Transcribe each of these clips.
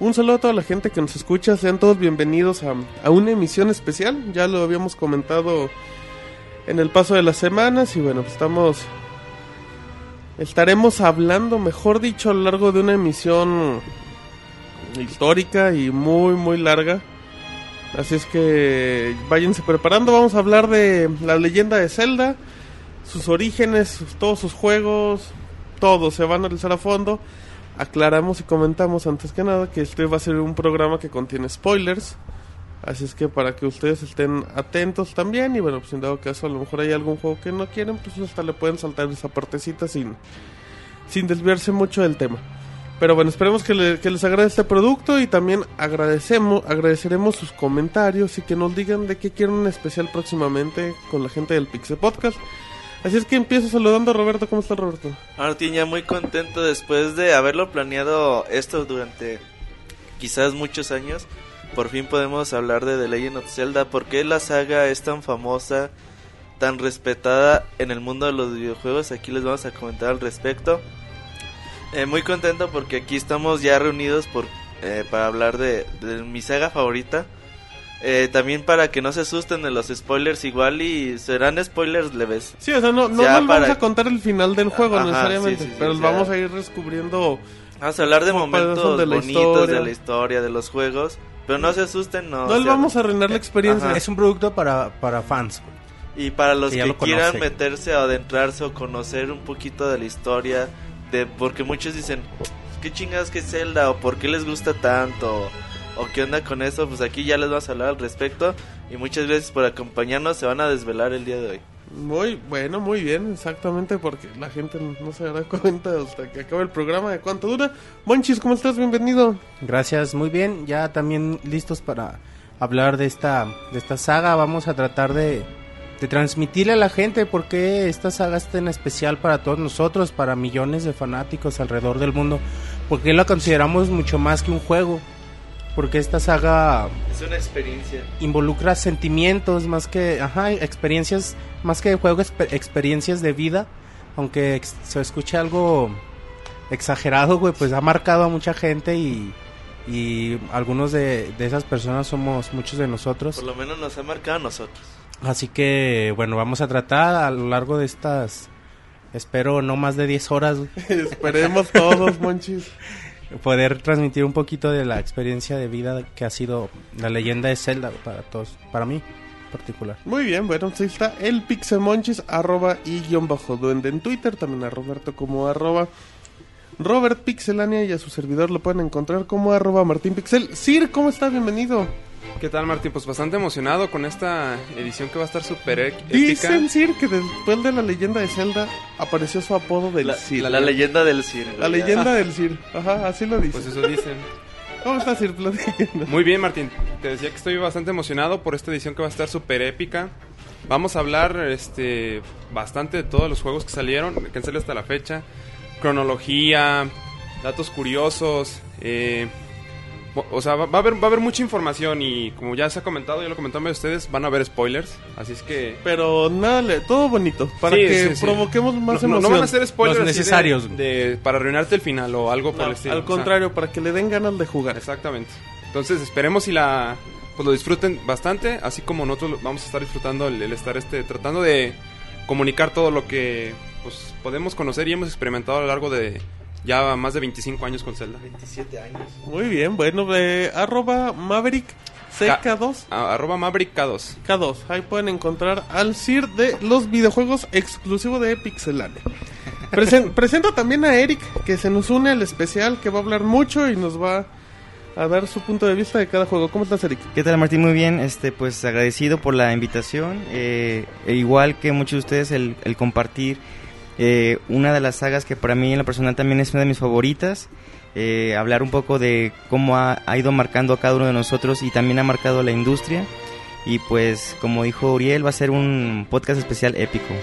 Un saludo a toda la gente que nos escucha, sean todos bienvenidos a, a una emisión especial, ya lo habíamos comentado en el paso de las semanas y bueno, pues estamos estaremos hablando, mejor dicho, a lo largo de una emisión histórica y muy muy larga. Así es que váyanse preparando, vamos a hablar de la leyenda de Zelda, sus orígenes, sus- todos sus juegos, todo se van a analizar a fondo aclaramos y comentamos antes que nada que este va a ser un programa que contiene spoilers. Así es que para que ustedes estén atentos también y bueno, pues en dado caso a lo mejor hay algún juego que no quieren, pues hasta le pueden saltar esa partecita sin, sin desviarse mucho del tema. Pero bueno, esperemos que, le- que les agrade este producto y también agradecemos, agradeceremos sus comentarios y que nos digan de qué quieren un especial próximamente con la gente del Pixel Podcast. Así es que empiezo saludando a Roberto. ¿Cómo está Roberto? Martín ya muy contento después de haberlo planeado esto durante quizás muchos años. Por fin podemos hablar de The Legend of Zelda. ¿Por qué la saga es tan famosa, tan respetada en el mundo de los videojuegos? Aquí les vamos a comentar al respecto. Eh, muy contento porque aquí estamos ya reunidos por, eh, para hablar de, de mi saga favorita. Eh, también para que no se asusten de los spoilers igual y serán spoilers leves. Sí, o sea, no, no, Ya no les para- vamos a contar el final del juego Ajá, necesariamente, sí, sí, sí, pero o sea- vamos a ir descubriendo. Vamos a hablar de Como padres momentos son de la bonitos historia. de la historia, de los juegos. Pero no se asusten, no. No o les sea, vamos a arruinar la experiencia. Eh, Ajá. Es un producto para, para fans. güey. Y para los que que, ya lo quieran conocen. meterse a adentrarse o conocer un poquito de la historia, de porque muchos dicen, ¿qué chingados que es Zelda? ¿O por qué les gusta tanto? ¿O qué onda con eso? Pues aquí ya les vamos a hablar al respecto. Y muchas gracias por acompañarnos. Se van a desvelar el día de hoy. Muy bueno, muy bien, exactamente, porque la gente no se dará cuenta hasta que acabe el programa de cuánto dura. Monchis, ¿cómo estás? Bienvenido. Gracias, muy bien. Ya también listos para hablar de esta, de esta saga. Vamos a tratar de, de transmitirle a la gente por qué esta saga es tan especial para todos nosotros, para millones de fanáticos alrededor del mundo. Por qué la consideramos mucho más que un juego. Porque esta saga Es una experiencia. involucra sentimientos más que ajá, experiencias más que juegos experiencias de vida aunque ex- se escuche algo exagerado güey pues ha marcado a mucha gente y y algunos de, de esas personas somos muchos de nosotros Por lo menos nos ha marcado a nosotros. así que bueno vamos a tratar a lo largo de estas espero no más de 10 horas güey, Esperemos todos, Monchis. poder transmitir un poquito de la experiencia de vida que ha sido la leyenda de Zelda güey, para todos para mí en particular Muy bien, bueno, ahí está el Pixelmonchis, arroba y guión bajo duende en Twitter, también a Roberto como arroba Robert Pixelania y a su servidor lo pueden encontrar como arroba Martín Pixel. Sir, ¿cómo estás? Bienvenido. ¿Qué tal, Martín? Pues bastante emocionado con esta edición que va a estar súper ec- épica. Dicen Sir que después de la leyenda de Zelda apareció su apodo del La, Sir. la leyenda del cine. La leyenda del Sir. Ajá, así lo dice. Pues eso dicen. ¿Cómo estás, Sir? Platíquenos. Muy bien, Martín. Te decía que estoy bastante emocionado por esta edición que va a estar súper épica. Vamos a hablar este, bastante de todos los juegos que salieron, que han salido hasta la fecha. Cronología, datos curiosos. eh, o- o sea, va, va a haber, va a haber mucha información y como ya se ha comentado, ya lo comentaron varios de ustedes, van a haber spoilers. Así es que... Pero nada, le- todo bonito. Para Sí, que sí, sí. provoquemos más no, no- emoción. no van a ser spoilers Los así de- necesarios. de- para arruinarte el final o algo por No, el estilo. al o sea, contrario, para que le den ganas de jugar. exactamente. Entonces esperemos si la pues lo disfruten bastante, así como nosotros lo- vamos a estar disfrutando el, el estar este tratando de comunicar todo lo que pues podemos conocer y hemos experimentado a lo largo de ya más de 25 años con Zelda. 27 años. Muy bien, bueno, de arroba Maverick CK2. A- arroba Maverick K2. K2. Ahí pueden encontrar al Sir de los videojuegos exclusivo de Pixelania. Presen- presento también a Eric, que se nos une al especial, que va a hablar mucho y nos va a dar su punto de vista de cada juego. ¿Cómo estás, Eric? ¿Qué tal Martín? Muy bien, este, pues agradecido por la invitación, eh, e igual que muchos de ustedes el, el compartir eh, una de las sagas que para mí en lo personal también es una de mis favoritas, eh, hablar un poco de cómo ha, ha ido marcando a cada uno de nosotros y también ha marcado la industria y pues como dijo Uriel va a ser un podcast especial épico.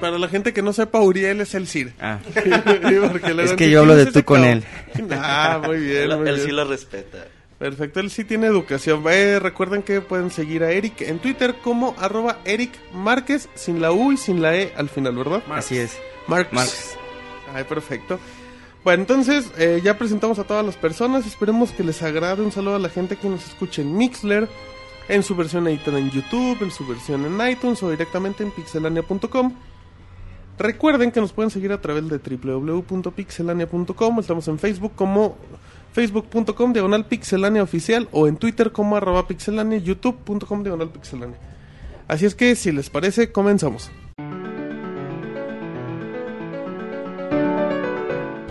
Para la gente que no sepa, Uriel es el Sir. Ah, Porque luego es que dicen, yo hablo "¿Quién de es ese tú con cabrón?". él. Ah, muy bien. Él, muy él bien. sí lo respeta. Perfecto, él sí tiene educación. Eh, recuerden que pueden seguir a Eric en Twitter como arroba Eric Márquez, sin la U y sin la E al final, ¿verdad? Así es. Marx. Marx. Ay, perfecto. Bueno, entonces eh, ya presentamos a todas las personas. Esperemos que les agrade. Un saludo a la gente que nos escuche en Mixler, en su versión editada en YouTube, en su versión en iTunes o directamente en pixelania.com. Recuerden que nos pueden seguir a través de www.pixelania.com. Estamos en Facebook como facebook.com diagonal pixelania oficial o en Twitter como arroba pixelania, youtube.com diagonal pixelania. Así es que si les parece, comenzamos.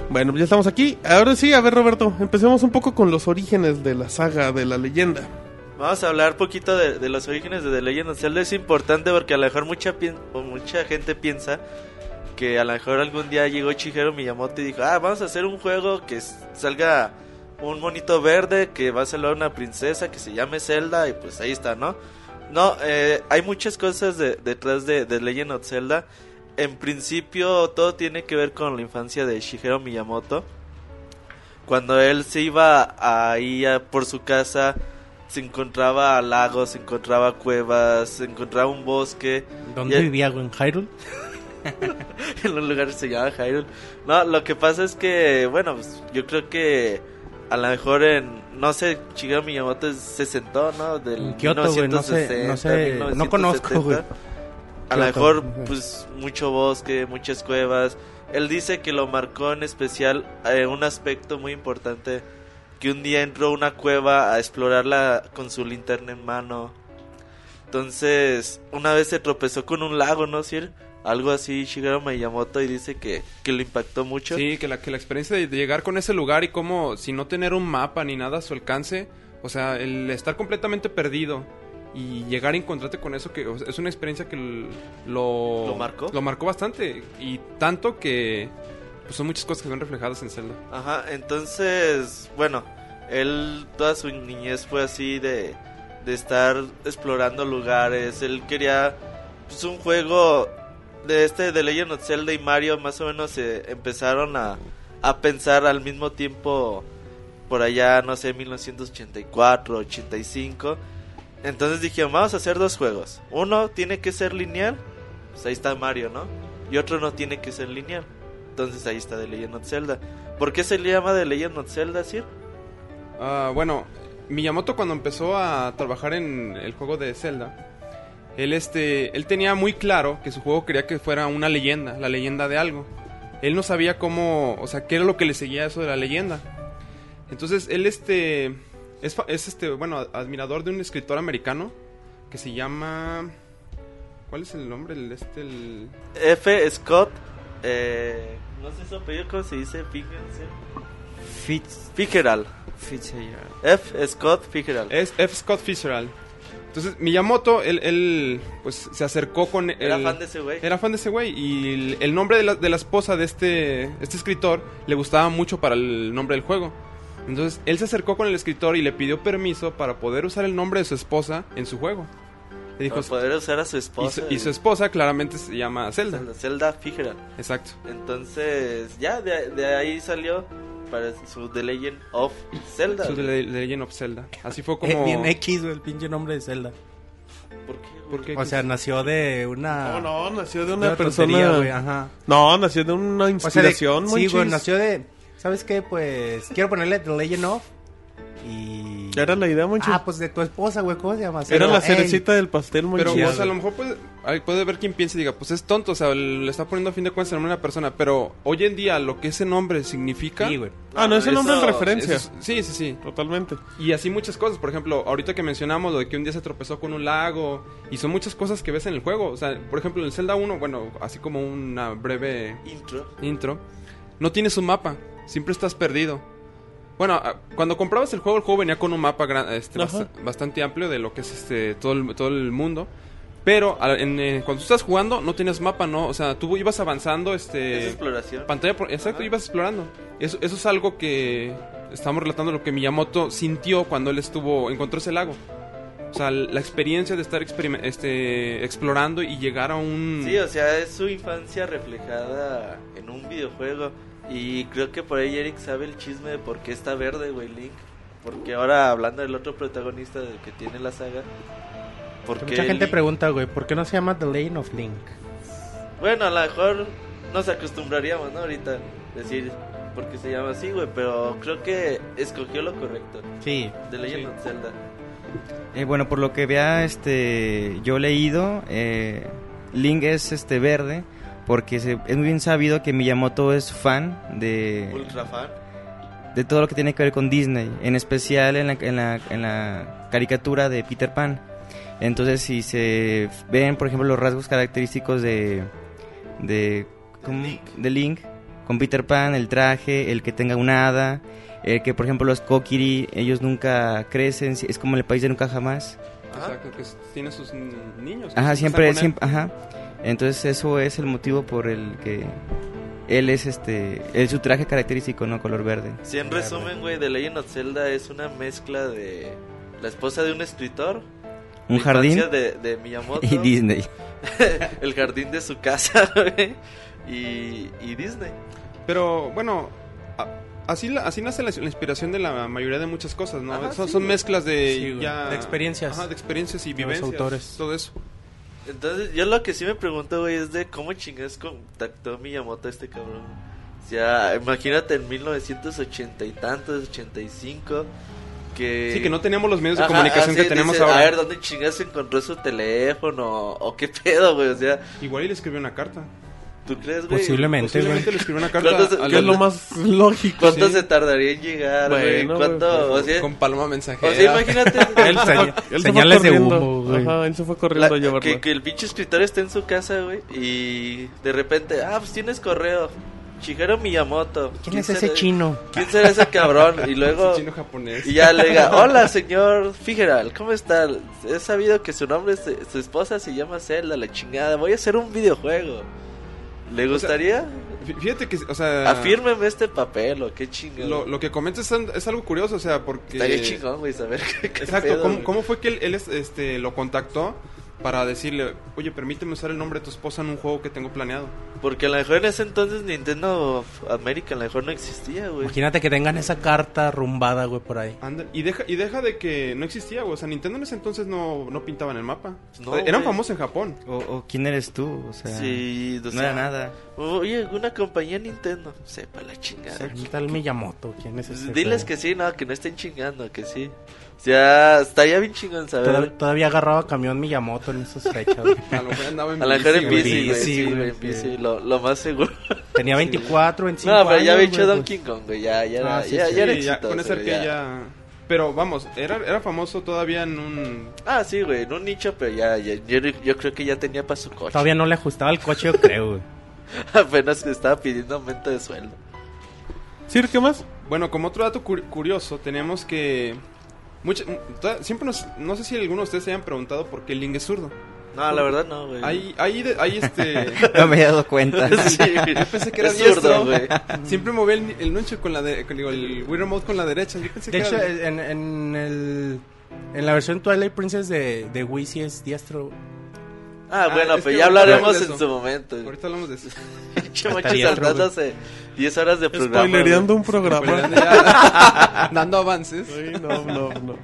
Bueno, ya estamos aquí. Ahora sí, a ver Roberto, empecemos un poco con los orígenes de la saga, de la leyenda. Vamos a hablar poquito de, de los orígenes de The Legend of Zelda. Es importante porque a lo mejor mucha, pien- o mucha gente piensa que a lo mejor algún día llegó Chihiro Miyamoto y dijo, ah, vamos a hacer un juego que s- salga un monito verde que va a salvar a una princesa que se llame Zelda y pues ahí está, ¿no? No, eh, hay muchas cosas de- detrás de, de Legend of Zelda. En principio todo tiene que ver con la infancia de Shigeru Miyamoto. Cuando él se iba ahí a- por su casa, se encontraba lagos, se encontraba cuevas, se encontraba un bosque ¿Dónde Ya- vivía en Hyrule? en los lugares se llama Hyrule. No, lo que pasa es que, bueno, pues, yo creo que a lo mejor en, no sé, Shigeru Miyamoto se sentó, ¿no? Del En Kioto, güey, no sé- no sé, no conozco, güey. 1970. A lo Kioto, mejor, ajá. pues, mucho bosque, muchas cuevas. Él dice que lo marcó en especial eh, un aspecto muy importante. Que un día entró a una cueva a explorarla con su linterna en mano. Entonces, una vez se tropezó con un lago, ¿no, Sir? Algo así, Shigeru Miyamoto, y dice que, que le impactó mucho. Sí, que la, que la experiencia de, de llegar con ese lugar y cómo, sin no tener un mapa ni nada a su alcance, o sea, el estar completamente perdido y llegar a encontrarte con eso, que o sea, es una experiencia que l- lo, ¿Lo marcó? Lo marcó bastante. Y tanto que pues, son muchas cosas que se ven reflejadas en Zelda. Ajá, entonces, bueno, él toda su niñez fue así de, de estar explorando lugares. Él quería pues, un juego de este de Legend of Zelda y Mario más o menos se empezaron a, a pensar al mismo tiempo por allá, no sé, 1984, 85. Entonces dijeron, vamos a hacer dos juegos. Uno tiene que ser lineal, pues ahí está Mario, ¿no? Y otro no tiene que ser lineal. Entonces ahí está The Legend of Zelda. ¿Por qué se le llama The Legend of Zelda, Sir? Ah, bueno, Miyamoto cuando empezó a trabajar en el juego de Zelda, él, este, él tenía muy claro que su juego quería que fuera una leyenda, la leyenda de algo. Él no sabía cómo, o sea, qué era lo que le seguía a eso de la leyenda. Entonces, él este, es, fa- es este, bueno, a- admirador de un escritor americano que se llama... ¿Cuál es el nombre? El, este, el... F. Scott. eh, no sé su apellido, ¿cómo se dice? Fitzgerald, Sir. Fitz, Fitzgerald. Fitzgerald. F. Scott Fitzgerald. Es F. Scott Fitzgerald. Entonces, Miyamoto, él, él, pues, se acercó con... Era el- fan de ese güey. eh, Era fan de ese güey y el, el nombre de la, de la esposa de este, este escritor le gustaba mucho para el nombre del juego. Entonces él se acercó con el escritor y le pidió permiso para poder usar el nombre de su esposa en su juego. Le dijo, Para poder usar a su y, esposa. su, y su esposa claramente se llama Zelda. Zelda, Zelda Fitzgerald. Exacto. Entonces, ya de, de ahí salió para su The Legend of Zelda. Su güey. The Legend of Zelda. Así fue Eh, como... bien X, güey, el pinche nombre de Zelda. ¿Por qué? güey? ¿Por qué? O sea, nació de Ah. No, una... no, nació de de una tontería, güey, persona. ajá. No, nació de una O sea, de- inspiración, sí, güey, monchis. nació de... ¿Sabes qué? Pues quiero ponerle The Legend of y... Era la idea, Monchis. Ah, pues de tu esposa, güey, ¿cómo se llama? Era Pero, la ey, cerecita del pastel, Pero, Monchis. o sea, a lo mejor puede, ahí puede ver quien piense y diga, pues es tonto, o sea, le está poniendo a fin de cuentas el nombre de una persona, pero hoy en día lo que ese nombre significa... Sí, güey. Ah, no, ese nombre es Eso- referencia. eso es- sí, sí, sí. Totalmente. Y así muchas cosas, por ejemplo, ahorita que mencionamos lo de que un día se tropezó con un lago, y son muchas cosas que ves en el juego. O sea, por ejemplo, en el Zelda 1, bueno, así como una breve Intro. intro, no tienes un mapa, siempre estás perdido. Bueno, a- cuando comprabas el juego, el juego venía con un mapa gran- este, Ajá. bast- bastante amplio de lo que es este todo el, todo el mundo. Pero a- en, eh, cuando tú estás jugando, no tienes mapa, ¿no? O sea, tú ibas avanzando, Es este... exploración. Pantalla por- Exacto, Ajá. ibas explorando. Eso, eso es algo que estamos relatando lo que Miyamoto sintió cuando él estuvo encontró ese lago. O sea, la experiencia de estar experime- este, explorando y llegar a un... Sí, o sea, es su infancia reflejada en un videojuego. Y creo que por ahí Eric sabe el chisme de por qué está verde, güey, Link. Porque ahora, hablando del otro protagonista del que tiene la saga, porque Mucha gente pregunta, güey, ¿por qué no se llama The Legend of Link? Bueno, a lo mejor nos acostumbraríamos, ¿no? Ahorita decir porque se llama así, güey, pero creo que escogió lo correcto. Sí. De Legend Sí. of Zelda. Eh, bueno, por lo que vea, este, yo he leído, eh, Link es este verde, porque se- es muy bien sabido que Miyamoto es fan de, Ultra fan. de todo lo que tiene que ver con Disney, en especial en la, en la- en la caricatura de Peter Pan. Entonces, si se ven, por ejemplo, los rasgos característicos de, de, ¿cómo? de Link, con Peter Pan, el traje, el que tenga un hada, eh, que por ejemplo los Kokiri, ellos nunca crecen, es como el país de nunca jamás. Ajá. Exacto, que s- tiene sus n- niños. que se Ajá, casan siempre, con él. siempre, ajá. Entonces eso es el motivo por el que él es este, él su traje característico, ¿no? Color verde. Si en resumen, güey, The Legend of Zelda es una mezcla de la esposa de un escritor, Un la jardín infancia de, de Miyamoto, y Disney. el jardín de su casa, güey, y, y Disney. Pero bueno, a- así, la- así nace la, la inspiración de la mayoría de muchas cosas, ¿no? Ajá, son, sí, son güey. mezclas de, Sí, güey. ya- De experiencias. Ajá, de experiencias y De los vivencias. autores. Todo eso. Entonces, yo lo que sí me pregunto, güey, es de cómo chingas contactó Miyamoto a este cabrón. O sea, imagínate en 1980 y tantos, 85, que... Sí, que no tenemos los medios de Eh, Ajá, comunicación así que tenemos dice, ahora. A ver, ¿dónde chingas encontró su teléfono? ¿O qué pedo, güey? O sea, Igual y le escribió una carta. ¿tú crees, güey? Pues Posiblemente, güey. Posiblemente le escribió una ¿Cuántos- carta. a qué la- Que es lo más lógico. ¿Cuánto Sí. se tardaría en llegar, güey? Bueno, ¿Cuánto? O sea, Con paloma o mensajera. sea, imagínate Él señal- Él se fue señales de corriendo. humo, güey. Ajá, él se fue corriendo la- a llevarla. que, que el pinche escritor esté en su casa, güey, y de repente, ah, pues tienes correo. Chijero Miyamoto. ¿Quién es será- ese chino? ¿Quién será ese cabrón? Y luego... chino japonés. Y ya le diga, hola señor Figeral, ¿cómo está? He sabido que su nombre, es- su esposa se llama Zelda, la chingada. Voy a hacer un videojuego. ¿Le O sea, gustaría? Fí- Fíjate que, o sea... Afírmeme este papel o qué chingada. Lo, lo que comentas es, es algo curioso, o sea, porque... Estaría chingón, güey, saber qué, qué Exacto, pedo, ¿cómo, güey. cómo fue que él, él, es- este, lo contactó para decirle, oye, permíteme usar el nombre de tu esposa en un juego que tengo planeado? Porque a lo mejor en ese entonces Nintendo América a lo mejor no existía, Pues. güey. Imagínate que tengan esa carta rumbada, güey, por ahí. Anda, y deja, y deja de que no existía, güey. O sea, Nintendo en ese entonces no, no pintaba en el mapa. No, Eran güey. famosos en Japón. O, o quién eres tú, o sea, Sí, o no sea, era nada. Oye, alguna compañía Nintendo. Sepa la chingada. ¿Qué tal Miyamoto? ¿Quién es ese? Diles güey? que sí, no, que no estén chingando, que sí. O sea, estaría bien chingón saber. Todav- Todavía agarraba camión Miyamoto en esas fechas. güey. A lo mejor andaba en A la mejor en güey. bici, güey. bici, Sí, güey, güey, en sí. bici, lo, lo más seguro. Tenía 24, 25 No, pero ya había años, hecho güey, Donkey Kong, güey. Ya, ya, Ah, era- sí, ya, sí. ya era Sí, ya, exitoso, con ese güey, arcade ya. ya... Pero vamos, era, era famoso todavía en un... Ah, sí, güey, en un nicho, pero ya, ya- yo, yo creo que ya tenía para su güey. coche. pues. Todavía no le ajustaba el coche, yo creo, güey. Apenas que estaba pidiendo aumento de sueldo. Sir, ¿qué más? Bueno, como otro dato cur- curioso, tenemos que... mucha- toda- siempre nos... No sé si alguno de ustedes se hayan preguntado por qué el Link es zurdo. No, la verdad no, güey. Ahí, ahí, de- ahí este... No me había dado cuenta. Sí, yo pensé que era diestro. zurdo, güey. siempre movía el, el nunchuk con la... De, con- digo, el Wii Remote con la derecha. Yo pensé De que hecho, era- en, en el... En la versión Twilight Princess de, de Wii sí es diestro. güey. Ah, Ah, bueno, es pues que ya ahorita hablaremos hablamos de en eso. su momento. güey. Ahorita hablamos de eso. Pinche macho Estaría otro, saltándose 10 horas de programa. güey. Spoilereando un programa. Ya- dando avances. Sí, no, no, no.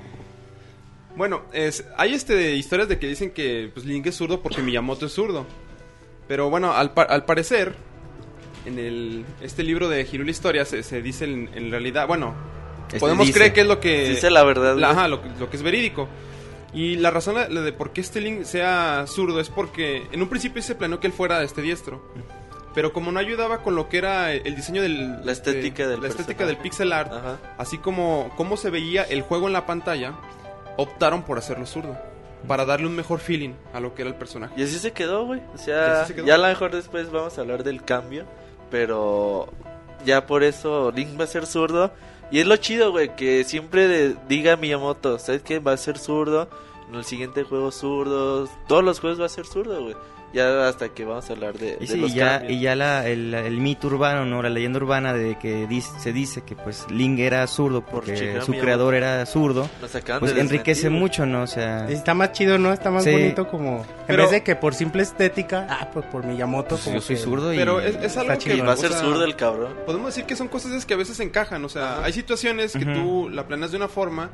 Bueno, es, hay este historias de que dicen que pues, Link es zurdo porque Miyamoto es zurdo. Pero bueno, al, pa- al parecer, en el, este libro de Hiruli Historia se, se dice en, en realidad, bueno, Este, podemos dice. creer que es lo que... Dice la verdad, la- güey. ajá, lo, que- lo que es verídico. Y la razón de, de por qué este Link sea zurdo es porque en un principio se planeó que él fuera este diestro. Pero como no ayudaba con lo que era el diseño del... La estética de- del La estética personaje. del pixel art Ajá. así como cómo se veía el juego en la pantalla, optaron por hacerlo zurdo, para darle un mejor feeling a lo que era el personaje. Y así se quedó, güey. O Y sea, así se quedó. ya a lo mejor después vamos a hablar del cambio. Pero ya por eso Link va a ser zurdo. Y es lo chido, güey, que siempre de- diga Miyamoto, ¿sabes qué? Va a ser zurdo. En el siguiente juego zurdo. Todos los juegos va a ser zurdo, güey. Ya hasta que vamos a hablar de, Y, de sí, los y ya, cambios. y ya la, el, el mito urbano, ¿no? La leyenda urbana de que dis- se dice que pues Ling era zurdo porque Shigeru su Miyamoto. creador era zurdo. Nos acaban Pues de enriquece desmentir, mucho, ¿no? O Ah. sea, Está más chido, ¿no? Está más Sí. bonito como... Pero- En vez de que por simple estética... Ah, pues por Miyamoto pues, como yo soy que- zurdo y... Pero es, es algo está que güey. Y va a o ser sea, zurdo el cabrón. Podemos decir que son cosas es que a veces encajan, o sea, hay situaciones que Ujú. tú la planeas de una forma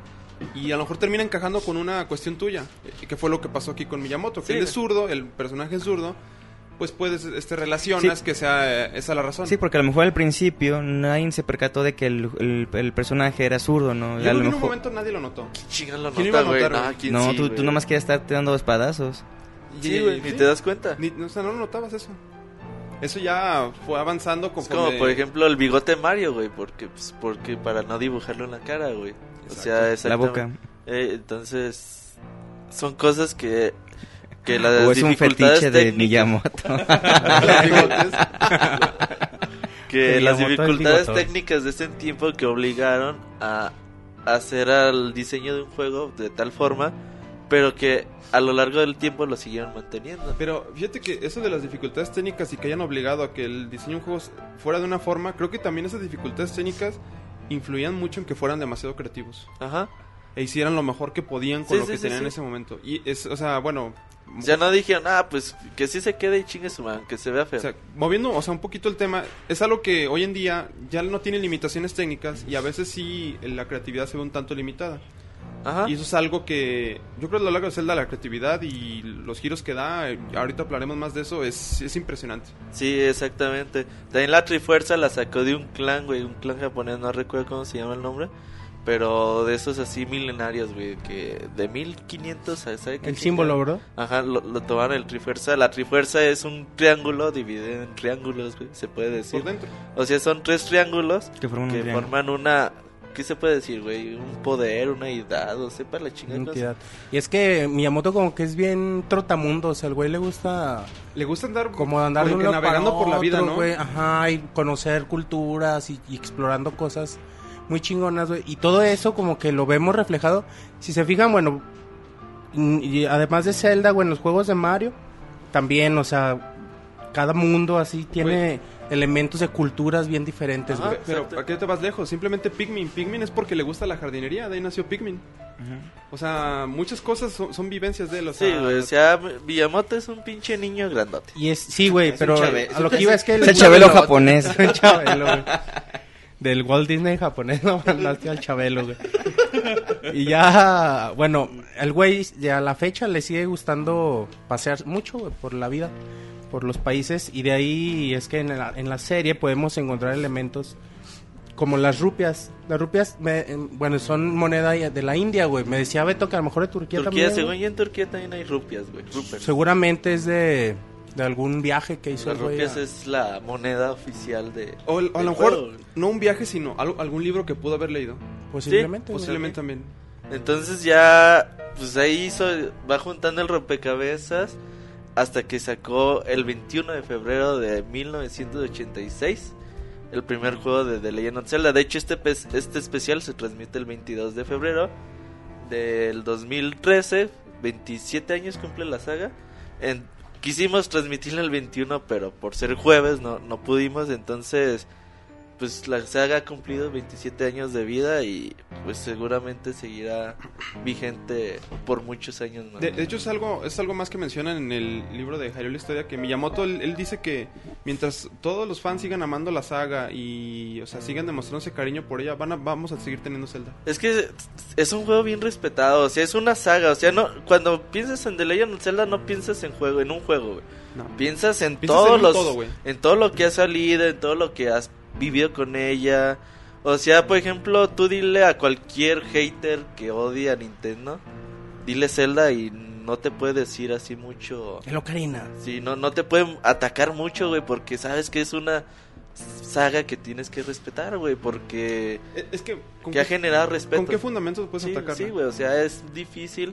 y a lo mejor termina encajando con una cuestión tuya, eh, que fue lo que pasó aquí con Miyamoto, que Sí, él güey. es zurdo, el personaje es zurdo, pues puedes este relacionas Sí. que sea eh, esa la razón. Sí, porque a lo mejor al principio nadie se percató de que el, el- el personaje era zurdo, ¿no? Yo a creo que lo en un mejor- momento nadie lo notó. Chingan la ¿Quién iba a nota, güey. notar, No, güey? ¿quién No, sí, tú, güey? tú nomás querías estarte dando espadazos. Sí, güey, ni Sí. te das cuenta. Ni- o sea, no lo notabas eso. Eso ya fue avanzando Es como, conforme... por ejemplo, el bigote Mario, güey, porque, pues, porque para no dibujarlo en la cara, güey. O sea, La exactamente. boca. Eh, entonces, son cosas que, que las O es un dificultades fetiche de técnicas- Miyamoto. Los bigotes. que de las Miyamoto el dificultades bigotón. técnicas de este tiempo que obligaron a hacer al diseño de un juego de tal forma pero que a lo largo del tiempo lo siguieron manteniendo. Pero fíjate que eso de las dificultades técnicas y que hayan obligado a que el diseño de un juego fuera de una forma, creo que también esas dificultades técnicas influían mucho en que fueran demasiado creativos Ajá. e hicieran lo mejor que podían con Sí, lo sí, que sí, tenían sí. en ese momento. Y es, o sea, bueno, Ya no dijeron, ah, pues que sí se quede y chingue su man, que se vea feo. O sea, moviendo, o sea, un poquito el tema, es algo que hoy en día ya no tiene limitaciones técnicas y a veces sí la creatividad se ve un tanto limitada. Ajá. Y eso es algo que yo creo que a lo largo de Zelda la creatividad y los giros que da, eh, ahorita hablaremos más de eso, es, es impresionante. Sí, exactamente. También la Trifuerza la sacó de un clan, güey, un clan japonés, no recuerdo cómo se llama el nombre. Pero de esos así milenarios, güey, que de 1500 a... ¿sabe qué El chingada? símbolo, bro. Ajá, lo, lo tomaron el Trifuerza. La Trifuerza es un triángulo dividido en triángulos, güey, se puede decir. Por dentro. O sea, son tres triángulos Que forman un que triángulo. forman una... ¿Qué se puede decir, güey? Un poder, una edad, o sepa la chingada. cosa. Identidad. Y es que Miyamoto como que es bien trotamundo, o sea, el güey le gusta Le gusta andar como andar de como un que lado navegando para por la vida, otro, ¿no? güey. Ajá, y conocer culturas y, y explorando cosas muy chingonas, güey. Y todo eso como que lo vemos reflejado. Si se fijan, bueno, mm, y además de Zelda, güey, en los juegos de Mario, también, o sea, cada mundo así tiene elementos de culturas bien diferentes, Ajá. güey. Pues, Pero Exacto. ¿a qué te vas lejos? Simplemente Pikmin. Pikmin es porque le gusta la jardinería, de ahí nació Pikmin. O sea, muchas cosas son, son vivencias de él. O sea, Sí, güey, o sea, Villamoto es un pinche niño grandote. Y es, sí, güey, pero chave- a lo que iba es que... Es le- el Chabelo japonés. El Chabelo, güey. Del Walt Disney japonés, no mandaste al Chabelo, güey. Y ya, bueno, el güey ya a la fecha le sigue gustando pasear mucho güey, por la vida, por los países. Y de ahí es que en la, en la serie podemos encontrar elementos como las rupias. Las rupias, me- en- bueno, son moneda de la India, güey. Me decía Beto que a lo mejor de Turquía, Turquía, también. según güey. yo en Turquía también hay rupias, güey. Rupias. Seguramente es de, de algún viaje que hizo Las el güey. rupias Pues a- es la moneda oficial de. O, o a del lo mejor, juego, güey. no un viaje, sino algo- algún libro que pudo haber leído. Posiblemente. güey. Posiblemente también. Entonces ya, pues ahí hizo, va juntando el rompecabezas hasta que sacó el 21 de febrero de 1986 el primer juego de The Legend of Zelda. De hecho, este, pe- este especial se transmite el 22 de febrero del 2013. 27 años cumple la saga. En- quisimos transmitirla el 21, pero por ser jueves no, no pudimos. Entonces, pues la saga ha cumplido 27 años de vida y pues seguramente seguirá vigente por muchos años más. De, de hecho, es algo, es algo más que mencionan en el libro de Hyrule Historia que Miyamoto, él, él dice que mientras todos los fans sigan amando la saga y, o sea, sigan demostrándose cariño por ella, van a- vamos a seguir teniendo Zelda. Es que es un juego bien respetado, o sea, es una saga, o sea, no cuando piensas en The Legend of Zelda no piensas en juego, en un juego, güey. No. Piensas en Piensas todos en los todo, güey. en todo lo que has salido, en todo lo que has vivido con ella. O sea, por ejemplo, tú dile a cualquier hater que odie a Nintendo, dile Zelda y no te puede decir así mucho. El Ocarina. Sí, no, no te pueden atacar mucho, güey, porque sabes que es una saga que tienes que respetar, güey, porque Eh, Es que, ¿con, que ha qué, generado respeto. ¿con qué fundamentos puedes sí, atacar? sí, no? güey, o sea, es difícil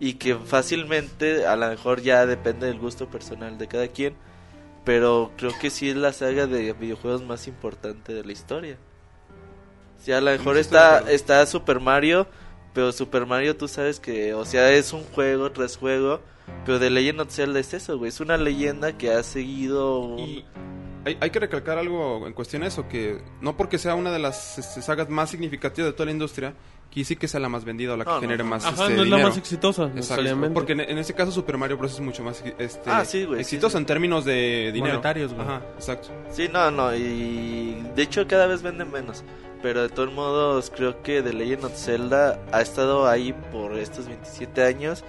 y que fácilmente, a lo mejor ya depende del gusto personal de cada quien, pero creo que sí es la saga de videojuegos más importante de la historia. O sea, a lo mejor sí estoy de está, acuerdo. está Super Mario, pero Super Mario tú sabes que, o sea, es un juego tras juego, pero de Legend of Zelda es eso, güey, es una leyenda que ha seguido... un- Y hay, hay que recalcar algo en cuestión a eso, que no porque sea una de las este, sagas más significativas de toda la industria, quiere decir que sea la más vendida o la que No, no, genere más Ajá, este, no es la dinero. más exitosa, Exacto, necesariamente. porque en, en este caso Super Mario Bros. es mucho más este, Ah, sí, güey, exitoso sí, sí. en términos de dinero. Monetarios, güey. Ajá, exacto. Sí, no, no, y de hecho cada vez venden menos. Pero de todos modos, creo que The Legend of Zelda ha estado ahí por estos 27 años.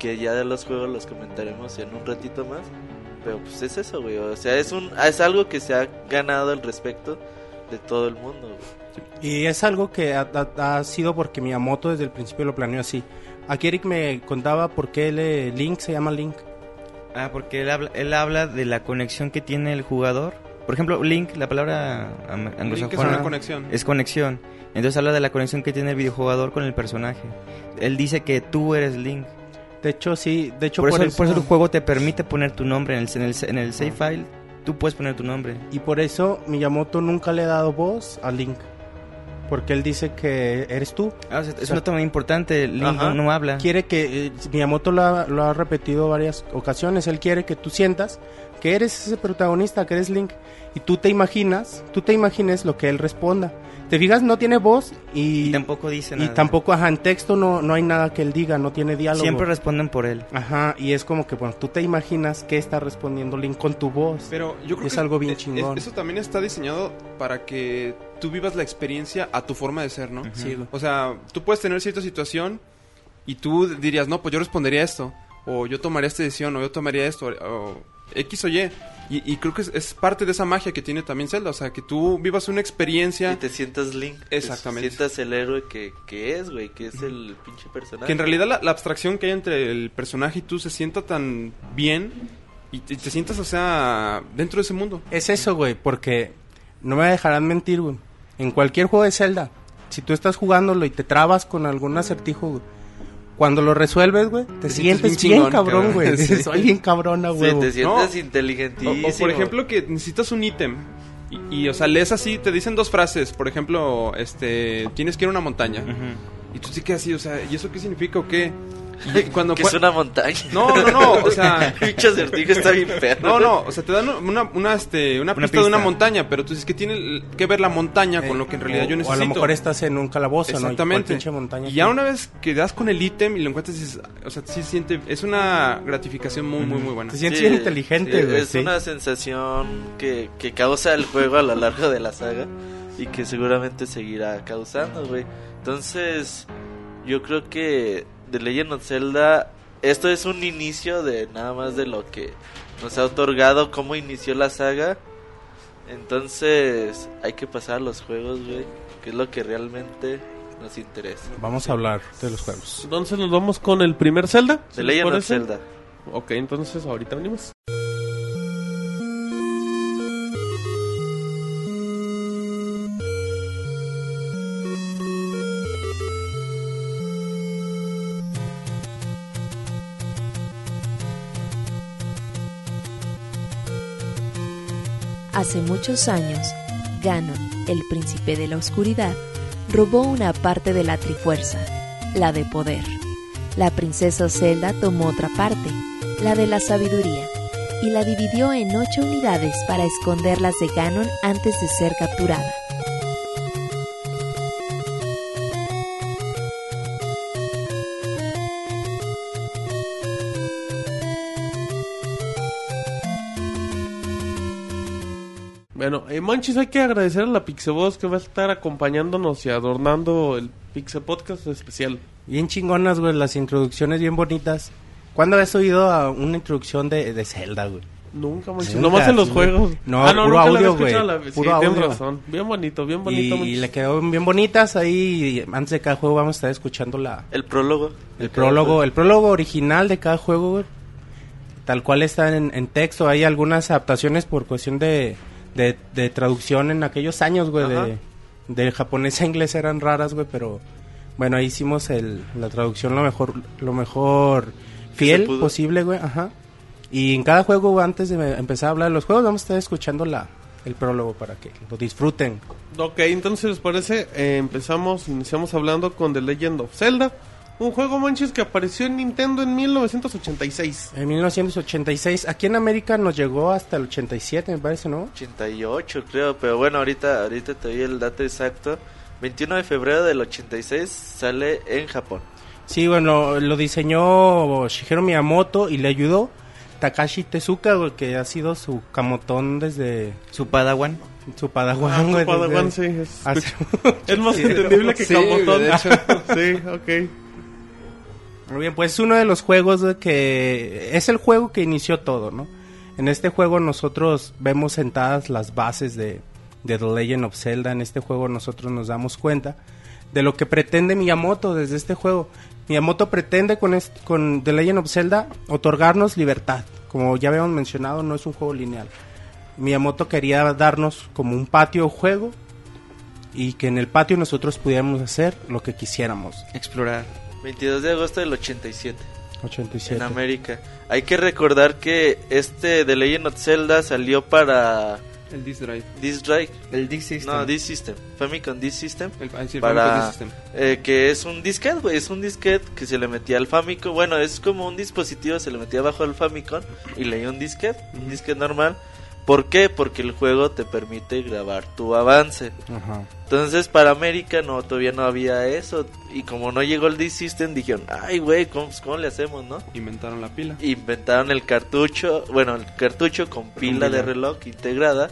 Que ya de los juegos los comentaremos en un ratito más. Pero pues es eso, güey. O sea, es, un, es algo que se ha ganado el respeto de todo el mundo, güey. Y es algo que ha, ha- ha sido porque Miyamoto desde el principio lo planeó así. Aquí Eric me contaba por qué el, eh, Link se llama Link. Ah, porque él habla, él habla de la conexión que tiene el jugador. Por ejemplo, link, la palabra am- Link es anglosajona una conexión. es conexión. Entonces habla de la conexión que tiene el videojugador con el personaje. Él dice que tú eres Link. De hecho, sí, de hecho Por eso, por eso el juego te permite poner tu nombre en el, en el, en el save file. Tú puedes poner tu nombre. Y por eso Miyamoto nunca le ha dado voz a Link. Porque él dice que eres tú. Ah, o sea, es una toma importante, Link Ajá. no, no habla. Quiere que. eh, Miyamoto lo ha, lo ha repetido varias ocasiones. Él quiere que tú sientas que eres ese protagonista, que eres Link. Y tú te imaginas, tú te imagines lo que él responda. Te fijas, no tiene voz y. Y tampoco dice y nada. tampoco, ajá, en texto no, no hay nada que él diga, no tiene diálogo. Siempre responden por él. Ajá, y es como que, bueno, tú te imaginas qué está respondiendo Link con tu voz. Pero yo creo Es que algo bien es- es- chingón. Eso también está diseñado para que tú vivas la experiencia a tu forma de ser, ¿no? Sí, güey. O sea, tú puedes tener cierta situación y tú dirías, no, pues yo respondería esto, o yo tomaría esta decisión, o yo tomaría esto, o X o Y. Y, y creo que es, es parte de esa magia que tiene también Zelda, o sea, que tú vivas una experiencia Y te sientas Link. Exactamente. Te sientas el héroe que, que es, güey, que es el pinche personaje. que en realidad la, la abstracción que hay entre el personaje y tú se sienta tan bien y, te- te sientas, o sea, dentro de ese mundo. Es eso, güey, porque no me dejarán mentir, güey. En cualquier juego de Zelda, si tú estás jugándolo y te trabas con algún acertijo, güey, cuando lo resuelves, güey, te, Te sientes sientes bien bien chingón, cabrón, cabrón. güey. Sí. Soy bien cabrona, Sí, güey. te sientes No. O, inteligentísimo. o, por ejemplo que necesitas un ítem y, y, o sea lees así te dicen dos frases por ejemplo este tienes que ir a una montaña Ujú. y tú sí que así o sea y eso qué significa o qué Y cuando que cua- es una montaña. no no no o sea Pinche acertijo está bien perro. no no o sea te dan una una, este, una, Una pista, de una pista. montaña pero tú dices que tiene que ver la montaña con lo que en realidad Eh, o, yo o necesito a lo mejor estás en un calabozo, ¿no? Y Exactamente. cuál pinche montaña y ya que- una vez que das con el ítem y lo encuentras, dices, o sea, sí siente, es una gratificación muy, muy, muy buena. Te Sí, sientes bien inteligente, sí, güey. es sí. una sensación que, que causa el juego a lo largo de la saga y que seguramente seguirá causando, güey. Entonces, yo creo que The Legend of Zelda, esto es un inicio de nada más de lo que nos ha otorgado, cómo inició la saga. Entonces, hay que pasar a los juegos, güey, que es lo que realmente nos interesa. Vamos a hablar de los juegos. Entonces nos vamos con el primer Zelda. The ¿se les Legend of parece? Zelda. Ok, entonces ahorita venimos. Hace muchos años, Ganon, el príncipe de la oscuridad, robó una parte de la Trifuerza, la de poder. La princesa Zelda tomó otra parte, la de la sabiduría, y la dividió en ocho unidades para esconderlas de Ganon antes de ser capturada. Bueno, eh, Monchis, hay que agradecer a la Pixeboss que va a estar acompañándonos y adornando el Pixe Podcast especial. Bien chingonas, güey, las introducciones bien bonitas. ¿Cuándo has oído a una introducción de, de Zelda, güey? Nunca, Monchis. Nunca, Nomás en los sí. juegos. Ah, No, nunca puro la había audio, güey, escuchado, la- Sí, puro tienes audio. razón. Bien bonito, bien Y, bonito, y Monchis. le quedaron bien bonitas ahí. y Antes de cada juego vamos a estar escuchando la, El prólogo. El prólogo, el prólogo original de cada juego, güey, tal cual está en, en texto. Hay algunas adaptaciones por cuestión de, de, de traducción en aquellos años, güey, Ajá. de, de japonés a inglés eran raras, güey, pero bueno, ahí hicimos el, la traducción lo mejor, lo mejor se fiel pudo. posible, güey, ajá. Y en cada juego, güey, antes de empezar a hablar de los juegos, vamos a estar escuchando la, el prólogo para que lo disfruten. Ok, entonces les parece, Eh, empezamos, iniciamos hablando con The Legend of Zelda. Un juego, Monchis, que apareció en Nintendo en 1986. En 1986, aquí en América nos llegó hasta el 87, me parece, ¿no? 88 creo, pero bueno, ahorita, ahorita te doy el dato exacto. 21 de febrero del 86 sale en Japón. Sí, bueno, lo diseñó Shigeru Miyamoto y le ayudó Takashi Tezuka, güey, que ha sido su camotón desde Su padawan. su Ah, padawan, tu güey, Padawan, desde- sí, es- hace- Es más entendible que Sí, Camotón. de hecho. sí, ok. Muy bien, pues es uno de los juegos güey, que es el juego que inició todo, ¿no? En este juego nosotros vemos sentadas las bases de, de The Legend of Zelda. En este juego nosotros nos damos cuenta de lo que pretende Miyamoto desde este juego. Miyamoto pretende con, est- con The Legend of Zelda otorgarnos libertad. Como ya habíamos mencionado, no es un juego lineal. Miyamoto quería darnos como un patio juego y que en el patio nosotros pudiéramos hacer lo que quisiéramos. Explorar. 22 de agosto del 87 en 87. América. Hay que recordar que este de Legend of Zelda salió para El disk drive. Disk Drive. El Disk System. No, Disk System. Famicom Disk System. El, ah, sí, el para Famicom este. Disk System. eh, que es un disquete, güey, es un disquete que se le metía al Famicom, bueno, es como un dispositivo se le metía abajo al Famicom y leía un disquete, un disquete normal. ¿Por qué? Porque el juego te permite grabar tu avance. Ajá. Entonces para América no todavía no había eso y como no llegó el Disk System dijeron, "Ay, güey, ¿cómo, ¿cómo le hacemos, no?" Inventaron la pila. Inventaron el cartucho, bueno, el cartucho con pila de reloj integrada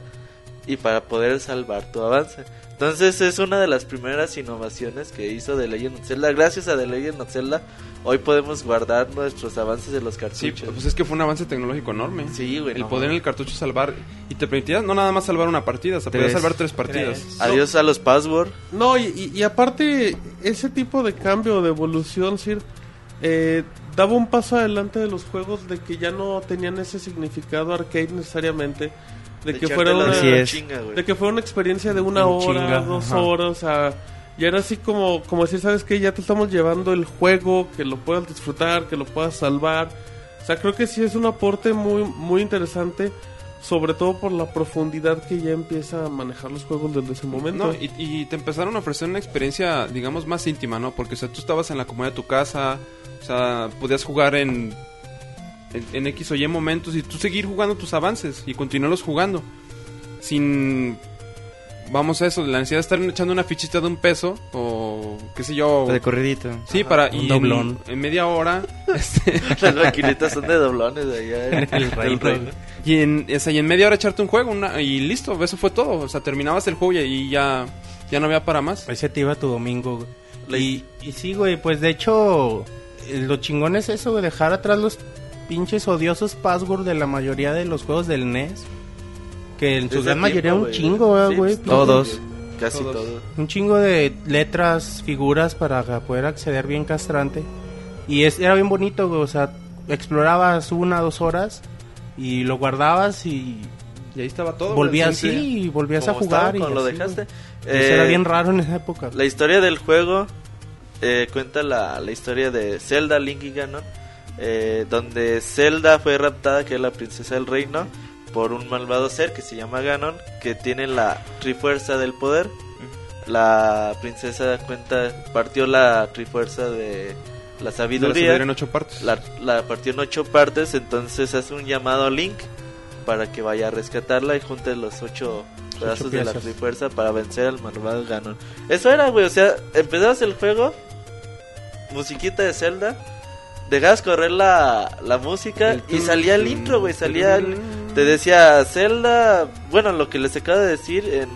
y para poder salvar tu avance. Entonces es una de las primeras innovaciones que hizo The Legend of Zelda. Gracias a The Legend of Zelda hoy podemos guardar nuestros avances de los Sí, cartuchos. pues es que fue un avance tecnológico enorme. Sí, güey, El no poder en el cartucho salvar. Y te permitía no nada más salvar una partida, se podía Tres. salvar tres partidas. Adiós a los password. No, y, y- y aparte, ese tipo de cambio, de evolución, Sir, eh, daba un paso adelante de los juegos de que ya no tenían ese significado arcade necesariamente, de, que, fuera echártela una, Así la es. chinga, güey. de que fuera una experiencia de una En hora, chinga, dos ajá. horas, o sea, ya era así como, como decir, ¿sabes que Ya te estamos llevando el juego, que lo puedas disfrutar, que lo puedas salvar. O sea, creo que sí es un aporte muy, muy interesante. Sobre todo por la profundidad que ya empieza a manejar los juegos desde ese momento. No, y, y te empezaron a ofrecer una experiencia, digamos, más íntima, ¿no? Porque, o sea, tú estabas en la comodidad de tu casa, o sea, podías jugar en, en, en X o Y momentos y tú seguir jugando tus avances y continuarlos jugando. Sin, vamos a eso, la necesidad de estar echando una fichita de un peso o qué sé yo. De corridito. Sí, para... un y en- doblón. En, media hora. este, Las maquinitas son de doblones de allá. eh, del reino. reino. y, en, o sea, y en media hora echarte un juego una- y listo, eso fue todo. O sea, terminabas el juego y, y ya, ya no había para más. Ahí se te iba tu domingo, güey. Le- Y, y sí, güey, pues de hecho, eh, lo chingón es eso, güey, dejar atrás los pinches odiosos password de la mayoría de los juegos del NES. Que en su Ese gran tiempo, mayoría un güey. chingo, ¿verdad, Sí, güey. pues, Todos. Casi Todos. todos. Un chingo de letras, figuras para poder acceder bien castrante. Y es, era bien bonito, güey, o sea, explorabas una, dos horas y lo guardabas y Y ahí estaba todo. güey, volvías simple. así y volvías a Como estaba jugar. Y cuando lo así, güey. dejaste. Eso era Eh, bien raro en esa época. La historia del juego eh, cuenta la, la historia de Zelda Link y Ganon, eh, donde Zelda fue raptada, que es la princesa del reino, por un malvado ser que se llama Ganon, que tiene la trifuerza del poder. La princesa cuenta partió la trifuerza de la Y de la sabiduría, sabiduría en ocho partes. la, la partió en ocho partes, entonces hace un llamado a Link para que vaya a rescatarla y junte los ocho pedazos de la piezas. trifuerza para vencer al malvado Ganon. Eso era, güey, o sea, empezabas el juego, musiquita de Zelda, dejabas correr la, la música El y tun, salía el tun, intro, güey, tun, salía el- tun. Te decía Zelda, bueno, lo que les acabo de decir en,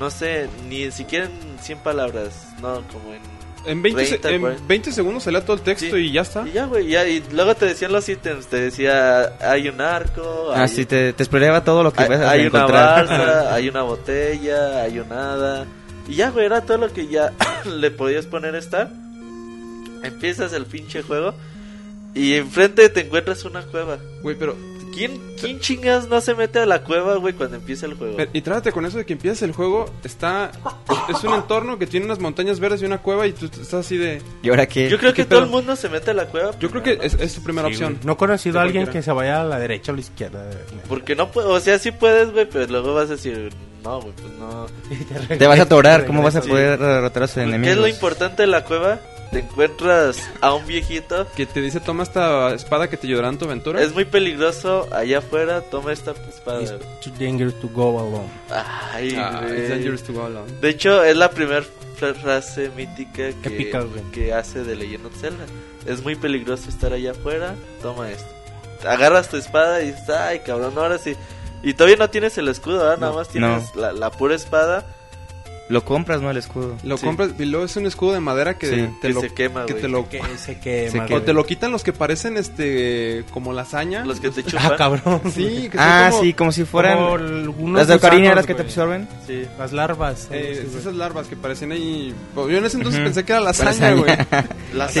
no sé, ni siquiera en 100 palabras, no, como en... En 20, se- 30, en güey. 20 segundos se lea todo el texto Sí. y ya está. Y ya, güey, ya, y luego te decían los ítems, te decía, hay un arco, hay, Ah, sí, te, te spoileaba todo lo que hay- ibas a hay una encontrar. balsa, hay una botella, hay un hada. Y ya, güey, era todo lo que ya le podías poner a estar. Empiezas el pinche juego y enfrente te encuentras una cueva. Güey, pero, ¿Quién, quién chingas no se mete a la cueva, güey, cuando empieza el juego? pero- Y trátate con eso de que empiezas el juego. Está. Es un entorno que tiene unas montañas verdes y una cueva. Y tú estás así de. ¿Y ahora eh, qué? Yo creo ¿qué que todo el pedo? mundo se mete a la cueva. Yo creo que primero, es, es tu primera Sí, opción. güey. No he conocido De a alguien cualquiera. que se vaya a la derecha o a la izquierda. Porque no puedo, o sea, sí puedes, güey, pero luego vas a decir, no, güey, pues no. Te vas a atorar, ¿cómo vas a Sí. poder derrotar a sus ¿Qué es lo enemigos? importante de la cueva? Te encuentras a un viejito. Que te dice, toma esta espada que te ayudará en tu aventura. Es muy peligroso allá afuera. Toma esta espada. It's too dangerous to go alone. Ay, Ah, güey. it's dangerous to go alone. De hecho, es la primera frase mítica que, pica, güey. que hace de Legend of Zelda. Es muy peligroso estar allá afuera. Toma esto. Agarras tu espada y dices, ay, cabrón, ahora sí. Y todavía no tienes el escudo, ¿verdad? Nada No, más tienes la, la pura espada Lo compras, ¿no? El escudo. Lo Sí. compras y luego es un escudo de madera que Sí. te que lo. se quema, que güey. te lo Que Ah, se quema, Se güey. o te lo quitan los que parecen este. Como lasaña. Los que te Ah, chupan. cabrón. Sí, que son Ah, como, sí, como si Como fueran... algunos Las de ocarina, gusanos, las que te güey. absorben. sí. Ah, Las larvas. eh, sí, güey. esas larvas que parecen ahí. Pues, Yo en ese entonces Ujú. pensé que era lasaña, Lasaña. güey. Las- Sí,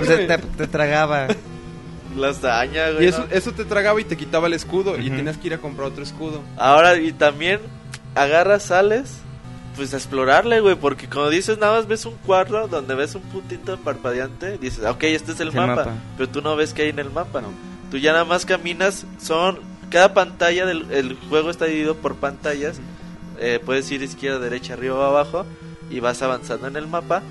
pues te, te tragaba. Lasaña, güey. Y ¿no? eso, eso te tragaba y te quitaba el escudo y Ujú. tenías que ir a comprar otro escudo. Ahora, y también agarras, sales, pues a explorarle, güey, porque como dices, nada más ves un cuadro donde ves un puntito parpadeante, dices, "Ah, ok, este es el, Es el mapa, mapa. pero tú no ves qué hay en el mapa, Tú ya nada más caminas, son cada pantalla del el juego está dividido por pantallas. Eh, puedes ir izquierda, derecha, arriba o abajo y vas avanzando en el mapa.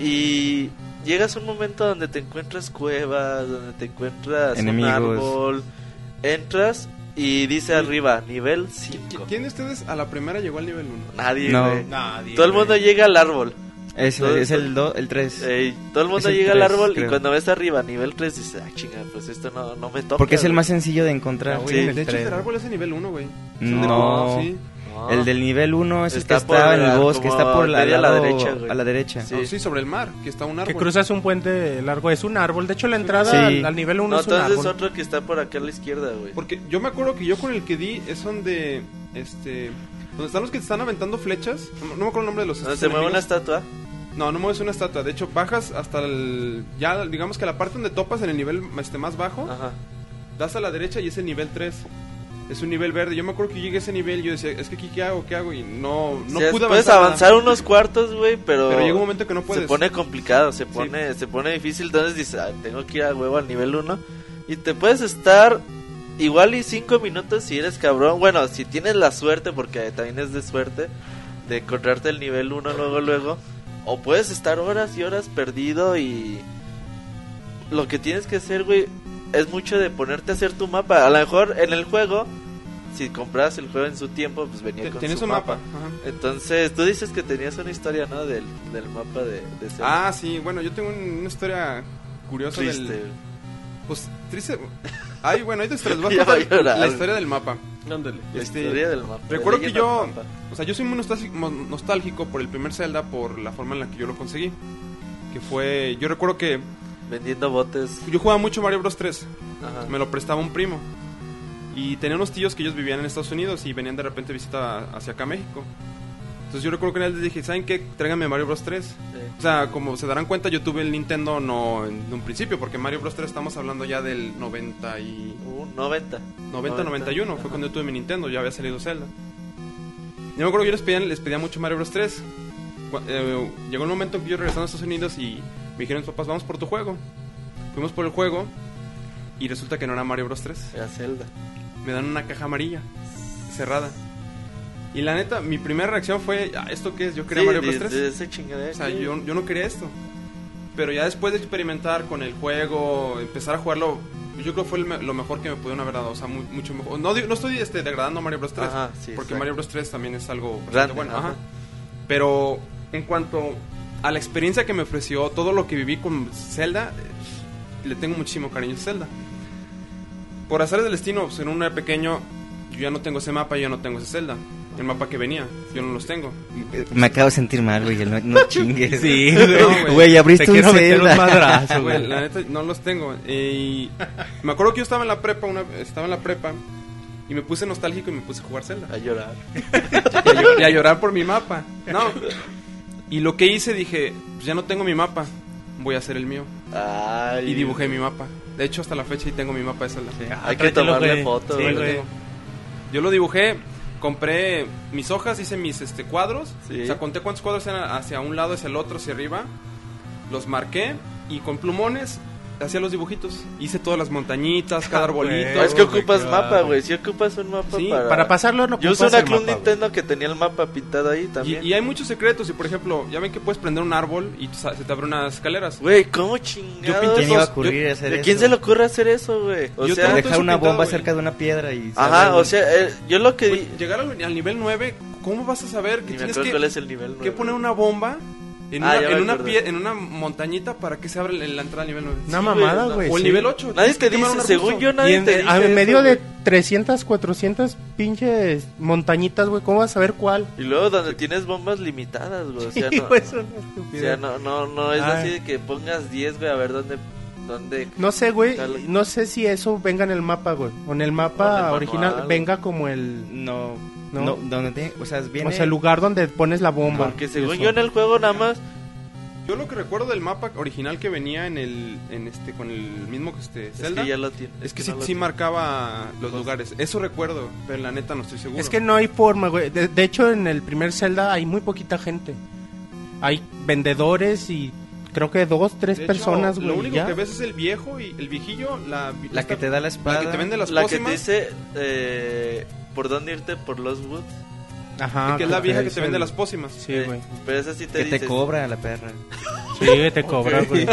Y llegas a un momento donde te encuentras cuevas, donde te encuentras Enemigos. un árbol. Entras y dice arriba, nivel 5. ¿Quién de ustedes a la primera llegó al nivel 1? Nadie, No. güey. Nadie, Todo el mundo llega al árbol. Es, Todo- es el 2, el 3. Ey, todo el mundo el llega al tres, árbol y creo. cuando ves arriba, nivel 3, dices, ah, chinga, pues esto no, no me toca. Porque es el güey". más sencillo de encontrar. güey. Sí. de hecho, el árbol es el nivel 1, güey. Son de- No. Sí. No. El del nivel 1 es Está el que está por en la- el bosque, como está por la, media a al la lado- derecha, güey. a la derecha. Sí. No, sí, sobre el mar, que está un árbol. Que cruzas un puente largo, es un árbol. De hecho, la entrada Sí. al, al nivel 1 No, es un entonces árbol. otro que está por acá a la izquierda, güey. Porque yo me acuerdo que yo con el que di es donde. Este. Donde están los que te están aventando flechas. No, no me acuerdo el nombre de los. Donde estos Ah, se mueve una enemigos. estatua. No, no mueves una estatua. De hecho, bajas hasta el. Ya, digamos que la parte donde topas en el nivel este, más bajo. Ajá. Das a la derecha y es el nivel 3. Es un nivel verde. Yo me acuerdo que llegué a ese nivel y yo decía, es que aquí, ¿qué hago? ¿Qué hago? Y no, no O sea, pude puedes nada. avanzar unos cuartos, güey, pero, Pero llega un momento que no puedes. se pone complicado, se pone, se pone difícil. Entonces dices, "Ah, tengo que ir a huevo al nivel 1. Y te puedes estar igual y 5 minutos si eres cabrón. Bueno, si tienes la suerte, porque también es de suerte, de encontrarte el nivel 1 luego, luego. O puedes estar horas y horas perdido y... Lo que tienes que hacer, güey, es mucho de ponerte a hacer tu mapa. A lo mejor en el juego, si compras el juego en su tiempo, pues venía Te- con Tienes su un mapa. Ajá. entonces, tú dices que tenías una historia, ¿no? Del, del mapa de, de Zelda. Ah, sí, bueno, yo tengo un- una historia curiosa triste. del. Pues triste. Ay, bueno, ahí te se les voy Ya a va a contar llorar. la historia del mapa. Ándale. La este, historia del mapa. Recuerdo la que leyenda yo, del mapa. o sea, yo soy muy nostálgico, mo- nostálgico por el primer Zelda, por la forma en la que yo lo conseguí. Que fue, yo recuerdo que Vendiendo botes. yo jugaba mucho Mario Bros 3, Ajá. me lo prestaba un primo. Y tenía unos tíos que ellos vivían en Estados Unidos y venían de repente de visita hacia acá a México. Entonces yo recuerdo que una vez les dije, ¿saben qué? Tráiganme Mario Bros 3. Sí. O sea, como se darán cuenta, yo tuve el Nintendo no en un principio, porque Mario Bros 3 estamos hablando ya del 90 y... Un 90. 90-91 Ajá. fue cuando yo tuve mi Nintendo, ya había salido Zelda. Yo me acuerdo que yo les pedía, les pedía mucho Mario Bros 3. Cu- eh, llegó el momento que yo regresando a Estados Unidos y me dijeron mis papás, vamos por tu juego. Fuimos por el juego y resulta que no era Mario Bros 3. Era Zelda. Me dan una caja amarilla, cerrada. Y la neta, mi primera reacción fue, "Ah, ¿esto qué es? Yo quería Sí, Mario de- Bros 3. de ese chingadera. O sea, Sí. yo, yo no quería esto. Pero ya después de experimentar con el juego, empezar a jugarlo, yo creo que fue el me- lo mejor que me pudieron haber dado. O sea, mu- mucho mejor. No, digo- no estoy este, degradando a Mario Bros. 3. Ajá, sí, porque exacto. Mario Bros. 3 también es algo bastante Grande, bueno. ajá. ajá. Pero en cuanto a la experiencia que me ofreció, todo lo que viví con Zelda, eh, le tengo muchísimo cariño a Zelda. Por azar del destino, pues, en un área pequeño, yo ya no tengo ese mapa, yo ya no tengo ese Zelda. El mapa que venía, yo no los tengo. Me acabo de sentir mal, güey. No, no chingues. Sí, No, güey. güey. Güey, abriste Te un quiero meter un Zelda. madrazo, Güey, güey. la neta no los tengo. Eh, y me acuerdo que yo estaba en la prepa, una, estaba en la prepa y me puse nostálgico y me puse a jugar Zelda. A llorar. Y a, llor- y a llorar por mi mapa. No. Y lo que hice dije, pues ya no tengo mi mapa, voy a hacer el mío. Ay. Y dibujé mi mapa. De hecho, hasta la fecha y tengo mi mapa de Zelda. Hay que tomarle foto, Sí, güey. güey. Yo lo dibujé, compré mis hojas, hice mis este, cuadros. Sí. O sea, conté cuántos cuadros eran hacia un lado, hacia el otro, hacia arriba. Los marqué y con plumones hacía los dibujitos. Hice todas las montañitas, cada arbolito. No, Ah, es que Oh, güey, ocupas qué mapa, bárbaro. güey. Si ocupas un mapa Sí, para... Para pasarlo no Yo usé ocupas una el Club mapa, güey. Nintendo que tenía el mapa pintado ahí Y, también. y hay muchos secretos. Y por ejemplo, ya ven que puedes prender un árbol y sa- se te abren unas escaleras. Güey, ¿cómo pinté ¿Quién chingados? mi iba a Yo- ocurrir yo- hacer ¿A quién eso? se le ocurre hacer eso, güey? O Yo sea... tengo- Dejar una Todo eso bomba pintado, cerca de una piedra y... Ajá, saber, o sea, eh, yo lo que... di- Güey, llegar al, al nivel 9, ¿cómo vas a saber Ni que me tienes acuerdo que, cuál es el nivel. que nueve. poner una bomba en, Ah, ya una, me en, una acordé. pie- en una montañita para que se abra la, la entrada al nivel 9? Una mamada, no. güey. o el sí. nivel 8. Pues Nadie te dice, según yo, Y nadie en, te dice. a eso, medio de güey. 300, 400 pinches montañitas, güey. ¿Cómo vas a saber cuál? Y luego donde tienes bombas limitadas, güey. O sea, Sí, no, güey, es una o sea, estupidez. no, no, no es Ay. así de que pongas 10, güey, a ver dónde. dónde... No sé, güey. Tal- No sé si eso venga en el mapa, güey. O en el O en el mapa manual, original güey. venga como el... No, No. no, donde te, o sea, viene... O sea, el lugar donde pones la bomba. Porque según Eso. yo en el juego nada más. Yo lo que recuerdo del mapa original que venía en el en este con el mismo que este Zelda Es que ya lo tiene. es que sí, no lo sí tiene. Pues marcaba los lugares. Eso recuerdo, pero la neta no estoy seguro. Es que no hay forma, güey. De, de hecho, en el primer Zelda hay muy poquita gente. Hay vendedores y creo que dos, tres De hecho, personas, Lo güey. único ya. que ves es el viejo y el viejillo, la, La que te da la espada. la que te vende las La que pócimas, te dice eh, por dónde irte por los Woods. Ajá, pues que es la ok, vieja que te sí, vende güey. las pócimas. Sí, güey. eh, Pero esa sí te que dice. te cobra la perra. Sí, güey, te cobra, güey.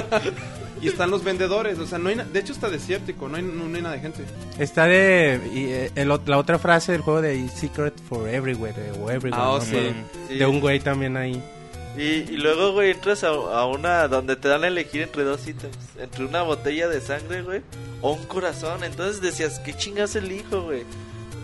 Y están los vendedores, o sea, no hay na- de hecho está desértico, no hay, no, no hay nada de gente. Está de. y, eh, el ot- la otra frase del juego de Secret for Everywhere. eh, o everywhere Ah, oh, no sí. me acuerdo. De un güey también ahí. Y, y luego, güey, entras a, a una donde te dan a elegir entre dos ítems. Entre una botella de sangre, güey, o un corazón. Entonces decías, ¿qué chingas elijo, güey?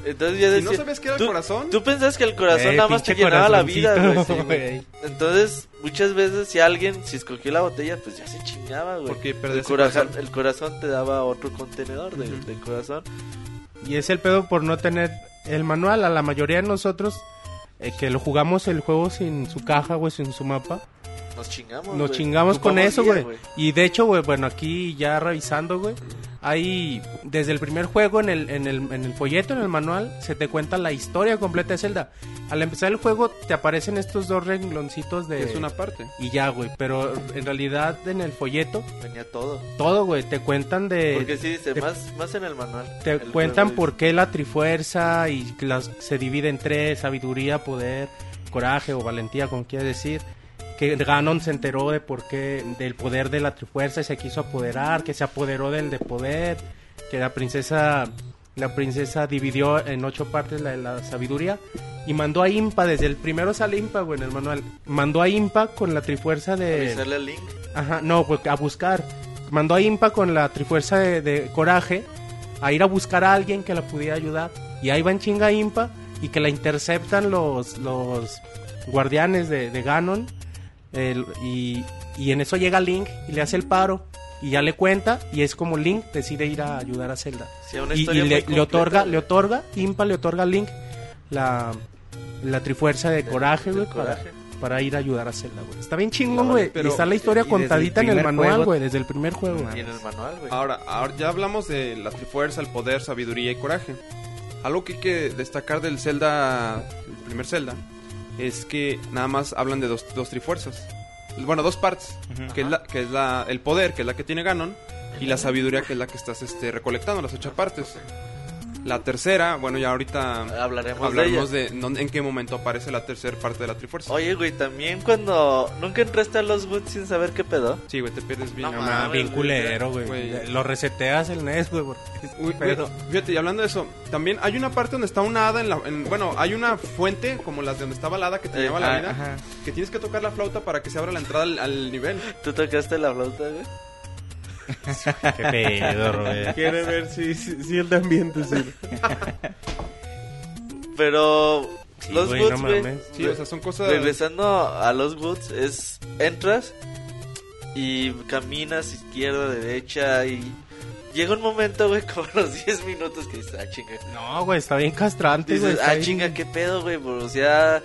Entonces yo Si decía, no sabías que era el tú- corazón, Tú pensabas que el corazón Eh, nada más te pinche llenaba la vida, güey. corazoncito, sí, güey. Entonces, muchas veces si alguien, si escogió la botella, pues ya se chingaba, güey. porque El perdés corazón, el corazón te daba otro contenedor de- del corazón. Y es el pedo por no tener el manual. A la mayoría de nosotros eh, que lo jugamos el juego sin su caja, güey, sin su mapa. Nos chingamos. Nos güey. chingamos con Ocupamos eso, guía, güey. Y de hecho, güey, bueno, aquí ya revisando, güey, hay desde el primer juego en el, en, el, en el folleto, en el manual, se te cuenta la historia completa de Zelda. Al empezar el juego te aparecen estos dos rengloncitos de... es una parte. Y ya, güey, pero en realidad en el folleto, Venía todo. todo, güey, te cuentan de... Porque sí dice, Eh, te- más, más en el manual. Te El cuentan juego por qué la trifuerza y las, se divide en tres, sabiduría, poder, coraje o valentía, como quieres decir. Que Ganon se enteró de por qué, del poder de la trifuerza y se quiso apoderar, que se apoderó del de poder, que la princesa, la princesa dividió en ocho partes la, la sabiduría y mandó a Impa, desde el primero sale Impa, güey, en el manual. Mandó a Impa con la trifuerza de- de... Avisarle al Link. Ajá, no, pues a buscar. Mandó a Impa con la trifuerza de, de coraje a ir a buscar a alguien que la pudiera ayudar. Y ahí van chinga Impa y que la interceptan los, los guardianes de, de Ganon. El- y, y en eso llega Link y le hace el paro. Y ya le cuenta y es como Link decide ir a ayudar a Zelda. Sí, una Y- Y, historia muy le, le completa, otorga, güey. le otorga, Impa le otorga a Link la, la trifuerza de Del- coraje, del güey, para, coraje. para ir a ayudar a Zelda, güey. Está bien chingón, No, güey. pero- y está la historia y desde el contadita en el primer manual, juego- güey, desde el primer juego. No güey. Y en el manual, güey. Ahora, ahora ya hablamos de la trifuerza, el poder, sabiduría y coraje. Algo que hay que destacar del Zelda, el primer Zelda, es que nada más hablan de dos, dos trifuerzas. Bueno, dos partes, Ujú. que es, la, que es la, el poder, que es la que tiene Ganon, y la sabiduría, que es la que estás este, recolectando, las ocho partes. La tercera, bueno, ya ahorita Hablaremos, hablaremos Ah, de, de, dónde- en qué momento aparece la tercera parte de la trifuerza. ella. Oye, güey, también cuando nunca entraste a los Woods sin saber qué pedo. Sí, güey, te pierdes bien. No No, cabrón. mames, bien culero, Güey. güey. Lo reseteas el NES, güey. porque- Uy, güey, Pero- fíjate, y hablando de eso, también hay una parte donde está una hada en la... en- bueno, hay una fuente como las de donde estaba la hada que te Eh, llevaba la ah, vida, ajá. que tienes que tocar la flauta para que se abra la entrada al, al nivel. ¿Tú tocaste la flauta, güey? Qué pedo, güey. Quiere ver si, si, si el de ambiente sirve. Pero Sí, los güey, Woods, no güey. mames. Sí, o sea, son cosas... Regresando a los Woods, es. Entras y caminas izquierda, derecha y. Llega un momento, güey, como los 10 minutos que dices, ah, chinga. No, güey, está bien castrante, güey. Dices, está ah, bien- chinga, qué pedo, güey, pues, o sea.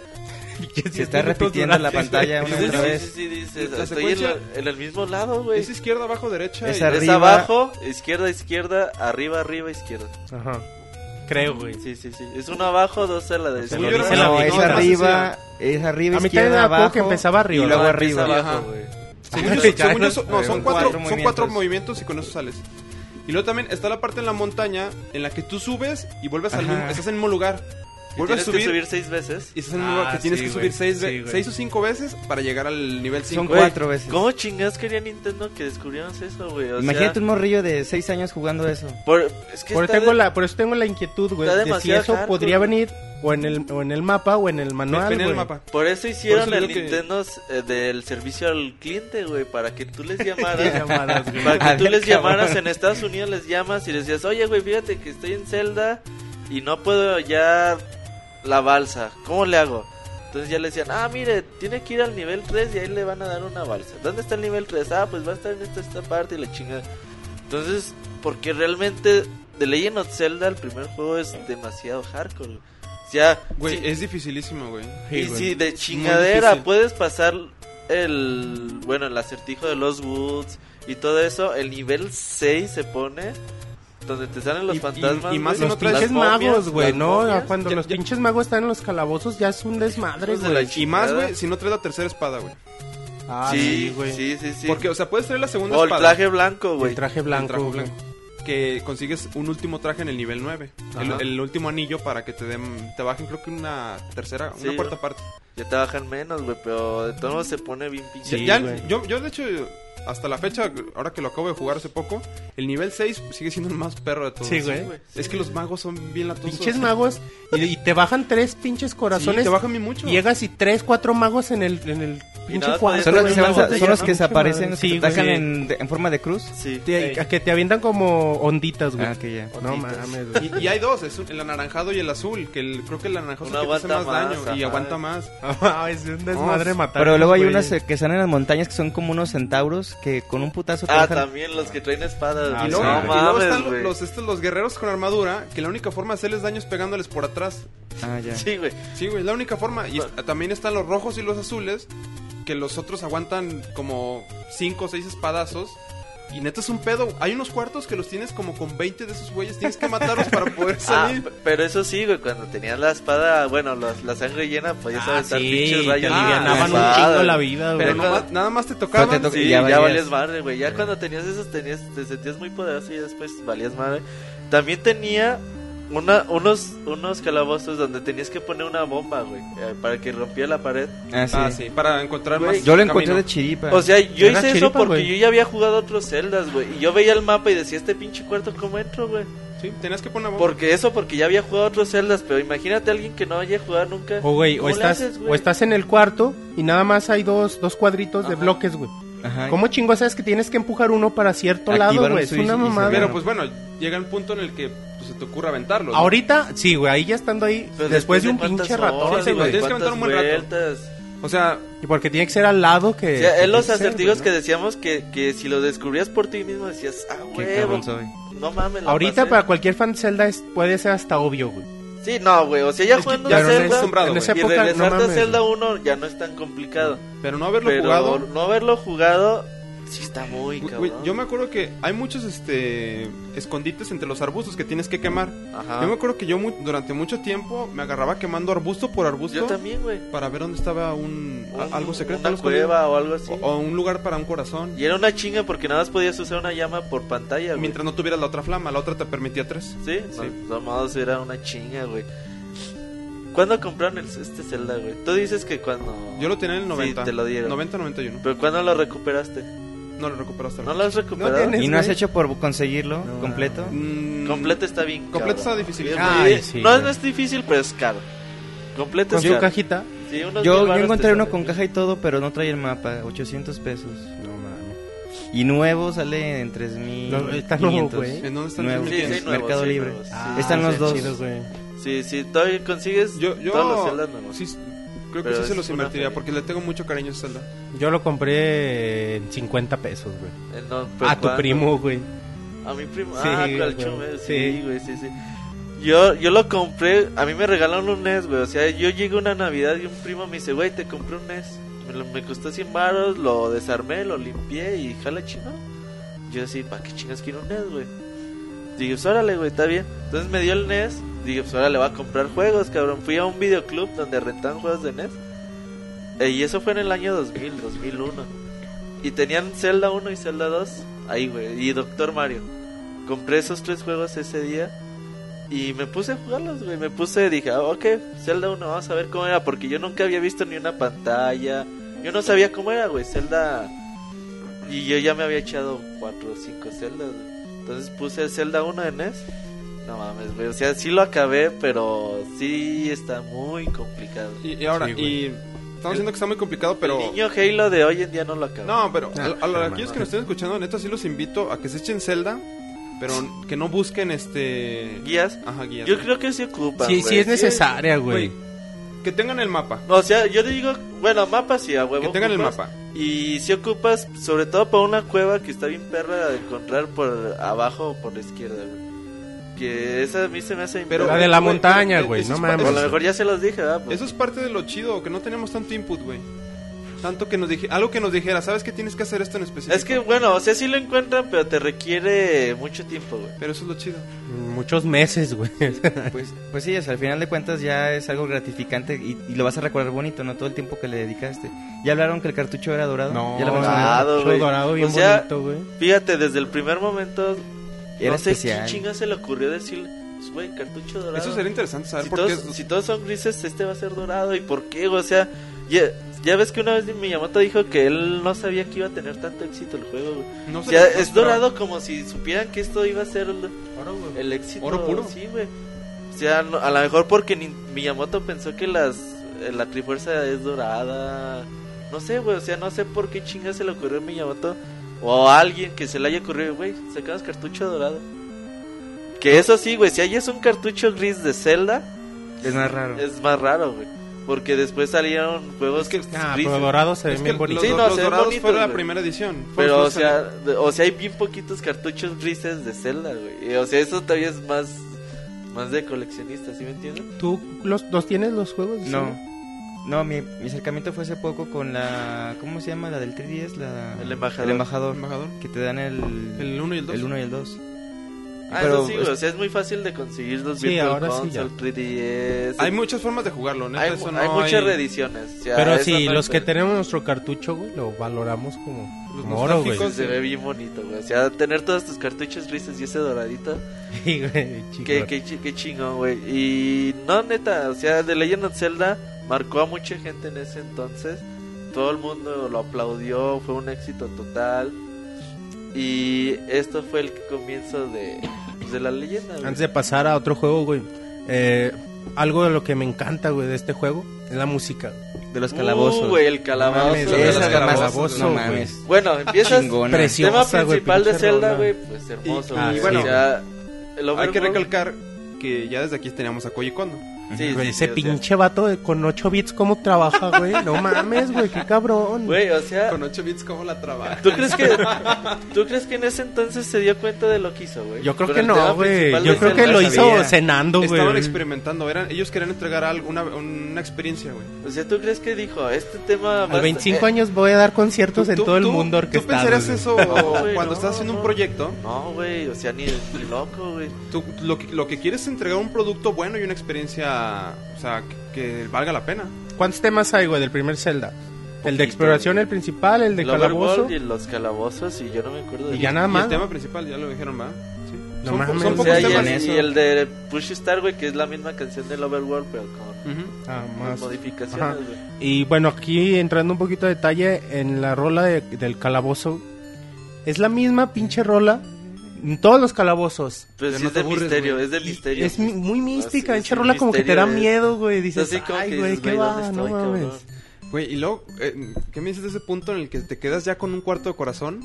Se está repitiendo la pantalla una y sí, otra sí, vez. sí, sí, dices, La estoy en, la- secuencia- en el mismo lado, güey. Es Es, izquierda, abajo, derecha Es y- ar- arriba- abajo, izquierda, izquierda, arriba, arriba, izquierda. Ajá. Creo, güey. Sí, sí, sí. Es uno abajo, dos a la derecha. sea, lo Uno dice a la la No, vi- es no, no, arriba, es arriba, A mí también me izquierda, acuerdo abajo. que empezaba arriba. Y luego Ah, arriba. empieza abajo. abajo, Ajá. güey. Según yo- según yo son- no, Son son cuatro, son cuatro cuatro movimientos. movimientos y con eso sales. Y luego también está la parte en la montaña en la que tú subes y vuelves al Ajá. mismo, estás en el mismo lugar. Y Vuelves a tienes que subir, subir seis veces. y estás en el Ah, lugar que tienes sí, que güey, subir seis, ve- sí, güey. seis o cinco veces para llegar al nivel Son 5. Güey, cuatro veces. ¿Cómo chingados quería Nintendo que descubriéramos eso, güey? O sea, Imagínate un morrillo de 6 años jugando eso. por- es que Por, está tengo de- la, por eso tengo la inquietud, güey, está de si demasiado eso hardcore, podría güey. venir o en el, o en el mapa o en el manual, Ven en el güey. mapa. por eso hicieron Por eso el digo que- Nintendo eh, del servicio al cliente, güey, para que tú les Qué llamaras. llamadas, güey. Para que A tú ver, les cabrón. llamaras en Estados Unidos, les llamas y les decías, oye, güey, fíjate que estoy en Zelda y no puedo ya la balsa. ¿Cómo le hago? Entonces ya le decían, ah, mire, tiene que ir al nivel 3 y ahí le van a dar una balsa. ¿Dónde está el nivel 3? Ah, pues va a estar en esta, esta parte y la chingada. Entonces, porque realmente The Legend of Zelda, el primer juego, es demasiado hardcore. güey. O sea, Güey, sí- es dificilísimo, güey. y güey. si de Muy chingadera difícil. puedes pasar el bueno, el acertijo de los Woods y todo eso, el nivel 6 se pone donde te salen los Y- y- fantasmas y más güey, en Los otras- pinches las momias, magos, güey, las ¿no? momias. Cuando Ya- los ya- pinches magos están en los calabozos ya es un desmadre, Hijos de güey. la Y más, chingada. güey, si no traes la tercera espada, güey. Ah, sí, sí, sí, sí. Porque, o sea, puedes traer la segunda O el espada. traje blanco, güey. el traje blanco. El traje güey. blanco. Que consigues un último traje en el nivel 9. El, Ajá. el último anillo para que te den. Te bajen, creo que una tercera, Sí, una cuarta güey. parte. Ya te bajan menos, güey, pero de todos modos se pone bien pinche. Ya- ya- güey. yo, yo, de hecho, hasta la fecha, ahora que lo acabo de jugar hace poco, el nivel 6 sigue siendo el más perro de todos. Sí, güey. Es que los magos son bien latosos. Pinches magos. Y, y te bajan tres pinches Sí, corazones. te bajan bien mucho. Llegas y tres, cuatro magos en el, en el pinche nada, cuarto, Son los que, güey, se, una van- son botella, los ¿no? que se Pinche aparecen, madre. los que Sí, te atacan güey. en, de- en forma de cruz. Sí. Te- a que te avientan como onditas, güey. Ah, que ya. No Onditas. mames, güey. Y, y hay dos, es un- el anaranjado y el azul, que el- creo que el anaranjado es el Uno que te hace más, aguanta daño más, y ajá. aguanta más. Ah, es un desmadre No, matar. Pero luego hay güey. unas eh, que están en las montañas que son como unos centauros que con un putazo te Ah, dejan- también los que traen espadas. Ah, Y güey. luego, no y luego mames, están los, güey. los- estos, los guerreros con armadura, que la única forma de hacerles daño es pegándoles por atrás. Ah, ya. Sí, güey. Sí, güey, es la única forma. Y est- también están los rojos y los azules, que los otros aguantan como 5 o 6 espadazos. Y neta es un pedo. Hay unos cuartos que los tienes como con 20 de esos güeyes. Tienes que matarlos para poder Ah, salir. p- pero eso sí, güey, cuando tenías la espada, bueno, los- la sangre llena, pues ya Ah, sabes, sí, estar pinches te rayos. en la alivianaban un espada, chingo güey. la vida, güey. pero no- nomás- nada más te tocaban. Pero te to- Sí, ya ya, valías- valías madre, güey. Ya cuando tenías esos, tenías, te sentías muy poderoso y después valías madre. También tenía una, unos, unos calabozos donde tenías que poner una bomba, güey, eh, para que rompiera la pared. Ah, sí. Ah, sí, para encontrar Güey, más. Yo lo encontré camino. de chiripa. O sea, yo Era hice eso chiripa, porque güey. yo ya había jugado otros celdas, güey. Y yo veía el mapa y decía, este pinche cuarto, ¿cómo entro, güey? Sí, tenías que poner una bomba. Porque eso, porque ya había jugado otros celdas. Pero imagínate a alguien que no haya jugado nunca. O, Oh, güey, o ¿Cómo le estás, haces, güey? o estás en el cuarto y nada más hay dos, dos cuadritos de Ajá. bloques, güey. Ajá. ¿Cómo chingo sabes que tienes que empujar uno para cierto Activar lado, un güey? Es switch una y se mamada. ve. Pero pues bueno, llega un punto en el que pues, se te ocurre aventarlo. ¿no? Ahorita, sí, güey, ahí ya estando ahí, Pero después de un cuántas pinche horas, ratón, sí, güey. tienes que aventar un buen rato. cuántas vueltas. O sea, Y porque tiene que ser al lado que... O sea, que es los tiene ser, acertijos güey, que ¿no? decíamos que, que si lo descubrías por ti mismo decías, ah, Qué cabrón huevo, soy. no mames. la Ahorita pasé". para cualquier fan de Zelda es- puede ser hasta obvio, güey. Sí, no, güey, o sea, ya jugando ya a no eres Zelda acostumbrado, en güey. esa y época, no regresarte a mames, Zelda güey. 1 ya no es tan complicado. pero no haberlo pero jugado. no haberlo jugado sí está muy Güey, cabrón. güey, yo me acuerdo que hay muchos este escondites entre los arbustos que tienes que quemar. Ajá. Yo me acuerdo que yo mu- durante mucho tiempo me agarraba quemando arbusto por arbusto Yo también, güey. para ver dónde estaba un, a- Un- algo secreto, Una algo escondido. cueva o algo así. o, o un lugar para un corazón. Y era una chinga porque nada más podías usar una llama por pantalla, güey. Mientras no tuvieras la otra flama, la otra te permitía tres. Sí, sí. Sí. de todos modos era una chinga, güey. ¿Cuándo compraron el- este Zelda, güey? Tú dices que cuando... Yo lo tenía en el 90. Sí, te lo dieron. 90 91. Pero ¿cuándo lo recuperaste? No lo recuperaste. ¿No lo has recuperado? tiene- ¿Y no has güey. hecho por conseguirlo completo? Mm, Completo está bien. Completo cabrón. está difícil. Bien, Ay, bien. sí, no, güey. no es difícil, pero es caro. Completo Con es su caro. cajita. Sí, unos Yo, 10 yo varos encontré te uno sale. con caja y todo, pero no traía el mapa. 800 pesos. No mames. Y nuevo sale en No, está nuevo, güey. 3500. ¿En dónde están Nuevo. los Sí, sí, tienes? nuevos, Mercado sí, Libre. nuevos, sí. Ah, Están los sí, dos. chido, güey. Sí, sí, todavía consigues Yo, yo todos los celdas nuevos. sí, creo que Pero sí se es los una invertiría feria. porque le tengo mucho cariño a Zelda. Yo lo compré en 50 pesos, güey. Eh, no, pero A tu ¿cuándo? primo, güey. A mi primo. Sí, ah, güey. con el chume. Sí. Sí, güey, sí, sí. Yo, yo lo compré, a mí me regalaron un NES, güey. O sea, yo llegué una Navidad y un primo me dice, güey, te compré un NES. Me, lo- me costó 100 baros, lo desarmé, lo limpié y jala chino. Yo así, ¿para qué chingas quiero un NES, güey? Dije, pues órale, güey, está bien. Entonces me dio el NES. Dije, pues ahora le voy a comprar juegos, cabrón. Fui a un videoclub donde rentaban juegos de NES. Eh, y eso fue en el año 2000, 2001. Y tenían Zelda 1 y Zelda 2. Ahí, güey. Y Doctor Mario. Compré esos tres juegos ese día. Y me puse a jugarlos, güey. Me puse, dije, ah, ok, Zelda 1, vamos a ver cómo era. Porque yo nunca había visto ni una pantalla. Yo no sabía cómo era, güey. Zelda. Y yo ya me había echado 4 o 5 Zeldas, güey. Entonces puse el Zelda 1 en NES. No mames, güey. O sea, sí lo acabé, pero sí está muy complicado. Y, y ahora, Sí, güey. y estamos diciendo que está muy complicado, pero... El niño Halo de hoy en día no lo acaba. No, pero a- a, no, a aquellos no. que nos estén escuchando, neta, sí los invito a que se echen Zelda, pero que no busquen este... guías. Ajá, guías. Yo creo que sí ocupa. Sí, sí es necesaria, güey. Güey, que tengan el mapa. O sea, yo te digo, bueno, mapa sí, a huevo. Que tengan el ocupas. mapa. Y si ocupas, sobre todo para una cueva que está bien perra de encontrar por abajo o por la izquierda, güey. Que esa a mí se me hace Pero- La de la güey, pero- montaña, eh, güey. eso No es pa- O a lo mames. mejor ya se los dije, ¿verdad? Pues, Eso es parte de lo chido, que no tenemos tanto input, güey. Tanto que nos dije, algo que nos dijera, ¿sabes que tienes que hacer esto en específico? Es que, bueno, o sea, sí lo encuentran, pero te requiere mucho tiempo, güey. Pero eso es lo chido. Muchos meses, güey. Pues, pues sí, o sea, al final de cuentas ya es algo gratificante y, y lo vas a recordar bonito, ¿no? Todo el tiempo que le dedicaste. ¿Ya hablaron que el cartucho era dorado? No, ¿Ya lo mencionaron? nada. Dorado, güey. Dorado, bien O sea, bonito, güey. Fíjate, desde el primer momento, Era no sé especial. quién chinga se le ocurrió decir, "Pues, güey, cartucho dorado. Eso sería interesante saber si por todos, qué. es- si todos son grises, este va a ser dorado. ¿Y por qué? güey? O sea, ya, ya ves que una vez Miyamoto dijo que él no sabía que iba a tener tanto éxito el juego. güey. no O sé sea, por qué, es pero- dorado como si supieran que esto iba a ser el, el éxito. Oro puro. Sí, güey. O sea, no- a lo mejor porque ni- Miyamoto pensó que las eh, la Trifuerza es dorada. No sé, güey. O sea, no sé por qué chinga se le ocurrió a Miyamoto o a alguien que se le haya ocurrido, güey, sacamos cartucho dorado. Que eso sí, güey, si hay es un cartucho gris de Zelda, Es más raro. es más raro, güey. Porque después salieron juegos que Ah, grises. pero dorado se Es ven que bien los, bonitos. Sí, no, los se ven dorados bonitos, fueron la güey. primera edición. Fueron Pero, o los- sea, de- o sea, hay bien poquitos cartuchos grises de Zelda, güey. Y, O sea, eso todavía es más, más de coleccionista, ¿sí me entiendes? ¿Tú los, los tienes los juegos? No. No, mi, mi acercamiento fue hace poco con la... ¿Cómo se llama? La del 3DS, la... El embajador. El embajador. embajador. Que te dan el... El 1 y el 2. El 1 y el 2. Ah, Pero eso sí, es- güey. O sea, es muy fácil de conseguir los Sí, Virtual ahora sí, Console, ya. 3DS. Hay muchas formas de jugarlo, neta. hay, eso mu- no hay muchas hay- reediciones. o sea, Pero eso sí, no los hay que pedo. tenemos nuestro cartucho, güey, lo valoramos como Los como oro, güey. nostálgicos. Se ve bien bonito, güey. O sea, tener todos tus cartuchos grises y ese doradito. Sí, güey, chico. Qué, qué, chi- qué chingón, güey. Y no, neta, o sea, The Legend of Zelda marcó a mucha gente en ese entonces. Todo el mundo lo aplaudió, fue un éxito total. Y esto fue el comienzo de, pues, de la leyenda. güey. Antes de pasar a otro juego, güey. eh, algo de lo que me encanta, güey, de este juego es la música. De los Uh, calabozos. güey, el calabozo. mames, güey. Esa los es la más- calabozos, No güey. mames. Bueno, empiezas. Chingona. Precio- Tema Preciosa, güey, principal de pinche Zelda, rola. Ah, güey, pues hermoso. Y- güey. y bueno, O sea, el Hay que overworld- recalcar que ya desde aquí teníamos a Koji Kondo. Sí, sí, Güey, sí, ese o sea, pinche vato de- con 8 bits, ¿cómo trabaja, güey? No mames, güey, qué cabrón. Güey, o sea, Con 8 bits, ¿cómo la trabaja? ¿Tú crees que tú crees que en ese entonces se dio cuenta de lo que hizo, güey? Yo creo Con que el tema no, güey. principal Yo de creo que Zelda. lo hizo sabía. cenando, güey. Estaban experimentando, eran, ellos querían entregar algo, una, una experiencia, güey. O sea, ¿tú crees que dijo, este tema va A a- 25 eh, años voy a dar conciertos ¿Tú- en tú- todo el tú- mundo ¿Tú orquestados. pensarías güey. eso güey, cuando no, estás haciendo un no. proyecto? No, güey, o sea, ni, ni loco, güey. Tú, lo, que, lo que quieres es entregar un producto bueno y una experiencia, o sea, que, que valga la pena. ¿Cuántos temas hay, güey, del primer Zelda? el Poquito, de exploración, güey. el principal, el de El calabozo. overworld y los calabozos y yo no me acuerdo de Y ya los- nada y más. el tema principal, ya lo dijeron, ¿verdad? Sí. No son po- mames, son O pocos sea, y, temas. el, eso. y el de Push Star, güey, que es la misma canción del Overworld, pero con Ujú. Ah, con más. Ajá. modificaciones, güey. Y bueno, aquí entrando un poquito a detalle, en la rola de- del calabozo, es la misma pinche rola en todos los calabozos. Pues Ya sí no es te del aburres, misterio, güey. es del misterio. Ah, Es mi- muy mística, sí, pinche es un rola como que te da misterio de- miedo, güey. Dices, Así como que ay, güey, dices, qué "Güey, ¿dónde va, no estoy, cabrón?" mames. Güey, y luego, eh, ¿qué me dices de ese punto en el que te quedas ya con un cuarto de corazón?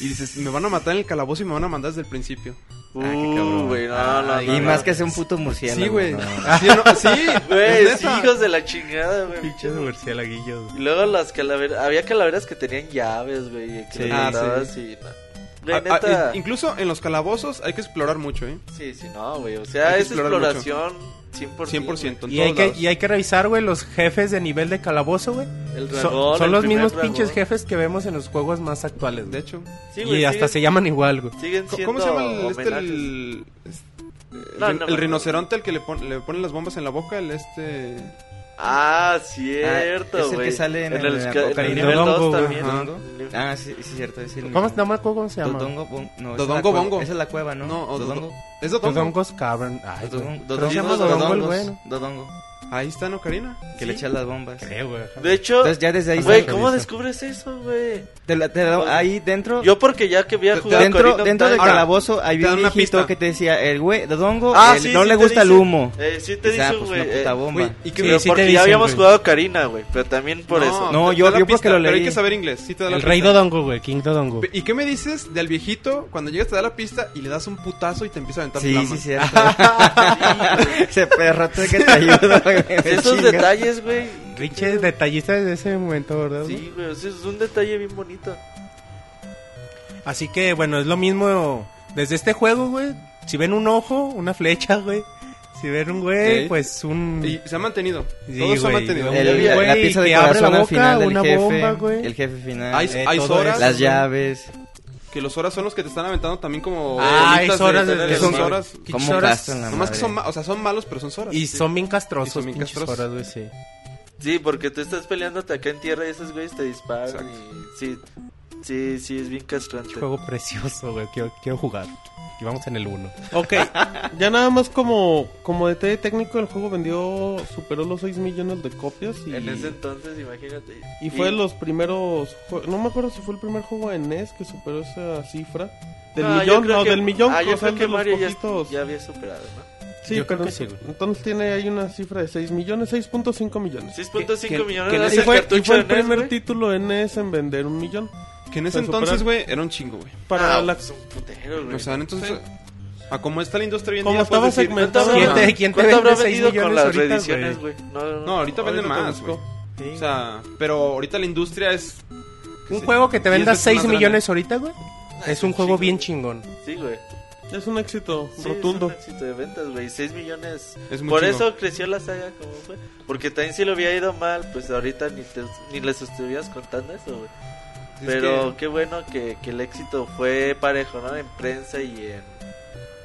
Y dices, me van a matar en el calabozo y me van a mandar desde el principio. Ah, qué Uh, cabrón. güey, no, Ah, no, no, Y no. más que hacer un puto murciélago. Sí, güey. no. Sí, no, sí, Güey, es sí, neta. hijos de la chingada, güey. Pinches murciélaguillos. Y luego las calaveras, había calaveras que tenían llaves, güey, que Sí. las Ah, apretabas y no. Güey, Ah, ah, neta. in- incluso en los calabozos hay que explorar mucho, ¿eh? Sí, sí, no, güey, o Hay sea, que es explorar mucho. exploración 100%. 100%. en Y todos hay, que, lados. y hay que revisar, güey, los jefes de nivel de calabozo, güey. güey. El Son- dragón, son Pues el los primer mismos dragón. pinches jefes que vemos en los juegos más actuales, De güey. hecho. Sí, y güey, hasta siguen- se llaman igual, güey. siguen siendo ¿Cómo se llama el, este, homenajes. el, este, el No, rin- no, el no. rinoceronte al que le, pon- le ponen las bombas en la boca? El este... Ah, cierto, Ah, güey. es el que sale en el- ca- en el Ocarina nivel of Time. 2 Dodongo, también. güey, ajá. Dodongo. Ah, sí, sí, cierto. Es el mismo. ¿Cómo, no me acuerdo cómo se llama. Dodongo Bong- no, esa es la Dodongo cueva- Bongo. Esa es la cueva, ¿no? o Dodongo. ¿Es Dodongo? Dodongos Cavern. Ay, güey. Dodongo. Creo que se llama Dodongos, Dodongo el Dodongos, bueno. Dodongo. Ahí está, ¿no, Karina? Que le echan las bombas. Creo, güey. ajá. De hecho, Entonces ya desde ahí... güey, se- ¿cómo descubres eso, güey? Te la- te la- ahí dentro... Yo porque ya que había Te- jugado Dentro, Ocarina of dentro del Time- calabozo hay te dan un una viejito pista. que te decía, el güey, Dodongo, Ah, el- sí, no sí le te gusta el dice. humo. Eh, sí te Dice, ah, dice, pues güey. una puta eh, bomba. Güey, ¿y qué pero Sí, sí porque te ya dicen, habíamos güey. jugado Karina, güey, pero también por eso. te- te No, yo- da yo la porque pista, lo Pero hay leí. que saber inglés, sí te da la El rey pista. Dodongo, güey. King Dodongo. ¿Y qué me dices del viejito cuando llegas te da la pista y le das un putazo y te empieza a aventar Sí, flamas? sí, cierto. Ese perrote que te ayuda. güey, me Esos chinga. detalles, güey. Pinches detallistas de ese momento, ¿verdad? güey? Sí, güey, o sea, es un detalle bien bonito. Así que, bueno, es lo mismo desde este juego, güey. Si ven un ojo, una flecha, güey. Si ven un güey, Ok. pues un... Y se ha mantenido. Sí, Todo se ha güey. mantenido. El- El- güey la pieza de que abre corazón la al final boca, del una jefe. bomba, güey. el jefe final. Hay, Eh, hay todo horas. eso. las llaves. Que los horas son los que te están aventando también como. Ah, bolitas es horas de- de- de- que son son- horas. que ¿Cómo choras? gastan la Nomás que madre? son, ma- o sea, son malos, pero son horas. Y son bien castrosos, Y son bien pinches castrosos. horas, güey, sí. Sí, porque tú estás peleándote acá en tierra y esos güeyes te disparan. Exacto. Y... Sí, sí, sí, es bien castrante. Juego precioso, güey. Quiero, quiero jugar. Y vamos en el 1. Ok, ya nada más como, como detalle técnico, el juego vendió, superó los 6 millones de copias y, En ese entonces, imagínate. y fue de los primeros, jue- no me acuerdo si fue el primer juego en NES que superó esa cifra. Del No, yo millón, creo no, que- del millón, Ah, o yo sea, creo el que de los Mario ya- poquitos. ya había superado, ¿no? Sí, Yo creo pero que sí, güey. entonces tiene ahí una cifra de 6 millones, 6.5 millones. 6.5 que- millones que de no Y dólares ¿Es el Ah, fue, y cartucho fue el de NES, primer güey. título en NES en vender un millón. Que en ese Pues, entonces, superar. güey, era un chingo, güey. Para Ah, la, pues, un putero, güey. O sea, entonces. A cómo está la industria hoy en Como día. estaba puedes decir, segmentado, ¿cuánto habrá- ¿Quién te- quién te ¿Cuánto habrá vende seis vendido con millones las ahorita, reediciones, güey? No, no, No, ahorita venden Ahorita te más, busco. güey. O sea, pero ahorita la industria es. Un Sí. juego que te Diez venda veces 6 más millones ahorita, güey. Es un juego chingón. bien chingón. Sí, güey. Es un éxito Sí, rotundo. Es un éxito de ventas, güey. 6 millones. Es muy Por chingo. eso creció la saga como fue. Porque también si lo hubiera ido mal, pues ahorita ni, te- ni les estuvieras contando eso, güey. Es Pero que- qué bueno que, que el éxito fue parejo, ¿no? En prensa y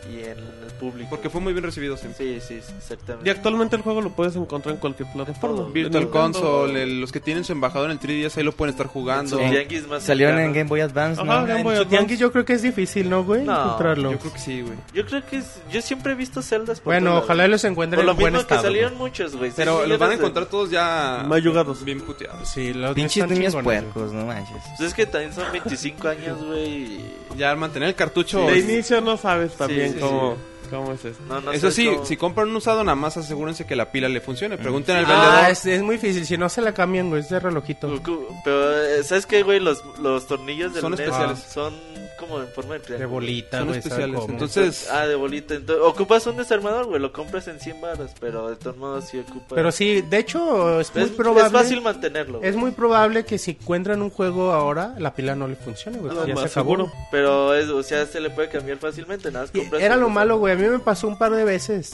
en, y en el público. Porque fue muy bien recibido Sí, siempre. sí, sí, Y exactamente. actualmente el juego lo puedes encontrar en cualquier plataforma. Todo. Virtual Nintendo, Console, el- los que tienen su embajador en el 3DS ahí lo pueden estar jugando. Sus Yankees más Salieron en cercanos. Game Boy Advance, Ajá, ¿no? Game En Boy su Advance. tianguis yo creo que es difícil, ¿no, güey? No, Encontrarlo. Yo creo que sí, güey. Yo creo que es- yo siempre he visto celdas por Bueno, todos ojalá lados. los encuentren Por lo en buen mismo estado. que salieron güey. muchos, güey. Pero Sí, los millones van a de- encontrar todos ya. Más jugados. Bien puteados. Sí, los Pinches están niños chingones, puercos, no manches. Pues es que también son 25 años, güey. y- Ya al mantener el cartucho. De es- inicio no sabes también sí, cómo, cómo es esto. No, no Eso sé sí, cómo- si compran un usado, nada más asegúrense que la pila le funcione. Pregunten al güey. Ah, vendedor. es, es muy difícil. Si no se la cambian, güey, es de relojito. Goku, Pero, eh, ¿sabes qué, güey? Los, los tornillos del Son NES especiales. Son como en forma de De triángulo. bolita, Son güey. ¿sabe especiales. cómo? Entonces, Ah, de bolita. Entonces, ocupas un desarmador, güey. Lo compras en 100 baros, pero de todos modos sí ocupas. Pero sí, de hecho, es, es, muy probable. es fácil mantenerlo. güey. Es muy probable que si encuentran un juego ahora, la pila no le funcione, güey. No, ya se más acabó. seguro. Pero, es, o sea, se le puede cambiar fácilmente. Nada más Y compras Era un lo malo, desarmador. güey. A mí me pasó un par de veces.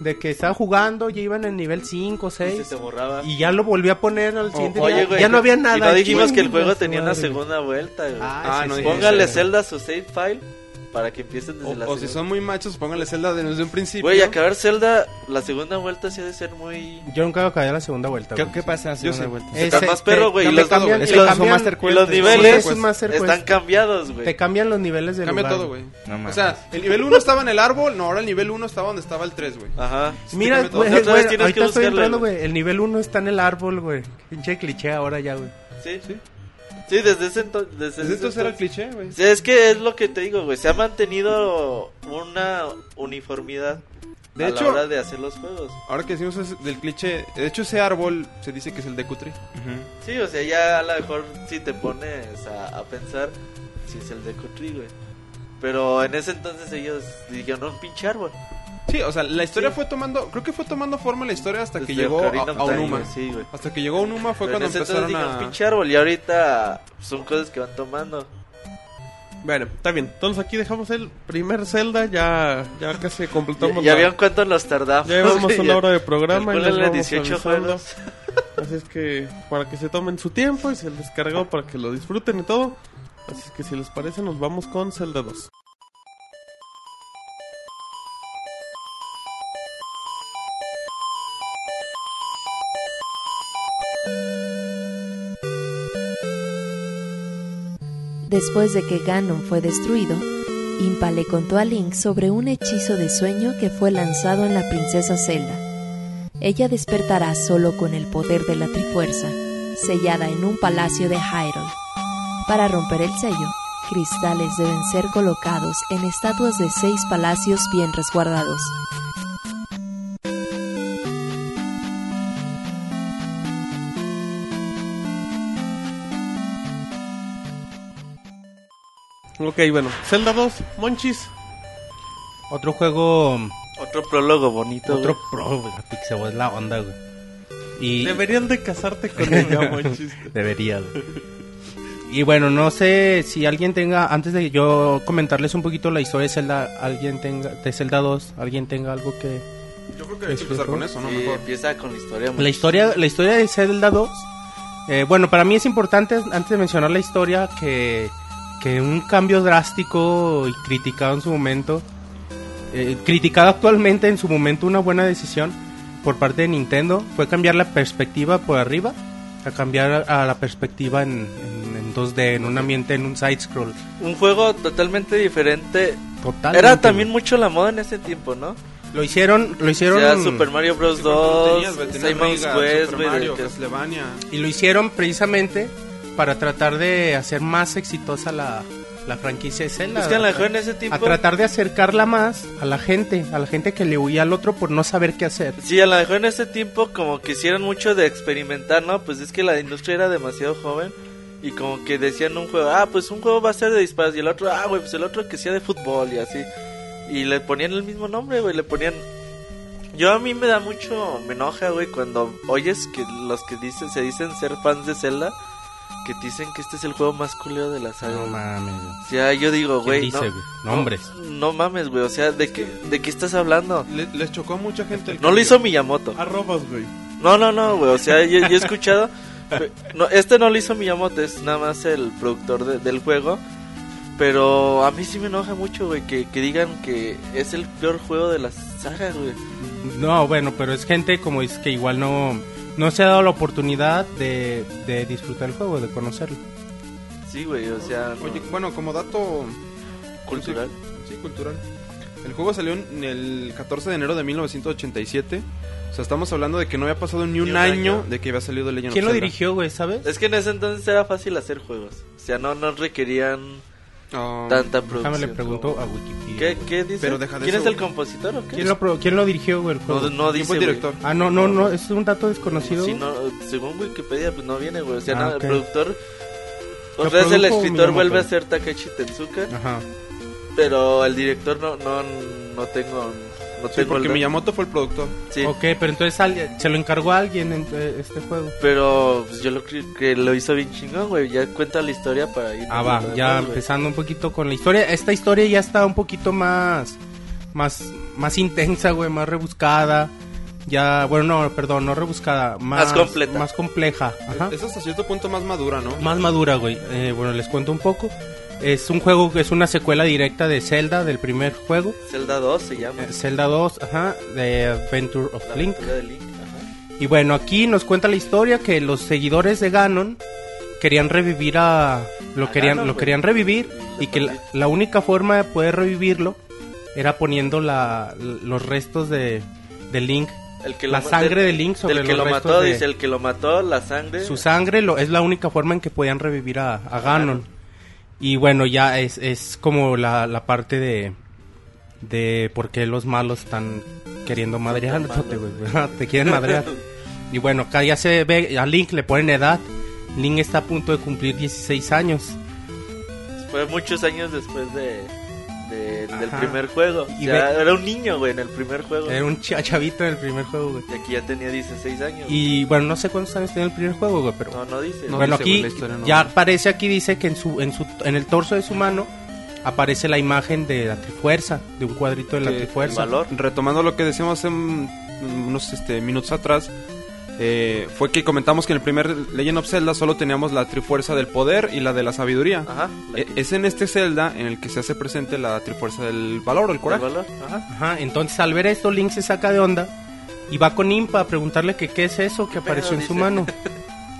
De que estaba jugando, ya iba en el nivel 5, Y se 6. te borraba. Y ya lo volví a poner al siguiente Oye, día. güey, ya no había Y nada. no dijimos que el Chinga juego su tenía una madre. segunda vuelta, güey. Ah, Ah, no, sí, sí, Póngale sí. Zelda a su save file para que empiecen desde o, la o si segunda. son muy machos, pónganle celda desde un principio. Güey, acabar Zelda, la segunda vuelta sí ha de ser muy... Yo nunca acabé la segunda vuelta. ¿Qué, güey. qué pasa en la Yo segunda sí. vuelta? Eh, Está se- más perro, te- güey, te y los- cambian- es te que son cambian- Master Y los Sí, niveles sí, es un Master Quest. están cambiados, güey. Te cambian los niveles de Cambia lugar, todo, güey. güey. No o mames. sea, el nivel 1 estaba en el árbol. No, ahora el nivel 1 estaba donde estaba el 3, güey. Ajá. Mira, Sí, güey, otra vez güey, tienes que ahorita estoy buscarle, entrando, güey. güey. El nivel 1 está en el árbol, güey. Pinche cliché ahora ya, güey. Sí, sí. Sí, desde ese entonces... Desde ese Entonces, esto era el entonces. cliché, güey. Sí, es que es lo que te digo, güey. Se ha mantenido una uniformidad De a hecho- la hora de hacer los juegos. Ahora que decimos es del cliché, de hecho ese árbol se dice que es el de Cutri. Ujú. Sí, o sea, ya a lo mejor si te pones a, a pensar si es el de Cotri, güey. Pero en ese entonces ellos dijeron "No, un pinche árbol. Sí, o sea, la historia fue tomando, creo que fue tomando forma la historia hasta que Desde llegó a, Ocarina of a Time, Onuma. güey, Sí, güey. Hasta que llegó Onuma fue Pero en cuando ese entonces empezaron dijeron a... pinche árbol y ahorita son cosas que van tomando. Bueno, está bien. Entonces aquí dejamos el primer Zelda. Ya, ya casi Ya, completamos. ya la- vieron cuánto nos tardamos. ya llevamos güey, una ya. hora de programa. Y les Calcúlenle vamos 18 avisando. juegos. Así es que para que se tomen su tiempo y se les cargó para que lo disfruten y todo. Así es que si les parece nos vamos con Zelda 2. Después de que Ganon fue destruido, Impa le contó a Link sobre un hechizo de sueño que fue lanzado en la princesa Zelda. Ella despertará solo con el poder de la Trifuerza, sellada en un palacio de Hyrule. Para romper el sello, cristales deben ser colocados en estatuas de seis palacios bien resguardados. Ok, bueno. Zelda 2, Monchis. Otro juego. Otro prólogo bonito. Otro güey. pro, güey. Pixel es la onda, güey. Y Deberían de casarte con ella, Monchis. debería, güey. Y bueno, no sé si alguien tenga, antes de yo comentarles un poquito la historia de Zelda, alguien tenga, de Zelda 2, alguien tenga algo que Yo creo que hay que empezar con eso, ¿no? Sí, Mejor. empieza con la historia. La historia, la historia de Zelda 2. eh, bueno, para mí es importante, antes de mencionar la historia, que, que un cambio drástico y criticado en su momento, eh, criticado actualmente en su momento, una buena decisión por parte de Nintendo fue cambiar la perspectiva por arriba a cambiar a la perspectiva en, en- en 2D, en un ambiente, en un side-scroll. Un juego totalmente diferente. Total. Era también mucho la moda en ese tiempo, ¿no? Lo hicieron, lo O hicieron. sea, Super Mario Bros. Sí, cuando 2, tenías, güey, tenías Simon's Mega, Quest, Super güey, de Mario, que- Castlevania. Y lo hicieron precisamente para tratar de hacer más exitosa la, la franquicia de Zelda. Es que a lo A- mejor en ese tiempo... a tratar de acercarla más a la gente, a la gente que le huía al otro por no saber qué hacer. Sí, a lo mejor en ese tiempo como que hicieron mucho de experimentar, ¿no? Pues es que la industria era demasiado joven y como que decían un juego, ah, pues un juego va a ser de disparos y el otro, ah, güey, pues el otro que sea de fútbol y así. Y le ponían el mismo nombre, güey, le ponían... Yo a mí me da mucho, me enoja, güey, cuando oyes que los que dicen, se dicen ser fans de Zelda, que te dicen que este es el juego más culero de la saga. güey. mames. o sea, yo digo, ¿Quién güey, dice, no, güey? Nombres. no, no mames, güey, o sea, ¿de qué, ¿de qué estás hablando? Le- les chocó a mucha gente. el No lo cambio. hizo Miyamoto. Arrobas, güey. No, no, no, güey. O sea, yo, yo he escuchado. pe- No, este no lo hizo Miyamoto, es nada más el productor de- del juego. Pero a mí sí me enoja mucho, güey, que, que digan que es el peor juego de la saga, güey. No, bueno, pero es gente como es que igual no, no se ha dado la oportunidad de, de disfrutar el juego, de conocerlo. Sí, güey, o sea, no, Oye, bueno, como dato cultural. Sí, cultural. El juego salió en el 14 de enero de 1987. O sea, estamos hablando de que no había pasado ni un, año, de que había salido Legend ¿Quién of lo Zelda. dirigió, güey, sabes? Es que en ese entonces era fácil hacer juegos. O sea, no, no requerían Ah, tanta Déjame producción. le pregunto a Wikipedia. ¿Qué, qué dice? Pero deja de ¿Quién eso, es el güey. compositor o qué? ¿Quién lo, pro- quién lo dirigió, güey, el No, juego? no ¿Quién dice. fue el güey. director? Ah, no, no, no, es un dato desconocido. Sí, no, según Wikipedia, pues no viene, güey. O sea, Ah, nada, ok. el productor. Lo O sea, es el produjo escritor Miyamoto. vuelve a ser Takeshi Tezuka, Ajá. pero el director no no no tengo no Sí, tengo porque el- Miyamoto fue el productor. sí, Ok, pero entonces al- se lo encargó a alguien en- eh, este juego. pero pues, yo lo creo que lo hizo bien chingón, güey. Ya cuenta la historia para ir Ah, va, ya empezó empezando un poquito con la historia. Esta historia ya está un poquito más. Más, más intensa, güey, más rebuscada. Ya, bueno, no, perdón, no rebuscada. Más, Más completa. Más compleja, ajá. Es hasta cierto punto más madura, ¿no? Más madura, güey. Eh, bueno, les cuento un poco. Es un juego que es una secuela directa de Zelda, del primer juego. Zelda 2 se llama. Eh, Zelda 2, ajá, de Adventure of La Link. aventura de Link. ajá. Y bueno, aquí nos cuenta la historia que los seguidores de Ganon querían revivir a lo A querían Ganon, lo güey. querían revivir y que la, la única forma de poder revivirlo era poniendo la, los restos de, de Link, El que la ma- sangre del- de Link sobre del que los lo restos mató, de- dice el que lo mató, la sangre. su sangre lo, es la única forma en que podían revivir a, a Ganon. Y bueno, ya es, es como la, la parte de, de por qué los malos están queriendo madreándote, güey. Te quieren madrear. Y bueno, acá ya se ve, a Link le ponen edad. Link está a punto de cumplir 16 años. Fue muchos años después de, de- del Ajá. primer juego. Y O sea, ve- era un niño, güey, en el primer juego. Era un cha- chavito en el primer juego, güey. Y aquí ya tenía 16 años. Y bueno, no sé cuántos años tenía el primer juego, güey, pero... No, no dice. No bueno, dice, aquí güey, la historia no- ya aparece, aquí dice que en su, en su en el torso de su mano aparece la imagen de la trifuerza, de un cuadrito de la Que- trifuerza. valor. Eh, Retomando lo que decíamos hace un- unos este, minutos atrás, eh, fue que comentamos que en el primer Legend of Zelda solo teníamos la trifuerza del poder y la de la sabiduría. Ah, Ajá. la eh, E- que- Es en este Zelda en el que se hace presente la trifuerza del valor, el el coraje. valor. Ajá. Ajá, entonces al ver esto Link se saca de onda y va con Impa a preguntarle que qué es eso que apareció pedo, en su dice. mano.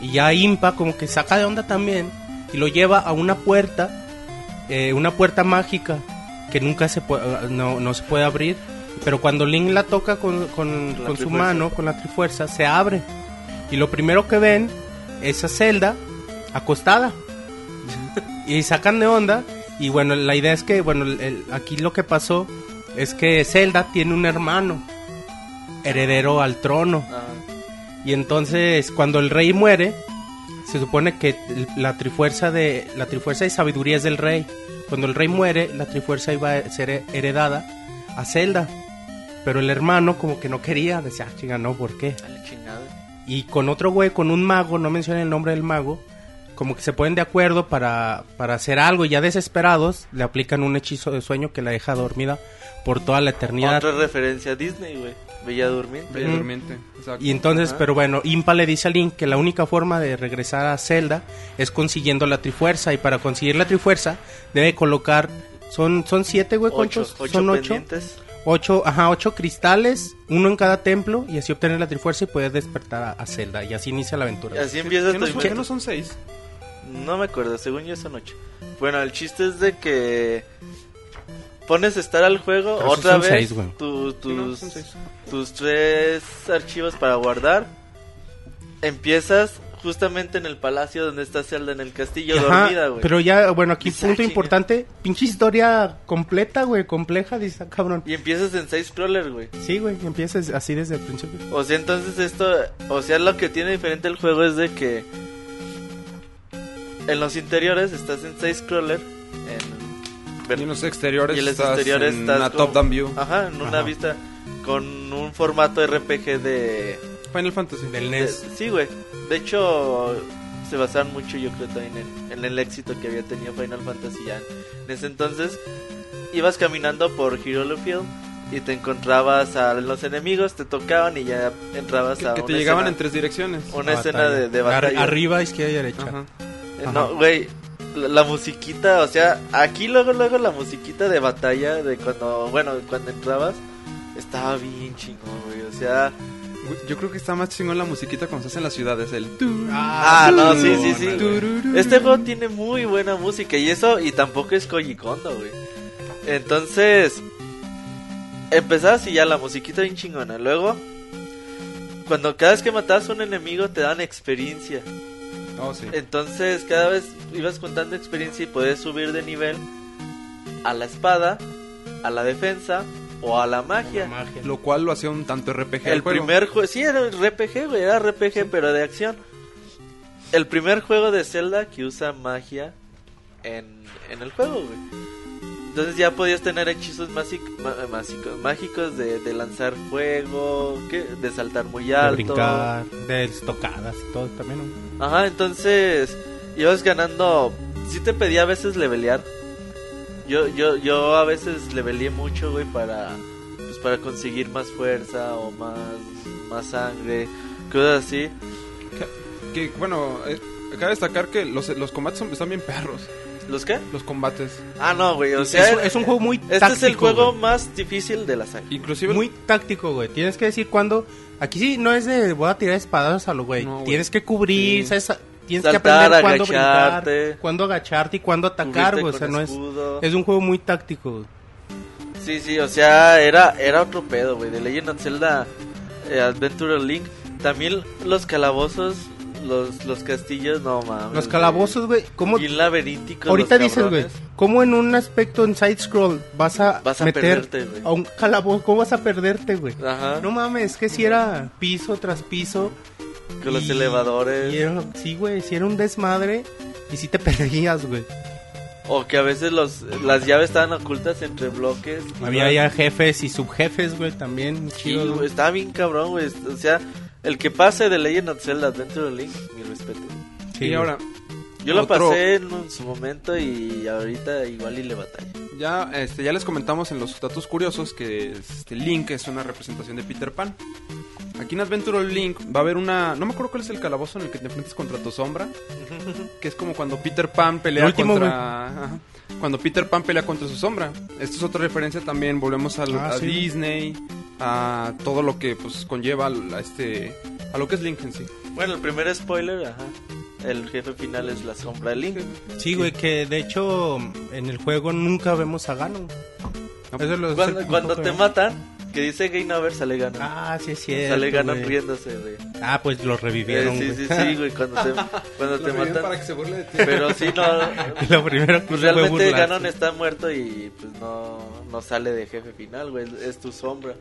Y ya Impa como que saca de onda también y lo lleva a una puerta, eh, una puerta mágica que nunca se puede, no, no se puede abrir. Pero cuando Link la toca con, con- La con su trifuerza. mano, con la trifuerza, se abre. Y lo primero que ven es a Zelda acostada. y sacan de onda. Y bueno, la idea es que, bueno, el- el- aquí lo que pasó es que Zelda tiene un hermano, heredero al trono. Ajá. Y entonces, cuando el rey muere, se supone que el- la trifuerza de la trifuerza de sabiduría es del rey. Cuando el rey muere, la trifuerza iba a ser heredada a Zelda. Pero el hermano como que no quería, decía, ah, chinga, no, ¿por qué? A la chingada. Y con otro güey, con un mago, no menciona el nombre del mago, como que se ponen de acuerdo para, para hacer algo y ya desesperados le aplican un hechizo de sueño que la deja dormida por toda la eternidad. Otra referencia a Disney, güey. Bella Durmiente. Bella Ujú. Durmiente. Exacto. Y entonces, Ajá. pero bueno, Impa le dice a Link que la única forma de regresar a Zelda es consiguiendo la Trifuerza. Y para conseguir la Trifuerza, debe colocar. Son, son siete, güey, Ocho, ¿cuántos? ocho son ocho. pendientes. Ocho, ajá, ocho cristales, uno en cada templo, y así obtener la Trifuerza y poder despertar a, a Zelda. Y así inicia la aventura. Y así ¿Qué- empieza qué tu no, son- invento. qué no son seis? No me acuerdo, según yo son ocho. Bueno, el chiste es de que pones estar al juego Pero esos otra son vez seis, güey. tu- Sí, no, tus, son seis. tus tres archivos para guardar. Empiezas justamente en el palacio donde está Zelda en el castillo Ajá, dormida, güey. pero ya, bueno, aquí Dice, punto "Ah, chinga". importante, pinche historia completa, güey, compleja, dice, "Ah, cabrón. Y empiezas en seis crawler, güey. Sí, güey, empiezas así desde el principio. O sea, entonces esto, o sea, lo que tiene diferente el juego es de que en los interiores estás en seis crawler en Y en los exteriores Y en los estás exteriores en estás una como- top-down view. Ah, Ajá, en una Ajá. vista con un formato RPG de... Final Fantasy. Del E de- NES. sí, güey. De hecho, se basaron mucho yo creo también en, en el éxito que había tenido Final Fantasy ya. En ese entonces, ibas caminando por Hirolo Field y te encontrabas a los enemigos, te tocaban y ya entrabas Que, a que una te llegaban Ah, en escena, tres direcciones. una escena de, de Ar- batalla. arriba, izquierda y derecha. Ajá. Eh, No, güey, la, la musiquita, o sea, aquí luego, luego la musiquita de batalla de cuando, bueno, cuando entrabas, estaba bien chingón, güey, o sea... Güey, Yo creo que está más chingón la musiquita cuando estás en las ciudades. El tu- Ah, no, sí, sí, sí. tururú. Este juego tiene muy buena música y eso, y tampoco es Koji Kondo, güey. Entonces, empezabas y ya la musiquita bien chingona. Luego, cuando cada vez que matabas a un enemigo te dan experiencia. Oh, sí. Entonces, cada vez ibas contando experiencia y podías subir de nivel a la espada, a la defensa o a la magia. Magia. Lo cual lo hacía un tanto RPG. El juego. primer juego, sí, era RPG, güey, era RPG, pero de acción. El primer juego de Zelda que usa magia en, en el juego, güey. Entonces ya podías tener hechizos másic- ma- másicos- mágicos de, de lanzar fuego, que- de saltar muy De alto. brincar, de estocadas y todo también. ¿no? Ajá, entonces ibas ganando. Sí te pedía a veces levelear. Yo, yo, yo a veces leveleé mucho, güey, para, pues, para conseguir más fuerza o más, más sangre, cosas así. Que, bueno, eh, cabe destacar que los, los combates son- están bien perros. ¿Los qué? Los combates. Ah, no, güey, o Es, sea, es un juego muy este táctico. es el juego güey. más difícil de la saga. Inclusive... muy táctico, güey. Tienes que decir cuándo. Aquí sí, no es de voy a tirar espadas a lo güey. No, güey. Tienes que cubrir, Sí. ¿sabes? tienes que Saltar, aprender cuándo agacharte. brincar, cuándo agacharte y cuándo Cubrirte atacar, güey. O sea, con no es. escudo. Es un juego muy táctico. güey. Sí, sí, o sea, era, era otro pedo, güey. De Legend of Zelda eh, Adventure Link. También los calabozos, los, los castillos, no mames. Los güey. calabozos, güey. ¿Cómo Bien laberínticos. Ahorita los dices, güey, cabrones. ¿cómo en un aspecto en side scroll vas a, Vas a meter perderte, güey. a un calabozo? ¿Cómo vas a perderte, güey? Ajá. No mames, que si era piso tras piso. Con los y- elevadores. y era- sí, güey, si era un desmadre y si te perdías, güey. O que a veces los, las llaves estaban ocultas entre bloques. Había ya jefes y subjefes, güey, también. Sí, Chido, güey, güey. estaba bien cabrón, güey. O sea, el que pase de Legend of Zelda Adventure Link, mi respeto. Sí, y güey. ahora, Yo lo Otro- pasé en un- su momento y ahorita igual y le batalla. ya, este, ya les comentamos en los datos curiosos que este Link es una representación de Peter Pan. Aquí en Adventure of Link va a haber una... No me acuerdo cuál es el calabozo en el que te enfrentas contra tu sombra. Que es como cuando Peter Pan pelea El último, contra... ajá, cuando Peter Pan pelea contra su sombra. Esto es otra referencia también. Volvemos al- Ah, a sí. Disney. A todo lo que pues conlleva al- a este... A lo que es Link en sí. Bueno, el primer spoiler, ajá. El jefe final es la sombra de Link. Sí, güey, que de hecho en el juego nunca vemos a Gano. Eso lo- Cuando, es cuando un te poco- matan, que dice Game Over, sale Ganon. Ah, sí, es cierto. sale Ganon güey. riéndose, güey. Ah, pues lo Eh, revivieron. sí, güey. sí, sí, güey, cuando te, cuando te matan. se burle de ti. Pero sí, no. Lo primero que Pues hizo fue realmente burlarse. Ganon está muerto y pues no, no sale de jefe final, güey. Es tu sombra.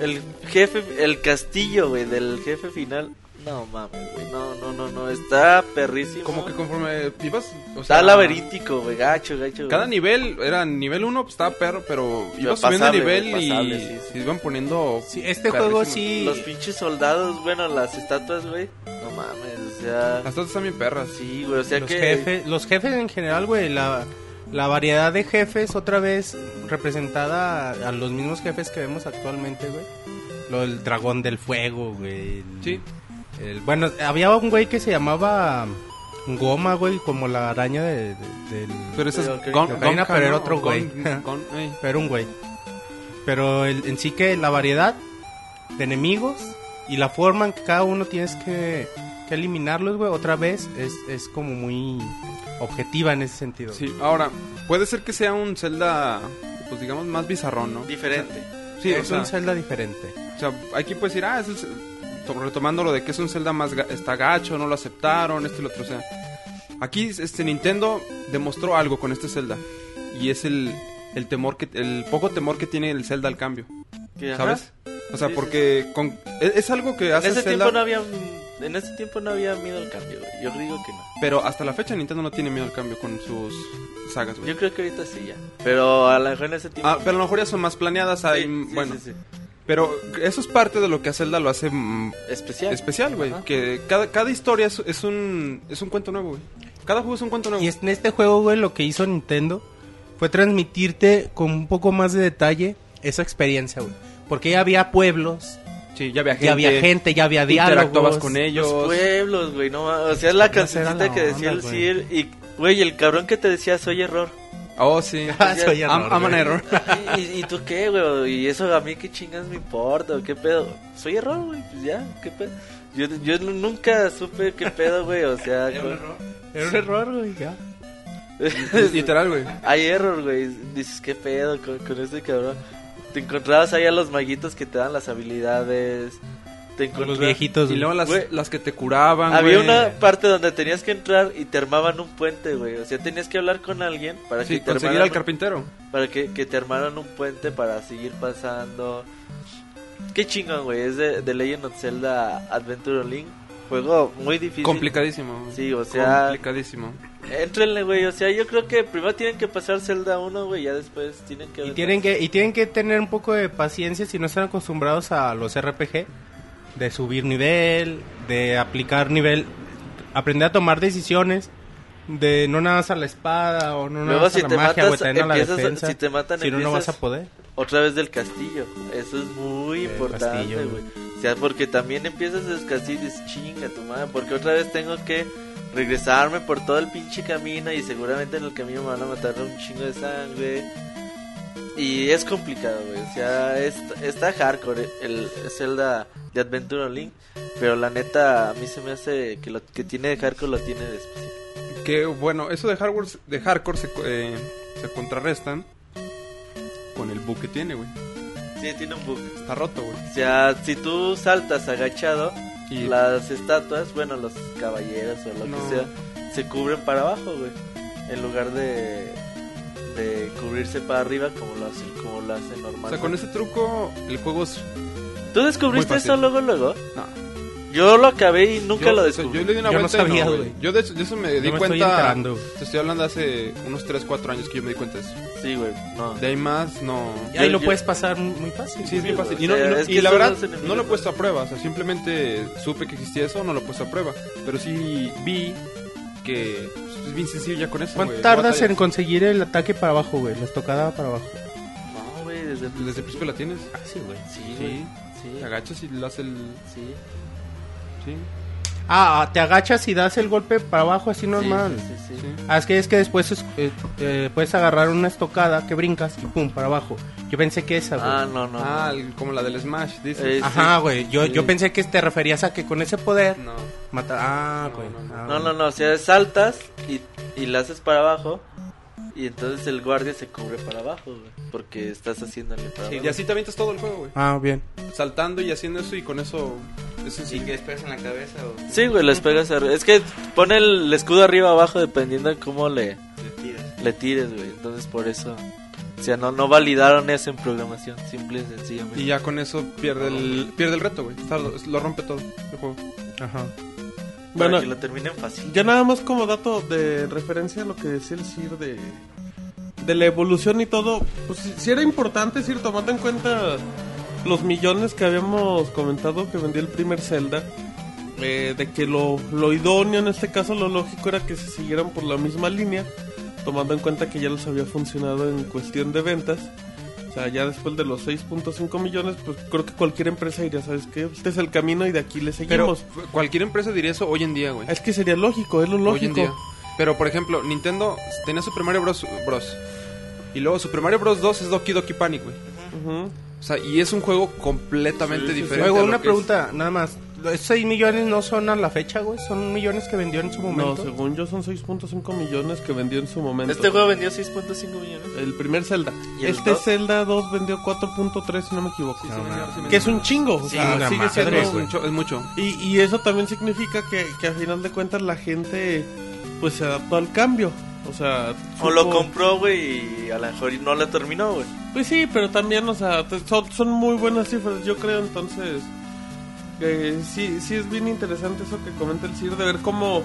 El jefe, el castillo, güey, del jefe final. No mames, güey. No, no, no, no. Está perrísimo. Como que conforme ibas... O Está laberíntico, güey. Gacho, gacho. güey. Cada nivel era nivel 1, pues estaba perro, pero Pero iba subiendo pasable, nivel güey, pasable, y sí, sí. se iban poniendo. Sí, este juego perrísimos. sí. Los pinches soldados, bueno, las estatuas, güey. No mames, o sea. Las todas están bien perras. Sí, güey, o sea los que. jefes, los jefes en general, güey, la, La variedad de jefes, otra vez representada a, a los mismos jefes que vemos actualmente, güey. Lo del dragón del fuego, güey. el- Sí. el- bueno, había un güey que se llamaba Goma, güey, como la araña de, de- del. Pero esa es Pero que- Gon- que Ocarina, Gonka, pero era ¿no? otro Gon- güey. Gon- ey. Pero un güey. Pero el- en sí que la variedad de enemigos y la forma en que cada uno tienes que, que eliminarlos, güey, otra vez es, es como muy objetiva en ese sentido. Sí, ahora, puede ser que sea un Zelda, pues digamos, más bizarrón, ¿no? Diferente. Sí, o es sea, un Zelda diferente. o sea, aquí puedes decir, ah, es el Ce- to- retomando lo de que es un Zelda más, ga- está gacho, no lo aceptaron, esto y lo otro, o sea. Aquí este Nintendo demostró algo con este Zelda y es el, el temor que el poco temor que tiene el Zelda al cambio, Que, ajá. ¿sabes? O sea, Sí, sí, porque con- es, es algo que En hace ese Zelda, tiempo no había en ese tiempo no había miedo al cambio, güey. Yo digo que no. pero hasta la fecha Nintendo no tiene miedo al cambio con sus sagas, güey. Yo creo que ahorita sí ya. Pero a lo mejor en ese tiempo Ah, pero a lo mejor ya son más planeadas, hay, Sí, sí, bueno, sí, sí. Pero eso es parte de lo que a Zelda lo hace mm, especial. especial, güey. Ajá. Que cada, cada historia es, es un es un cuento nuevo, güey. Cada juego es un cuento nuevo. Y es- en este juego, güey, lo que hizo Nintendo fue transmitirte con un poco más de detalle esa experiencia, güey. Porque ya había pueblos, Sí, ya había gente. ya había gente, ya había diálogos. interactuabas con ellos. Los pueblos, güey, no ma- O sea, la Esa era cancioncita la que decía onda, el Sir y, güey, el cabrón que te decía soy error. Oh, sí. Ah, soy Am- error, am an güey. error. ¿Y, y- y tú qué, güey? ¿Y eso a mí qué chingas me importa? ¿O ¿Qué pedo? Soy error, güey, pues ya, ¿qué pedo? Yo, yo nu- nunca supe qué pedo, güey, o sea... güey. Era un error, güey, ya. Literal, güey. Hay error, güey. Dices, ¿qué pedo con, con este cabrón? Te encontrabas ahí a los maguitos que te dan las habilidades. Te Con encontrabas... los viejitos, Y luego las, Güey. las que te curaban, Había güey. una parte donde tenías que entrar y te armaban un puente, güey. O sea, tenías que hablar con alguien para Sí, que te conseguir armaran al un- carpintero. para que, que te armaran un puente para seguir pasando. Qué chingón, güey. Es de, de Legend of Zelda Adventure Link. Juego muy difícil. Complicadísimo. güey. Sí, o sea- Complicadísimo. Éntrenle, güey. O sea, yo creo que primero tienen que pasar Zelda 1, güey. Ya después tienen que. Y tienen que, y tienen que tener un poco de paciencia si no están acostumbrados a los RPG, de subir nivel, de aplicar nivel, aprender a tomar decisiones, de no nada más a la espada o no nada Luego, más si a la te magia, güey, matas, también a la empiezas- defensa. si te matan, si no, no empiezas- vas a poder. Otra vez del castillo. Eso es muy Del importante, castillo, güey. O sea, porque también empiezas desde el castillo y dices, chinga tu madre. Porque otra vez tengo que regresarme por todo el pinche camino y seguramente en el camino me van a matar un chingo de sangre. Y es complicado, güey. O sea, es- está hardcore el Zelda de Adventure on Link. Pero la neta, a mí se me hace que lo que tiene de hardcore lo tiene de especial. Que bueno, eso de hardware, de hardcore se, co- eh, se contrarrestan con el bug que tiene, güey. Sí, tiene un bug. Está roto, güey. O sea, si tú saltas agachado, Y- las estatuas, bueno, los caballeros o lo No. que sea, se cubren para abajo, güey. En lugar de, de cubrirse para arriba como lo hacen, como lo hacen O normalmente. sea, con ese truco el juego es... ¿Tú descubriste Muy fácil. eso luego, luego? No. Yo lo acabé y nunca yo, lo o sea, descubrí. yo le di una Yo no vuelta y sabía, no, güey. Yo de, eso- de eso me di me estoy cuenta. enterando, güey. te estoy hablando hace unos 3, 4 años que yo me di cuenta de eso. Sí, güey, no. De ahí más, no. Y ahí Yo- lo yo- puedes pasar muy, muy fácil. Sí, es bien fácil. Y, o sea, no- y no- es y que la son verdad, los enemigos. no lo he puesto a prueba. O sea, simplemente supe que existía eso, no lo he puesto a prueba. Pero sí vi que pues, es bien sencillo ya con eso. ¿Cuánto güey. tardas en Batallas. conseguir el ataque para abajo, güey? La estocada para abajo. No, güey, desde el... Desde el principio la tienes. Sí, güey. Ah, Sí, güey, Sí. sí, Te agachas y le das el. sí. Sí. Ah, te agachas y das el golpe para abajo así normal. Sí, sí, sí. sí. Ah, es que es que después es- eh, eh, puedes agarrar una estocada que brincas y pum, para abajo. Yo pensé que esa, güey. Ah, no, no. Ah, el- como la del Smash, dices. Eh, Ajá, sí. güey. Yo, yo Sí. pensé que te referías a que con ese poder No. mata. Ah, No, güey. no, no. ah, No, güey. no, no, o sea, saltas y, y la haces para abajo y entonces el guardia se cubre para abajo, güey, porque estás haciéndole para Y abajo. así te avientas todo el juego, güey. Ah, bien. Saltando y haciendo eso y con eso. Eso ¿Y sí. que esperas en la cabeza? O... Sí, güey, les pegas arriba. Es que pone el escudo arriba abajo dependiendo de cómo le, le tires, güey. Entonces por eso... O sea, no, no validaron eso en programación, simple y sencillamente. Y ya con eso pierde el, pierde el reto, güey. Está- Lo rompe todo el juego. Ajá. Para Bueno, que lo terminen fácil. Ya nada más como dato de referencia a lo que decía el Sir de, de la evolución y todo, pues si, era importante, Sir, tomando en cuenta los millones que habíamos comentado que vendía el primer Zelda, eh, de que lo, lo idóneo en este caso, lo lógico era que se siguieran por la misma línea tomando en cuenta que ya les había funcionado en cuestión de ventas. O sea, ya después de los 6.5 millones, pues creo que cualquier empresa diría, ¿sabes qué? Este es el camino y de aquí le Pero seguimos. cualquier empresa diría eso hoy en día, güey. es que sería lógico, es lo Hoy en día. lógico. Pero por ejemplo, Nintendo tenía Super Mario Bros. Bros. Y luego Super Mario Bros. 2 es Doki Doki Panic, güey. Ujú. O sea, y es un juego completamente Sí, sí, sí. diferente. Luego, a lo una que pregunta, nada más. ¿Los 6 millones no son a la fecha, güey? ¿Son millones que vendió en su No, momento? según yo son 6.5 millones que vendió en su momento. Este juego vendió 6.5 millones. El primer Zelda. ¿Y el Este dos? Zelda 2 vendió 4.3, si no me equivoco. Sí, sí, vendió, sí, vendió. que es un chingo. o sea, una sigue madre, es, siendo es güey. mucho, es mucho. Y, y eso también significa que, que a final de cuentas la gente pues se adaptó al cambio. O sea, O lo supo- compró, güey, y a lo mejor no la terminó, güey. Pues sí, pero también, o sea, te- son, son muy buenas cifras, yo creo, entonces... eh, sí, sí es bien interesante eso que comenta el CIR, de ver cómo...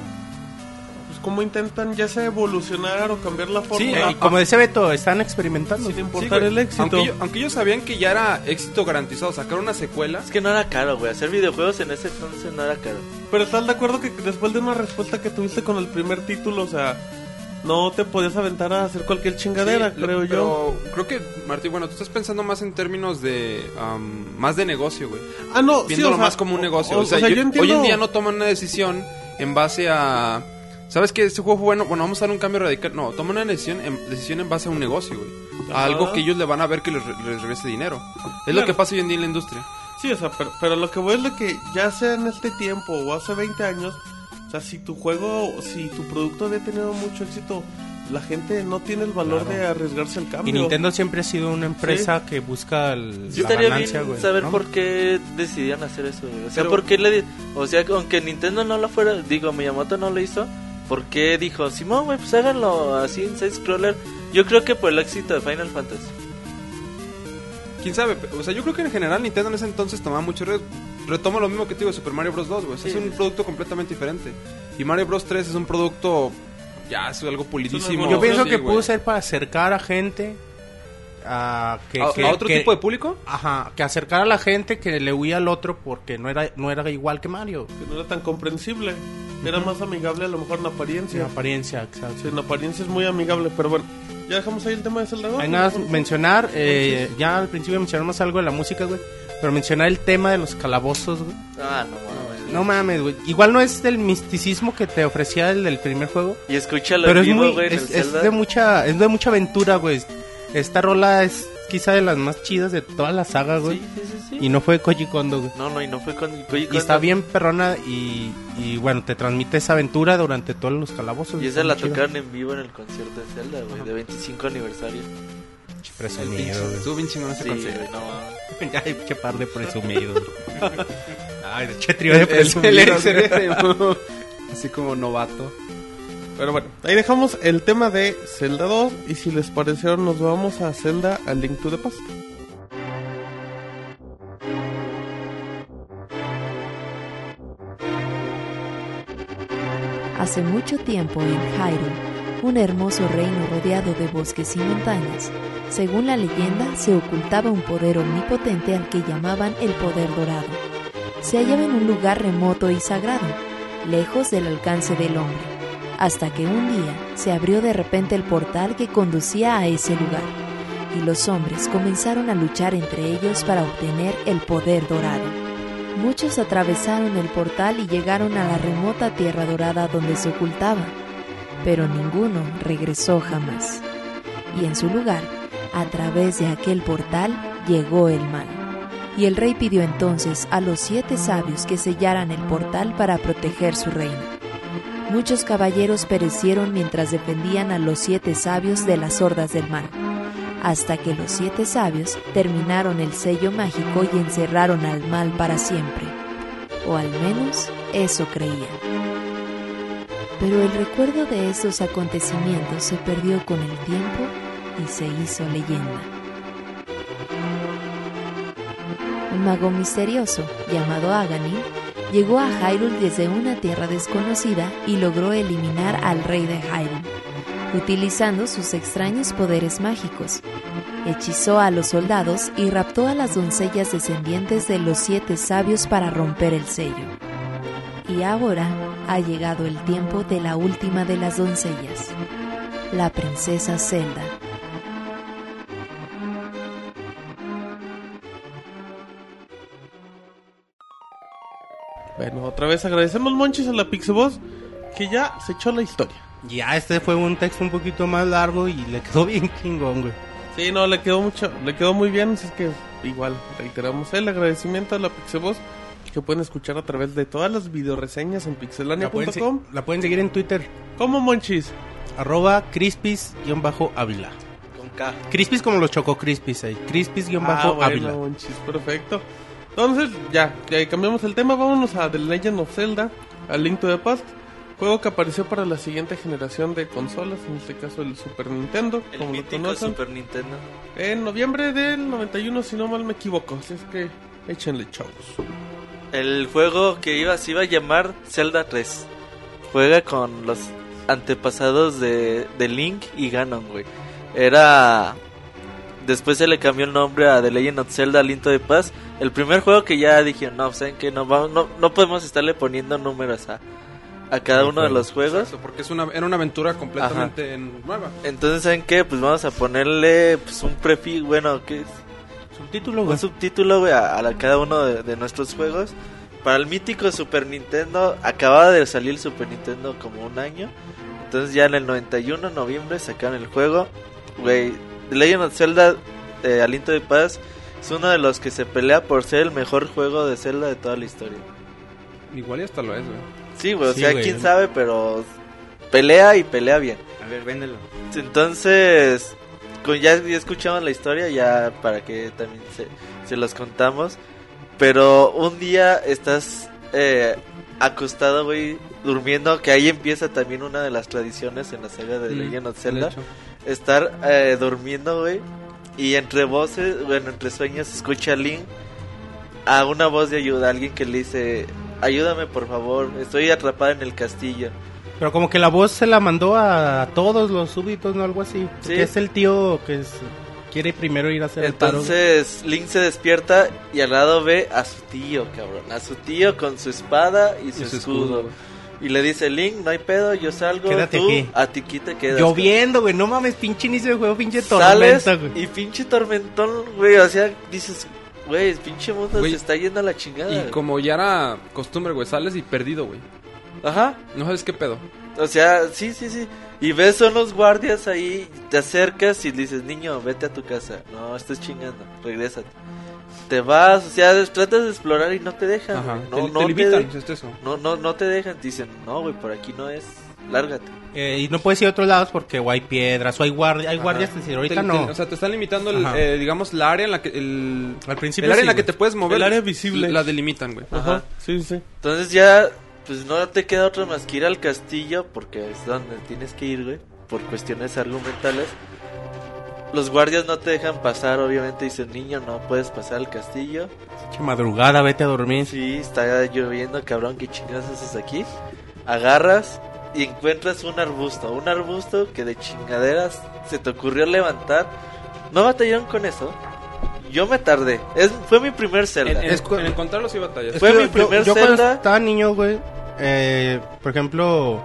Pues cómo intentan ya sea evolucionar o cambiar la forma. Sí, Eh, y como decía Beto, están experimentando. sin Sí, importar güey. el éxito. Aunque, ellos- aunque ellos sabían que ya era éxito garantizado, sacar una secuela. Es que no era caro, güey. Hacer videojuegos en ese entonces no era caro. Pero estás de acuerdo que después de una respuesta que tuviste con el primer título, o sea, no te podías aventar a hacer cualquier chingadera, Sí, lo- creo yo. pero Creo que, Martín, bueno, tú estás pensando más en términos de. am, más de negocio, güey. Ah, no, sí, Viéndolo o sea, más como un negocio. o- o sea, o sea, yo- yo entiendo- Hoy en día no toman una decisión en base a. ¿Sabes que Este juego fue bueno. Bueno, vamos a dar un cambio radical. No, toman una decisión en, decisión en base a un negocio, güey. A Ajá. algo que ellos le van a ver que les, re- les regrese dinero. Es lo Claro. que pasa hoy en día en la industria. Sí, o sea, pero, pero lo que voy es de que ya sea en este tiempo o hace 20 años, o sea, si tu juego, si tu producto había tenido mucho éxito, la gente no tiene el valor de arriesgarse al cambio. Y Nintendo siempre ha sido una empresa que busca el, Sí, la estaría ganancia, bien güey, saber ¿no? por qué decidían hacer eso, güey. O sea, Pero- por qué le... di- O sea, aunque Nintendo no lo fuera... Digo, Miyamoto no lo hizo. ¿Por qué dijo, Simón, güey, pues háganlo así en 6-scroller? Yo creo que por el éxito de Final Fantasy. Quién sabe, o sea, yo creo que en general Nintendo en ese entonces tomaba mucho riesgo. Retomo lo mismo que te digo de Super Mario Bros. 2, güey. O sea, Sí, es un sí. producto completamente diferente. Y Mario Bros. 3 es un producto. Ya, es algo pulidísimo. Yo No, pienso Sí, que güey. pudo ser para acercar a gente a, que, ¿A, que- a otro que- tipo de público? Ajá, que acercar a la gente que le huía al otro porque no era, no era igual que Mario. Que no era tan comprensible, era más amigable a lo mejor en Sin apariencia. apariencia, exacto. Sí, en apariencia es muy amigable, pero bueno, ya dejamos ahí el tema de Zelda. ¿no? Hay nada más Por- mencionar, eh, ya al principio mencionamos algo de la música, güey. Pero mencionar el tema de los calabozos, güey. Ah, no, mames. No mames, güey. Igual no es del misticismo que te ofrecía el del primer juego. Y escúchalo Pero en es vivo, muy, güey, en es, el es Zelda. de mucha, es de mucha aventura, güey. Esta rola es quizá de las más chidas de toda la saga, güey. Sí, sí, sí, sí. Y no fue de Koji Kondo, güey. No, no, y no fue con... con- Y está bien perrona y, y, bueno, te transmite esa aventura durante todos los calabozos. Y güey. esa pues, Está la muy chida. tocaron en vivo en el concierto de Zelda, güey, de 25 aniversario. Presumido, güey. Estuvo bien chingón ese Sí, concierto. güey, no mames. Ya hay que par de presumidos. güey. Ay, qué trío de El- el- el presumidos. güey. XRF, Así como novato. Pero bueno, ahí dejamos el tema de Zelda 2 y si les parecieron nos vamos a Zelda a Link to the Past. Hace mucho tiempo en Hyrule, un hermoso reino rodeado de bosques y montañas, según la leyenda se ocultaba un poder omnipotente al que llamaban el poder dorado. Se hallaba en un lugar remoto y sagrado, lejos del alcance del hombre, hasta que un día se abrió de repente el portal que conducía a ese lugar, y los hombres comenzaron a luchar entre ellos para obtener el poder dorado. Muchos atravesaron el portal y llegaron a la remota Tierra Dorada donde se ocultaba, pero ninguno regresó jamás. Y en su lugar, a través de aquel portal, llegó el mal. Y el rey pidió entonces a los siete sabios que sellaran el portal para proteger su reino. Muchos caballeros perecieron mientras defendían a los siete sabios de las hordas del mal, hasta que los siete sabios terminaron el sello mágico y encerraron al mal para siempre. O al menos eso creían. Pero el recuerdo de esos acontecimientos se perdió con el tiempo y se hizo leyenda. Un mago misterioso, llamado Aganim, llegó a Hyrule desde una tierra desconocida y logró eliminar al rey de Hyrule, utilizando sus extraños poderes mágicos. Hechizó a los soldados y raptó a las doncellas descendientes de los siete sabios para romper el sello. Y ahora ha llegado el tiempo de la última de las doncellas, la princesa Zelda. Bueno, otra vez agradecemos Monchis a la Pixaboss que ya se echó la historia. Ya, este fue un texto un poquito más largo y le quedó bien chingón, güey. Sí, no, le quedó mucho, le quedó muy bien, así es que igual reiteramos el agradecimiento a la Pixaboss que pueden escuchar a través de todas las videoreseñas en La pueden, se- pixelania.com. la pueden seguir en Twitter, ¿Cómo Monchis? arroba crispis-ávila. Con K. Crispis como los choco crispis ahí, Ah, bueno, crispis-ávila. Monchis, perfecto. Entonces, ya, ya cambiamos el tema, vámonos a The Legend of Zelda, a Link to the Past, juego que apareció para la siguiente generación de consolas, en este caso el Super Nintendo, El como lo mítico conocen, Super Nintendo. en noviembre del 91, si no mal me equivoco, así es que échenle chavos. El juego que iba, se iba a llamar Zelda 3. Juega con los antepasados de, de Link y Ganon, güey. Era... Después se le cambió el nombre a The Legend of Zelda Linto de Paz. El primer juego que ya dijeron, no, ¿saben que No, vamos- no, no podemos estarle poniendo números a, a cada uno de los juegos. Exacto, porque es una, era una aventura completamente en- nueva. Entonces, ¿saben qué? Pues vamos a ponerle pues, un prefi... Bueno, ¿qué es? Subtítulo, un güey. subtítulo güey, a, a cada uno de, de nuestros juegos. Para el mítico Super Nintendo, acababa de salir el Super Nintendo como un año. Entonces ya en el 91 de noviembre sacaron el juego. Güey, The Legend of Zelda eh, Aliento de Paz es uno de los que se pelea por ser el mejor juego de Zelda de toda la historia. Igual y hasta lo es, güey. Sí, güey, Sí, o sea, güey. quién sabe, pero pelea y pelea bien. A ver, véndelo. Entonces, con ya, ya escuchamos la historia, ya para que también se, se los contamos. Pero un día estás eh, acostado, güey, durmiendo, que ahí empieza también una de las tradiciones en la saga de Mm, Legend of de Zelda. hecho. Estar eh, durmiendo, güey, y entre voces, bueno, entre sueños, escucha a Link a una voz de ayuda, alguien que le dice, ayúdame por favor, estoy atrapada en el castillo. Pero como que la voz se la mandó a todos los súbditos, ¿no? Algo así. Sí. Que es el tío que es- quiere primero ir a hacer el Entonces Link se despierta y al lado ve a su tío, cabrón. A su tío con su espada y su, Y su escudo. escudo. Y le dice, Link, no hay pedo, yo salgo. Quédate tú aquí. A ti aquí te paro. quedas. Lloviendo, güey. No mames, pinche inicio de juego, pinche Sales tormenta, güey. y pinche tormentón, güey. O sea, dices, güey, pinche mundo Güey. se está yendo a la chingada. Y como ya era costumbre, güey, sales y perdido, güey. Ajá. No sabes qué pedo. O sea, sí, sí, sí. Y ves son los guardias ahí, te acercas y le dices, niño, vete a tu casa. No, estás chingando, regrésate. Te vas, o sea, des- tratas de explorar y no te dejan. Ajá. güey. No, te, no te limitan, de- es eso. no, no, no te dejan, te dicen, no, güey, por aquí no es, lárgate. Eh, y no puedes ir a otros lados porque o hay piedras o hay, guardia, hay guardias. Es decir, ahorita Te- no. te- o sea, te están limitando, el, Ajá. eh, digamos, la área en la que... El, Al principio el área sí, en la que güey. te puedes mover. El área visible. La delimitan, güey. Ajá. Ajá, sí, sí. Entonces ya, pues no te queda otra más que ir al castillo, porque es donde tienes que ir, güey, por cuestiones argumentales. Los guardias no te dejan pasar, obviamente, dicen, niño, no puedes pasar al castillo. Pinche madrugada, vete a dormir. Sí, está lloviendo, cabrón, qué chingados haces aquí. Agarras y encuentras un arbusto, un arbusto que de chingaderas se te ocurrió levantar. No batallaron con eso. Yo me tardé. Es, fue mi primer En, celda. en- Es cu- en encontrarlos y batallas. Es Fue que mi primer yo, yo cuando Zelda. estaba niño, güey, eh, por ejemplo,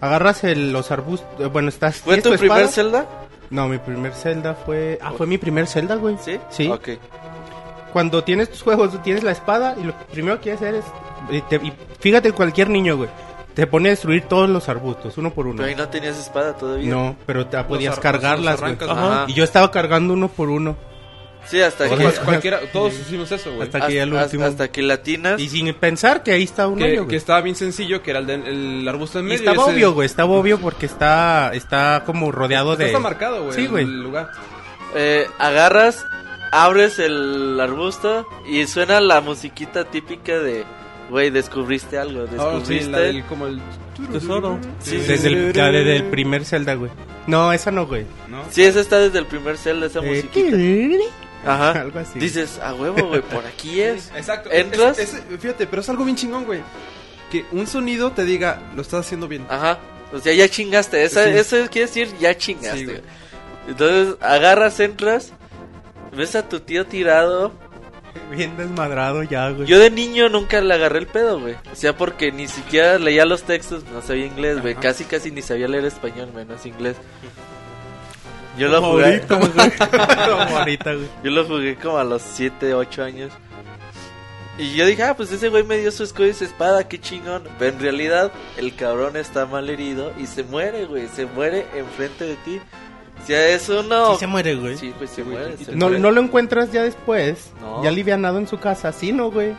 agarras el- los arbustos, eh, bueno, estás... ¿Fue ¿tienes tu primer espada? celda? No, mi primer Zelda fue... Ah, fue mi primer Zelda, güey. ¿Sí? Sí. Ok. Cuando tienes tus juegos, tú tienes la espada y lo primero que haces es... y te- y fíjate, cualquier niño, güey, te pone a destruir todos los arbustos, uno por uno. Pero ahí no tenías espada todavía. No, pero te ah, podías ar- cargarlas, los güey. arrancas, Ajá. Y yo estaba cargando uno por uno. Sí, hasta Todos- que... Ajá. cualquiera, todos hicimos eso, güey. Hasta- que ya el hasta- último. hasta que latinas. Y sin pensar que ahí está un hoyo, Que, güey. que estaba bien sencillo, que era el, de- el arbusto en Y medio. estaba ese- obvio, güey, estaba obvio porque está, está como rodeado Está, de... está marcado, güey. Sí, güey. El lugar. Eh, agarras, abres el arbusto y suena la musiquita típica de... Güey, descubriste algo, Oh, Ahora sí, descubriste... la del, como el Tesoro. Sí, sí, Desde el, la de- del primer Zelda, güey. No, esa no, güey. ¿No? Sí, esa está desde el primer Zelda, esa Eh, musiquita. Ajá. Ah, Algo así. Dices, a huevo, güey, por aquí es. Exacto. Entras. Es- es- fíjate, pero es algo bien chingón, güey. Que un sonido te diga, lo estás haciendo bien. Ajá. O sea, ya chingaste. Esa, Sí. Eso quiere decir, ya Sí, chingaste. güey. Entonces, agarras, entras, ves a tu tío tirado Bien desmadrado ya, güey. Yo de niño nunca le agarré el pedo, güey. O sea, porque ni siquiera leía los textos, no sabía inglés, güey. Ajá. Casi, casi ni sabía leer español, menos inglés. Yo lo Como jugué. ahorita, güey. Como ahorita, güey. Yo lo jugué como a los 7, 8 años. Y yo dije, ah, pues ese güey me dio su escudo y su espada, qué chingón. Pero en realidad, el cabrón está mal herido y se muere, güey. Se muere enfrente de ti. O sea, es uno. Sí se muere, güey. Sí, pues se muere. se No, muere. no lo encuentras ya después, No. ya livianado en su casa, sí, no, güey.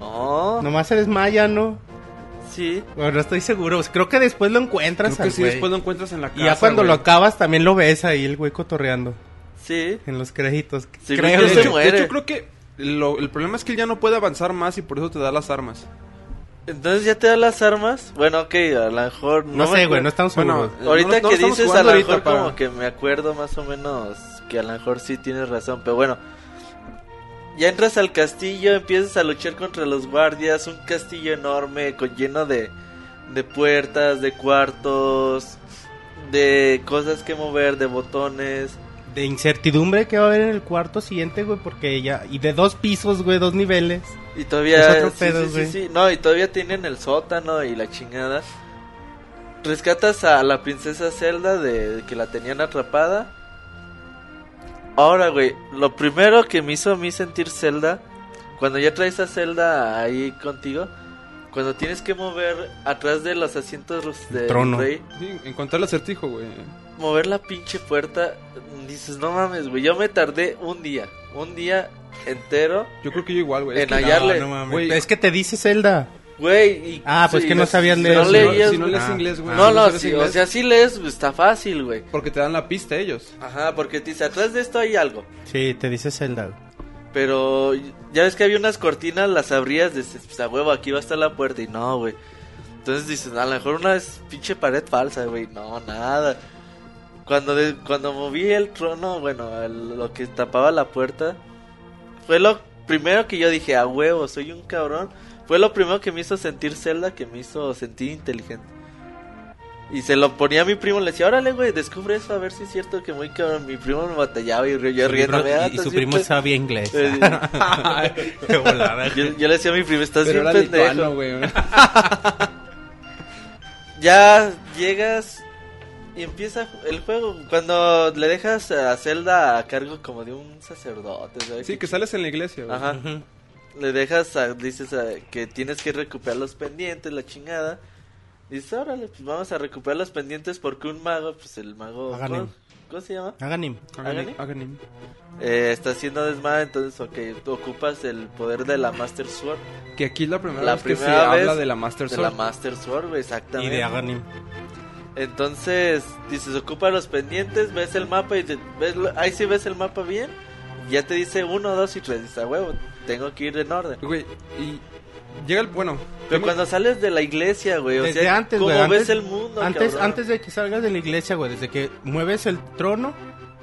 No, Nomás se desmaya, ¿no? sí. Bueno, no estoy seguro. Creo que después lo encuentras, Creo que al sí, güey. después lo encuentras en la casa. Y ya cuando güey. lo acabas también lo ves ahí el güey cotorreando Sí. en los créditos. Sí, Creo, güey, De se güey. hecho, muere. de hecho, creo que lo- el problema es que él ya no puede avanzar más y por eso te da las armas. Entonces ya te da las armas. Bueno, ok, a lo mejor. No, me sé, güey, acuerdo. no estamos Bueno, seguros. No, Ahorita Eh, no lo que estamos dices, a jugando lo ahorita mejor para- como que me acuerdo más o menos que a lo mejor sí tienes razón, pero bueno. Ya entras al castillo, empiezas a luchar contra los guardias, un castillo enorme con lleno de, de puertas, de cuartos, de cosas que mover, de botones. De incertidumbre que va a haber en el cuarto siguiente, güey, porque ya... Y de dos pisos, güey, dos niveles. Y todavía. Es otro sí, pedo, sí, sí, güey. sí. No, y todavía tienen el sótano y la chingada. Rescatas a la princesa Zelda de, de que la tenían atrapada. Ahora, güey, lo primero que me hizo a mí sentir Zelda, cuando ya traes a Zelda ahí contigo, cuando tienes que mover atrás de los asientos los de trono. rey, Sí, encontrar el acertijo, güey. mover la pinche puerta, dices, no mames, güey, yo me tardé un día, un día entero, Yo creo que yo igual, güey. Es En que- allá- Hallarle. mames. Güey. Es que te dice Zelda. güey. y- Ah, pues sí, que no los- sabías si leer, No si leías, si no güey. lees inglés, güey. No, si no, sabes sí, o inglés, sea, sí lees, güey, está fácil, güey. Porque te dan la pista ellos. Ajá, porque te dice, atrás de esto hay algo. Sí, te dice Zelda. güey. Pero ya ves que había unas cortinas, las abrías, dices, pues a huevo, aquí va a estar la puerta. Y no, güey. Entonces dices, a lo mejor una es pinche pared falsa, güey. No, nada. Cuando, de- cuando moví el trono, bueno, el- lo que tapaba la puerta, fue lo primero que yo dije, a huevo, soy un cabrón. Fue lo primero que me hizo sentir Zelda, que me hizo sentir inteligente. Y se lo ponía a mi primo, le decía, órale, güey, descubre eso, a ver si es cierto que muy cabrón. Mi primo me batallaba y río- yo "Ah, Su riendo. primo- y, y su primo sabía inglés. Qué volada. Eh, Yo, yo le decía a mi primo, estás Pero bien era pendejo. lituano, güey. Ya llegas y empieza el juego. Cuando le dejas a Zelda a cargo como de un sacerdote, ¿sabes? Sí, que sales en la iglesia, güey. Ajá. Le dejas, a- dices a- que tienes que recuperar los pendientes, la chingada. Dices, órale, pues vamos a recuperar los pendientes porque un mago, pues el mago... Ah, Haganim. ¿Cómo, cómo se llama? Haganim. Hagan- Háganle. hagan- Eh, está haciendo desmadre, entonces, ok, tú ocupas el poder de la Master Sword. Que aquí es la primera La vez que se primera vez habla de la Master De Sword. la Master Sword, güey, Y exactamente. de Haganim. Entonces, dices, ocupa los pendientes, ves el mapa y te- ves, lo- ahí sí ves el mapa bien. y Ya te dice uno, dos y tres. Dices, "A huevo, tengo que ir en orden. Güey, y llega el... Bueno, Pero cuando sales de la iglesia, güey, o Desde sea, antes, ¿cómo güey, antes- ves el mundo? Antes, cabrón? antes de que salgas de la iglesia, güey, desde que mueves el trono,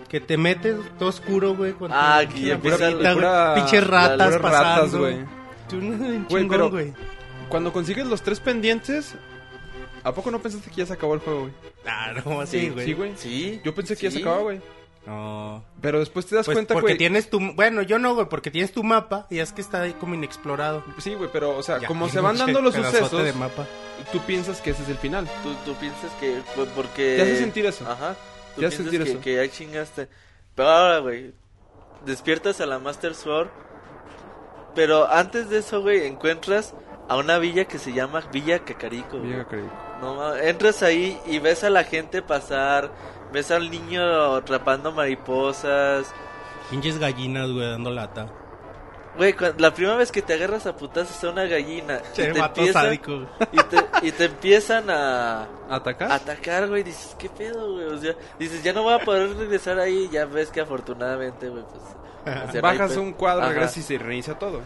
que te metes todo oscuro, güey. Con Ah, tu- que con ya la empieza puertita, la güey, pura- pinches ratas las puras pasando. ratas, güey. Tú, un Güey, chingón, pero- güey. Cuando consigues los tres pendientes... ¿A poco no pensaste que ya se acabó el juego, güey? Ah, no, así, güey. Sí, güey. Sí. Yo pensé que ya Sí. se acababa, güey. No. Pero después te das Pues cuenta, porque güey. tienes tu... Bueno, yo no, güey, porque tienes tu mapa y es que está ahí como inexplorado. Sí, güey, pero, o sea, Ya, como qué se van pinche dando los pedazote sucesos, de mapa. tú piensas que ese es el final. Tú, tú piensas que... fue Porque... Te hace sentir eso. Ajá. Tú Te piensas hace sentir que, eso. que ya chingaste. Pero ahora, güey, despiertas a la Master Sword. Pero antes de eso, güey, encuentras a una villa que se llama Villa Cacarico. güey. Llega, creo. No, ma- entras ahí y ves a la gente pasar, ves al niño atrapando mariposas. Pinches gallinas, güey, dando lata. Güey, cua- la primera vez que te agarras a putazos a una gallina y Che, te, vato empiezan, sádico, güey. y, te, y te empiezan a ¿Atacar? a atacar, güey, dices, ¿qué pedo, güey? O sea, dices, ya no voy a poder regresar ahí, ya ves que afortunadamente, güey, pues... o sea, no hay Bajas pe- un cuadro, pues- Ajá. regresas y se reinicia todo.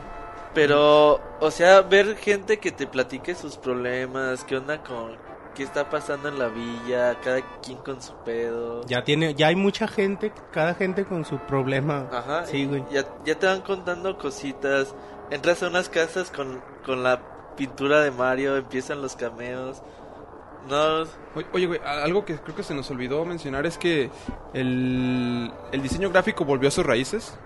Pero, o sea, ver gente que te platique sus problemas, qué onda con... ¿Qué está pasando en la villa? Cada quien con su pedo. Ya tiene... Ya hay mucha gente, cada gente con su problema. Ah, Ajá. Sí, güey. Ya, ya te van contando cositas. Entras a unas casas con, con la pintura de Mario, empiezan los cameos. No, Oye, Oye, güey, a- algo que creo que se nos olvidó mencionar es que el, el diseño gráfico volvió a sus raíces.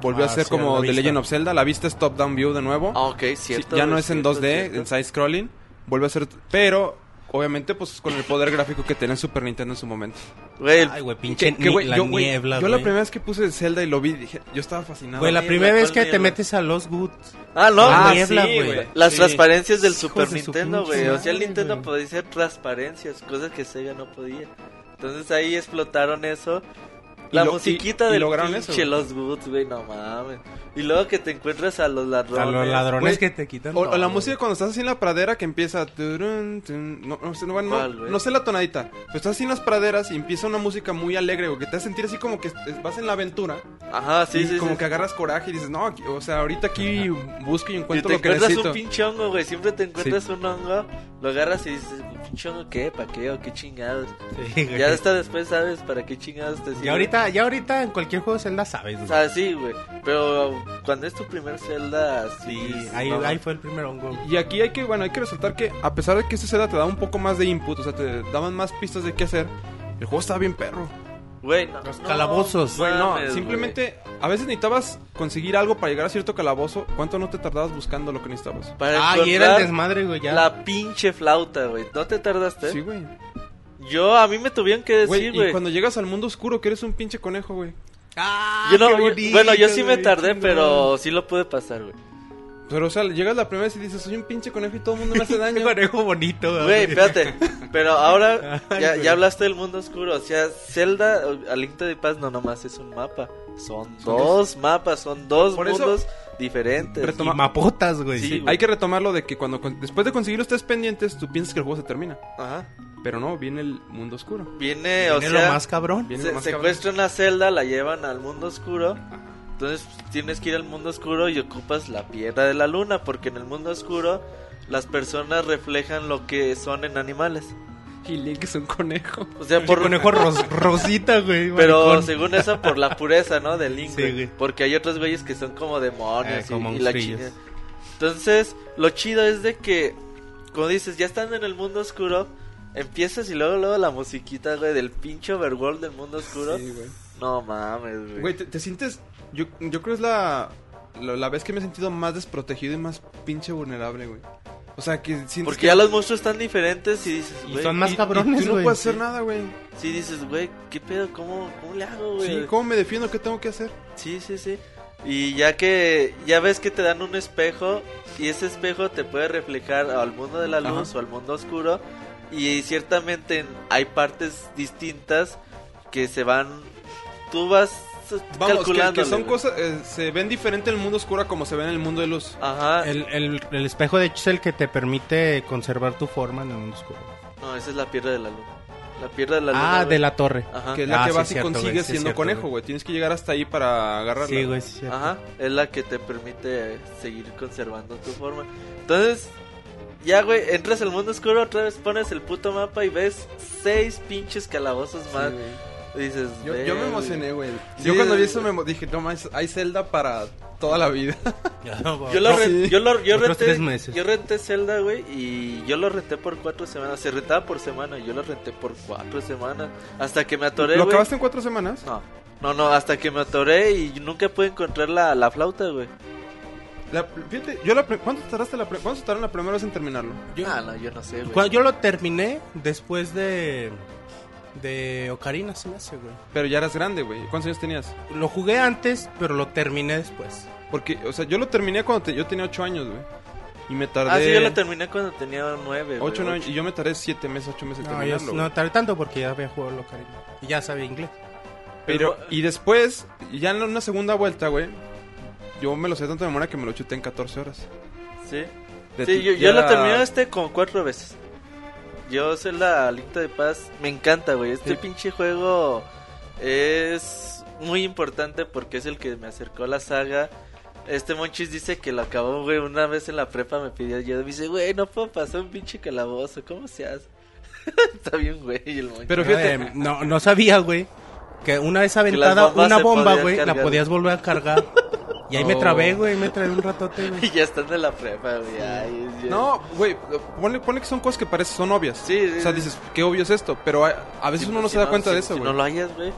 volvió Ah, a ser sí, como la The vista. Legend of Zelda. La vista es top-down view de nuevo. Ah, ok, Sí, cierto. ya no güey, es en cierto, 2D, cierto. en side scrolling. Vuelve a ser. Pero, obviamente, pues con el poder gráfico que tenía el Super Nintendo en su momento. Güey, el- Ay, güey, pinche Que, que, güey, ni- la yo, güey, niebla, yo güey. la primera Ah, vez que puse Zelda y lo vi, dije, yo estaba fascinado. Güey, la niebla, primera vez ¿cuál que te niebla? metes a los Woods. Ah, no, Ah, güey, niebla, sí, güey. güey. Las Sí. transparencias del Hijos Super de su Nintendo, pinche güey. O sea, el madre, Nintendo güey. podía hacer transparencias, cosas que Sega no podía. Entonces ahí explotaron eso. Y La lo- y- musiquita y del lograron eso, pinche güey. Los Woods, güey, no mames. Y luego que te encuentras a los ladrones. A los ladrones Güey, que te quitan. O, o todo, la güey. música cuando estás así en la pradera que empieza. turun, tun, no, no, sé, no, no, ¿Cuál, güey? no sé la tonadita. Pero estás así en las praderas y empieza una música muy alegre, güey, que te hace sentir así como que es- vas en la aventura. Ajá, sí, y sí, como sí. que agarras coraje y dices, no, aquí- o sea, ahorita aquí busco y Y encuentro te lo que encuentras necesito. un pinche hongo, güey. Siempre te encuentras un hongo, lo agarras y dices, ¿pinche hongo qué? ¿Para qué? ¿O qué chingados? Sí, güey. Ya hasta después sabes para qué chingados te sirve. Ya ahorita, ya ahorita en cualquier juego de Zelda sabes, O güey. sea, sí, güey. Pero cuando es tu primer Zelda, sí. Sí, ahí, no. ahí fue el primer hongo. Y aquí hay que, bueno, hay que resaltar que a pesar de que este Zelda te da un poco más de input, o sea, te daban más pistas de qué hacer, el juego estaba bien perro. Güey, no, Los no calabozos. Güey, no, mames, simplemente a veces necesitabas conseguir algo para llegar a cierto calabozo. ¿Cuánto no te tardabas buscando lo que necesitabas? güey. Para Ah, y era el encontrar desmadre, güey, ya. La pinche flauta, güey. ¿No te tardaste? Sí, güey. Yo, a mí me tuvieron que Güey, decir, y güey. cuando llegas al mundo oscuro que eres un pinche conejo, güey. Ah, Yo no, qué yo- bonito, bueno, yo sí me güey, tardé, chingón. pero sí lo pude pasar, güey. Pero, o sea, llegas la primera vez y dices, soy un pinche conejo y todo el mundo me hace daño. Qué conejo bonito, Güey, espérate. Pero ahora Ay, ya, güey. ya hablaste del mundo oscuro. O sea, Zelda, o- A Link de Paz no nomás es un mapa. Son dos mapas, son dos Por eso- mundos diferentes. Y Retoma- mapotas, güey. Sí, güey. Hay que retomar lo de que cuando con- después de conseguir los tres pendientes, tú piensas que el juego se termina. Ajá. Pero no, viene el mundo oscuro. Viene, Viene o sea, lo más cabrón. Viene se- lo más cabrón. secuestran a Zelda, la llevan al mundo oscuro. Entonces pues, tienes que ir al mundo oscuro y ocupas la piedra de la luna, porque en el mundo oscuro las personas reflejan lo que son en animales. Y Link es un conejo. O sea, Por por conejo ros- rosita, güey. Pero maricón. según eso, por la pureza, ¿no? Del Link. Sí, güey. güey. Porque hay otros güeyes que son como demonios Eh, como y, y la monstrillos. chingada. Entonces, lo chido es de que, como dices, ya estando en el mundo oscuro, empiezas y luego, luego la musiquita, güey, del pinche overworld del mundo oscuro. Sí, güey. No mames, güey. Güey, te, te sientes. Yo, yo creo es la, la. la vez que me he sentido más desprotegido y más pinche vulnerable, güey. O sea, que sientes. Porque que- ya los monstruos están diferentes y dices, Y güey. son más y- y cabrones, Tú no güey. puedes hacer nada, güey. Sí, dices, güey, ¿qué pedo? ¿Cómo, cómo le hago, güey? Sí, ¿cómo me defiendo? ¿Qué tengo que hacer? Sí, sí, sí. Y ya que ya ves que te dan un espejo y ese espejo te puede reflejar al mundo de la luz o al mundo oscuro y ciertamente en- hay partes distintas que se van tú vas Vamos, que- que, calculando son cosas. eh, se ven diferente en el mundo oscuro a como se ven en el mundo de luz. Ajá. El, el, el espejo de hecho es el que te permite conservar tu forma en el mundo oscuro. No, esa es la piedra de la luna. La piedra de la luna. ah, güey. de la torre. Ajá. Que es la Ah, que sí, vas y cierto, güey, consigues sí, siendo cierto, conejo, güey. güey. Tienes que llegar hasta ahí para agarrarla. Sí, güey, sí, cierto. Ajá, es la que te permite seguir conservando tu forma. Entonces, ya, güey, entras al mundo oscuro, otra vez pones el puto mapa y ves seis pinches calabozos Sí, más. güey. Dices, Yo, yo me "Verga". emocioné, güey. Sí, yo cuando vi güey. eso me emo- dije, no más, hay Zelda para toda la vida. Yo lo, No, ren- sí. yo lo- yo Otros renté, tres meses. yo renté Zelda, güey, y yo lo renté por cuatro semanas. Se rentaba por semana, y yo lo renté por cuatro semanas. Hasta que me atoré, ¿Lo güey. acabaste en cuatro semanas? No, no, no, hasta que me atoré y nunca pude encontrar la, la flauta, güey. La- fíjate, yo la pre- ¿cuánto tardaste la pre- cuánto tardaron la primera vez en terminarlo? Ah, no, yo no sé, güey. Cuando yo lo terminé después de de Ocarina se me hace, güey. Pero ya eras grande, güey. ¿Cuántos años tenías? Lo jugué antes, pero lo terminé después. Porque, o sea, yo lo terminé cuando te- yo tenía ocho años, güey. Y me tardé. Ah, sí, yo lo terminé cuando tenía nueve, güey. ocho, nueve- y yo me tardé siete meses, ocho meses en No, yo terminarlo. no güey. tardé tanto porque ya había jugado la Ocarina y ya sabía inglés. Pero, y después, ya en una segunda vuelta, güey. Yo me lo sé tanto de memoria que me lo chuté en 14 horas. Sí. De- Sí, yo, ya yo lo era- terminé este como cuatro veces. Yo sé la Alita de Paz, me encanta, güey. Este Sí. pinche juego es muy importante porque es el que me acercó a la saga. Este Monchis dice que lo acabó, güey. Una vez en la prepa me pidió yo. Me dice, güey, no puedo pasar un pinche calabozo. ¿Cómo se hace? Está bien, güey, el Monchis. Pero fíjate, Eh, no no sabía, güey, que una vez aventada las bombas una se bomba, podían güey, la cargar. podías volver a cargar. y ahí me Oh. trabé, güey, me trabé un ratote, güey. Y ya están de la prepa, güey. Ay, Dios. No, güey, ponle, ponle que son cosas que parecen, son obvias. Sí, sí, O sea, sí. dices, qué obvio es esto, pero a, a veces Si- uno no si se da cuenta si- de eso, si güey. no lo hayas, güey.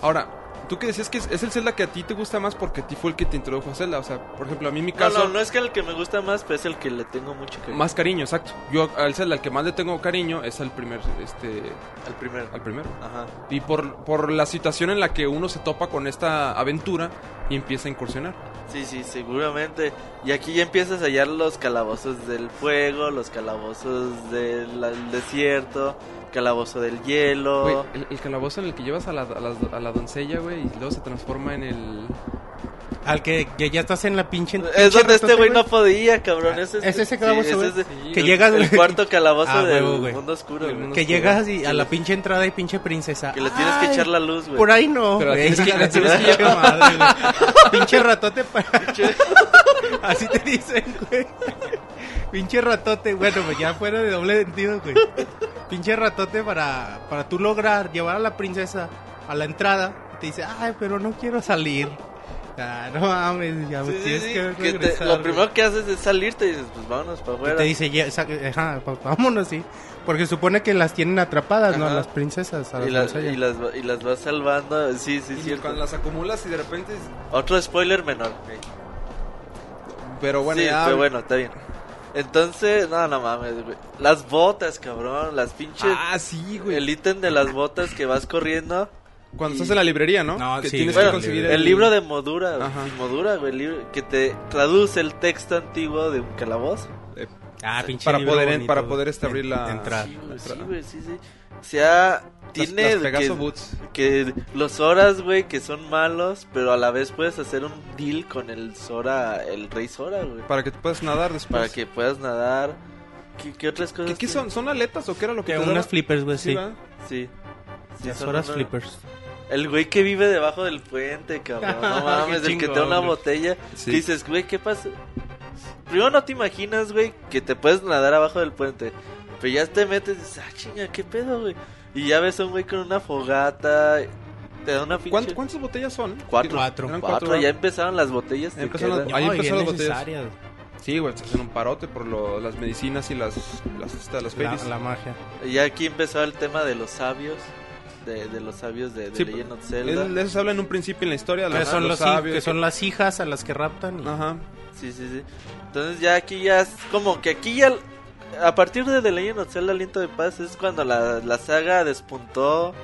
Ahora, tú que decías que es, es el Zelda que a ti te gusta más porque a ti fue el que te introdujo a Zelda. O sea, por ejemplo, a mí en mi No, caso... no, no es que el que me gusta más, pero es el que le tengo mucho cariño. Más cariño, exacto. Yo al Zelda, al que más le tengo cariño es al primer, este, al primero. al primero. Ajá. Y por, por la situación en la que uno se topa con esta aventura y empieza a incursionar. Sí, sí, seguramente. Y aquí ya empiezas a hallar los calabozos del fuego, los calabozos del al desierto, calabozo del hielo. Güey, el, el calabozo en el que llevas a la, a las- a la doncella, güey, y luego se transforma en el... Al que, que ya estás en la pinche. pinche Es donde este ratote, Ah, güey no podía, cabrón. Ese Es ese calabozo, güey. ese es Que el- llegas- El cuarto calabozo Ah, del huevo, güey. mundo oscuro, Del güey. mundo Que oscuro. llegas y a la pinche entrada y pinche princesa. Que le tienes que Ay, echar la luz, güey. Por ahí no. Pero la güey. tienes que- la tienes que Pinche madre, güey. Pinche ratote para. Así te dicen, güey. Pinche ratote, bueno, pues ya fuera de doble sentido, güey. Pinche ratote para, para tú lograr llevar a la princesa a la entrada. Y te dice, ay, pero no quiero salir. Ah, no mames, ya me Sí, sí, tienes sí, que que te- regresar. lo güey. primero que haces es salirte y dices, pues vámonos para Y afuera. te dice, ya, sa- ajá, pa- vámonos, sí. Porque supone que las tienen atrapadas, ¿no? A Ajá. las princesas, a las Y las, doncellas. y, las, va- y las vas salvando. Sí, sí, es y cierto. cuando las acumulas y de repente... Otro spoiler menor. Pero bueno, sí, ya... pero bueno, está bien. Entonces, no, no mames, güey. Las botas, cabrón. Las pinches. Ah, sí, güey. el ítem de las botas que vas corriendo. Cuando y- estás en la librería, ¿no? No, que sí, tienes güey. que Bueno, conseguir el, libro de Modura, güey, Ajá. sí, Modura, güey, el libro que te traduce el texto antiguo de un calabozo. eh, Ah, pinche para libro poder bonito, para güey. poder este, abrir la Entrar. Sí, güey, sí, Tra- güey, sí, sí. O sea, las- tiene las Pegaso que, Boots. que los Zoras, güey, que son malos, pero a la vez puedes hacer un deal con el Zora, el rey Zora, güey, Para que tú puedas nadar después. para que puedas nadar. ¿Qué, qué otras cosas? Pues, ¿Qué, qué tiene? son? ¿Son aletas o qué era lo que Que te unas daba? flippers, güey, sí. ¿verdad? Sí. Sí, Las son horas una- flippers. El güey que vive debajo del puente, cabrón. No mames, Qué el que te da chingón, una güey. botella. que Sí. Dices, güey, ¿qué pasa? Primero no te imaginas, güey, que te puedes nadar abajo del puente. Pero ya te metes y dices, ah, chinga, ¿qué pedo, güey? Y ya ves a un güey con una fogata. Te da una pinche. ¿Cuánt- ¿Cuántas botellas son? Cuatro. Cuatro. Eran Cuatro, ¿verdad? ya empezaron las botellas. de Empezaron que las- era- Ahí No, y empezó bien las botellas. necesaria, güey. Sí, güey, se hacen un parote por lo- las medicinas y las las estas, las La, fairies. la magia. Y aquí empezó el tema de los sabios. De, de los sabios de, de Sí, Legend of Es- Zelda. de eso se habla en un principio en la historia. Que las- son, los, hij- sabios, Ah, que son las hijas a las que raptan. y- Ajá. Sí, sí, sí. Entonces ya aquí ya es como que aquí ya... A partir de The Legend of Zelda Aliento de Paz es cuando la, la saga despuntó.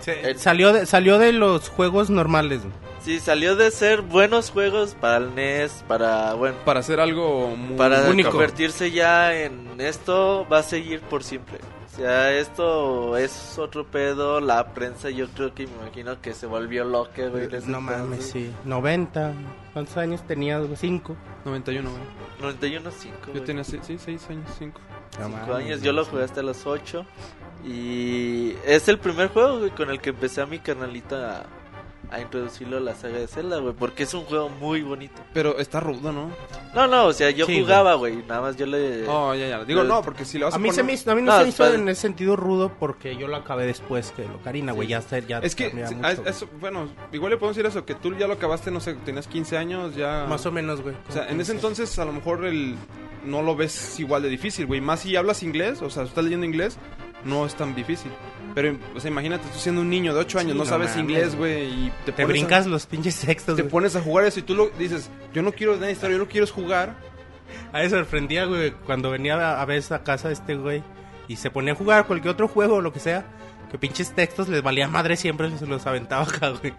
Se- el- salió, de, salió de los juegos normales. güey. Sí, salió de ser buenos juegos para el NES, para... Bueno, Para hacer algo muy para Único. convertirse ya en esto va a seguir por siempre. O sea, esto es otro pedo. La prensa yo creo que me imagino que se volvió loca, güey. en ese No mames, entonces. sí. 90. ¿Cuántos años tenías, güey? 5. 91, güey. 91, 5. Yo tenía 6 años, 5. cinco Ah, años, yo lo jugué hasta los 8 y es el primer juego güey, con el que empecé a mi canalita a, a introducirlo a la saga de Zelda, güey, porque es un juego muy bonito. Pero está rudo, ¿no? No, no, o sea, yo Sí, jugaba, güey, nada más yo le... Oh, ya, ya. Digo, Pero- no, porque si le vas a A mí, se me, poner- hizo- a mí no, No, se me hizo espera. en ese sentido rudo porque yo lo acabé después que lo Karina, güey. Ya, está- ya Es que, cambia sí, mucho, a- güey. eso- bueno, igual le podemos decir eso, que tú ya lo acabaste, no sé, tenías 15 años, ya... Más o menos, güey. O sea, en ese entonces a lo mejor el... no lo ves igual de difícil, güey. Más si hablas inglés, o sea, si estás leyendo inglés, no es tan difícil. Pero, o sea, imagínate tú siendo un niño de 8 años, Sí, no no sabes mames, inglés, güey, y te, Te pones a- brincas los pinches sextos, te güey. pones a jugar eso y tú lo dices, yo no quiero nada de historia, yo no quiero es jugar. A mí sorprendía, güey, cuando venía a, a ver a casa este güey y se ponía a jugar cualquier otro juego o lo que sea, que pinches textos les valía madre siempre, se los aventaba acá, güey.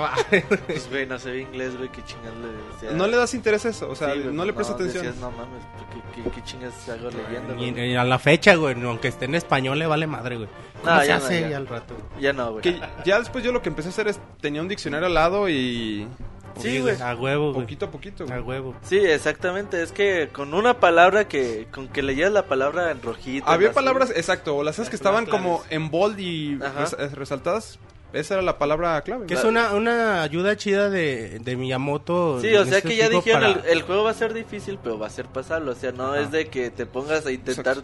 mames. Pues, güey, no sé inglés, güey, qué chingas le... o sea, No le das interés a eso, o sea, sí, güey, no le prestas atención. decías, no mames, pues, ¿qué, qué, qué chingas hago leyendo? Y, güey?" y a la fecha, güey, aunque esté en español, le vale madre, güey. ¿Cómo No, se ya no, hace ya. ya al rato? güey? Ya no, güey. Que ya después yo lo que empecé a hacer es, tenía un diccionario al lado y... Sí, güey. A huevo, güey. Poquito a poquito. güey. A huevo. Sí, exactamente, es que con una palabra que... Con que leías la palabra en rojito. en Había azul, palabras, exacto, o las esas que estaban como en bold y Ajá. res- eh, resaltadas. Esa era la palabra clave. Que es una, una ayuda chida de, de Miyamoto. Sí, o en sea este que ya tipo dijeron, para- el, eh, el juego va a ser difícil, pero va a ser pasable. O sea, no es de que te pongas a intentar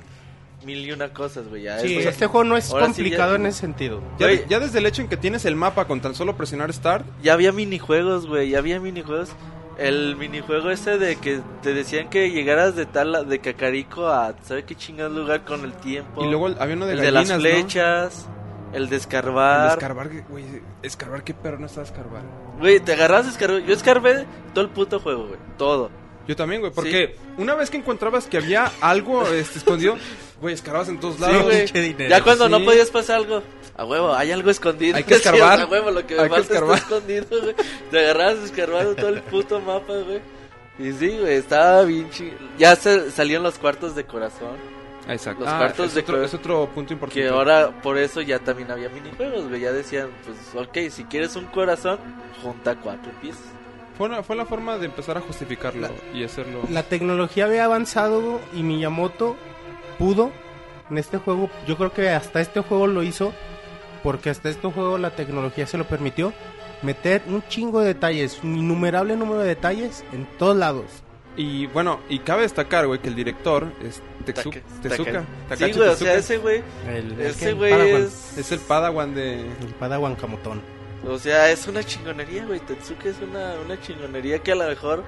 mil y una cosas, güey. Ya Sí, es, este juego no es pues, Ahora sí complicado ya- en ese sentido. Ya, Güey. ya desde el hecho en que tienes el mapa con tan solo presionar Start, Ya había minijuegos, güey, ya había minijuegos. El minijuego ese de que te decían que llegaras de tal, de Cacarico a, ¿sabe qué chingado lugar con el tiempo? y luego el- había uno de el de gallinas, las ¿no? flechas. El El descarbar. escarbar, que- güey, escarbar, qué perro no está escarbar. Güey, te agarras escarbar. Yo escarbé todo el puto juego, güey. Todo. Yo también, güey, Sí. porque una vez que encontrabas que había algo este, escondido, güey, escarbabas en todos lados. güey. pinche dinero. Ya cuando no Sí. podías pasar algo, a huevo, hay algo escondido. Hay que Sí, o sea, escarbar. A huevo, lo que me Hay que falta está escarbar. escondido, güey. Te agarrabas escarbando todo el puto mapa, güey. Y sí, güey, estaba bien chido. Ya se salían los cuartos de corazón. Exacto. Los Ah, cuartos es, de otro, cro- es otro punto importante. Que ahora por eso ya también había minijuegos, güey. Ya decían, pues, ok, si quieres un corazón, junta cuatro piezas. Fue, una- fue la forma de empezar a justificarlo y hacerlo. La tecnología había avanzado y Miyamoto pudo en este juego. Yo creo que hasta este juego lo hizo porque hasta este juego la tecnología se lo permitió meter un chingo de detalles, un innumerable número de detalles en todos lados. Y bueno, y cabe destacar, güey, que el director es Texu- Take- Tezuka. Take- Sí, Takashi güey, o Tezuka. sea, ese güey, El, ese el güey Padawan. es... Es el padawan de... El Padawan Camotón. O sea, es una chingonería, güey. Tetsuke es una, una chingonería que a lo mejor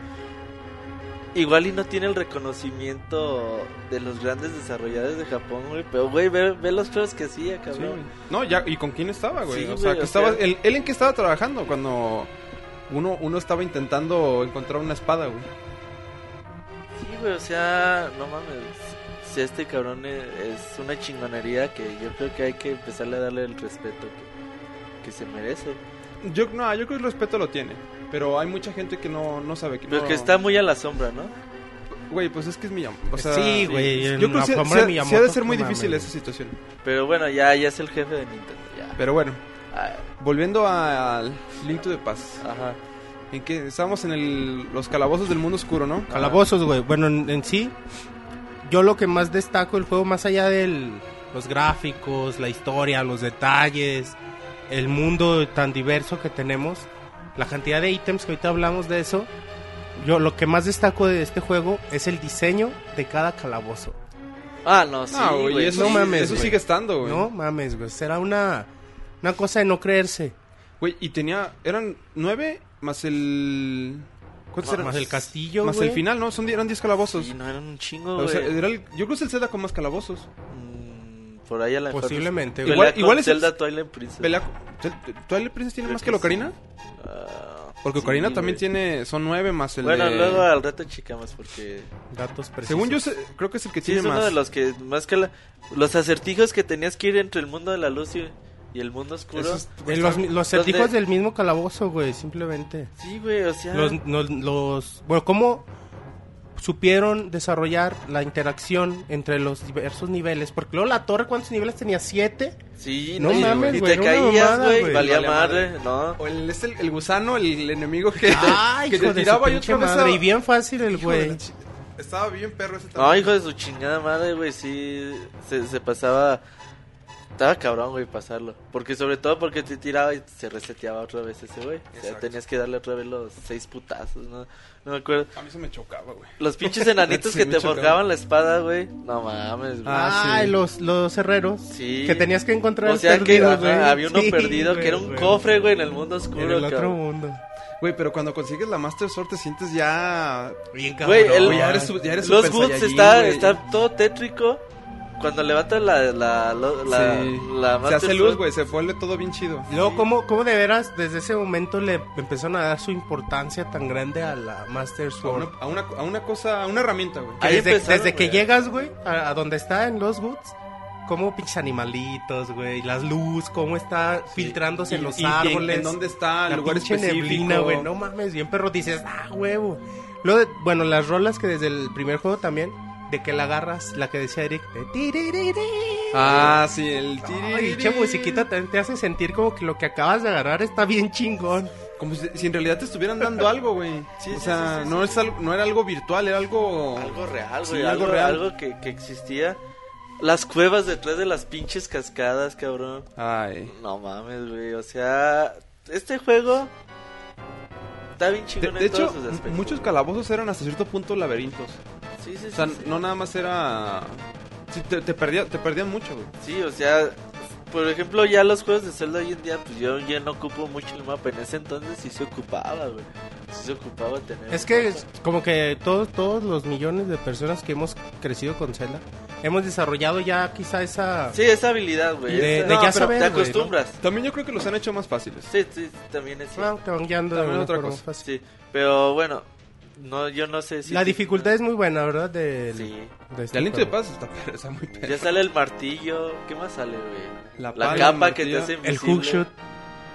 igual y no tiene el reconocimiento de los grandes desarrolladores de Japón, güey. Pero, güey, ve, ve los juegos que hacía, Sí, güey. cabrón. no, ya, ¿y con quién estaba, güey? Sí, o sea, güey, que o estaba, sea- el- él en qué estaba trabajando cuando uno, uno estaba intentando encontrar una espada, güey. Sí, güey, o sea, no mames. Si este cabrón es, es una chingonería que yo creo que hay que empezarle a darle el respeto que, que se merece. Yo, no, yo creo que el respeto lo tiene, pero hay mucha gente que no, no sabe que... Pero no- que está muy a la sombra, ¿no? Güey, pues es que es Miyamoto. O sea, Sí, güey, en Yo creo la sombra que sí- sí- de sí ha de Miyamoto, ser muy no difícil mames. esa situación. Pero bueno, ya, ya es el jefe de Nintendo, ya. Pero bueno, Ah, volviendo a- al Link to the Past. Ajá. En que estábamos en el- los calabozos del mundo oscuro, ¿no? Calabozos, güey. Bueno, en, en sí, yo lo que más destaco el juego, más allá de los gráficos, la historia, los detalles, el mundo tan diverso que tenemos, la cantidad de ítems que ahorita hablamos de eso, yo lo que más destaco de este juego es el diseño de cada calabozo. Ah, no, sí, No, güey, güey. eso, no sí- mames, eso güey. sigue estando, güey. No mames, güey. Será una, una cosa de no creerse. Güey, y tenía. Eran nueve más el. ¿Cuántos Más- eran? más el castillo, Más güey. el final, ¿no? Son, die- eran diez calabozos. Sí, no eran un chingo, güey. O sea, era el- yo creo que es el Zelda con más calabozos. Mm, Por ahí a la Posiblemente, Igual- güey. Igual, igual igual es es el- Zelda Twilight Princess. Pelea con- Zel- ¿Twilight Princess tiene Creo más que, que la sí. Ocarina? Ah, Porque sí, Ocarina también güey. tiene. Son nueve más el. Bueno, de- luego al rato chicamos porque Datos precisos. Según yo, se- creo que es el que sí tiene es uno más. de los que más que la- los acertijos que tenías que ir entre el mundo de la luz y, y el mundo oscuro. Pues, Esos- Eh, los los acertijos ¿Dónde? del mismo calabozo, güey, simplemente. Sí, güey, o sea, los, los, los- bueno, ¿cómo supieron desarrollar la interacción entre los diversos niveles? Porque luego la torre, ¿cuántos niveles tenía? ¿Siete? sí, no mames, y güey, te era una caías, mamada, güey, güey. valía Valía madre. madre, no. O el, es el, el gusano, el, el enemigo que, que hijo te de su tiraba y pinche otra vez. a- madre, Y bien fácil el Hijo de la güey. chi- Estaba bien perro ese No, hijo de su chingada madre, güey, sí se, se pasaba estaba cabrón, güey, pasarlo, porque sobre todo porque te tiraba y se reseteaba otra vez ese güey. O sea, Exacto. tenías que darle otra vez los seis putazos, no no me acuerdo. A mí se me chocaba, güey. Los pinches enanitos Sí, que me te chocaba. forjaban la espada, güey. No mames, güey. Ah, Ay, sí. los, los herreros. Sí. Que tenías que encontrar o el sea que perdido, ajá, güey. había uno Sí, perdido güey, que era un güey. cofre, güey, en el mundo En oscuro. el otro cabrón. mundo. Güey, pero cuando consigues la Master Sword te sientes ya... Bien Güey, el- Güey, ya eres, su- ya eres Los Super Woods Saiyajin, está, güey. está todo tétrico. Cuando levantas la, la, la, la, Sí. la Se Master hace Sword, luz, güey, se vuelve todo bien chido. Luego, ¿cómo, ¿cómo de veras desde ese momento le empezaron a dar su importancia tan grande a la Master A Sword? una, a una, a una cosa, a una herramienta, güey. Que Ahí desde empezaron, desde que güey. llegas, güey, a, a donde está en los Woods, como pinches animalitos, güey, las luz, cómo está filtrándose en los Y- y árboles. En dónde está, el la lugar pinche específico. neblina, güey, no mames, bien perro, dices, ah, huevo. Luego, de- bueno, las rolas que desde el primer juego también, de que la agarras, la que decía Eric, de tiririri. Ah, sí, el... Ay, pinche musiquita también te hace sentir como que lo que acabas de agarrar está bien chingón. Como si, si en realidad te estuvieran dando algo, güey. Sí, o sí, sea, sí, sí, no, Es algo, no era algo virtual, era algo... Algo real, Sí, güey. algo algo real. algo que, que existía. Las cuevas detrás de las pinches cascadas, cabrón. Ay. No mames, güey. O sea, este juego está bien De, chingón de en todos hecho, sus aspectos. muchos calabozos eran hasta cierto punto laberintos. Sí, sí, O sea, sí, sí. no nada más era... Sí, te, te, perdía- te perdían mucho, güey. Sí, o sea, por ejemplo, ya los juegos de Zelda hoy en día, pues yo ya no ocupo mucho el mapa. En ese entonces sí se ocupaba, güey. Sí se ocupaba tener. Es un que mapa. es como que todos, todos los millones de personas que hemos crecido con Zelda, hemos desarrollado ya quizá esa... Sí, esa habilidad, güey. De- esa- de ya pero saber, Te güey, ¿no? acostumbras. También yo creo que los han hecho más fáciles. Sí, sí, también es Claro, te van guiando de También una otra forma cosa. fácil. Sí, pero bueno, no, yo no sé si... La dificultad es muy buena, ¿verdad? Del- Sí. de este El aliento de juego. paz está, está muy perro. Ya sale el martillo, ¿qué más sale, güey? La La, pala, capa martillo, que te hace El invisible. hookshot.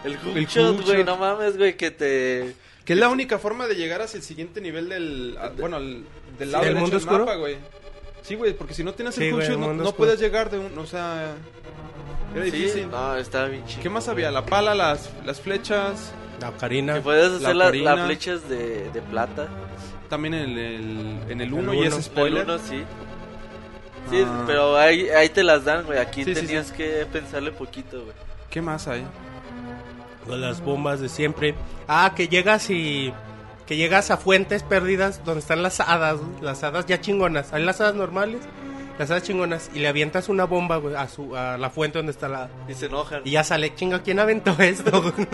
El El hookshot, güey, hookshot. no mames, güey, que te... Que es la única forma de llegar hacia el siguiente nivel del. ah, Bueno, al- del lado ¿Del derecho mundo del oscuro? mapa, güey. Sí, güey, porque si no tienes Sí, el güey, hookshot el no, mundo no oscuro. puedes llegar de un. O sea. Era Sí, difícil. no, estaba bien chido. ¿Qué más había? La pala, las, las flechas. La ocarina. Que puedes hacer La la- corina. las flechas de, de plata. También en el, en el 1 El y uno. ese spoiler. El uno, sí. Sí, Ah. pero ahí, ahí te las dan, güey. Aquí Sí, sí, tenías que pensarle poquito, güey. ¿Qué más hay? Con las bombas de siempre. Ah, que llegas y. Que llegas a fuentes perdidas donde están las hadas, güey, las hadas ya chingonas. Hay las hadas normales, las hadas chingonas. Y le avientas una bomba, güey, a, su, a la fuente donde está la. Y se enojan. Y ya sale, chinga, ¿quién aventó esto? güey?"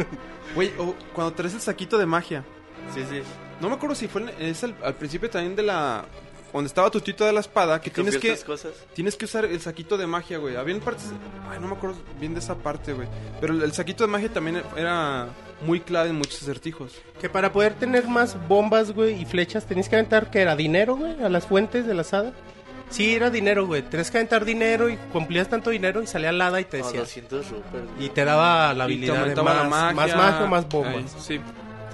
Güey, o cuando traes el saquito de magia. Sí, sí. No me acuerdo si fue en- es al, al principio también de la. Donde estaba tu tito de la espada, que tienes que. Conviertes cosas. Tienes que usar el saquito de magia, güey. Habían partes. Ay, no me acuerdo bien de esa parte, güey. Pero el, el saquito de magia también era muy clave en muchos acertijos. que para poder tener más bombas, güey, y flechas, tenías que aventar, que era dinero, güey, a las fuentes de las hadas. Sí, era dinero, güey. Tenías que aventar dinero y cumplías tanto dinero y salía la hada y te No, decía. 200 rupers. y te daba la Y te habilidad de aumentaba más, la magia, más magia o más bombas. Ay, sí.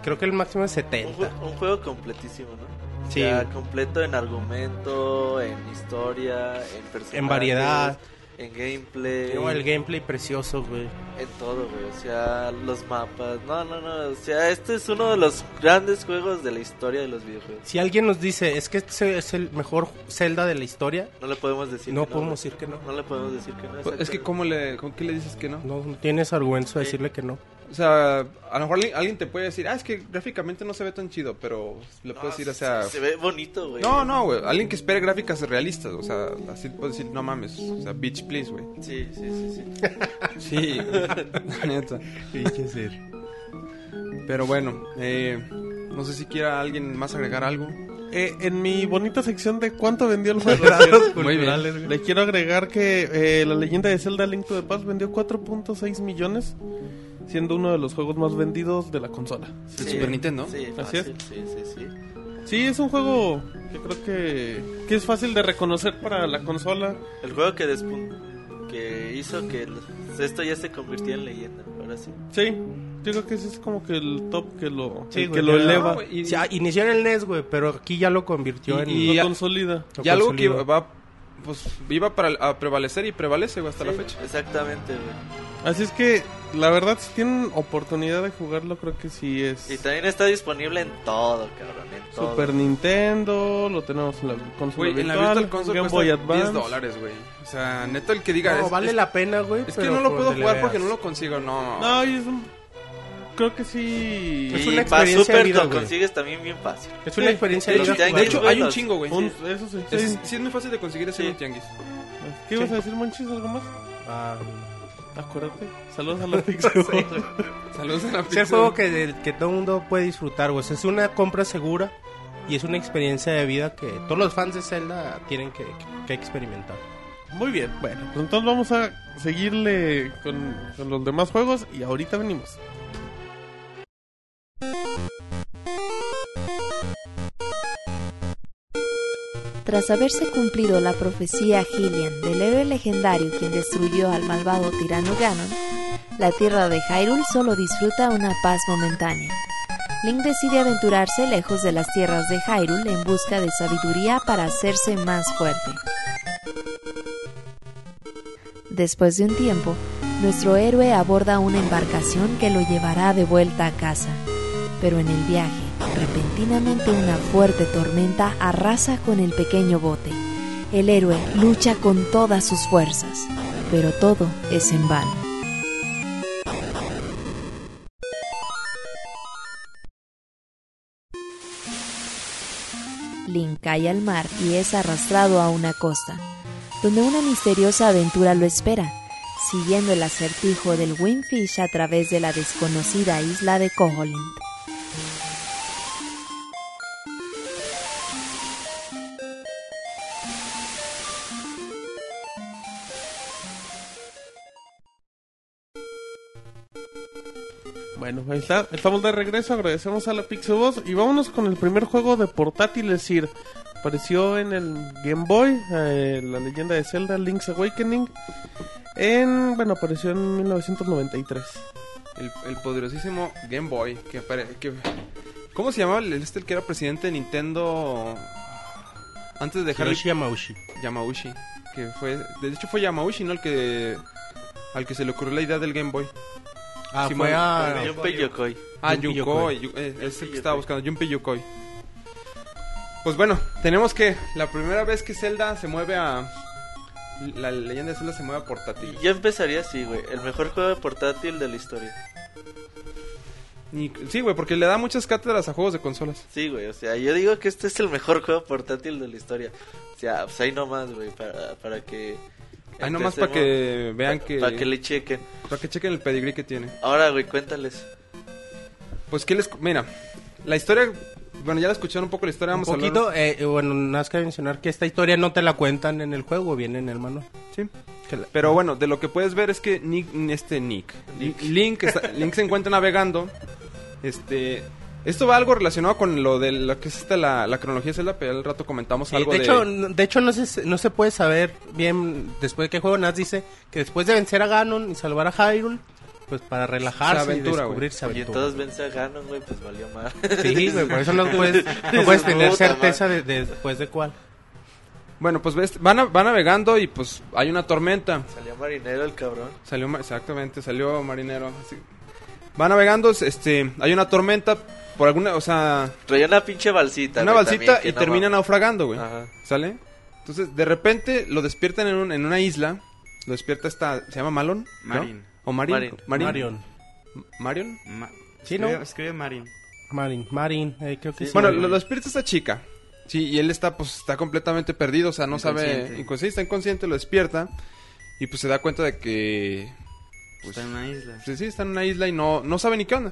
Creo que el máximo es Un, 70. ju- un juego completísimo, ¿no? Sí. O sea, completo en argumento, en historia, en personajes, En variedad. en gameplay, Luego el gameplay precioso, güey. en todo, güey. O sea, los mapas. No, no, no. O sea, este es uno de los grandes juegos de la historia de los videojuegos. Si alguien nos dice, es que este es el mejor Zelda de la historia, No le podemos decir no que podemos güey. decir que no. No le podemos decir que no. Es que, exactamente. ¿cómo le, ¿con qué le dices que no? No, no tienes argumento de Sí. decirle que no. O sea, a lo mejor alguien- alguien te puede decir, ah, es que gráficamente no se ve tan chido, pero le No, puedes decir, o se- sea. Se, ve bonito, güey. No, no, güey. Alguien que espere gráficas realistas, o sea, así puedes decir, no mames. O sea, bitch, please, güey. Sí, sí, sí, sí. Sí, la neta. Pero bueno, eh, no sé si quiera alguien más agregar algo. Eh, en mi bonita sección de cuánto vendió el juego, Muy bien. le quiero agregar que eh, la leyenda de Zelda Link to the Past vendió 4.6 millones, siendo uno de los juegos más vendidos de la consola. ¿El Super Nintendo? Sí, Así es. fácil, sí, sí, sí. Sí, es un juego que creo que, que es fácil de reconocer para la consola. El juego que despun- que hizo que el- esto ya se convirtió en leyenda, ahora sí. Sí, yo creo que ese es como que el top que lo, el güey, que lo ya- ah, eleva, No, O sea, inició en el NES, güey, pero aquí ya lo convirtió en... y- lo ya- consolida. lo Y algo que consolidó. va pues iba para a prevalecer y prevalece güey, hasta la Sí, fecha. Exactamente, güey. Así es que, la verdad, si tienen oportunidad de jugarlo, creo que sí es... Y también está disponible en todo, cabrón, en todo. Super Nintendo, lo tenemos en la consola Güey, en la virtual, Virtual Console Game cuesta Boy 10 Advance. dólares, güey. O sea, neta el que diga No, es, vale es- la pena, güey. es que pero no lo por puedo donde le jugar veas. porque no lo consigo, no. No, y es un- creo que sí. Es y una para experiencia Super de vida, lo güey. consigues también bien fácil. Es una Sí, experiencia los ir a tianguis, jugar. de hecho güey, hay un los- chingo, güey. Un- Sí, eso sí. es, sí. sí es muy fácil de conseguir ese Sí. en tianguis. ¿Qué ibas a decir, Monchis? ¿Algo más? Ah, Acuérdate. Saludos a la Pixel. Saludos a la es el pizza. juego que, del que todo el mundo puede disfrutar, güey. O sea, es una compra segura y es una experiencia de vida que todos los fans de Zelda tienen que, que experimentar. Muy bien, bueno. Pues entonces vamos a seguirle con, con los demás juegos y ahorita venimos. Tras haberse cumplido la profecía Gillian del héroe legendario quien destruyó al malvado tirano Ganon, la tierra de Hyrule solo disfruta una paz momentánea. Link decide aventurarse lejos de las tierras de Hyrule en busca de sabiduría para hacerse más fuerte. Después de un tiempo, nuestro héroe aborda una embarcación que lo llevará de vuelta a casa. Pero en el viaje, repentinamente una fuerte tormenta arrasa con el pequeño bote. El héroe lucha con todas sus fuerzas, pero todo es en vano. Link cae al mar y es arrastrado a una costa, donde una misteriosa aventura lo espera, siguiendo el acertijo del Windfish a través de la desconocida isla de Koholint. Bueno, ahí está. Estamos de regreso. Agradecemos a la Pixelboss. Y vámonos con el primer juego de portátil. Es decir, apareció en el Game Boy. eh, la leyenda de Zelda, Link's Awakening. En. Bueno, apareció en 1993. El, el poderosísimo Game Boy. Que, apare- que- ¿Cómo se llamaba el este el que era presidente de Nintendo? Antes de Harry Hiroshi Yamauchi. Yamauchi. Que fue, de hecho fue Yamauchi, ¿no? El que, al que se le ocurrió la idea del Game Boy. Ah, Simón, fue a... claro. Junpei Yokoi. Ah, Junpei Yukoi. Yu- eh, Es el que estaba buscando, Junpei Yukoi. Pues bueno, tenemos que la primera vez que Zelda se mueve a... La leyenda de Zelda se mueve a portátil. Yo empezaría así, güey. El mejor juego de portátil de la historia. Y- sí, güey, porque le da muchas cátedras a juegos de consolas. Sí, güey. O sea, yo digo que este es el mejor juego portátil de la historia. O sea, pues ahí nomás, güey. Para, para que. Este Ahí nomás para que vean que... Para que le chequen. Para que chequen el pedigrí que tiene. Ahora, güey, cuéntales. Pues que les... Mira, la historia... Bueno, ya la escucharon un poco la historia, Un vamos a poquito, eh, eh, bueno, nada más que mencionar que esta historia no te la cuentan en el juego, viene en el manual. hablar... Sí. Pero bueno, de lo que puedes ver es que Nick, este Nick, Link, está- Link se encuentra navegando. Este, esto va algo relacionado con lo de lo que es esta la, la cronología de Zelda, pero al rato comentamos Sí, algo de, de. hecho, n- de hecho no se, no se puede saber bien después de qué juego. Nas dice que después de vencer a Ganon y salvar a Hyrule, pues para relajarse Se aventura, y descubrirse Oye, aventura. todos vence a Ganon, güey. Pues valió mal. Sí, güey, por eso no puedes, no puedes tener Puta certeza de, de después de cuál. Bueno, pues ves, van, a- van navegando y pues hay una tormenta. Salió marinero el cabrón. Salió, ma- exactamente, salió marinero. así. Van navegando, s- este, hay una tormenta por alguna, o sea, Traía una pinche balsita. una güey, balsita también, que y no termina mames. naufragando, güey. Ajá. ¿Sale? Entonces, de repente lo despiertan en, un- en una isla. Lo despierta esta, ¿se llama Malon? ¿No? Marin. ¿O Marin? Marin. Marin. Marion. Marion. Ma- Sí, escribe, ¿no? escribe Marin. Marin, Marin, eh, creo que sí. Bueno, Marin. lo, lo despierta esta chica. Sí, y él está, pues, está completamente perdido, o sea, no sabe... Inconsciente. Inconsciente, está inconsciente, lo despierta. Y pues se da cuenta de que... Pues, Está en una isla. sí, sí, está en una isla y no, no sabe ni qué onda.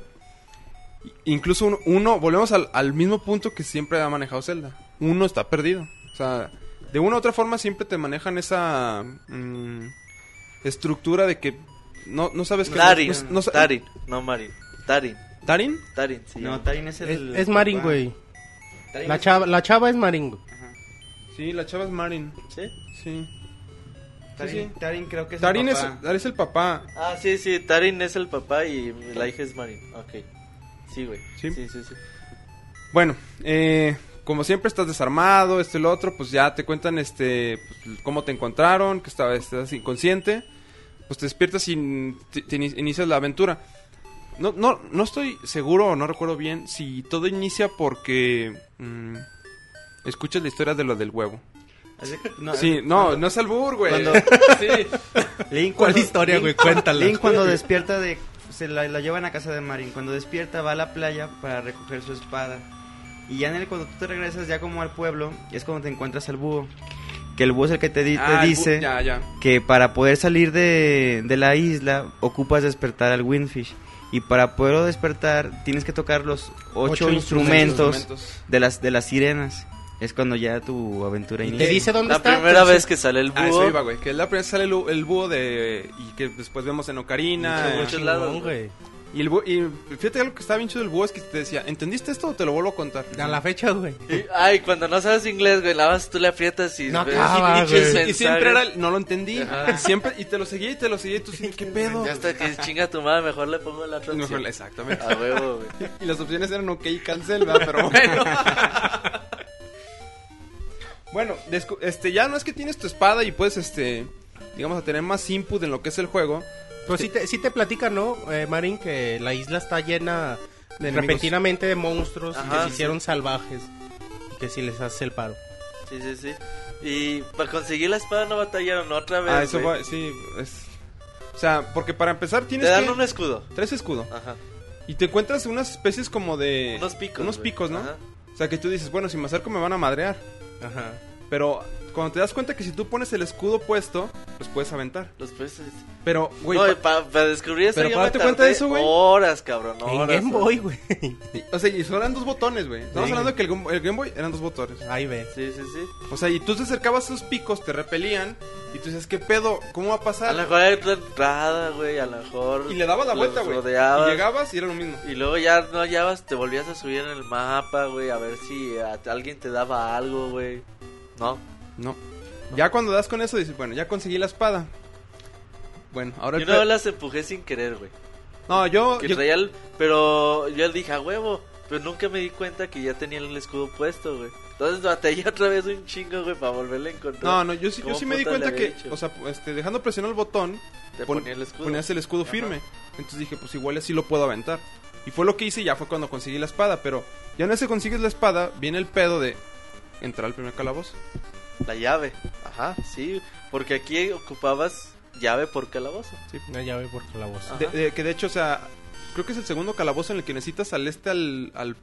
Incluso uno, uno- volvemos al, al mismo punto que siempre ha manejado Zelda. Uno está perdido. O sea, de una u otra forma siempre te manejan esa mm, estructura de que no, no sabes qué... Tarin. no- no sa- Tarin. No Marin. Tarin. ¿Tarin? Tarin, sí. No, Tarin es Es, el. es Marin, papá. güey. Tarin La es- chava, la chava es Marin, güey. Ajá. Sí, la chava es Marin. ¿Sí? Sí. Tarin, sí. Tarin creo que es Tarin el es, papá. Tarin es el papá. Ah, sí, sí, Tarin es el papá y la hija es Marin. Ok. Sí, güey. Sí. Sí, sí, sí. Bueno, eh, como siempre estás desarmado, esto y lo otro, pues ya te cuentan este pues, cómo te encontraron, que estabas estás inconsciente, pues te despiertas y in- te- te ini- inicias la aventura. No, no, no estoy seguro o no recuerdo bien si todo inicia porque mm, escuchas la historia de lo del huevo. Así que- no, sí, no, no es albur, güey. Cuando- Sí. Link, ¿Cuál cuando- historia, Link- güey? Cuéntala. Link cuando despierta de... Se la, la llevan a casa de Marin. Cuando despierta va a la playa para recoger su espada. Y ya en el, cuando tú te regresas ya como al pueblo, es cuando te encuentras al búho. Que el búho es el que te, di- te Ah, el bu- dice Ya, ya. que para poder salir de, de la isla ocupas despertar al Windfish. Y para poderlo despertar tienes que tocar los ocho, Ocho instrumentos, instrumentos. De, las, de las sirenas. Es cuando ya tu aventura Y inicia. te dice dónde La está. Pues primera vez que sale el Ah, eso iba, búho. güey. Que es la primera vez que sale el, el búho de. Y que después vemos en Ocarina. Mucho, en- mucho. muchos lados, Ah, Chingón, güey. Y, el bu- y fíjate algo que estaba bien chido del búho es que te decía, ¿entendiste esto o te lo vuelvo a contar? A la fecha, güey. Y- Ay, cuando no sabes inglés, güey, la vas tú le aprietas y... No ves acaba, pinches güey. y mensajes. siempre era, el, no lo entendí, Ajá. y siempre, y te lo seguía y te lo seguía y tú sí, ¿qué pedo? Ya hasta que chinga tu madre, mejor le pongo la Y traducción. mejor, exactamente. A huevo, güey. Y las opciones eran ok y cancel, ¿verdad? Pero bueno. bueno, descu- este, ya no es que tienes tu espada y puedes, este, digamos, a tener más input en lo que es el juego. Pero Pues sí te, sí te platican, ¿no, eh, Marin? Que la isla está llena de enemigos. repentinamente de monstruos que Ajá, se sí. hicieron salvajes. Y que si les hace el paro. Sí, sí, sí. Y para conseguir la espada no batallaron otra vez, ah, eso güey. va, sí, es... O sea, porque para empezar Te tienes dan que... un escudo. Tres escudos. Ajá. Y te encuentras unas especies como de... Unos picos, Unos güey. picos, ¿no? Ajá. O sea, que tú dices, bueno, si me acerco me van a madrear. Ajá. Pero cuando te das cuenta que si tú pones el escudo puesto, los puedes aventar. Los peces. Pero, güey, no, pa- y pa- para descubrir eso pero yo para me darte cuenta tardé de eso, güey. Horas, cabrón, En horas. Game Boy, güey. o sea, y solo eran dos botones, güey. Estamos Sí. hablando de que el, Gum- el Game Boy eran dos botones. Ahí ves. Sí, sí, sí. O sea, y tú te acercabas a esos picos, te repelían, y tú decías, ¿qué pedo? ¿Cómo va a A pasar? lo mejor era la entrada, güey, a lo mejor... Ah. Y le dabas la los vuelta, güey. rodeabas. Y llegabas y era lo mismo. Y luego ya no hallabas, te volvías a subir en el mapa, güey, a ver si a- alguien te daba algo, güey. No. No. Ya cuando das con eso, dices, bueno, ya conseguí la espada. Bueno, ahora Yo el una pe- vez las empujé sin querer, güey. No, yo, Que yo- traía el- Pero yo dije, a huevo. Pero nunca me di cuenta que ya tenía el escudo puesto, güey. Entonces batallé otra vez un chingo, güey, para volverle a encontrar. No, no, yo sí, yo ¿Cómo sí me di puta le cuenta había que, hecho? o sea, este, dejando presionar el botón, Te pon- ponía el escudo. ponías el escudo Ajá. firme. Entonces dije, pues igual así lo puedo aventar. Y fue lo que hice y ya fue cuando conseguí la espada. Pero ya no se consigues la espada, viene el pedo de entrar al primer calabozo. La llave. Ajá, sí. Porque aquí ocupabas llave por calabozo. La llave por la voz. Ajá. De- de- que de hecho, o sea, creo que es el segundo calabozo en el que necesitas al este, al. al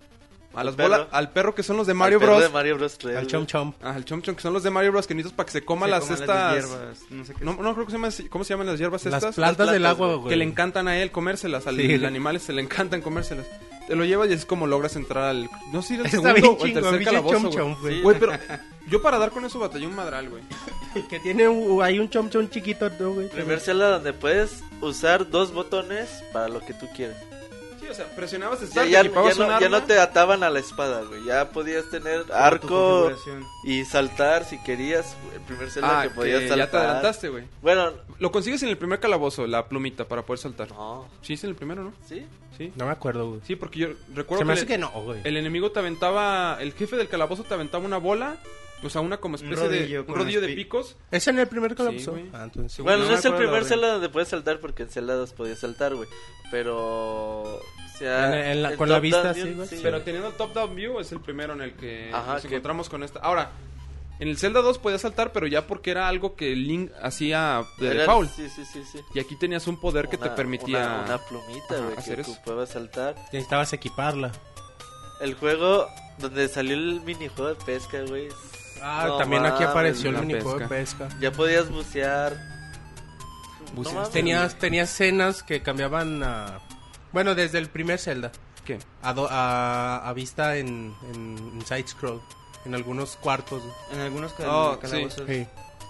a las Perro. bolas, al perro que son los de Mario Al perro Bros. De Mario Bros. 3, Al güey. chom chom. Ah, el chom chom, que son los de Mario Bros. que necesitas para que se coma Se las coman estas. hierbas, no sé qué. no, no creo que se llaman, ¿cómo se llaman las hierbas Las Pues estas? plantas del plantas, agua, güey, güey. que le encantan a él comérselas, al, Sí. al animal se le encantan comérselas. Te lo llevas y es como logras entrar al... No sé si era el Está segundo bien o el chingo, tercer pinche calabozo, chom güey. chom, güey. Güey, pero yo para dar con eso batallé un madral, güey. Que tiene, un- uh, hay un chom chom chiquito, ¿no, güey? Primer celda donde puedes usar dos botones para lo que tú quieras. Sí, o sea, presionabas el Ya, start, ya, ya equipabas un no, ya arma. no te ataban a la espada, güey. Ya podías tener arco y saltar si querías. güey. El primer celda Ah, que que podías saltar. ya te adelantaste, güey. Bueno, Lo consigues en el primer calabozo, la plumita, para poder saltar. no. Sí, es en el primero, ¿no? ¿Sí? Sí. No me acuerdo, güey. Sí, porque yo recuerdo Se me que, hace le- que no, güey. el enemigo te aventaba... El jefe del calabozo te aventaba una bola, o sea, una como especie rodillo de... Un con rodillo de espi- picos. ¿Es en el primer Sí, colapso? güey. ah, entonces. Según- Bueno, no, me es el acuerdo la primer orden. celda donde puedes saltar porque en celda 2 podías saltar, güey. Pero... O sea, En- en la- el con la top vista, down sí, view, güey. Pero teniendo el top-down view es el primero en el que Ajá, nos que- encontramos con esta. Ahora, en el Zelda 2 podías saltar, pero ya porque era algo que Link hacía de Era- default. Sí, sí, sí, sí. Y aquí tenías un poder que te Una- permitía... Una, una plumita, Ajá, güey, hacer que eso. ocupaba saltar. Necesitabas equiparla. El juego donde salió el minijuego de pesca, güey. Ah, No también aquí mames, apareció el la minijuego de pesca. Ya podías bucear. Buceas. mames. Tenías, tenías cenas que cambiaban a... Bueno, desde el primer Zelda. ¿Qué? A, do- a, a vista en, en, en side scroll. En algunos cuartos. güey. En algunos cal- Oh, sí. calabozos.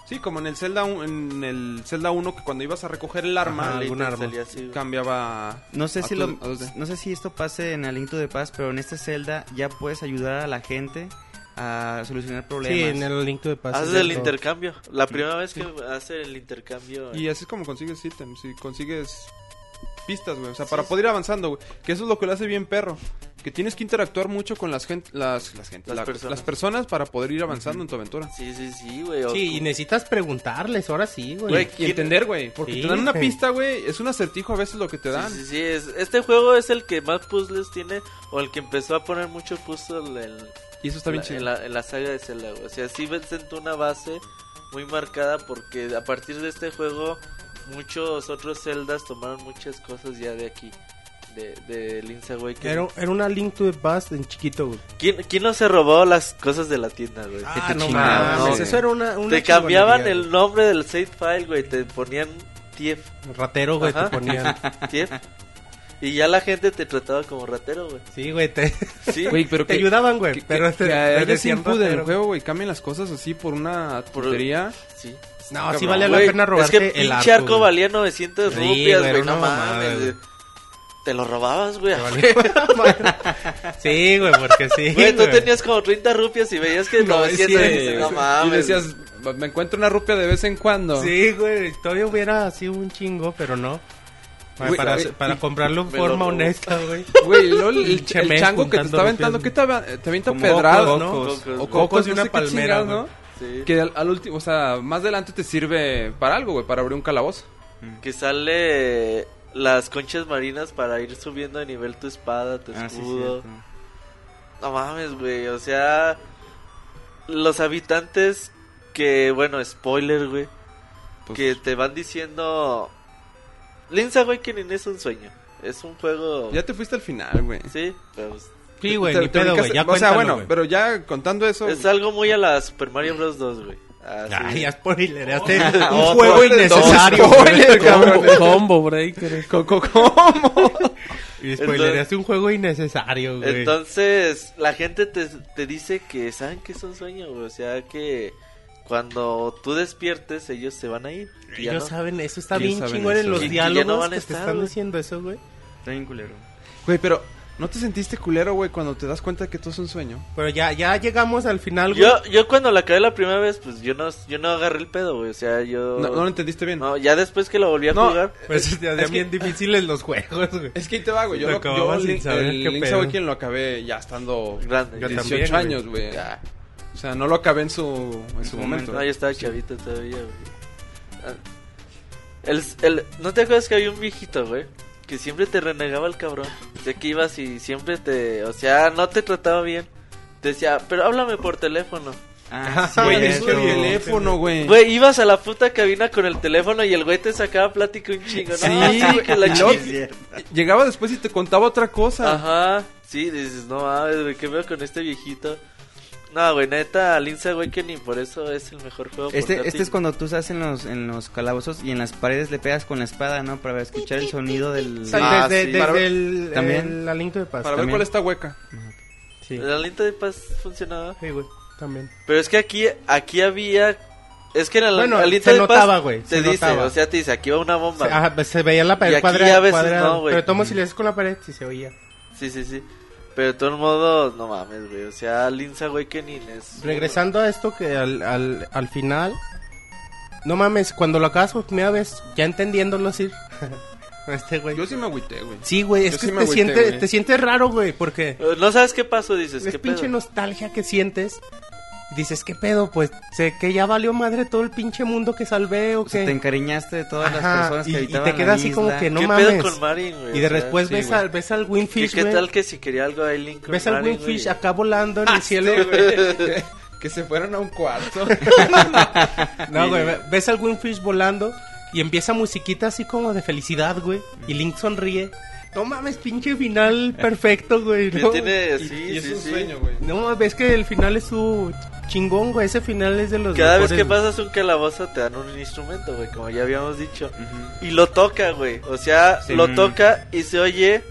Sí, como en el Zelda, un- en el Zelda 1 que cuando ibas a recoger el arma Ajá, le- algún te árbol. salía así, güey. cambiaba... No sé, a si tu- lo, a dos D. no sé si esto pase en Aliento de Paz, pero en esta celda ya puedes ayudar a la gente a solucionar problemas. Sí, en el link de paz. Haces el intercambio. La primera vez que hace el intercambio. Y así es como consigues ítems, y consigues pistas, güey. O sea, para poder ir avanzando, güey. Que eso es lo que lo hace bien perro. Que tienes que interactuar mucho con las gente, las, las, gente- Las la- personas. las personas para poder ir avanzando en tu aventura. Sí, sí, sí, güey. o- Sí, y necesitas preguntarles, ahora sí, güey. Güey, Y ¿quién- entender, güey. Porque Sí, te dan una güey. pista, güey. Es un acertijo a veces lo que te dan. Sí, sí, sí, es- este juego es el que más puzzles tiene o el que empezó a poner mucho puzzle en, Y eso está bien la- chido. en la, en la saga de Zelda. güey. O sea, sí vencen una base muy marcada porque a partir de este juego muchos otros Zeldas tomaron muchas cosas ya de aquí, de, de Link's Awakening. Era, era una Link to the Past en chiquito, güey. ¿Quién, ¿Quién no se robó las cosas de la tienda, güey? Ah, no chingada, mames, no, eso era una, una te cambiaban chingonería, el nombre del save file, güey, te ponían TIEF, güey. Ratero, güey, Ajá. te ponían. TIEF. y ya la gente te trataba como ratero, güey. Sí, güey, te, Sí, Güey, pero te que, ayudaban, güey. que- Pero que- te, que te haya decían simple del ratero. juego, güey. Cambien las cosas así por una tontería. sí. No, sí Cabrón. valía la Güey, pena Es robarte que el pinche arco. arco güey. valía 900 Sí, rupias, güey, güey, era no una mamada, mames. güey. Te lo robabas, güey. Te valía madre. Sí, güey, porque sí. Güey, tú güey. tenías como 30 rupias y veías que 900 sí, y dices, no güey. mames. Y decías, me encuentro una rupia de vez en cuando. Sí, güey, todavía hubiera sido un chingo, pero no. Güey, Güey, para, güey, para comprarlo me de lo forma robó. honesta, güey. Güey, lol, el, Pinche el mes chango que te juntando está aventando, rupias. ¿qué te, ava- te avienta Como pedradas, cocos, no? ¿no? Cocos, O güey. cocos Cocos de de una una palmera, ¿no? Sí. Que, Que al, al último, o sea, más adelante te sirve para algo, güey, para abrir un calabozo. Mm. sale las conchas marinas para ir subiendo de nivel tu espada, tu Ah, sí, escudo. cierto. no mames, güey, o sea, los habitantes que, bueno, spoiler, güey, Pues- que te van diciendo... Linza Awakening es un sueño, es un juego... Ya te fuiste al final, güey. Sí, pero pues, Sí, güey, Te- ni te pedo, güey, brincaste- ya O sea, cuéntalo, bueno, güey. pero ya contando eso... es algo muy a la Super Mario Bros. 2, güey. Ah, sí. Ay, ya spoilereaste Otro. un juego innecesario. güey. Spoiler, combo, combo breaker. Co- co- ¿Cómo? Y Entonces- spoilereaste un juego innecesario, güey. Entonces, la gente te, te dice que saben que es un sueño, güey. O sea, que cuando tú despiertes, ellos se van a ir. Y ya Ellos no. saben eso, está Ellos bien saben chingón eso. en los Y- y ya no diálogos van a que estar, te están güey. diciendo eso, güey. Está bien culero. Güey, pero ¿no te sentiste culero, güey, cuando te das cuenta que todo es un sueño? Pero ya, ya llegamos al final, güey. Yo, yo cuando la acabé la primera vez, pues yo no, yo no agarré el pedo, güey. O sea, yo. No, no lo entendiste bien. No, ya después que lo volví a No. jugar. Pues ya es que- bien difíciles los juegos, güey. Es que ahí te va, güey. Yo, Lo lo, yo acababas sin el- saber el qué Link's pedo. Awakening lo acabé ya estando Grande. Yo 18 también, años, güey. O sea, no lo acabé en su, en su momento. No, yo estaba chavito todavía, güey. Ah. El, el, ¿No te acuerdas que había un viejito, güey? Que siempre te renegaba el cabrón. De que ibas y siempre te... O sea, no te trataba bien. Te decía, pero háblame por teléfono. Ah, Ah, Güey, de es hecho. tu teléfono, güey. Güey, ibas a la puta cabina con el teléfono y el güey te sacaba plática un chingo. No, Sí, que la y luego- chingada. Llegaba después y te contaba otra cosa. Ajá, sí, dices, no mames, güey, ¿qué veo con este viejito? No, güey, neta, Lindsay Awakening, por eso es el mejor juego Este, portátil. este es cuando tú estás en los, en los calabozos y en las paredes le pegas con la espada, ¿no? Para escuchar el sonido del... Sí. Ah, sí. desde desde Para- el, también. el aliento de paz. Para ver También. cuál está hueca. Sí. La lenta de paz funcionaba. Sí, güey, también. Pero es que aquí, aquí había. Es que en el Bueno, aliento se de paz notaba, güey, Te se dice, notaba. o sea, te dice, aquí va una bomba. Ajá, pues, se veía la pared Y aquí cuadrada. a veces cuadrada. no, güey. pero tomo si le haces con la pared, sí se oía. Sí, sí, sí. Pero de todos modos, no mames, güey. O sea, Linza Awakening es. Regresando a esto que al, al, al final... No mames, cuando lo acabas por primera vez, ya entendiéndolo, Sir. este güey. Yo sí me agüité, güey. Sí, güey, es Yo que sí me te, agüité, sientes, güey. te sientes raro, güey, porque... Eh, No sabes qué pasó, dices. Es ¿Qué pinche pedo? nostalgia que sientes. Dices, ¿qué pedo? Pues sé que ya valió madre todo el pinche mundo que salvé o O sea, que... te encariñaste de todas las Ajá, personas que y- y te habitaban la quedas así como isla. que no ¿Qué mames. pedo con Marin, güey? y de O sea, después sí, ves, güey. al, ves al ¿Qué, Winfish, qué güey. tal que si quería algo de Link con Ves al Marin, Winfish güey? Ah, acá volando en el cielo. Que, que se fueron a un cuarto. No, güey, ve- ves al Winfish volando y empieza musiquita así como de felicidad, güey. Y Link sonríe. No mames, pinche final perfecto, güey. Que ¿no? tiene, y, sí, y es sí, un sí. sueño, güey. No mames, ves que el final es su chingón, güey. Ese final es de los Cada vez mejores, que güey. pasas un calabozo te dan un instrumento, güey, como ya habíamos dicho. Y lo toca, güey. O sea, Sí. lo toca y se oye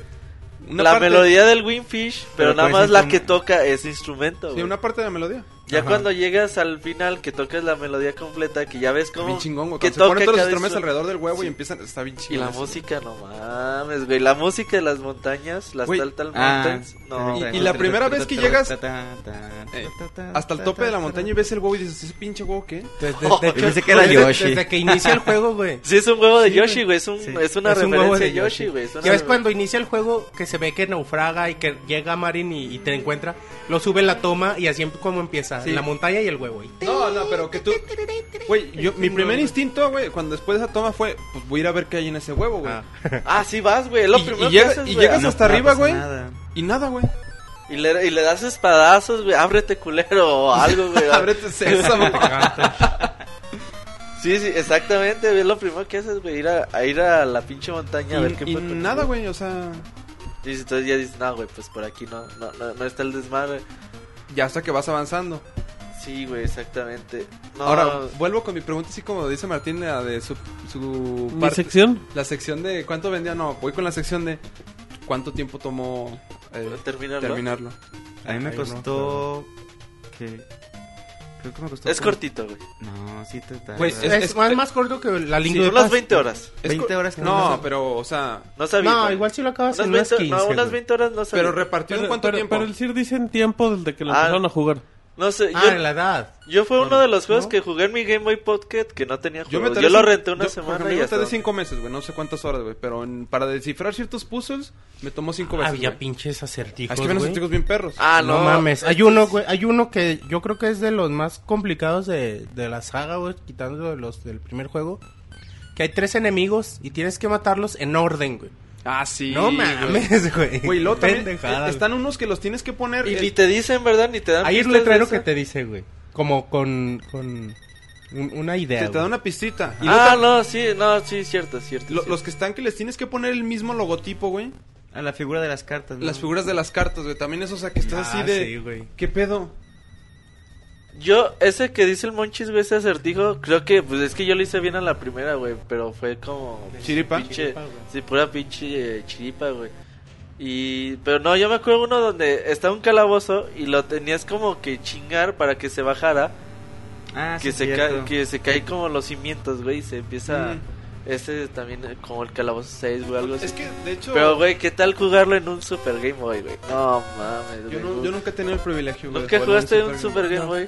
Una la parte- melodía del Winfish, pero, Pero nada pues más la instrum- que toca es instrumento, Sí, güey. una parte de la melodía. Ya cuando llegas al final, que tocas la melodía completa, que ya ves cómo... Bien chingón, güey. que Cuando Se ponen todos los cada instrumentos instru- alrededor del huevo Sí. y empiezan. Está bien Y chingón. la eso. música, no mames, güey. La música de las montañas, las Güey, Taltal Ah, Mountains. no, y- güey. y la primera vez que llegas, eh, Hasta hasta el tope de la montaña y ves el huevo y dices, ¿ese pinche huevo qué? Desde, desde- Yo pensé que era desde- Yoshi. Desde que inicia el juego, güey. Sí, es un huevo de Sí, Yoshi, güey. güey. Es, un, Sí. es una Es un referencia huevo de de Yoshi, güey. es una Ya ves refer- cuando inicia el juego que se ve que naufraga y que llega Marin y, y te encuentra, lo sube la toma y así em- como empieza, Sí. la montaña y el huevo. y- No, no, pero que tú... Güey, yo, mi primer instinto, güey, cuando después de esa toma fue, pues voy a ir a ver qué hay en ese huevo, güey. Ah. Ah, sí vas, güey. Es lo Y- y primero que llega- haces, y güey. llegas hasta arriba, güey. Y nada, güey. Y le, y le das espadazos, güey. Ábrete, culero, o algo, güey. Ábrete sésamo. Sí, sí, exactamente. güey, Es lo primero que haces, güey. Ir a, a ir a la pinche montaña a ver qué Y, y puede nada, güey, o sea... Y entonces ya dices, no, güey, pues por aquí no, no, no, no está el desmadre. Ya hasta que vas avanzando. Sí, güey, exactamente. No, Ahora, vuelvo con mi pregunta, así como dice Martín, la de su, su Mi parte- sección. La sección de cuánto vendía, no, voy con la sección de cuánto tiempo tomó eh, terminarlo. terminarlo. A mí me Ay, no, costó... que- Creo que me costó... Es como- cortito, güey. No, sí te tardas. Pues es, es- es- más, más corto que la lengua Tú de las paz. 20 horas. Es 20 co- horas que No, no- pero, o sea... No sabía. No, güey. igual si lo acabas Unas en unas 20, 15. no, unas güey. 20 horas no sabía. Pero repartido en Pero, cuánto pero- tiempo. pero el CIR dice en tiempo desde que lo Ah. empezaron a jugar. No sé, Ah, yo, la edad. yo fue uno de los juegos que jugué en mi Game Boy Pocket que no tenía Yo, juego. me Yo, tardé lo cin- renté una yo, por ejemplo, semana Yo y me hasta... tardé cinco meses, güey. No sé cuántas horas, güey. Pero en- para descifrar ciertos puzzles me tomó cinco veces. Había güey. pinches acertijos, Es que ven los güey. chicos bien perros. Ah, no. no, mames, hay uno, güey, hay uno que yo creo que es de los más complicados de, de la saga, güey, quitando de los del primer juego, que hay tres enemigos y tienes que matarlos en orden, güey. Ah, sí. no güey. mames, güey. Güey, lo también. Pendejada, eh, Están unos que los tienes que poner. Y eh, ni te dicen, ¿verdad? Ni te dan Hay un pistas de letrero eso. que te dice, güey. Como con, con un- una idea. que te da güey. una pistita. Y luego Ah, tam- no, sí, no, sí, cierto, cierto. lo- cierto. los que están que les tienes que poner el mismo logotipo, güey. A la figura de las Mm. cartas, ¿no? Ah, Las figuras de las cartas, güey. También eso, o sea, que estás Ah, así de. sí, güey. ¿Qué pedo? Yo, ese que dice el Monchis, güey, ese acertijo, creo que, pues es que yo lo hice bien a la primera, güey, pero fue como... Chiripa. Pinche, sí, pura pinche eh, chiripa, güey. Y, pero no, yo me acuerdo uno donde estaba un calabozo y lo tenías como que chingar para que se bajara, Ah, que, sí, se cierto. ca- que se cae como los cimientos, güey, y se empieza... Mm. Ese también eh, como el calabozo 6, güey, algo así. Es que, de hecho, Pero, güey, ¿qué tal jugarlo en un Super Game Boy, güey? No mames, yo, güey. no- yo nunca he tenido el privilegio, güey. ¿Nunca de jugar jugaste en Pues un Super Game No. Boy?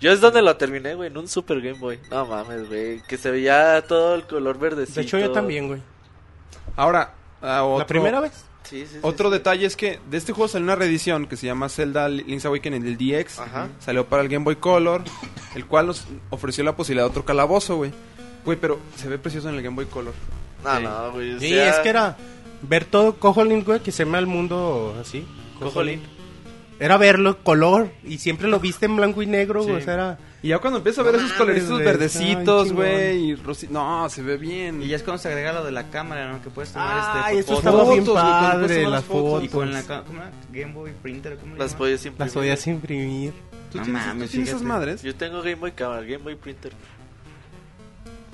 Yo es donde lo terminé, güey, en un Super Game Boy. No mames, güey, que se veía todo el color verdecito. De hecho, yo también, güey. Ahora, ah, otro, La primera vez. Sí, sí, sí, Otro sí. detalle es que de este juego salió una reedición que se llama Zelda Link's Awakening del DX. Ajá. Salió para el Game Boy Color, el cual nos ofreció la posibilidad de otro calabozo, güey. Güey, pero se ve precioso en el Game Boy Color. No, no, güey. o Sí, sea, es que era ver todo Cojolin, güey, que se me el mundo así. Cojolín. Era verlo color y siempre lo viste en blanco y negro, güey. Sí. O sea, era. Y ya cuando empiezas a ver No esos mames, coloritos güey. Ay, verdecitos, chingón. güey, y rosi- No, se ve bien. Y ya es cuando se agrega lo de la cámara, ¿no? Que puedes tomar Ah, este eso fotos. estaba bien Fotos, güey, cuando puedes padre, tomar las las fotos. fotos. Y con la ca- ¿cómo era? Game Boy Printer, ¿cómo le Las llaman? podías imprimir. Las podías imprimir. ¿Tú No tienes, tú mames, tienes esas fíjate. madres? Yo tengo Game Boy Cámara, Game Boy Printer.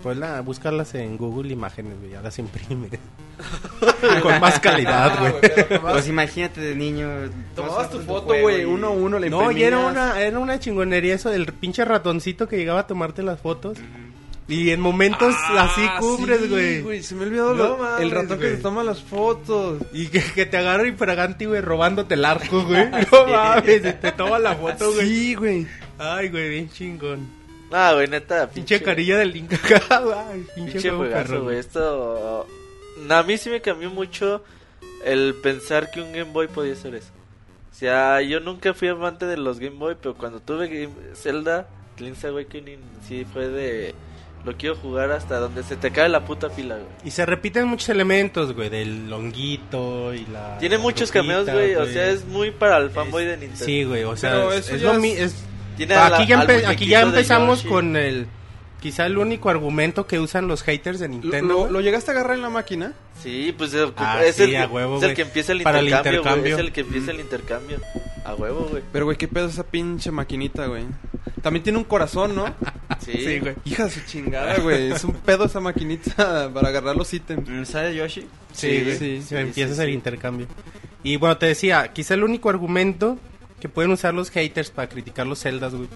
Pues la, buscarlas en Google Imágenes, güey. Ahora las imprimes. con más calidad, güey. Pues imagínate de niño. Tomabas tomas tu tu foto, juego güey, y- uno a uno, le No, y era imprimías. una, era una chingonería eso del pinche ratoncito que llegaba a tomarte las fotos. Y en momentos así Ah, sí, cumbres, güey. se me olvidó No lo- mames, el ratón güey. que te toma las fotos. Y que, que te agarra infragante, güey, robándote el arco, güey. No mames, y te toma la foto, güey. Sí, güey. Ay, güey, bien chingón. Ah, güey, neta. Pinche carilla del Link acá, güey. Pinche, Pinche juego juegazo, perro, güey. Esto. A mí sí me cambió mucho el pensar que un Game Boy podía hacer eso. O sea, yo nunca fui amante de los Game Boy, pero cuando tuve Game- Zelda, Link's Awakening, sí fue de. Lo quiero jugar hasta donde se te cae la puta pila, güey. Y se repiten muchos elementos, güey, del longuito y la... Tiene la muchos cameos, brujita, güey. O sea, es muy para el fanboy de Nintendo. Sí, güey, o sea, Pero es, eso es ya lo es- mi- es- Tiene a la- Aquí ya, al empe- aquí muñequito de ya empezamos Yoshi. con el... Quizá el único argumento que usan los haters de Lo, Nintendo. lo- güey. lo llegaste a agarrar en la máquina? Sí, pues el- Ah, es, sí, el, a huevo, es el güey. que empieza el Para el intercambio, güey, intercambio. Es el que empieza el intercambio. A huevo, güey. Pero, güey, qué pedo esa pinche maquinita, güey. También tiene un corazón, ¿no? Sí, güey. Hija de su chingada, güey. Es un pedo esa maquinita para agarrar los ítems. Mm, ¿Sale Yoshi? Sí, güey. sí, Sí, sí, empiezas sí, el sí. intercambio. Y bueno, te decía, quizá el único argumento que pueden usar los haters para criticar los celdas, güey.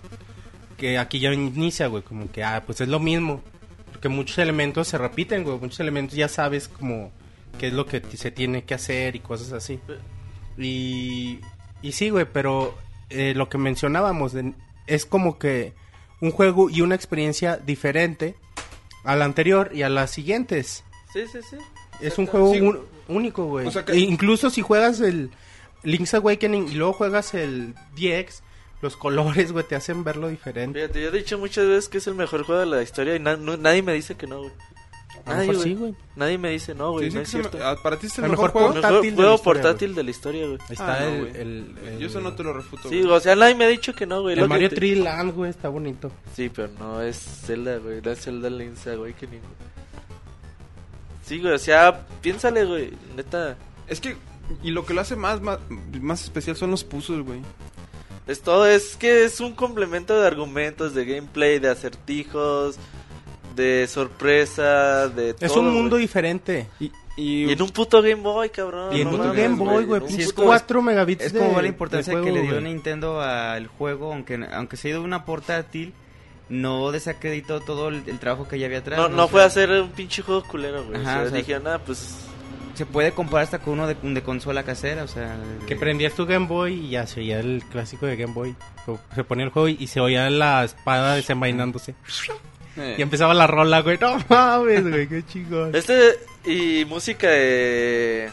Que aquí ya inicia, güey, como que, ah, pues es lo mismo. Porque muchos elementos se repiten, güey. Muchos elementos ya sabes como qué es lo que t- se tiene que hacer y cosas así. Y, y sí, güey, pero eh, lo que mencionábamos de- es como que un juego y una experiencia diferente a la anterior y a las siguientes. Sí, sí, sí. Es un juego Sí. un- único, güey. O sea que- E incluso si juegas el Link's Awakening y luego juegas el DX, los colores, güey, te hacen verlo diferente. Fíjate, yo he dicho muchas veces que es el mejor juego de la historia y na- no- nadie me dice que no, güey. A lo Nadie, mejor sí, güey. Nadie me dice no, güey, Sí, no sí, es que se me- cierto. ah, ¿Para ti es el El mejor mejor juego? El portátil de mejor la juego historia, portátil de la historia, güey. Ahí está no, el, güey. el- el- Eh, Yo eso no te lo refuto, Sí, güey. o sea, nadie me ha dicho que no, güey. el lo que Mario te- 3 Land, güey, está bonito. Sí, pero no es Zelda, güey. No es Zelda Link's Awakening. Sí, güey, o sea, piénsale, güey. Neta, Es que... Y lo que lo hace más, más, más especial son los puzzles, güey. es todo. Es que es un complemento de argumentos, de gameplay, de acertijos, de sorpresa, de todo. Es un mundo güey. diferente. Y, y- Y en un puto Game Boy, cabrón. y en no un mames, Game Boy, güey, en un pinches puto- 4 megabits Es de- como ve la de importancia juego, que le dio güey. Nintendo al juego, aunque, aunque se ha ido una portátil, no desacreditó todo el, el trabajo que ya había atrás. No, ¿no? no O fue sea, hacer un pinche juego culero, güey. O Ajá, sea, o sea, dije, nada, pues. Se puede comparar hasta con uno de, de consola casera, o sea... Que de- prendías tu Game Boy y ya se oía el clásico de Game Boy. Como que Se ponía el juego y y se oía la espada desenvainándose. eh. Y empezaba la rola, güey. No mames, güey, qué chingón. Este. Y música de.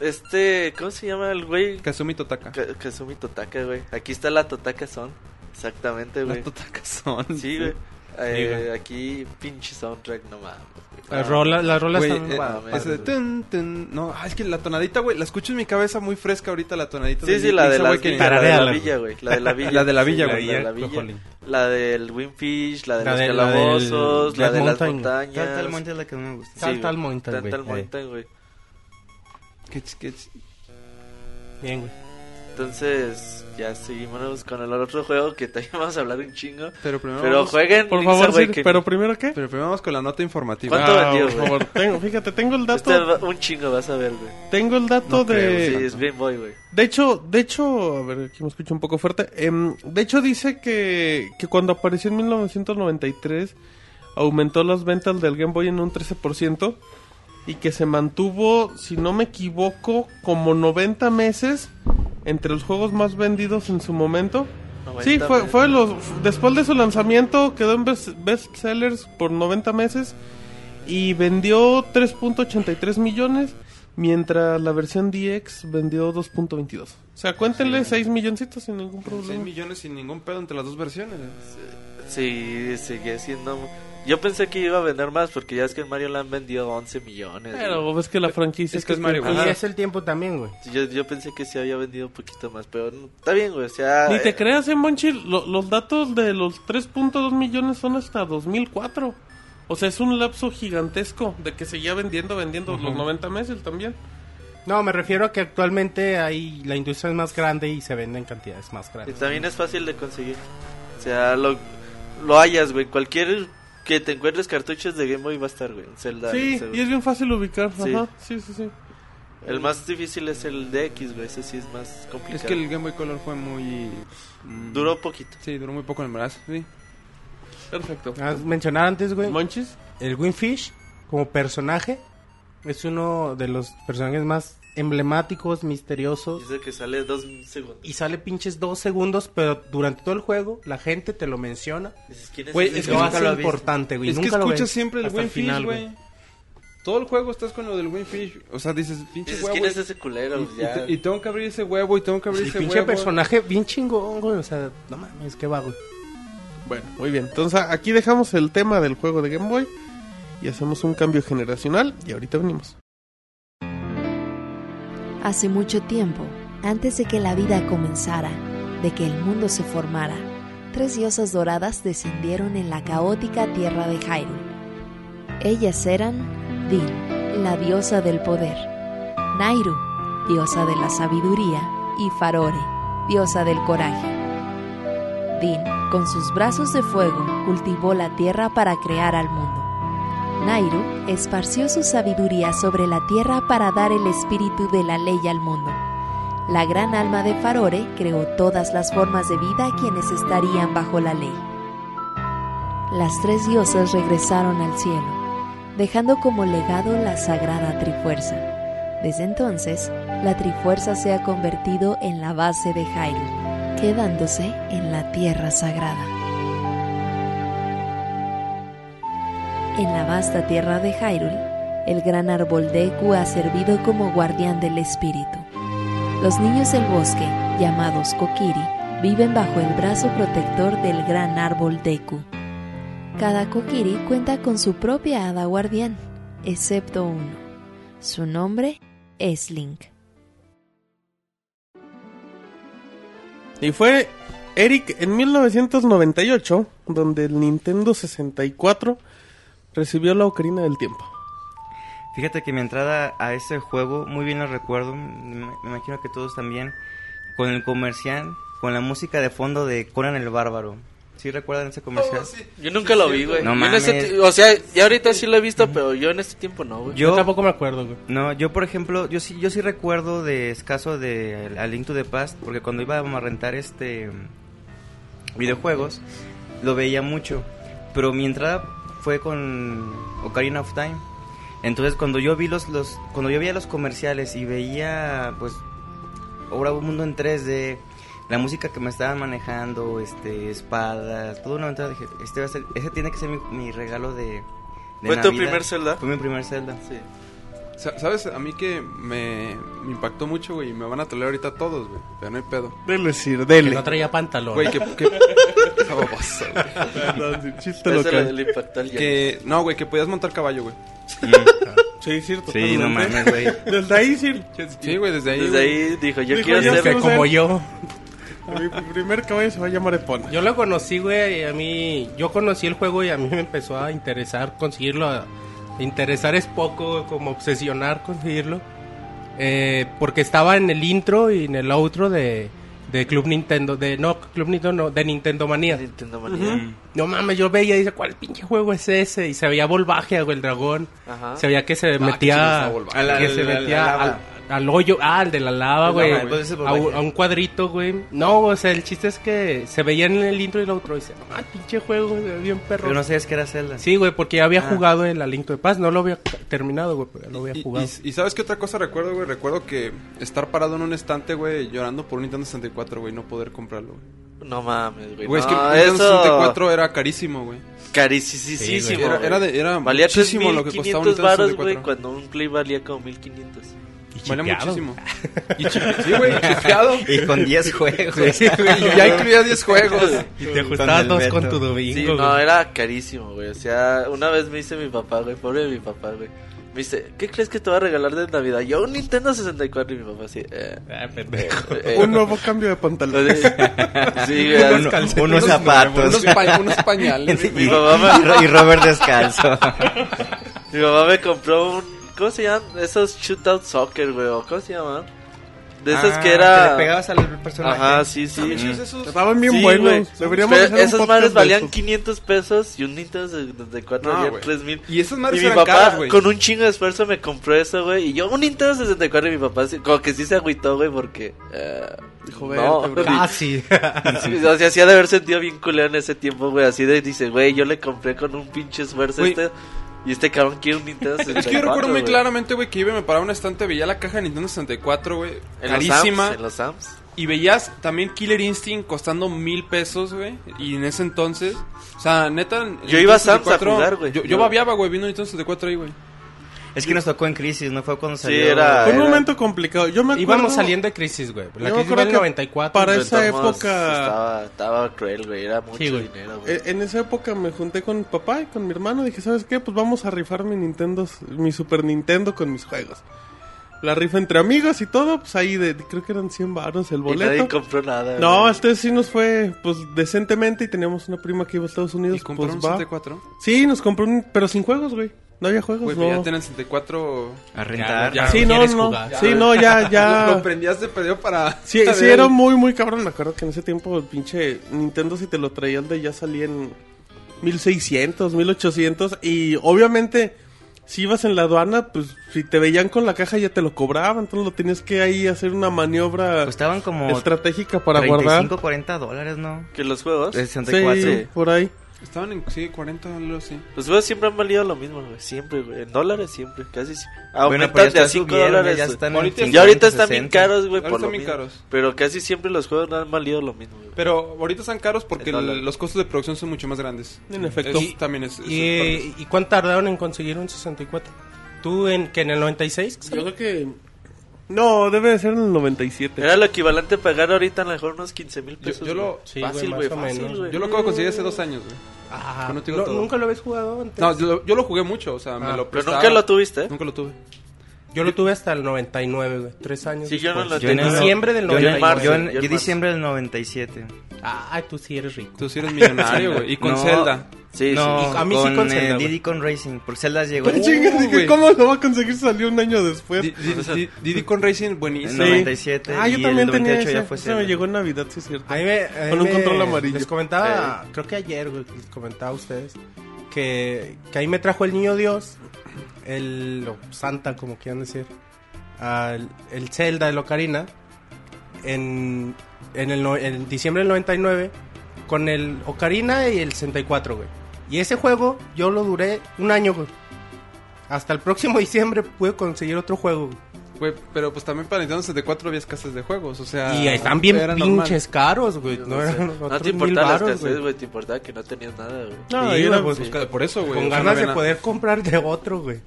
Este. ¿Cómo se llama el güey? Kazumi Totaka. Ka- Kazumi Totaka, güey. Aquí está la Totaka Son. Exactamente, güey. Las Totakas son... Sí, güey. Eh, Sí, güey. aquí, pinche soundtrack, no mames, güey. Las rolas, las rolas Güey, están eh, guapas, ese de güey. tun, tun. No, ah, es que la tonadita, güey, la escucho en mi cabeza muy fresca ahorita, la tonadita. Sí, sí, la de Link's la, Awakening. la de la Tararéala. villa, güey. La de la villa. La de la Sí, villa, güey. La de la Ahí, villa. cojolín. La del Windfish, la de La los de- la del calabozos, la Red de las Mountain. montañas. Turtle Mountain es la que más me gusta. Sí, Turtle güey. Mountain, güey. Turtle Eh. Mountain, güey. Que ch- que ch- Bien, güey. Entonces, ya seguimos con el otro juego que también vamos a hablar un chingo. Pero primero, Pero vamos, jueguen Por Link's favor, sí, Awakening. pero primero qué? Ah, pero primero vamos con la nota informativa. Ah, ¿Cuánto vendió, por güey? favor, tengo, fíjate, tengo el dato, Este va- un chingo vas a ver, güey. tengo el dato No de creo, Sí, es Game Boy, güey. De hecho, de hecho, a ver, aquí me escucho un poco fuerte. Em, de hecho, dice que, que cuando apareció en 1993 aumentó las ventas del Game Boy en un 13% y que se mantuvo, si no me equivoco, como 90 meses entre los juegos más vendidos en su momento. Sí, 90 fue, meses. fue los, después de su lanzamiento quedó en best, bestsellers por 90 meses y vendió 3.83 millones, mientras la versión DX vendió 2.22. O sea, cuéntenle 6 milloncitos sin ningún 6 problema. pues, millones sin ningún pedo entre las dos versiones. Sí, sigue siendo... Yo pensé que iba a vender más porque ya es que en Mario Land vendió 11 millones. güey. Pero ves que la franquicia Es que es Mario Ajá. Bros. Y es el tiempo también, güey. Yo, yo pensé que sí había vendido un poquito más, pero no- está bien, güey. O sea, Ni te eh, creas, eh, Monchi, lo- los datos de los 3.2 millones son hasta 2004. O sea, es un lapso gigantesco de que seguía vendiendo, vendiendo los 90 meses también. No, me refiero a que actualmente hay, la industria es más grande y se vende en cantidades más Y grandes. también es fácil de conseguir. O sea, lo, lo hallas, güey. Cualquier que te encuentres cartuchos de Game Boy va a estar, güey. en Zelda. Sí, seguro. y es bien fácil ubicar. Sí. Ajá, sí, sí, sí. El más difícil es el DX, güey. Ese sí es más complicado. Es que el Game Boy Color fue muy... mm, Duró poquito. Sí, duró muy poco en el brazo, sí. Perfecto. Ah, mencionar antes, güey, Monchis, el Winfish como personaje es uno de los personajes más emblemáticos, misteriosos. Dice que sale dos segundos. Y sale pinches dos segundos, pero durante todo el juego la gente te lo menciona. Dices, ¿quién es Güey, ese es que lo güey? nunca hace lo has visto. importante, güey. es que nunca lo escuchas ves siempre el hasta el Winfish, final, güey. Todo el juego estás con lo del Winfish. O sea, dices, pinche Dices, huevo. ¿quién y- es ese culero? y- Ya. y, y tengo que abrir ese huevo y tengo que abrir El ese pinche huevo. personaje bien chingón, güey. O sea, no mames, qué vago. Bueno, muy bien. Entonces aquí dejamos el tema del juego de Game Boy y hacemos un cambio generacional y ahorita venimos. Hace mucho tiempo, antes de que la vida comenzara, de que el mundo se formara, tres diosas doradas descendieron en la caótica tierra de Hyrule. Ellas eran Din, la diosa del poder, Nairu, diosa de la sabiduría, y Farore, diosa del coraje. Din, con sus brazos de fuego, cultivó la tierra para crear al mundo. Nairu esparció su sabiduría sobre la tierra para dar el espíritu de la ley al mundo. La gran alma de Farore creó todas las formas de vida a quienes estarían bajo la ley. Las tres diosas regresaron al cielo, dejando como legado la sagrada Trifuerza. Desde entonces, la Trifuerza se ha convertido en la base de Hyrule, quedándose en la tierra sagrada. En la vasta tierra de Hyrule, el gran árbol Deku ha servido como guardián del espíritu. Los niños del bosque, llamados Kokiri, viven bajo el brazo protector del gran árbol Deku. Cada Kokiri cuenta con su propia hada guardián, excepto uno. Su nombre es Link. Y fue Eric en 1998 donde el Nintendo 64 recibió la Ocarina del Tiempo. Fíjate que mi entrada a ese juego, muy bien lo recuerdo, me, me imagino que todos también, con el comercial, con la música de fondo de Conan el Bárbaro. ¿Sí recuerdan ese comercial? Yo nunca lo vi, güey. No Yo en ese mames. ti- o sea, ya ahorita sí lo he visto, pero yo en este tiempo no, güey. Yo Yo, tampoco me acuerdo, güey. no, yo por ejemplo, yo sí, yo sí recuerdo de escaso de A Link to the Past, porque cuando iba a rentar este mm, videojuegos, lo veía mucho. Pero mi entrada fue con Ocarina of Time. Entonces cuando yo vi los, los cuando yo veía los comerciales y veía pues ahora un mundo en 3D, la música que me estaban manejando, este espadas, todo una entrada dije, este va a ser, ese tiene que ser mi, mi regalo de, de ¿Fue tu Navidad. primer Zelda? Fue mi primer Zelda. Sí. Sa- ¿Sabes? A mí que me, me impactó mucho, güey. y Me van a tolerar ahorita todos, güey. Pero no hay pedo. Dele, Sir, Que dele. no traía pantalón. Güey, que... que... esa babosa, güey. Perdón, Sir, chiste Ese era local. del impacto al ya. Que- No, güey, que podías montar caballo, güey. Sí, cierto. Sí, no mames, güey. Desde ahí, Sir. Sí, güey, desde ahí. Desde güey. ahí dijo, yo Dijo, quiero yo ser... quiero que como ser- yo. Mi primer caballo se va a llamar Epona. Yo lo conocí, güey, y a mí... Yo conocí el juego y a mí me empezó a interesar conseguirlo. a- Interesar es poco, güey, como obsesionar conseguirlo. eh, porque estaba en el intro y en el outro de, de Club Nintendo, de no, Club Nintendo, no, de Nintendo Manía. Nintendo Manía. No mames, yo veía y dice, ¿cuál pinche juego es ese? Y se veía Volvaje, güey, el dragón. Ajá. Ah, Se veía que se qué chido metía, está Volvaje. que Al- se al- metía al- al, al hoyo, ah, el de la lava, La güey. lava, entonces es a, un- Volvaje. a un cuadrito, güey. No, o sea, el chiste es que se veía en el intro y el outro. Y dice, no, mames, pinche juego, güey, bien perro. Pero no sabías que era Zelda. Sí, güey, porque ya había Ah. jugado el Alinto de Paz, no lo había terminado, güey, pero ya lo había Y, jugado. y- y sabes qué otra cosa recuerdo, güey. Recuerdo que estar parado en un estante, güey, llorando por un Nintendo 64, güey, no poder comprarlo, güey. No mames, güey. Güey, es que no, un Nintendo eso 64 era carísimo, güey. Carísimo. Sí, güey. Era- era de- era valía muchísimo lo que costaba un 3.500 varos, 64. güey, cuando un Play valía como 1500. Valía chipeado. muchísimo. Y chi- sí, güey, chipeado. Y con 10 juegos. Y ya incluía 10 juegos. Y te ajustabas el dos Beto. con tu domingo. Sí, güey. no, era carísimo, güey. O sea, una vez me dice mi papá, güey, pobre de mi papá, güey. Me dice, ¿qué crees que te va a regalar de Navidad? Yo un Nintendo 64 y mi papá así, eh, Ah, pendejo. eh, Un nuevo cambio de pantalón. Entonces, sí, güey, así- Uno- unos zapatos. Unos, pa- unos pañales. Y, güey. mi mamá me- y Ro- y Robert descalzo. Mi mamá me compró un. ¿Cómo se llaman? Esos shootout soccer, güey. o ¿Cómo se llaman? De esos Ah, que era. le pegabas al personaje. Ajá, sí, sí. Pinches esos- Estaban bien pues, Sí, güey. buenos. Deberíamos Pero hacer un esas podcast madres de valían esos. 500 pesos y un Nintendo 64 No, valía güey. 3000. Y esas Y madres mi eran papá, caras, güey. con un chingo de esfuerzo, me compró eso, güey. Y yo un Nintendo 64 y mi papá, sí- como que sí se agüitó, güey, porque. eh, Dijo, no, "Verte, bro". Casi. Sí, O sea, sí ha de haber sentido bien culero en ese tiempo, güey. Así de, dice, güey, yo le compré con un pinche esfuerzo Güey. este. Y este cabrón quiere un Nintendo 64. Es que yo recuerdo muy güey. claramente, güey, que iba y me paraba en un estante, veía la caja de Nintendo 64, güey. En los Carísima. Sams, En los Sams. Y veías también Killer Instinct costando mil pesos, güey. Y en ese entonces, o sea, neta. el Yo iba a Sam's a 64, jugar, güey. Yo, yo Yo- babeaba, güey, vino Nintendo 64 ahí, güey. Es que nos tocó en crisis, ¿no? Fue cuando Sí, salió. era- Fue un Era- momento complicado. Yo me acuerdo. Íbamos saliendo de crisis, güey. La Yo creo crisis fue en el que 94. para güey. Pero esa de todos modos, época- Estaba, estaba cruel, güey. Era mucho Sí, güey. dinero, güey. Eh, En esa época me junté con mi papá y con mi hermano. Dije, ¿sabes qué? Pues vamos a rifar mi Nintendo, mi Super Nintendo con mis juegos. La rifa entre amigos y todo. Pues ahí de, de- creo que eran 100 baros el y nadie boleto. compró nada. No, güey. este sí nos fue pues decentemente y teníamos una prima que iba a Estados Y Unidos. compró Pues un va. 64. Sí, nos compró un, pero sin juegos, güey. No había juegos, Güey, Pues no. pero ya tenían 64. A rentar. Ya, Sí, no, ¿Quieres no. jugar? Sí, no, ya, ya. Lo, lo prendías de perdido para. Sí, sí, era muy, muy cabrón. Me acuerdo que en ese tiempo el pinche Nintendo, si te lo traían de ya salía en 1600, 1800. Y obviamente, si ibas en la aduana, pues si te veían con la caja ya te lo cobraban. Entonces lo tenías que ahí hacer una maniobra Costaban como estratégica para 35, guardar. 40 dólares, ¿no? Que los juegos. De 64. Sí, por ahí. Estaban en, sí, 40 o algo así. Los juegos siempre han valido lo mismo, güey. Siempre, güey. En dólares, siempre. Casi. si- Bueno, Aumentan pero de ya a 5 subieron, dólares. ya güey. están Ahorita- en Ya ahorita 50, están bien 60. caros, güey, Ahorita por lo están bien mismo. caros. Pero casi siempre los juegos no han valido lo mismo, güey. Pero ahorita están caros porque El dólar. los costos de producción son mucho más grandes. En efecto. Eso también es. es- ¿Y, ¿Y cuánto tardaron en conseguir un 64? ¿Tú en, que en el 96? Yo creo que. No, debe de ser en el 97. Ah, Era lo equivalente a pagar ahorita a lo mejor unos 15 mil Yo- pesos. yo lo- güey. Sí, fácil, güey. güey, más o Fácil, menos. güey. Yo lo acabo de conseguir hace dos años, güey. Ajá. Bueno, te digo Ah, No, todo. ¿Nunca lo habías jugado antes? No, yo, lo- yo lo jugué mucho, o sea, me Ah. lo Pero prestaban. nunca lo tuviste, ¿eh? Nunca lo tuve. Yo lo tuve hasta el 99, güey. Tres años. Sí, yo no después. lo Yo en el- Diciembre del yo en el- 99. Yo, en- Yo en yo marzo. diciembre del 97. Ah, Ay, tú sí eres rico. Tú sí eres millonario, güey. Y con No. Zelda. Sí, no, sí. A mí sí con, con Zelda, eh, güey. Diddy Con Racing. Por Zelda llegó. Pero chinga, dije, güey. ¿Cómo lo va a conseguir? Salió un año después. Di- di- di- Diddy con Racing, En buenísimo. Sí. 97. ah, yo y también el tenía 98 ese. ya fue Ese me Zelda. llegó en Navidad, sí es cierto. A mí me- a mí Con un me- control amarillo. Les comentaba, creo que ayer, güey, les comentaba a ustedes, que, que ahí me trajo el niño Dios, el o Santa, como quieran decir, al- el Zelda de Locarina, en, en, el, no- en diciembre del 99, con el Ocarina y el 64, güey. Y ese juego yo lo duré un año, güey. Hasta el próximo diciembre pude conseguir otro juego. güey. Güey, pero pues también para Nintendo 64 había escasez de juegos, o sea... y están bien era pinches normal. caros, güey. Yo No, no sé. eran No otros te mil importaba varos, las güey. cassettes, güey. Te importaba que no tenías nada, güey. No, Sí, yo era- güey, pues, Busca- Por eso, güey. Con o sea, ganas no de había poder comprar de otro, güey.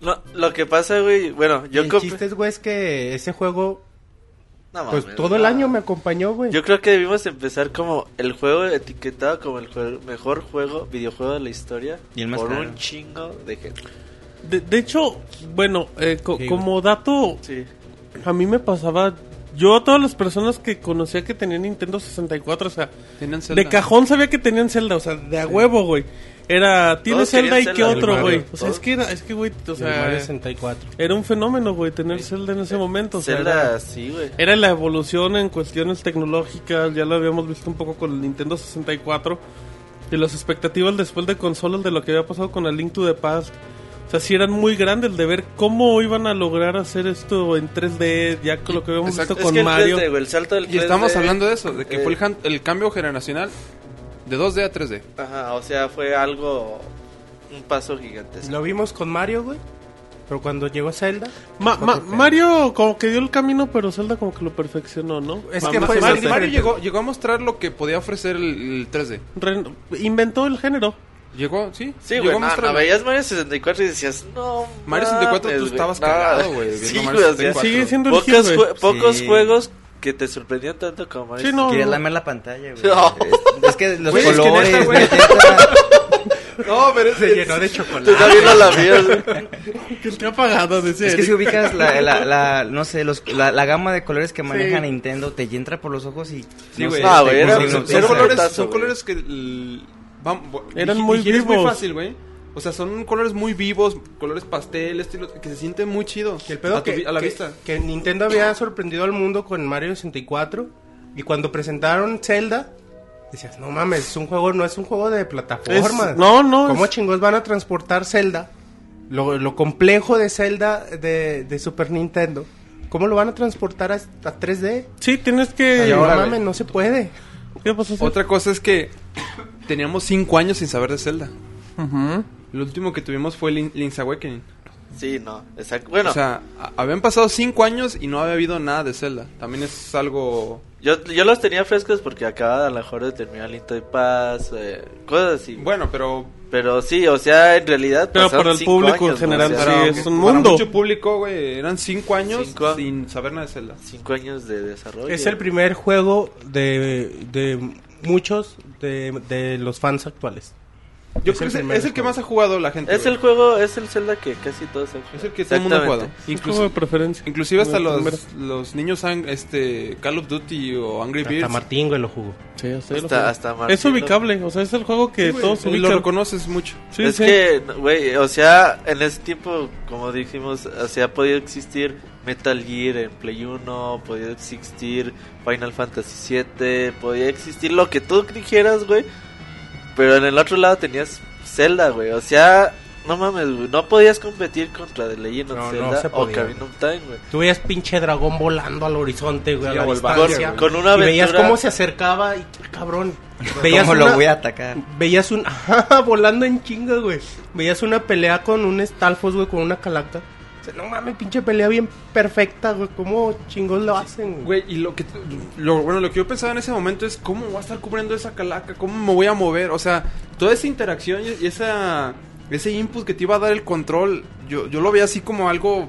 No, lo que pasa, güey, bueno, yo el compré- chiste, es, güey, es que ese juego, No pues mames, todo el no. año me acompañó, güey. Yo creo que debimos empezar como el juego etiquetado como el jue- mejor juego, videojuego de la historia. Y el más por caro. un chingo de gente. De, de hecho, bueno, eh, co- Sí, güey. como dato, Sí. a mí me pasaba. Yo a todas las personas que conocía que tenían Nintendo 64, o sea, Tenían Zelda. de cajón sabía que tenían Zelda, o sea, de a huevo, güey. Era, tiene Todos Zelda y querían qué Zelda. otro, El güey. Mario. O sea, es que era, es que, güey, o Y Eh, el Mario sea, 64. era un fenómeno, güey, tener Zelda en ese momento. o sea, Zelda, era- sí, güey. Era la evolución en cuestiones tecnológicas, ya lo habíamos visto un poco con el Nintendo 64. Y las expectativas después de consolas de lo que había pasado con el Link to the Past. O sea, sí eran muy grandes de ver cómo iban a lograr hacer esto en 3D, ya con lo que habíamos Exacto, visto Es con que el Mario. 3D, güey, el salto del Y estamos 3D, hablando de eso, de que eh, fue el, jan- el cambio generacional de 2D a 3D. Ajá, o sea, fue algo. Un paso gigantesco. Lo vimos con Mario, güey. Pero cuando llegó Zelda. Ma- fue ma- otro pedo. Mario como que dio el camino, pero Zelda como que lo perfeccionó, ¿no? Es Ma- que ma- Mario fue- Pues Mario, diferente. Mario llegó, llegó a mostrar lo que podía ofrecer el, el 3D. re- inventó el género. Llegó, sí. Sí, llegó güey, a no, mostrar- no, veías Mario 64 y decías, no. Mario 64 mames, tú güey, estabas no". cagado, güey, viendo Sí, Mario güey, o sea, 64. Sigue siendo el hit, Pocos, güey. jue- pocos Sí. juegos que te sorprendieron tanto como Mario. Sí, no. Quería lamer la pantalla, güey. No. Es, es que los Güey, es que colores, neta, güey. neta, No, pero Se llenó de Tú chocolate. también no la vieron. güey. Que te ha pagado, decía. es que si Eric. ubicas la, la, la- no sé, los, la, la gama de colores que maneja Sí. Nintendo, te entra por los ojos y... Sí, no güey. sé, Ah, te güey, era- son, hipnotiza. son colores, Putazo, son güey. colores que el- vam- bo- Eran digi- muy digieres muy vivos. fácil, güey. O sea, son colores muy vivos, colores pastel, esto y lo- que se siente muy chido. Que el pedo a, tu que, vi- a la que- vista. que Nintendo había sorprendido al mundo con Mario 64. Y cuando presentaron Zelda, decías, no mames, es un juego, no es un juego de plataformas. Es- no, no, ¿Cómo es- chingos van a transportar Zelda? Lo, lo complejo de Zelda de, de Super Nintendo. ¿Cómo lo van a transportar a, a 3D? Sí, tienes Y que... Ay, ahora, no güey. mames, no se puede. ¿Qué pasó? Sir? Otra cosa es que teníamos 5 años sin saber de Zelda. Ujú. Lo último que tuvimos fue Lin- Link's Awakening. Sí, no, exacto. Bueno, O sea, a- habían pasado 5 años y no había habido nada de Zelda. También es algo... yo, yo los tenía frescos porque acababa a lo mejor de terminar Linto de Paz, eh, cosas así. Bueno, pero... Pero sí, o sea, en realidad. Pero pasaron para el cinco público en años, ¿no? general, O sea, sí, para- es un para mundo. mucho público, güey, eran 5 años Cinco. sin saber nada de Zelda. Cinco años de desarrollo. Es el primer juego de, de muchos de, de los fans actuales. Yo Es creo el que es el, primer es el que juego. más ha jugado la gente. Es güey. el juego, es el Zelda que casi todos han jugado. Es el que todo el mundo ha jugado. Exactamente. Es como de Incluso, preferencia. inclusive hasta Como de los, los niños ang- este Call of Duty o Angry Hasta Birds. Martín, güey, lo jugó. Sí, hasta, Hasta- hasta Martín Es ubicable, o sea, es el juego Sí, que güey, todos lo ubican. reconoces mucho. Sí, es sí. que, güey, o sea, en ese tiempo, como dijimos, o sea, ha podido existir Metal Gear en Play 1, podía existir Final Fantasy 7, podía existir lo que tú dijeras, güey. Pero en el otro lado tenías Zelda, güey. O sea, no mames, güey. No podías competir contra The Legend of No, no Zelda se o podía. Ocarina of Time, güey. Tú veías pinche dragón volando al horizonte, güey, Sí, a o la el Valkyrie, distancia. güey. Con una y veías aventura- cómo se acercaba y, cabrón, veías ¿Cómo lo una- voy a atacar? Veías un... Ajá, volando en chinga, güey. Veías una pelea con un Stalfos, güey, con una calaca. O sea, no mames, pinche pelea bien perfecta, güey. ¿Cómo chingos lo hacen, güey? Güey, y lo que lo, bueno, lo que yo pensaba en ese momento es cómo voy a estar cubriendo esa calaca, cómo me voy a mover, o sea, toda esa interacción y y esa ese input que te iba a dar el control, yo, yo lo veía así como algo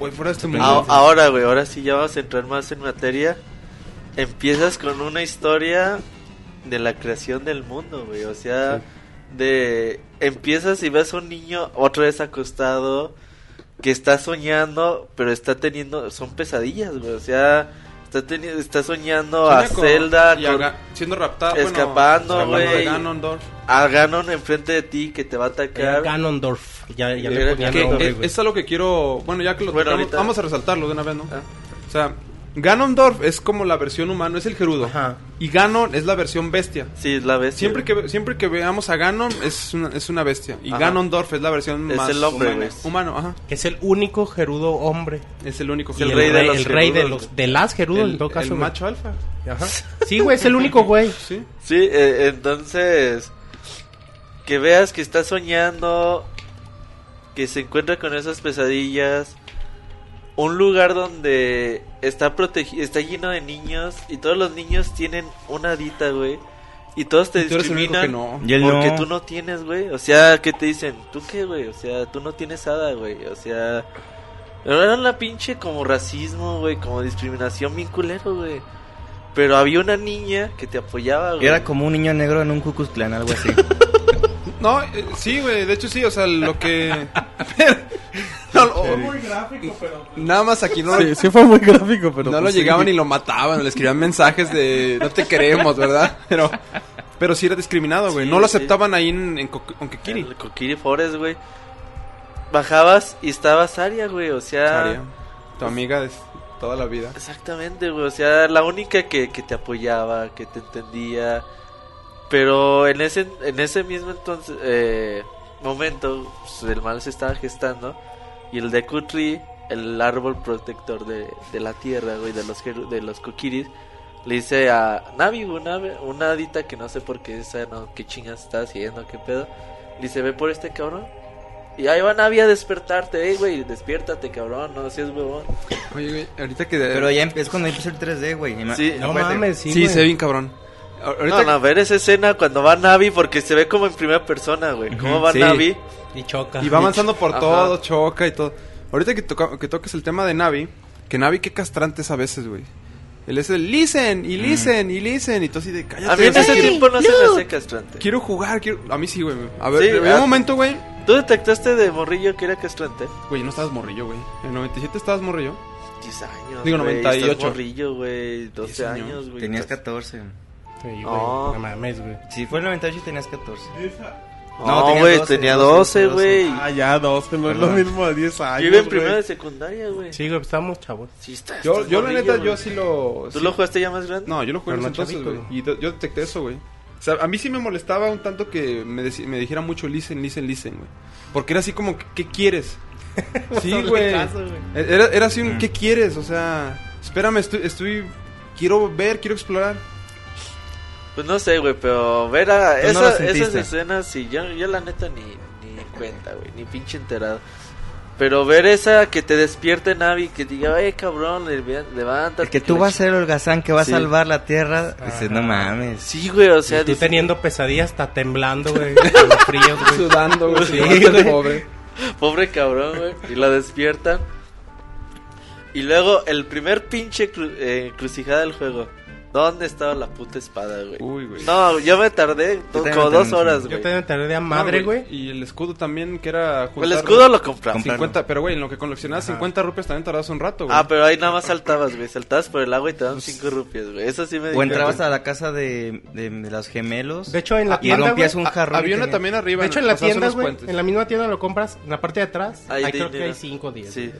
pues fuera de este mundo. Ah, ahora, güey, ahora sí ya vamos a entrar más en materia. Empiezas con una historia de la creación del mundo, güey. O sea, de empiezas y ves a un niño otra vez acostado que está soñando, pero está teniendo son pesadillas, güey. O sea, está teni- está soñando Sueña a con- Zelda y con- aga- siendo raptado, escapando, bueno, escapando de güey. Ganondorf. a Ganon enfrente de ti que te va a Era Eh, atacar. Ganondorf. Ya, ya Era le ponían Que, nombre, eh, güey. es a lo que quiero. Bueno, ya que lo Bueno, tocamos, ahorita- vamos a resaltarlo de una vez, ¿no? Ah. O sea, Ganondorf es como la versión humano, es el gerudo. Ajá. Y Ganon es la versión bestia. Sí, la ves. Siempre que, ve- siempre que veamos a Ganon es una, es una bestia. Y Ajá. Ganondorf es la versión Es más el hombre, humana. güey. humano. ajá. Que es el único gerudo hombre. Es el único Y el Y rey de los el rey de, gerudos, los, de las gerudos, el, en todo el caso, güey. macho alfa. Ajá. Sí, güey, es el único, güey. Sí. Sí, eh, entonces que veas que está soñando, que se encuentra con esas pesadillas, un lugar donde está protegi- está lleno de niños y todos los niños tienen una dita, güey, y todos te Y tú eres el único discriminan que no. Y él porque no. tú no tienes, güey. O sea, que te dicen, ¿tú qué, güey? O sea, tú no tienes hada, güey. O sea, era la pinche como racismo, güey, como discriminación bien culero, güey. Pero había una niña que te apoyaba, güey. Era como un niño negro en un Cucus Clan, algo así. No, eh, sí, güey. De hecho, sí. O sea, lo que. No, lo- pues, Nada más aquí no lo- Sí, sí fue muy gráfico, pero... no lo pues sí. llegaban y lo mataban, le escribían mensajes de no te queremos, ¿verdad? Pero, Pero sí era discriminado, güey. Sí, no lo sí. aceptaban ahí en, en Ko- Onkekiri. El Kokiri Forest, güey. Bajabas y estabas Aria, güey. O sea. Aria, tu amiga de toda la vida. Exactamente, güey. O sea, la única que, que te apoyaba, que te entendía. Pero en ese, en ese mismo entonces, eh, momento, pues, el mal se estaba gestando. Y el Deku Tree, el árbol protector de, de la tierra, güey, de los, jeru- de los Kokiris, le dice a Navi, güey, una, una hadita que no sé por qué esa, no, qué chingas está haciendo, qué pedo. Le dice, ve por este cabrón. Y ahí va Navi a despertarte, ey, güey, despiértate, cabrón, no seas huevón. Oye, güey, ahorita que... Pero ya empe- es cuando empieza el 3D, güey. Ima- Sí, No acuérdate. mames, sí. Sí, se ve güey. bien cabrón. A- Ahorita No, no, ver esa escena cuando va Navi, porque se ve como en primera persona, güey. Cómo Ujú, va sí. Navi. Y choca. Y va avanzando por Ajá. todo, choca y todo. Ahorita que, toca- que toques el tema de Navi, que Navi qué castrante es a veces, güey. Él es el listen Mm. y listen y listen y todo así de cállate. A mí en güey, ese quiero, tiempo no se me hace castrante. quiero jugar, quiero... A mí sí, güey. A ver, Sí, en ah. un momento, güey. ¿Tú detectaste de morrillo que era castrante? Güey, no estabas morrillo, güey. En 97 estabas morrillo. 10 años. Digo, güey, 98. estás morrillo, güey. 12 10 años. años, güey. Tenías Estás- 14. Sí, güey, No. No mames, güey. Si fue el 98 tenías 14. No, No, tenía güey, 12, tenía 12, 12, güey. Ah, ya, 12, no es lo Perdón. mismo a 10 Yo años. iba en güey. primero de secundaria, güey. Sí, güey, pues estábamos chavos. Sí, estás- Yo, estás yo la morrillo, neta, yo güey. sí lo... ¿Tú sí- lo jugaste ya más grande? No, yo lo jugué en Pero ese no entonces, chavito, güey. güey. Y do- yo detecté eso, güey. O sea, a mí sí me molestaba un tanto que me, deci- me dijera mucho listen, listen, listen, güey. Porque era así como, ¿qué, qué quieres? sí, güey. E-, Era, era así un, ¿qué quieres? O sea, espérame, estoy, estoy, quiero ver, quiero explorar. Pues no sé, güey, pero ver a Tú no esa- lo sentiste. esas escenas, sí, yo, yo la neta ni, ni en cuenta, güey, ni pinche enterado. Pero ver esa que te despierte Navi, que diga, ay cabrón, le- levántate. El que tú vas a ser el holgazán que va Sí. a salvar la tierra, Ajá. dices, no mames. Sí, güey, o sea, Y tú dices- teniendo pesadillas, hasta temblando, güey. con los fríos, güey. Sudando, güey. Sí, sudando el güey. pobre. Pobre cabrón, güey. Y la despiertan. Y luego el primer pinche cru- eh, encrucijada del juego. ¿Dónde estaba la puta espada, güey? Uy, güey. No, yo me tardé to- también como me dos tardé horas, un güey. Yo te tardé a madre, No, güey. Y el escudo también, que era... El juntar- escudo lo compramos. 50, pero güey, en lo que coleccionabas Ajá. 50 rupias también tardabas un rato, güey. Ah, pero ahí nada más saltabas, güey. Saltabas por el agua y te daban 5 rupias, güey. Eso sí me O dijeron. entrabas a la casa de, de, de los gemelos. De hecho, en la y tienda, rompías güey, un jarrón. Había y una tenía- también arriba. De hecho, en la o sea, hace tienda, unos güey. puentes. En la misma tienda lo compras. En la parte de atrás. Ahí Ahí te creo que hay dinero. 5 o 10. Sí.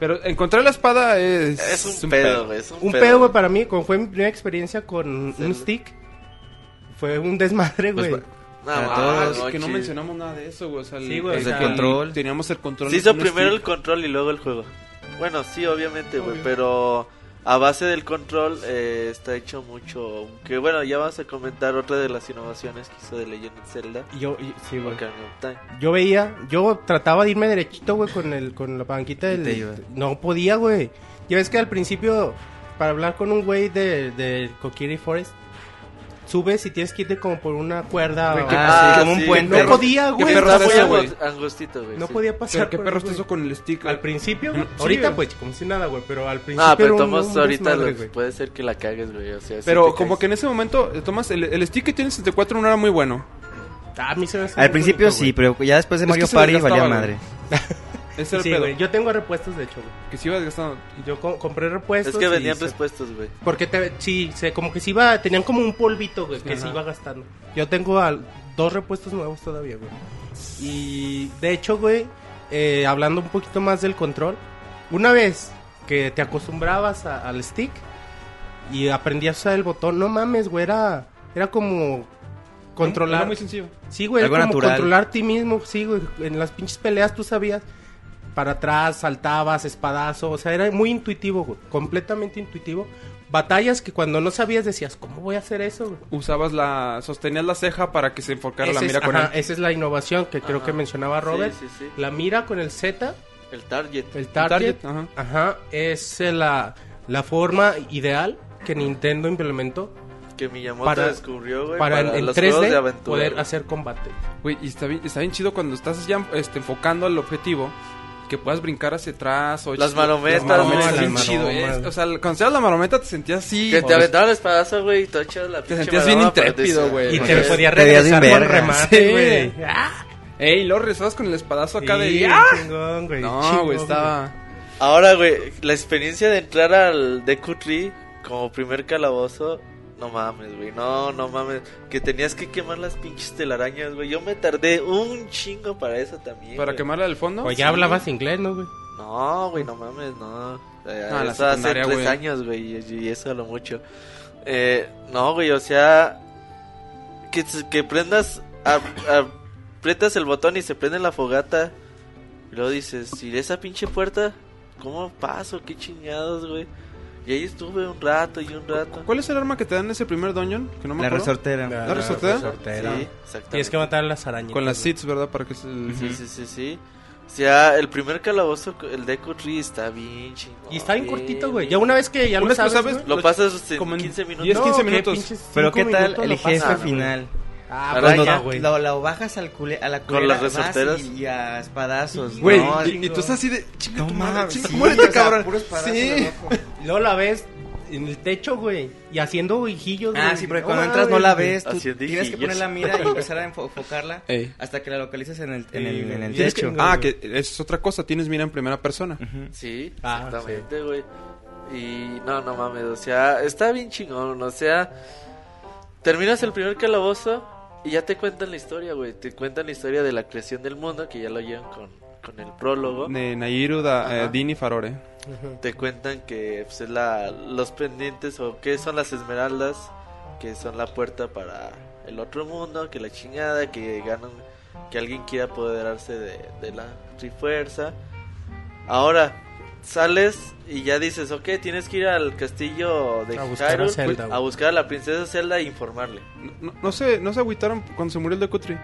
Pero encontrar la espada es... Es un, pedo, güey. Es un, Un pedo, güey, para mí, como fue mi primera experiencia con Sí. un stick, fue un desmadre, Pues, güey. No, Ah, mames, es que no chis. mencionamos nada de eso, güey. O sea, el, Sí, güey, el o sea, control. Teníamos el control. Se hizo un primero el stick. control y luego el juego. Bueno, sí, obviamente, güey. Pero a base del control eh, está hecho mucho. Que bueno, ya vas a comentar otra de las innovaciones que hizo de Legend of Zelda. Y Yo, y- sí, güey. Ocarina of Time. Yo veía, yo trataba de irme derechito, güey, con el, con la banquita Y te del. iba. No podía, güey. Ya ves que al principio, para hablar con un güey de, de Kokiri Forest, subes y tienes que irte como por una cuerda. Güey, o- qué- Ah, ah, sí, como un sí, puente. no perro- podía, qué güey. perro no Está muy es ese, podía, güey. ango- angostito, güey. no sí. podía pasar. Pero qué por perro ahí, está güey. eso con el stick. Al principio, güey. Sí, ahorita, güey. pues, como si nada, güey. Pero al principio. Ah, pero era un- Tomás, un ahorita desmadre, lo- pues, güey. puede ser que la cagues, güey. O sea, sí Pero te como caes. que en ese momento, eh, Tomás, el, el stick que tiene 64 no era muy bueno. Ah, a mí se me hace Al muy principio bonito, sí, pero ya después de Es que Mario se Party valía desgastaba, madre. Ese güey. era Sí, el pedo. güey. Yo tengo repuestos, de hecho, güey. Que se iba desgastando. Yo co- compré repuestos. Es que y venían se- respuestas, güey. Porque te, sí, se, como que se iba, tenían como un polvito, güey, que Ajá. se iba gastando. Yo tengo al- dos repuestos nuevos todavía, güey. Y de hecho, güey, eh, hablando un poquito más del control, una vez que te acostumbrabas a- al stick y aprendías a usar el botón, no mames, güey, era, era como Era controlar. muy sencillo. Sí, güey, Algo como natural. controlar ti mismo, sí, güey. En las pinches peleas tú sabías. Para atrás, saltabas, espadazo. O sea, era muy intuitivo, güey. Completamente intuitivo. Batallas que cuando no sabías decías, ¿cómo voy a hacer eso, güey? Usabas la... Sostenías la ceja para que se enfocara Esa la es- mira con ajá, él. esa es la innovación que creo Ajá. que mencionaba Robert. Sí, sí, sí. La mira con el Z, El Target. el El target. ajá. Ajá, es eh, la, la forma ideal que Nintendo implementó Que Miyamoto Para- descubrió, güey. para, en- en los juegos 3D de aventura. poder güey. hacer combate. Güey, y está bien, está bien chido cuando estás ya este, enfocando al objetivo. Que puedas brincar hacia atrás. O Las marometas, Las marometas, güey. está bien Las chido. maromas. es- o sea, cuando hacías la marometa te sentías así. Que te o- aventaban el espadazo, güey, y te echas la Te pinche sentías bien maroma, pero intrépido, dices, güey. Y no te sé. podía Te veías bien regresar con verga. Sí. remate, güey. ¡Ah! Ey, lo rezabas con el espadazo acá de... Sí, ¡Ah! chingón, güey, No, chingón, güey, estaba... Ahora, güey, la experiencia de entrar al Deku Tree como primer calabozo No mames, güey. No, no mames. Que tenías que quemar las pinches telarañas, güey. Yo me tardé un chingo para eso también. ¿Para güey. quemarla del fondo? O Pues ya hablabas inglés, ¿no, güey? No, güey, no mames, no. O sea, No, la eso hace secundaria, tres güey. años, güey, y- y eso a lo mucho. Eh, no, güey, o sea, que, se- que prendas, a- a- aprietas el botón y se prende la fogata. Y luego dices, si esa pinche puerta, ¿cómo paso? ¿Qué chingados, güey? Y ahí estuve un rato y un rato. ¿Cuál es el arma que te dan en ese primer dungeon? Que no me La acuerdo. resortera. ¿La resortera? resortera. Sí, exactamente. Tienes que matar a las arañas. Con las seeds, ¿verdad? Para que se- Sí, sí, sí, sí. O sea, el primer calabozo, el de Tree, está bien chingón. Y está bien cortito, güey. bien Ya una vez que ya lo Una vez que sabes, lo sabes, güey. Lo Lo- pasas en como en 15 minutos. 10, No, 15 qué minutos. pinches cinco Pero ¿qué tal minutos el lo jefe pasan, güey. final? Ah, La pues araña, no, güey. Lo, lo bajas al cule- a la culera. las vas resorteras. Y, y a espadazos. Güey, No, y, y tú estás así de... Chinga No tu madre, mames, chinga, sí, muérete, o sea, cabrón. puros espadazos de sí. loco. Luego la ves en el techo, güey. Y haciendo hijillos, Ah, güey. sí, porque No cuando entras no la mames, ves. Tú Así es, tienes que dijillos. poner la mira y empezar a enfo- enfocarla Ey. hasta que la localices en el, en el, en el Tienes techo. que- Ah, que es otra cosa. Tienes mira en primera persona. Sí, Ah, exactamente, güey. Y no, no mames, o sea, está bien chingón, o sea, terminas el primer calabozo y ya te cuentan la historia, güey. Te cuentan la historia de la creación del mundo, que ya lo llevan con, con el prólogo. De Nairu, da, Ajá. eh, Dini, Farore. Te cuentan que pues, es la, los pendientes o qué son las esmeraldas, que son la puerta para el otro mundo, que la chingada, que ganan, que alguien quiera apoderarse de, de la trifuerza. Ahora sales y ya dices, ok, tienes que ir al castillo de A buscar a Hyrule, pues, Zelda, a güey. buscar a la princesa Zelda e informarle. No, no se, no se agüitaron cuando se murió el de Kutri.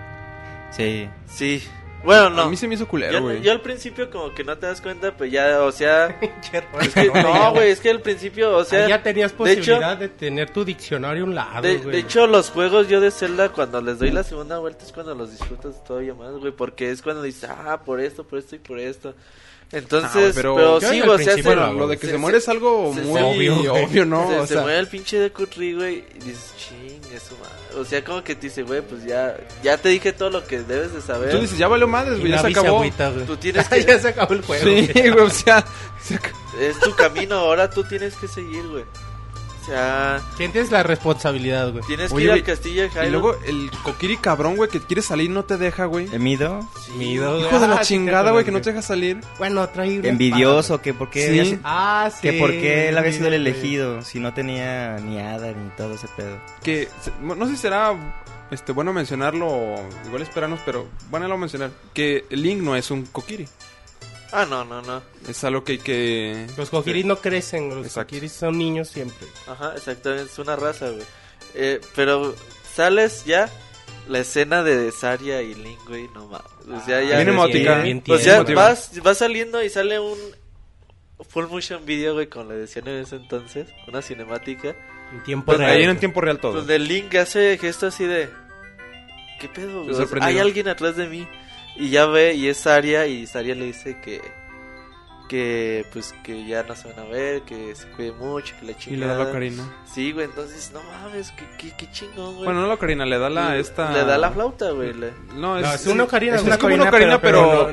Sí. Sí. Bueno, no. A mí se me hizo culero, yo, güey. yo al principio como que no te das cuenta, pues ya, o sea... Pinche rollo. es que- no, güey, es que al principio, o sea... Ahí ya tenías de hecho- posibilidad de, tener tu diccionario a un lado, De, güey. de hecho, los juegos yo de Zelda, cuando les doy la segunda vuelta, es cuando los disfrutas todavía más, güey. Porque es cuando dices, ah, por esto, por esto y por esto. Entonces, Ah, pero- pero, Yo sí, en el güey, o sea, principio se- Bueno, lo de que se- se, se- muere es algo se- muy se- obvio, obvio, ¿no? se, o se sea, mueve el pinche de Curry, güey, y dices, ching, eso, madre. O sea, como que te dice, güey, pues ya, ya te dije todo lo que debes de saber. tú dices, ya valió madres, Y güey, ya se Navi acabó. agüita, güey. Tú tienes que- ya se acabó el juego. Sí, güey. güey, o sea, se ac- Es tu camino, ahora tú tienes que seguir, güey. O sea, Sientes la responsabilidad, güey. tienes que Oye, ir güey, al castillo de Hyrule. Y luego el coquiri cabrón, güey, que quiere salir no te deja, güey. Mido. Sí, Mido, Hijo de Ah, la sí, chingada, güey, que no te acuerdas, deja salir. güey. Bueno, trae una Envidioso, que por qué Sí. había si- espada, güey. Ah, sí. pues. que por qué él había sido el güey. elegido si no tenía ni hada ni todo ese pedo. Que se- no sé si será este bueno mencionarlo, o igual esperarnos, pero bueno, lo mencionar. Que Link no es un coquiri. Ah, no, no, no. Es algo que. que... Los coquiris no crecen, los Exacto. coquiris son niños siempre. Ajá, exactamente, es una raza, güey. Eh, pero sales ya la escena de Saria y Link, güey, no mames. O sea, ya. Bien emotiva, bien o sea, emotiva. vas, vas saliendo y sale un full motion video, güey, como le decían en ese entonces, una cinemática. En tiempo Pues Ahí real. era en tiempo real todo. Donde Link hace gesto así de. ¿Qué pedo, güey? O sea, sorprendido. Hay alguien atrás de mí. Y ya ve, y es Saria, y Saria le dice que. Que pues que ya no se van a ver, que se cuide mucho, que la Y le da chingada. la ocarina. Sí, güey, entonces, no mames, qué, qué, qué chingón, güey. Bueno, no la ocarina, le da la esta. Le da la flauta, güey. le- No, No, es, es una ocarina, es güey. como una ocarina, pero.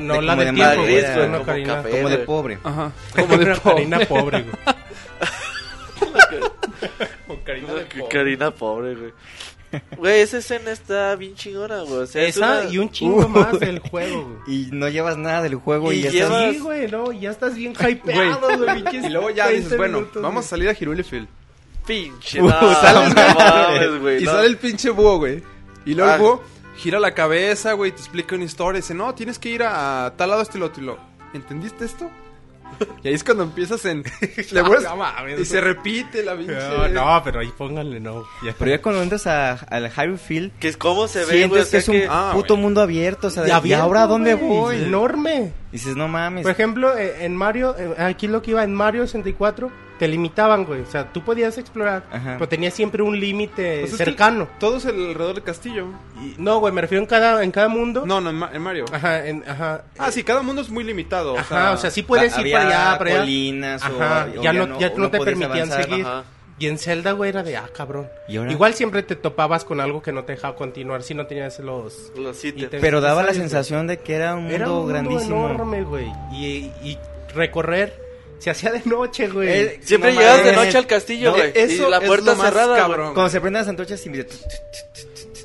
no, no de la como de de tiempo, madre, güey, güey, es una como ocarina. café. Como de güey. pobre. Ajá. Como de ocarina pobre, güey. Una ca- Karina pobre, güey. Güey, esa escena está bien chingona, güey. O sea, es Esa una- y un chingo más del juego, güey. Y no llevas nada del juego y, Y ya lleva- estás- Sí, güey, no, ya estás bien hypeado, güey. Y luego ya dices, bueno, vamos a salir a Hirule Field. pinche. No, no mames, güey. y no. sale el pinche búho, güey. Y luego el Ah. búho gira la cabeza, güey, te explica una historia. Dice, no, tienes que ir a, a tal lado, este y lo otro", y lo, ¿Entendiste esto? Y ahí es cuando empiezas en... le vuelves- No mames. y se repite la pinche... No, no, pero ahí pónganle no. Ya. Pero ya cuando entras a- al Hyrule Field, Que es cómo se ve, sientes güey. O que sea, es un que... Ah, puto güey. mundo abierto. O sea, de- Y ¿y abierto, ahora a dónde güey, voy? Enorme. Dices, no mames. Por ejemplo, eh, en Mario, eh, aquí lo que iba en Mario 64, te limitaban, güey. O sea, tú podías explorar, Ajá. pero tenías siempre un límite Pues es que cercano. Todo es el- alrededor del castillo. Y- no, güey, me refiero en cada, en cada mundo. No, no, en, Ma- en Mario. Ajá, en, ajá. Ah, sí, cada mundo es muy limitado. ajá, o sea, sí puedes ir Había para allá, para allá. colinas o- Ajá, o ya, no, ya no te podías permitían avanzar. seguir. ajá. Y en Zelda, güey, era de, ah, cabrón. ¿Y ahora? Igual siempre te topabas con algo que no te dejaba continuar si no tenías los... Los ítems. Ítem. Pero daba la Necesarios, sensación de que era un mundo Era un mundo grandísimo. enorme, güey. Y, y recorrer Se hacía de noche, güey. Eh, Siempre No llegabas de mames. noche al castillo, No, güey. eso y la es puerta lo más cerrada, güey. cabrón. Cuando se prenden las antorchas y me-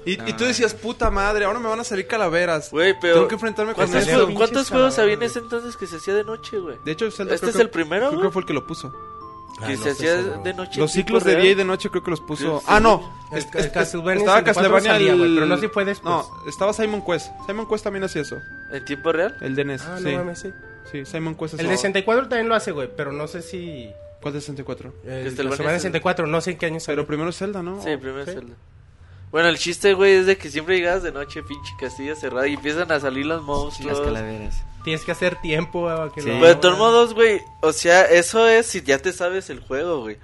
Y, y tú decías, puta madre, ahora me van a salir calaveras. Güey, pero. Tengo que enfrentarme con ¿Cuántos, eso. juegos- cuántos juegos había en ese entonces que se hacía de noche, güey? De hecho, Zelda ¿Este creo es que- el primero, Creo güey? que fue el que lo puso. Ah, que se hacía de noche. Los en tiempo ciclos de real. día y de noche creo que los puso. Sí, Ah, no. El- Es- el es- Castlevania Estaba 64 Castlevania salía, el- güey, pero no sé si fue después. No, estaba Simon Quest. Simon Quest también hacía eso. ¿En tiempo real? El de NES. Ah, no sí. mames, sí. sí, Simon Quest El hacía. de 64 también lo hace, güey, pero no sé si... ¿Cuál de 64? El Castlevania Castlevania es el- 64, no sé en qué año salió. Pero primero Zelda, ¿no? Sí, primero Zelda. Bueno, el chiste, güey, es de que siempre llegabas de noche, pinche castillo cerrado, y empiezan a salir los monstruos. las calaveras. Tienes que hacer tiempo a que Sí. lo- Pero de todos modos, güey, o sea, eso es si ya te sabes el juego, güey.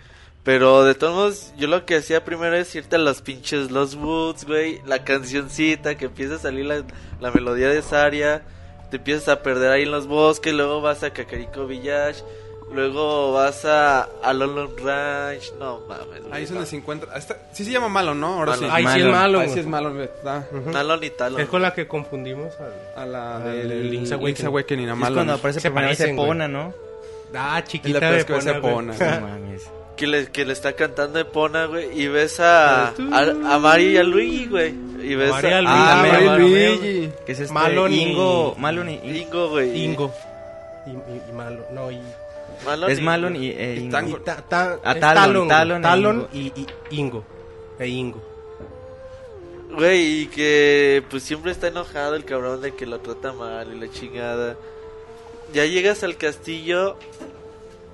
Pero de todos modos, yo lo que hacía primero es irte a las pinches Los Woods, güey, la cancioncita, que empieza a salir la, la melodía de Saria, te empiezas a perder ahí en los bosques, luego vas a Kakariko Village, luego vas a, a Lolon Ranch, no mames. güey, Ahí es no. donde se encuentra. hasta- Sí se llama malo, ¿no? Ahora Malo. sí. Ay, sí es Malo. malo, Ahí sí güey. es malo. güey. Da Talon y Talon. Es con la que confundimos al... a la Al del Link's Link's Awakening. Awakening. a Es malo. cuando aparece Se por primera vez parecen, güey. Epona, ¿no? Ah, Es chiquita la de pesca Pona, de güey. Pona. No mames. Que le, que le está cantando Epona, güey. Y ves a, a, a Mario y a Luigi, güey. Y ves a, Mario y a Luigi. Ah, Ah, Mario Mario Luigi. Que es este Malon y- Ingo, Malon y, y- Ingo, güey. Ingo. Y, y- y malo, no, y... Malon es y- Malon y, eh, Y Ingo. Tango. y ta- ta- Ah, es Talon, Talon, Talon Talon y, y Ingo. E Ingo. Güey, y que pues siempre está enojado el cabrón de que lo trata mal y la chingada. Ya llegas al castillo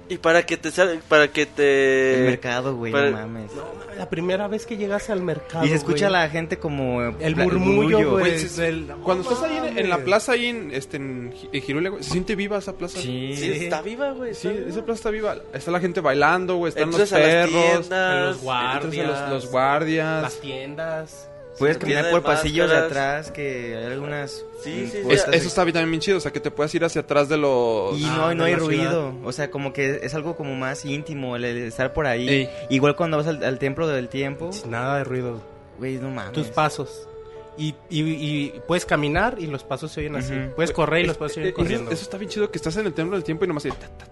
y para que te sal- para que El te mercado, güey, para- no mames. No, mames, la primera vez que llegas al mercado, y se escucha güey. la gente como... eh, El la- murmullo, Güey, güey. sí, sí. del- Cuando estás ahí en, en la Mames. plaza, ahí en, este, en Gi- en Jirule, güey, se siente viva esa plaza. Sí. Sí, está viva, güey. Sí, está viva. esa plaza está viva. Está la gente bailando, güey. Están Entras los a las perros. tiendas, los guardias. entras a los, los Las guardias. tiendas. Puedes Sí, tiene caminar por de pasillos de máscaras. atrás que hay algunas... eh, Sí, sí, sí. puertas Es- eso está también bien chido. O sea, que te puedes ir hacia atrás de los. Y Ah, no, y no de hay la ciudad. ruido, o sea, como que es algo como más íntimo el, el estar por ahí. Ey. Igual cuando vas al, al templo del tiempo, Sin Nada de ruido. güey, no mames. Tus pasos. Y, y- y puedes caminar y los pasos se oyen así. Ujú. Puedes correr y los pasos se Eh, Eso, oyen corriendo. eso está bien chido. Que estás en el templo del tiempo y nomás. ahí, ta, ta,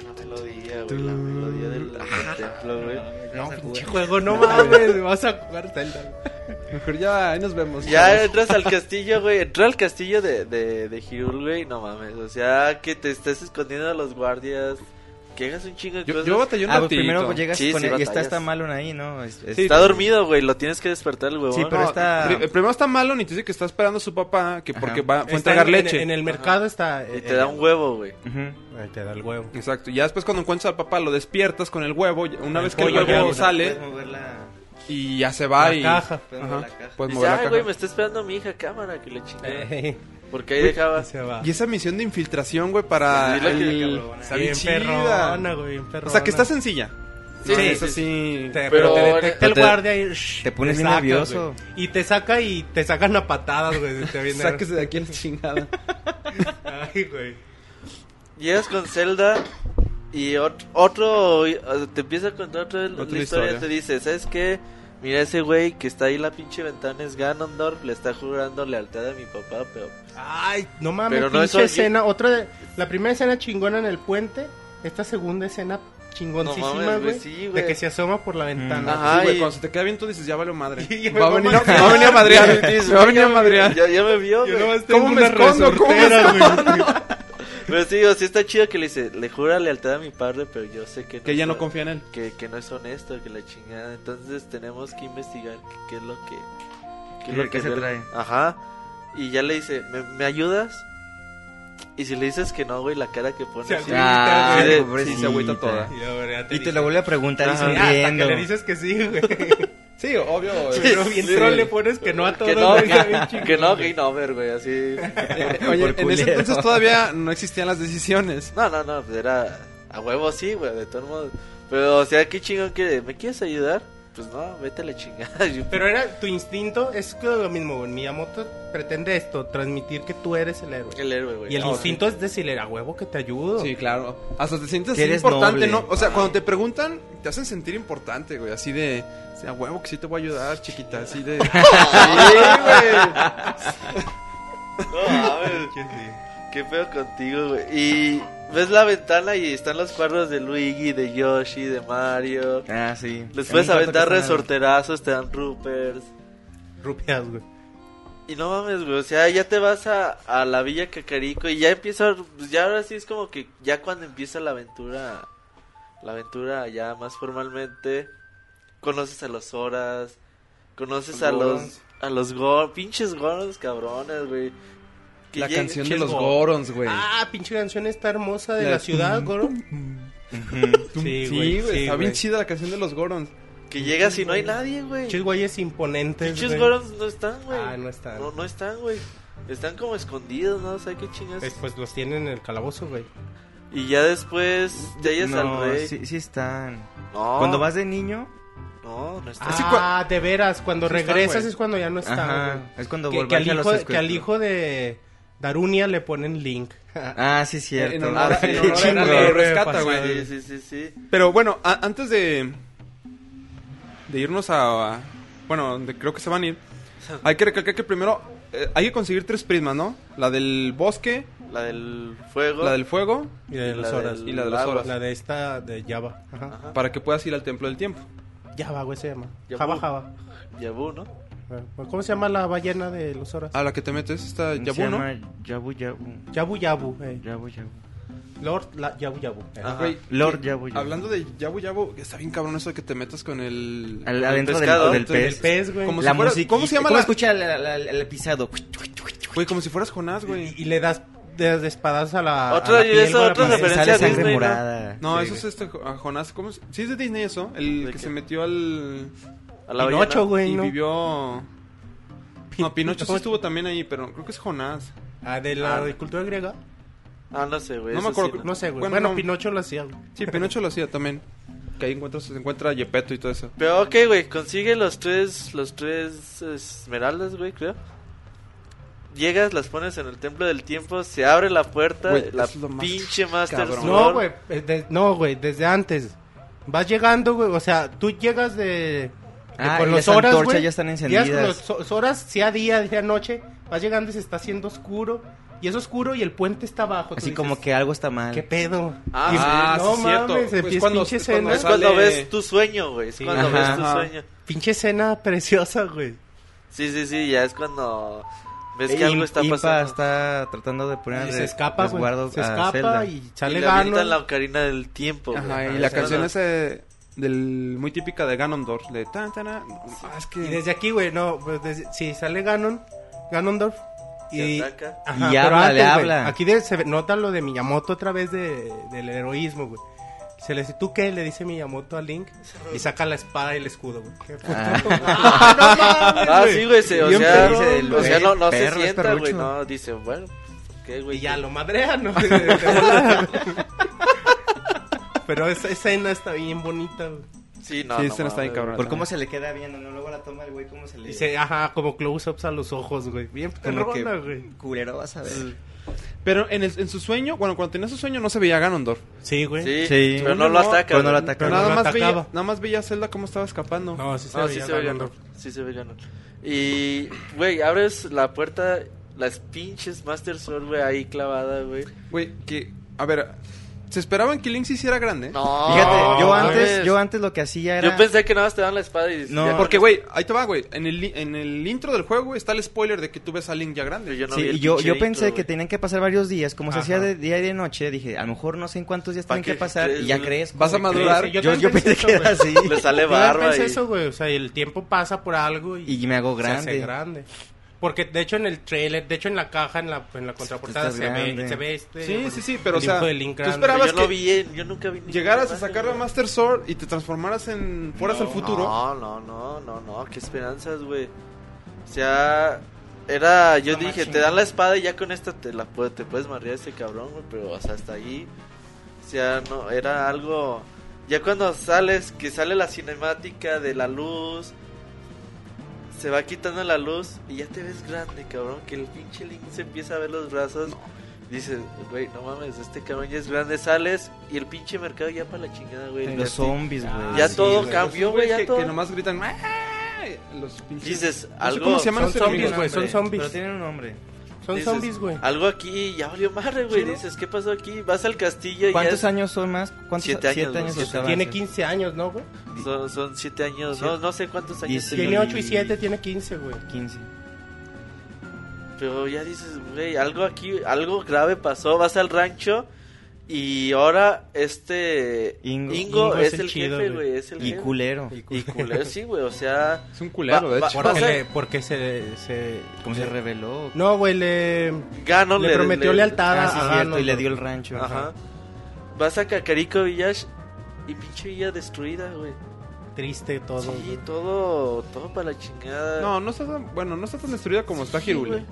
La melodía, güey, la melodía del, del templo, güey. No, pinche juego, no mames. vas a jugar Zelda. Mejor ya, ahí nos vemos. Ya eh, entras al castillo, güey. Entra al castillo de, de, de Hyrule, güey. No mames. O sea, que te estés escondiendo a los guardias. Que hagas un chingo de Yo, cosas. yo batallé un Ah, pues ratito. primero llegas Sí, con sí, el- y está batallas. esta Malon ahí, ¿no? Es- es- Está dormido, güey. Lo tienes que despertar el huevón. Sí, pero No, está... pri- eh, primero está malo ni te dice que está esperando a su papá que porque Ajá. va, fue a Está entregar en- leche. En, en el mercado está. Y te da un huevo, güey. Ujú. Ahí te da el huevo. Exacto. Ya después cuando encuentras al papá lo despiertas con el huevo. ya- Una El vez que el pollo huevo ya- sale Puedes mover la- y ya se va La y caja. puedes mover la Ajá. caja. Puedes Dice, Pues mover la ay, caja. güey, me está esperando mi hija cámara que le chingada. Eh, Porque ahí dejaba. y se va. Y esa misión de infiltración, güey, para Sí, la que- el- Está cabrona. Está bien bien perrona, chida. güey, bien O perrona. sea, que está sencilla. Sí, No sí, es sí, así. Te- Pero- pero te detecta el te- guardia y shh, te pones bien sacas, nervioso. güey. Y te saca y te sacan a patadas, güey. si Te viene Sáquese de aquí a la chingada. Ay, güey. Llegas con Zelda y ot- otro, o- te empieza a contar otra vez Otra la historia, historia. Te dice, ¿sabes qué? Mira ese güey que está ahí en la pinche ventana es Ganondorf. Le está jurando lealtad a mi papá, pero. Ay, no mames, Pero no pinche es- escena. Otra de- la primera escena chingona en el puente. Esta segunda escena chingoncísima, No mames, güey, güey. sí, güey. de que se asoma por la ventana. Ajá, Sí, güey, y- cuando se te queda bien tú dices, ya vale madre. Y- y me Va a voy venir, a madrear. va a venir a madrear. Dices, Va a venir a madrear. Ya, ya me vio, güey. ¿Cómo me escondo? ¿Cómo me escondo? Pero sí, o sea, está chido que le dice, le jura lealtad a mi padre, pero yo sé que no. Que ya no está- confía en él. que, que no es honesto, que la chingada. Entonces tenemos que investigar qué, qué es lo que... ¿Qué es lo que se ve- trae? Ajá. Y ya le dice, ¿me, me ayudas? Y si le dices que no, güey, la cara que pone... Se así, Ah, Sí, de- pobrecita. sí, se agüita toda. Y te lo vuelve a preguntar y Ajá. Ah, hasta que sonriendo. le dices que sí, güey. Sí, obvio. Pero bien Sí. troll le pones que no a todo. que no, güey, está bien que, que no, game over, güey, así... Eh, Oye, Por en ese culero. entonces todavía no existían las decisiones. No, no, no, pues era a huevo sí, güey, de todos modos. Pero, o sea, qué chingón que... ¿Me quieres ayudar? Pues no, vete a la chingada. Yo- Pero era tu instinto, es que lo mismo, güey. Miyamoto pretende esto, transmitir que tú eres el héroe. El héroe, güey. y el No, instinto es decirle, a huevo que te ayudo. Sí, claro. Hasta te sientes Que eres importante, ¿no? noble. O sea, cuando te preguntan, te hacen sentir importante, güey. Así de, o sea, huevo, que sí te voy a ayudar, chiquita. Así de. sí, güey. No, mames. Qué feo contigo, güey. Y ves la ventana y están los cuadros de Luigi, de Yoshi, de Mario. Ah, sí. Les En puedes un cuarto que aventar está en el- resorterazos, te dan Ruppers. Rupias, güey. Y no mames, güey, o sea, ya te vas a, a la Villa Cacarico y ya empieza, pues ya ahora sí es como que ya cuando empieza la aventura, la aventura ya más formalmente, conoces a los Horas, conoces a los, Gorons. a los Gorons, pinches Gorons cabrones, güey. Que La llega- canción de pinches los Gor- Gorons, güey. Ah, pinche canción está hermosa de La- la ciudad, Goro. Sí, sí, güey, está bien güey. chida la canción de los Gorons. Que llegas y no hay nadie, güey. Pinches güeyes imponentes, Pinches güey. Gorons no están, güey. Ah, no están. No, no están, güey. Están como escondidos, ¿no? O sea, qué chingas. Es- pues los tienen en el calabozo, güey. Y ya después, ya llegas No, al rey. sí, sí están. No, Cuando vas de niño, No, no están. Ah, de veras, cuando Sí están, regresas güey. es cuando ya no están, ajá, güey. es cuando Que, volvés que al a los hijo, que al escuelas. hijo de Darunia le ponen Link. Ah, sí, cierto. En honor a- Ah, en qué honor a- chingón. lo rescata, Pasado, güey. Sí, sí, sí, sí. Pero bueno, a- antes de de irnos a, a- bueno, donde creo que se van a ir, hay que recalcar que primero eh, hay que conseguir tres prismas, ¿no? La del bosque, La del fuego. la del fuego, Y la de Y la las horas. del y la de las horas. La de esta, de Java. Ajá. para que puedas ir al templo del tiempo. Java, güey, se llama. Yabu. Java, Java. Yabú, ¿no? Ah, ¿Cómo se llama la ballena de los horas? Ah. A la que te metes está Mm, Se Yabu, ¿no? llama Yabu Yabu. Yabu Yabu, eh. Yabu Yabu. Lord la, Yabu Yabu. Ah, eh. Ajá. Güey, Lord que- Yabu Yabu. Hablando de Yabu Yabu, que está bien cabrón eso de que te metas con el Al- adentro del, pescado. del El pez. pez, güey. Como la si fuera- musiquita. ¿cómo se llama ¿Cómo la- escucha el, el- el pisado? Güey, como si fueras Jonás, Y, güey. y le das de, de espadas a la. Otro- a la y piel, eso, güey, otra para- referencia Sale a sangre Disney, ¿no? morada. No, Sí, eso güey. es este jo- a Jonás, ¿cómo se- Sí es de Disney eso, el ¿De que qué? se metió al A la ballena. Pinocho, güey, y ¿no? vivió No, Pinocho sí Pinocho. estuvo también ahí, pero creo que es Jonás. Ah, de la Ah. de cultura griega. Ah, no sé, güey. No eso me acuerdo. sí, No sé, güey. Bueno, Bueno, no. Pinocho lo hacía. güey. Sí, Pinocho lo hacía también. Que ahí encuentras, se encuentra Yepeto y todo eso. Pero ok, güey, consigue los tres, los tres esmeraldas, güey, creo. Llegas, las pones en el templo del tiempo, se abre la puerta, Güey, la es lo más pinche Master cabrón. Sword. No, güey. eh, de- no, güey. Desde antes. Vas llegando, güey. O sea, tú llegas de. de Ah, y las antorchas ya están encendidas. Llegas con las so- horas, sea día, día, noche. Vas llegando y se está haciendo oscuro. Y es oscuro y el puente está abajo. tú Así dices, como que algo está mal. ¿Qué pedo? Ah, Y- ah, no sí, cierto. mames, Pues empieza cuando- pinche es cuando escena. Es cuando Sale- ves tu sueño, güey. Es Sí. cuando Ajá, ves tu ajá. sueño. Pinche escena preciosa, güey. Sí, sí, sí, ya es cuando ves que Eh, algo Im- está Impa pasando. está tratando de poner Y res- se escapa, güey. resguardo Se a escapa Zelda. y Y sale le avientan Ganon. la ocarina del tiempo, güey. Ajá, y Ah, la es canción cuando- esa de- del muy típica de Ganondorf, de tan tan ah, es que Y desde aquí, güey, no, pues desde- sí, sale Ganon, Ganondorf. Y, Y ataca. Ajá, Y pero habla, le güey, habla. Aquí de- se nota lo de Miyamoto otra vez de, del heroísmo, güey. Se le dice, ¿tú qué? Le dice Miyamoto a Link y saca la espada y el escudo, güey. Qué puto. Ah, sí, güey, se- o Bien sea, perro, dice el- o sea, no, no güey, se perro, sienta, perrucho. güey, no, dice, bueno, ¿qué, güey? Y ya ¿Qué? lo madrean, ¿no? De- de volada. pero esa escena está bien bonita, güey. Sí, no, Sí, no ese no está mames, bien cabrón. Por cómo se le queda viendo, ¿no? Luego la toma el güey, cómo se le... Y se, ajá, como close-ups a los ojos, güey. Bien Como que- perrona, güey. Culero, vas a ver. Pero en, el- en su sueño, bueno, cuando tenía su sueño no se veía Ganondorf. Sí, güey. Sí, Sí. pero no lo ataca. Pero no lo güey. ataca. Pero nada, no lo más veía, atacaba. nada más veía a Zelda cómo estaba escapando. No, sí se No, sí veía se ve Ganondorf. Ganondorf, Sí se ve Ganondorf. Y, güey, abres la puerta, las pinches Master Sword, güey, ahí clavada, güey. Güey, que, a ver, se esperaban que Link se hiciera grande. No. Fíjate, yo no antes, mames. yo antes lo que hacía era... Yo pensé que nada más te dan la espada y... No, ya- Porque, güey, ahí te va, güey. En el, li- en el intro del juego güey, está el spoiler de que tú ves a Link ya grande. Pero yo no Sí, vi el y yo, pinche yo intro, pensé que güey. tenían que pasar varios días. Como se hacía Ajá. de día y de noche, dije, a lo mejor no sé en cuántos días ¿Pa' tienen que qué pasar. crees, Y ya güey? crees. Vas a güey, madurar. crees. Yo Yo, yo, también pensé pensé que eso, era así. Le sale Yo también barba pensé y... eso, güey. O sea, el tiempo pasa por algo y, Y me hago se hace grande. grande. Porque de hecho en el trailer, de hecho en la caja, en la, en la contraportada Estás se ve, grande. se ve este. Sí, güey, sí, sí, pero, el o sea, hijo de Link tú grande. Pero esperabas- yo no Nada más que vi, yo nunca vi... ninguna Llegaras a imagen, sacar la güey. Master Sword y te transformaras en. fueras al futuro. No, no, no, no, no, qué esperanzas, güey. O sea, era, yo No dije, manches. te dan la espada y ya con esta te la puede- te puedes marrear a ese cabrón, güey, pero o sea, hasta ahí. O sea, no, era algo. Ya cuando sales, que sale la cinemática de la luz, se va quitando la luz y ya te ves grande, cabrón, que el pinche Link se empieza a ver los brazos. Dices, güey, no mames, este cabrón ya es grande, sales y el pinche mercado ya para la chingada, güey. Los Ya- zombies, güey. Ya Sí, todo güey. cambia. Cambió, güey, ya que, todo. que nomás gritan. "¡Ah!" Los pinches. Dices, No sé algo. cómo se llaman Son esos zombies, enemigos. güey, son Pero zombies. tienen un nombre. Son Dices, zombies, güey. Ah, Algo aquí ya valió madre, güey. Dices, ¿qué pasó aquí? Vas al castillo y ¿Cuántos ya es- años son más? ¿Cuántos Siete años, güey, años? siete. o sea, Tiene avances? 15 años, ¿no, güey? Son, son siete años, no, no sé cuántos años Dieciocho. Tiene tenía. 8 y 7, tiene 15, güey. 15. Pero ya dices, güey, algo aquí, algo grave pasó. Vas al rancho y ahora este Ingo- Ingo es, es el el chido, jefe, güey. güey, es el Y jefe. culero. Y culero, sí, güey, o sea, Es un culero, de Va- hecho. va- Porque, o sea- le- porque se, se... ¿Cómo se reveló? No, güey, le, Ganon le prometió lealtad Ah, a sí, a cierto, Ganon, y le güey. dio el rancho. Ajá. Vas a Cacarico Village y pinche villa destruida, güey. Triste todo. Sí, güey. todo, todo para la chingada. No, no está tan, bueno, no está tan destruida como está Sí, Hirule. güey.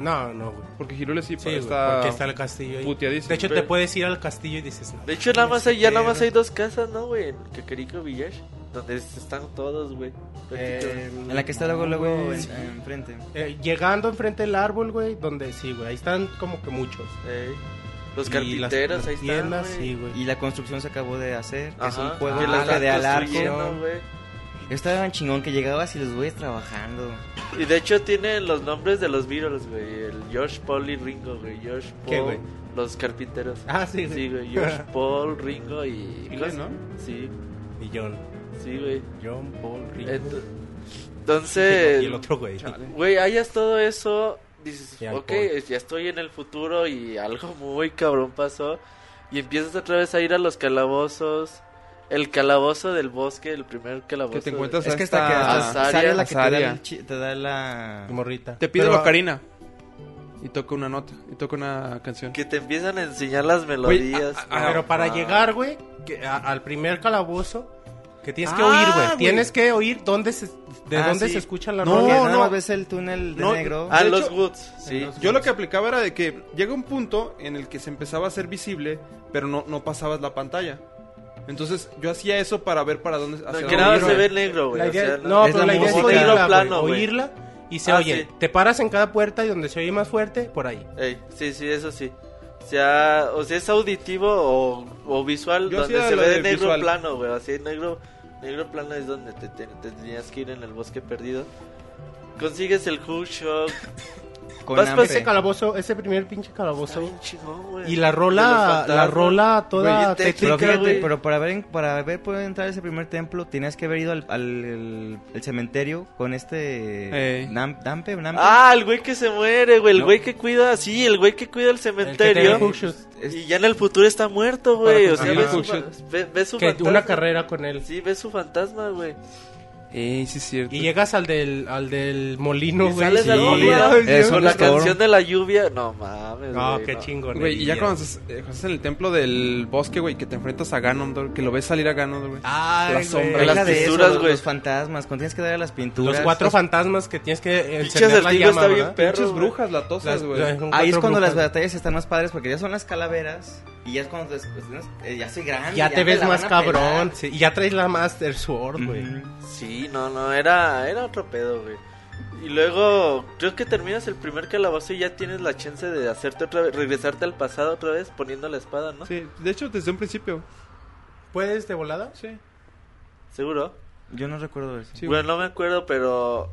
No, no, güey. porque Hirule sí, Sí, güey, está, porque está el castillo ahí. puteadísimo. De hecho, te Pero- puedes ir al castillo y dices... No, De hecho, nada más hay, ya nada más hay Tierra. dos casas, ¿no, güey? En Cacarico Village, donde están todos, güey. eh, En la que está luego, luego en- sí. enfrente. Eh, llegando enfrente del árbol, güey, donde sí, güey. Ahí están como que muchos. Ey. Los Y carpinteros, las- ahí las están. tiendas, güey. sí, güey. Y la construcción se acabó de hacer. que es Ajá, un juego que ah, las que están de alarco. construyendo, güey. Estaba chingón que llegabas y los güeyes trabajando. Y de hecho tienen los nombres de los Beatles, güey. El George Paul y Ringo, güey. George Paul. ¿Qué, güey? Los carpinteros. Ah, sí, güey. Sí, güey. George Paul, Ringo y. Inglés, ¿no? Sí, Y John. sí, güey. John Paul Ringo. Ento- y Entonces. el otro, güey. Güey, hayas todo eso, dices, Y ok, alcohol. ya estoy en el futuro y algo muy cabrón pasó. Y empiezas otra vez a ir a los calabozos. El calabozo del bosque, el primer calabozo. Que te del- encuentras es que hasta hasta que hasta Pues Azaria, Azaria es la que te da, Azaria. el chi- te da la... Morrita. Te pide Pero- Bacarina. Y toca una nota, y toca una canción. Que te empiezan a enseñar las melodías. Ah, No, pero para ma- llegar, güey, que- a- al primer calabozo, que tienes que Ah, oír, güey. güey. Tienes que oír dónde se, de Ah, dónde sí. se escuchan las No, rolas. no, no. ves el túnel de No, negro. Ah, De los hecho- Woods, sí. Yo lo que aplicaba era de que llega un punto en el que se empezaba a hacer visible, pero no, no pasabas la pantalla. Entonces yo hacía eso para ver para dónde No, hacia que dónde nada iba. se ve negro, güey. La o idea- sea, no, es pero la la idea es música. oírla, Oírlo güey, plano, güey. oírla y se Ah, oye. sí. Te paras en cada puerta y donde se oye más fuerte, por ahí. Ey, sí, sí, eso sí. O sea, o sea, es auditivo o, o visual, Yo donde hacía se lo ve de de negro visual. plano, güey. Así negro, negro plano es donde te, te- te tenías que ir en el bosque perdido. Consigues el hook shot. con vas hambre. Ese calabozo, ese primer pinche Está calabozo. bien chingón, güey. Y la De los rola, fantasmas. la rola Güey, toda te- Pero tétrica, Explica, fíjate, güey. pero para ver, para ver poder entrar a ese primer templo, tenías que haber ido al, al- el, el cementerio con este... Ey. Nam- Dampe, Nampe. Ah, el güey que se muere, güey. El No. güey que cuida, sí, el güey que cuida el El que tiene cementerio. hookshots, Es- y ya en el futuro está muerto, güey. Para O sea, conseguir ves su, el fa- hookshot. ve- ves su que fantasma. una carrera con él. Sí, ves su fantasma, güey. Ey, sí es cierto. Y llegas al del, al del molino, Y güey. sales al sí. molino. Ay, Eso Dios. es Con la cabrón. canción de la lluvia. No mames, No, güey, qué no. chingón. Güey, y ya cuando estás, eh, cuando estás en el templo del bosque, güey, que te enfrentas a Ganondorf, que lo ves salir a Ganondorf, güey. Ay, La güey. sombra. Deja las de eso, texturas, los, güey. los fantasmas, cuando tienes que dar a las pinturas. Los cuatro Los- fantasmas que tienes que Pinches encender la artigo llama, está bien ¿verdad? perro, Pinches güey. brujas latosas, Las- las- güey. son Ahí es cuatro cuando las brujas. batallas están más padres porque ya son las calaveras y ya es cuando te- pues, tienes- eh, ya soy grande. Ya te me ves la más van a pelar. cabrón. sí, y ya traes la Master Sword, güey. Ujú. Sí, no, no, era, era otro pedo, güey. Y luego, creo que terminas el primer calabozo y ya tienes la chance de hacerte otra vez, regresarte al pasado otra vez poniendo la espada, ¿no? Sí, de hecho, desde un principio. ¿Puedes de volada? Sí. ¿Seguro? Yo no recuerdo eso. Sí, bueno, no me acuerdo, pero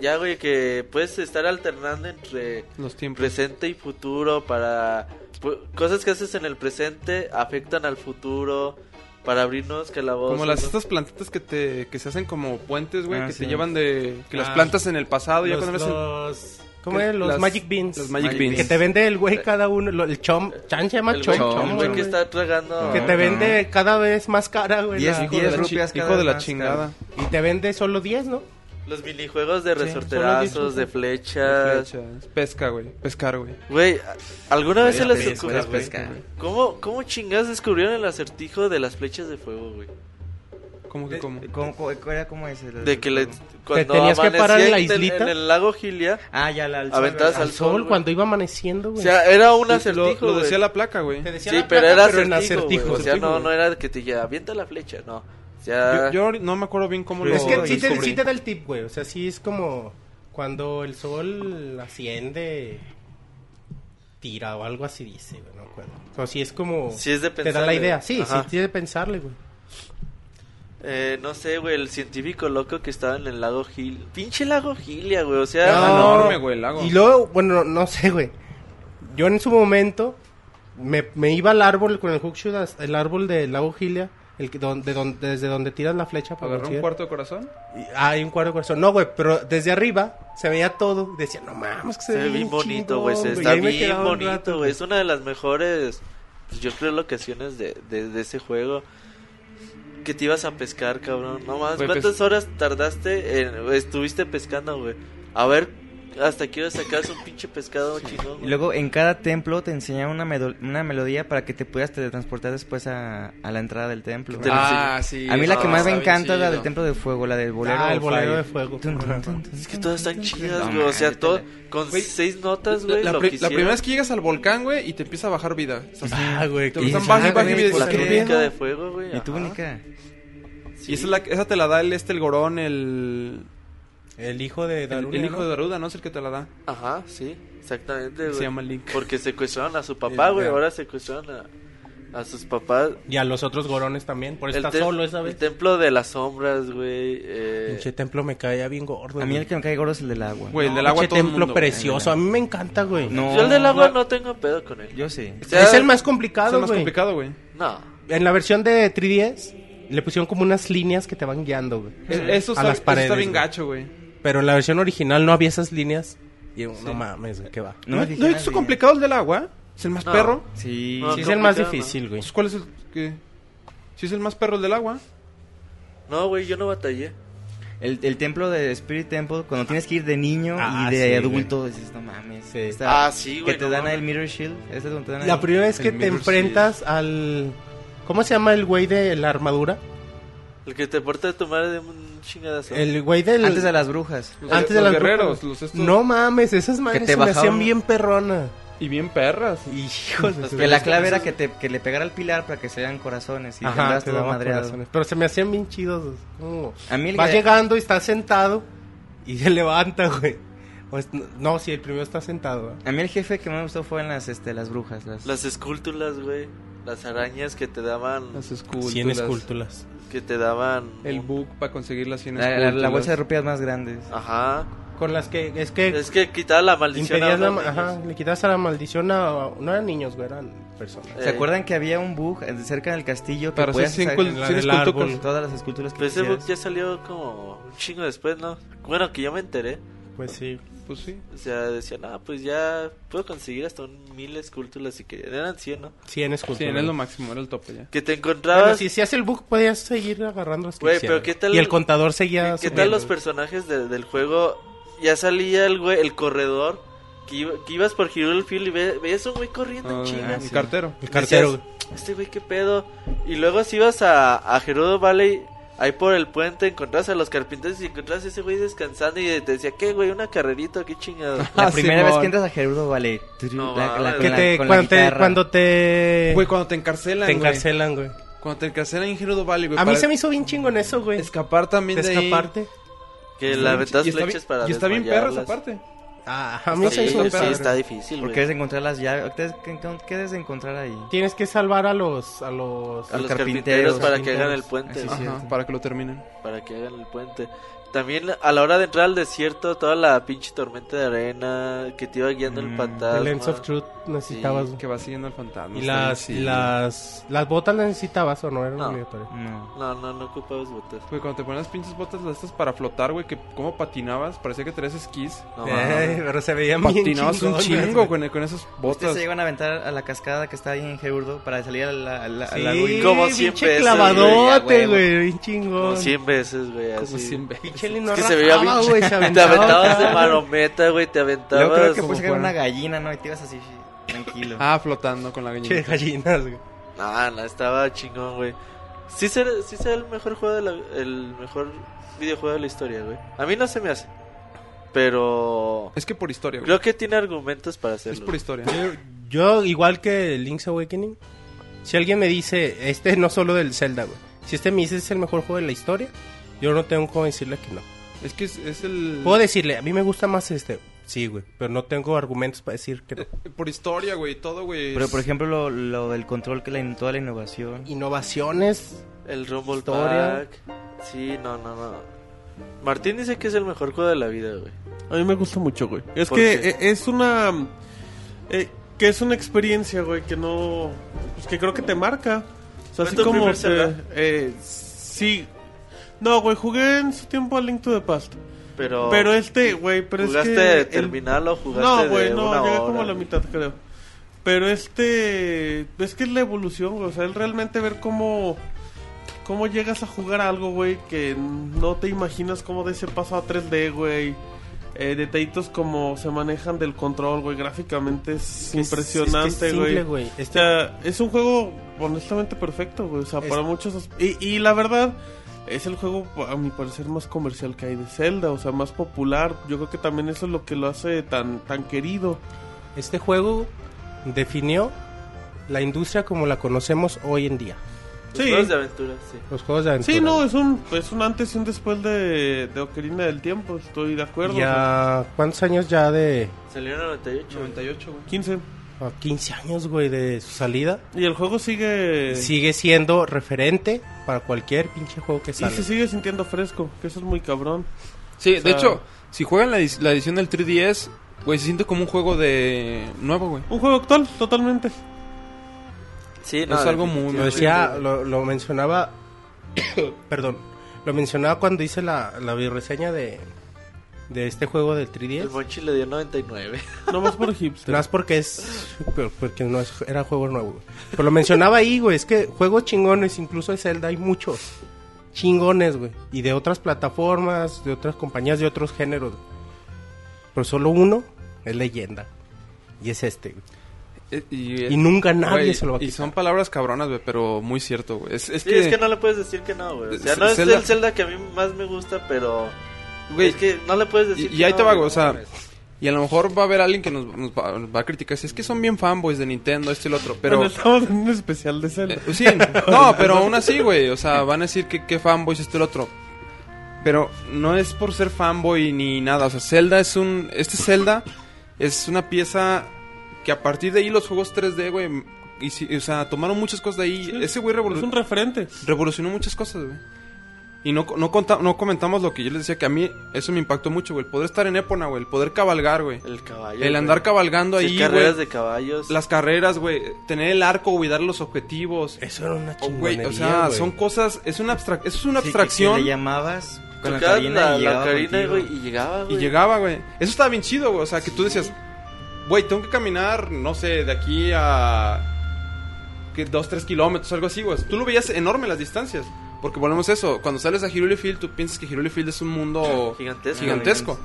ya, güey, que puedes estar alternando entre Los tiempos. presente y futuro para... pu- Cosas que haces en el presente afectan al futuro para abrir nuevos calabozos. Como las ¿no? estas plantitas que te que se hacen como puentes, güey, Ah, que sí. te llevan de que las Ah. plantas en el pasado, ya Los, cuando ves el- los- ¿Cómo que- es? Los las- Magic Beans. los Magic Que Beans. Que te vende el güey cada uno. lo- el chom. Chan se llama El chom. güey, chom, el güey güey. que está tragando... Que te vende cada vez más cara, güey. Diez- la- diez hijo de la, chi- rupias cada hijo de la más, chingada. Y te vende solo 10, ¿no? Los minijuegos de Sí, son resorterazos, los de de flechas. Flechas, Pesca, güey. Pescar, güey. Güey, ¿alguna vez se Buena les pesca, ocurrió? buena pesca. ¿Cómo, ¿Cómo chingados descubrieron el acertijo de las flechas de fuego, güey? ¿Cómo Eh, que cómo? ¿Cómo, cómo- era como ese? De que le, cuando tenías que parar en la amanecía islita? En el lago Gilia. Ah, ya la alzó, Aventadas ¿verdad? Al Al sol, sol, güey. cuando iba amaneciendo, O güey. sea, era un Lo- acertijo, Lo, güey. decía la placa, güey. Te decía Sí, la pero placa, era en acertijo, güey. O sea, acertijo, no, güey. no era de que te ya, avienta la flecha, no. O sea, Yo, yo no me acuerdo bien cómo Es lo que sí te, descubrí. sí te da el tip, güey. O sea, sí es como cuando el sol asciende, tira o algo así dice, güey. No me acuerdo. O sea, sí es como. Sí es de Te da la pensarle. idea. Sí, Ajá. sí, tiene de pensarle, güey. Eh, no sé, güey, el científico loco que estaba en el lago Gil. Pinche lago Gilia, güey, o sea... Ah, No. enorme, güey, el lago. Y luego, bueno, no, no sé, güey. Yo en su momento me, me iba al árbol con el hookshot, hasta- el árbol del lago Gilia, el que don- de don- desde donde tiras la flecha para Agarró un conseguir- cuarto de corazón. Y- ah, hay un cuarto de corazón. No, güey, pero desde arriba se veía todo. y Decía, no mames, que se, Se ve bien bonito, güey. Se chingón, está Y ahí me bien quedaba un rato, bonito, güey. Es una de las mejores, pues, yo creo, locaciones de, de, de ese juego. Que te ibas a pescar, cabrón. No más. Güey, pues, ¿Cuántas pes- horas tardaste? en- estuviste pescando, güey. A ver, hasta quiero sacar un pinche pescado chingón. Y güey. luego en cada templo te enseñaban una, medo- una melodía para que te pudieras teletransportar después a, a la entrada del templo. Te- Ah, sí. a mí la no, que más está me bien encanta es la del chido. Templo de Fuego, la del bolero. Ah, el of bolero Fire. de fuego. Tun, tun, tun, tun. Es que todas están chidas, No, güey. O sea, man, todo con Güey, seis notas, La, güey. la lo pri- que la hicieron. primera vez que llegas al volcán, güey, y te empieza a bajar vida. O sea, Ah, güey. Te qué gustan saco, baji, baji, güey, baji, pues, La ¿qué qué técnica pedo. de fuego, güey. Y tú, ajá. única. Y esa, es la, esa te la da el este, el gorón, el, El hijo de el, el Darunia, hijo ¿no? de Daruda, ¿no? Es el que te la da. Ajá, sí, exactamente, Se güey. llama Link. Porque secuestraron a su papá, El- güey. ya. Ahora secuestraron a, a sus papás. Y a los otros gorones también. Por eso está tem- solo esa vez. el templo de las sombras, güey. eh, Pinche templo me caía bien gordo. A mí güey. el que me cae gordo es el del agua. Güey, el del Pinche agua todo el templo mundo, güey. precioso. A mí me encanta, güey. No, yo el del agua no tengo pedo con él. Yo sí. O sea, Es el más Es el complicado, más güey. complicado, güey. No. En la versión de 3DS le pusieron como unas líneas que te van guiando, güey. E- Eso, A está, las eso está paredes, bien güey. gacho, güey. Pero en la versión original no había esas líneas. Y yo, no mames, güey, ¿qué va? No ¿No, me fijé ¿no en es las complicado el del agua? ¿Es el más No. perro? Sí. No, Sí, es complicado, el más ¿no? difícil, güey. Pues, ¿Cuál es el que...? Si es el más perro el del agua. No, güey, yo no batallé. El, el templo de Spirit Temple, cuando tienes que ir de niño Ah, y de sí, adulto, dices, no mames. Sí. está- Ah, sí, güey, Que te no dan mames. el Mirror Shield. Ese es donde te dan La ahí. primera vez que El te Mirror enfrentas al... ¿Cómo se llama el güey de la armadura? El que te porta a tomar de un chingadazo. El güey del... Antes de las brujas. Los- antes de los las guerreros, brujas. los estos- No mames, esas madres te se me hacían bajaban- bien perrona. Y bien perras. Hijos de su- Pero la clave era que, te, que le pegara al pilar para que se vean corazones y te Ajá, andaras te todo daban madreado. corazones. Pero se me hacían bien chidos. güey. Como- A mí el Vas que- llegando y estás sentado y se levanta, güey. O es- No, si el primero está sentado. ¿verdad? A mí el jefe que más me gustó fue en las, este, las brujas. Las... Las esculturas, güey. Las arañas que te daban. Las esculturas. Cien esculturas. Que te daban. El book para conseguir las 100 la, la- la bolsa de rupias más grandes. Ajá. Con las que es que Es que quitaba la maldición. a impedías la, los ma- ajá, niños. le quitas a la maldición a no eran niños, güey, eran personas. Eh, ¿Se acuerdan que había un bug eh, cerca del castillo que Para hacer podías cien sacar- cul- la cien del esculturas. árbol. todas las esculturas que Pero Pues ese book quisieras? ya salió como un chingo después, ¿no? Bueno, que yo me enteré. Pues sí. Pues sí. O sea, decían, ah, pues ya puedo conseguir hasta un mil esculturas si que Eran 100, ¿no? 100 esculturas. 100 Pues es lo máximo, era el tope ya. Que te encontrabas. Bueno, si hacías el book podías seguir agarrando las que Güey, quisieras. pero ¿qué tal- Y el contador seguía ¿Qué tal subiendo, los personajes de- del juego? Ya salía el güey, el corredor, que, iba- que ibas por Hero Field y ve- veías un güey corriendo en Ah, chinga. el cartero. güey. el cartero. Decías, Este güey, qué pedo. Y luego si ibas a, a Gerudo Valley, ahí por el puente, encontrabas a los carpinteros y encontrabas a ese güey descansando y te decía, ¿qué güey? Una carrerita, qué chingado. La Ah, primera Simón. vez que entras a Gerudo Vale. No, la, mames. con que la- te, con la cuando te guitarra. cuando te Güey, cuando te encarcelan, te güey. encarcelan, güey. Cuando te encarcelan en Gerudo Valley, güey. A mí para se me hizo bien chingón eso, güey. Escapar también De de, ahí. escaparte. que la retas Pues Y está flechas bien- para Y está bien perra esa desmayarlas. parte. Ah, a mí Sí, se me hizo bien sí, padre. está difícil, Porque güey. debes encontrar las llaves. ¿Qué debes- ¿Qué debes encontrar ahí? Tienes que salvar a los a los A los carpinteros, los carpinteros, para que carpinteros. hagan el puente. Así ¿no? sí. Ajá, cierto. para que lo terminen. para que hagan el puente. También a la hora de entrar al desierto, toda la pinche tormenta de arena que te iba guiando el Mm, pantano. el Lens of Truth necesitabas. güey. Que va siguiendo al fantasma. y está las bien, sí. y las las botas las necesitabas o no eran No. obligatorias. No. No, no, no ocupabas botas. Güey, cuando te ponías las pinches botas las estas para flotar, güey, que como patinabas, parecía que traías esquís. Ah, No, Eh, mames. pero se veían bien Patinabas un chingones, chingo güey. con, con esas Ustedes botas. Este se llegan a aventar a la cascada que está ahí en Gerudo para salir a la, a la, a la Sí, ruina. Como como cien pinche pesos, güey, clavadote, a huevo. güey, bien chingón. Como 100 veces, güey. Como así. siempre. Pinche Lin Es no que se veía rajaba, bien. güey, se Te aventaba aventabas de acá. marometa, güey. Te Yo creo aventabas. que puedes sacar fuera. una gallina, ¿no? Y te ibas así, tranquilo. Ah, flotando con la Pinche gallinita. gallinas, güey. No, no, estaba chingón, güey. Sí será, sí será el mejor juego de la, el mejor videojuego de la historia, güey. A mí no se me hace. Pero Es que por historia, güey. creo que tiene argumentos para hacerlo. Es por historia. Yo, igual que Link's Awakening, si alguien me dice, este no solo del Zelda, güey. Si este me dice es el mejor juego de la historia, yo no tengo cómo decirle que no. Es que es, es el... Puedo decirle, a mí me gusta más este. Sí, güey, pero no tengo argumentos para decir que no. Por historia, güey, todo, güey. Pero, por es- ejemplo, lo, lo del control, que la, in- toda la innovación. Innovaciones, El Rumble Historia. Pack. Sí, no, no, no. Martín dice que es el mejor juego de la vida, güey. A mí me gusta mucho, güey. Es ¿Por que qué? eh, es una. eh, que es una experiencia, güey, que no. Pues que creo que te marca. O sea, ¿Fue así tu como. primer Te, Zelda? eh, sí. No, güey, jugué en su tiempo a Link to the Past. Pero, Pero este, güey, pero es que. Oh, ¿Jugaste de el- terminal o jugaste No, güey, de no, una llegué hora, como a la güey? mitad, creo. Pero este. Es que es la evolución, güey. O sea, el realmente ver cómo. Cómo llegas a jugar algo, güey, que no te imaginas cómo de ese paso a 3D, güey. Eh, detallitos como se manejan del control, güey. Gráficamente es Es- es que impresionante, güey. es simple, güey. o Este- sea, es un juego honestamente perfecto, güey. O sea, Es- para muchos. as- Y, y la verdad, es el juego, a mi parecer, más comercial que hay de Zelda. O sea, más popular. Yo creo que también eso es lo que lo hace tan, tan querido. Este juego definió la industria como la conocemos hoy en día. Los Sí. juegos de aventura, sí. Los juegos de aventura. Sí, no, es un, es un antes y un después de, de Ocarina del Tiempo. Estoy de acuerdo. Ya, ¿cuántos años ya de...? Salió en el 98. 98, güey. 15. a 15 años, güey, de su salida. Y el juego sigue. Sigue siendo referente para cualquier pinche juego que Y salga. se sigue sintiendo fresco, que eso es muy cabrón. Sí, sea- de hecho, si juegan la, edi- la edición del 3DS, güey, se siente como un juego de nuevo, güey. Un juego actual, totalmente. Sí, Es algo muy- Lo definitivamente, decía, Eh, güey. lo, lo mencionaba, perdón, lo mencionaba cuando hice la, la reseña de, de este juego del El 3DS. Monchi le dio 99. Nomás por hipster. Más porque es, por- porque no es- era juego nuevo. güey. Pero lo mencionaba ahí, güey, es que juegos chingones, incluso de Zelda hay muchos chingones, güey. Y de otras plataformas, de otras compañías, de otros géneros. güey. Pero solo uno es leyenda. Y es este, güey. Eh, Y nunca nadie güey, se lo va a Y quitar. son palabras cabronas, güey, pero muy cierto, güey. Es, es Sí, que, es que no le puedes decir que no, güey. O sea, Ce- no es Zelda- el Zelda que a mí más me gusta, pero. güey, es que no le puedes y, decir. y que ahí no, te va, güey, güey, o sea, no mames. y a lo mejor va a haber alguien que nos, nos va, nos va a criticar. Si es que son bien fanboys de Nintendo, esto y lo otro, pero... Bueno, estamos en un especial de Zelda. Eh, sí, no, pero aún así, güey. O sea, van a decir que, que fanboys esto y lo otro. Pero no es por ser fanboy ni nada. O sea, Zelda es un. Este Zelda es una pieza que a partir de ahí los juegos 3D, güey. y si- O sea, tomaron muchas cosas de ahí. Sí, Ese güey Es revolu- un referente. revolucionó muchas cosas, güey. Y no, no, conta- no comentamos lo que yo les decía, que a mí eso me impactó mucho, güey. El poder estar en Epona, güey. El poder cabalgar, güey. El caballo. El andar güey. cabalgando Sí, ahí, carreras güey. de caballos. Las carreras, güey. Tener el arco, güey. Dar los objetivos. Eso era una Oh, chingonería, güey, o sea, güey. son cosas, es una abstrac- eso es una Sí, que- abstracción que le llamabas con la Tocabas carina la y llegaba la ocarina, contigo. güey, y llegaba, y güey. llegaba, güey. Eso estaba bien chido, güey, o sea, que tú decías, güey, tengo que caminar, no sé, de aquí a que dos, tres kilómetros, algo así, güey. Tú lo veías enorme las distancias, porque volvemos a eso, cuando sales a Hirule Field, tú piensas que Hirule Field es un mundo Gigantesco. gigantesco.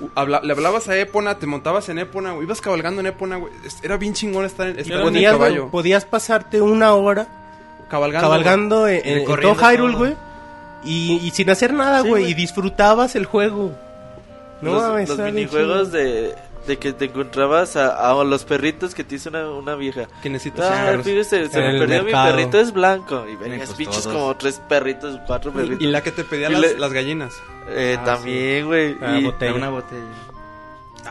U- habla- le hablabas a Epona, te montabas en Epona, güey, ibas cabalgando en Epona, güey. Es- Era bien chingón estar en, estar era en un el podías, güey, caballo. podías pasarte una hora Cabalgando. cabalgando en, en- en todo Recorriendo Hyrule, todo. güey. Y, y sin hacer nada, Sí, güey. güey. y disfrutabas el juego. No los, mames, los está bien minijuegos chido. de, de que te encontrabas a, a los perritos que te hizo una, una vieja. güey, Que necesitas Ah, carros. fíjese, se, En me el perdió mercado. mi perrito, es blanco. Y venías pues, pinches todos. como tres perritos, cuatro perritos. Y la que te pedía Y las, le- las gallinas. Eh, Ah, también, güey. Ah, y- botella. Era una botella.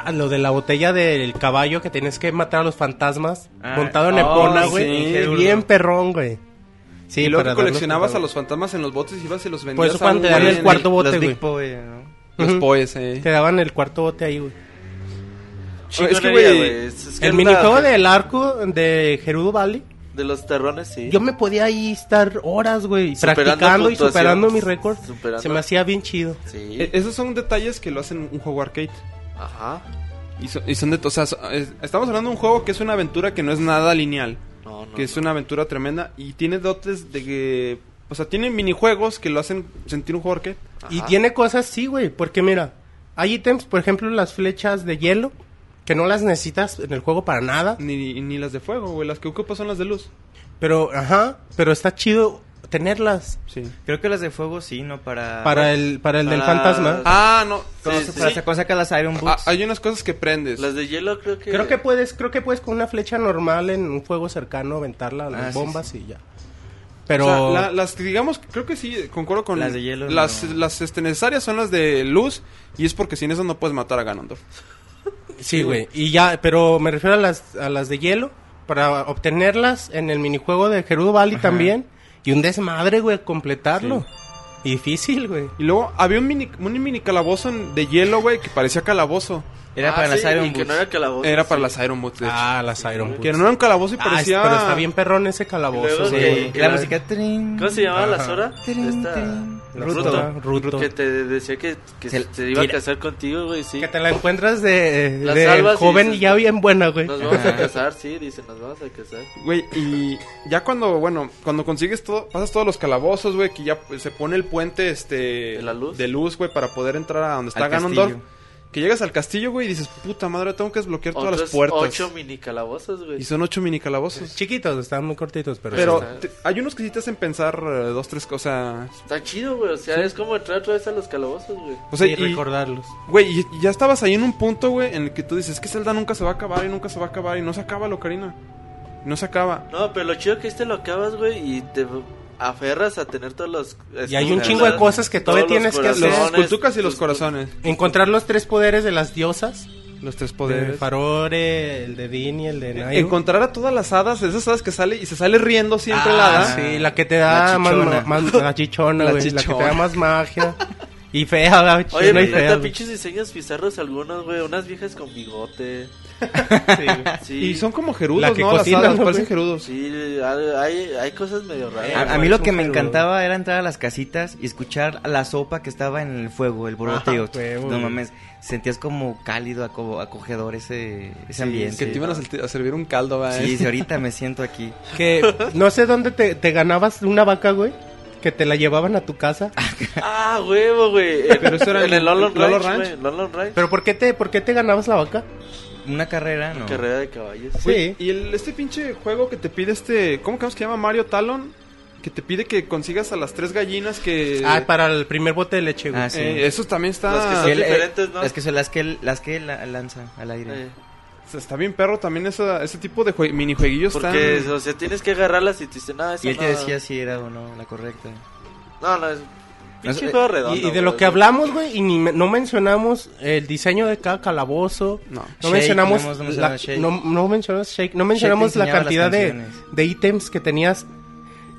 Ah, lo de la botella del caballo que tienes que matar a los fantasmas. Ah, montado en oh, Epona, sí, güey. qué duro. bien perrón, güey. Sí, y para Pues luego dar que los coleccionabas a fantasmas. los fantasmas en los botes y ibas y los vendías. Por eso a cuando un te dan güey el en cuarto Los bote, güey. Big Boy, ¿no? Los Ujú. poes, eh. Te daban el cuarto bote ahí, güey. chingonería, Ah, Es que, güey, es- es que El la- minijuego del arco de Gerudo Valley. De los terrones, sí. Yo me podía ahí estar horas, güey, Superando practicando y puntuación. superando mi récord. Superando. Se me hacía bien chido. Sí. Eh, Esos son detalles que lo hacen un juego arcade. Ajá. Y son, y son de. O sea, so- es- estamos hablando de un juego que es una aventura que no es nada lineal. No, no. que es no. una aventura tremenda y tiene dotes de que. O sea, tiene minijuegos que lo hacen sentir un juego arcade. Y Ajá. tiene cosas, sí, güey, porque mira, hay ítems, por ejemplo, las flechas de hielo, que no las necesitas en el juego para nada, Ni, ni las de fuego, güey. Las que ocupas son las de luz. pero, ajá, pero está chido tenerlas Sí. Creo que las de fuego sí, ¿no? Para... para el, para el del Para- fantasma. Ah, no. Cuando Sí, se- sí, para sí. sacar- sacar las Iron Ah, Boots. hay unas cosas que prendes. Las de hielo creo que... Creo que puedes, creo que puedes con una flecha normal en un fuego cercano aventarla a las Ah, sí, bombas y ya. O Pero sea, la- las que digamos, creo que sí, concuerdo con... Las de hielo, Las, no. las, este, necesarias son las de luz y es porque sin eso no puedes matar a Ganondorf. sí, güey, y ya, pero me refiero a las a las de hielo para obtenerlas en el minijuego de Gerudo Valley también Y un desmadre, güey, completarlo. Y Difícil, güey. Y luego había un mini, un mini calabozo en- de hielo, güey, que parecía calabozo. Era Ah, para sí, las Iron y que Boots. no era calabozo. Era para sí. las Iron Boots, de hecho. Ah, las Iron Boots. que no era un calabozo y Ah, es- parecía... pero está bien perrón ese calabozo, Luego, Sí, güey. Ok, la claro. música. trin, ¿Cómo se llamaba la Ajá. Zora? trin, Esta... trin. La Ruto. Zora, Ruto. Que te decía que, que Se- se, iba a mira. casar contigo, güey, sí. Que te la encuentras de, La de salvas y joven dices, y ya bien buena, güey. Nos vamos a casar, sí, dice, nos vamos a casar. Güey, y ya cuando, bueno, cuando consigues todo, pasas todos los calabozos, güey, que ya pues, se pone el puente, este... ¿De la luz? De luz, güey, para poder entrar a donde está Al Ganondorf. castillo. Que llegas al castillo, güey, y dices, puta madre, tengo que desbloquear todas las Otros puertas. ocho mini calabozos, güey. Y son ocho mini calabozos. Chiquitos, estaban muy cortitos, pero... Pero sí. te- hay unos que sí te hacen pensar eh, dos, tres cosas. Está chido, güey, o sea, es como entrar otra vez a los calabozos, güey. O sea, Sí, y- recordarlos. güey, y- y ya estabas ahí en un punto, güey, en el que tú dices, es que Zelda nunca se va a acabar y nunca se va a acabar y no se acaba, Locarina. No se acaba. No, pero lo chido que este lo acabas, güey, y te aferras a tener todos los... Y hay un chingo de cosas que todavía Todos los tienes que hacer. Los corazones, cultucas y los tus- corazones. Encontrar los tres poderes de las diosas. Los tres El poderes. Farore, el de Din y el de Nayu. Encontrar a todas las hadas, esas hadas que sale y se sale riendo siempre Ah, la hada. Sí, la que te da La más- chichona. más, la chichona, La güey, la, que te chichona. da más magia. Y fea, la chichona Oye, y pero fea. neta, güey. pinches diseños bizarros algunos, güey. Unas viejas con bigote. Sí, Y son como gerudos, La que ¿no? cocina, las hadas ¿no, parecen güey? gerudos. Sí, hay, hay cosas medio raras. A, a mí lo que me Súper, encantaba era entrar a las casitas y escuchar la sopa que estaba en el fuego, el boroteo. Ah, huevo, no güey. mames, sentías como cálido, aco- acogedor ese, ese Bien, que ambiente. te iban a, sel- a servir un caldo, va, Sí, eh. sí, ahorita me siento aquí. Que no sé dónde te, te ganabas una vaca, güey. Que te la llevaban a tu casa. Ah, huevo, güey. En- Pero eso era en el Lolo en- Lolo Ranch, Ranch. güey, en Lolo Ranch. Pero ¿por qué te, por qué te ganabas la vaca? Una carrera, no. Carrera de caballos. Güey, Sí. Y el, este pinche juego que te pide este. ¿Cómo creemos que se llama? Mario Talon. Que te pide que consigas a las tres gallinas que. Ah, para el primer bote de leche, güey. Ah, sí. Eh, eso también Las que está. son- Él, eh, diferentes, ¿no? Las que, se- las que, él- las que él la- lanza al aire. Eh, Está bien perro también esa, ese tipo de jue- minijueguillos. Porque, están- o sea, tienes que agarrarlas y te dicen, no, esa Y él te no". decía si era o no la correcta. No, no, es pinche eh, juego redondo. Y, y de güey, lo que o sea, hablamos, güey, y ni me- no mencionamos el diseño de cada calabozo. No. No Shake, mencionamos, no hemos mencionado la, Shake. no, no mencionamos Shake, no mencionamos Shake te la enseñaba cantidad las de, canciones. de ítems que tenías,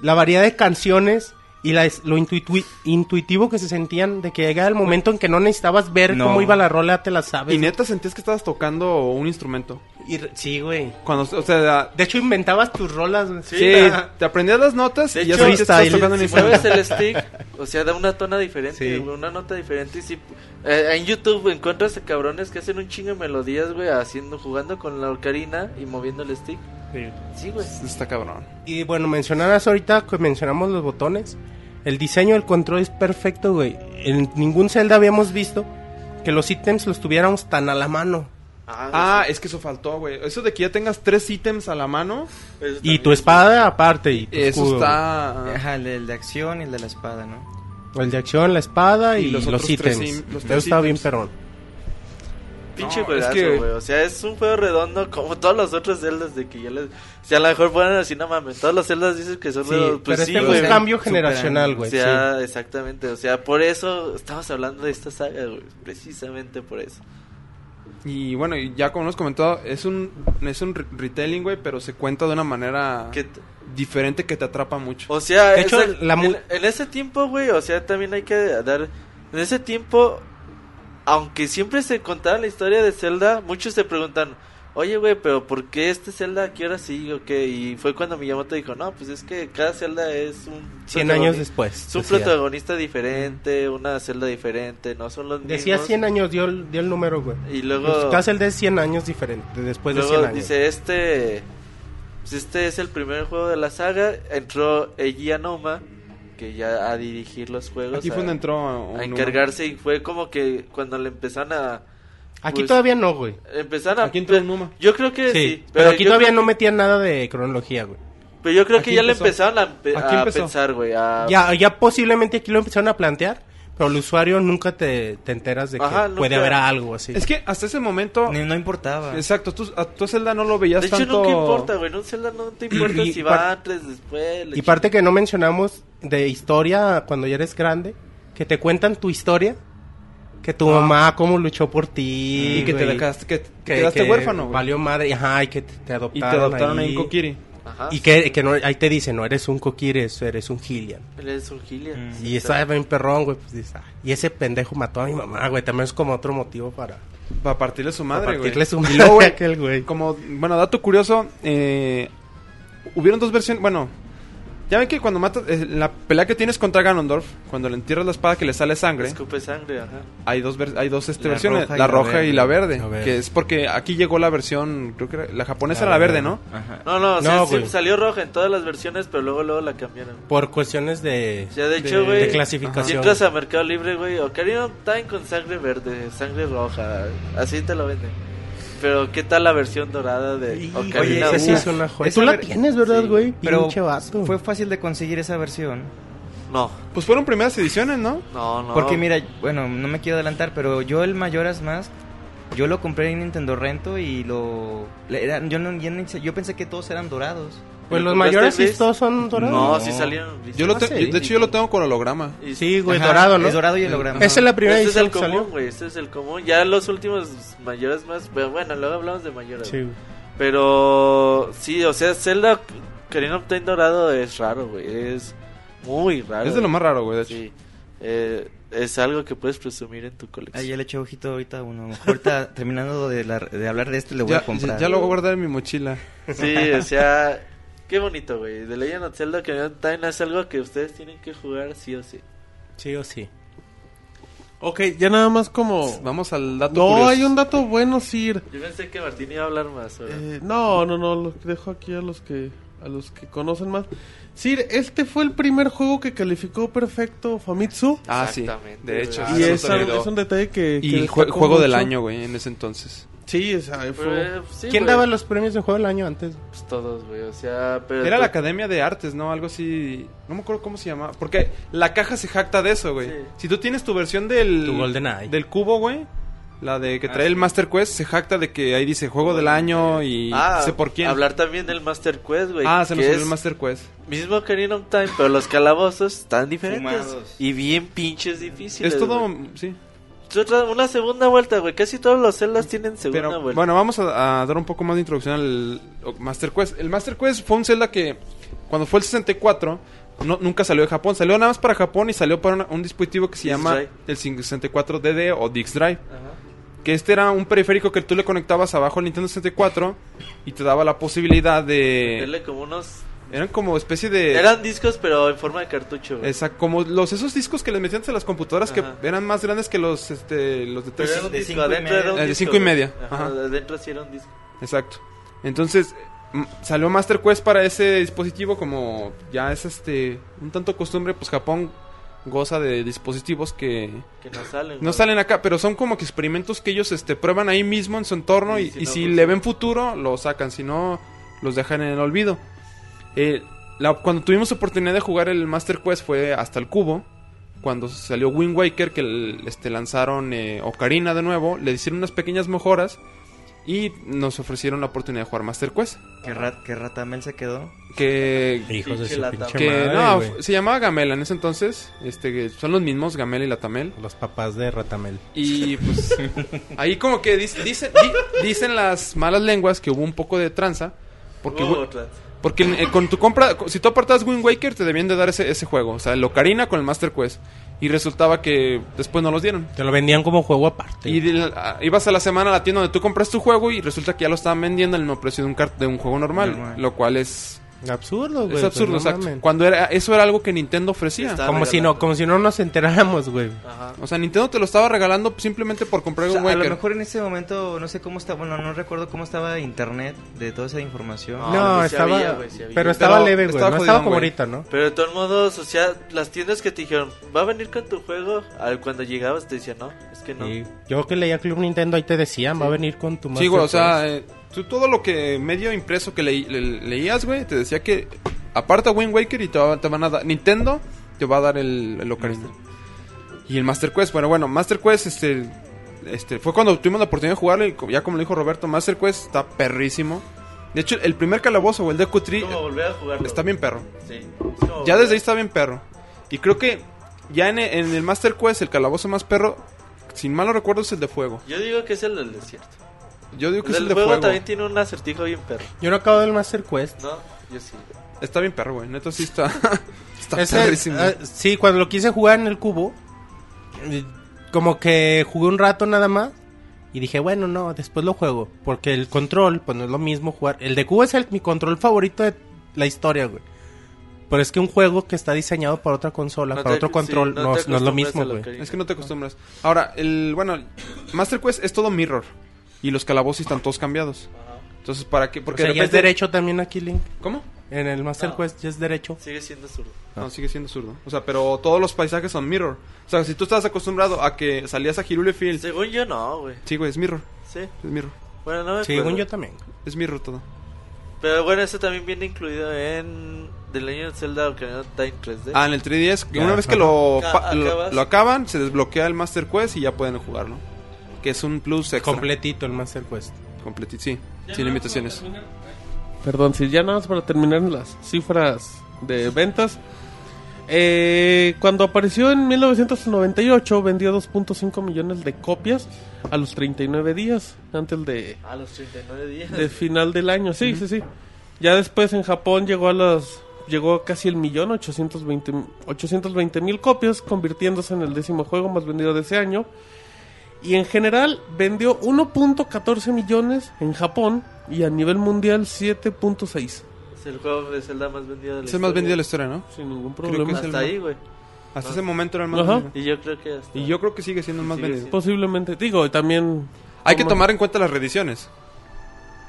la variedad de canciones y la, es- lo intuitu- intuitivo que se sentían de que llegaba el momento en que no necesitabas ver No. cómo iba la rola, te la Y sabes. neta sentías que estabas tocando un instrumento. Y re- sí, güey. Cuando, o sea, De hecho, inventabas tus rolas, güey. sí, te aprendías las notas De y ya hecho, sabías que estabas freestyle. tocando un Si instrumento. mueves el stick, o sea, da una tona diferente, Sí. güey, una nota diferente. Y si, eh, en YouTube encuentras a cabrones que hacen un chingo de melodías, güey, haciendo, jugando con la ocarina y moviendo el stick. Sí, güey. Está cabrón. Y bueno, mencionarás ahorita que mencionamos los botones. El diseño del control es perfecto, güey. En ningún Zelda habíamos visto que los ítems los tuviéramos tan a la mano. Ah, es que eso faltó, güey. Eso de que ya tengas tres ítems a la mano, eso Y también. tu espada aparte y tu eso escudo, Ah. está. Ajá, el de, el de acción y el de la espada, ¿no? güey. El de acción, la espada y, Y los los, otros tres ítems. im- los Eso tres está bien ítems. perrón. Pinche No, es juegazo, que- güey. O sea, es un juego redondo como todos los otros celdas de que ya les... O sea, a lo mejor fueran así, no mames. Todos los celdas dicen que son Sí, redondos. pero Pues este sí, fue güey. un cambio Superan. generacional, O güey. sí. sea, exactamente. O sea, por eso estamos hablando de esta saga, güey. Precisamente por eso. Y bueno, y ya como hemos comentado, es un, es un re- retelling, güey, pero se cuenta de una manera Que t- diferente que te atrapa mucho. O sea, De hecho, esa- la mu- en, en ese tiempo, güey, o sea, también hay que dar... En ese tiempo, aunque siempre se contaba la historia de Zelda, muchos se preguntan, oye, güey, pero ¿por qué este Zelda aquí ahora sí? ¿O qué?" Y fue cuando Miyamoto dijo, no, pues es que cada Zelda es un... 100 años protagoni- después. Es un decía. protagonista diferente, una Zelda diferente, no son los mismos. Decía 100 años, dio el, dio el número, güey. Y Pues luego... Casi el de 100 años diferente, después de Pues Luego 100 años. dice, este pues este es el primer juego de la saga. Entró Eiji Anoma, que ya a dirigir los juegos. Aquí a, fue donde entró un- a encargarse y fue como que cuando le empezaron a... Aquí pues, todavía no, güey. Empezaron a... Aquí entró un Numa. Yo creo que Sí, sí. pero, aquí yo todavía creo- no metían nada de cronología, güey. Pero yo creo que Aquí ya empezó. le empezaron a, empe- Aquí a empezó. pensar, güey. Ah, a- Ya, ya posiblemente aquí lo empezaron a plantear, pero el usuario nunca te, te enteras de que Ajá, nunca. puede haber algo así. Es que hasta ese momento. Ni- No importaba. Exacto, tú, a tú a Zelda no lo veías De hecho, tanto. nunca importa, güey. En un Zelda no te importa Y si par- va antes, después... la Y parte que no mencionamos de historia cuando ya eres grande, que te cuentan tu historia, que tu mamá cómo luchó por ti, Y Ah. que te güey, dejaste, que, te quedaste huérfano, güey. Valió madre, ajá, y que te, te Y adoptaron. te adoptaron ahí. en Kokiri. chingada. Ajá. Y que, que no, ahí te dicen, no eres un Kokires, eres un Gillian. Él es un Gillian. Mm, Y está bien perrón, güey. pues, dices, "Ah, y ese pendejo mató a mi mamá, güey. También es como otro motivo para Para partirle su para madre, güey. partirle su Y madre luego, a güey, aquel güey. Como, bueno, dato curioso, eh, hubieron dos versiones, bueno, ya ven que cuando matas, eh, la pelea que tienes contra Ganondorf, cuando le entierras la espada que le sale sangre, Escupe sangre, ajá. hay dos, ver- hay dos este, La versiones, roja la y la roja y verde. la verde, La verde. que es porque aquí llegó la versión, creo que era- la japonesa La era la verde, verde. ¿no? Ajá. No, no, o sea, No, sí, güey. salió roja en todas las versiones, pero luego luego la cambiaron. Por cuestiones de, O sea, de hecho, güey, de si clasificación. entras a Mercado Libre, güey, Ocarina of Time con sangre verde, sangre roja, así te lo venden. Pero, ¿qué tal la versión dorada de Hijo, Oye, Ocarina esa of sí Time? es una joya. Esa Tú la ver- tienes, ¿verdad, sí, güey? pero Pinche vato. Fue fácil de conseguir esa versión. No, Pues fueron primeras ediciones, ¿no? no, no. Porque mira, bueno, no me quiero adelantar, pero yo el Mayoras más, yo lo compré en Nintendo Rento y lo... le- era- yo, no- yo no- yo pensé que todos eran dorados. Pues los ¿Lo mayores compraste, sí Luis? todos son dorados. No, No. sí salieron. grises. Yo lo te- Ah, sí. De hecho, yo lo tengo con holograma. Y- Sí, güey, Ajá, dorado, ¿no? Es dorado y holograma. Esa es la primera Este es edición el que salió. común, güey, este es el común. Ya los últimos mayores más, pero bueno, luego hablamos de mayores. Sí, güey. güey. Pero, sí, o sea, Zelda Ocarina of Time dorado es raro, güey, es muy raro. Es de lo más raro, güey, de hecho. Sí, eh, es algo que puedes presumir en tu colección. Ahí ya le eché ojito ahorita a uno. A lo mejor ahorita terminando de, la- de hablar de esto le voy Ya, a comprar. ya- ya lo voy a guardar en mi mochila. Sí, o sea, qué bonito, güey. The Legend of Zelda Ocarina of Time es algo que ustedes tienen que jugar sí o sí. Sí o sí. Ok, ya nada más como... Vamos al dato No, curioso. hay un dato bueno, Sir. Yo pensé que Martín iba a hablar más, güey. Eh, no, no, no, lo dejo aquí a los que a los que conocen más. Sir, este fue el primer juego que calificó perfecto Famitsu. Ah, sí. Exactamente, De hecho, güey. sí, y se me es, olvidó. algo- es un detalle que... que Y jue- destacó juego del mucho. año, güey, en ese entonces. Sí, esa fue... Fue- eh, sí, ¿Quién güey, daba los premios de juego del año antes? pues, todos, güey? O sea, pero Era la tú- Academia de Artes, ¿no? Algo así. No me acuerdo cómo se llamaba. Porque la caja se jacta de eso, güey. Sí. Si tú tienes tu versión del. Tu GoldenEye. Del cubo, güey. La de que Ah, trae el sí. Master Quest se jacta de que ahí dice juego del año y Ah, sé por quién. Hablar también del Master Quest, güey. ah, se nos que olvidó es el Master Quest. Mismo Ocarina of Time, pero los calabozos están diferentes. Fumados. Y bien pinches difíciles. es todo. güey. Sí. Es otra- Una segunda vuelta, güey. Casi todos los celdas tienen segunda Pero vuelta. bueno, vamos a, a dar un poco más de introducción al o- Master Quest. El Master Quest fue un Zelda que cuando fue el 64 no, nunca salió de Japón. Salió nada más para Japón y salió para una- un dispositivo que se Disk llama Drive. el 64 DD o Dix Drive. Ajá. Que este era un periférico que tú le conectabas abajo al Nintendo 64 y te daba la posibilidad de... Dele como unos Eran como especie de... Eran discos, pero en forma de cartucho. güey. Esa- como los esos discos que les metían a las computadoras Ajá. que eran más grandes que los este los de Pero tres era un de disco, cinco y adentro media. era un Eh, de disco, cinco y güey. media, Ajá, ajá. adentro sí era un disco. Exacto. Entonces, m- salió Master Quest para ese dispositivo como ya es este un tanto costumbre, pues Japón goza de dispositivos que Que no salen. no güey. salen acá, pero son como que experimentos que ellos este prueban ahí mismo en su entorno Y y, si y no, si pues, le sí. ven futuro lo sacan, si no los dejan en el olvido. Eh, la- cuando tuvimos oportunidad de jugar el Master Quest fue hasta el cubo. Cuando salió Wind Waker, que el- este, lanzaron eh, Ocarina de nuevo, le hicieron unas pequeñas mejoras y nos ofrecieron la oportunidad de jugar Master Quest. ¿Qué, rat, qué ratamel se quedó? Que, Hijos de Pinche su lata, pinche que madre, no, güey. se llamaba Gamela en ese entonces. Este, que son los mismos, Gamela y Latamel. Los papás de Ratamel. Y pues ahí como que dis- dicen, di- dicen las malas lenguas que hubo un poco de tranza. Porque, Hubo Wi- otras. porque eh, con tu compra, co- si tú apartabas Wind Waker, te debían de dar ese, ese juego. O sea, el Ocarina con el Master Quest. Y resultaba que después no los dieron. Te lo vendían como juego aparte. Y de la- a- ibas a la semana a la tienda donde tú compras tu juego y resulta que ya lo estaban vendiendo al mismo precio de un, car- de un juego normal. Normal. Lo cual es, Absurdo, güey. es absurdo, pues, no exacto. mamen. Cuando era, eso era algo que Nintendo ofrecía. Está- Como si, no, como si no nos enteráramos, güey. Ajá. O sea, Nintendo te lo estaba regalando simplemente por comprar O sea, Wind a Waker. lo mejor en ese momento, no sé cómo estaba, bueno, no recuerdo cómo estaba internet de toda esa información. No, No, güey, sí estaba. había, güey, sí había. pero estaba Pero leve, güey. no estaba estaba jodidón, como güey. ahorita, ¿no? Pero de todos modos, o sea, las tiendas que te dijeron, va a venir con tu juego, al cuando llegabas te decían, no, es que no. Y yo que leía Club Nintendo, ahí te decían, va a venir con tu Sí, güey, o Master sea, eh, tú todo lo que medio impreso que leí- le- leías, güey, te decía que aparta Wind Waker y te, va- te van a dar. Nintendo te va a dar el, el Ocarina. Y el Master Quest, bueno, bueno, Master Quest, este. Este, fue cuando tuvimos la oportunidad de jugarlo y co- ya como lo dijo Roberto, Master Quest está perrísimo. De hecho, el primer calabozo, güey, el de Cutri, Es como volver a jugar. está bien perro. Sí. Es como Ya volver- desde ahí está bien perro. Y creo que ya en, e- en el Master Quest, el calabozo más perro, sin mal no recuerdo, es el de fuego. Yo digo que es el del desierto. Yo El digo que es del el de juego fuego. también tiene un acertijo bien perro, Quest. Yo no acabo del Master Quest. ¿no? Yo sí. Está bien perro, güey. Neto sí está. está Ese, perrísimo. eh, sí, cuando lo quise jugar en el cubo, eh, como que jugué un rato nada más. Y dije, bueno, no, después lo juego. Porque el control, pues no es lo mismo jugar. El de cubo es el, mi control favorito de la historia, güey. Pero es que un juego que está diseñado para otra consola, No para te- otro sí, control, no, te es- no es lo acostumbras mismo, a la güey. Ocarina. Es que no te acostumbras. Ahora, el bueno, Master Quest es todo mirror y los calabozos están todos cambiados. Entonces, ¿para qué? Porque Porque de ya es repente- derecho también aquí, Link. ¿Cómo? En el Master No. Quest ya es derecho. Sigue siendo zurdo. No, sigue siendo zurdo. O sea, pero todos los paisajes son mirror. O sea, si tú estás acostumbrado a que salías a Hirule Field, sí, Según yo no, güey. güey, es mirror, Sí. es mirror, Bueno, no me Sí, acuerdo. según yo también. es mirror todo. Pero bueno, eso también viene incluido en The Legend of Zelda Ocarina of Time 3D. Ah, en el 3DS, que Ya, una vez que ajá. lo, Ca- pa- lo, acabas. lo acaban, se desbloquea el Master Quest y ya pueden jugarlo. Que es un plus extra. Completito el Master Quest. Completito, sí, sin limitaciones. Perdón, si ya nada más para terminar en las cifras de ventas. Eh, cuando apareció en 1998 vendió 2.5 millones de copias a los 39 días antes de, A Ah, los 39 días. de final del año. Sí, sí, sí. Ya después en Japón llegó a las llegó a casi el millón 820 820 mil copias, convirtiéndose en el décimo juego más vendido de ese año. Y en general vendió 1.14 millones en Japón y a nivel mundial 7.6. Es el juego de Zelda más vendido de la Es el más historia. vendido de la historia, ¿no? Sin ningún Creo que problema. es el Hasta más- ahí, güey. Hasta ese momento era el más Ajá. vendido. Y yo creo que hasta... Y yo creo que sigue siendo el más Sigue vendido. Posiblemente. Digo, y también. Hay que tomar en cuenta las reediciones.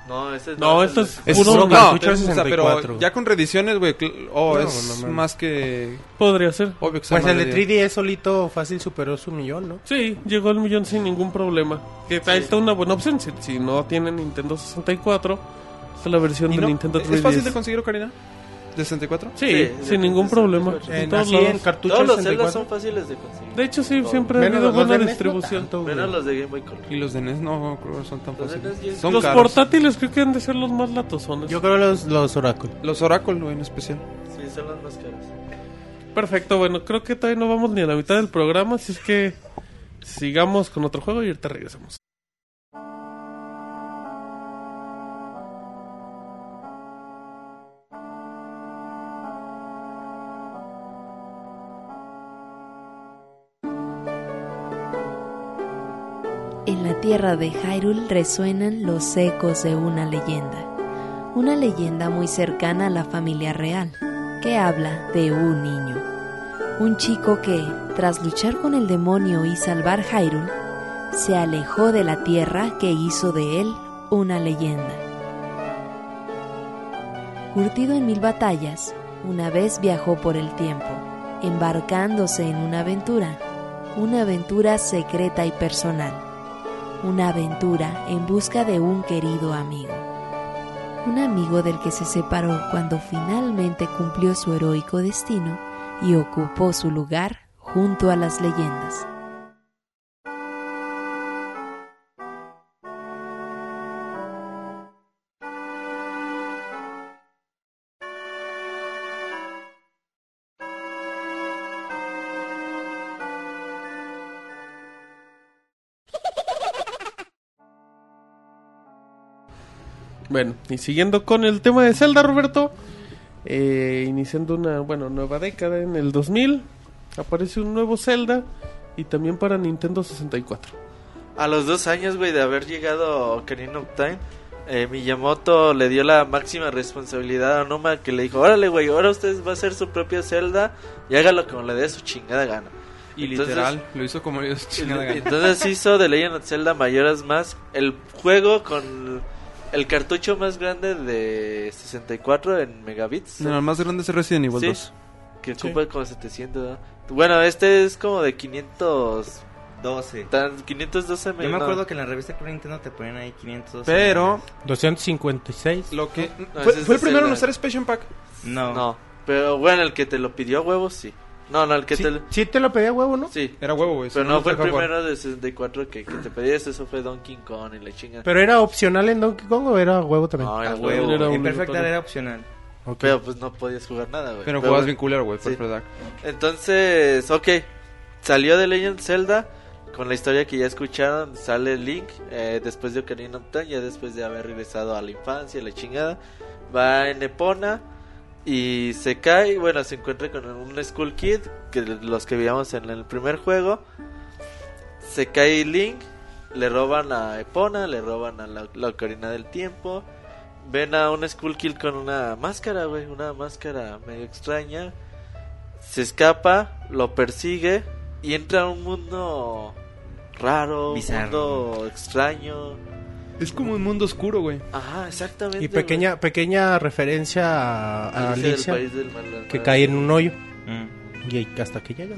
No, este es... No, más esto de es los- Es puro solo no, cartucho. o sea, pero 64. ya con reediciones, güey, cl- oh, No, no es mames. más que Podría ser. obvio que sea Pues más el de vendido. 3DS solito fácil superó su millón, ¿no? Sí, llegó el millón sin ningún problema. Que ahí está una buena opción. Si, si no tiene Nintendo 64, está la versión ¿Y de no? Nintendo ¿Es 3DS. fácil de conseguir, Ocarina? ¿De 64? Sí, Sí, de sin ningún 64. problema. En En En, todos así en lados. cartucho Todos los 64. Zeldas son fáciles de conseguir. De hecho, sí, Todos. siempre ha Menos habido los de buena NES, distribución. no tanto, güey. Menos los de Game Boy Color. Y los de NES no creo que son tan Los de fáciles. NES ya- Son los caros. portátiles creo que han de ser los más latosones. Yo creo los, los Oracle. Los Oracle, güey, en especial. Sí, son los más caros. Perfecto, bueno, creo que todavía no vamos ni a la mitad del programa, así es que sigamos con otro juego y ahorita regresamos. En la tierra de Hyrule resuenan los ecos de una leyenda, una leyenda muy cercana a la familia real, que habla de un niño, un chico que, tras luchar con el demonio y salvar Hyrule, se alejó de la tierra que hizo de él una leyenda. Curtido en mil batallas, una vez viajó por el tiempo, embarcándose en una aventura, una aventura secreta y personal una aventura en busca de un querido amigo. Un amigo del que se separó cuando finalmente cumplió su heroico destino y ocupó su lugar junto a las leyendas. Bueno, y siguiendo con el tema de Zelda, Roberto, eh, iniciando una bueno, nueva década en el 2000, aparece un nuevo Zelda y también para Nintendo 64. A los dos años, güey, de haber llegado a Ocarina of Time, eh, Miyamoto le dio la máxima responsabilidad a Onuma que le dijo, órale, güey, ahora usted va a hacer su propia celda y hágalo como le dé su chingada gana. Y Entonces- literal, lo hizo como yo chingada gana. Entonces hizo The Legend of Zelda Mayoras Más el juego con el cartucho más grande de 64 en megabits. No, el más grande es Resident Evil Sí. 2. Que ocupa como 700. ¿no? Bueno, este es como de 500. 12. Tan, 512 Yo me acuerdo que en la revista Club Nintendo te ponían ahí 500. Pero 256. lo que ese fue, es de fue el primero Zelda. en usar Expansion Pack. No. No, pero bueno, el que te lo pidió a huevos, sí. No, no, el que Sí, te lo. sí te lo pedía huevo, ¿no? Sí, Era huevo, güey. si pero no nos fue el deja jugar. primero de 64 que, que te pedías. Eso fue Donkey Kong y la chinga. Pero era opcional en Donkey Kong o era huevo también. no, A era huevo. Era en obligatorio. Perfect Dark era opcional. Ok. Pero pues no podías jugar nada, güey. Pero Pero jugabas bueno. bien culero, güey, Sí. Perfect Dark. Entonces, ok. Salió de Legend of Zelda con la historia que ya escucharon, sale Link eh, después de Ocarina of Time, ya después de haber regresado a la infancia, la chingada. Va en Epona y se cae, bueno, se encuentra con un Skull Kid, que los que veíamos en el primer juego. Se cae Link, le roban a Epona, le roban a la, la Ocarina del Tiempo. Ven a un Skull Kid con una máscara, güey, una máscara medio extraña. Se escapa, lo persigue y entra a un mundo raro, un Bizarro. mundo extraño. Es como un mundo oscuro, güey. Ajá, exactamente. Y güey. pequeña, pequeña referencia a, a Alicia del Alicia, País del Mal- que cae en un hoyo Mm. y ahí- hasta que llega.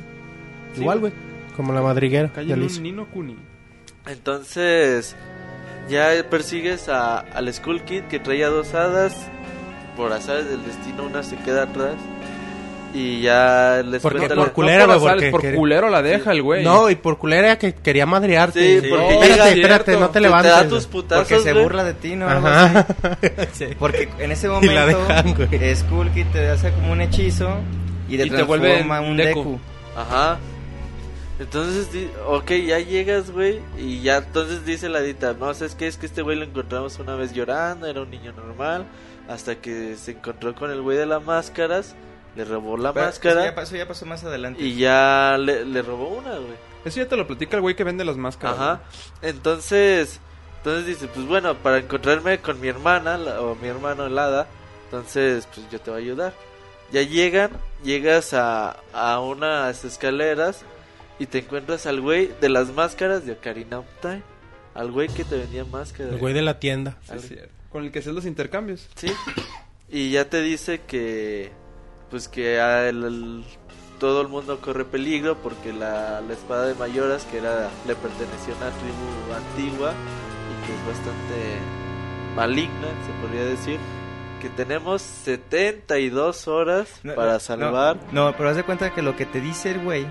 Sí, Igual, güey, como la madriguera Calle de en Alicia. un Nino Kuni. Entonces, ya persigues a, al Skull Kid que traía dos hadas. Por azares del destino, una se queda atrás. Y ya les Porque cuenta por la- no culera, güey, por, azar, porque por quería- culero la deja el güey. No, y por culera que quería madrearte. Sí, porque espérate, llega- espérate, no te te da levantes. tus güey. putazos. Porque se güey. burla de ti, ¿no? Algo Ajá. así. Sí. Porque en ese Y la momento dejan, güey. Skull Kid te hace como un hechizo y te Y te vuelve transforma en un Deku. Deku. Ajá. Entonces, di- ok, ya llegas, güey. Y ya entonces dice la Dita: No, ¿sabes qué? Es que este güey lo encontramos una vez llorando. Era un niño normal. Hasta que se encontró con el güey de las máscaras. Le robó la Pero eso máscara. ya pasó, ya pasó más adelante. Y ya le, le robó una, güey. Eso ya te lo platica el güey que vende las máscaras. Ajá. Entonces, entonces dice, pues bueno, para encontrarme con mi hermana la- o mi hermano helada, entonces pues yo te voy a ayudar. Ya llegan, llegas a, a unas escaleras y te encuentras al güey de las máscaras de Ocarina of Time. Al güey que te vendía máscaras. El güey de la tienda. Sí, es cierto. Con el que haces los intercambios. Sí. Y ya te dice que pues que a el- el- todo el mundo corre peligro porque la, la espada de Mayoras que era le perteneció a una tribu antigua y que es bastante maligna, se podría decir, que tenemos 72 horas No, para no, salvar. No, pero haz de cuenta que lo que te dice el güey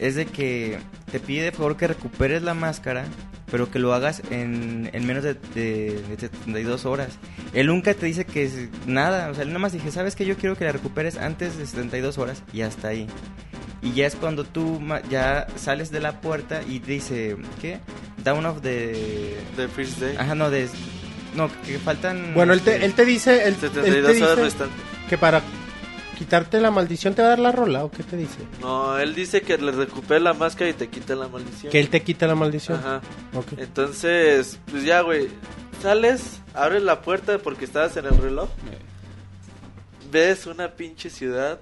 es de que te pide de favor que recuperes la máscara, pero que lo hagas en, en menos de, de, de 72 horas. Él nunca te dice que es nada, o sea, él nada más dije, ¿sabes que Yo quiero que la recuperes antes de 72 horas y hasta ahí. Y ya es cuando tú ma- ya sales de la puerta y dice, ¿qué? Down of the... The First Day. Ah, Ajá, no, de... No, que faltan... Bueno, él te, él te dice, él, él te 72 horas dice restantes. que para quitarte la maldición te va a dar la rola, ¿o qué te dice? No, él dice que le recupere la máscara y te quita la maldición. Que él te quita la maldición. Ajá. Ok. Entonces, pues ya, güey. Sales, abres la puerta porque estabas en el reloj. Ves una pinche ciudad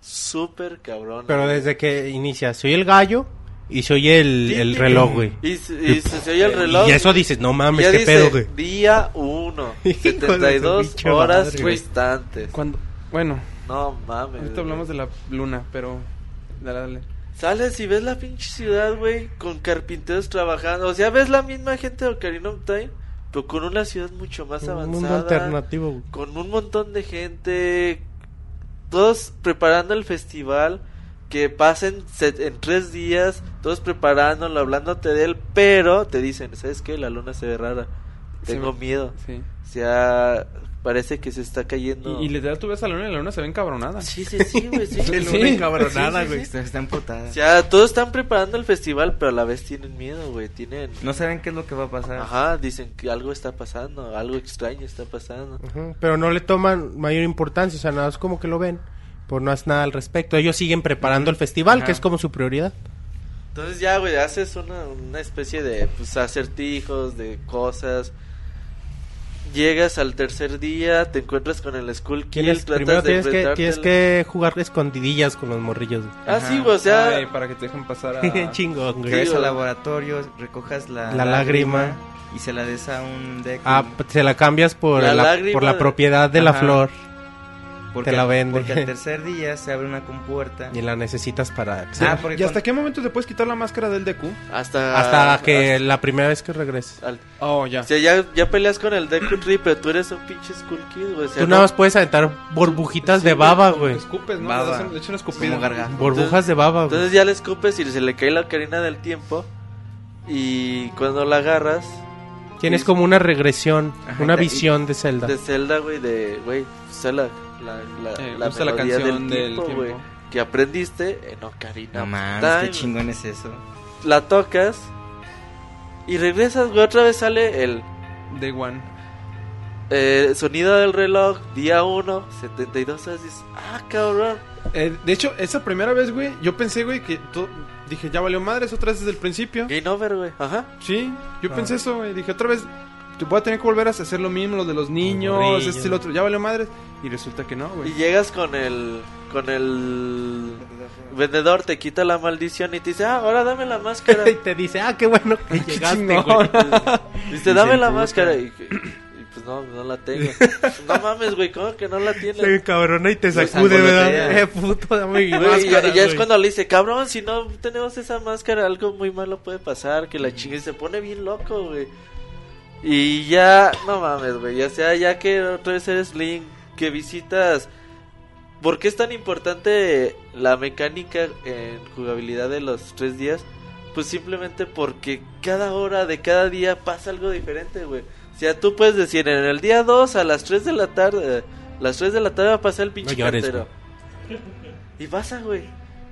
súper cabrón. Pero desde que inicia, soy el gallo y soy el, el reloj, güey. Eh, Y, se- y se, se oye el reloj. Y eso dices, no mames, ya qué dice, pedo, güey. Día 1, Hijo de su 72 pinche horas madre, güey. restantes. Cuando... Bueno, No mames. ahorita güey. hablamos de la luna, pero... Dale, dale. Sales y ves la pinche ciudad, güey, con carpinteros trabajando. O sea, ves la misma gente de Ocarina of Time, pero con una ciudad mucho más Un avanzada. mundo alternativo, güey. con un montón de gente, todos preparando el festival, que pasen se- en tres días, todos preparándolo, hablándote de él, pero te dicen, ¿sabes qué? La luna se ve rara, Sí, tengo me- miedo, Sí. o sea, parece que se está cayendo. Y, y literal tú ves a la luna y la luna se ve encabronada. Ah, Sí, sí, sí, güey, sí. El Sí. único cabronada, Sí, sí, güey. sí. Está, está emputada. O sea, todos están preparando el festival, pero a la vez tienen miedo, güey, tienen... No saben qué es lo que va a pasar. Ajá, dicen que algo está pasando, algo extraño está pasando. Ajá, Pero no le toman mayor importancia, o sea, nada, es como que lo ven, pues no hacen nada al respecto. Ellos siguen preparando el festival, que Ajá. es como su prioridad. Entonces ya, güey, haces una, una especie de pues, acertijos, de cosas. Llegas al tercer día, te encuentras con el Skull Kill, Tienes, tratas primero de tienes que, tienes enfrentártelo. que jugar escondidillas con los morrillos. güey. Ah, sí, güey, o sea... Ay, para que te dejen pasar a... Chingón, Que güey. vayas Ah. Sí, al o- laboratorio, recojas la, La lágrima. y se la des a un Deku. Ah, pues, se la cambias por La la, lágrima por la de- propiedad de la Ajá. flor porque, te la vende. Porque al tercer día se abre una compuerta. y la necesitas para acceder. Ah, porque ¿Y hasta cuando- qué momento te puedes quitar la máscara del Deku? Ah, Hasta... Hasta que la primera vez que regreses. hasta- al- Oh, ya. o sea, ya, ya peleas con el Deku Tree, pero tú eres un pinche Skull Kid, güey. o sea, Tú no- nada más puedes aventar burbujitas Sí, de baba, como que güey. Escupes, ¿no? Baba. Le das un- le echas una escupida. Como gargajo. Burbujas de baba, güey. Entonces ya le escupes y se le cae la ocarina del tiempo. Y cuando la agarras, Tienes como una regresión, Ajá, una y- visión de Zelda. de Zelda, güey, de... Güey, usa la... La, la, Eh, la usa la melodía canción del tiempo, güey. tiempo. que aprendiste en Ocarina No of mames, Time. qué chingón es eso. la tocas y regresas, güey. Otra vez sale el Day One. eh, sonido del reloj, día 1, 72 horas. y dices, ah, cabrón. Eh, de hecho, esa primera vez, güey, yo pensé, güey, que to- dije, ya valió madres otra vez desde el principio. Game over, güey. Ajá. Sí, Ah. yo pensé eso, güey. Dije, otra vez, te voy a tener que volver a hacer lo mismo, lo de los niños, morrillo. este y lo otro. Ya valió madres. Y resulta que no, Y güey. llegas con el. Con el. Vendedor te quita la maldición y te dice, ah, ahora dame la máscara. Y te dice, ah, qué bueno que llegaste, chingón. güey. Dice, dame la máscara. Y, que- y pues no, no la tengo. no mames, güey, ¿cómo que no la Se tienes? cabrona y te Lo sacude, ¿verdad? sangolotea. Eh, puto, dame mi Güey, y ya, máscara, y ya es güey. cuando le dice, cabrón, si no tenemos esa máscara, algo muy malo puede pasar. Que la chingue y se pone bien loco, güey. Y ya, no mames, güey. Ya sea, ya que otra vez eres Link, que visitas. ¿Por qué es tan importante la mecánica en jugabilidad de los tres días? Pues simplemente porque cada hora de cada día pasa algo diferente, güey. O sea, tú puedes decir en el día 2 a las 3 de la tarde, las 3 de la tarde va a pasar el pinche No llores, cartero. Y pasa, güey.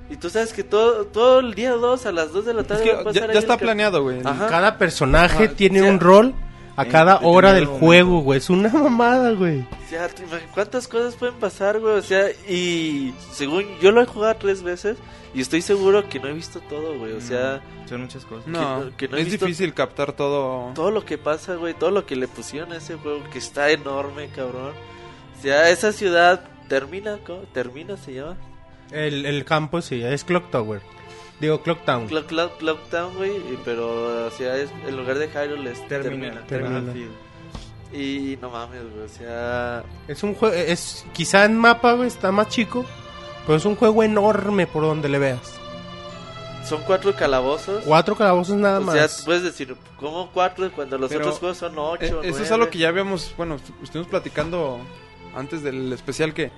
Y tú sabes que todo todo el día 2 a las 2 de la Es tarde que va a pasar ya, ahí ya el está car- planeado, güey. Ajá. Cada personaje Ajá, tiene o sea, un rol a en cada hora del determinado juego, güey. Es una mamada, güey. O sea, te imag- ¿cuántas cosas pueden pasar, güey? O sea, y según yo lo he jugado tres veces y estoy seguro que no he visto todo, güey. O sea, Son muchas cosas. No, que no he es visto- difícil captar todo. todo lo que pasa, güey, todo lo que le pusieron a ese juego que está enorme, cabrón. O sea, esa ciudad termina, ¿cómo? Termina se llama. El, el campo, sí, es Clock Tower. Digo, Clock Town. Clock, Clock, Clock Town, güey, y- pero o sea, es el lugar de Hyrule es termina. Ah, Termina. Termina. Y no mames, güey, o sea, Es un juego, es quizá en mapa, güey, está más chico, pero es un juego enorme por donde le veas. son cuatro calabozos. Cuatro calabozos nada o más. sea, puedes decir, ¿cómo cuatro cuando los Pero, otros juegos son ocho? Eh, eso es nueve? algo que ya habíamos, bueno, estu- estuvimos platicando antes del especial que,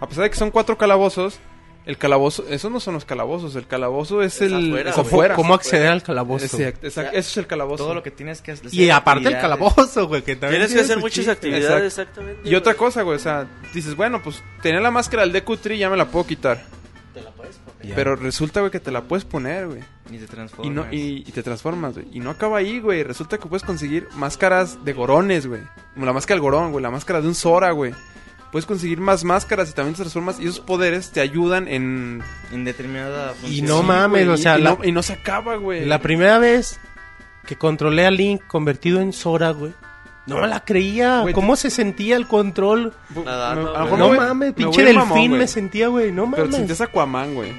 a pesar de que son cuatro calabozos, el calabozo, esos no son los calabozos, el calabozo es, Es el... afuera, es ¿Cómo, güey. afuera. cómo acceder al calabozo? Exacto, exacto, eso es el calabozo. Todo lo que tienes que hacer. Y aparte el actividades. calabozo, güey, que también Tienes que tiene hacer su muchas chiste. actividades, exactamente. Y otra güey. cosa, güey, o sea, dices, bueno, pues tenía la máscara del Deku Tree, ya me la puedo quitar. Te la puedes poner. Pero resulta, güey, que te la puedes poner, güey. Y te Y, no, transformas. y, y te transformas, güey. Y no acaba ahí, güey. Resulta que puedes conseguir máscaras de gorones, güey. Como La máscara del gorón, güey. La máscara de un Zora, güey. Puedes conseguir más máscaras y también te transformas. Y esos poderes te ayudan en. En determinada función. no ma- mames, güey, o y- sea, Y, la- no, y no se acaba, güey. La primera vez que controlé a Link convertido en Sora, güey. No me la creía. Güey, ¿Cómo se sentía el control? Nada, Me- no, a lo güey. mejor No me- mames, me pinche voy delfín mamón, güey. me sentía, güey. No Pero te mames. sentías Aquaman, güey.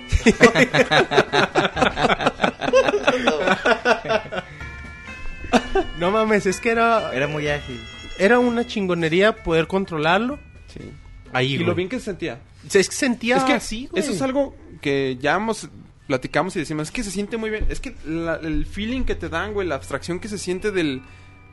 No mames, es que era, Era muy ágil. era una chingonería poder controlarlo. Sí. Ahí, Y güey. lo bien que se sentía. Es que sentía es que así, güey. Eso es algo que ya hemos platicamos y decimos, es que se siente muy bien. Es que la- el feeling que te dan, güey, la abstracción que se siente del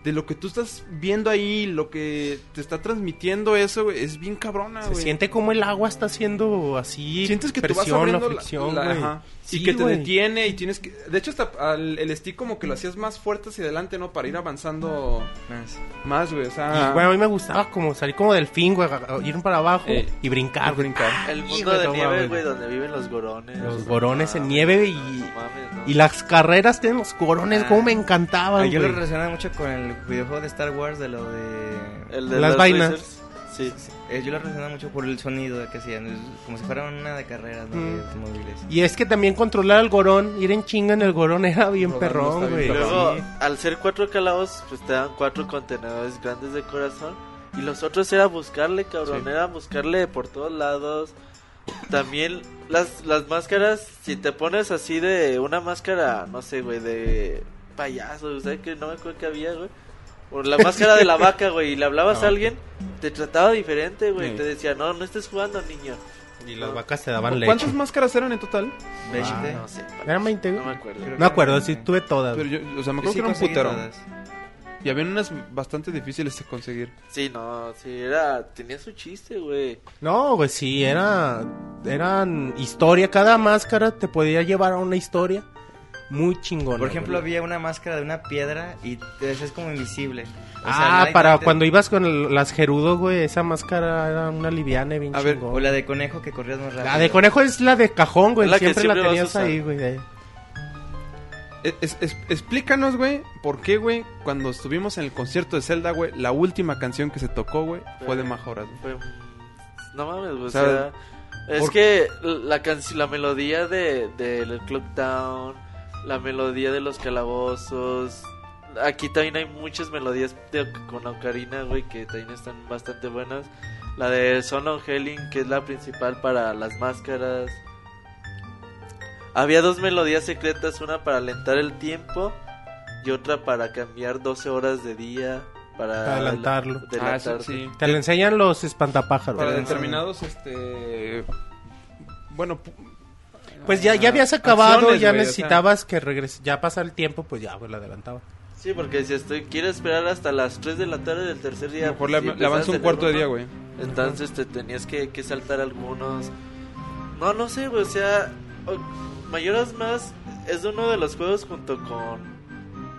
de lo que tú estás viendo ahí, lo que te está transmitiendo eso, güey, es bien cabrona, Se güey. siente como el agua está haciendo así. sientes que presión, te vas abriendo la la- fricción, la- güey. ajá. Sí, y que te güey. detiene y tienes que de hecho hasta al- el stick como que lo hacías más fuerte hacia adelante, no, para ir avanzando Más. más, güey, o sea, Y, güey, a mí me gustaba como salir como delfín, güey, aga- ir para abajo Eh, y brincar. güey. brincar. El mundo Híjole, de no nieve, mames. güey, donde viven los gorones. Los gorones en Ah, nieve y, no mames, no. y las carreras de los gorones, Ah. como me encantaban, Ah, yo lo güey. relacionaba mucho con el videojuego de Star Wars, de lo de... El de las los vainas. Racers. Sí. Eh, yo lo relacionaba mucho por el sonido que hacían, es como si fuera una de carreras, ¿no? Mm. De automóviles. Y es que también controlar al gorón, ir en chinga en el gorón era bien Rodando perrón, está güey. bien Y Pero luego, Sí. al ser cuatro calabos, pues te dan cuatro contenedores grandes de corazón. Y los otros era buscarle, cabrón. Era buscarle por todos lados. También las, las máscaras, si te pones así de una máscara, no sé, güey, de payaso, o sea, que no me acuerdo que había, güey. O la máscara de la vaca, güey, y le Ah, hablabas a alguien, te trataba diferente, güey. Sí. Te decía, no, no estés jugando, niño. Y las vacas te daban leche. ¿Cuántas máscaras eran en total? Veinte. No sé, Eran 20, no me güey. acuerdo. No acuerdo, sí, tuve todas. Pero yo, o sea, me acuerdo Yo sí que era un conseguí putero. todas. Y había unas bastante difíciles de conseguir. Sí, no, sí, era, tenía su chiste, güey. No, güey, sí, era, eran historia. Cada máscara te podía llevar a una historia muy chingona. Por ejemplo, güey. había una máscara de una piedra y te es como invisible. O sea, Ah, nadie para te- cuando ibas con el- las Gerudo, güey, esa máscara era una liviana y bien A ver, chingona. O la de conejo que corrías más rápido. La de conejo es la de cajón, güey. Es la que Siempre la siempre vas a tenías usar. ahí, güey. de- E-, es- es- explícanos, güey, por qué, güey, cuando estuvimos en el concierto de Zelda, güey, la última canción que se tocó, güey, fue de Majoras, Fue- güey. No mames, güey, o sea, sea, es por- que la canción, la melodía de del Clock Town, la melodía de los calabozos. Aquí también hay muchas melodías de- con ocarina, güey, que también están bastante buenas. La de Son of Helen, que es la principal para las máscaras. Había dos melodías secretas, una para alentar el tiempo y otra para cambiar 12 horas de día para Adelantarlo. Ah, eso adelantar- sí. Te lo enseñan los espantapájaros. Para determinados, este... Bueno, pu- Ah, Pues ya, ya habías acciones, acabado, ya güey, o sea. necesitabas que regrese, ya pasar el tiempo, pues ya, pues lo adelantaba. Sí, porque si estoy, quiero esperar hasta las 3 de la tarde del tercer día. mejor pues, le, sí, le empezabas en avanza un el cuarto de uno, día, güey. Entonces te tenías que, que saltar algunos. No, no sé, güey. O sea, o- Mayoras más es uno de los juegos junto con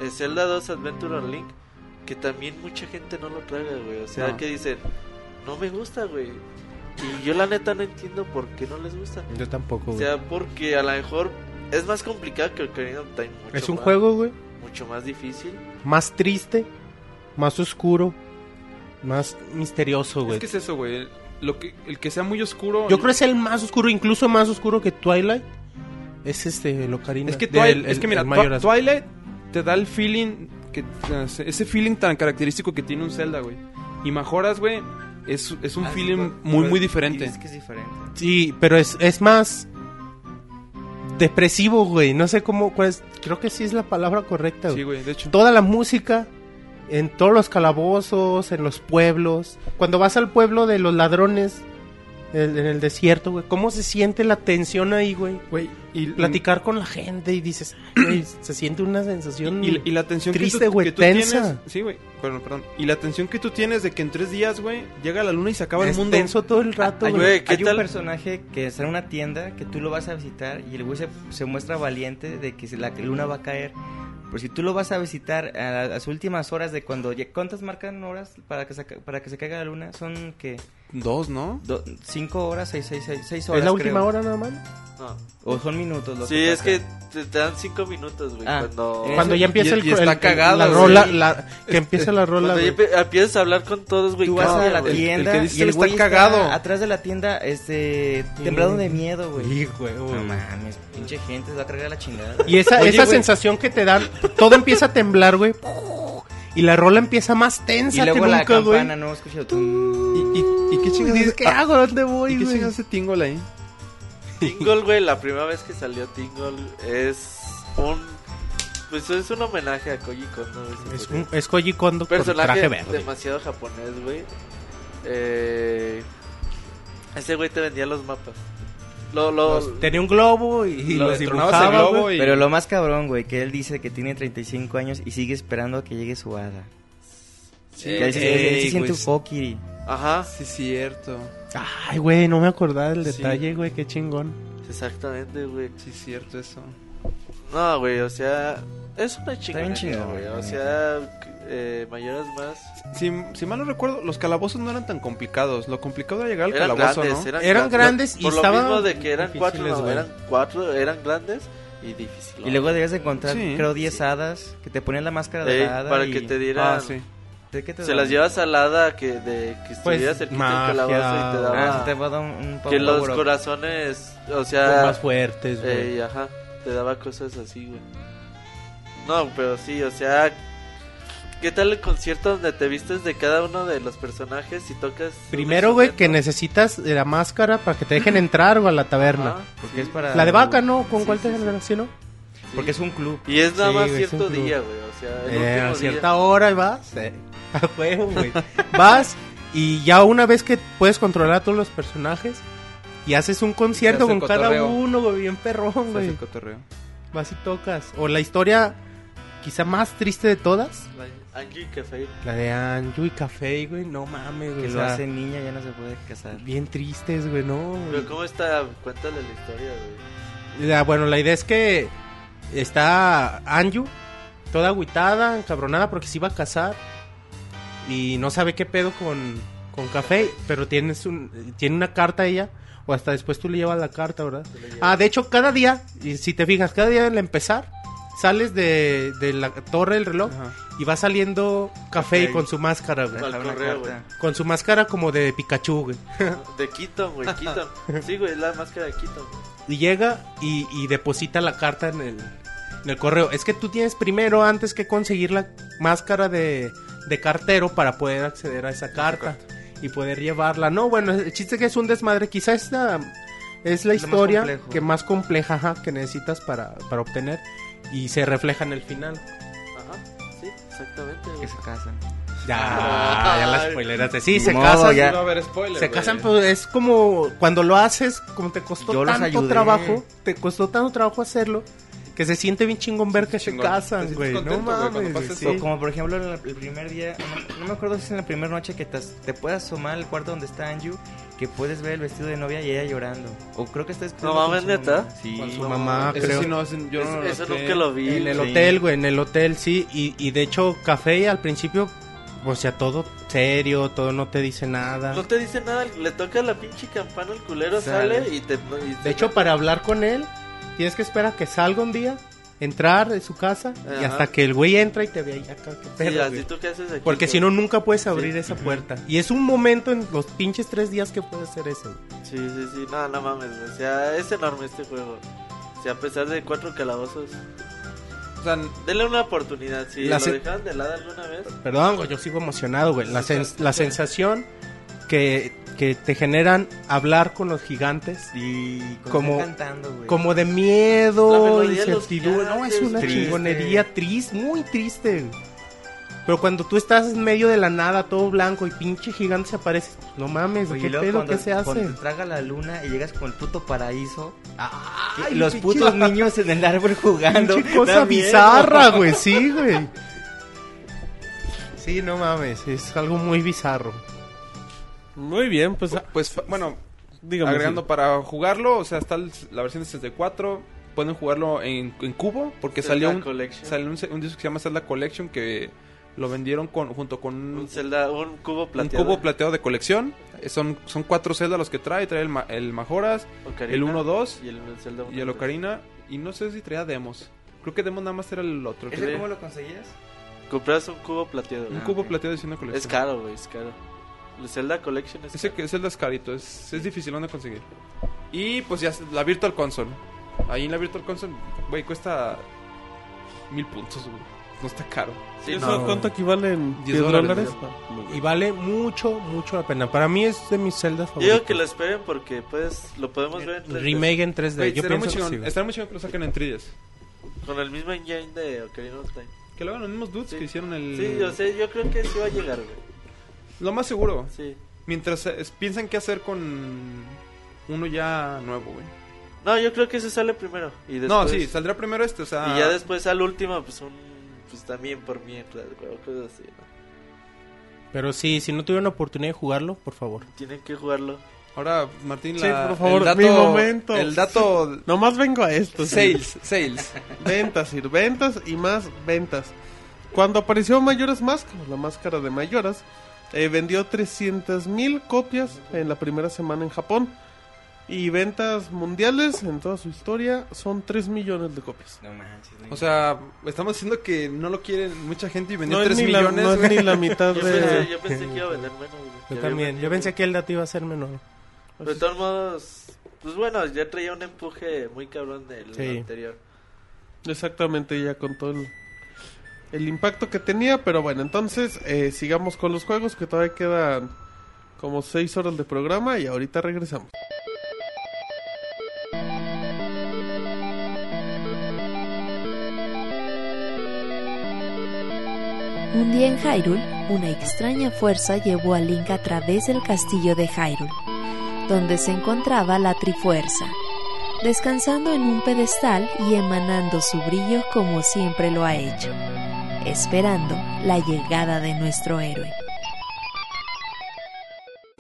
eh, Zelda 2 Adventure on Link. Que también mucha gente no lo traga, güey. O sea, No. que dicen, no me gusta, güey. Y yo la neta no entiendo por qué no les gusta. Yo tampoco, O güey. sea, porque a lo mejor es más complicado que Ocarina of Time. mucho es un más- juego, güey, Mucho más difícil. más triste, más oscuro, más misterioso, güey. Es que es eso, güey. Lo que, el que sea muy oscuro... Yo creo que es el más oscuro, incluso más oscuro que Twilight. Es este, lo Karina. Es que, Del- Twilight, es el- que mira, el Majora's Twi- Twilight te da el feeling, que, eh, ese feeling tan característico que tiene un Zelda, güey. Y Majoras, güey, es, es un Ah, sí, feeling pues, muy, pues, muy diferente. Es que es diferente. Sí, pero es, es más depresivo, güey. No sé cómo, cuál es- creo que sí es la palabra correcta, Sí, güey. güey, de hecho. Toda la música, en todos los calabozos, en los pueblos. Cuando vas al pueblo de los ladrones, el- en el desierto, güey. ¿Cómo se siente la tensión ahí, güey? Güey, y, Platicar con la gente y dices, "Ay, güey, se siente una sensación... y, y la tensión Triste, que tú, güey, que tú tensa. tienes. Sí, güey, perdón, perdón. Y la tensión que tú tienes de que en tres días, güey, llega la luna y se acaba el es mundo. tenso todo el rato, Hay, un- güey. Güey, ¿qué hay tal? un personaje que está en una tienda que tú lo vas a visitar y el güey se, se muestra valiente de que se- la luna va a caer. Pero si tú lo vas a visitar a las últimas horas de cuando... lle- ¿Cuántas marcan horas para que se, ca- para que se caiga la luna? Son que... Dos, ¿no? ¿Cinco horas? Seis, seis, seis, seis horas. Es la última creo. hora nada más. No. O son minutos. lo Sí, es pasa. que te, te dan cinco minutos, güey. Ah, cuando eh, Cuando ya empieza y- el, y está el- cagado, la güey. rola, la- que empieza la rola. cuando ya güey. empe- empiezas a hablar con todos, güey. Tú vas cambia, a la güey. el tienda que dice y el está güey está cagado. atrás de la tienda este, temblado de miedo, güey. oh, Sí, güey, güey. No mames, pinche gente se va a cargar la chingada. Y esa, Oye, esa güey. sensación que te dan, todo empieza a temblar, güey. Y la rola empieza más Y tensa que luego la nunca, güey. campana, no, escucho. tum. ¿Y, y, y qué Y chingas dices, ¿qué hago? ¿Dónde ¿Y voy, qué güey? chingas ese tingle ahí? Tingle, güey, la primera vez que salió Tingle es un... Pues es un homenaje a Koji Kondo, güey, se Es, podría un, es Koji Kondo con personaje traje verde. demasiado japonés, güey. Eh, ese güey te vendía los mapas. Lo, lo, Los- tenía un globo y Lo los de tronabas dibujaba, el globo güey. y- Pero lo más cabrón, güey, que él dice que tiene 35 años y sigue esperando a que llegue su hada. sí, Que él se- eh, él se güey, siente sí. un Kokiri. Ajá, Sí, cierto. Ay, güey, no me acordaba del Sí. detalle, güey, qué chingón. exactamente, güey. Sí, cierto eso. No, güey, o sea... Es una bien chingonería, chingón, güey. O güey. sea, eh, mayores más... Si, si mal no recuerdo, los calabozos no eran tan complicados. Lo complicado era llegar al Eran calabozo, grandes, ¿no? eran, Eran gra- grandes y por estaban lo mismo de que eran cuatro, difíciles, no, güey. eran cuatro, eran grandes y difíciles. Y luego debías de encontrar, Sí. creo, 10 Sí. hadas que te ponían la máscara de Ey, la hada. para y- que te dieran, Ah, sí. ¿de qué te se daban? las llevas al hada que de que Pues, estuvieras cerquita magia, del calabozo y te Ah, daba te va a dar un, un que power los up. corazones, o Más sea, fuertes, güey. ey, ajá, te daba cosas así, güey. No, pero sí, o sea, ¿qué tal el concierto donde te vistes de cada uno de los personajes y tocas un Primero, güey, que instrumento? necesitas la máscara para que te dejen entrar, güey, a la taberna. Ajá, Porque Ah, sí. es para... La de vaca, ¿no? ¿Con Sí, cuál te sí, sí. generas? ¿Sí, no? Porque es un club. Y es nada Sí, más güey, es un cierto club. día, güey, o sea, el Eh, a último día. cierta hora y vas. eh, a huevo, güey. vas y ya una vez que puedes controlar a todos los personajes y haces un concierto hace con el cada cotorreo. uno, güey, bien perrón, Se hace güey. el cotorreo. Vas y tocas. O la historia quizá más triste de todas, La- Angie Café. la de Anju y Café, güey. No mames, güey. Que o lo sea, hace niña, ya no se puede casar. Bien tristes, güey, no. güey. Pero ¿cómo está? Cuéntale la historia, güey. Ya, bueno, la idea es que está Anju, toda agüitada, encabronada porque se iba a casar y no sabe qué pedo con, con Café, pero tienes un, tiene una carta ella, o hasta después tú le llevas la carta, ¿verdad? Te la llevo. Ah, de hecho, cada día, y si te fijas, cada día al empezar, sales de, de la torre del reloj Ajá. y va saliendo Café Ok. con su máscara, güey. Al correo, güey. Con su máscara como de Pikachu, güey. De Keaton, güey, Keaton. Sí, güey, es la máscara de Keaton. güey. Y llega y, y deposita la carta en el, en el correo. Es que tú tienes primero, antes que conseguir la máscara de, de cartero para poder acceder a esa carta y poder llevarla. No, bueno, el chiste es que es un desmadre. Quizá esta es la Es lo más historia complejo. que más compleja ajá, que necesitas para, para obtener y se refleja en el final. Ajá, sí, exactamente, Que güey. se casan. Ya, ya las spoileraste. Sí, Ni se modo, casan. ya. No, a ver, spoiler. Se güey. casan, pero es como cuando lo haces, como te costó Yo los tanto ayudé. trabajo, te costó tanto trabajo hacerlo, que se siente bien chingón ver que Chingón. se Te casan, sientes güey. No contento, güey, cuando mames, güey, pasa eso. sí. O como por ejemplo en la- el primer día, no, no me acuerdo si es en la primera noche que te, as- te puedes asomar al cuarto donde está Anju, que puedes ver el vestido de novia y ella llorando. O creo que está escrito No mames, ¿neta? Sí. Con su No, mamá, ese creo. sí no, ese- yo no lo Es- eso noté. nunca lo vi. En el Sí. hotel, güey, en el hotel, sí. Y, y de hecho, café al principio, o sea, todo serio, todo no te dice nada. Pues, No te dice nada, le toca la pinche campana al culero, Sale. sale, y te. y te- De hecho, para hablar con él, tienes que esperar a que salga un día, entrar de su casa y Ajá. hasta que el güey entra y te vea. y acá, qué Sí, pedo, así güey. tú qué haces aquí. Porque güey? si no, nunca puedes abrir esa puerta. Y es un momento en los pinches tres días que puedes hacer eso. Sí, sí, sí, no, no mames, güey. O sea, es enorme este juego. O sea, a pesar de cuatro calabozos. O sea, Denle una oportunidad, si La lo se- dejaron de lado alguna vez. Perdón, güey, yo sigo emocionado, güey. La, sen- la sensación que, que te generan hablar con los gigantes. Y cuando Como- están cantando, güey. Como de La miedo, melodía de los incertidumbre. No, es gigantes, una triste. chingonería triste, muy triste. güey. Pero cuando tú estás en medio de la nada, todo blanco y pinche gigante se aparece, pues, no mames, Oye, y ¿qué luego pedo? cuando- ¿Qué se hace? Cuando te traga la luna y llegas con el puto paraíso. Ay, y los pinche putos niños en el árbol jugando. Pinche da cosa miedo. bizarra, güey, sí, güey. Sí, no mames, es algo muy bizarro. Muy bien, pues ah, pues, fa- bueno, dígame. agregando para jugarlo, o sea, está el- la versión de 64. Pueden jugarlo en, en cubo, porque Zelda salió un, Collection. salió un, un disco que se llama Zelda Collection que lo vendieron con, junto con Un, Zelda, un cubo plateado. Un cubo plateado de colección. Eh, Son, son cuatro celdas los que trae. Trae el, Ma- el Majoras, Ocarina el 1-2 y el Zelda y el 1-2. Ocarina. Y no sé si traía demos. Creo que demos nada más era el otro. ¿Ese Sí. cómo lo conseguías? Compras un cubo plateado. Un güey. Ah, cubo ok. plateado de una colección. Es caro, güey, es caro. El Zelda Collection es Ese caro. que es el descarito. Es, es difícil de conseguir. Y pues ya la Virtual Console. Ahí en la Virtual Console, güey, cuesta mil puntos, güey. No está caro. Sí, ¿Eso no, cuánto equivale en 10 10 dólares, dólares? Y vale mucho, mucho la pena. Para mí es de mis celdas Yo digo favoritas. que lo esperen porque pues lo podemos Eh, ver en 3D, Remake en 3D. Güey, Yo estará muy pienso que chingón. sí, güey. estará muy chingón que lo saquen en 3 con el mismo engine de Ocarina of Time. Que lo hagan los mismos dudes Sí. que hicieron el. Sí, yo sé, yo creo que sí va a llegar, güey. Lo más seguro. Sí. Mientras eh, es- piensan qué hacer con uno ya nuevo, güey. No, yo creo que ese sale primero y después No, sí, saldrá primero este, o sea... y ya después al último pues un pues también por mientras, güey, o cosas así. ¿no? Pero sí, si no tuvieron oportunidad de jugarlo, por favor. Tienen que jugarlo. Ahora, Martín, Sí, la- por favor, el dato... mi momento. El dato... Nomás vengo a esto. sí. Sales, sales. Ventas, Sir, ventas y más ventas. Cuando apareció Mayoras Mask, la máscara de Mayoras, eh, vendió 300.000 copias en la primera semana en Japón. Y ventas mundiales en toda su historia son 3 millones de copias. No manches. no O sea, estamos diciendo que no lo quieren mucha gente y vendió No es 3 ni la- millones, no es güey. ni la mitad Yo pensé, de... yo pensé que iba a vender menos. güey. Yo Ya también. había- Yo pensé que el dato iba a ser menor. Pues, De todos modos, pues bueno, ya traía un empuje muy cabrón del Sí. anterior. Exactamente, ya con todo el, el impacto que tenía. Pero bueno, entonces eh, sigamos con los juegos que todavía quedan como 6 horas de programa y ahorita regresamos. Un día en Hyrule, una extraña fuerza llevó a Link a través del castillo de Hyrule, donde se encontraba la Trifuerza, descansando en un pedestal y emanando su brillo como siempre lo ha hecho, esperando la llegada de nuestro héroe.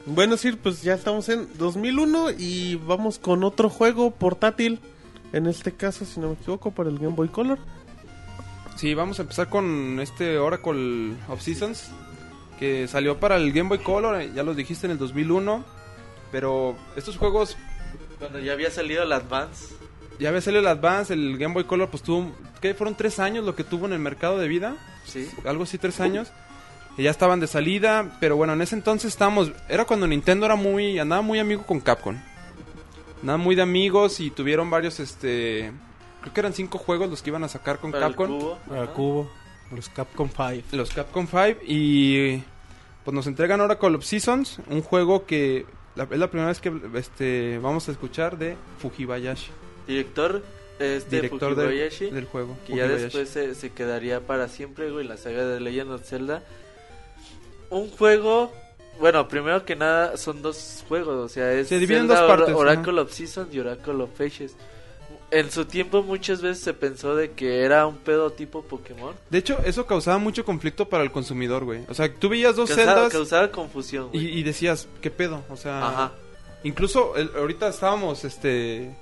Bueno, Sir, pues ya estamos en 2001 y vamos con otro juego portátil. En este caso, si no me equivoco, para el Game Boy Color. Sí, vamos a empezar con este Oracle of Seasons que salió para el Game Boy Color, eh, ya lo dijiste en el 2001, pero estos juegos Cuando ya había salido el Advance. ya ves el Advance, el Game Boy Color, pues tuvo, ¿qué? Fueron tres años lo que tuvo en el mercado de vida, Sí. algo así tres años. Y ya estaban de salida, pero bueno, en ese entonces estábamos, era cuando Nintendo era muy, andaba muy amigo con Capcom. Andaba muy de amigos y tuvieron varios, este, creo que eran cinco juegos los que iban a sacar con Para el Capcom. cubo. Para ajá. Eh, Cubo, los Capcom 5. los Capcom 5 y pues nos entregan ahora Call of Seasons, un juego que la- es la primera vez que este vamos a escuchar de Fujibayashi, Director, este director de- Fujibayashi, del juego. que ya Fujibayashi. después se, se quedaría para siempre, güey, en la saga de Legend of Zelda. Un juego, bueno, primero que nada son dos juegos, o sea, es Se dividen en Zelda dos Ora- partes, Oracle of Seasons y Oracle of Ages. En su tiempo muchas veces se pensó de que era un pedo tipo Pokémon. De hecho, eso causaba mucho conflicto para el consumidor, güey. O sea, tú veías dos Causaba, celdas causaba confusión, güey. y, y decías, ¿qué pedo? O sea, Ajá. incluso el- ahorita estábamos este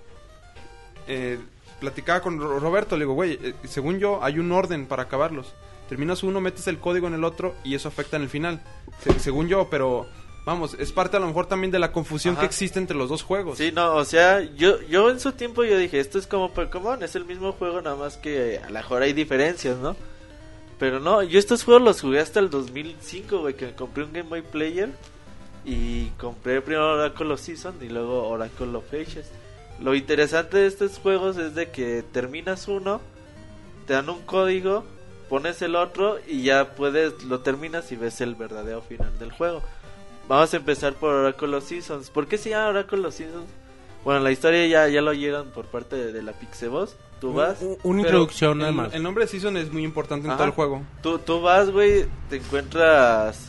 eh, platicaba con Ro- Roberto, le digo, güey, eh, según yo hay un orden para acabarlos. Terminas uno, metes el código en el otro y eso afecta en el final. Se- según yo, pero vamos, es parte a lo mejor también de la confusión Ajá. que existe entre los dos juegos. Sí, no, o sea, yo, yo en su tiempo yo dije, esto es como Pokémon, es el mismo juego, nada más que a lo mejor hay diferencias, ¿no? Pero no, yo estos juegos los jugué hasta el 2005, güey, que compré un Game Boy Player y compré primero Oracle of Season y luego Oracle of Ages. Lo interesante de estos juegos es de que terminas uno, te dan un código, pones el otro y ya puedes, lo terminas y ves el verdadero final del juego. Vamos a empezar por Oracle of Seasons. ¿Por qué se llama Oracle of Seasons? Bueno, la historia ya, ya lo oyeron por parte de, de la Pixeboss. Tú vas, Un- un- una Pero introducción nada el, más. el nombre de Season es muy importante en Ajá. todo el juego. tú, tú vas, güey, te encuentras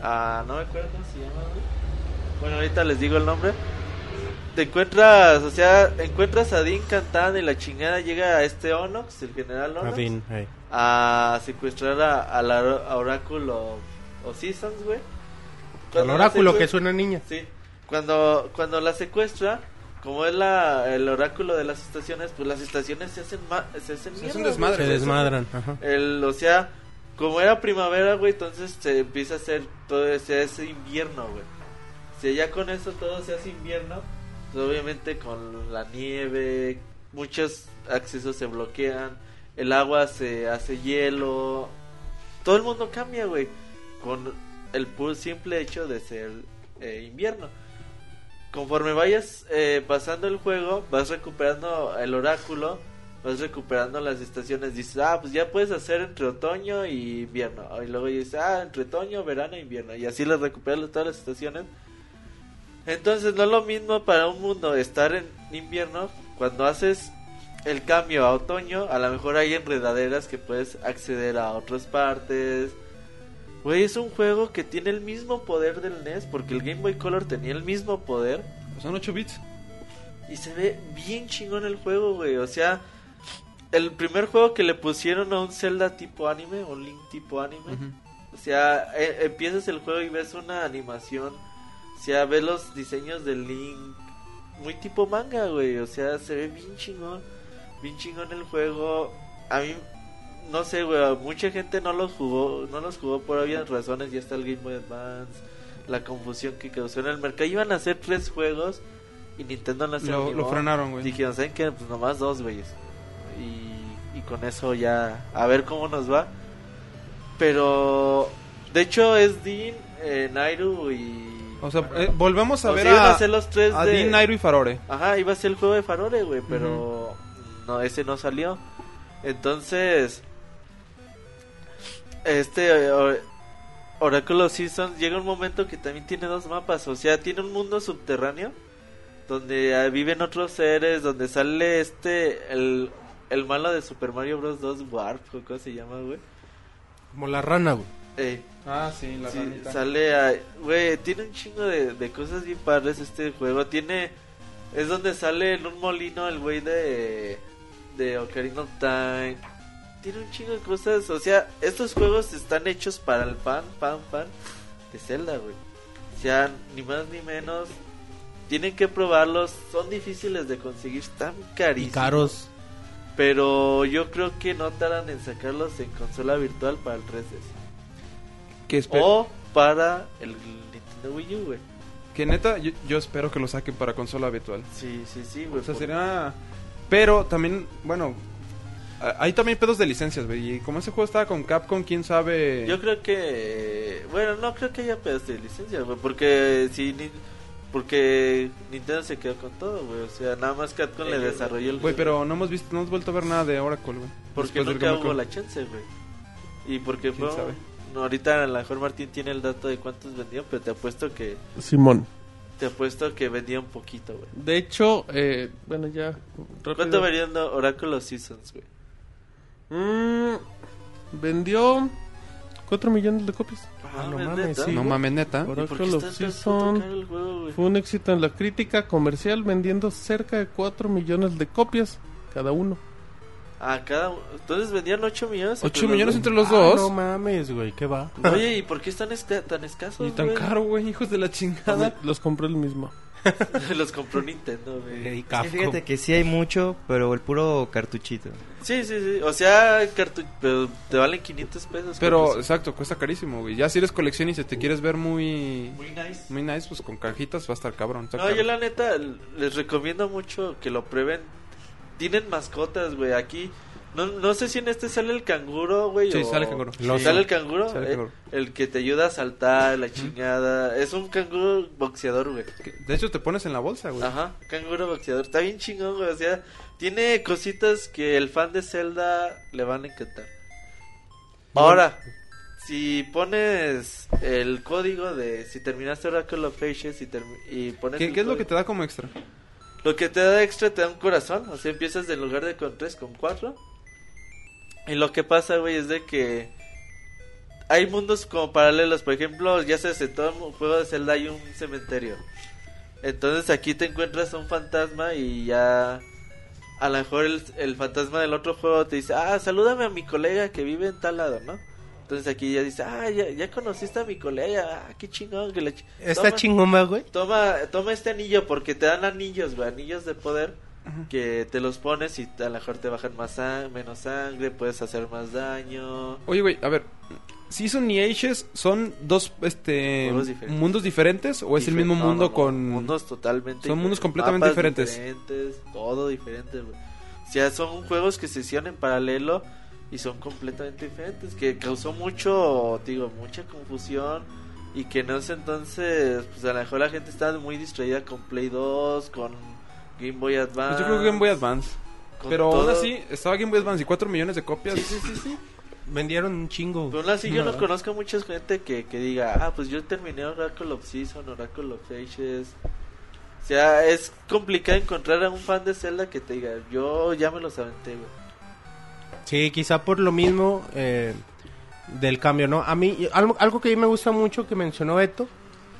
a... No me acuerdo cómo se llama, güey. Bueno, ahorita les digo el nombre. Te encuentras, o sea, encuentras a Dean cantando y la chingada llega a este Onox, el general Onox. A fin, eh. a secuestrar a, a la a Oráculo o Seasons, güey. Al Cuando la oráculo secue- que es una niña. Sí. Cuando, cuando la secuestra, como es la, el oráculo de las estaciones, pues las estaciones se hacen, ma- se hacen Se hace mierda, un güey. desmadre. Se desmadran. Ajá. El, o sea, como era primavera, güey, entonces se empieza a hacer todo ese, ese invierno, güey. Si ya con eso todo se hace invierno, pues obviamente con la nieve, muchos accesos se bloquean, el agua se hace hielo, todo el mundo cambia, güey, con el pu- simple hecho de ser eh, invierno. Conforme vayas eh, pasando el juego, vas recuperando el oráculo, vas recuperando las estaciones. Dices, ah, pues ya puedes hacer entre otoño y invierno. Y luego dices, ah, entre otoño, verano e invierno. Y así las recuperas todas las estaciones. Entonces no es lo mismo para un mundo estar en invierno cuando haces el cambio a otoño. A lo mejor hay enredaderas que puedes acceder a otras partes. Güey, es un juego que tiene el mismo poder del NES porque el Game Boy Color tenía el mismo poder. Son 8 bits. Y se ve bien chingón el juego, güey. O sea, el primer juego que le pusieron a un Zelda tipo anime, un Link tipo anime. O sea, e- empiezas el juego y ves una animación. O sea, ves los diseños del Link. Muy tipo manga, güey. O sea, se ve bien chingón. Bien chingón el juego. A mí, no sé, güey. Mucha gente no los jugó. No los jugó por obvias razones. Ya está el Game Boy Advance. La confusión que causó en el mercado. Iban a hacer tres juegos. Y Nintendo no se Lo, lo animó. frenaron, güey. Dijeron, ¿saben qué? Pues nomás dos, güeyes. Y, y con eso ya, a ver cómo nos va. Pero, de hecho, es Dean, eh, Nairu y. O sea, eh, volvemos a o ver sea, iban a, ser los tres a de. Dean, Nairo y Farore. Ajá, iba a ser el juego de Farore, güey, pero no, ese no salió. Entonces, este eh, Or- Oracle of Seasons llega un momento que también tiene dos mapas, o sea, tiene un mundo subterráneo donde ah, viven otros seres, donde sale este, el, el malo de Super Mario Bros. 2 Warp, o ¿cómo se llama, güey? Como la rana, güey. Eh, Ah, sí, la Sí, sale a... Güey, tiene un chingo de, de cosas bien padres este juego. Tiene... Es donde sale en un molino el güey de... De Ocarina of Time. Tiene un chingo de cosas. O sea, estos juegos están hechos para el fan, fan, fan de Zelda, güey. O sea, ni más ni menos. Tienen que probarlos. Son difíciles de conseguir. Están Y carísimos. caros. Pero yo creo que no tardan en sacarlos en consola virtual para el 3DS. Que espe- O para el Nintendo Wii U, güey. Que neta, yo, yo espero que lo saquen para consola virtual. Sí, sí, sí, güey. O sea, por- sería Pero también, bueno, a- hay también pedos de licencias, güey. Y como ese juego estaba con Capcom, quién sabe. Yo creo que. Bueno, no creo que haya pedos de licencia, güey. Porque si. ni- Porque Nintendo se quedó con todo, güey. O sea, nada más Capcom le desarrolló el Eh, Güey, juego. pero no hemos visto, no hemos vuelto a ver nada de Oracle, güey. Porque Después del nunca Comic hubo Con. la chance, güey. Y porque ¿Quién fue. sabe? No, ahorita a lo mejor Martín tiene el dato de cuántos vendían, pero te apuesto que. Simón. Te apuesto que vendían poquito, güey. De hecho, eh, bueno, ya. ¿Cuánto rápido. vendían Oracle of Seasons, güey? Mm, vendió 4 millones de copias. Ah, no ¿es mames, neta? sí. No mames, neta. ¿Y por qué Oracle está of tan Seasons puto caro el juego, güey? fue un éxito en la crítica comercial, vendiendo cerca de 4 millones de copias cada uno. Ah, cada... Entonces vendían 8 millones. entre 8 los millones dos. entre los Ah, dos. No mames, güey, ¿qué va? Oye, ¿y por qué están esca- tan escasos? Y tan güey? caro, güey, hijos de la chingada. Los compró el mismo. Los compró Nintendo, güey. Es que fíjate que sí hay mucho, pero el puro cartuchito. Sí, sí, sí. O sea, cartu- pero te valen 500 pesos. Pero, creo que sí. exacto, cuesta carísimo, güey. Ya si eres coleccionista y te quieres ver muy... Muy nice. Muy nice, pues con cajitas va a estar cabrón. está No, caro. yo la neta l- les recomiendo mucho que lo prueben. Tienen mascotas, güey. Aquí, no, no sé si en este sale el canguro, güey. Sí, o- sale el canguro. Sí. El oso. ¿Sale el canguro? Sale el Eh, canguro. el que te ayuda a saltar, la chingada. Es un canguro boxeador, güey. Que, De hecho, te pones en la bolsa, güey. Ajá, canguro boxeador. Está bien chingón, güey. O sea, tiene cositas que el fan de Zelda le van a encantar. Ahora, si pones el código de si terminaste Oracle of Ages y, termi- y pones. ¿Qué, el qué es lo que código- te da como extra? lo que te da extra te da un corazón. O sea, empiezas en lugar de con 3, con 4. Y lo que pasa, güey, es de que hay mundos como paralelos. Por ejemplo, ya sabes, en todo mu- juego de Zelda hay un cementerio. Entonces aquí te encuentras un fantasma y ya. A lo mejor el, el fantasma del otro juego te dice, ah, salúdame a mi colega que vive en tal lado, ¿no? Entonces aquí ya dice, ah, ya, ya conociste a mi colega, ah, qué chingón que le... ch- Está Toma". chingoma, güey. Toma, toma este anillo porque te dan anillos, güey, anillos de poder que te los pones y a lo mejor te bajan más sang- menos sangre, puedes hacer más daño. Oye, güey, a ver. Season y Ages son dos este Juegos diferentes. mundos diferentes o es el Difer- mismo no, mundo no, no, con mundos totalmente son mundos diferentes, completamente mapas diferentes. diferentes, todo diferente, güey. O sea, son juegos que se hicieron en paralelo y son completamente diferentes, que causó mucho, digo, mucha confusión y que en ese entonces, pues a lo mejor la gente estaba muy distraída con Play 2, con Game Boy Pues Advance. Yo creo que Game Boy Advance. con Pero aún todo. así estaba Game Boy Advance y 4 millones de copias. Sí, sí, sí, sí. Vendieron un chingo. Pero aún así yo no Nada. conozco mucha gente que, que diga, ah, pues yo terminé Oracle of Season, Oracle of Ages. O sea, es complicado encontrar a un fan de Zelda que te diga, yo ya me los aventé, güey. Sí, quizá por lo mismo eh, del cambio, ¿no? A mí, algo, algo que a mí me gusta mucho que mencionó Beto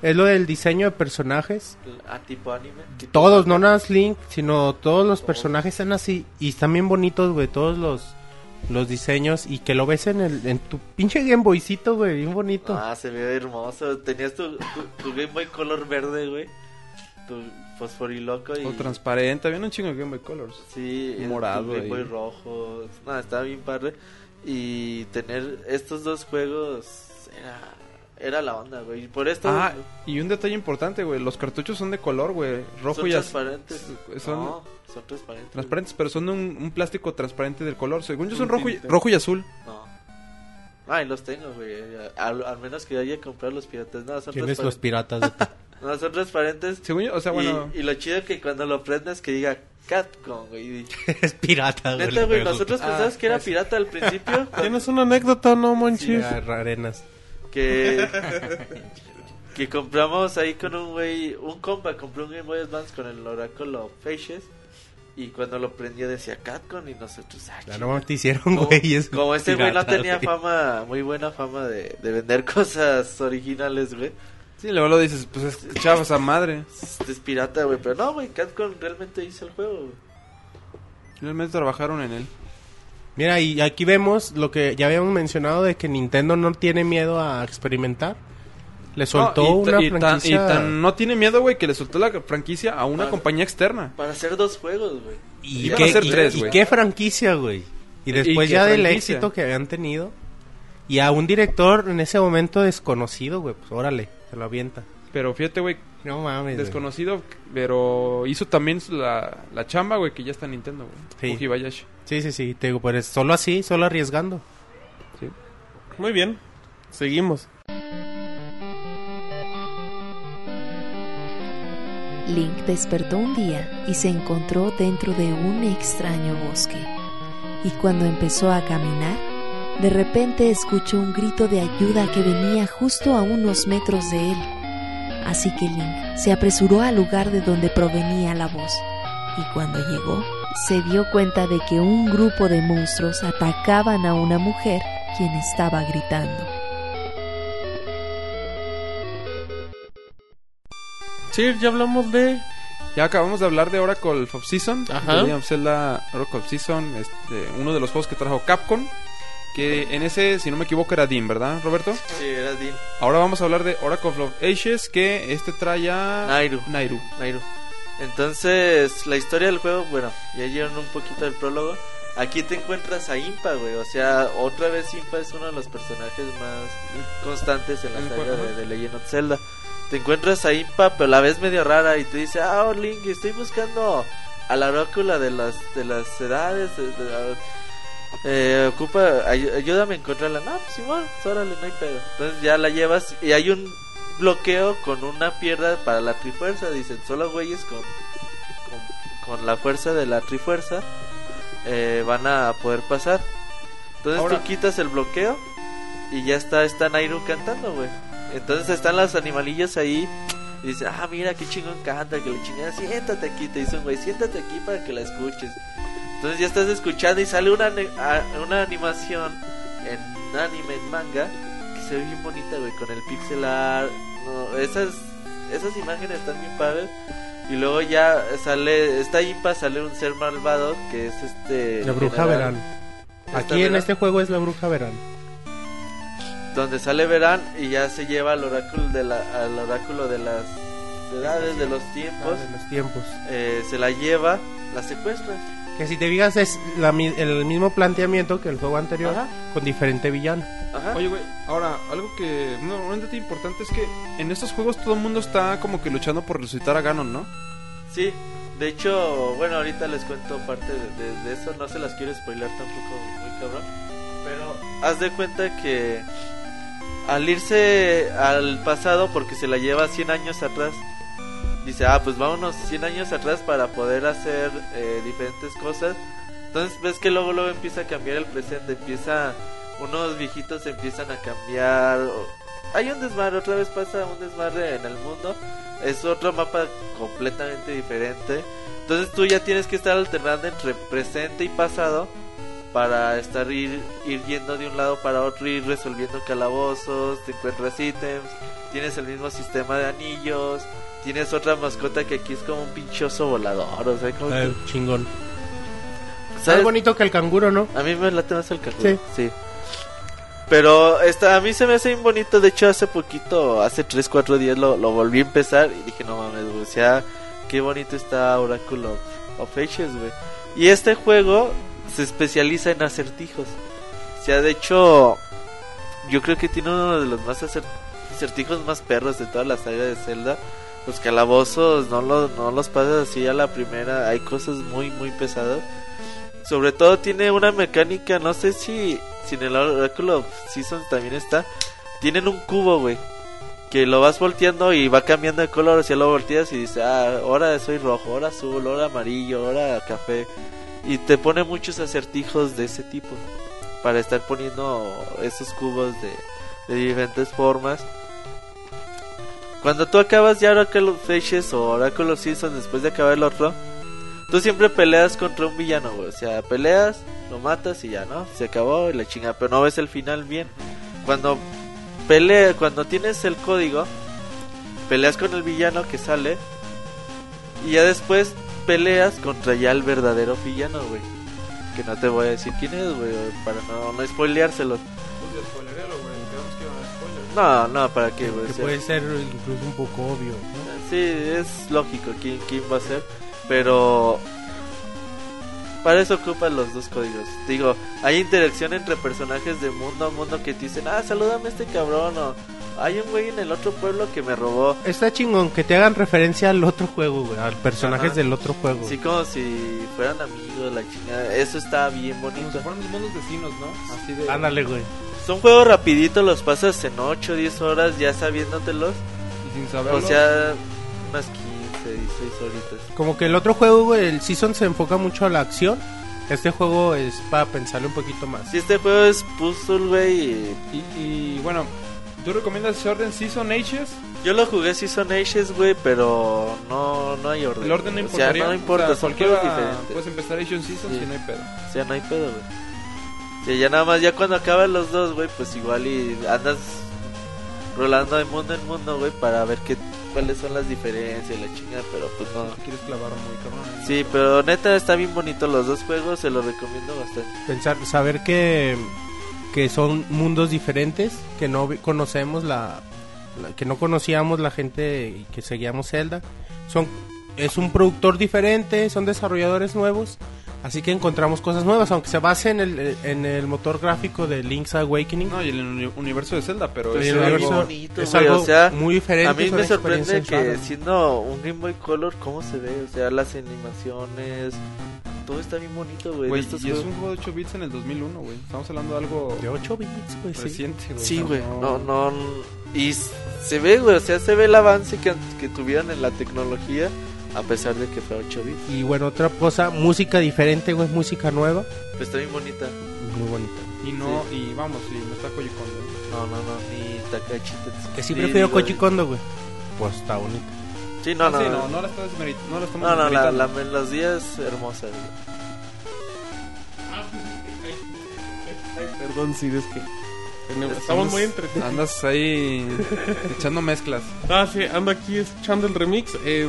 es lo del diseño de personajes. A tipo anime. tipo Todos, no manga. nada más Link, sino todos los personajes están así y están bien bonitos, güey. Todos los, los diseños y que lo ves en, el, en tu pinche Game Boycito, güey, bien bonito. Ah, se ve hermoso. Tenías tu, tu, tu Game Boy color verde, güey. Tu fosforiloco y... O transparente, había un chingo de Game Boy Colors. Sí, el- Morado tu Game Boy ahí. rojo. Nada, estaba bien padre. Y tener estos dos juegos era, era la onda, güey. Y Por esto... Ah, y un detalle importante, güey, los cartuchos son de color, güey, rojo son y azul. transparentes. son- No, son transparentes. Transparentes, pero son de un, un plástico transparente del color. Según yo son Un rojo y, tinte. rojo y azul. No. Ay, los tengo, güey. Al, al menos que haya comprado los piratas. No, son, Tienes los transparentes. piratas. Beto? no, son transparentes. Según yo, o sea, Y- bueno, y, lo chido que cuando lo prendas que diga Catcon, güey. Y- es pirata, güey. Neta, el güey, juego. nosotros Ah, pensamos que era pues. pirata al principio. ¿Tienes una anécdota o no, Sí, Monchis? arenas. que que compramos ahí con un güey, un compa compró un Game Boy Advance con el Oracle of Faces y cuando lo prendió decía Catcon y nosotros, ah, Ya chinga. no te hicieron, güey. es Como este güey no pirata, tenía fama, muy buena fama de, de vender cosas originales, güey. sí, luego lo dices, pues es chavos a madre. Este es pirata, güey. Pero no, güey, Capcom realmente hizo el juego, güey. Realmente trabajaron en él. Mira, y aquí vemos lo que ya habíamos mencionado de que Nintendo no tiene miedo a experimentar. Le soltó No, y ta- una y tan- franquicia. y tan no tiene miedo, güey, que le soltó la franquicia a una Ah. compañía externa. Para hacer dos juegos, güey. ¿Y Iban qué- a ser y- tres, y güey. qué franquicia, güey. Y ¿Y después qué ya del franquicia? éxito que habían tenido. Y a un director en ese momento desconocido, güey. Pues órale, se lo avienta. Pero fíjate, güey, No mames. güey. desconocido, pero hizo también la, la chamba, güey, que ya está en Nintendo, güey. Sí. Koji Bayashi. Sí, sí, sí. Te digo, pero es solo así, solo arriesgando. Muy bien, seguimos. Link despertó un día y se encontró dentro de un extraño bosque. Y cuando empezó a caminar, de repente escuchó un grito de ayuda que venía justo a unos metros de él. Así que Link se apresuró al lugar de donde provenía la voz. Y cuando llegó, se dio cuenta de que un grupo de monstruos atacaban a una mujer quien estaba gritando. Sí, ya hablamos de... Ya acabamos de hablar de Oracle of Season. Ajá. De Legend of Zelda Oracle of Season, este, uno de los juegos que trajo Capcom. Que en ese, si no me equivoco, era Dean, ¿verdad, Roberto? Sí, era Dean. Ahora vamos a hablar de Oracle of Ages, que este trae a... Nairu. Nairu. Nairu. Entonces, la historia del juego, bueno, ya llevan un poquito del prólogo. Aquí te encuentras a Impa, güey. O sea, otra vez Impa es uno de los personajes más constantes en la En el saga juego, de, ajá. de Legend of Zelda. Te encuentras a Impa, pero la ves medio rara y te dice, ah, oh, Link, estoy buscando a la orácula de las, de las edades. de- de la- eh, ocupa, ay- ayúdame a encontrarla. No, pues igual, órale, no hay pedo. Entonces ya la llevas y hay un bloqueo con una pierna para la trifuerza. Dicen, solo güeyes con, con, con la fuerza de la trifuerza eh, van a poder pasar. Entonces Ahora- tú quitas el bloqueo y ya está, está Nairu cantando, güey. Entonces están las animalillas ahí. Y dice, ah, mira qué chingón canta, que le chingada, siéntate aquí, te dice un güey, siéntate aquí para que la escuches. Entonces ya estás escuchando y sale una, ne- a- una animación en anime, en manga, que se ve bien bonita, güey, con el pixel art. No, esas, esas imágenes están bien padres. Y luego ya sale, está Impa, sale un ser malvado, que es este... La bruja general- verán. esta Aquí en Verán, este juego es la bruja verán. Donde sale Verán y ya se lleva al oráculo de, la, al oráculo de las edades, de los Ah, tiempos. de los tiempos. eh, se la lleva, la secuestra. Que si te fijas es la mi- el mismo planteamiento que el juego anterior Ajá. con diferente villano. Ajá. Oye, güey, ahora, algo que... no, Un dato importante es que en estos juegos todo el mundo está como que luchando por resucitar a Ganon, ¿no? Sí, de hecho, bueno, ahorita les cuento parte de, de- de eso, no se las quiero spoiler tampoco muy cabrón, pero haz de cuenta que al irse al pasado, porque se la lleva 100 años atrás, dice, ah, pues vámonos 100 años atrás para poder hacer eh, diferentes cosas, entonces ves que luego, luego empieza a cambiar el presente, empieza, unos viejitos empiezan a cambiar, o- hay un desmadre, otra vez pasa un desmadre en el mundo es otro mapa completamente diferente. Entonces tú ya tienes que estar alternando entre presente y pasado para estar ir, ir yendo de un lado para otro, ir resolviendo calabozos, te encuentras ítems, tienes el mismo sistema de anillos, tienes otra mascota que aquí es como un pinchoso volador, o sea, como que- chingón. Más ¿sabes? bonito que el canguro, ¿no? A mí me late más el canguro. Sí. Sí. Pero esta, a mí se me hace bien bonito. De hecho, hace poquito, hace 3, 4 días lo, lo volví a empezar y dije, no mames, güey. O sea, qué bonito está Oracle of, of Ages, güey. Y este juego se especializa en acertijos. O sea, de hecho, yo creo que tiene uno de los más acer- acertijos más perros de toda la saga de Zelda. Los calabozos no los, no los pasas así a la primera. Hay cosas muy, muy pesadas. Sobre todo tiene una mecánica, no sé si, si en el Oráculo of Seasons también está. Tienen un cubo, güey. Que lo vas volteando y va cambiando de color. O sea, lo volteas y dices, ah, ahora soy rojo, ahora azul, ahora amarillo, ahora café. Y te pone muchos acertijos de ese tipo. Para estar poniendo esos cubos de, de diferentes formas. Cuando tú acabas ya Oracle of Ages o Oracle of Seasons después de acabar el otro, Tú siempre peleas contra un villano, güey. O sea, peleas, lo matas y ya, ¿no? Se acabó y la chinga. Pero no ves el final bien. Cuando pelea, cuando tienes el código, peleas con el villano que sale. Y ya después peleas contra ya el verdadero villano, güey. Que no te voy a decir quién es, güey. Para no, no spoileárselo. No, no, ¿para qué, güey? O Que sea, puede ser incluso un poco obvio. ¿no? Sí, es lógico quién, quién va a ser, pero Para eso ocupan los dos códigos. Digo, hay interacción entre personajes de mundo a mundo que te dicen, ah, salúdame a este cabrón o hay un güey en el otro pueblo que me robó. Está chingón que te hagan referencia al otro juego, güey, a personajes Ajá. del otro juego. Así como si fueran amigos, la chingada. Eso está bien bonito. fueron los mundos vecinos, ¿no? Así de... Ándale, güey. Son juegos rapiditos, los pasas en 8, 10 horas ya sabiéndotelos. y sin saberlo. O sea, unas 15, 16 horitas. Como que el otro juego, güey, el Season se enfoca mucho a la acción. Este juego es para pensarlo un poquito más. Si este juego es puzzle, güey, y y, y, bueno, ¿tú recomiendas ese orden Season Ages? Yo lo jugué Season Ages, güey, pero no, no hay orden. El orden no güey. O sea, importaría. Pues, no importa, o sea, son cualquiera juegos diferentes. Puedes empezar Asian Season Sí. si no hay pedo. O sea, no hay pedo, güey. O sea, ya nada más, ya cuando acaban los dos, güey, pues igual y andas rolando de mundo en mundo, güey, para ver qué, cuáles son las diferencias y la chingada, pero pues no. Quieres clavar muy cabrón. Sí, pero neta está bien bonito los dos juegos, se los recomiendo bastante. Pensar, saber que, que son mundos diferentes, que no vi- conocemos la, la- que no conocíamos la gente y que seguíamos Zelda. Son es un productor diferente, son desarrolladores nuevos, así que encontramos cosas nuevas, aunque se base en el, en el motor gráfico de Link's Awakening. No, y el uni- universo de Zelda, pero Pero es el algo- universo bonito, es güey, algo o sea, muy diferente. A mí es me una sorprende experiencia que rara. siendo un Game Boy Color, ¿cómo se ve? O sea, las animaciones, todo está bien bonito, güey. de Güey, estos y es juegos. un juego de 8 bits en el 2001, güey. Estamos hablando de algo de 8 bits, güey, sí. reciente, güey. Pues Sí, O sea, güey. No, no. Y s- se ve, güey. O sea, se ve el avance que, que tuvieron en la tecnología. A pesar de que fue 8 bits. Y bueno, otra cosa, música diferente, güey, música nueva, Pues está bien bonita. muy bonita. Y no, y vamos, y no está Koji Kondo. No, no, no. Ni Takachi. Tetsuya. Que sí Ni- prefiero ni- Koji Kondo, güey. Pues está bonito. Sí, no, no. Ah, Sí, no, no, no la estamos desmerit- no la estamos No, no, la, desmeritando. la melodía es hermosa, güey. Perdón, sí, es que. tenemos- Somos- Estamos muy entretenidos. Andas ahí echando mezclas. Ah, sí, ando aquí escuchando el remix. Eh,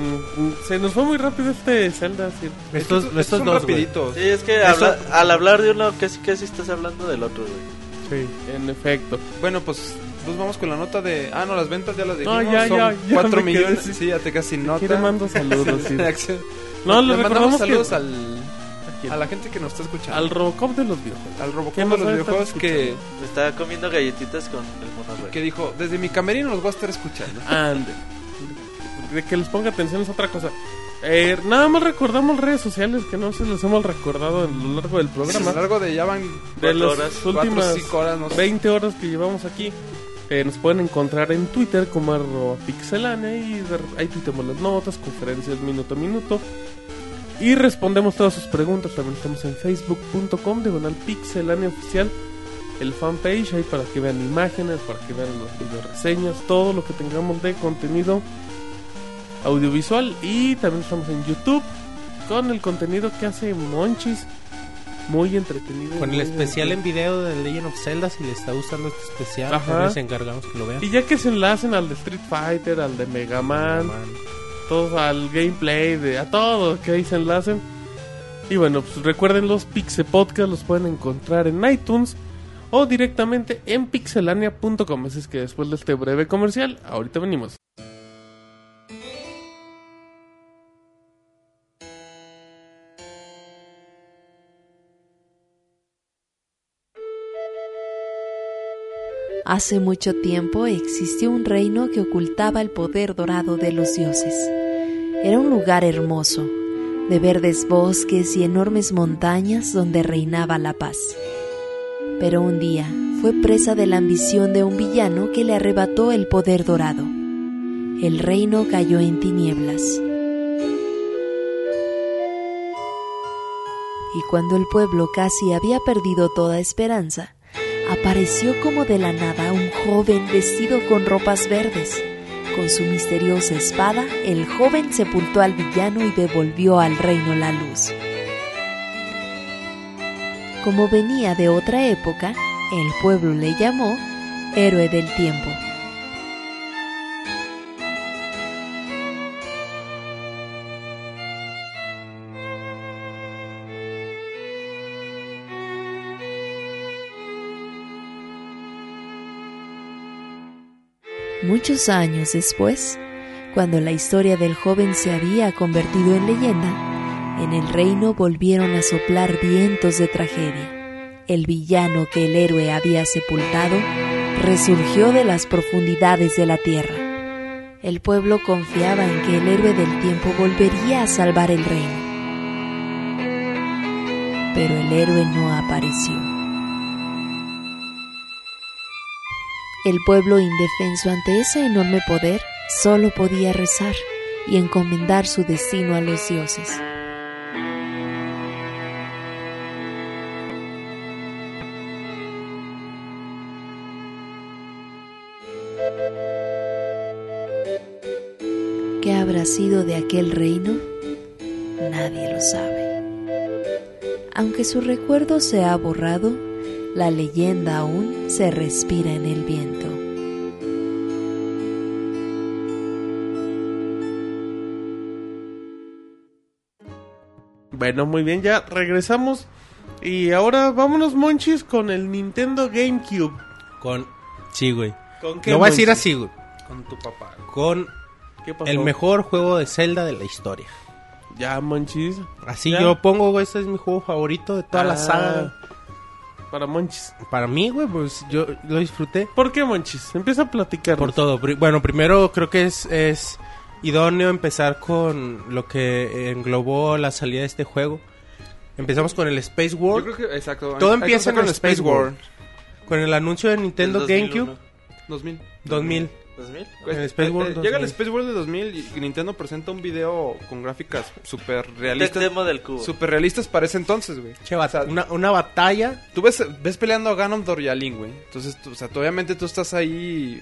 se nos fue muy rápido este Zelda. sí. Estos, Estos- estos estos son dos, güey. rapiditos. Sí, es que Eso- habla- al hablar de uno, casi casi estás hablando del otro, güey. Sí. En efecto. Bueno, pues nos vamos con la nota de. Ah, no, las ventas ya las dijimos. ya, son ya, ya 4 me quedé millones. sin- Sí, ya te casi Aquí le nota. mando saludos. sí. Acción. No, le le recordamos mandamos saludos que- al, ¿A quién? a la gente que nos está al escuchando. Robocop de los videojuegos. Al, Robocop ¿Quién de nos los va a estar videojuegos que, Me estaba comiendo galletitas con el mono, güey. que dijo: Desde mi camerino los voy a estar escuchando. Ande. De que les ponga atención es otra cosa. Eh, nada más recordamos redes sociales que no se les hemos recordado a lo largo del Pues, A lo programa. largo de ya van De cuatro horas, las últimas 5 horas, no sé. 20 horas que llevamos aquí. eh, nos pueden encontrar en Twitter como arroba pixelane y de- ahí tuiteamos las notas, conferencias minuto a minuto. Y respondemos todas sus preguntas. También estamos en facebook.com diagonal pixelane oficial. El fanpage ahí para que vean imágenes, para que vean las videoreseñas, todo lo que tengamos de contenido audiovisual. Y también estamos en YouTube con el contenido que hace Monchis. Muy entretenido. Con el muy especial entretenido. en video de Legend of Zelda, si les está gustando este especial, Ajá. también les encargamos que lo vean. Y ya que se enlacen al de Street Fighter, al de Mega Man, todos al gameplay, de, a todo que ahí se enlacen. Y bueno, pues recuerden los Pixel Podcast, los pueden encontrar en iTunes o directamente en pixelania.com. Así es que después de este breve comercial, ahorita venimos. Hace mucho tiempo existió un reino que ocultaba el poder dorado de los dioses. Era un lugar hermoso, de verdes bosques y enormes montañas donde reinaba la paz. Pero un día fue presa de la ambición de un villano que le arrebató el poder dorado. El reino cayó en tinieblas. Y cuando el pueblo casi había perdido toda esperanza, apareció como de la nada un joven vestido con ropas verdes. Con su misteriosa espada, el joven sepultó al villano y devolvió al reino la luz. Como venía de otra época, el pueblo le llamó héroe del tiempo. Muchos años después, cuando la historia del joven se había convertido en leyenda, En el reino volvieron a soplar vientos de tragedia. El villano que el héroe había sepultado resurgió de las profundidades de la tierra. El pueblo confiaba en que el héroe del tiempo volvería a salvar el reino. Pero el héroe no apareció. El pueblo indefenso ante ese enorme poder solo podía rezar y encomendar su destino a los dioses. ¿Qué habrá sido de aquel reino? Nadie lo sabe. Aunque su recuerdo se ha borrado, la leyenda aún se respira en el viento. Bueno, muy bien, ya regresamos. Y ahora vámonos, Monchis, con el Nintendo GameCube. Con. Sí, güey. ¿Con Lo voy a decir Monchis? así, güey. Con tu papá. Con ¿Qué pasó? el mejor juego de Zelda de la historia. Ya, Monchis. Así Ya. yo pongo, güey. Este es mi juego favorito de toda Ah. la saga. Para Monchis. güey. Para mí, güey, pues yo lo disfruté. ¿Por qué, Monchis? Empieza a platicar. Por todo. Pri- Bueno, primero creo que es, es idóneo empezar con lo que englobó la salida de este juego. Empezamos con el Space Yo World. creo que, exacto. Todo hay- hay que empieza empezar con el Space World. Con el anuncio de Nintendo El 2001. GameCube 2000. 2000. ¿2000? Pues, El Space eh, World eh, llega el 2000. Space World de 2000 y Nintendo presenta un video con gráficas super Tech realistas. demo del cubo. Super realistas para ese entonces, güey. Che, bat- O sea, una, una batalla. Tú ves, ves peleando a Ganondorf y a Link, güey. Entonces, tú- o sea, tú obviamente tú estás ahí,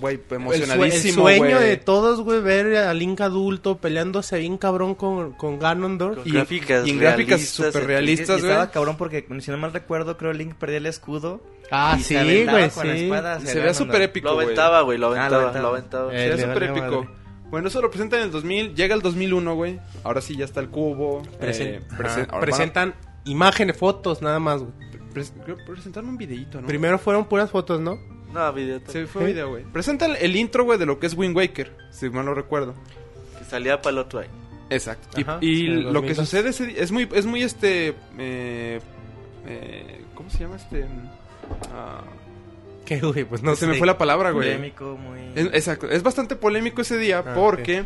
güey, emocionadísimo, el sueño güey. de todos, güey, ver a Link adulto peleándose bien cabrón con, con Ganondorf. Con gráficas y en gráficas realistas, super en- realistas, güey. Estaba cabrón porque, si no mal recuerdo, creo Link perdía el escudo. Ah, y sí, se aventaba güey, con la sí. espada hacia Se veía Ganondorf. súper épico, Lo güey. aventaba, güey, lo Ah, lo aventaba, aventaba. lo aventaba. Eh, Se veía le súper valió épico. madre. Bueno, eso lo presentan en el 2000. Llega el 2001, güey. Ahora sí ya está el cubo. Presen- eh, Ajá. presen- ahora presentan imágenes, fotos, nada más, güey. van a pres- creo- presentaron un videito, ¿no? Primero fueron puras fotos, ¿no? No, video. Se fue un video, güey. Presentan el intro, güey, de lo que es Wind Waker, si mal no recuerdo. Que salía para el otro ahí. Exacto. Y- Ajá, y sí, el lo que 2002. sucede ese di- es muy, es muy este. eh, eh, ¿Cómo se llama este? Ah, Que, güey, pues no se sé. me fue la palabra, güey. Polémico, muy... Es- Exacto. Es bastante polémico ese día Ah, porque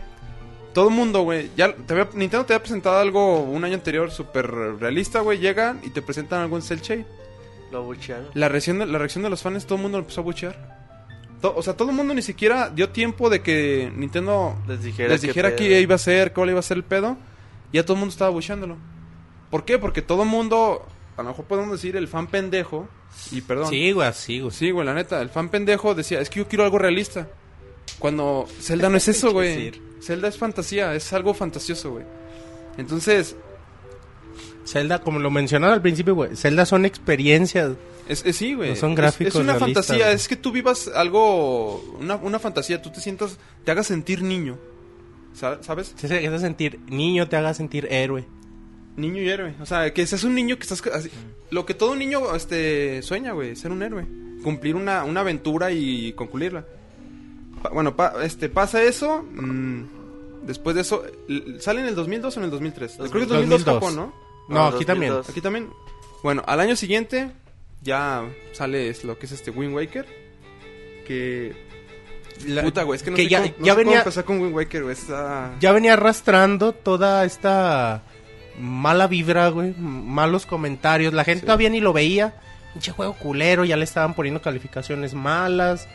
todo el mundo, güey. Ya te había- Nintendo te había presentado algo un año anterior súper realista, güey. Llegan y te presentan algo en Cell Shade. Lo buchearon. La reacción, de, la reacción de los fans, todo el mundo lo empezó a buchear. To- o sea, todo el mundo ni siquiera dio tiempo de que Nintendo Les dijera, les qué dijera pedo. qué iba a ser, cuál iba a ser el pedo, ya todo el mundo estaba bucheándolo. ¿Por qué? Porque todo el mundo, a lo mejor podemos decir el fan pendejo, y perdón. Sí, güey, así, güey. Sí, güey, la neta, el fan pendejo decía, es que yo quiero algo realista. Cuando Zelda no es eso, güey. decir. Zelda es fantasía, es algo fantasioso, güey. Entonces, Zelda, como lo mencionaba al principio, güey, Zelda son experiencias. Es, es- sí, güey. No Pues son Es- gráficos Es, una realistas, fantasía, güey. es que tú vivas algo, una, una fantasía, tú te sientas, te hagas sentir niño. Sa- ¿Sabes? Te hace sentir niño, te haga sentir héroe. Niño y héroe. O sea, que seas un niño que estás... así- lo que todo niño este, sueña, güey, ser un héroe. Cumplir una, una aventura y concluirla. Pa- bueno, pa- este, pasa eso. mm, después de eso, l- ¿sale en el 2002 o en el 2003? Creo que es 2002, 2002. Japón, ¿no? No, Ah, aquí también. 2002. Aquí también. Bueno, al año siguiente ya sale es- lo que es este Wind Waker. Que. La- Puta, güey, es que no que sé ya- cómo, no ya sé cómo venía- empezar con Wind Waker, güey. está- Ya venía arrastrando toda esta mala vibra, güey, m- malos comentarios. La gente todavía ni lo veía. Pinche juego culero, ya le estaban poniendo calificaciones malas.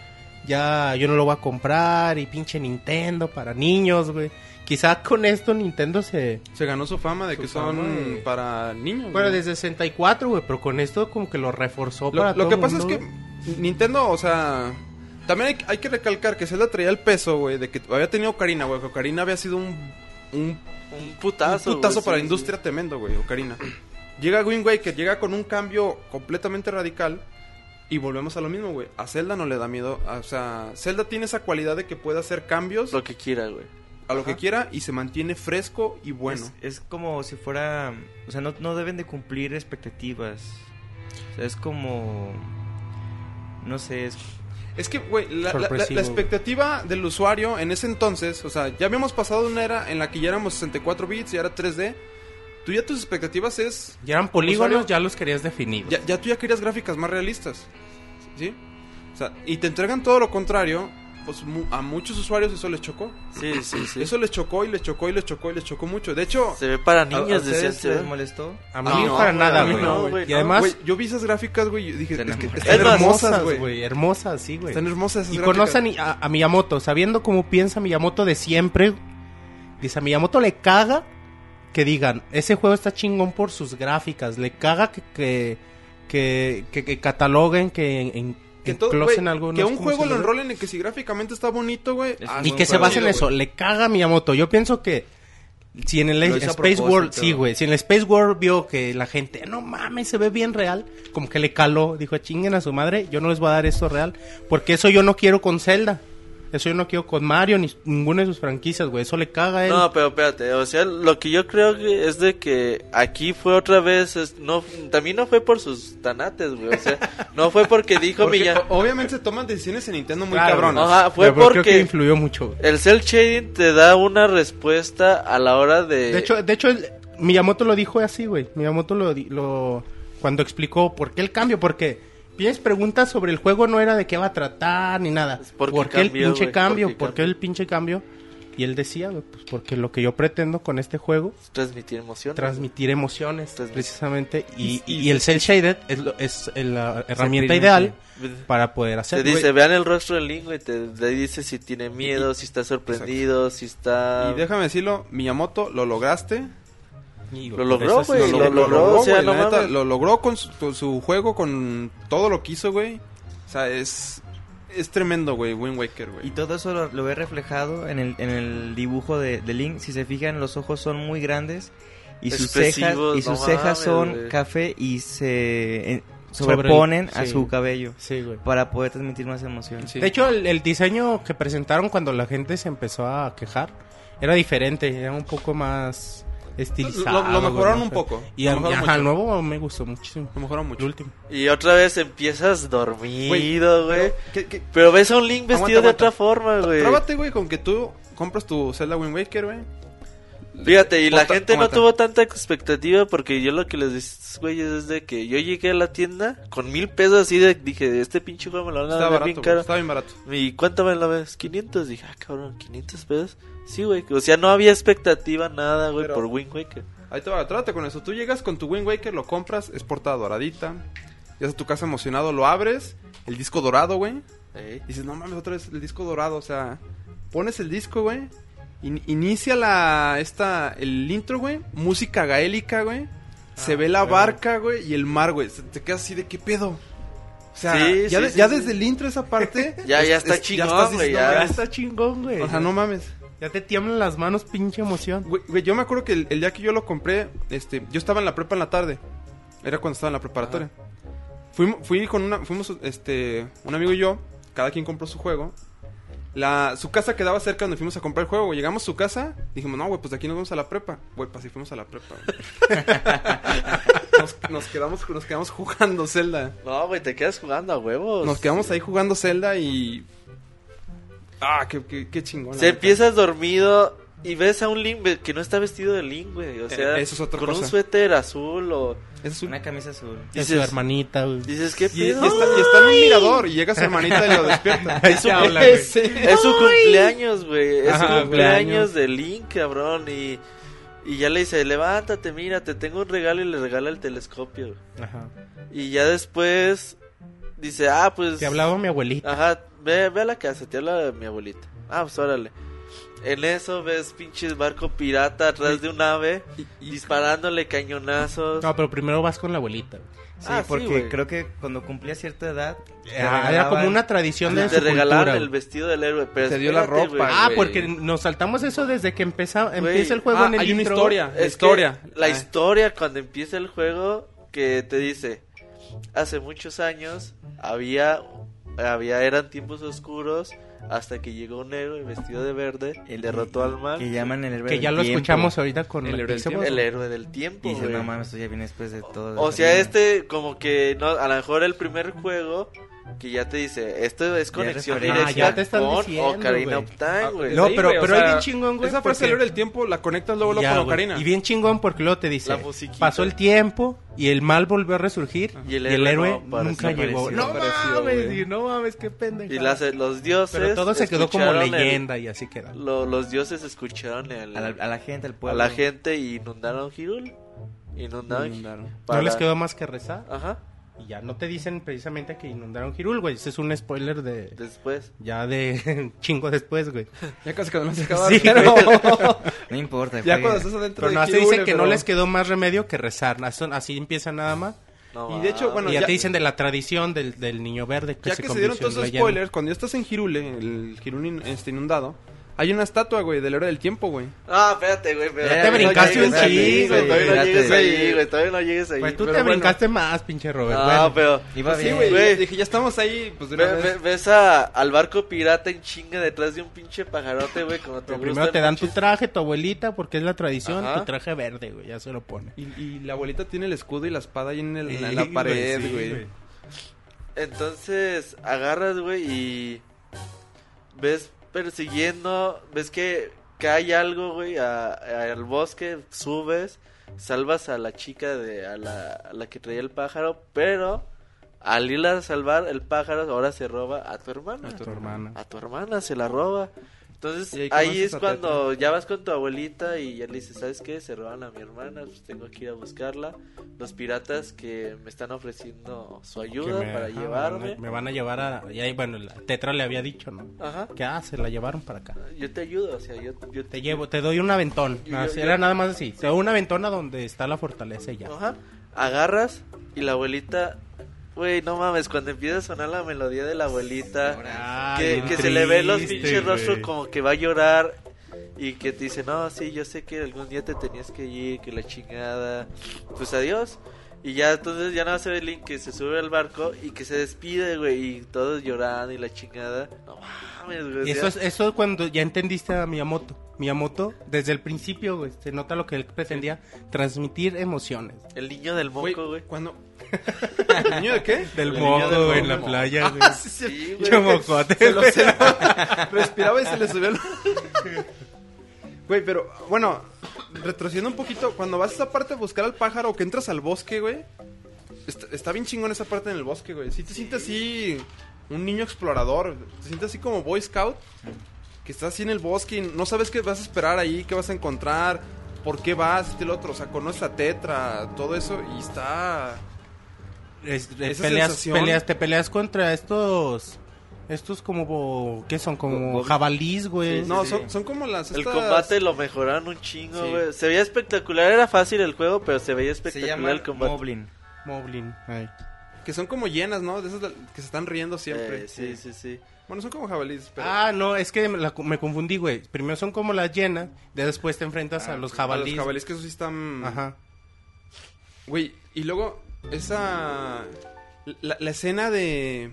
Ya yo no lo voy a comprar y pinche Nintendo para niños, güey. Quizá con esto Nintendo se... Se ganó su fama de que son fama de- para niños. Bueno, güey. desde 64, güey, pero con esto como que lo reforzó Lo, para lo todo que el pasa es mundo, que güey. Nintendo, o sea. También hay, hay que recalcar que Zelda traía el peso, güey, de que había tenido Ocarina, güey. que Ocarina había sido un, Un un un putazo. putazo güey, para sí, la industria sí. tremendo, güey, Ocarina. Llega Wind Waker, llega con un cambio completamente radical y volvemos a lo mismo, güey. A Zelda no le da miedo, o sea, Zelda tiene esa cualidad de que puede hacer cambios Lo que quiera, güey. a lo que quiera y se mantiene fresco y bueno. Es, es como si fuera... O sea, no, no deben de cumplir expectativas. O sea, es como... No sé, es... Es que, güey, la, la- la- la Sorpresivo. expectativa del usuario en ese entonces, o sea, ya habíamos pasado de una era en la que ya éramos 64 bits y era 3D. Tú ya tus expectativas es. Ya eran polígonos, Usuario- ya los querías definidos. Ya, ya tú ya querías gráficas más realistas. ¿Sí? O sea, y te entregan todo lo contrario. Pues mu- a muchos usuarios eso les chocó. Sí, sí, sí. Eso les chocó y les chocó y les chocó y les chocó mucho. De hecho, Se ve para ¿A, a niños, decían. ustedes se ve. les molestó? A a mí mí no, Ah, no, para güey, nada, a mí güey. no, güey, y no, además, Güey, yo vi esas gráficas, güey, y dije, Te es que enamoras. están Es más, hermosas, güey. Hermosas, sí, güey. Están hermosas esas Y gráficas. conocen a, a Miyamoto, sabiendo cómo piensa Miyamoto de siempre. Dice, a Miyamoto le caga que digan, ese juego está chingón por sus gráficas. Le caga que, que, que, que- que cataloguen, que en, en- que, todo, enclosen güey, algo, no que sé un cómo se juego lo llama. enrolen en que si gráficamente está bonito, güey. Es ah, un Y no, buen que se juego. base en chido, eso, güey. le caga a Miyamoto. Yo pienso que si en el Lo hizo a Space World, propósito. sí, güey, si en el Space World vio que la gente, no mames, se ve bien real, como que le caló, dijo, chinguen a su madre, yo no les voy a dar esto real, porque eso yo no quiero con Zelda. Eso yo no quiero con Mario ni ninguna de sus franquicias, güey. Eso le caga a él. No, pero espérate, o sea, lo que yo creo que es de que aquí fue otra vez, es- no, también no fue por sus tanates, güey, o sea, no fue porque dijo Porque, Milla, o- obviamente se toman decisiones en Nintendo muy Claro, cabronas. güey. Ajá, fue Pero creo porque- que influyó mucho. güey. el cel shading te da una respuesta a la hora de... De hecho, de hecho el- Miyamoto lo dijo así, güey. Miyamoto lo, di- lo cuando explicó por qué el cambio, porque tienes preguntas sobre el juego no era de qué va a tratar ni nada. Es ¿Por porque qué el cambió, pinche güey, cambio? porque ¿Por qué el pinche cambio? Y él decía, güey, pues porque lo que yo pretendo con este juego transmitir emoción. transmitir emociones Transmitir. precisamente y, Y- y el cel shaded es, lo- es la herramienta Sentir, ideal sí. para poder Te hacer güey. dice, vean el rostro del lingüe y te, te dice si tiene miedo, si está sorprendido, si está... Y déjame decirlo, Miyamoto, lo lograste. Y, lo logró, eso sí, güey, lo Pues, lo- logró. logró, o sea, güey, la no neta, mames. lo logró con su, con su juego, con todo lo que hizo, güey. O sea, es, es tremendo, güey, Wind Waker, Y güey. todo eso lo, lo ve reflejado en el, en el dibujo de, de Link. Si se fijan, los ojos son muy grandes y sus cejas, Expresivos, y sus no cejas mames, son güey. café y se eh, Sobre- sobreponen a sí. su cabello Sí, güey. para poder transmitir más emoción. Sí. De hecho, el, el diseño que presentaron cuando la gente se empezó a quejar era diferente, era un poco más estilizado. Lo- lo güey, mejoraron ¿no? un poco, Y lo a- mejoraron ajá, mucho. el nuevo me gustó muchísimo. Lo mejoraron mucho. El último. Y otra vez empiezas dormido, güey. Pero ves a un Link vestido de Aguanta, otra forma, güey. Trábate, güey, con que tú compras tu Zelda Wind Waker, güey. Fíjate, y la Ponta- gente no aguanta. tuvo tanta expectativa porque yo lo que les dices, güey, es de que yo llegué a la tienda con mil pesos así de, dije, este pinche juego me lo van a Estaba dar barato, bien güey, caro. estaba bien barato. ¿Y cuánto me la ves? 500, dije, ah, cabrón, 500 pesos. Sí, güey, o sea, no había expectativa, nada, güey, Pero- por Wind Waker. Ahí te va, trate con eso. Tú llegas con tu Wind Waker, lo compras, es portada doradita. Llegas a tu casa emocionado, lo abres, el disco dorado, güey. Ey. Y dices, no mames, otra vez el disco dorado, o sea, pones el disco, güey. in- inicia la, esta, el intro, güey. Música gaélica, güey. Ah, Se ve la barca, güey, y el mar, güey. se- Te quedas así de qué pedo. O sea, Sí, ya, sí, de- sí, ya sí. desde el intro esa parte. Ya- ya está chido chingón, güey, ya. Ya está chingón, güey. O sea, no mames. Ya te tiemblan las manos, pinche emoción. Güey, güey, yo me acuerdo que el, el día que yo lo compré, este, yo estaba en la prepa en la tarde. Era cuando estaba en la preparatoria. Fuimos, fui con una, fuimos, este, un amigo y yo, cada quien compró su juego. La, su casa quedaba cerca donde fuimos a comprar el juego. Llegamos a su casa, dijimos, no, güey, pues de aquí nos vamos a la prepa. Güey, pues así fuimos a la prepa. güey. nos, nos quedamos, nos quedamos jugando Zelda. No, güey, te quedas jugando a huevos. Nos quedamos ahí jugando Zelda y... Ah, qué, qué, qué chingón. la Se neta. empiezas dormido y ves a un Link ve- que no está vestido de Link, güey. O sea, Eh, eso es otra con un cosa. suéter azul o... Ese es un- Una camisa azul. De su Dices- hermanita, güey. Dices, ¿qué Y, y pedo? está, y está en un mirador y llega su hermanita y lo despierta. Ahí su- te habla, güey. Es su cumpleaños, güey. Es su Ajá, cumpleaños de Link, cabrón. Y, y ya le dice, levántate, mira, te tengo un regalo y le regala el telescopio. Ajá. Y ya después dice, ah, pues... Te hablaba mi abuelita. Ajá, ve, ve a la casa, te habla mi abuelita. Ah, pues órale. En eso ves pinches barco pirata atrás de un ave disparándole cañonazos. No, pero primero vas con la abuelita. güey. Sí, Ah, sí, porque güey. creo que cuando cumplía cierta edad... eh, Ah, te era regalaban- como una tradición de Te su regalaron cultura. el vestido del héroe, pero Te dio la espérate, ropa, güey. Ah, güey. porque nos saltamos eso desde que empeza- Güey. empieza el juego Ah, en el hay una intro. historia. Es que historia. La Ah. historia cuando empieza el juego que te dice, hace muchos años había había eran tiempos oscuros hasta que llegó un héroe vestido de verde y El- derrotó al mal. Que llaman el héroe Que del ya lo tiempo. escuchamos ahorita con El la héroe del Pixel tiempo. Boss. El héroe del tiempo, Y dices, güey. este no mames, esto ya viene después de todo. O sea, este como que no a lo mejor el primer juego que ya te dice, esto es conexión referencia. directa Ah, ya te están con diciendo, Ocarina of güey. Ah, Time, güey. No, Sí, pero, güey, o pero sea, es bien chingón, güey. Esa frase porque- del tiempo la conectas luego, luego Ya, con güey. Ocarina. Y bien chingón porque luego te dice, La musiquita. pasó el tiempo y el mal volvió a resurgir y el, héroe no apareció, nunca llegó. apareció, No apareció, mames, güey. y no mames, qué pendejo. Y las- los dioses Pero todo se quedó como escucharon el- leyenda y así quedó. lo- los dioses escucharon el- A la, a la gente, al a pueblo. la gente y inundaron Hyrule. Inundaron. Inundaron. para- No les quedó más que rezar. Ajá. Y ya no te dicen precisamente que inundaron Girul, güey. Ese es un spoiler de... Después. Ya de chingo después, güey. Ya casi que no se acaba Sí, pero... No importa. Ya jueguen. cuando estás adentro Pero de no, se Hyrule, dice que no pero- les quedó más remedio que rezar. Así, así empieza nada más. No Y de hecho, mames. bueno, y ya, ya- te dicen de la tradición del, del niño verde que Ya se que se convirtió dieron en todos esos leyenda. spoilers, cuando ya estás en Hirule, el Hirule in- este inundado, hay una estatua, güey, del héroe del tiempo, güey. Ah, espérate, güey. pero- Ya te no brincaste llegues un ahí, chingo, güey, Todavía no espérate. llegues ahí, güey. Todavía no llegues ahí. Pues tú te Pero bueno. brincaste más, pinche Robert. Ah, Bueno. pero. Iba Sí, bien. Eh, güey. Güey. yo Dije, ya estamos ahí, pues de una Ve- vez. ve- ves a, al barco pirata en chinga detrás de un pinche pajarote, güey. Como te Pero gusta primero te dan tu mucho. traje, tu abuelita, porque es la tradición, Ajá. tu traje verde, güey, ya se lo pone. Y, y la abuelita tiene el escudo y la espada ahí en, el- en la- en Sí, la güey, pared, sí, güey. güey. Entonces agarras, güey, y ves persiguiendo, ves que cae algo, güey, a- a- al bosque, subes, salvas a la chica de a la, a la que traía el pájaro, pero al ir a salvar el pájaro ahora se roba a tu hermana. A tu hermana. A tu hermana se la roba. Entonces Y ahí ahí, conoces es a tu cuando ya vas con tu abuelita y ya le dices, ¿sabes qué? Se roban a mi hermana, pues tengo que ir a buscarla. Los piratas que me están ofreciendo su ayuda Que me- para ajá, Me llevarme. van, a, me van a llevar a. Y ahí, bueno, la Tetra le había dicho, ¿no? Ajá. Que ah, se la llevaron para acá. Yo te ayudo, o sea, yo, yo Te llevo, te doy un aventón. Yo- Así yo- era yo- nada más así. Te doy una aventona donde está la fortaleza y ya. Ajá. Agarras y la abuelita... Güey, no mames, cuando empieza a sonar la melodía de la abuelita... Ah, que, bien que se le ve los triste, pinches rostros güey. como que va a llorar y que te dice, no, sí, yo sé que algún día te tenías que ir, que la chingada, pues adiós. Y ya entonces ya no se ve Link que se sube al barco y que se despide, güey, y todos llorando y la chingada. No mames, güey. o Y sea, eso es, eso es cuando ya entendiste a Miyamoto. Miyamoto, desde el principio, güey, se nota lo que él pretendía, transmitir emociones. El niño del Güey, moco, güey. cuando... ¿El niño de qué? Del El niño del modo, güey, en la moco. playa, güey. Ah, sí, sí. Sí, güey. Yo mocote, Se lo- güey. se lo- respiraba y se le subía el... Güey, pero bueno, retrocediendo un poquito, cuando vas a esa parte a buscar al pájaro o que entras al bosque, güey, está, está bien chingón esa parte en el bosque, güey. Si te sientes así un niño explorador, te sientes así como Boy Scout, que estás así en el bosque y no sabes qué vas a esperar ahí, qué vas a encontrar, por qué vas, este el otro, o sea, conoces a Tetra, todo eso y está Es- es Esa peleas, sensación. peleas, te peleas contra estos, estos como, bo- ¿qué son? Como Bo- bo- jabalís, güey. no, son, son como las El estas- combate lo mejoraron un chingo, Sí. güey. Se veía espectacular, era fácil el juego, pero se veía Se espectacular llama el combate. Moblin. Moblin. ay. Que son como llenas, ¿no? De esas de- que se están riendo siempre. Eh, sí, sí, sí. Bueno, son como jabalíes, pero... Ah, no, es que me, la- me confundí, güey. Primero son como las llenas, de después te enfrentas Ah, a los jabalís. Ah, Los jabalíes que esos sí están... Ajá. Güey, y luego esa... La, la escena de...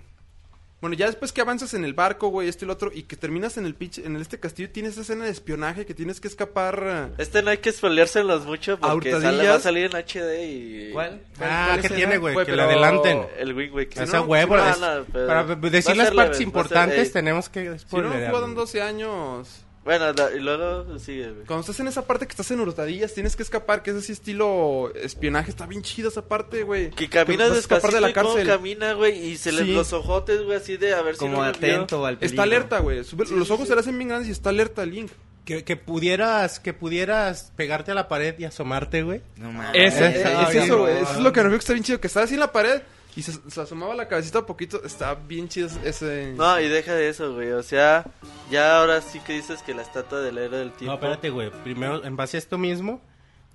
Bueno, ya después que avanzas en el barco, güey, esto y lo otro, y que terminas en el pitch, en este castillo, tienes esa escena de espionaje que tienes que escapar... eh, Este no hay que spoileárselos mucho porque sale, va a hurtadillas. salir en HD y... ¿Cuál? Ah, cuál que escena? tiene, güey, Güey, que la pero- adelanten. Oh, El Wing Wake. Esa huevo, es- pero Para va a decir ser las leve, partes va a ser- importantes eh, tenemos que... Si no, spoilear, jugaron güey. 12 años... bueno, da- y luego sigue, güey. Cuando estás en esa parte que estás en hurtadillas, tienes que escapar, que es así estilo espionaje, está bien chida esa parte, güey. Que caminas pues, vas a despacito de la cárcel. camina, güey, y se les Sí. los ojotes, güey, así de a ver si Como no me atento al peligro. Está alerta, güey. Sube- los ojos se le hacen bien grandes y está alerta Link. Que, que pudieras que pudieras pegarte a la pared y asomarte, güey. No mames. Eh, Ese- es, Ah, es bien, eso, güey. no, Eso es no. lo que nos vio que está bien chido. Que estaba así en la pared y se, se asomaba la cabecita a poquito. Está bien chido ese. vio. No, y deja de eso, güey. O sea, ya ahora sí que dices que la estatua del héroe del No, tiempo. espérate, güey. Primero, en base a esto mismo,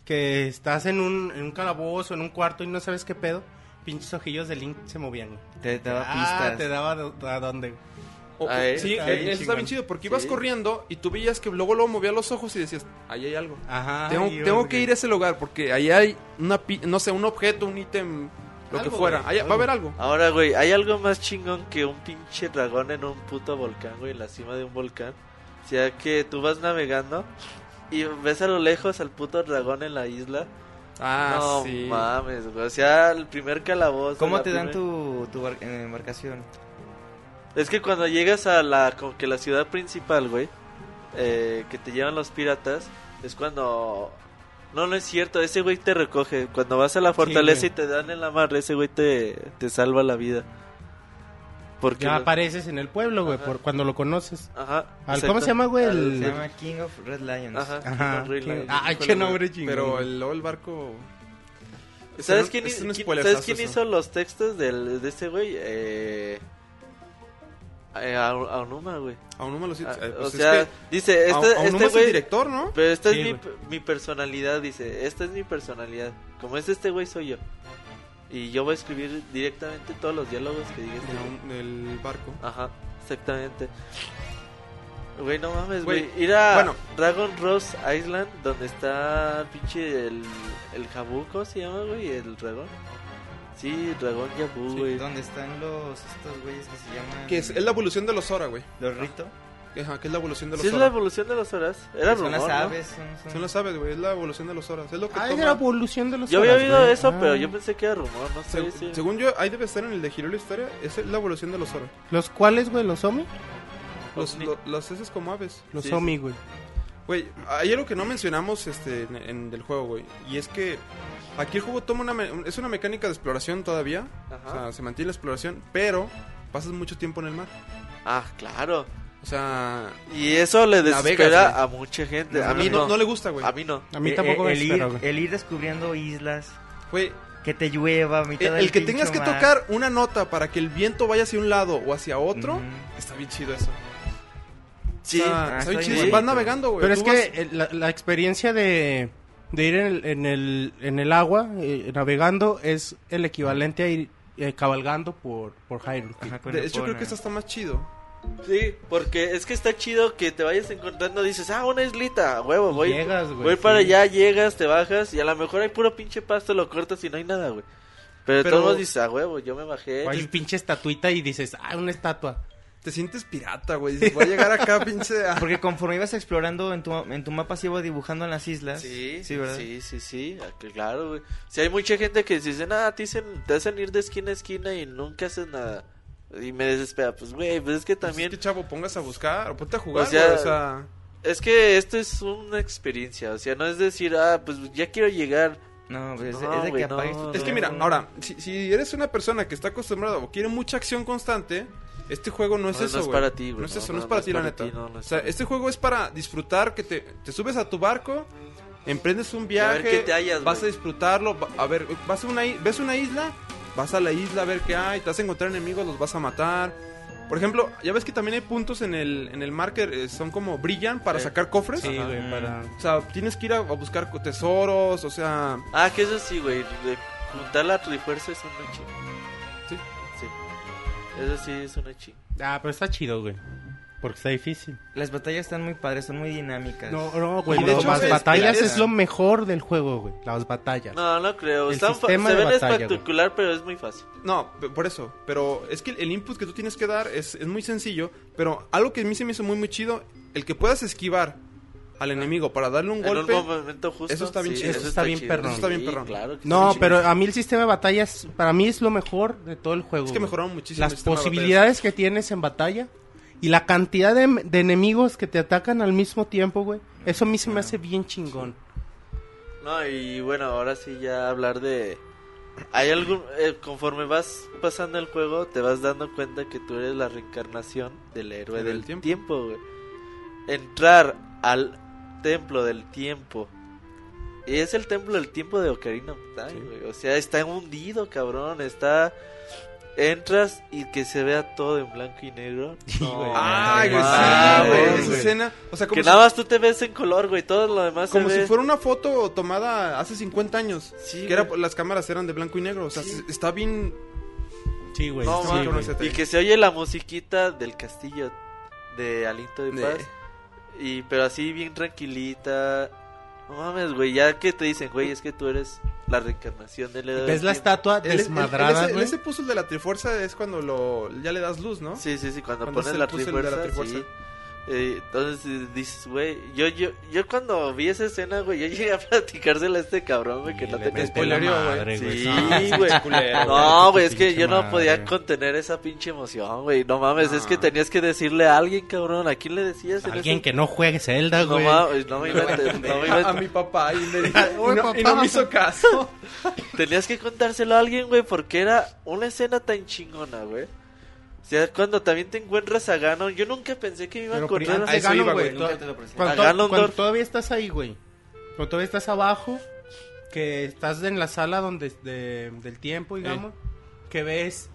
que estás en un, en un calabozo, en un cuarto y no sabes qué pedo, pinches ojillos de Link se movían. güey. Te, te daba ah, pistas. te daba do- a dónde. güey. O- Ah, eh, sí, está eh, bien eso está chingón. bien chido porque ibas Sí. corriendo y tú veías que luego luego movía los ojos y decías, ahí hay algo. Ajá. tengo y, tengo güey, que ir a ese lugar porque ahí hay una, pi- no sé, un objeto, un ítem, lo Algo, que fuera. güey, Ahí- va a haber algo. Ahora, güey, hay algo más chingón que un pinche dragón en un puto volcán, güey, en la cima de un volcán. O sea, que tú vas navegando y ves a lo lejos al puto dragón en la isla. Ah, no sí. mames, güey. O sea, el primer calabozo. ¿Cómo la te dan primer- tu, tu bar- eh, embarcación? Es que cuando llegas a la, como que la ciudad principal, güey, eh, que te llevan los piratas, es cuando... No, no es cierto, ese güey te recoge. Cuando vas a la fortaleza y te dan en la madre, ese güey te, te salva la vida. Porque... Ya lo- apareces en el pueblo, güey, Ajá. por cuando lo conoces. Ajá. Al- exacto. ¿Cómo se llama, güey? Se El- llama King of Red Lions. Ah, Ajá. Ajá. King of Red Ah, Lion. Ay, qué nombre chingón. Pero el, luego el barco. ¿Sabes un- quién, es un quién- spoilerazo ¿sabes quién eso. hizo los textos del, de este güey? Eh, eh, a- Aonuma, güey. Aún no me lo siento. Ah, Eh, o pues es sea, que dice, Aon- este, Aonuma este es el güey... director, ¿no? pero esta Sí, es mi, güey. mi personalidad, dice. Esta es mi personalidad. Como es este güey, soy yo. Y yo voy a escribir directamente todos los diálogos que diga este güey. Del del barco. Ajá, exactamente. Güey, no mames, Güey, güey. Ir a bueno. Dragon Rose Island, donde está pinche el, el jabú, ¿cómo se llama, güey? El dragón. Sí, dragón jabú, güey. Donde están los estos güeyes que se llaman Que es, es la evolución de los Zora, güey. los Rito. Ajá, que es la evolución de los Sí, es la Zora. evolución de las horas. Era Son las rumor, ¿no? aves, son, son- Son las aves, güey. Es la evolución de los Zora. Es lo que Ah, es toma- la evolución de los Yo había Zoras, oído güey. eso, Ah. pero yo pensé que era rumor, no sé. Seg- si- Según yo, ahí debe estar en el de Giro la Historia. Es la evolución de los Zora. ¿Los cuáles, güey? ¿Los Omi? Los, Ovni. lo- los heces como aves. Los Sí, Omi, güey. Güey, hay algo que no mencionamos este, en, en- del juego, güey. Y es que aquí el juego toma una... me- Es una mecánica de exploración todavía. Ajá. O sea, se mantiene la exploración, pero pasas mucho tiempo en el mar. Ah, claro. O sea... Y eso le Navegas, desespera güey. a mucha gente. a no- mí no, no. no le gusta, güey. A mí no. A mí Eh, tampoco eh, me el, ir, espero, güey. el ir descubriendo islas, Güey, que te llueva, a mitad el, del Eh, el que pincho tengas que mar. tocar una nota para que el viento vaya hacia un lado o hacia otro, Ujú. está bien chido eso. Sí. Ah, Ah, está bien está chido. bien Vas bonito. navegando, güey. Pero Tú es vas- que eh, la, la experiencia de, de ir en el, en el, en el agua, eh, navegando, es el equivalente a ir eh, cabalgando por, por Hyrule. Ajá, con De el hecho, creo Pona. que esto está más chido. Sí, porque es que está chido que te vayas encontrando, dices, ah, una islita, a huevo, voy. Llegas, güey, voy para sí. allá, llegas, te bajas y a lo mejor hay puro pinche pasto, lo cortas y no hay nada, güey. Pero, Pero- todos modos dices, a huevo, yo me bajé. O Hay pinche estatuita y dices, ah, una estatua. Te sientes pirata, güey. Dices, voy a llegar acá, pinche. ah. Porque conforme ibas explorando en tu, en tu mapa, se iba dibujando en las islas. Sí, sí, sí, ¿verdad? sí, sí, sí, ah, que claro, güey. Si hay mucha gente que dice, nada, te, dicen- te hacen ir de esquina a esquina y nunca haces nada. Y me desespera, pues, güey, pues es que Pues también... es que, chavo, pongas a buscar o ponte a jugar, O sea- güey, o sea Es que esto es una experiencia, o sea, no es decir, ah, pues ya quiero llegar. No, pues, es- No, es de güey, que apagues no, tu Es que mira, ahora, si, si eres una persona que está acostumbrada o quiere mucha acción constante, este juego no es No, no eso, es güey. para ti, güey, No es no, eso, no, no, es no para es ti, la para neta. ti, no, no o es sea, para este juego es para disfrutar, que te, te subes a tu barco, emprendes un a viaje, ver qué te hallas, vas güey. a disfrutarlo, va- a ver, vas a una, i- ves una isla, vas a la isla a ver qué hay, te vas a encontrar enemigos, los vas a matar. Por ejemplo, ya ves que también hay puntos en el, en el mar que eh, son como brillan para Sí. sacar cofres. Sí, Ajá. güey, para... O sea, tienes que ir a, a buscar co- tesoros, o sea, Ah, que eso sí, güey, de juntar la trifuerza es una ching. Sí. Sí. Eso sí es una ching. Ah, pero está chido, güey. Porque está difícil. Las batallas están muy padres, son muy dinámicas. No, no, güey. Y de no, hecho, las es- batallas es- es lo mejor del juego, güey. Las batallas. No, no creo. El Están fa- sistema se de ven batalla, güey. espectacular, pero es muy fácil. No, p- por eso. Pero es que el input que tú tienes que dar es, es muy sencillo. Pero algo que a mí se me hizo muy, muy chido, el que puedas esquivar al enemigo para darle un golpe. en un momento justo. Eso está bien sí, chido. Eso está bien chido. perrón. Eso está bien Sí, perrón. claro que No, sí. pero a mí el sistema de batallas, para mí es lo mejor de todo el juego. Es que güey. mejoraron muchísimo. este el Las sistema de posibilidades que tienes en batalla y la cantidad de, de enemigos que te atacan al mismo tiempo, güey. Eso a mí se me hace bien chingón. No, y bueno, ahora sí ya hablar de... Hay algún... eh, conforme vas pasando el juego, te vas dando cuenta que tú eres la reencarnación del héroe Del del, tiempo. tiempo. güey. Entrar al templo del tiempo. Y es el templo del tiempo de Ocarina of Time, güey. O sea, está hundido, cabrón. Está... Entras y que se vea todo en blanco y negro. batallas. No, Ay, güey, Ah, sí, güey. güey, Esa güey. escena. O sea, como, Que si, nada más tú te ves en color, güey. Todo lo demás como se si ve- fuera una foto tomada hace 50 años. Sí, Que era, güey. las cámaras eran de blanco y negro. O sea, Sí. se- está bien. Sí, güey. No, sí, mames. güey. Y que se oye la musiquita del castillo de Aliento de De- Paz. Y, pero así bien tranquilita. No mames, güey. Ya que te dicen, güey, es que tú eres la reencarnación del héroe ¿Ves del la tiempo. estatua El- el- el- desmadrada, ese, güey? ese puzzle de la Trifuerza es cuando lo, ya le das luz, ¿no? Sí, sí, sí. Cuando, Cuando pones es la el puzzle de trifuerza, la sí. Trifuerza. Eh, entonces eh, dices, güey, yo, yo, yo cuando vi esa escena, güey, yo llegué a platicársela a este cabrón, güey, que no tenía metí la madre, Sí, güey. güey. culero, No, güey, güey, es que pinche yo no madre. podía contener esa pinche emoción, güey. No mames, es que tenías que decirle a alguien, cabrón. ¿A quién le decías? en Alguien ese- que no juegue Zelda, No güey. mames, no me iba a entender, no me iba a A ent- mi papá y me dijo, y no, y no me hizo caso. Tenías que contárselo a alguien, güey, porque era una escena tan chingona, güey. O sea, cuando también te encuentras a Ganon, yo nunca pensé que me iba a Pero encontrar primero- a Ahí eso ganó, iba, güey. güey. Nunca te lo presentan. Cuando, A Ganondorf. cuando todavía estás ahí, güey. Cuando todavía estás abajo, que estás en la sala donde de- del tiempo, digamos, que ves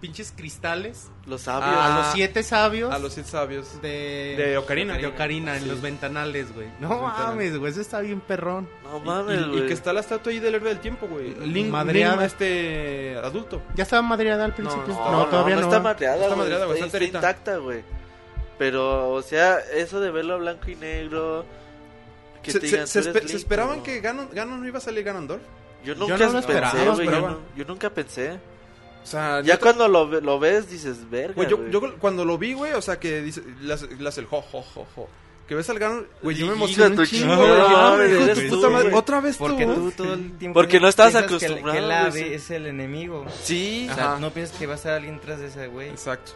pinches cristales los a, sabios. Ah, Ah, los siete sabios A los siete sabios. de, De Ocarina. de Ocarina, en los ventanales, güey. No ventanales. mames, güey, eso está bien perrón. No Y- mames, y- güey. y, que está la estatua ahí del héroe del tiempo, güey. Link, Madreada. Link, este adulto. Ya estaba madreada al principio. no, No, todavía no. está madreada, No está güey, madreada, güey, está enterita. intacta, güey. Pero, o sea, eso de verlo a blanco y negro. Que Se, te se- digan, se "Tú espe- eres se Link", esperaban no. que Ganon, Ganon no iba a salir Ganondorf. Yo no nunca lo esperaba, pensé, güey. Yo, esperaba. no- yo nunca pensé. O sea, Ya neta, cuando lo, ve- lo ves, dices, verga. güey, yo, güey". yo cuando lo vi, güey, o sea, que dice, las, las el jo, jo, jo, jo. Que ves al Ganon, güey, yo me Hijo de emocioné tu un chingo, chingada güey. Dije, no, madre, hijo de eres tu tú, puta madre, güey. Otra vez tú. Porque güey. tú todo el tiempo. Porque no estás piensas que el- Que, el acostumbrado, ave güey. es el enemigo. O Sí, sea, Ajá. no piensas que va a estar alguien tras de ese güey. Exacto.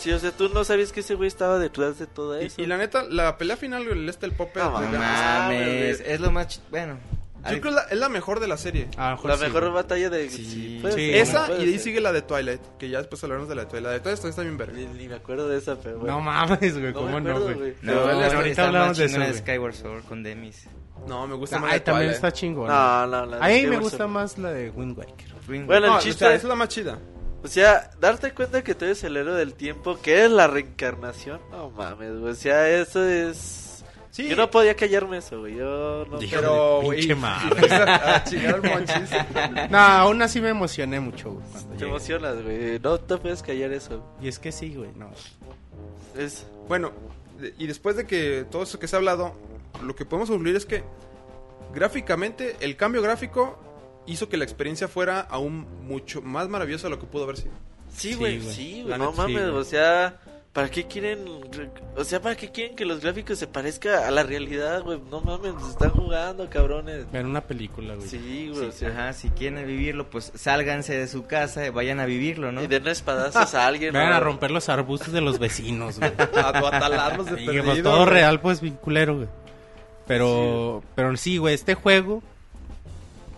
sí, o sea, tú no sabías que ese güey estaba detrás de todo Y- eso. Y, la neta, la pelea final, güey, el este, el Popper. No güey, No mames. Ganon. mames. güey. Es lo más. ch- Bueno. Yo creo que la- es la mejor de la serie. A lo mejor La sí, mejor güey. batalla de. Sí. puede Sí. ser, Esa puede y de ahí ser. sigue la de Twilight. Que ya después hablaremos de la de Twilight. La de Twilight también está bien verga. Ni, ni me acuerdo de esa, pero. No bueno. mames, güey, me cómo acuerdo, no, güey. No, Pero la- ahorita está hablamos más de chingona eso, de Skyward Sword con Demis. No, me gusta más la Ay, de también Twilight. está chingón. No, no, no. Ahí Skyward me gusta Sword. más la de Wind Waker. Twin- Bueno, No, el o chiste sea, es la más chida. O sea, darte cuenta que tú eres el héroe del tiempo, que eres la reencarnación. No mames, güey. O sea, eso es. Sí. Yo no podía callarme eso, güey. Yo no. Dijo, Pero, Pinche güey, madre. fuiste a a chingar al monchis. No, aún así me emocioné mucho, güey. cuando Te llegué. emocionas, güey. No te puedes callar eso. Y es que sí, güey, no. Es. Bueno, de- y después de que todo eso que se ha hablado, lo que podemos concluir es que gráficamente, el cambio gráfico hizo que la experiencia fuera aún mucho más maravillosa de lo que pudo haber sido. Sí, Sí, güey. güey. Sí, La güey. No neta, sí, mames, güey. o sea. ¿Para qué quieren.? O sea, ¿para qué quieren que los gráficos se parezcan a la realidad, güey? No mames, se están jugando, cabrones. Ver una película, güey. Sí, güey. o Sí, sea, ajá, si quieren vivirlo, pues sálganse de su casa y vayan a vivirlo, ¿no? Y denle espadazos a alguien. Vayan ¿no? a romper los arbustos de los vecinos, güey. A tu atalarnos de Y, perdido. pues, todo güey. real, pues, vinculero, güey. Pero, pero sí, güey, este juego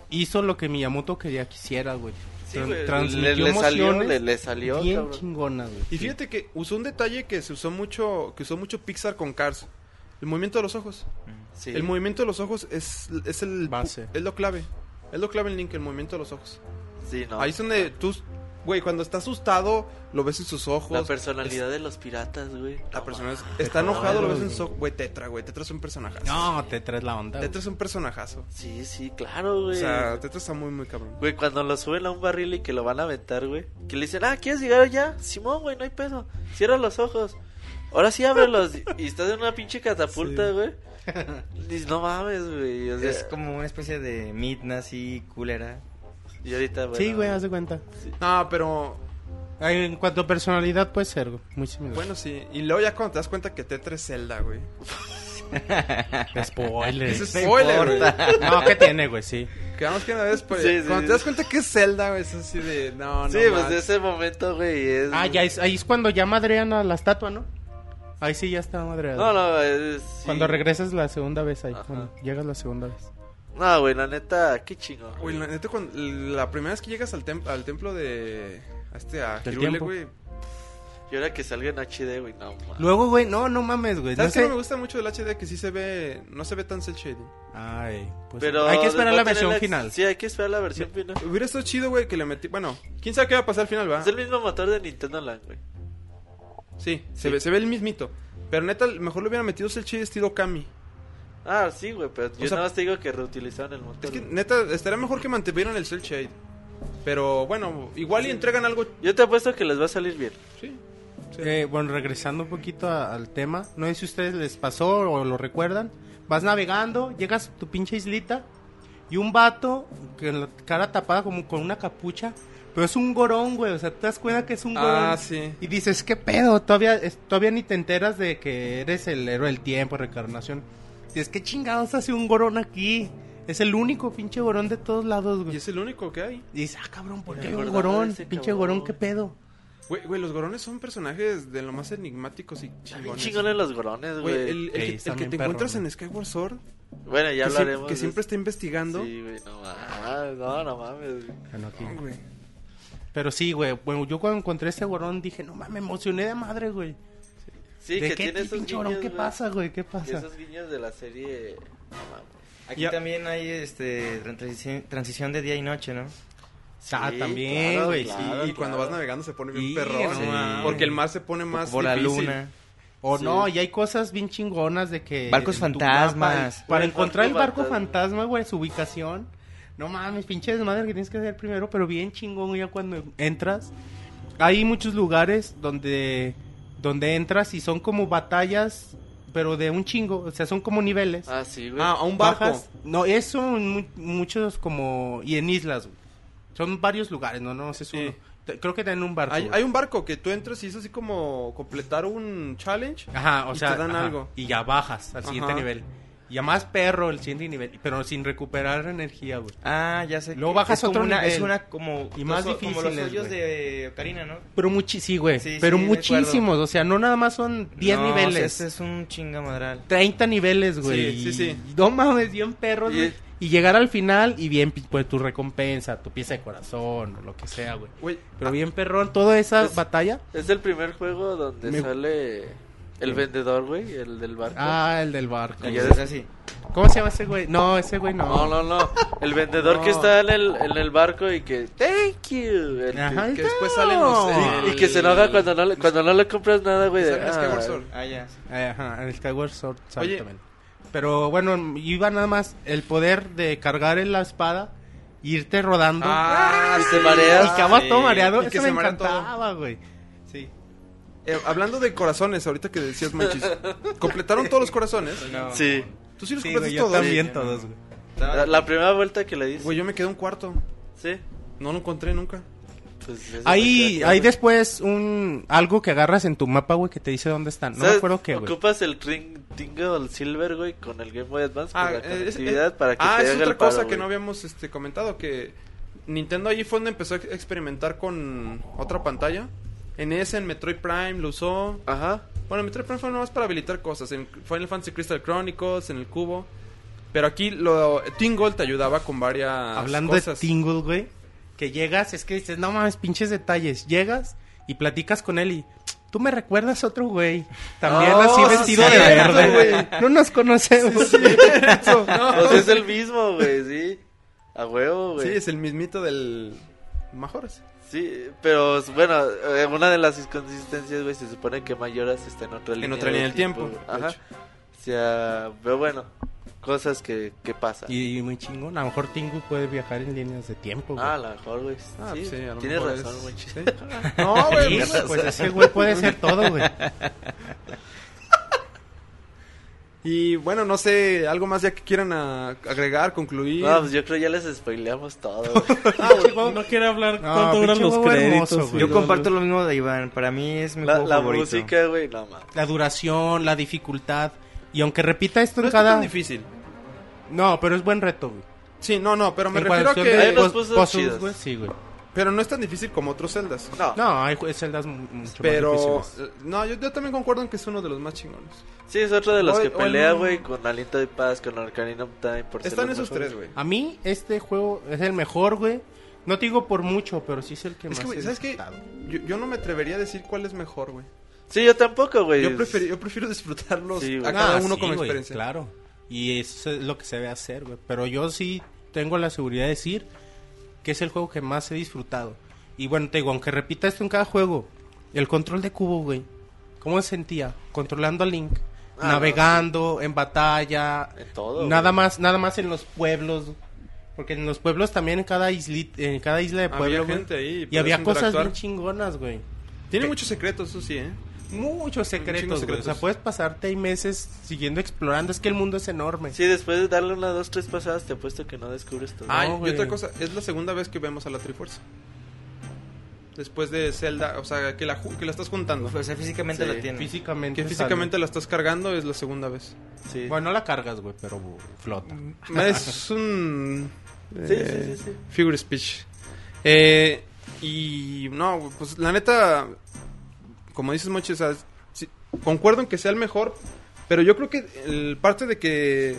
hizo lo que Miyamoto quería quisiera, güey. Sí, Tran- güey, le- transmitió le, salió, emociones le, le salió, bien cabrón. chingonas, güey. Y fíjate que usó un detalle que se usó mucho, que usó mucho Pixar con Cars. El movimiento de los ojos. Sí. El movimiento de los ojos es, es el Base. es lo clave. Es lo clave en Link, el movimiento de los ojos. Sí, no. Ahí es donde tú, güey, cuando está asustado, lo ves en sus ojos. La personalidad de los piratas, güey. La No, persona ma- es- está enojado, lo ves en güey. su Güey, Tetra, güey. Tetra es un personajazo. No, te traes la onda, güey. Tetra es un personajazo. Sí, sí, claro, O güey. sea, Tetra está muy, muy cabrón. Güey, cuando lo suben a un barril y que lo van a aventar, güey. Que le dicen, ah, ¿quieres llegar ya? Simón, güey, no hay peso. Cierra los ojos. Ahora sí ábrelos. y- y estás en una pinche catapulta, güey. Dices, no mames, güey. o sea, Es como una especie de mitna así, culera. Y ahorita, güey. Sí, güey, haz de cuenta. No, pero. Ay, En cuanto a personalidad puede ser, güey. Muy similar. Bueno, sí. Y luego ya cuando te das cuenta que Tetra es Zelda, güey. Spoilers. Eso es spoiler, güey. No, ¿qué tiene, güey? Sí. Quedamos que una vez. Pero Sí, sí, cuando sí. te das cuenta que es Zelda, güey, es así de. No, no. Sí, pues más. ese momento, güey, es... Ah, ya es, ahí es cuando ya madrean a la estatua, ¿no? Ahí sí ya está madreada. No, no, es... sí. Cuando regresas la segunda vez ahí, Ajá. cuando llegas la segunda vez. No, güey, la neta, qué chingón. Güey, la neta, cuando, la primera vez que llegas al, tem- al templo de. A este, a Del Hyrule, tiempo. güey. Y ahora que salga en HD, güey, no mames. Luego, güey, no, no mames, güey. No ¿Sabes qué sé. no me gusta mucho del HD? Que sí se ve. No se ve tan cel shading. Ay, pues Pero hay que esperar va la a tener versión final. Sí, hay que esperar la versión final. Hubiera estado chido, güey, que le metí. Bueno, quién sabe qué va a pasar al final, va. Es el mismo motor de Nintendo Land, güey. Sí, Se, ve, se ve el mismito. Pero neta, mejor le hubiera metido el chile estilo Kami. Ah, sí, güey, pero yo sea- nada más te digo que reutilizaron el motor. Es que güey. neta, estaría mejor que mantuvieran el cel shade. Pero bueno, igual y entregan algo. Yo te apuesto que les va a salir bien. Sí. Eh, bueno, regresando un poquito a- al tema, no sé si a ustedes les pasó o lo recuerdan. Vas navegando, llegas a tu pinche islita y un vato con la cara tapada como con una capucha Pero es un gorón, güey. O sea, te das cuenta que es un gorón. Ah, sí. Y dices, ¿qué pedo? Todavía, es- todavía ni te enteras de que eres el héroe del tiempo, reencarnación. Dices, ¿qué chingados hace un gorón aquí? Es el único pinche gorón de todos lados, Y güey. es el único que hay. Y dices, ah, cabrón, ¿por Me qué hay un acordaba de gorón? ese Pinche cabrón, gorón, güey. ¿qué pedo? Güey, güey, los gorones son personajes de lo más enigmáticos y Bien chingones. chingones los gorones, Güey, el, güey. el que- Sí, el que, están bien te perros, encuentras güey. en Skyward Sword, Bueno, ya que, siem- hablaremos. que de- siempre está investigando. Sí, güey, no mames, no, no mames. güey. Ah, no, aquí. No, güey. Pero sí, güey. Bueno, yo cuando encontré ese gorón dije, no mames, me emocioné de madre, güey. Sí, ¿De que qué tiene esos pinche guiños. gorón? ¿Qué güey, pasa, güey? ¿Qué que pasa? Esos guiños de la serie. no mames. Aquí Ya. también hay este transici- transición de día y noche, ¿no? Ah, Sí, también, claro, güey. Y, sí. Ah, claro. y cuando vas navegando se pone bien Y- perrón. no mames. Porque el mar se pone más Por la difícil. luna. O Sí. no, y hay cosas bien chingonas de que... Barcos en tu fantasmas. mapa, para El encontrar el barco barco fantasma. fantasma, güey, su ubicación. No mames, pinche desmadre que tienes que hacer primero, pero bien chingón ya cuando entras. Hay muchos lugares donde, donde entras y son como batallas, pero de un chingo. O sea, son como niveles. Ah, sí, güey. Ah, a un barco. Bajas- No, eso en mu- muchos como... Y en islas, güey. Son varios lugares, no, no, es Sí. uno. Te- Creo que está en un barco. Hay, güey. hay un barco que tú entras y es así como completar un challenge. Ajá, o y sea, te dan ajá, algo. Y ya bajas al siguiente Ajá. nivel. Y ya más perro el siguiente nivel, pero sin recuperar energía, güey. Ah, ya sé. Luego que- bajas es como otro una, nivel. Es una como... Y más los- Como los difíciles, hoyos güey. de Karina, ¿no? Pero muchi sí, güey, Sí, pero sí, muchísimos, o sea, no nada más son 10 No, niveles, o sea, Ese es un chingamadral. 30 niveles, güey. Sí, sí, sí. y- No mames, bien perros, Y- güey. Y llegar al final y bien, pues, tu recompensa, tu pieza de corazón, o lo que sea, güey. Güey, Pero bien perrón, toda esa Es- batalla. Es el primer juego donde Me- sale Eh. el vendedor, güey, el del barco. Ah, el del barco. Y Y ya ya des- así. ¿Cómo se llama ese güey? No, ese güey no. No, no, no. El vendedor que No. está en el, en el barco y que, thank you. el que- Ajá, que después salen los- eh, no. y, y que se enoja cuando no le, cuando no le compras nada, güey. de, sale Skyward "Ah, Sword. Ah, ya. sí. Eh, Ajá, el Skyward Sword, Oye. exactamente. Pero bueno, iba nada más el poder de cargar en la espada, irte rodando. Ah, y te y mareas. que vas sí. todo mareado, Y que eso se me marea encantaba, güey. Sí. Eh, hablando de corazones, ahorita que decías manchis. completaron todos los corazones. No. Sí. Tú sí los Sí, completaste güey, yo todos. también Sí, todos, no, güey. La, la primera vuelta que le dices. Güey, yo me quedé un cuarto. Sí. No lo encontré nunca. Pues, eso me queda Ahí, claro. ahí después un algo que agarras en tu mapa, güey, que te dice dónde están. No me ¿Sabes? acuerdo qué, güey. Ocupas el Ring Tingle Silver, güey, con el Game Boy Advance para la eh, es- conectividad eh, para que ah, te es haga otra el paro, cosa que güey. no habíamos este, comentado, que Nintendo allí fue donde empezó a ex- experimentar con otra pantalla. En ese, en Metroid Prime lo usó. Ajá. Bueno, en Metroid Prime fue nomás para habilitar cosas. En Final Fantasy Crystal Chronicles, en el cubo. Pero aquí lo Tingle te ayudaba con varias Hablando cosas. de Tingle, güey, que llegas, es que dices, no mames, pinches detalles. Llegas y platicas con él y tú me recuerdas a otro güey. También Oh, así sí, vestido de cierto, verde. No nos conocemos. Pues es el mismo, güey, sí. A huevo, güey. Sí, es el mismito del Majores. Sí, pero bueno, eh, una de las inconsistencias, güey, se supone que Mayoras está en otra línea. otra línea de del tiempo, güey. de Ajá. hecho. O sea, pero bueno, cosas que, que pasan. Y muy chingón, a lo mejor Tingu puede viajar en líneas de tiempo, güey. Ah, a lo mejor, güey. Ah, sí, pues sí, a lo tienes mejor razón, es- güey. sí. no, güey, pues, ese güey puede ser todo, güey. Y bueno, no sé, algo más ya que quieran ah, agregar, concluir. Ah, No, pues yo creo ya les spoileamos todo. güey. No quiere hablar No, cuánto duran pinche los huevo créditos. hermoso, güey. güey. Yo comparto lo mismo de Iván. Para mí es mi la juego la favorito. música, güey, no mames. La duración, la dificultad. Y aunque repita esto en no es tan cada. difícil. No, pero es buen reto, güey. Sí, no, no, pero me En refiero a cuestión de que... Ahí nos pos- puso puzzles, chidos. güey, Sí, güey. Pero no es tan difícil como otros celdas. No. No, hay jue- celdas mu- mucho Pero... más difíciles. eh, No, yo, yo también concuerdo en que es uno de los más chingones. Sí, es otro de los O- que o en pelea, un- güey, con Aliento de Paz, con Arcanino Time. Por ser Están los esos mejores. tres, güey. A mí, este juego es el mejor, güey. No te digo por mucho, pero sí es el que Es más. que, güey, he ¿sabes qué? disfrutado. Yo, yo no me atrevería a decir cuál es mejor, güey. Sí, yo tampoco, güey. Yo, prefiero- yo prefiero disfrutarlos Sí, güey. a cada Ah, uno Pues sí, como güey, experiencia. Claro. Y eso es lo que se debe hacer, güey. Pero yo sí tengo la seguridad de decir que es el juego que más he disfrutado. Y bueno, te digo, aunque repita esto en cada juego, el control de cubo, güey. ¿Cómo se sentía? Controlando a Link, Ah, navegando, en batalla, En todo, nada güey. más, nada más en los pueblos. Porque en los pueblos también en cada islit- en cada isla de Había pueblo, güey, gente ahí, y podías había cosas interactuar. bien chingonas, güey. Tiene muchos secretos, eso sí, ¿eh? Muchos secretos, chingo de güey. O sea, secretos. puedes pasarte ahí meses siguiendo explorando. Es que el mundo es enorme. Sí, después de darle una, dos, tres pasadas, te apuesto que no descubres todo. Ah, y güey. otra cosa, es la segunda vez que vemos a la Trifuerza. después de Zelda, o sea, que la, ju- que la estás juntando. O sea, físicamente la tiene. Físicamente. Que físicamente la estás cargando es la segunda vez. Sí. sale. Bueno, no la cargas, güey, pero bu, flota. Ah, Es un... Sí, eh, sí, sí, sí. Figure speech. Eh, y no, güey, pues la neta, como dices Mochi, o sea, sí, concuerdo en que sea el mejor, pero yo creo que el parte de que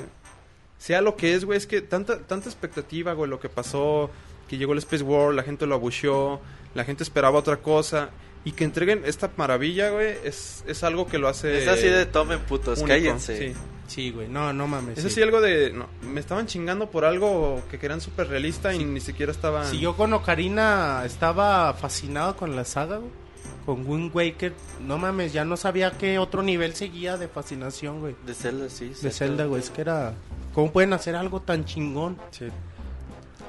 sea lo que es, güey, es que tanta, tanta expectativa, güey, lo que pasó, que llegó el Space World, la gente lo abucheó, la gente esperaba otra cosa, y que entreguen esta maravilla, güey, es, es algo que lo hace... es así de tomen putos, eh, único, cállense. sí. Sí, güey, no, no mames. Es sí. así algo de... no, me estaban chingando por algo que querían súper realista y ni siquiera estaban... Si yo con Ocarina estaba fascinado con la saga, güey, con Wind Waker, no mames, ya no sabía qué otro nivel seguía de fascinación, güey. De Zelda, sí. De Zelda, güey, es que era... ¿Cómo pueden hacer algo tan chingón? Sí.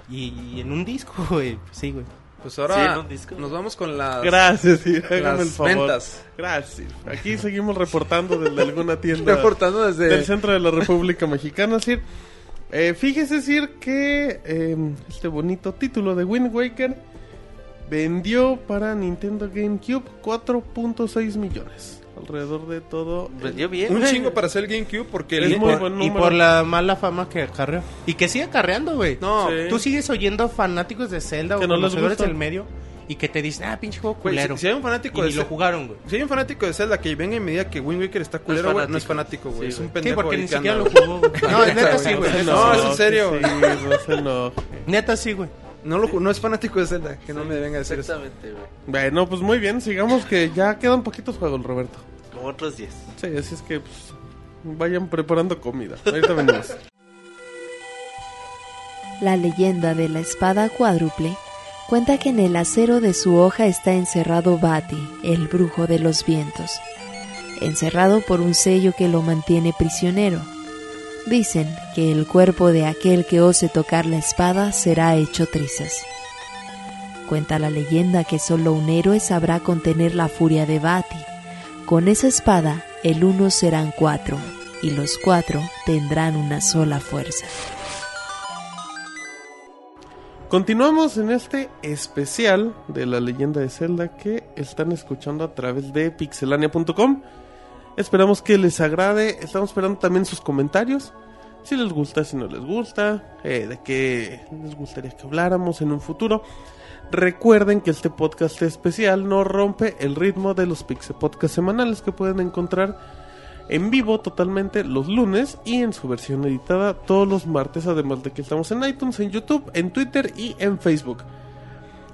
Y, y en un disco, güey. Sí, güey. Pues Sí, ahora en un disco. nos vamos con las, Gracias, sí, hágame el las favor. ventas. Gracias. Aquí seguimos reportando desde alguna tienda Reportando del desde... centro de la República Mexicana, Sir. Eh, fíjese, Sir, que eh, este bonito título de Wind Waker vendió para Nintendo GameCube 4.6 millones. Alrededor de todo. el- Vendió bien. Un güey. chingo para hacer el GameCube porque... Es el- y, muy por, buen y número. por la mala fama que acarreó. Y que sigue acarreando, güey. No, Sí. Tú sigues oyendo fanáticos de Zelda o Que no les conocedores gusta. del medio y que te dicen, ah, pinche juego güey, culero. si, si hay un fanático y de ni lo Zelda... jugaron, güey. Si hay un fanático de Zelda que venga y me diga que Wind Waker está culero, güey, no es fanático, güey. Sí, es güey. un Sí, pendejo. porque ahí ni que siquiera anda, lo güey. jugó, güey. No, neta sí, güey. No, neta sí, es en güey. serio. Sí, no se enoje. Neta sí, güey. No, lo ju- no es fanático de Zelda, que no me venga a decir eso. Exactamente, güey. Bueno, pues muy bien, sigamos que ya quedan poquitos juegos, Roberto. Como otros 10. Sí, así es que pues, vayan preparando comida. Ahorita venimos. La leyenda de la espada cuádruple cuenta que en el acero de su hoja está encerrado Bati, el brujo de los vientos, encerrado por un sello que lo mantiene prisionero. Dicen que el cuerpo de aquel que ose tocar la espada será hecho trizas. Cuenta la leyenda que solo un héroe sabrá contener la furia de Bati. Con esa espada, el uno serán cuatro, y los cuatro tendrán una sola fuerza. Continuamos en este especial de la leyenda de Zelda que están escuchando a través de pixelania.com. Esperamos que les agrade. Estamos esperando también sus comentarios. Si les gusta, si no les gusta, eh, de qué les gustaría que habláramos en un futuro. Recuerden que este podcast especial no rompe el ritmo de los Pixel Podcast semanales que pueden encontrar en vivo totalmente los lunes y en su versión editada todos los martes, además de que estamos en iTunes, en YouTube, en Twitter y en Facebook.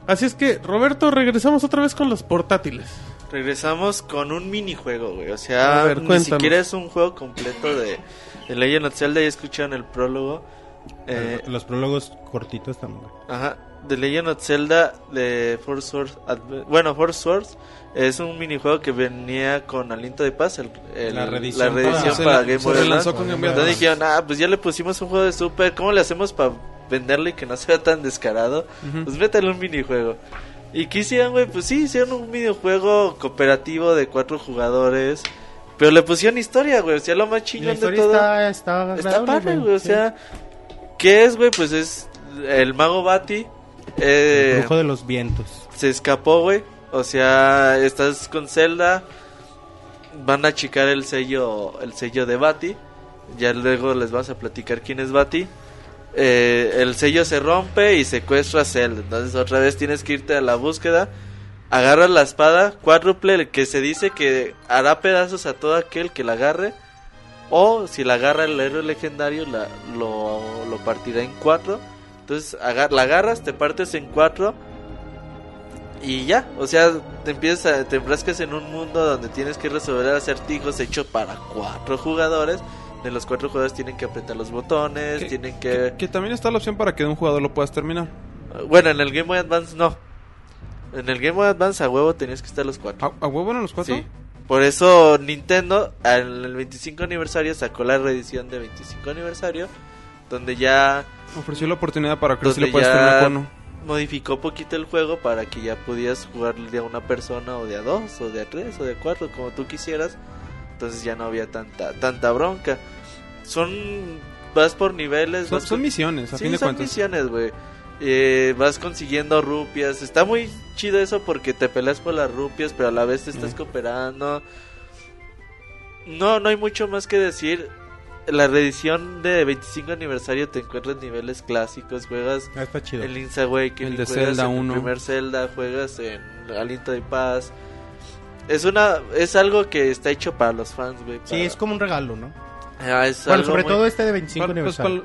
Así es que, Roberto, regresamos otra vez con los portátiles. Regresamos con un minijuego, güey. O sea, A ver, ni cuéntanos. siquiera es un juego completo de, de Legend of Zelda. Ya escucharon el prólogo. Eh, Los prólogos cortitos también, güey. Ajá, The Legend of Zelda de Force Swords. Adve- bueno, Force Swords es un minijuego que venía con Aliento de Paz, el- el- La reedición la reedición Se para, la- Game se Boy relanzó Advance. con Game Boy Entonces Advance. dijeron, ah, pues ya le pusimos un juego de Super, ¿cómo le hacemos para venderlo y que no sea tan descarado? Pues métale un minijuego. ¿Y qué hicieron, güey? Pues sí, hicieron un videojuego cooperativo de cuatro jugadores. Pero le pusieron historia, güey. O sea, lo más Y la chingón de historia todo. está, está, Está agradable, padre, güey. O sí. sea, ¿qué es, güey? Pues es el mago Bati. eh, El brujo de los vientos. se escapó, güey. O sea, estás con Zelda. Van a achicar el sello, el sello de Bati. Ya luego les vas a platicar quién es Bati. Eh, el sello se rompe y secuestra a Zelda. Entonces otra vez tienes que irte a la búsqueda. Agarras la espada cuádruple el que se dice que hará pedazos a todo aquel que la agarre. O si la agarra el héroe legendario, la, lo, lo partirá en cuatro. Entonces agar- la agarras, te partes en cuatro. Y ya, o sea, te empiezas a, te enfrascas en un mundo donde tienes que resolver acertijos hechos para cuatro jugadores. De los cuatro jugadores tienen que apretar los botones, Que- tienen Que, que también está la opción para que un jugador lo puedas terminar. bueno, en el Game Boy Advance no. En el Game Boy Advance a huevo tenías que estar los ¿A, cuatro. a huevo eran los cuatro? Sí. Por eso Nintendo al el 25 aniversario sacó la reedición de 25 aniversario donde ya Ofreció la oportunidad para que si le Donde puedas ya- terminar con uno. modificó poquito el juego para que ya pudieras jugar de a una persona o de a dos o de a tres o de a cuatro como tú quisieras. Entonces ya no había tanta tanta bronca. Son vas por niveles, Son, vas son por- misiones, a Sí, fin de son cuentas. misiones, güey. eh, vas consiguiendo rupias. Está muy chido eso porque te peleas por las rupias, pero a la vez te estás cooperando. No, no hay mucho más que decir. La reedición de 25 aniversario te encuentras niveles clásicos, juegas Ah, está chido. el Link's Awakening, El de juegas Zelda en uno. el primer Zelda, juegas en Aliento de Paz. Es una es algo que está hecho para los fans, güey. Sí, para- es como un regalo, ¿no? Ah, es Bueno, algo sobre muy- todo este de 25 Pal- pues, aniversario.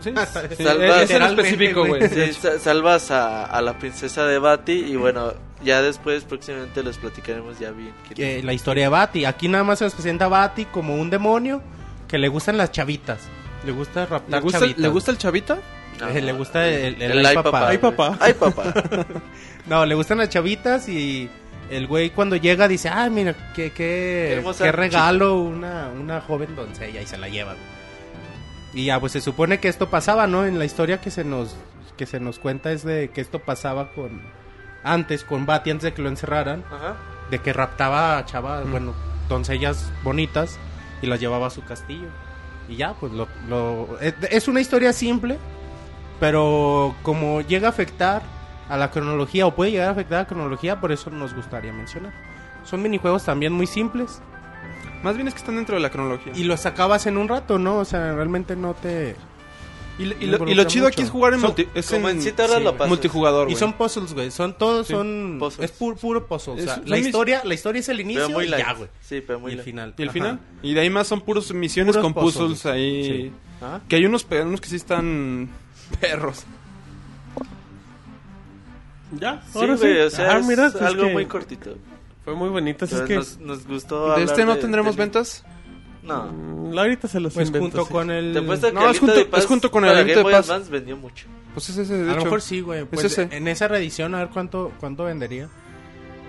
pal- sí, sí, Salva- es en específico, güey. Sí, sa- salvas a, a la princesa de Bati y bueno, ya después próximamente les platicaremos ya bien. quién Eh, la historia de Bati. Aquí nada más se nos presenta a Bati como un demonio que le gustan las chavitas. Le gusta ¿Le raptar gusta, chavitas. ¿Le gusta el chavita? es. eh, le gusta el- el ay, ay papá. papá. Ay, güey. papá. Ay papá. No, le gustan las chavitas y el güey cuando llega dice, ah, mira, qué, qué, hermosa qué chica". regalo una, una joven doncella y se la lleva. Y ya, pues se supone que esto pasaba, ¿no? En la historia que se nos, que se nos cuenta es de que esto pasaba con... Antes, con Bati, antes de que lo encerraran, Ajá. de que raptaba a chavas, bueno, doncellas bonitas y las llevaba a su castillo. Y ya, pues lo, lo- es- es una historia simple, pero como llega a afectar a la cronología o puede llegar a afectar a la cronología, por eso nos gustaría mencionar. Son minijuegos también muy simples Más bien es que están dentro de la cronología. y los acabas en un rato, ¿no? O sea, realmente no te Y, lo- y No lo, y lo involucra chido aquí mucho. es jugar en, Son- multi- es como en- en siete horas lo güey. pasas. multijugador, y güey. son puzzles, güey. Son todos son puzzles. es pu- puro puzzle, o sea, Es- la son mis- historia, la historia es el inicio Pero muy y ya, light. güey. Sí, pero Y muy el light. final. Y el Ajá. final. Y de ahí más son puros misiones Puros con puzzles, puzzles. ahí. Sí. Ajá. Que hay unos, pe- unos que sí están perros. Ya, Sí, ahora sí. güey, o sea, Ah, es mira, es algo que muy cortito. Fue muy bonito, así es Pero que nos, nos gustó. ¿De hablar este no tendremos de- ventas? No. mm, ahorita se los Pues invento, junto sí. con el Te apuesto que No, es Aliento junto- de Paz es junto con el para Aliento Game de Boy Paz. Advance vendió mucho. Pues es ese, de A lo hecho. mm, mejor sí, güey. Pues ese. en esa reedición a ver cuánto, cuánto vendería.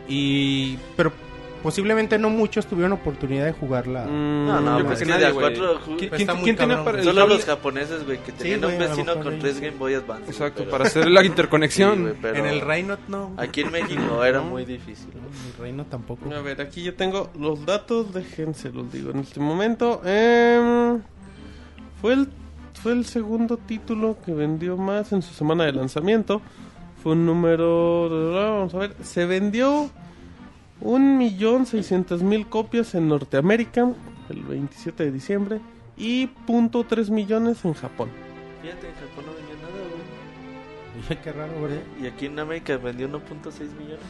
Y. Pero posiblemente no muchos tuvieron oportunidad de jugarla. Mm, No, no, yo pues creo es que que nadie, de a güey. cuatro ju- ¿Qui- Pues ¿Quién, está muy quién tenía cabrón, para el Solo cable? los japoneses, güey, que tenían güey, un a lo vecino mejor con ahí. tres Game Boy Advance. güey, Exacto, pero- para hacer la Sí, güey, interconexión. pero En el Reino no. güey. Aquí en México era muy difícil. En el Reino tampoco. A ver, aquí yo tengo los datos, déjense los digo en este momento. Em, fue, el, fue el segundo título que vendió más en su semana de lanzamiento. Fue un número. Vamos a ver, se vendió 1.600.000 copias en Norteamérica el 27 de diciembre y 0.3 millones en Japón. Fíjate, en Japón no vendió nada, güey. Qué raro, güey. Y aquí en América vendió 1.6 millones.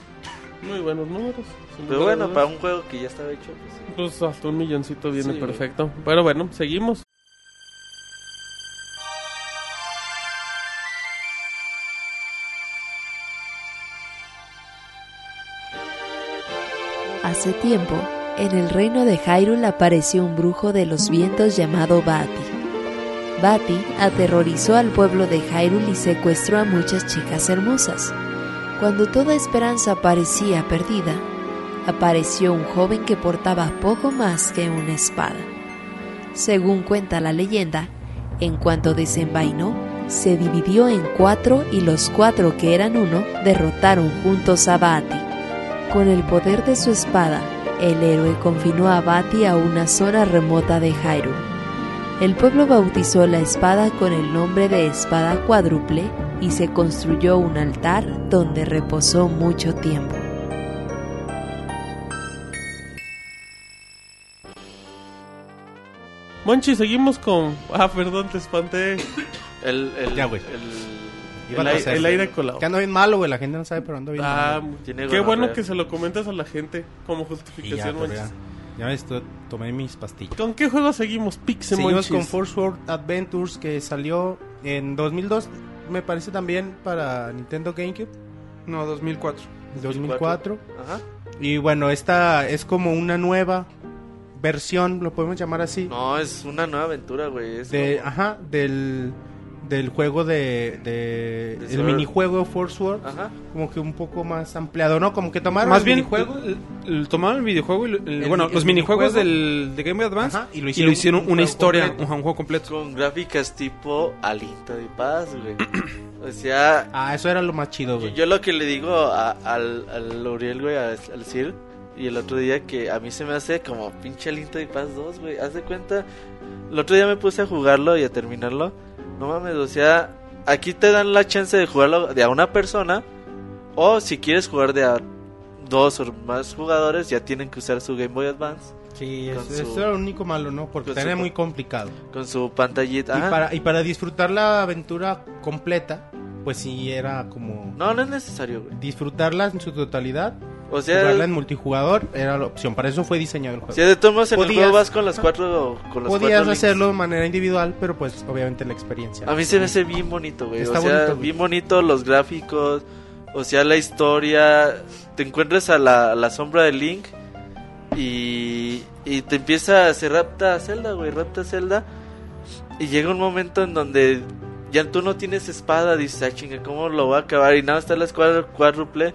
Muy buenos números. sin lugar Pero a bueno, dudas. para un juego que ya estaba hecho, pues sí. Pues hasta un milloncito viene Sí, güey. perfecto. Pero bueno, seguimos. Hace tiempo, en el reino de Hyrule apareció un brujo de los vientos llamado Bati. Bati aterrorizó al pueblo de Hyrule y secuestró a muchas chicas hermosas. Cuando toda esperanza parecía perdida, apareció un joven que portaba poco más que una espada. Según cuenta la leyenda, en cuanto desenvainó, se dividió en cuatro y los cuatro que eran uno derrotaron juntos a Bati. Con el poder de su espada, el héroe confinó a Bati a una zona remota de Hyrule. El pueblo bautizó la espada con el nombre de espada cuádruple y se construyó un altar donde reposó mucho tiempo. Monchi, seguimos con. Ah, perdón, te espanté. El, el, Ya, güey. El, Iba el a aire- pasar. El aire colado. Que anda bien malo, güey. La gente no sabe, pero anda bien Ah, malo. Tiene qué gonorrea. bueno que se lo comentas a la gente como Y ya, justificación, pero Monchis. ya. Ya ves, to- tomé mis pastillas. ¿Con qué juego seguimos, Pixel Seguimos Monchis? con Force World Adventures que salió en 2002. Me parece también para Nintendo GameCube. No, 2004. 2004. Ajá. Y bueno, esta es como una nueva versión, lo podemos llamar así, No, es una nueva aventura, güey. Es de, como- ajá, del, del juego de, de- De el Sword. Ah. minijuego Force World, Ajá. como que un poco más ampliado, ¿no? Como que tomaron Más el bien, minijuego el- el- tomaron el videojuego y lo- el- El- bueno, el los minijuegos minijuego. del, de Game Boy Advance Ajá, y lo hicieron, un una juego historia, completo. ajá, un juego completo. Con gráficas tipo Aliento de Paz, güey. o sea, Ah, eso era lo más chido, yo, güey. yo lo que le digo a- al, al Uriel, güey, a- al Sir, y el otro día que a mí se me hace como pinche Aliento de Paz 2, güey. Haz de cuenta, el otro día me puse a jugarlo y a terminarlo. No mames, o sea, aquí te dan la chance de jugarlo de a una persona. O si quieres jugar de a dos o más jugadores, ya tienen que usar su Game Boy Advance. Sí, Con eso, su- eso era lo único malo, ¿no? Porque con era su- muy complicado. Con su Y pantallita. Ajá. para, y para disfrutar la aventura completa, pues sí era como... No, no es necesario, güey. Disfrutarla en su totalidad, O sea, jugarla en multijugador, era la opción. Para eso fue diseñado el juego. si de todos modos en el Podías- juego vas con las cuatro. Con los cuatro Podías links. hacerlo de manera individual, pero pues obviamente la experiencia. A mí se me hace bien bonito, güey. Está o sea, bonito, güey. bien bonito los gráficos. O sea, la historia. Te encuentras a la, a la sombra de Link. Y, y te empieza. Se rapta a Zelda, güey. Rapta a Zelda. Y llega un momento en donde. Ya tú no tienes espada. Dices, ah, chinga, ¿cómo lo va a acabar? Y nada, está la escuadra cuádruple.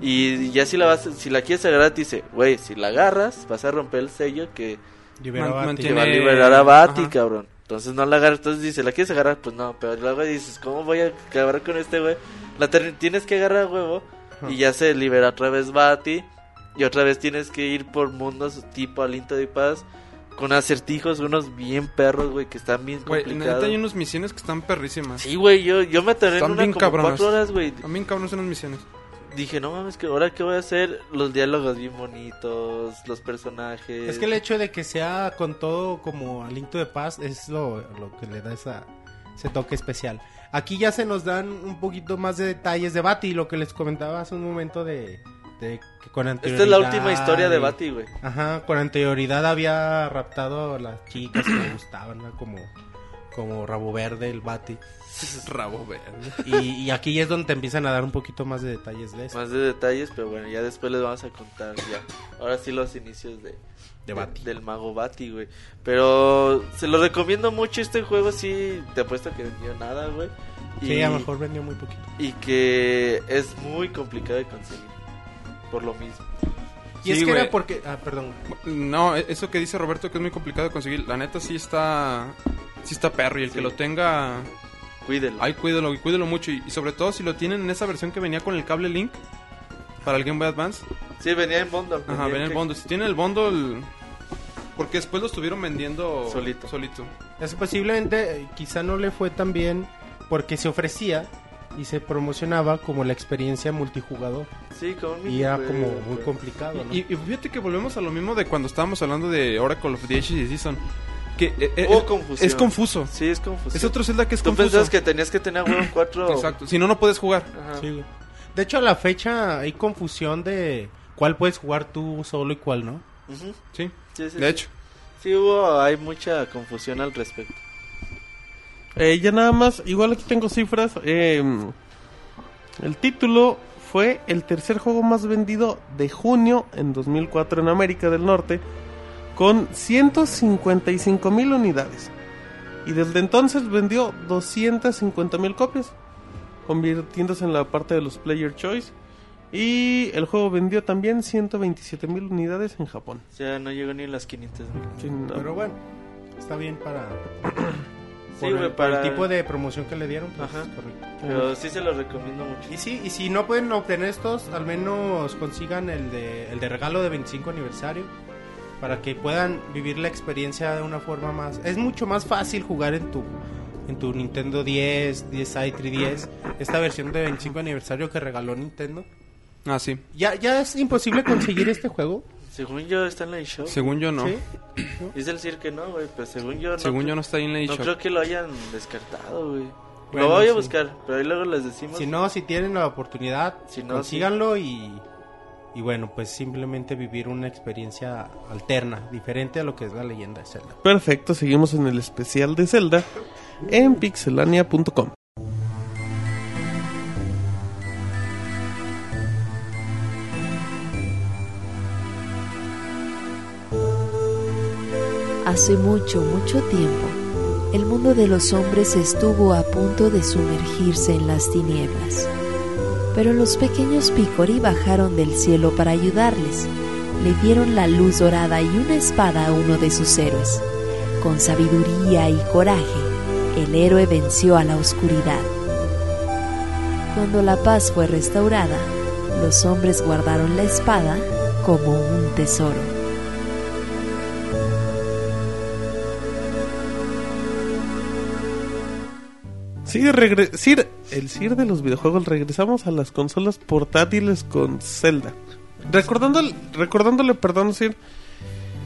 Y ya si la vas, si la quieres agarrar, te dice, güey, si la agarras, vas a romper el sello que Liberaba a ti. que va a Tiene- liberar a Bati, Ajá. cabrón. Entonces no la agarra, entonces dice, ¿la quieres agarrar? Pues no, pero luego dices, ¿cómo voy a acabar con este güey? La ter- tienes que agarrar huevo y ya se libera otra vez Bati y otra vez tienes que ir por mundos tipo Alinto de Paz con acertijos, unos bien perros, güey, que están bien Güey, neta complicados. hay unas misiones que están perrísimas. Sí, güey, yo, yo me tardé en Están una bien como cabronas. cuatro horas, güey. A mí, cabrón, son las misiones. Dije, no mames, que ahora qué voy a hacer? Los diálogos bien bonitos, los personajes. Es que el hecho de que sea con todo como aliento de paz es lo, lo que le da esa, ese toque especial. Aquí ya se nos dan un poquito más de detalles de Bati, lo que les comentaba hace un momento de, de que con anterioridad... Esta es la última historia de Bati, güey. Ajá, con anterioridad había raptado a las chicas que le gustaban, ¿no? como, como rabo verde el Bati. Rabo verde. Y, y aquí es donde te empiezan a dar un poquito más de detalles de eso, Más de detalles, pero bueno, ya después les vamos a contar ya. Ahora sí los inicios de, de Bati. del mago Bati, güey. Pero se lo recomiendo mucho este juego, sí, te apuesto que vendió nada, güey. Y, Sí, a lo mejor vendió muy poquito. y que es muy complicado de conseguir. Por lo mismo. Y es Sí, que güey. era porque... Ah, perdón. No, e- eso que dice Roberto que es muy complicado de conseguir, la neta sí está sí está perro y el Sí. que lo tenga, Cuídenlo. ay, cuídelo, y cuídelo mucho y, y sobre todo si lo tienen en esa versión que venía con el cable Link para el Game Boy Advance. Sí, venía en Bondo. Ajá, ven el que- bundle. Si tienen el bundle porque después lo estuvieron vendiendo Solito. solito. Eso posiblemente eh, quizá no le fue tan bien porque se ofrecía y se promocionaba como la experiencia multijugador Sí, como un y era como minijuego, muy güey. complicado, ¿no? Y, y fíjate que volvemos a lo mismo de cuando estábamos hablando de Oracle of the Age y Season, que eh, eh, Oh, es- confusión. es confuso. Sí, es confuso. Es otro Zelda que es Tú confuso. pensabas que tenías que tener huevo en cuatro. Exacto, si no no puedes jugar. Ajá. Sí, güey. De hecho, a la fecha hay confusión de cuál puedes jugar tú solo y cuál no. Ujú. Sí, Sí, sí, de sí. hecho. Sí, hubo, hay mucha confusión al respecto. Eh, ya nada más, igual aquí tengo cifras. eh, el título fue el tercer juego más vendido de junio en 2004 en América del Norte, con 155 mil unidades. Y desde entonces vendió 250 mil copias, convirtiéndose en la parte de los Player Choice. Y el juego vendió también 127 mil unidades en Japón. O sea, no llegó ni a las 500 mil. Sí, no. Pero bueno, está bien para, Sí, por el- güey, por para el tipo de promoción que le dieron. pues, Ajá. correcto. Pero sí se los recomiendo Y mucho. sí, y si no pueden obtener estos, al menos consigan el de, el de regalo de 25 aniversario para que puedan vivir la experiencia de una forma más. Es mucho más fácil jugar en tu en tu Nintendo 10, 10i, 3DS, esta versión de 25 aniversario que regaló Nintendo. Ah, sí. Ya ya es imposible conseguir este juego, Según yo, está en la eShop. Según yo no. ¿sí? Dice el Sir que no, güey, pero según yo no. Según creo- yo no está ahí en la No eShop. creo que lo hayan descartado, güey. Bueno, lo voy a sí. buscar, pero ahí luego les decimos. Si no, si tienen la oportunidad, Si no, consíganlo y, y bueno, pues simplemente vivir una experiencia alterna, diferente a lo que es la leyenda de Zelda. Perfecto, seguimos en el especial de Zelda en pixelania.com. Hace mucho, mucho tiempo, el mundo de los hombres estuvo a punto de sumergirse en las tinieblas. Pero los pequeños Picori bajaron del cielo para ayudarles. Le dieron la luz dorada y una espada a uno de sus héroes. Con sabiduría y coraje, el héroe venció a la oscuridad. Cuando la paz fue restaurada, los hombres guardaron la espada como un tesoro. Sí, regre- Sir, el Sir de los videojuegos. Regresamos a las consolas portátiles con Zelda. Recordándole, recordándole, perdón, Sir,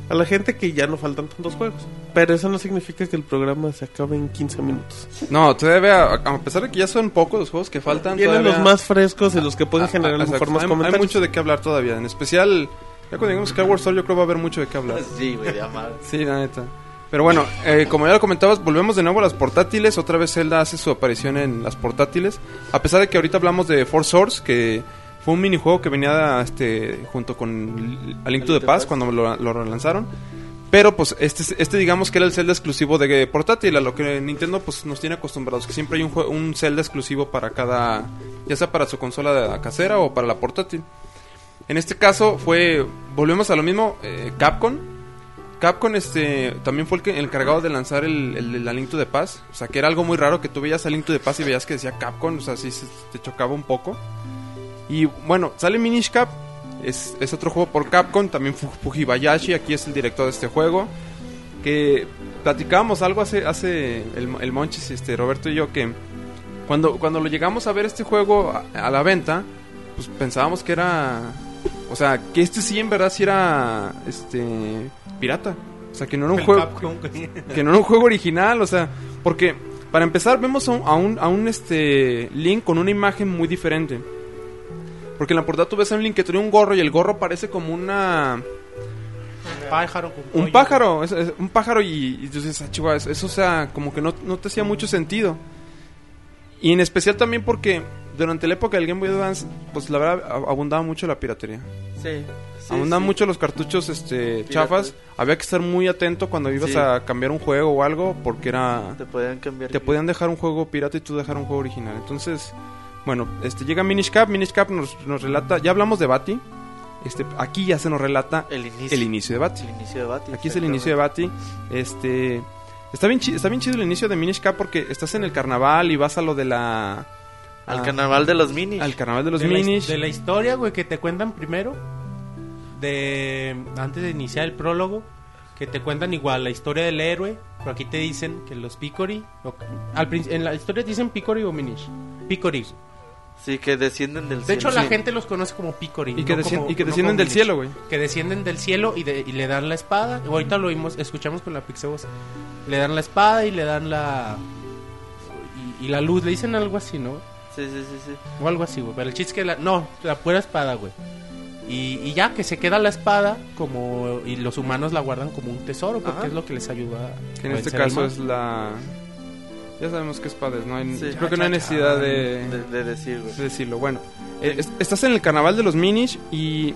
a la gente que ya no faltan tantos juegos. Pero eso no significa que el programa se acabe en 15 minutos. No, todavía, a a pesar de que ya son pocos los juegos que faltan, Vienen todavía- los más frescos y los que pueden Ah, generar a lo exacto. mejor más hay, comentarios. hay mucho de qué hablar todavía. En especial, ya cuando lleguemos a Skyward Sword, yo creo va a haber mucho de qué hablar. Sí, güey, de amar. Sí, la neta. Pero bueno, eh, como ya lo comentabas, volvemos de nuevo a las portátiles. Otra vez Zelda hace su aparición en las portátiles. A pesar de que ahorita hablamos de Force Source, que fue un minijuego que venía este, junto con A Link to the Past cuando lo, lo relanzaron. Pero pues este, este digamos que era el Zelda exclusivo de portátil, a lo que Nintendo pues nos tiene acostumbrados, que siempre hay un, jue- un Zelda exclusivo para cada, ya sea para su consola casera o para la portátil. En este caso fue, volvemos a lo mismo, eh, Capcom, Capcom este, también fue el, que, el encargado de lanzar el, el, el A Link to the Past. O sea, que era algo muy raro que tú veías a Link to the Past y veías que decía Capcom. O sea, sí se, te chocaba un poco. Y bueno, sale Minish Cap. Es, es otro juego por Capcom. También Fu- Fujibayashi, aquí es el director de este juego. Que platicábamos algo hace, hace el, el Monchis, este, Roberto y yo, que cuando, cuando lo llegamos a ver este juego a, a la venta, pues pensábamos que era... O sea, que este sí en verdad sí era este pirata. O sea, que no era un juego que no era un juego original, o sea, porque para empezar vemos a un, a un, a un, este Link con una imagen muy diferente. Porque en la portada tú ves a un Link que trae un gorro y el gorro parece como una Pájaro con un pollo. pájaro, es- es un pájaro y, y tú dices, "Ah, chihuahua, eso, eso, o sea, como que no, no te hacía mucho sentido. Y en especial también porque durante la época del Game Boy Advance, pues la verdad ab- abundaba mucho la piratería. Sí. sí, abundaban sí. mucho los cartuchos este Piratas. chafas, había que estar muy atento cuando ibas Sí. a cambiar un juego o algo porque era Te podían cambiar. te podían dejar un juego pirata y tú dejar un juego original. Entonces, bueno, este llega Minish Cap, Minish Cap nos, nos relata, ya hablamos de Bati, este, aquí ya se nos relata El inicio. el inicio de Bati. El inicio de Bati. Aquí es el inicio de Bati, este, está bien, chi- está bien chido el inicio de Minish Cap porque estás en el carnaval y vas a lo de la... Al a- carnaval de los minis. Ah. al carnaval de los de la, his- Minish. de la historia, güey, que te cuentan primero. De antes de iniciar el prólogo, que te cuentan igual la historia del héroe, pero aquí te dicen que los Picori o- al prin- en la historia te dicen Picori o Minish. Picori. Sí, que descienden del De hecho cielo. la Sí. gente los conoce como Picori Y que, no descien- como- y que no descienden como del Minish. cielo, güey. que descienden del cielo y, de- y le dan la espada. Y ahorita lo vimos, escuchamos con la pixebox. Le dan la espada y le dan la y, y la luz, le dicen algo así, ¿no? Sí, sí, sí, sí. O algo así, güey. Pero el chiste es que la. No, la pura espada, güey. Y, y ya que se queda la espada, como. Y los humanos la guardan como un tesoro, porque Ajá. es lo que les ayuda. Que en a este vencer al caso mal. es la... Ya sabemos que es padres, ¿no? Hay- Sí. Creo que no hay necesidad de... De, de decir, güey. Es decirlo. Bueno, eh, es- estás en el carnaval de los Minish y.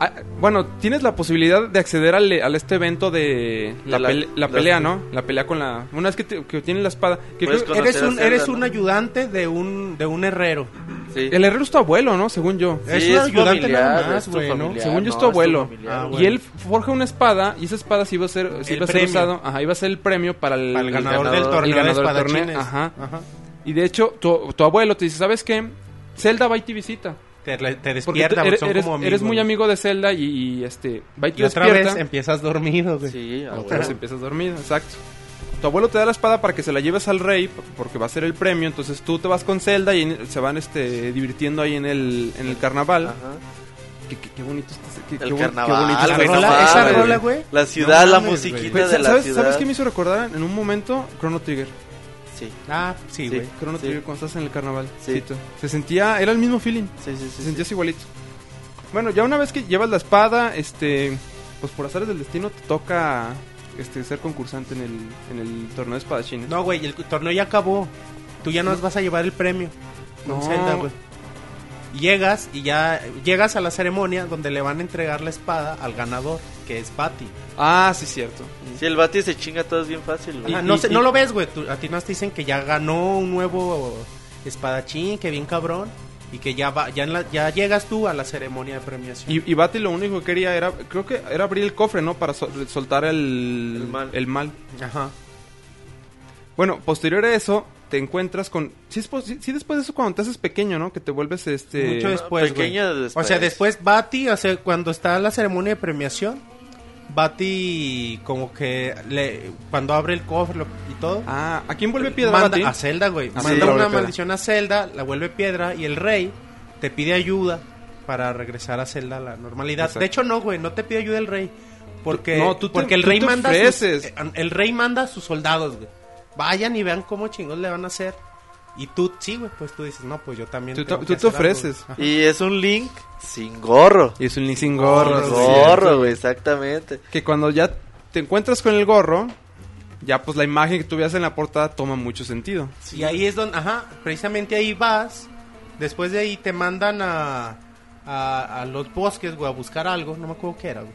ah, Bueno, tienes la posibilidad de acceder al, al este evento de la, De la- pele- la las- pelea, ¿no? La pelea con la. Una vez que, te- que tienes la espada. que Puedes creo- conocer Eres a un, Zelda, eres un ¿no? ayudante de un, de un herrero. Sí. el herrero es tu abuelo, ¿no? Según yo. es un ayudante nada más, es tu güey, ¿no? familiar, Según yo es tu tu abuelo. familiar, Ah, güey. bueno. Y él forja una espada y esa espada sí iba a ser, sí El iba a ser premio. usado. Ajá, iba a ser el premio para el, Para el ganador, ganador- del torneo el ganador de del torneo, espadachines. ajá. Y de hecho, tu, tu abuelo te dice: ¿Sabes qué? Zelda va y te visita. Te, te Porque despierta, tú güey, eres, son eres- como amigos. eres muy amigo de Zelda y, y, este, va y te Y otra despierta. vez empiezas dormido, güey. Sí, a Otra vez huevo. empiezas dormido, exacto. Tu abuelo te da la espada para que se la lleves al rey, p- porque va a ser el premio. Entonces tú te vas con Zelda y en- se van este, divirtiendo ahí en el, en el carnaval. Ajá. Qué, qué- qué bonito está ese- qué- El qué bon- qué carnaval, bonito güey, está ese no carnaval, rola- esa güey. rola, güey. La ciudad, No la mames, musiquita Güey, de la ¿sabes, ciudad. ¿Sabes qué me hizo recordar en un momento? Chrono Trigger. Sí, Ah, sí, Sí. güey. Chrono Sí. Trigger cuando estás en el carnaval. Sí. Cito. Se sentía, era el mismo feeling. sí, sí, Te sí. sí. sentías igualito. Bueno, ya una vez que llevas la espada, este, pues por azares del destino te toca este ser concursante en el, en el torneo de espadachines. No, güey, el torneo ya acabó. Tú ya nos vas a llevar el premio. Con No. Zelda, güey. Y Llegas y ya llegas a la ceremonia donde le van a entregar la espada al ganador, que es Patty. Ah, sí cierto. Sí, el Bati se chinga a todos bien fácil, güey. Ajá, Y- Ah, no, y- sé- y- no lo ves, güey. Tú- A ti nos dicen que ya ganó un nuevo espadachín, que bien cabrón. Y que ya va, ya, en la- ya llegas tú a la ceremonia de premiación. Y, y Bati lo único que quería era, creo que era abrir el cofre, ¿no? Para sol- soltar el, El mal. Ajá. Bueno, posterior a eso, te encuentras con... Sí, es pos- sí- sí después de eso cuando te haces pequeño, ¿no? Que te vuelves este... Mucho después, güey. Pequeño después. O sea, después Bati, o sea, cuando está la ceremonia de premiación, Bati como que le, cuando abre el cofre lo- y todo, Ah, ¿a quién vuelve piedra? manda Bati? a Zelda, güey. Ah, manda sí, la vuelve una piedra. maldición a Zelda, la vuelve piedra y el rey te pide ayuda para regresar a Zelda a la normalidad. Exacto. De hecho no, güey, no te pide ayuda el rey. Porque, Tú- no, tú te- porque el tú rey te manda a sus- ofreces. eh, el rey manda a sus soldados, güey. Vayan y vean cómo chingos le van a hacer. Y tú, sí, güey, pues tú dices, no, pues yo también. Tú, tengo tú que te hacer algo". ofreces. Y es un Link sin gorro. Y es un link sin gorro, gorro. sí. Gorro, güey, exactamente. Que cuando ya te encuentras con el gorro, ya pues la imagen que tú veas en la portada toma mucho sentido. Y ahí es donde, ajá, precisamente ahí vas. Después de ahí te mandan a, a, a los bosques, güey, a buscar algo. No me acuerdo qué era, güey.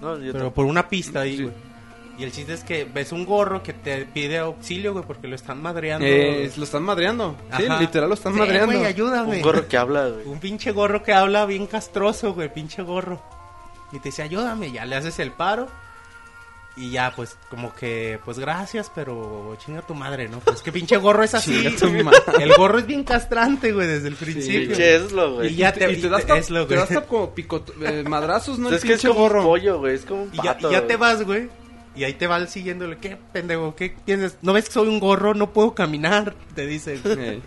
No, yo Pero tampoco. por una pista ahí, Sí. güey. Y el chiste es que ves un gorro que te pide auxilio, güey, porque lo están madreando. Eh, lo están madreando. Sí, Ajá. literal lo están Sí, madreando. güey, ayúdame. un gorro que habla, güey. Un pinche gorro que habla bien castroso, güey, pinche gorro. Y te dice, ayúdame, ya le haces el paro. Y ya, pues, como que, pues gracias, pero chinga tu madre, ¿no? Pues que pinche gorro es así. Chinga tu madre. el gorro es bien castrante, güey, desde el principio. Pinche eslo, güey. y ya te, y te das, ta- es lo, te güey. das ta como picot- eh, madrazos, ¿no? El Pues Es que es pinche como gorro. un pollo, güey. Es como un Y ya, pato. y ya güey. te vas, güey. Y ahí te va siguiéndole. ¿Qué pendejo? ¿Qué piensas? ¿No ves que soy un gorro? No puedo caminar, te dicen. Ey.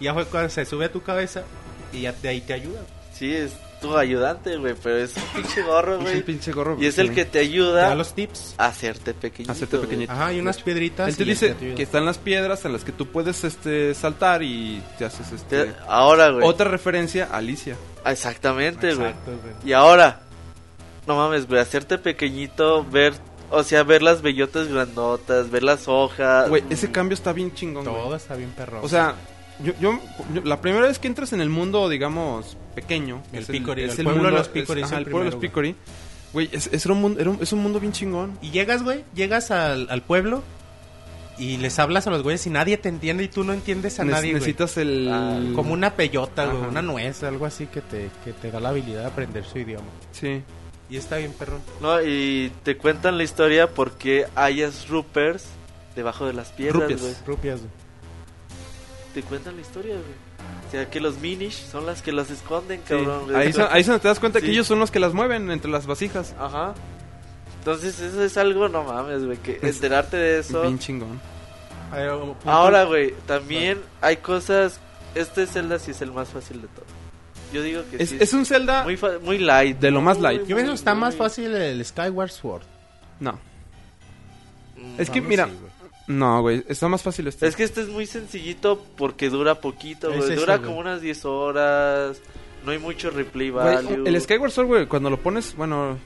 y ya fue cuando se sube a tu cabeza y ya de ahí te ayuda. Sí, es tu ayudante, güey. Pero es un pinche gorro, Es el güey. pinche gorro. Y es el sí. que te Te da ayuda los tips. a hacerte pequeñito. Hacerte güey. pequeñito. Ajá, y unas piedritas. Él te y ya dice te ayuda. que están las piedras en las que tú puedes este, saltar y te haces este... Te- Ahora, güey. Otra referencia, Alicia. Exactamente, güey. Exacto, güey. Y ahora, no mames, güey, hacerte pequeñito, ver, o sea, ver las bellotas grandotas, ver las hojas. Güey, ese cambio está bien chingón, güey. Todo está bien perro. O sea, yo, yo, yo- la primera vez que entras en el mundo, digamos, pequeño, El es Picori, es el pueblo de los es- Picori es ajá, el el pueblo de los primero, Picori. Güey, es, es un mundo, era un- es un mundo bien chingón. y llegas, güey, llegas al, al pueblo y les hablas a los güeyes y nadie te entiende y tú no entiendes a Ne- nadie, güey. Ah, necesitas el Como una peyota, güey, Ajá. una nuez, algo así que te, que te da la habilidad de aprender su idioma. sí. Y está bien, perro. ¿no? Y te cuentan la historia porque hayas Ruppers debajo de las piedras, Rupias. güey. Rupias, güey. Te cuentan la historia, güey. O sea, que los minish son las que las esconden, sí. cabrón. güey. Ahí, son- ahí es donde te das cuenta Sí. que ellos son los que las mueven entre las vasijas. Ajá. Entonces, eso es algo, no mames, güey, que enterarte de eso. Bien chingón. A ver, Eh, un punto- Ahora, güey, también hay cosas. Este Zelda sí es el más fácil de todo. Yo digo que Es, sí. es un Zelda muy, fa- muy light. de lo más light. Yo pienso que está más fácil el Skyward Sword. No. Mm, Es que Vamos, mira, sí, güey. no, güey, está más fácil este. Es que este es muy sencillito porque dura poquito, Es güey. eso, dura güey. como unas 10 horas. No hay mucho replay Güey, oh, value. el Skyward Sword, güey, cuando lo pones, bueno,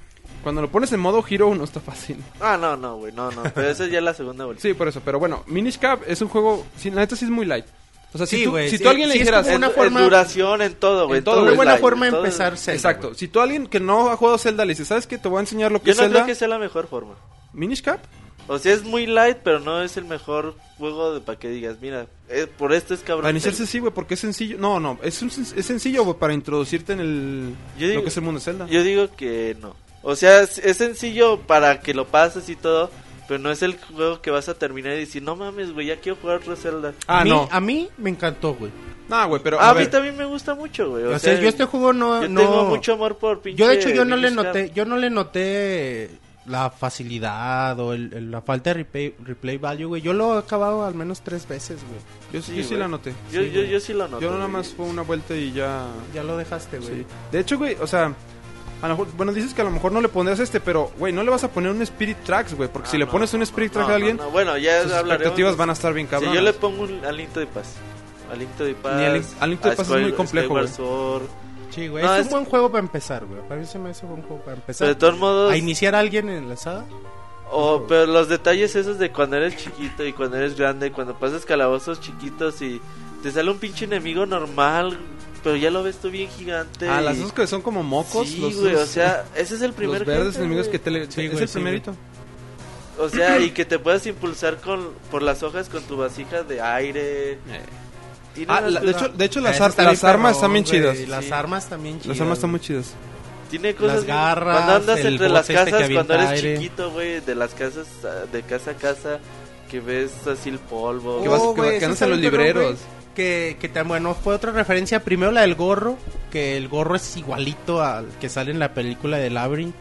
cuando lo pones en modo hero no está fácil. Ah, no, no, güey. No, no. Pero esa es ya la segunda vuelta. Sí, por eso. Pero bueno, Minish Cap es un juego. Sí, la neta sí es muy light. O sea, si, Sí, tú, güey, si sí, tú a alguien sí le es dijeras. como una En- en forma- duración, en todo, güey. en todo, Una güey, es buena light, forma de todo es- empezar Zelda, Exacto. güey. Si tú a alguien que no ha jugado Zelda le dices, ¿sabes qué? Te voy a enseñar lo que Yo es no Zelda. creo que sea la mejor forma. Minish Cap. O sea, es muy light, pero no es el mejor juego de para que digas, mira, eh, por esto es cabrón. Para iniciarse sí, güey, porque es sencillo. No, no. Es, un sen- es sencillo, güey, para introducirte en el. Yo digo- lo que es el mundo de Zelda. Yo digo que no. O sea, es, es sencillo para que lo pases y todo, pero no es el juego que vas a terminar y decir, no mames, güey, ya quiero jugar otro Zelda. Ah, a, mí, no. a mí me encantó, güey. No, güey, pero. Ah, a a mí ver, también me gusta mucho, güey. O, O sea, yo este juego no... yo no... tengo mucho amor por pinche. Yo de hecho yo no le Minish Cap. noté, yo no le noté la facilidad o el- el- la falta de replay, replay value, güey. Yo lo he acabado al menos tres veces, güey. yo Sí, sí, yo sí güey. la anoté. Yo, Sí, yo, güey. yo sí lo noté. Yo nada güey. más fue una vuelta y ya. Ya lo dejaste, güey. Sí. De hecho, güey, o sea, a lo mejor, bueno, dices que a lo mejor no le pondrías este, pero, güey, no le vas a poner un Spirit Tracks, güey, porque Ah, si le no, pones un no, Spirit no, Tracks no, a alguien, no, bueno, ya sus hablaremos. expectativas van a estar bien Si cabronas. yo le pongo un aliento de paz. Aliento de paz. Ni Alin- Aliento de a Paz es muy Skyward- complejo, Skyward güey. Sword. Sí, güey. No, es, es- un buen juego para empezar, güey. Para mí se me hace un buen juego para Pero de empezar. todos modos. A iniciar a alguien en la saga. O, pero los detalles esos de cuando eres chiquito y cuando eres grande, cuando pasas calabozos chiquitos y te sale un pinche enemigo normal, pero ya lo ves tú bien gigante. Ah, las y- dos que son como mocos, Sí, los, güey, los- o sea, ese es el los primer verdes jefe, enemigos que güey. te le... Sí, es güey, el sí, primerito. O sea, y que te puedas impulsar con por las hojas con tu vasija de aire. Tiene Ah, unas la- de cosas- hecho, de hecho Ah, las, ese ar- está las bien armas perrón, están bien güey. chidas. Las Sí. armas también chidas. Las armas están güey. muy chidas. Tiene cosas. Las garras, cuando andas el entre boss las este que casas, cuando eres avienta aire. chiquito, güey, de las casas, ah, de casa a casa, que ves así el polvo. Que vas- Oh, que güey, vas- que ese andas está en los bien perrón, libreros. güey. Que, que tan bueno, fue otra referencia. Primero la del gorro, que el gorro es igualito al que sale en la película de Labyrinth.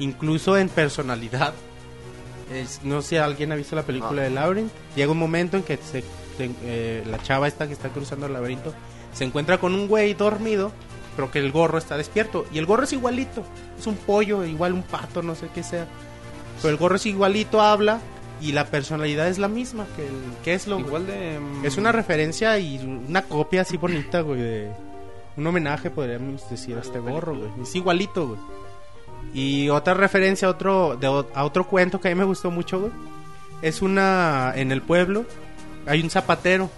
incluso en personalidad. Es- no sé, ¿alguien ha visto la película de Labyrinth? Llega un momento en que se- te- eh, la chava esta que está cruzando el laberinto se encuentra con un güey dormido, pero que el gorro está despierto. Y el gorro es igualito, es un pollo, igual un pato, no sé qué sea. Pero el gorro es igualito, habla y la personalidad es la misma que el que es lo Igual de... mm, es una referencia y una copia así bonita, güey, de un homenaje, podríamos decir, a este gorro, güey. Es igualito, güey. Y otra referencia a otro, de, o- a otro cuento que a mí me gustó mucho, güey. Es una... En el pueblo hay un zapatero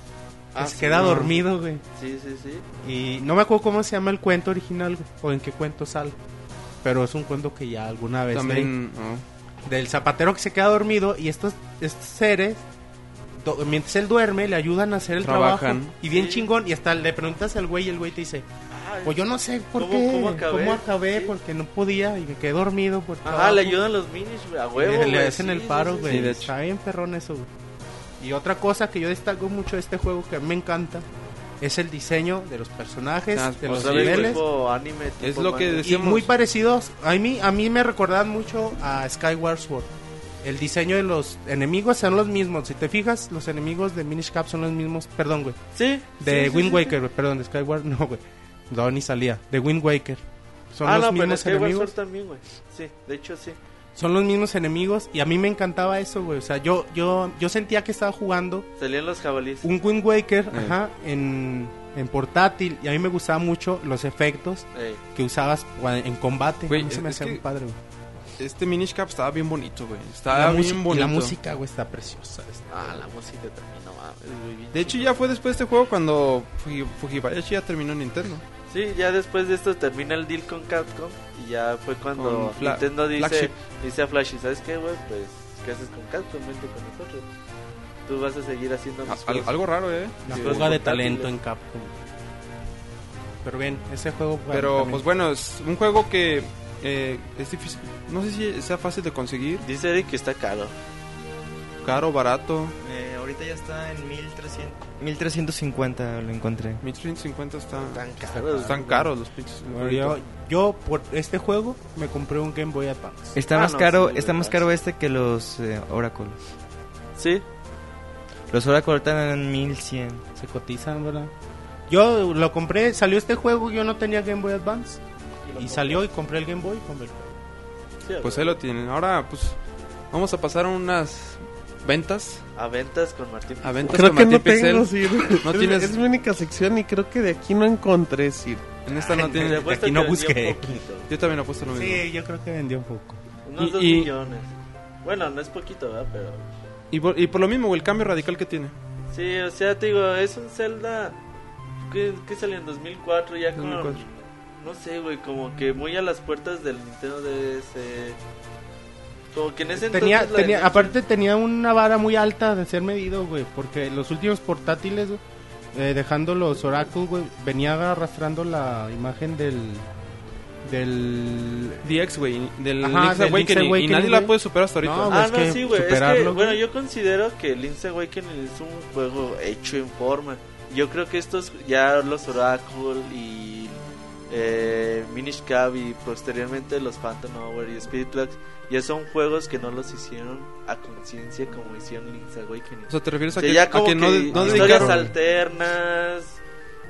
que Ah, se sí, queda no. dormido, güey. Sí, sí, sí. Y no me acuerdo cómo se llama el cuento original, güey, o en qué cuento sale. Pero es un cuento que ya alguna vez... leí También... oh. del zapatero que se queda dormido y estos, estos seres, do- mientras él duerme, le ayudan a hacer el Trabajan. trabajo. Y bien Sí. chingón, y hasta le preguntas al güey y el güey te dice, Ah, pues yo no sé por ¿Cómo- qué, cómo acabé? Sí. porque no podía y me quedé dormido. Por Ajá, trabajo". le ayudan los minis, güey, a Y huevo. Ah, le güey, hacen sí, el sí, paro, sí, güey. sí. Está bien perrón eso, güey. Y otra cosa que yo destaco mucho de este juego que a mí me encanta es el diseño de los personajes, Ah, de o los Otra sea, vez pues, niveles. tipo anime, tipo lo que manga. decía- Y Decíamos- muy parecidos. A mí, a mí me recordaban mucho a Skyward Sword. El diseño de los enemigos son los mismos. Si te fijas, los enemigos de Minish Cap son los mismos. Perdón, güey. Sí. De sí, sí, Wind sí, Waker, güey. Perdón, de Skyward. No, güey. No, ni salía. De Wind Waker. Son ah, los no, pero mismos es que Skyward enemigos. Sword también, güey. Sí, de hecho sí. Son los mismos enemigos. Y a mí me encantaba eso, güey. O sea, yo, yo, yo sentía que estaba jugando Salían los jabalíes. un Wind Waker Eh. ajá, en, en portátil. Y a mí me gustaban mucho los efectos Ey. que usabas cua- en combate. Güey, A mí se es- me es hacía que- muy padre, güey. Este Minish Cap estaba bien bonito, güey. la, Estaba música- bien y bonito. la música, güey, está preciosa. este está- Ah, la música también, no mames, güey, bien De hecho, chingón. ya fue después de este juego cuando Fuji- Fujibayashi ya terminó en Nintendo. Sí, ya después de esto termina el deal con Capcom y ya fue cuando Con Fla- Nintendo dice, Flagship. dice a Flash, ¿sabes qué, güey? Pues, ¿qué haces con Capcom? Vente con nosotros. Tú vas a seguir haciendo mis Ah, Al- juegos". algo raro, ¿eh? La Sí, fuga de portátiles. talento en Capcom. Pero bien, ese juego. bueno, Pero, también. pues bueno, es un juego que eh, es difícil. No sé si sea fácil de conseguir. Dice Eric que está caro. Caro, barato. Eh, ahorita ya está en 1300. 1350 lo encontré. 1350 está... Tan caro. Están caros los pinches. Bueno, yo, yo por este juego me compré un Game Boy Advance. Está Ah, más no, caro, sí, está güey, más ah, caro este que los eh, Oracle. Sí, Los Oracle están en 1100. Se cotizan, ¿verdad? Yo lo compré, salió este juego, yo no tenía Game Boy Advance. Y salió y compré el Game Boy. y compré el juego. sí, a Pues ahí ver. lo tienen. Ahora, pues, vamos a pasar a unas ventas. A ventas con Martín. A ventas Creo con que Martín no tengo, Pixel. Sir. No Es- tienes- Es mi única sección y creo que de aquí no encontré, Sir. En esta no Te tienen... apuesto aquí no que vendió busqué. poquito, Yo también apuesto lo mismo. Sí, yo creo que vendió un poco. Unos Y- dos y- millones. Bueno, no es poquito, ¿verdad? Pero... Y, por, y por lo mismo, güey, el cambio radical que tiene. Sí, o sea, te digo, es un Zelda que, que salió en 2004 ya con... 2004. No sé, güey, como que muy a las puertas del Nintendo DS. Como que en ese Tenía, entonces... la tenía, Nintendo- aparte tenía una vara muy alta de ser medido, güey, porque los últimos portátiles, güey, eh, dejando los Oracle, güey, venía arrastrando la imagen del... del... DX, güey, del Ajá, Link's del Awakening, Link's Y Awakening, nadie la güey. puede superar hasta ahorita. No, güey. Ah, es no, que sí, güey. Es que, superarlo, bueno, güey. yo considero que Link's Awakening es un juego hecho en forma. Yo creo que estos, ya los Oracle y eh, Minish Cab y posteriormente los Phantom Hour y Spirit Blocks, ya son juegos que no los hicieron a conciencia como hicieron Link's Awakening. O sea, te refieres O a sea, que, ya a como que que no, de- no historias dedicaron- alternas.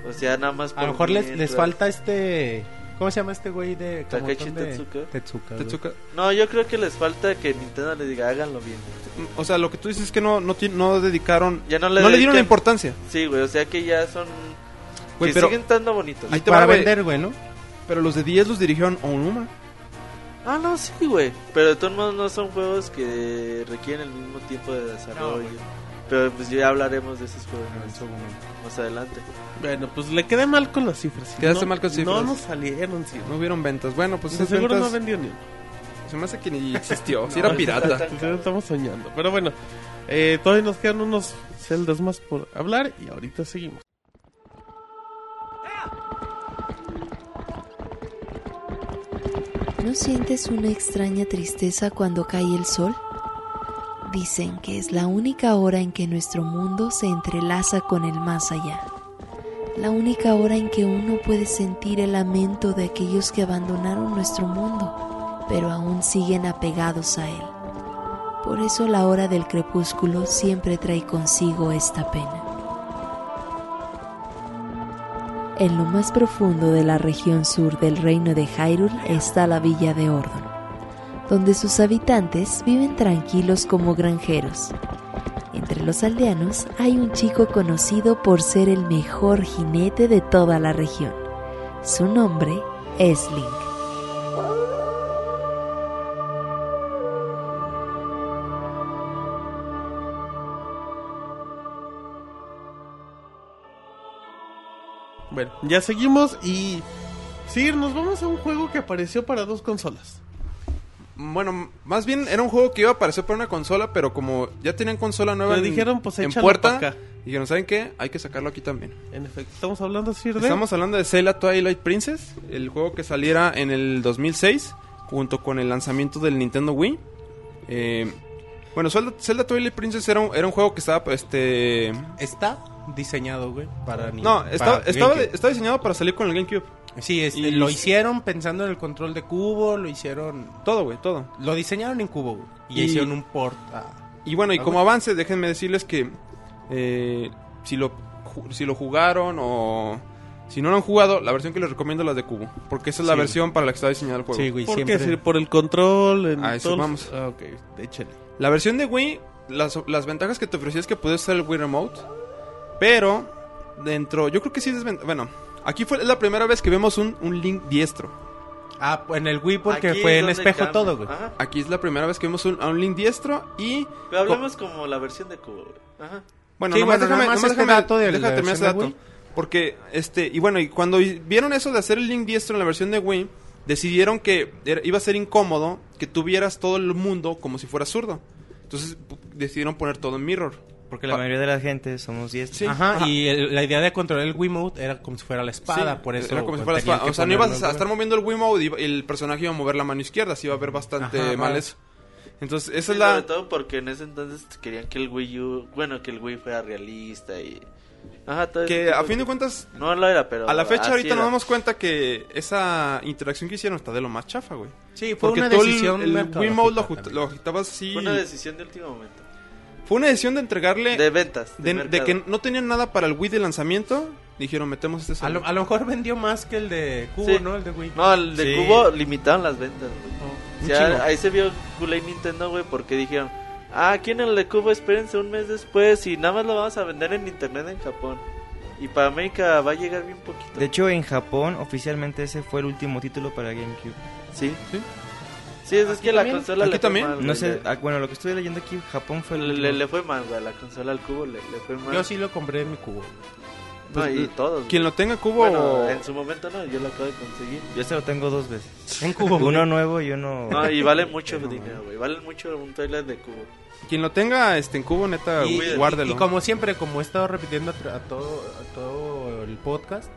O sea, nada más. A lo por mejor les, mientras. les falta este... ¿Cómo se llama este güey de... Takeshi Kamotón de- Tezuka. Tezuka, güey. Tetsuka. No, yo creo que les falta que Nintendo les diga háganlo bien. O sea, lo que tú dices es que no, no, ti- no dedicaron. Ya no No le, le, dieron la dediquen- importancia. Sí, güey, o sea que ya son. Güey, que pero, siguen estando bonitos. Ahí te Para va, güey. vender, güey, ¿no? pero los de 10 los dirigieron a Onuma. Ah, no, sí, güey. Pero de todos modos no son juegos que requieren el mismo tiempo de desarrollo. pero pues ya hablaremos de esos juegos más, más adelante. Bueno, pues le quedé mal con las cifras. Sir. Quedaste No- mal con cifras. No nos salieron, Sir. No hubieron ventas. Bueno, pues De esas seguro ventas. no vendió ni uno. Se me hace que ni existió. si era pirata. Entonces, Pues Estamos soñando. Pero bueno, eh, todavía nos quedan unos celdas más por hablar y ahorita seguimos. ¿No sientes una extraña tristeza cuando cae el sol? Dicen que es la única hora en que nuestro mundo se entrelaza con el más allá. La única hora en que uno puede sentir el lamento de aquellos que abandonaron nuestro mundo pero aún siguen apegados a él. Por eso la hora del crepúsculo siempre trae consigo esta pena. En lo más profundo de la región sur del reino de Hyrule está la villa de Ordon, donde sus habitantes viven tranquilos como granjeros. Entre los aldeanos hay un chico conocido por ser el mejor jinete de toda la región. Su nombre es Link. Bueno, ya seguimos y... Sir, nos vamos a un juego que apareció para dos consolas. Bueno, más bien era un juego que iba a aparecer para una consola, pero como ya tenían consola nueva Pero en, dijeron, pues, en échalo puerta, pa' acá. dijeron, ¿saben qué? Hay que sacarlo aquí también. En efecto, estamos hablando, Sir, de... Estamos hablando de Zelda Twilight Princess, el juego que saliera en el 2006, junto con el lanzamiento del Nintendo Wii. Eh, bueno, Zelda, Zelda Twilight Princess era un, era un juego que estaba, este... Está diseñado, güey, para ni- No, para estaba, estaba, GameCube. estaba diseñado para salir con el GameCube. Sí, este, y- lo hicieron pensando en el control de cubo, lo hicieron... Todo, güey, todo. Lo diseñaron en cubo, güey. Y, Y- hicieron un port a- Y bueno, y Ah, como güey. avance, déjenme decirles que eh, si, lo, ju- si lo jugaron o si no lo han jugado, la versión que les recomiendo es la de Cubo. Porque esa es la Sí, versión para la que está diseñado el juego. Sí, güey, ¿Por qué, siempre... Sir? ¿Por el control? En A eso todos los- vamos. Ah, ok, échale. La versión de Wii, las, las ventajas que te ofrecía es que podías usar el Wii Remote. Pero, dentro, yo creo que sí es desvent- Bueno, aquí fue la primera vez que vemos un, un Link diestro. Ah, en el Wii porque Aquí fue es en donde espejo cambia. todo, güey. Ajá. Aquí es la primera vez que vemos un, a un Link diestro y... Pero hablemos como la versión de Cubo, güey. Ajá. Bueno, Sí, nomás bueno, déjame, nada más nomás este déjame- dato de la déjame terminar ese versión de dato. Porque, este, y bueno, y cuando vi- vieron eso de hacer el link diestro en la versión de Wii, decidieron que era- iba a ser incómodo que tuvieras todo el mundo como si fueras zurdo. Entonces pu- decidieron poner todo en mirror. Porque la Pa- mayoría de la gente somos diestros. Sí. Ajá, Ajá. y el- la idea de controlar el Wiimote era como si fuera la espada, Sí, por eso. Era como pues, si fuera tenían espada. que O sea, no ibas ponerlo, a güey. estar moviendo el Wiimote y iba- el personaje iba a mover la mano izquierda, así iba a ver bastante Ajá, mal vale. eso. Entonces, esa Sí, es la... Sobre todo porque en ese entonces querían que el Wii U, bueno, que el Wii fuera realista y... Ajá, todo ese Que tipo a de fin de cosas. cuentas, No lo era, pero... a la fecha así ahorita era. nos damos cuenta que esa interacción que hicieron está de lo más chafa, güey. Sí, fue Porque una todo decisión. el, el mercadológica Wiimote lo, ajust- también. lo agitabas así. Fue una decisión de último momento. Fue una decisión de entregarle. De De, ventas. De, Eh, de mercado. que no tenían nada para el Wii de lanzamiento. Dijeron, metemos este A solo. lo, a lo mejor vendió más que el de Cubo, Sí. ¿no? El de Wii. No, el de Sí. Oh, Cubo limitaron las ventas, güey. Un O sea, chingo. ahí se vio culé Nintendo, güey, porque dijeron... Ah, aquí en el de Cubo espérense un mes después y nada más lo vamos a vender en internet en Japón. Y para América va a llegar bien poquito. De hecho, en Japón, oficialmente ese fue el último título para GameCube. Sí. Sí. Sí, es, es que la también. consola Aquí le fue también. mal, No güey, sé, le- ah, bueno, lo que estuve leyendo aquí, Japón fue el Le, último. le- le fue mal, güey, a la consola al cubo le, le fue mal. Yo sí lo compré en mi Cubo. No, pues, y todos. Quien güey. lo tenga cubo. Bueno, en su momento no, yo lo acabo de conseguir. Yo se lo tengo dos veces. En Cubo. güey. Uno nuevo y uno... No, Ah, y vale mucho dinero, güey. Vale mucho un toilet de cubo. Quien lo tenga este, en cubo, neta, Y, güey, y- guárdelo. y como siempre, como he estado repitiendo a, tra- a todo, a todo el podcast,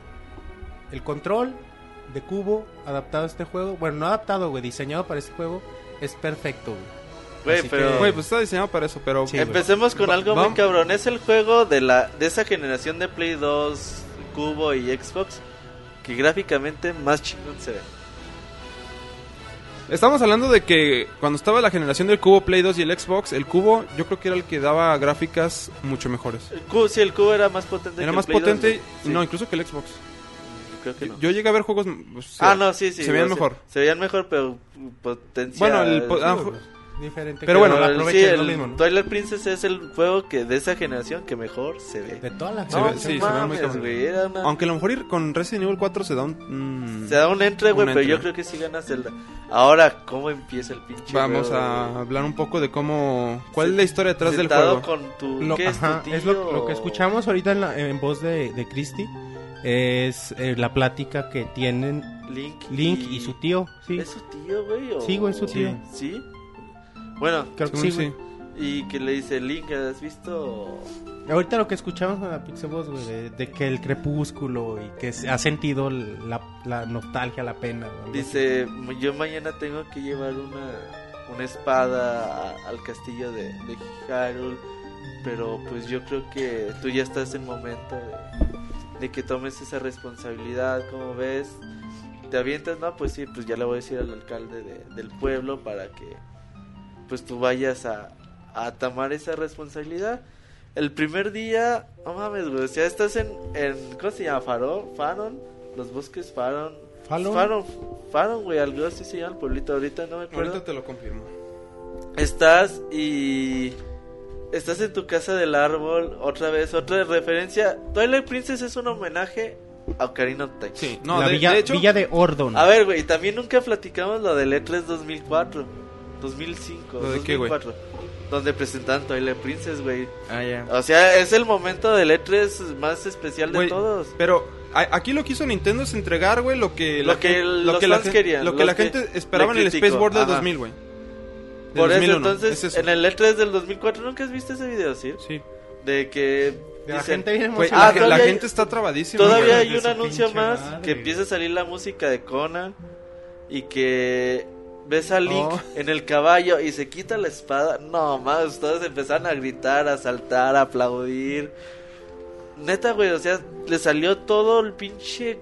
el control de cubo adaptado a este juego, bueno, no adaptado, güey, diseñado para este juego, es perfecto, güey. Güey, Así pero. Güey, pues está diseñado para eso, pero. Sí, güey. Empecemos con Va- algo vam- muy cabrón. Es el juego de la de esa generación de Play 2, Cubo y Xbox que gráficamente más chingón se ve. Estamos hablando de que cuando estaba la generación del cubo Play 2 y el Xbox, el cubo yo creo que era el que daba gráficas mucho mejores. El cubo, sí, el cubo era más potente que Era el más Play 2, potente, güey. Sí, no, incluso que el Xbox. creo que no. Yo llegué a ver juegos. pues, o sea, ah, no, sí, sí. se veían no, mejor. Se veían mejor, pero potencial. Bueno, el po- ah, ju- pues, Diferente. Pero bueno, lo la el- aprovecha, sí, es lo el mismo, ¿no? Twilight Princess es el juego que de esa generación que mejor se De ve. toda la Se ve- generación, sí, se ve güey. muy cabrón. güey, era una- Aunque a lo mejor ir con Resident Evil 4 se da un. mm, se da un entre, güey, un pero yo entre. creo que sí gana Zelda. Ahora, ¿cómo empieza el pinche Vamos juego, a güey? hablar un poco de cómo. ¿Cuál es la historia detrás del Sentado juego? con tu... Lo- ¿qué es tu ajá, tío? es lo, lo que escuchamos ahorita en, la- en voz de, de Christy. Es eh, la plática que tienen Link, Link y, su tío. Sí, ¿Es su tío, güey? o- Sí, güey, es su tío. ¿Sí? Bueno, creo que Según sí, güey. sí. y que le dice, Link, ¿has visto...? Ahorita lo que escuchamos con la Pixel Voz, güey, de, de que el crepúsculo y que se ha sentido la, la nostalgia, la pena. ¿no? Dice, yo mañana tengo que llevar una, una espada a- al castillo de, de Hyrule, pero pues yo creo que tú ya estás en momento de, de que tomes esa responsabilidad, como ves, te avientas, no, pues sí, pues ya le voy a decir al alcalde de- del pueblo para que pues tú vayas a, a tomar esa responsabilidad. El primer día, no mames, güey, o sea, estás en, en ¿cómo se llama? Faro, Faron, los bosques Faron. ¿Fallon? Faron, Faron, güey, algo así se llama el pueblito ahorita, no me acuerdo. Ahorita te lo confirmo. Estás y. Estás en tu casa del árbol, otra vez, otra referencia. Twilight Princess es un homenaje a Ocarina of Time. Sí, no, la de, villa, de hecho, villa de Ordon. A ver, güey, y también nunca platicamos lo del E E3 2004, 2005, ¿Lo de qué, güey? 2004. donde presentaron Twilight Princess, güey. Ah, ya. O sea, es el momento del E3 más especial de güey, todos. Pero a- aquí lo que hizo Nintendo es entregar, güey, lo que Lo la que gente- los la fans gen- querían, Lo que lo la que gente esperaba en le el Space criticó, World del ajá. 2000, güey. Del Por 2001, eso, entonces, es en el E3 del 2004, ¿nunca has visto ese video, sí? Sí. De que. De la dicen, gente bien Güey, emocionada. la, la todavía hay- gente está trabadísima. Todavía güey. hay de un su anuncio pinche más madre. que empieza a salir la música de Conan y que ves a Link Oh. en el caballo y se quita la espada. No, más, todos empezaron a gritar, a saltar, a aplaudir. Neta, güey, o sea, le salió todo el pinche,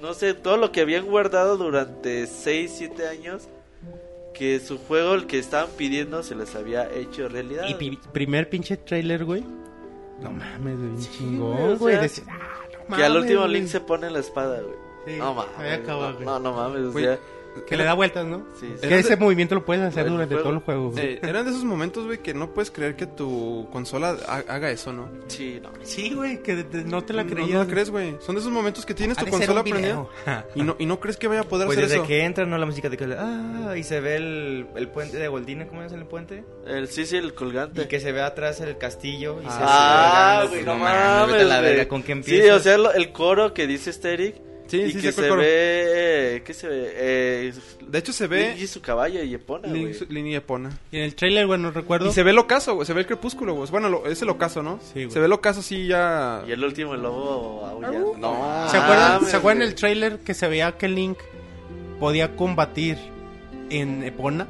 no sé, todo lo que habían guardado durante 6, 7 años. Que su juego, el que estaban pidiendo, se les había hecho realidad. Y pi- primer pinche trailer, güey. No mames, güey, un güey, o chingón, güey. sea, decir, ah, no que al mames, último güey. Link se pone la espada, güey. Sí, no ahí mames. acaba, no, güey. no, no mames, o Güey, sea. Que le da vueltas, ¿no? Sí, sí. Que ese movimiento lo puedes hacer Bueno, durante juego. todo el juego, güey. Eh, eran de esos momentos, güey, que no puedes creer que tu consola ha- haga eso, ¿no? Sí, no. Sí, güey, que de- de- no te la No- creías. No, la crees, güey. Son de esos momentos que tienes Ha tu de ser consola un video. prendida y no, y no crees que vaya a poder Pues hacer desde eso. que entran, ¿no? La música de que... Ah, y se ve el, el puente de Goldina, ¿cómo es el puente? El, sí, sí, el colgante. Y que se ve atrás el castillo. Y se- Ah, se ve güey, el- no vete a mames. la güey. verga, ¿con Sí, qué o empiezas? sea, lo- el coro que dice este Eric. Sí, y sí, que saco el se coro. ve. eh, ¿Qué se ve? Eh, De hecho, se ve. ve Y su caballo y Epona, güey. línea Epona. Y en el trailer, güey, no recuerdo. Y se ve el ocaso, güey. Se ve el crepúsculo, güey. Bueno, lo- es el ocaso, ¿no? Sí, güey. Se ve el ocaso, sí, ya. Y el último, el lobo aullando. No. ¿Se acuerdan, mames, ¿se acuerdan güey. el trailer que se veía que Link podía combatir en Epona?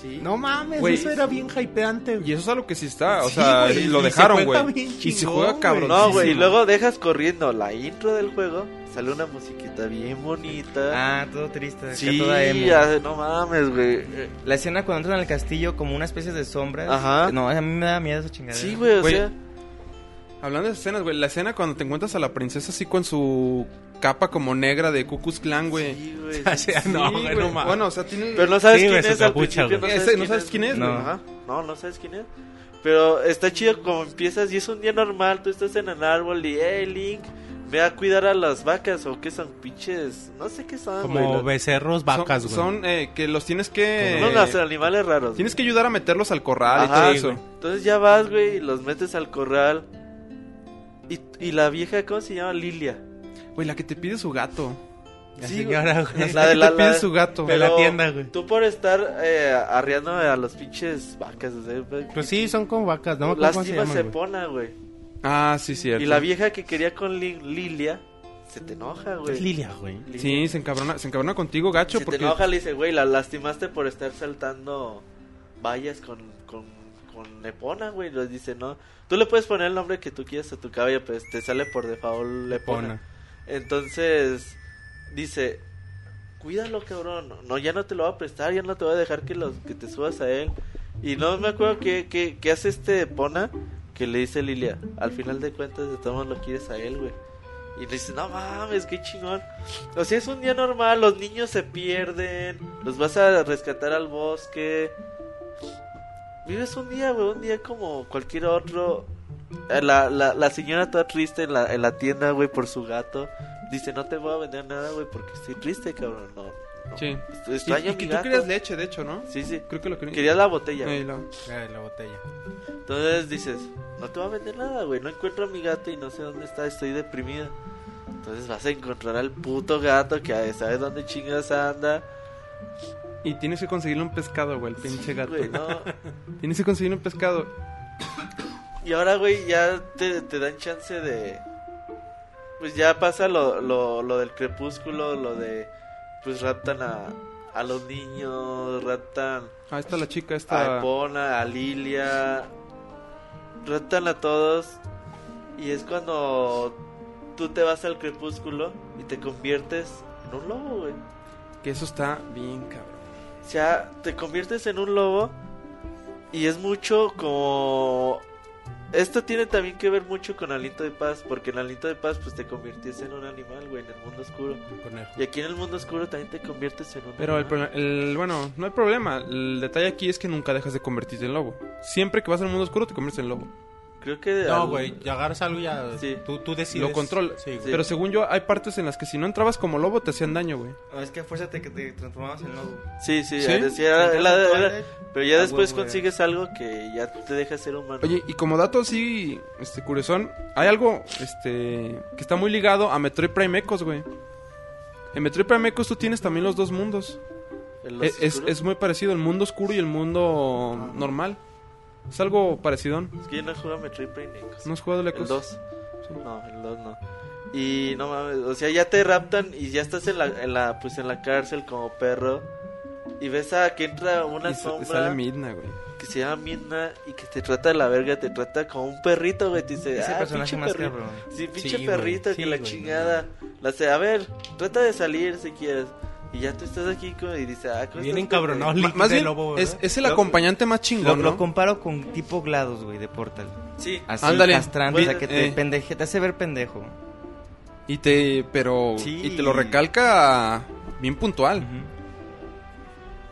Sí. No mames, Güey. eso era bien hypeante, Y güey. eso es algo que sí está. O Sí, sea, güey, lo y dejaron, se juega güey. bien Y se chingón, juega güey. cabrón. No, güey. Y luego dejas corriendo la intro del juego. Sale una musiquita bien bonita. Ah, todo triste. acá sí, toda emo. ah, no mames, güey. Eh, La escena cuando entran al castillo como una especie de sombra. Ajá. No, a mí me da miedo esa chingadera. Sí, güey, o Güey. sea. Hablando de escenas, güey. La escena cuando te encuentras a la princesa así con su capa como negra de Cucus Clan, güey. Sí, güey. O sea, Sí, no, güey. güey, no mames. Bueno, o sea, tiene. Pero no sabes Sí, quién güey, se es al capucha, principio, güey. no Ese, sabes, no sabes quién es, güey. güey. Ajá. No, no sabes quién es. Pero está chido como empiezas y es un día normal, tú estás en el árbol y, hey, Link, ve a cuidar a las vacas o qué son pinches, no sé qué son, güey, Como los- becerros, son- vacas, güey. Son, eh, que los tienes que. eh, Son unos animales raros. Tienes que ayudar a meterlos al corral Ajá, y todo güey. eso. Entonces ya vas, güey, y los metes al corral. Y, y la vieja, ¿cómo se llama? Lilia. Güey, la que te pide su gato. La eh. sí, señora, güey. La de la- te pide la- su gato. de la tienda, güey. Tú por estar eh, arriando a los pinches vacas. o sea, Pues sí, son como vacas, ¿no? ¿Cómo se Lástima llaman, se güey? pona, güey. Ah, sí, cierto. Y la vieja que quería con Lin- Lilia se te enoja, güey. Es Lilia, güey. Lilia. Sí, se encabrona, se encabrona contigo, gacho, Se porque te enoja, le dice, güey, la lastimaste por estar saltando vallas con, con, con Epona, güey. Les dice, no. Tú le puedes poner el nombre que tú quieras a tu caballo, pero te sale por default Lepona. Entonces, dice, cuídalo, cabrón. No, ya no te lo va a prestar, ya no te voy a dejar que, los, que te subas a él. Y no me acuerdo qué, qué, qué hace este Epona que le dice Lilia. Al final de cuentas, de todos modos lo quieres a él, güey. Y le dice, no mames, qué chingón. O sea, es un día normal, los niños se pierden, los vas a rescatar al bosque. Vives un día, güey, un día como cualquier otro. Eh, La, la, la señora toda triste en la, en la tienda, güey, por su gato. Dice, no te voy a vender nada, güey, porque estoy triste, cabrón. No, no. Sí. Est- Y, Extraño y a que mi tú gato. querías leche, de hecho, ¿no? Sí, sí. Creo que lo quería. Querías la botella, güey. Ahí la- La de la botella. Entonces dices, no te va a vender nada, güey. No encuentro a mi gato y no sé dónde está, estoy deprimida. Entonces vas a encontrar al puto gato que sabe dónde chingas anda. Y tienes que conseguirle un pescado, güey, el pinche gato. Güey, no. Tienes que conseguirle un pescado. Y ahora, güey, ya te, te dan chance de. Pues ya pasa lo, lo, lo del crepúsculo, lo de. Pues raptan a, a los niños, raptan Ah, está la chica, a esta. Epona, a Lilia. Raptan a todos. Y es cuando tú te vas al crepúsculo y te conviertes en un lobo, güey. Que eso está bien cabrón. O sea, te conviertes en un lobo y es mucho como... Esto tiene también que ver mucho con Aliento de Paz, porque en Aliento de Paz pues te conviertes en un animal, güey, en el mundo oscuro. Y aquí en el mundo oscuro también te conviertes en un Pero el, animal. pro- el- bueno, no hay problema. El detalle aquí es que nunca dejas de convertirte en lobo. Siempre que vas al mundo oscuro te conviertes en lobo. Creo que... No, al- güey, ya agarras algo y ya. Sí. Tú, tú decides. Lo controla. Sí, güey. Sí. Pero según yo, hay partes en las que si no entrabas como lobo te hacían daño, güey. No, es que a fuerza te, te transformabas en lobo. Sí, sí, ¿Sí? decía- la- la- la- pero ya Ah, después huevo, consigues algo que ya te deja ser humano. Oye, y como dato así, este, curiosón, hay algo, este, que está muy ligado a Metroid Prime Echoes, güey. En Metroid Prime Echoes tú tienes también los dos mundos. En los e, Eh, Es, es, oscuros. es muy parecido, el mundo oscuro y el mundo normal. Es algo parecido. Es que yo no juego a Metroid Prime Echoes. ¿No has jugado el el Echoes? 2. No, el 2 no. Y no mames, o sea, ya te raptan y ya estás en la, en la pues en la cárcel como perro. Y ves a que entra una Y sa- sombra sale Midna, güey. que se llama Midna y que te trata de la verga, te trata como un perrito, güey. Te dice, Ese ah, personaje pinche más perrito. cabrón. Sí, pinche güey, perrito, sí, que la güey, chingada. La se, a ver, trata de salir si quieres. Y ya tú estás aquí como, y dice, ah, ¿cómo Bien estás, encabronado, Ma- Link más de bien, lobo, es, ¿verdad? es el Lo- acompañante más Lo, chingón, lo ¿no? comparo con tipo GLaDOS, güey, de Portal. güey?" Ah, Sí, Así, Ándale. castrante, o sea, que te, Eh. pendeje- te hace ver pendejo. Y te, pero, Sí. y te lo recalca bien puntual.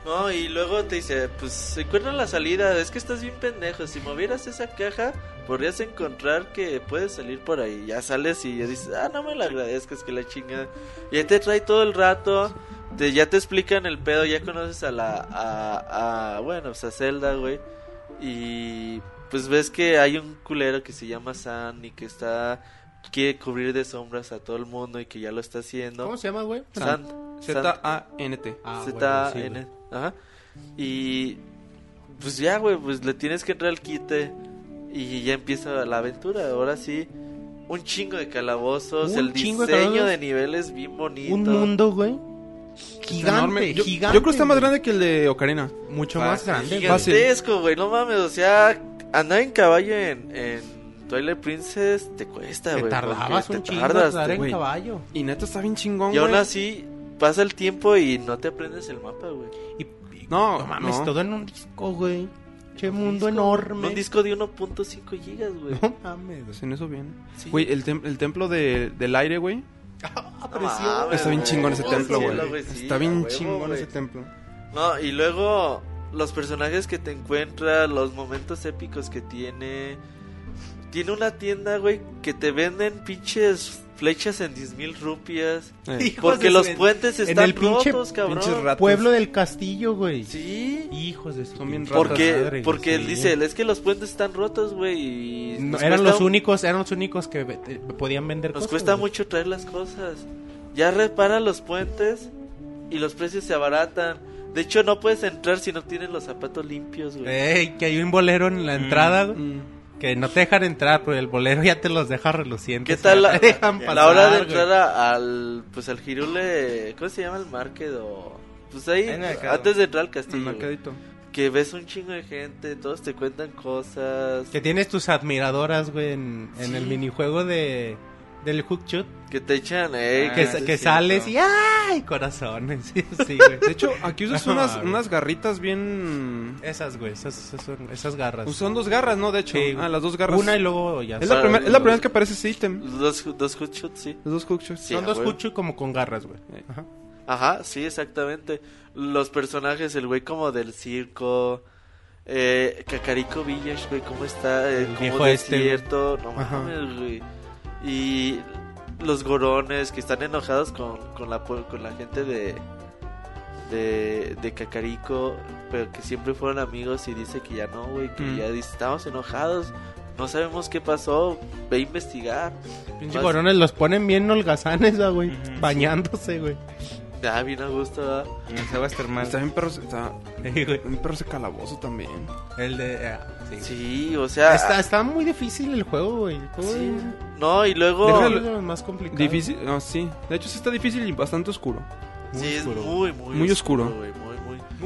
No, y luego te dice, pues encuentra la salida, es que estás bien pendejo, si movieras esa caja podrías encontrar que puedes salir por ahí, ya sales y ya dices, ah, no me la agradezcas, que la chingada. Y ahí te trae todo el rato, te, ya te explican el pedo, ya conoces a la, a, a- bueno, pues a Zelda, güey. Y pues ves que hay un culero que se llama San y que está, quiere cubrir de sombras a todo el mundo y que ya lo está haciendo. ¿Cómo se llama, güey? San. San. Z-A-N-T. Ah, Z güey, sí, en güey. el- ajá. Y pues ya, güey, pues le tienes que entrar al quite y ya empieza la aventura. Ahora sí, un chingo de calabozos, Un el diseño chingo de de calabozos. niveles bien bonito. Un mundo, güey. Enorme. Gigante, Yo, gigante. yo creo que está más grande que el de Ocarina. Mucho Fácil, más grande, güey. fácil. Gigantesco, güey, no mames, o sea, andar en caballo en, en Twilight Princess te cuesta, Te güey. tardabas porque un te chingo tardas, en dar te- en güey. caballo. Y neta está bien chingón, Y aún güey. así pasa el tiempo y no te aprendes el mapa, güey. Y, y- No, no mames, no. todo en un disco, güey. Che, Un mundo disco- enorme. Un disco de 1.5 gigas, güey. No mames, güey. Pues en eso viene. Sí. Güey, el, tem- el templo de- del aire, güey. No Precioso. mames, Está bien güey. chingón ese Oh, templo, sí, güey. lo- sí, Está a bien huevo, chingón güey. ese templo. No, y luego los personajes que te encuentras, los momentos épicos que tiene. Tiene una tienda, güey, que te venden pinches flechas en 10 mil rupias. Eh, Hijos Porque de los su- puentes en están el pinche- rotos, cabrón. pinches ratas. Pueblo del castillo, güey. Sí. Hijos de su Son bien pinche ratas. Porque, madre, porque sí. él dice, es que los puentes están rotos, güey. Y No, nos eran cuesta los un- únicos, eran los únicos que eh, podían vender Nos cosas, cuesta güey. mucho traer las cosas. Ya repara los puentes y los precios se abaratan. De hecho, no puedes entrar si no tienes los zapatos limpios, güey. Ey, que hay un bolero en la entrada, güey, mm. que no te dejan entrar, pero el bolero ya te los deja relucientes. ¿Qué tal no la, te dejan la hora de pasar, entrar güey. a- al pues al jirule, ¿cómo se llama el market o pues ahí Ahí en el mercado. antes de entrar al El castillo? güey, mercadito. Que ves un chingo de gente, todos te cuentan cosas, Que tienes tus admiradoras, güey, en, en Sí. el minijuego de del hook shoot, que te echan, eh, Ah, que, sí, sa- es que cierto. sales y ¡ay! corazones. Sí, sí, güey. De hecho, aquí usas No, unas, güey. unas garritas bien... Esas, güey, esas, esas son- esas garras. Pues son dos garras, ¿no? De hecho, Sí, güey. ah, las dos garras. Una y luego ya. Es la, Ah, primer- es la los- primera vez que aparece ese ítem. dos dos hook shots, sí. Los dos cookshots. Sí, son a dos huevo. hook shoot como con garras, güey. Eh. Ajá. Ajá, sí, exactamente. Los personajes, el güey como del circo, eh, Kakariko Village, güey, cómo está, eh, El como viejo este, güey. desierto, no Ajá. mames, güey. Y los gorones que están enojados con, con la pu- con la gente de de de Kakariko, pero que siempre fueron amigos y dice que ya no, güey, que Mm. ya dice, estamos enojados, no sabemos qué pasó, ve a investigar. Pinche Vas- corones los ponen bien holgazanes, ah, güey, Ujú. bañándose, güey. Ah, bien a gusto, ¿verdad? En las aguas termales. Está bien perro, está Sí, güey. bien perro ese calabozo también. El de eh, sí. Sí, o sea, Está, está muy difícil el juego, güey. El juego sí. Oh. es- No, y luego es Déjalo- uno de los más complicados. Difícil, ah, sí. De hecho, sí está difícil y bastante oscuro. Muy sí, es oscuro. muy, muy, Muy oscuro. güey, muy,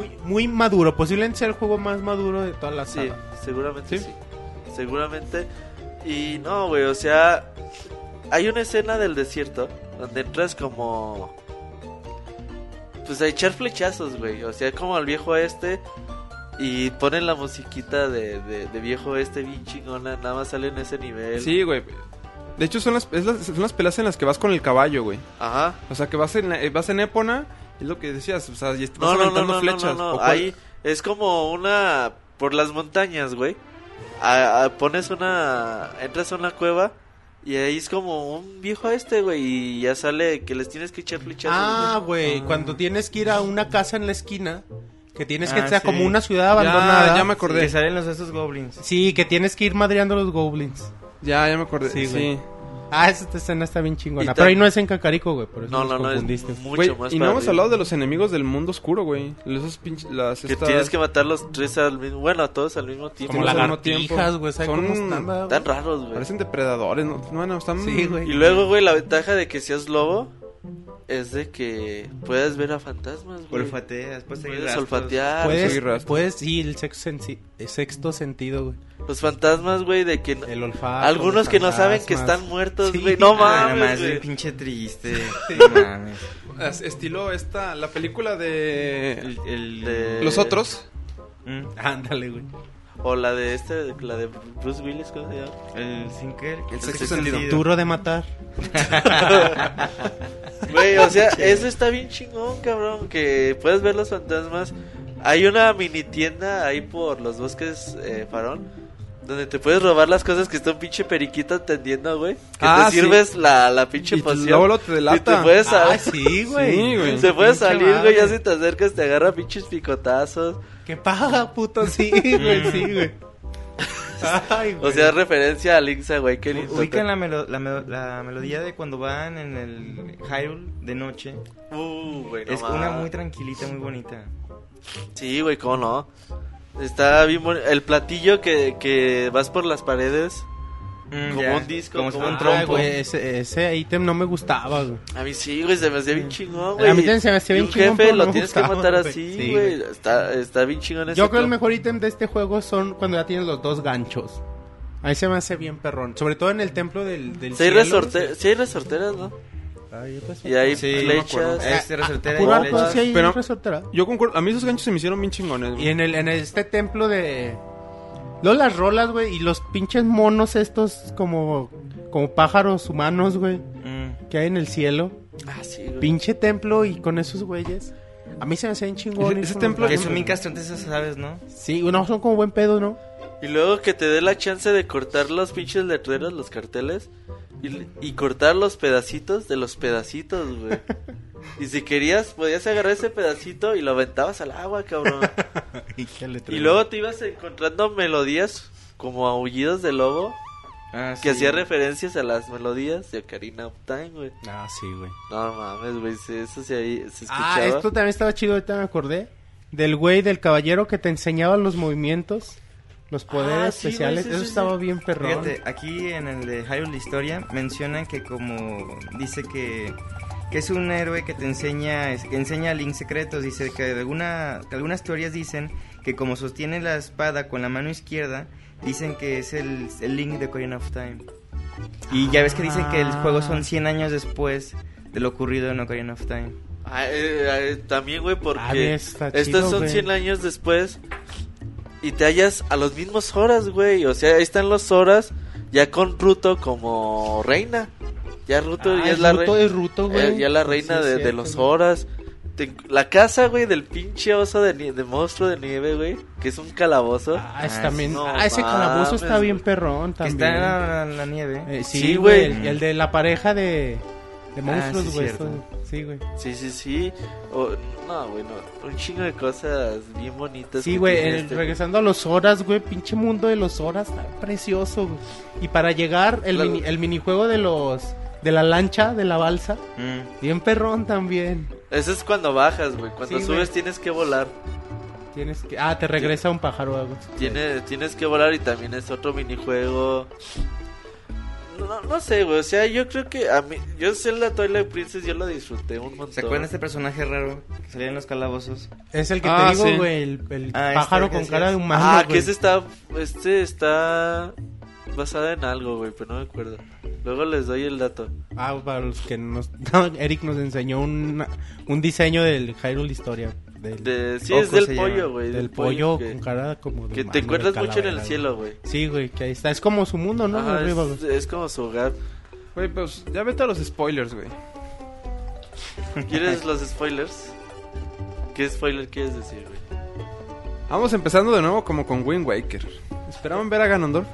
muy. Muy, muy maduro. Posiblemente sea el juego más maduro de toda la Sí, saga. seguramente ¿Sí? sí. Seguramente. Y no, güey, o sea, hay una escena del desierto donde entras como pues a echar flechazos, güey. O sea, como al viejo este. Y ponen la musiquita de, de, de viejo este bien chingona. Nada más sale en ese nivel. Sí, güey. De hecho, son las, es las- son las pelas en las que vas con el caballo, güey. Ajá. O sea, que vas en, eh, vas en Épona, es lo que decías, o sea, y estás No, no, no, aventando no, flechas. no, no, ¿o cuál? Ahí es como una... Por las montañas, güey. A- a- pones una... Entras a una cueva y ahí es como un viejo este, güey. Y ya sale que les tienes que echar flechazos. Ah, güey, cuando tienes que ir a una casa en la esquina, que tienes que Ah, estar sí. como una ciudad abandonada. ya, ya me Que acordé. salen los estos goblins. Sí, que tienes que ir madreando los goblins. Ya, ya me acordé. Sí, Sí, güey. Ah, esa esta escena está bien Y chingona. ta- Pero ahí no es en Cacarico, güey, por eso No, no, no, no, es confundiste. mucho Güey, más y no para hemos arriba. hablado de los enemigos del mundo oscuro, güey. Esos pinches, las Que estas- tienes que matar los tres al mismo... Bueno, a todos al mismo tiempo. Como al mismo lagartijas, tiempo. güey, ¿sabes Son- cómo están, va, güey? Están raros, güey. Parecen depredadores, ¿no? No, no, están... Sí, güey. Mm, Y luego, güey, la ventaja de que seas lobo es de que puedas ver a fantasmas, güey. Olfateas, puedes seguir Puedes rastros. olfatear. soy Puedes, rasta. puedes, sí, el sexto, sensi- el sexto sentido, güey. Los fantasmas, güey, de que... El olfato. Algunos los que no saben que fantasmas. están muertos, Sí. güey. No Ah, nada mames, más, güey. bien pinche triste. no mames. Es- Estilo esta, la película de... El- el- De- Los Otros. Mm, Ándale, güey. O la de este, la de Bruce Willis, ¿cómo se llama? El sinker. El sexto sentido. Duro de matar. Güey, o sea, eso está bien chingón, cabrón, que puedes ver los fantasmas. Hay una mini tienda ahí por los bosques eh, Farón, donde te puedes robar las cosas que está un pinche periquito atendiendo, güey. Que Ah, te sí. sirves la, la pinche Y te- poción. luego lo te y te delata. puedes, Ah, sal- sí, güey. Sí, güey. te puedes Pinche salir, güey, ya madre. si te acercas te agarra pinches picotazos. Que paga, puto, sí, güey, sí, güey. Ay, O sea, referencia a Link's Awakening. Ubican la, melo- la melo- la melodía de cuando van en el Hyrule de noche. Uh, güey, no es una mames. muy tranquilita, muy bonita. Sí, güey, ¿cómo no? Está bien bueno. El platillo que, que vas por las paredes. Mm, Como un disco, Como si como fuera un un- trompo. Ah, güey, ese, ese ítem no me gustaba, güey. A mí sí, güey, se me hacía bien chingón, güey. A mí también se me hacía Y bien un chingón, jefe pero no lo me tienes que gustaba, matar güey. así, Sí, güey. güey. Está, está bien chingón ese Yo creo el top. mejor ítem de este juego son cuando ya tienes los dos ganchos. Ahí se me hace bien perrón. Sobre todo en el templo del, del Sí hay, cielo. resorte- sí hay resorteras, ¿no? Ay, yo pensé- Y hay Sí, no me acuerdo. flechas. Este resortera y Ah, Puro Igual, arco, flechas. sí hay Pero- resortera. Yo concuerdo, a mí esos ganchos se me hicieron bien chingones, güey. Y en, el, en este templo de... Luego las rolas, güey, y los pinches monos estos como, como pájaros humanos, güey, Mm. que hay en el cielo. Ah, sí, güey. Pinche templo y con esos güeyes. A mí se me hace bien chingón. Ese- ir ese con templo- los Que ganchos, son bien güey. castrantes esas aves, ¿no? Sí, no, son como buen pedo, ¿no? Y luego que te dé la chance de cortar los pinches letreros, los carteles. Y, y cortar los pedacitos de los pedacitos, güey. Y si querías, podías agarrar ese pedacito y lo aventabas al agua, cabrón. Y luego te ibas encontrando melodías como aullidos de lobo Ah, que sí. hacía referencias a las melodías de Ocarina of Time, güey. Ah, sí, güey. No mames, güey, sí, eso sí ahí se escuchaba. Ah, esto también estaba chido, ahorita me acordé. Del güey, del caballero que te enseñaba los movimientos, los poderes Ah, sí, güey, especiales. sí, Eso sí, estaba sí. bien perrón. Fíjate, aquí en el de Hyrule la Historia mencionan que como dice que, que es un héroe que te enseña, es- que enseña a Link secretos, dice que, alguna, que algunas teorías dicen que como sostiene la espada con la mano izquierda, dicen que es el, el Link de Ocarina of Time. Y ya ves que dicen que el juego son 100 años después de lo ocurrido en Ocarina of Time. Ah, eh, eh, también, güey, Ah, bien, porque está chido, estos son güey. 100 años después y te hallas a los mismos horas, güey. O sea, ahí están los horas ya con Ruto como reina. Ya Ruto Ah, ya el es la Ruto reina. es Ruto, güey. Eh, ya la Sí, reina es de, de cierto, los güey. horas. Te- la casa, güey, del pinche oso de, nie- de monstruo de nieve, güey. Que es un calabozo. Ah, es también. No ah, ese calabozo está mames, bien güey. perrón Que también. está en la, la nieve. Eh, sí, Sí, güey. güey. Ah, el, el de la pareja de, de sí, monstruos, güey. cierto. esto- sí, güey. Sí, sí, sí. O- no, güey, no. Un chingo de cosas bien bonitas. Sí, que güey, tiene el- este- regresando a los horas, güey, pinche mundo de los horas, está precioso, güey. Y para llegar, el, La- mini- el minijuego de los, de la lancha, de la balsa, Mm. bien perrón también. Eso es cuando bajas, güey. Cuando Sí, güey. subes tienes que volar. Tienes que, ah, te regresa un pájaro, güey. Tiene, tienes que volar y también es otro minijuego. No, no sé, güey. O sea, yo creo que a mí. Yo Zelda Twilight Princess, yo lo disfruté un montón. ¿Se acuerdan de este personaje raro que salía en los calabozos? Es el que Ah, te digo, sí. güey, el, el Ah, este pájaro que con decías. cara de humano, ah, que güey. ese está. Este está. Basada en algo, güey, pero no me acuerdo. Luego les doy el dato. Ah, para los que nos... Eric nos enseñó un, un diseño del Hyrule Historia. Del, De, sí, Ojo es del se pollo, llama. güey. del pollo que, con cara como de que te humano, encuentras de mucho en el calavera, cielo, güey. güey. Sí, güey, que ahí está. Es como su mundo, ¿no? Ajá, Arriba, es, güey. es como su hogar. Güey, pues ya vete a los spoilers, güey. ¿Quieres los spoilers? ¿Qué spoiler quieres decir, güey? Vamos empezando de nuevo como con Wind Waker. ¿Esperaban ver a Ganondorf?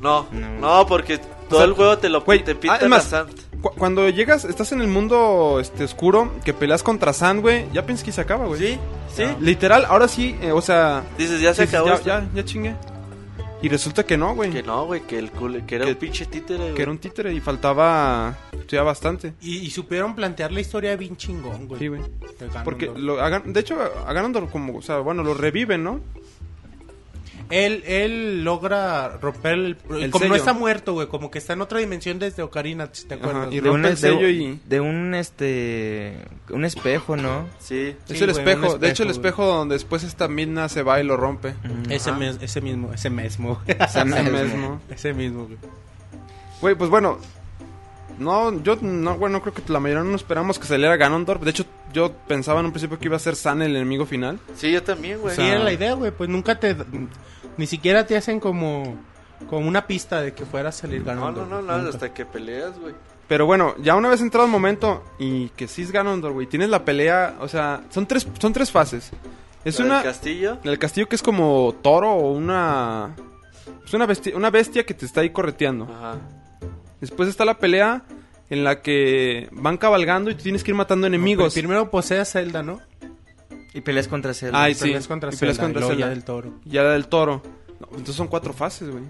No, no, No. porque todo sea, el juego te lo güey, te ah, pinta es más, la Santa. Cu- cuando llegas, estás en el mundo este oscuro, que peleas contra Sand, güey. Ya piensas que se acaba, güey. ¿Sí? ¿Sí? Literal, ahora sí, eh, o sea... Dices, ya se dices, acabó. Ya, esto. ya, ya chingué. Y resulta que no, güey. Que no, güey, que el culo, que era Que- un pinche títere, güey. Que era un títere y faltaba... Ya bastante. Y, y supieron plantear la historia bien chingón, güey. Sí, güey. de Ganondorf. Porque, lo, a Gan- de hecho, a Ganondorf como... O sea, bueno, lo reviven, ¿no? Él, él logra romper el... El como no sello. está muerto, güey. Como que está en otra dimensión desde Ocarina, si te acuerdas. y güey. de rompe un, el de- sello y- de un, este un espejo, ¿no? Sí. es Sí, el güey, un espejo. De espejo, hecho, el güey. espejo donde después esta Midna se va y lo rompe. Ese, mes- ese mismo, ese mismo. Ese mismo. mismo. ese mismo, güey. Güey, pues bueno. No, yo no, bueno, no creo que la mayoría no esperamos que saliera Ganondorf. De hecho, yo pensaba en un principio que iba a ser San el enemigo final. Sí, yo también, güey. Sí, era la idea, güey. Pues nunca te... Ni siquiera te hacen como... Como una pista de que fuera a salir no, ganando. no, no, no, Nunca. hasta que peleas, güey. Pero bueno, ya una vez entrado el momento y que sí es Ganondorf, güey. Tienes la pelea, o sea, son tres, son tres fases. Es La del una... castillo. El castillo que es como toro o una... Es una bestia, una bestia que te está ahí correteando. Ah. Ajá. Después está la pelea en la que van cabalgando y tú tienes que ir matando enemigos. Primero posee a Zelda, ¿no? Y peleas contra Zelda. Ay, Y peleas sí. contra Y peleas Zelda, contra y luego Zelda. ya del toro. Y ya la del toro. No, entonces son cuatro fases, güey.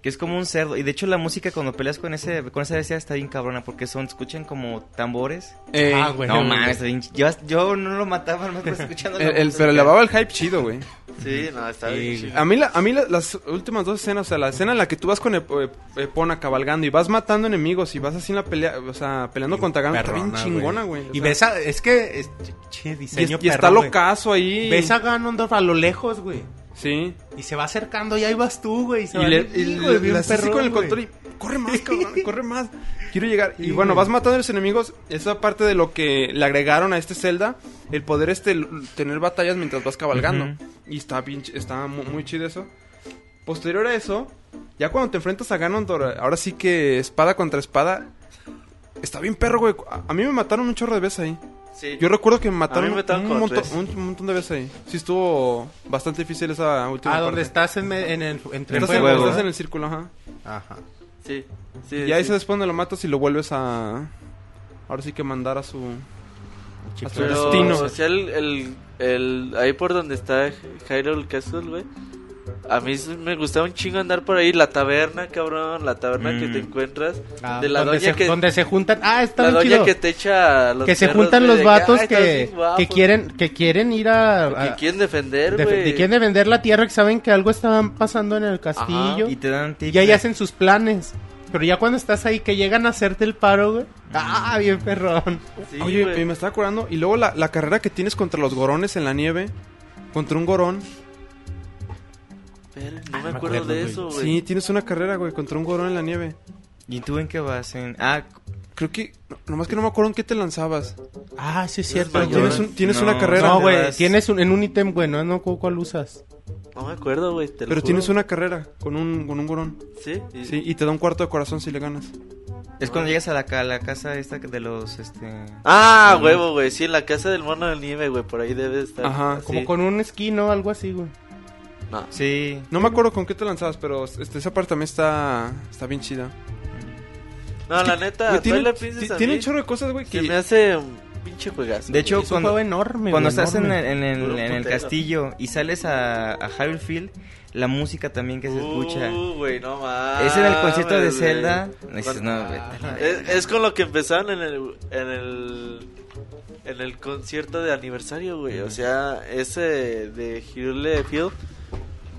Que es como un cerdo. Y de hecho la música cuando peleas con ese con esa bestia está bien cabrona porque son escuchan como tambores. Eh, ah, güey. no mames, está bien ch- yo, yo no lo mataba, nomás por escuchando la El- el- música. pero elevaba el hype chido, güey. Sí, no, está Sí, bien. güey. chido. A mí, la- a mí la- las últimas dos escenas, o sea, la escena en la que tú vas con Ep- Ep- Epona cabalgando y vas matando enemigos y vas así en la pelea, o sea, peleando contra Ganon, está bien Perrona, chingona, güey. O Y sea, ves a... Es que... es- che, y es- diseño y está perro, güey. locazo ahí. Ves a Ganondorf a lo lejos, güey. Sí. Y se va acercando y ahí vas tú, güey. Y se Y va le, allí, y güey, le- bien le haces así perrón, con el güey. control y corre más, cabrón, corre más. Quiero llegar. Sí, y bueno, güey. vas matando a los enemigos. Esa parte de lo que le agregaron a este Zelda, el poder este l- tener batallas mientras vas cabalgando. Ujú. Y está bien, ch- está mu- muy, chido eso. Posterior a eso, ya cuando te enfrentas a Ganondorf, ahora sí que espada contra espada, está bien perro, güey. A, a mí me mataron un chorro de veces ahí. Sí. Yo recuerdo que me mí mataron, me mataron un, como montón, tres. un, un montón de veces ahí. Sí estuvo bastante difícil esa última Ah, donde parte. estás en, me- en el, entre Estás en- fuegos, estás ¿no? en el círculo, ajá. Ajá. Sí. sí Y ahí sí. se después donde lo matas y lo vuelves a. Ahora sí que mandar a su. a su Pero, destino. o sea, el, el, el- ahí por donde está Hyrule Castle, güey. A mí sí me gustaba un chingo andar por ahí. La taberna, cabrón. La taberna que Mm. te encuentras. Ah, de la donde, doña se, que. donde se juntan. Ah, está la bien doña chido. que te echa. a Los que se perros, juntan güey, los de que, "Ay, vatos estás que, bien guapo". que quieren que quieren ir a, Que a- quieren defender, de- güey. de- quieren vender la tierra que saben que algo estaban pasando en el castillo Y te dan tips. y ahí de- hacen sus planes pero ya cuando estás ahí que llegan a hacerte el paro güey ah bien perrón Sí, Oye, güey. me estaba acordando. Y luego la, la carrera que tienes contra los gorones en la nieve. Contra un gorón. Pero no me Ah, me acuerdo acuerdo, de güey. eso, güey. Sí, tienes una carrera, güey, contra un gorón en la nieve. ¿Y tú en qué vas? En... Ah, Creo que. no- nomás que no me acuerdo en qué te lanzabas. ah sí es No, cierto mayor. güey. Tienes, un- tienes No, una carrera. no güey vas- tienes un- en un ítem güey no no cu- cuál usas No me acuerdo, güey. te lo Pero juro. tienes una carrera con un, con un gorón. Sí. y- Sí, y te da un cuarto de corazón si le ganas. es cuando llegas a la, ca- la casa esta de los. este Ah, huevo, güey. Sí, en la casa del mono de nieve, güey. Por ahí debe estar. Ajá, así. como con un esquí o algo así güey No. Sí. No me acuerdo con qué te lanzabas, pero este, esa parte también está, está bien chida. No, la neta. Güey, tiene, Twilight Princess ti- a tiene mí un chorro de cosas, güey, que Se me hace un pinche juegazo. De hecho, es un cuando- juego enorme Cuando güey, estás en enorme. el, en el- Puro en el putero. castillo y sales a, a Hyrule Field, la música también que se escucha. Uh, güey, no mames. Ese era el concierto de güey. Zelda. Dices, no, vete a la Es, es con lo que empezaron en el. En el, en el concierto de aniversario, güey. O sea, ese de Hyrule Field.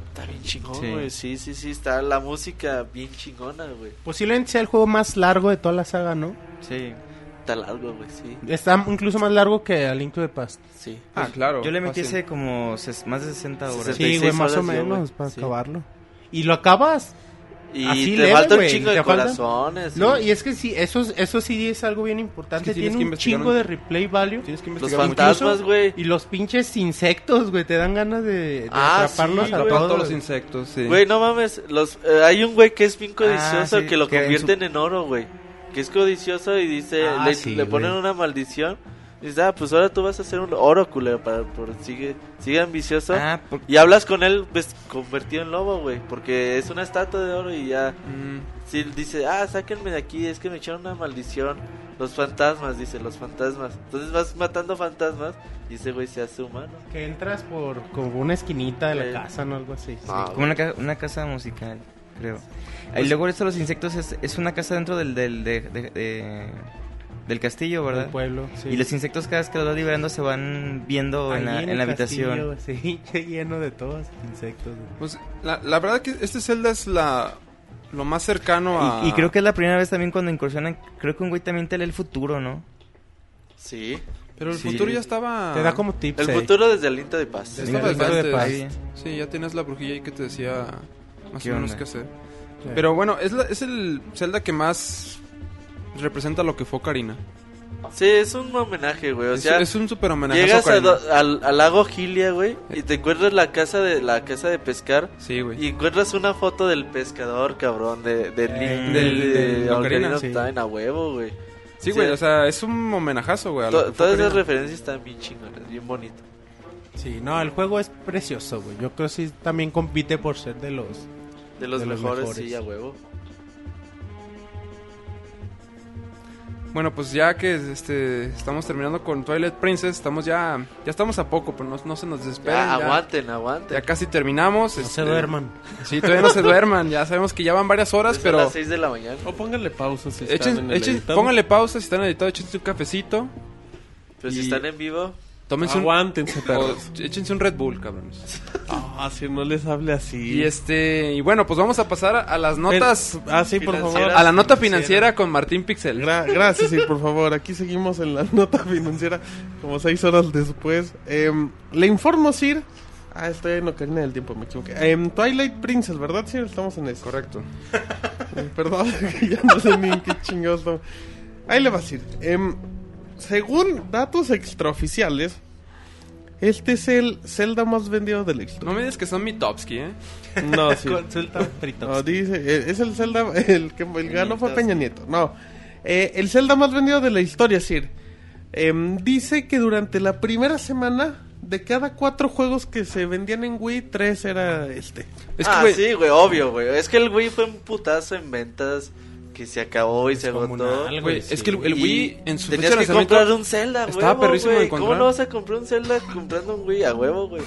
Está bien chingón, Sí. güey. Sí. sí, sí, Está la música bien chingona, güey. posiblemente sea el juego más largo de toda la saga no Sí. Está largo, güey, sí. está incluso más largo que A Link to the Past Sí. Ah, claro. Yo le metí fácil. ese como ses- más de 60 horas. Sí, Sí, güey, 36 más o horas yo, menos, güey. para Sí. acabarlo. Y lo acabas Y Así te leve, falta un güey, chingo de te falta- corazones. No, y- y es que sí, eso, eso sí es algo bien importante. Es que tienes Tiene que un investigar chingo un- de replay value. Tienes que Los investigar mucho. fantasmas, güey. Y los pinches insectos, güey, te dan ganas de, de Ah, atraparlos sí, a güey. todos. todos los insectos, sí. Güey, no mames. Los, eh, hay un güey que es bien codicioso Ah, sí, que lo que en convierten su- en, oro, güey. Que es codicioso y dice, Ah, le, sí, le ponen güey. una maldición. Y dice, ah, pues ahora tú vas a ser un oro, culero. Para, por, sigue, sigue ambicioso. Ah, por- Y hablas con él, pues, convertido en lobo, güey. Porque es una estatua de oro y ya. Mm. Si dice, ah, sáquenme de aquí, es que me echaron una maldición. Los fantasmas, dice, los fantasmas. Entonces vas matando fantasmas y ese güey se hace humano. Que entras por como una esquinita de la Eh. casa, ¿no? Algo así. Ah, como una, ca- una casa musical, creo. Pues Y luego esto de los insectos es, es una casa dentro del, del, de- de- de- del castillo, Del ¿verdad? pueblo, sí. Y los insectos cada vez que los vas liberando se van viendo Ahí en la, en en la el habitación. castillo, Sí, lleno de todos insectos. güey. Pues, la, la verdad que este Zelda es la lo más cercano a Y, y creo que es la primera vez también cuando incursionan, creo que un güey también te lee el futuro, ¿no? Sí. pero el Sí. futuro ya estaba Te da como tips. El eh. futuro desde el Inta de Paz. ya Sí. estaba El futuro desde de antes. paz. Sí, ya tenías la brujilla ahí que te decía más ¿Qué o menos onda? qué hacer. Sí. Pero bueno, es, la- es el Zelda que más representa lo que fue Karina. Sí, es un homenaje, güey. O Es, sea, es un super homenaje a llegas a Ocarina. do- al, al lago Gilia, güey, y te encuentras la casa de la casa de pescar Sí, güey. y encuentras una foto del pescador, cabrón, de, de Link, Eh, del, del- de del Ocarina, Ocarina of sí. Time, a huevo, güey. Sí, güey, sí. o sea, es un homenajazo, güey. a lo To- que fue Todas esas Ocarina. referencias están bien chingones, bien bonitas. Sí, no, el juego es precioso, güey. Yo creo que sí también compite por ser de los... De los, De los mejores, mejores. sí, a huevo. Bueno, pues ya que este estamos terminando con Twilight Princess, estamos ya ya estamos a poco, pero no, no se nos Ya, despeguen. Ya, aguanten, aguanten. ya casi terminamos. No este, se duerman. Sí, todavía no se duerman, ya sabemos que ya van varias horas, Desde pero las 6 de la mañana. O pónganle pausa si están Echen, en el echen- editado. pónganle pausa si están editados, échense un cafecito, Pero si Y- están en vivo, tómense un, Aguántense, o perros. échense un Red Bull, cabrones. Ah, si no les hable así. Y este, y bueno, pues vamos a pasar a las notas, Ah, sí, por favor. Financieras. a la nota financiera con Martín Pixel. Gra- gracias, y por favor, aquí seguimos en la nota financiera como seis horas después. Em, le informo, Sir. Ah, estoy en Ocarina del Tiempo, me equivoqué. Em, Twilight Princess, ¿verdad, Sir? Estamos en eso. Correcto. Eh, Perdón, que ya no sé ni en qué chingados estamos. Ahí le va a decir. Em, según datos extraoficiales, este es el Zelda más vendido de la No historia. me digas que son Mitowski, ¿eh? No, sí. Consulta No, fritos. dice, eh, es el Zelda, el que el ganó fue Nieto, Peña Nieto. No, Eh, el Zelda más vendido de la historia, Sir. Em, dice que durante la primera semana, de cada cuatro juegos que se vendían en Wii, tres era este. Es que, ah, güey, sí, güey, obvio, güey. Es que el güey fue un putazo en ventas que se acabó y se agotó. Descomunal, güey, es que el, el Y Wii en su fecha Tenías de que lanzamiento- comprar un Zelda, güey. estaba perrísimo de ¿Cómo encontrar. no vas a comprar un Zelda comprando un Wii a huevo, güey?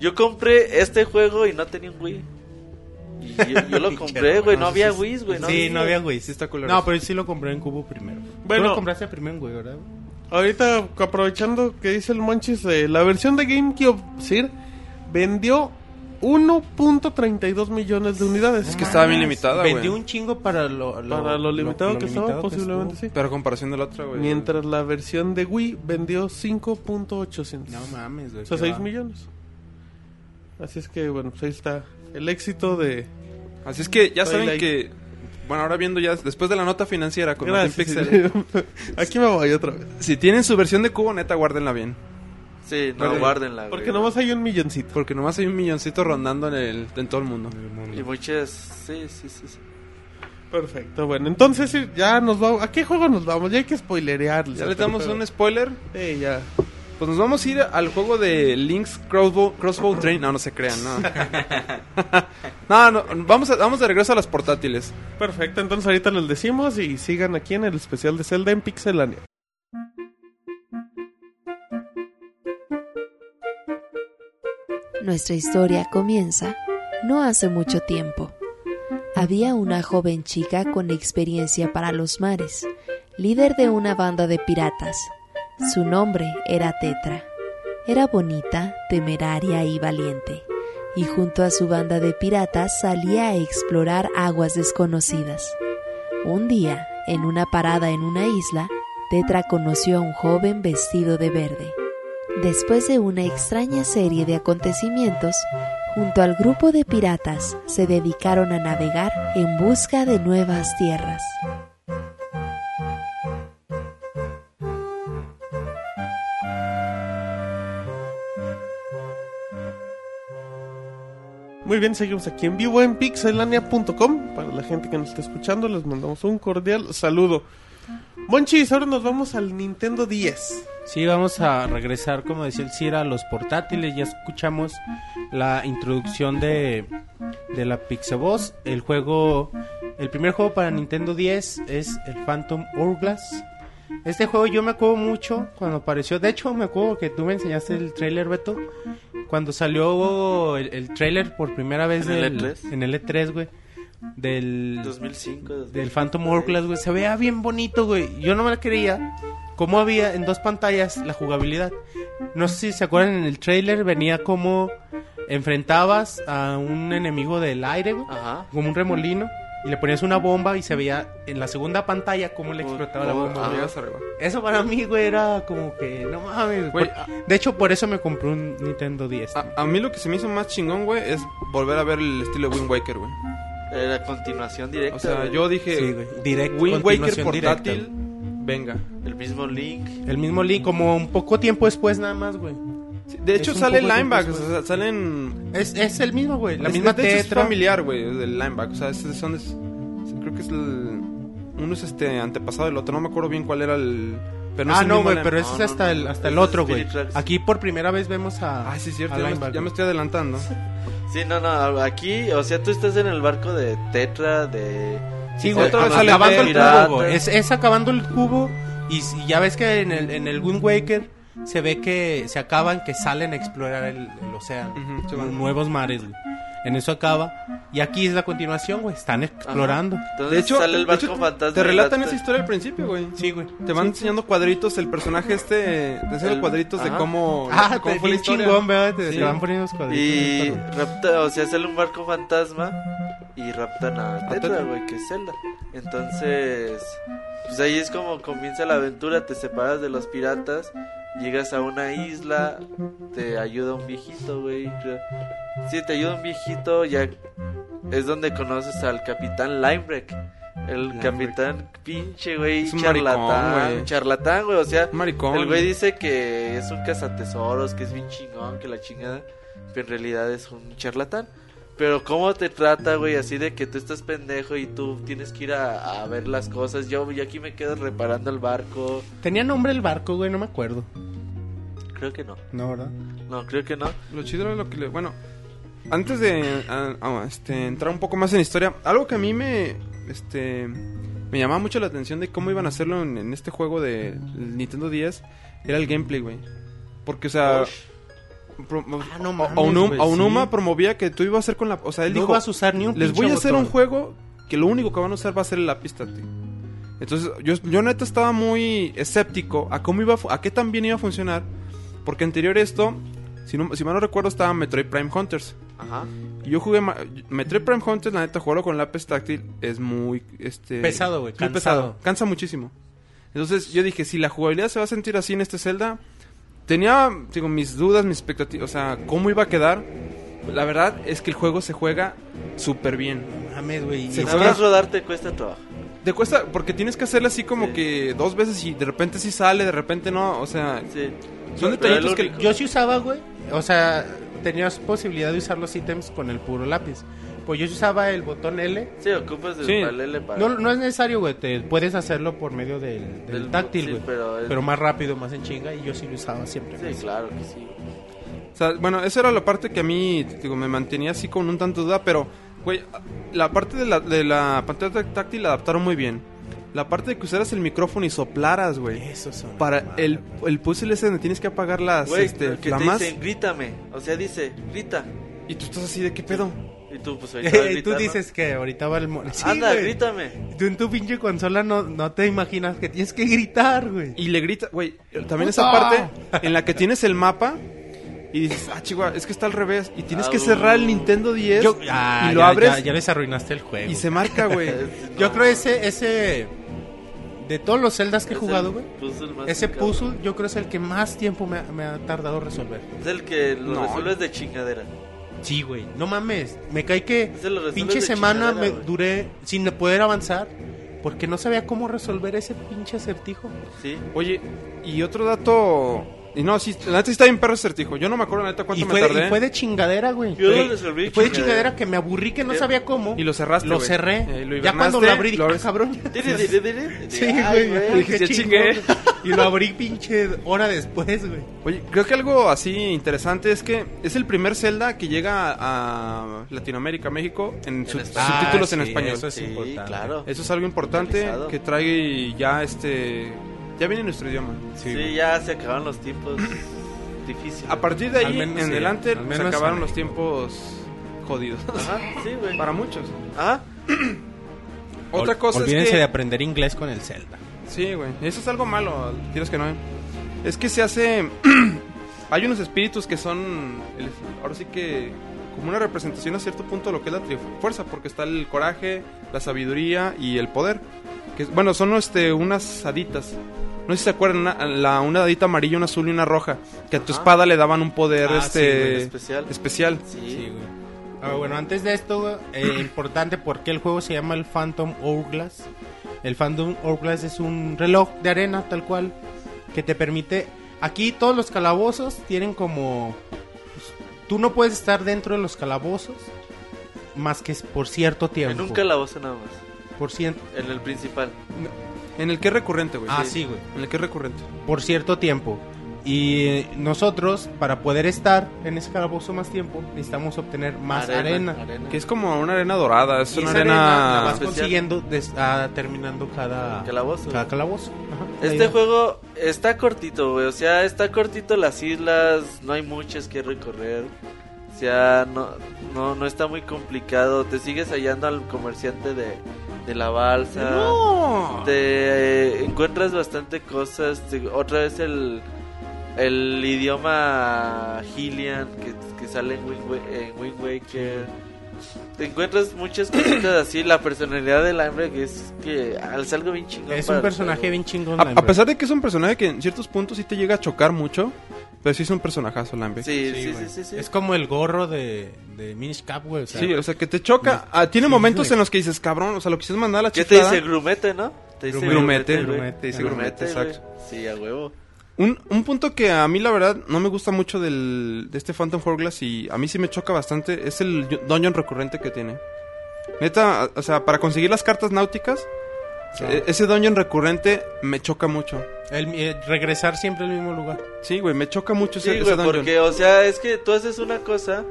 Yo compré este juego y no tenía un Wii. Y yo, yo lo compré, güey. No había Wii, güey. Sí, no había güey. Sí está culero. No, pero sí lo compré en cubo primero. Bueno. Bueno. Tú lo compraste primero en güey, ¿verdad? Ahorita, aprovechando que dice el Monchis, eh, la versión de GameCube, Sir, vendió 1.32 millones de unidades. Es que estaba bien limitada, güey. Vendí un chingo para lo, Para lo limitado lo que estaba, limitado que posiblemente estuvo. sí. Pero pues, a comparación de la otra, güey. Mientras la versión de Wii vendió 5.800. No mames, güey. O sea, qué 6 va. millones. Así es que, bueno, pues ahí está el éxito de... Así es que ya Twilight. saben que. Bueno, ahora viendo ya después de la nota financiera con Martín Gracias. Pixel. sí. Aquí me voy otra vez. Si tienen su versión de cubo, neta, guárdenla bien. Sí, no, guárdenla, güey. Porque nomás hay un milloncito. Porque nomás hay un milloncito rondando en, el, en todo el mundo. Y muchas... Sí, sí, sí. sí. Perfecto, bueno. Entonces sí, ya nos vamos... ¿A qué juego nos vamos? Ya hay que spoilerearles. Ya le damos un spoiler. Sí, ya. Pues nos vamos a ir al juego de Link's Crossbow, Crossbow Train. No, no se crean, no. no, no, vamos, a- vamos de regreso a las portátiles. Perfecto, entonces ahorita les decimos y sigan aquí en el especial de Zelda en Pixelania. Nuestra historia comienza no hace mucho tiempo. Había una joven chica con experiencia para los mares, líder de una banda de piratas. Su nombre era Tetra. Era bonita, temeraria y valiente, y junto a su banda de piratas salía a explorar aguas desconocidas. Un día, en una parada en una isla, Tetra conoció a un joven vestido de verde. Después de una extraña serie de acontecimientos, junto al grupo de piratas, se dedicaron a navegar en busca de nuevas tierras. Muy bien, seguimos aquí en vivo en pixelania.com. Para la gente que nos está escuchando, les mandamos un cordial saludo. Monchis, ahora nos vamos al Nintendo 10. Sí, vamos a regresar, como decía el Cira, a los portátiles. Ya escuchamos la introducción de, de la Pixaboss. El juego, el primer juego para Nintendo 10 es el Phantom Hourglass. Este juego yo me acuerdo mucho cuando apareció. De hecho, me acuerdo que tú me enseñaste el trailer, Beto. Cuando salió el, el trailer por primera vez ¿En el E del- E3? en el E3, güey. Del, 2005. del Phantom Hourglass, güey. Se veía bien bonito, güey. Yo no me la creía. Cómo había en dos pantallas la jugabilidad. No sé si se acuerdan en el trailer venía como enfrentabas a un enemigo del aire, güey, Ajá. como un remolino y le ponías una bomba y se veía en la segunda pantalla cómo le Como- explotaba la como- bomba. ajá. güey. Llegas arriba. Eso para mí, güey, era como que no mames. Güey, ah. por- De hecho, por eso me compré un Nintendo 10. A, a mí lo que se me hizo más chingón, güey, es volver a ver el estilo de Wind Waker, güey. Era continuación directa. O sea, güey. yo dije, Sí, güey. Direct, Wind Waker continuación portátil, directa, venga. El mismo Link. El mismo Link, como un poco tiempo después nada más, güey. Sí, de hecho, un sale poco de lineback, o tiempo, sea, salen... Es, es el mismo, güey. La es- misma de hecho, tetra. es familiar, güey, del lineback. O sea, es- son... es- creo que es el... Uno es este antepasado del otro, no me acuerdo bien cuál era el... Pero no es ah, el no, mismo güey, line- pero no, ese es no, hasta no. el, hasta el Ese es otro, güey. Spirit Tracks. Aquí por primera vez vemos a. Ah, sí, es a cierto, ya me, Linebacker. ya me estoy adelantando. Sí, no, no. Aquí, o sea, tú estás en el barco de Tetra, de. Sí, güey, Otra acabando, vez sale acabando el pirata. cubo, güey. Es, es acabando el cubo. Y, si- ya ves que en el, en el Wind Waker se ve que se acaban, que salen a explorar el, el océano. Ujú, sí, los bueno. nuevos mares, güey. En eso acaba. Y aquí es la continuación, güey. Están explorando. Entonces De hecho, sale el de barco hecho, te- fantasma. te y relatan la- esa historia al principio, güey. Sí, güey. Te van enseñando cuadritos, el personaje este, te enseña El- cuadritos de ajá. cómo, Ah, cómo te fue bien la historia. chingón, ¿verdad? Te, Sí. te van poniendo los cuadritos. Y güey. rapta, o sea, sale un barco fantasma y raptan a Tetra, Tetra. güey, que es Zelda. Entonces, pues ahí es como comienza la aventura, te separas de los piratas, llegas a una isla, te ayuda un viejito, güey. Sí, te ayuda un viejito, ya es donde conoces al capitán Limebreak. El capitán pinche, güey, Es un charlatán, maricón, güey. charlatán, güey, o sea, Maricón. el güey dice que es un cazatesoros, que es bien chingón, que la chingada, pero en realidad es un charlatán. Pero cómo te trata, güey, así de que tú estás pendejo y tú tienes que ir a, a ver las cosas. Yo, yo aquí me quedo reparando el barco. Tenía nombre el barco, güey, no me acuerdo. Creo que no. No, ¿verdad? No, creo que no. Lo chido era lo que le... Bueno, antes de a- a- este, entrar un poco más en historia, algo que a mí me... Este, me llamaba mucho la atención de cómo iban a hacerlo en, en este juego de Nintendo 10 era el gameplay, güey. Porque, o sea... pro- Ah, no o- mames, Aonuma- güey, Aonuma sí. promovía que tú ibas a hacer con la... O sea, él no dijo... vas a usar ni un Les pinche voy a hacer botón. un juego que lo único que van a usar va a ser la pista tío. Entonces, yo, yo neta estaba muy escéptico a cómo iba a, fu- a qué tan bien iba a funcionar. Porque anterior a esto, si, no, si mal no recuerdo, estaba Metroid Prime Hunters. Ajá. Y yo jugué ma- Metroid Prime Hunters, la neta, jugarlo con lápiz táctil es muy este, Pesado, güey, muy cansado. Cansa muchísimo. Entonces, yo dije, si la jugabilidad se va a sentir así en este Zelda, tenía digo, mis dudas, mis expectativas, o sea, cómo iba a quedar. La verdad es que el juego se juega súper bien. Mames, güey. Se y- Nada juega- más rodar te cuesta trabajo. Te cuesta, porque tienes que hacerle así como Sí. que dos veces y de repente sí sale, de repente no, o sea... Sí. Son Pero detallitos el que- único. Yo sí usaba, güey. O sea, tenías posibilidad de usar los ítems con el puro lápiz. Pues yo sí usaba el botón L. Sí, ocupas el Sí. palele para... No, no es necesario, güey. Te puedes hacerlo por medio del, del Del- sí, táctil, güey. pero pero, es- más rápido, más en chinga. Y yo sí lo usaba siempre. güey. Sí, claro que sí. O sea, bueno, esa era la parte que a mí, digo, me mantenía así con un tanto duda, pero, güey, la parte de la, de la pantalla táctil la adaptaron muy bien. La parte de que usaras el micrófono y soplaras, güey. Esos son. Para mamadas, el, güey. el puzzle ese donde tienes que apagar las Güey, este, que flamas. te dicen, grítame. O sea, dice, grita. Y tú estás así de qué pedo. Y tú, pues, ahorita vas a Tú gritar, ¿no? dices que ahorita va el mono. Sí, Anda, güey. grítame. Tú en tu pinche consola no, no te imaginas que tienes que gritar, güey. Y le grita, güey, también esa ¡Puta! parte en la que tienes el mapa y dices, ah, chihuahua, es que está al revés. Y tienes que Au. cerrar el Nintendo 10 Yo- Ah, y lo ya- abres Ya, ya les arruinaste el juego. y se marca, güey. Yo creo ese, ese. De todos los celdas que he jugado, güey. Ese puso puzzle yo creo es el que más tiempo me ha, me ha tardado resolver. Es el que lo No. resuelves de chingadera. Sí, güey. No mames. Me cae que Es de los resuelves pinche de semana chingadera, me güey. duré sin poder avanzar porque no sabía cómo resolver ese pinche acertijo. Sí. Oye, y otro dato. Y no, sí, la neta sí está bien perro ese acertijo. Yo no me acuerdo la neta cuánto Y fue, me de, tardé. y fue de chingadera, güey. Yo Fue- lo resolví y Fue de chingadera. chingadera que me aburrí que no Eh, sabía cómo. y lo cerraste, Lo güey. cerré. Eh, lo ya cuando hibernaste, lo abrí, dije, lo "Ah, abres- cabrón. Tiri, tiri, tiri. Sí, Ay, güey. dije, qué "Ya chingón". chingué. Y lo abrí pinche hora después, güey. Oye, creo que algo así interesante es que es el primer Zelda que llega a Latinoamérica, México, en sus español. subtítulos en Ah, sí, español. eso es Sí, importante. claro. Eso es algo importante Actualizado. que trae ya este. Ya viene nuestro idioma. Sí, ya se acabaron los tiempos difíciles. A partir de ahí Al menos, en sí, adelante al se menos acabaron en los tiempos jodidos. Ajá, sí, güey. Para muchos. Ajá. Otra cosa Ah. es Olvídense que. de aprender inglés con el Zelda. Sí, güey. Eso es algo malo, quieres que no. eh. Es que se hace. Hay unos espíritus que son. el- Ahora sí que. Como una representación a cierto punto de lo que es la tri- fuerza, porque está el coraje, la sabiduría y el poder. Que, es- bueno, son este, unas haditas. No sé si se acuerdan, una, la, una hadita amarilla, una azul y una roja. Que a tu Ajá. espada le daban un poder Ah, sí, este, güey, especial. especial. Sí, Sí. güey. Ah, bueno, antes de esto, güey, eh, importante porque el juego se llama el Phantom Hourglass. El Phantom Hourglass es un reloj de arena, tal cual, que te permite... Aquí todos los calabozos tienen como... pues, tú no puedes estar dentro de los calabozos más que es por cierto tiempo. En un calabozo nada más. Por ciento... En el principal. En el que es recurrente, güey. Ah, sí, güey. En el que es recurrente. por cierto tiempo. Y eh, nosotros, para poder estar en ese calabozo más tiempo, necesitamos obtener más arena. Que es como una arena dorada, es Y una esa arena. la vas especial. consiguiendo des- ah, terminando cada Calabozo. Cada calabozo. Ajá. Ahí Este va. juego está cortito, güey. O sea, está cortito las islas. No hay muchas que recorrer. O sea, no, no, no está muy complicado. Te sigues hallando al comerciante de, de la balsa. ¡No! Te eh, encuentras bastante cosas. te- otra vez el, el idioma Hylian que, que sale en Wind, Wa- en Wind Waker. Te encuentras muchas cositas así. La personalidad del hambre que es que ah, es algo bien chingón. Es para un el personaje juego. bien chingón. A, la a verdad. pesar de que es un personaje que en ciertos puntos sí te llega a chocar mucho, pero sí es un personajazo, Lambe. Sí, Sí, Sí, sí, sí, güey. sí, sí. Es como el gorro de, de Minish Cap, güey. o sea, o sea, que te choca. Ah, tiene Sí, momentos güey. en los que dices, cabrón, o sea, lo quisiste mandar a la ¿Qué te chiflada. dice grumete, no? Te dice Grumete, güey. grumete, te dice grumete, güey. exacto. Sí, a huevo. Un, un punto que a mí, la verdad, no me gusta mucho del, de este Phantom Hourglass y a mí sí me choca bastante es el yo- dungeon recurrente que tiene. Neta, a- o sea, para conseguir las cartas náuticas, e- ese dungeon recurrente me choca mucho. el- eh, regresar siempre al mismo lugar. Sí, güey, me choca mucho Sí, ese, ese güey, dungeon. porque, o sea, es que tú haces una cosa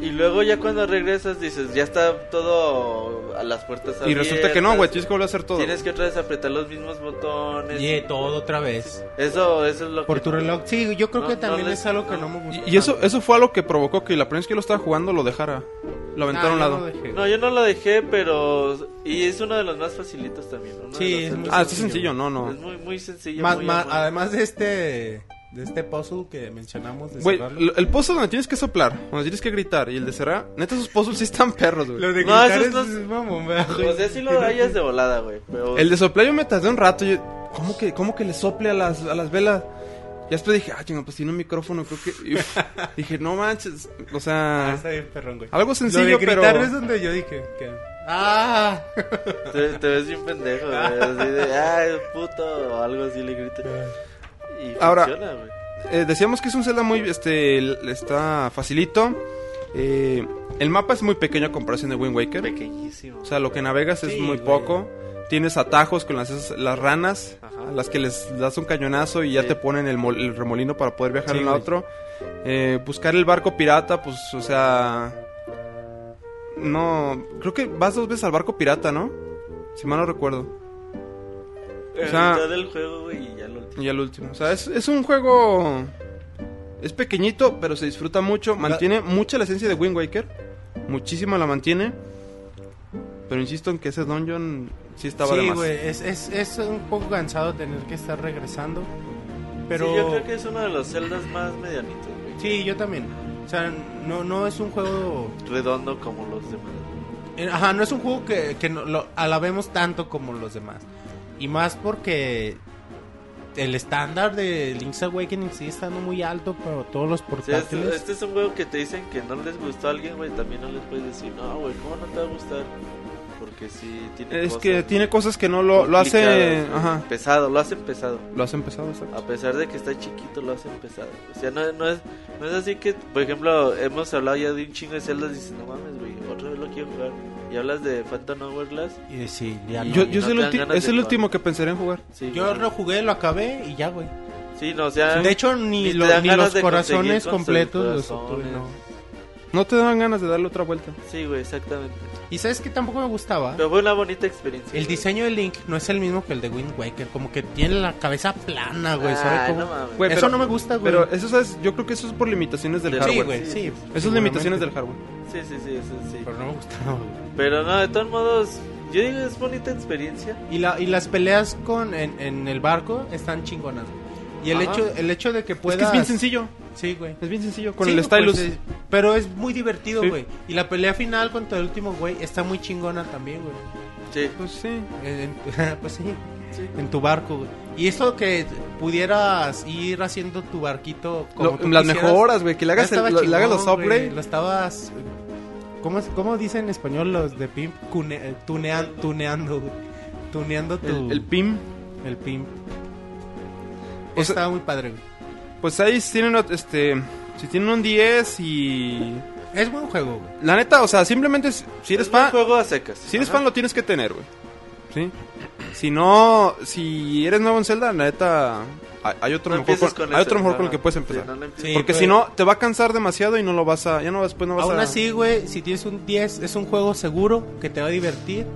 y luego ya cuando regresas dices, ya está todo a las puertas Y abiertas. resulta que no, güey, tienes que volver a hacer todo. Tienes que otra vez apretar los mismos botones. Y eh, todo otra vez. Eso, eso es lo Por que... tu reloj. Sí, yo creo No, que no también les- es algo que no. no, me gusta. Y, y eso eso fue algo que provocó que la primera vez que lo estaba jugando lo dejara. Lo Ah, aventara a un yo lado. lo dejé. No, yo no lo dejé, pero... Y es uno de los más facilitos también. uno de Sí, los es celdas. muy ah, está sencillo, no, no. Es muy, muy sencillo. Más- muy más- amable. además de este, de este puzzle que mencionamos. de Güey, cerrarlo. lo- el puzzle donde tienes que soplar, donde tienes que gritar y el de cerrar, neta, esos puzzles sí están perros, güey. Lo de No, gritar esos es, dos- es mamón, ¿verdad, güey? O sea, sí lo hallas Pues de volada, güey, pero... El de soplar yo me tardé un rato. Yo, ¿cómo, que, ¿Cómo que le sople a las, a las velas? Ya después dije, ah, chinga, pues tiene un micrófono, creo que. y dije, no manches, o Ah, sea. está bien perrón, güey. Algo sencillo, lo de gritar pero- es donde yo dije que... ¡Ah! Te, te ves bien pendejo, güey. Así de, ay, puto, o algo así le grito. Y Ahora- funciona, güey. Eh, decíamos que es un Zelda muy, este, l- está facilito. Eh, el mapa es muy pequeño a comparación de Wind Waker. Pequeñísimo. O sea, lo que navegas es Sí, muy güey. poco. Tienes atajos con las, esas- las ranas, Ajá. a las que les das un cañonazo y ya Sí. te ponen el, mol- el remolino para poder viajar Sí, de un lado a güey. otro. Eh, buscar el barco pirata, pues, o sea. No. Creo que vas dos veces al barco pirata, ¿no? Si mal no recuerdo. La o sea- mitad del juego, güey, y ya lo último. Y al último. O sea, es, es un juego. Es pequeñito, pero se disfruta mucho. Mantiene mucha la esencia de Wind Waker. Muchísima la mantiene. Pero insisto en que ese dungeon sí estaba de Sí, más. güey, es, es, es un poco cansado tener que estar regresando. Pero... Sí, yo creo que es uno de los celdas más medianitos, güey. Sí, yo también. O sea, no, no es un juego... Redondo como los demás. eh, Ajá, no es un juego que, que no, lo alabemos tanto como los demás. Y más porque el estándar de Link's Awakening sigue estando muy alto para todos los O sea, este, portátiles. este es un juego que te dicen que no les gustó a alguien, güey. También no les puedes decir, no, güey, ¿cómo no te va a gustar? Porque sí tiene Es cosas que tiene cosas que no lo, lo hace. complicadas, Ah, güey. Ajá. Pesado, lo hace pesado. Lo hace empezado, A pesar de que está chiquito, lo hacen pesado. O sea, no, no, es, no es así que, por ejemplo, hemos hablado ya de un chingo de celdas y dices, no mames, güey, otra vez lo quiero jugar. Y hablas de Phantom Hourglass. Y sí, ya Y no. Yo, no yo es te el, pues, dan ulti- ganas es de el jugar. último que pensaré en jugar. Sí, Yo güey. lo jugué, lo acabé y ya, güey. Sí, no, o sea. De hecho, ni, ni te lo- dan ni ganas los de corazones conseguir completos los corazones. obtuve, no. No te dan ganas de darle otra vuelta. Ah, Sí, güey, exactamente. Y sabes que tampoco me gustaba. Pero fue una bonita experiencia. El güey. diseño de Link no es el mismo que el de Wind Waker. Como que tiene la cabeza plana, güey. ¿sabe Ah, cómo? no mames. Güey, eso pero- no me gusta, güey. Pero eso, ¿sabes? Yo creo que eso es por limitaciones del Sí, hardware. sí, güey, sí, sí. Esas limitaciones del hardware. Sí, sí, sí, eso sí. Pero no me gustaba, güey. Pero no, de todos modos, yo digo, es bonita experiencia. Y, la, y las peleas con, en, en el barco están chingonas. güey. Y el Ajá. hecho, el hecho de que puedas... Es que es bien sencillo. Sí, güey. Es bien sencillo. Con Sí, el güey, stylus. pues, es- pero es muy divertido, Sí. güey. Y la pelea final contra el último, güey, está muy chingona también, güey. Sí, Pues sí. En- en- pues sí, sí. en tu barco, güey. Y eso que pudieras ir haciendo tu barquito como Lo- tú las quisieras, mejoras, güey. Que le ya hagas, el- estaba lo- le hagas chingón, los güey. upgrades. Lo estabas... ¿Cómo, es- cómo dicen en español los de pimp? Cune- eh, tunean- tuneando, güey. Tuneando tu... El, el PIM. el pimp. O sea- Está muy padre, güey. Pues ahí si tienen, este, si tienen un 10 y... Es buen juego, güey. La neta, o sea, simplemente si si eres Es un fan, juego a secas. si eres Ajá. fan lo tienes que tener, güey. ¿Sí? Si no, si eres nuevo en Zelda, la neta, hay, hay otro No mejor, empieces con, con hay ese, otro mejor no, con no. el que puedes Sí, empezar. no lo empieces. Sí, Porque güey. si no, te va a cansar demasiado y no lo vas a, ya no, después no vas Aún a... así, güey, si tienes un 10, es un juego seguro que te va a divertir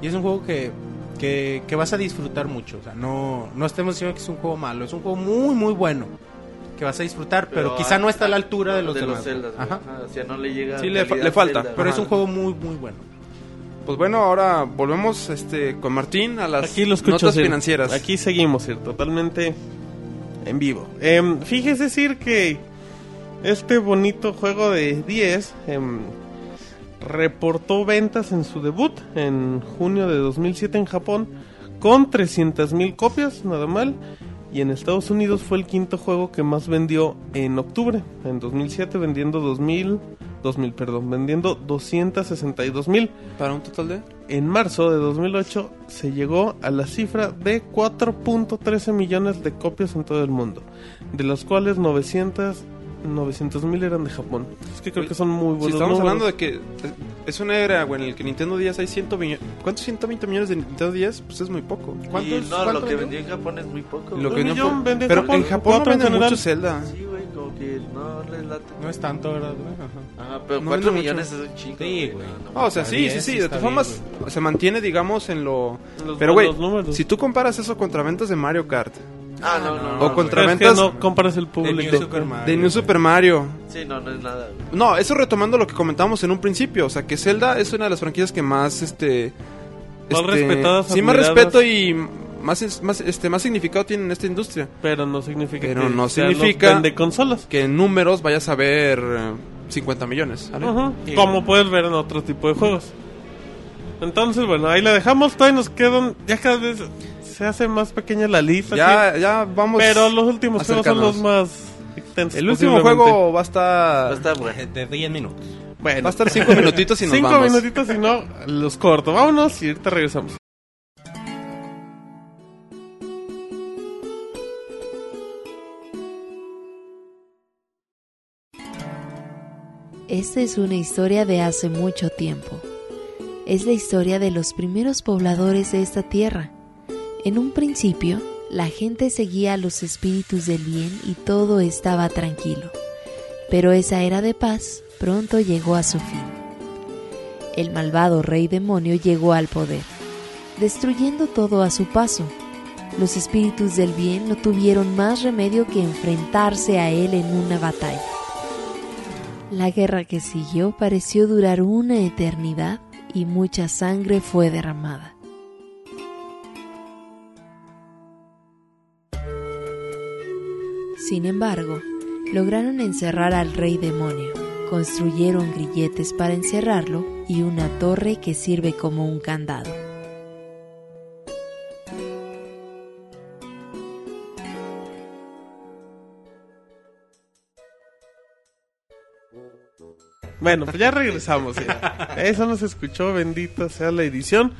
y es un juego que, que, que vas a disfrutar mucho. O sea, no, no estemos diciendo que es un juego malo, es un juego muy, muy bueno que vas a disfrutar, pero, quizá a- no está a la altura de los demás. ah, Zeldas, güey. Ajá. Ajá, O sea, no le llega. Sí, le fa- calidad le falta, Zelda, Pero güey. es un juego muy, muy bueno. Pues bueno, ahora volvemos este, con Martín a las Aquí lo escucho, notas Sir. financieras. Aquí seguimos, Sir, totalmente en vivo. Em, fíjese, Sir, que este bonito juego de 10 em, reportó ventas en su debut en junio de 2007 en Japón con 300.000 copias, nada mal. Y en Estados Unidos fue el quinto juego que más vendió en octubre, en 2007, vendiendo 2000, 2000, perdón, vendiendo 262.000. Para un total de... En marzo de 2008 se llegó a la cifra de 4.13 millones de copias en todo el mundo, de las cuales 900 900 mil eran de Japón. Es que creo que son muy buenos. Si estamos números. hablando de que es- es una era güey, en el que Nintendo 10 hay 100 millones. ¿Cuántos 120 millones de Nintendo 10? Pues es muy poco. Y ¿Cuántos- no, cuánto lo que vendió? vendió en Japón es muy poco. Lo Un que güey. no millón fue- vende pero Japón, en Japón no cuatro en venden general. mucho Zelda. Sí, güey, como que no les late. No es tanto, ¿verdad? güey? Ajá. Ajá, pero No 4 vende millones es un chingo. Sí, güey. No, no. Ah, o sea, sí, sí, Está sí. bien, sí, De todas está formas, bien, se mantiene, digamos, en lo. Los Pero, güey, buenos números. si tú comparas eso contra ventas de Mario Kart, Ah, no, no. o no, contra Pero es que ventas- no comparas el De público. New Super Mario, de New güey. Super Mario. güey. Sí, no, no es nada. güey. No, eso retomando lo que comentamos en un principio. O sea, que Zelda es una de las franquicias que más, este. Más respetadas, Sí, más admiradas. respeto y más, es- más, este, más significado tiene en esta industria. Pero no significa Pero que no sean los significa- vende consolas. que en números vayas a ver eh, 50 millones. ¿vale? Ajá, Como puedes ver en otro tipo de juegos. Entonces, bueno, ahí la dejamos. Todavía nos quedan. Ya cada vez se hace más pequeña la lista. Sir. Ya, ya vamos. Pero los últimos juegos son acercándonos. los más extensos. El último posiblemente. Pues, juego va a estar. No está bueno. De 10 minutos. Va a estar 5 minutitos y nos Cinco vamos. minutitos y no, los corto. Vámonos y ahorita regresamos. Esta es una historia de hace mucho tiempo. Es la historia de los primeros pobladores de esta tierra. En un principio, la gente seguía a los espíritus del bien y todo estaba tranquilo. Pero esa era de paz pronto llegó a su fin. El malvado rey demonio llegó al poder, destruyendo todo a su paso. Los espíritus del bien no tuvieron más remedio que enfrentarse a él en una batalla. La guerra que siguió pareció durar una eternidad y mucha sangre fue derramada. Sin embargo, lograron encerrar al rey demonio, construyeron grilletes para encerrarlo y una torre que sirve como un candado. Bueno, pues ya regresamos. ya. Eso nos escuchó, bendita sea la edición.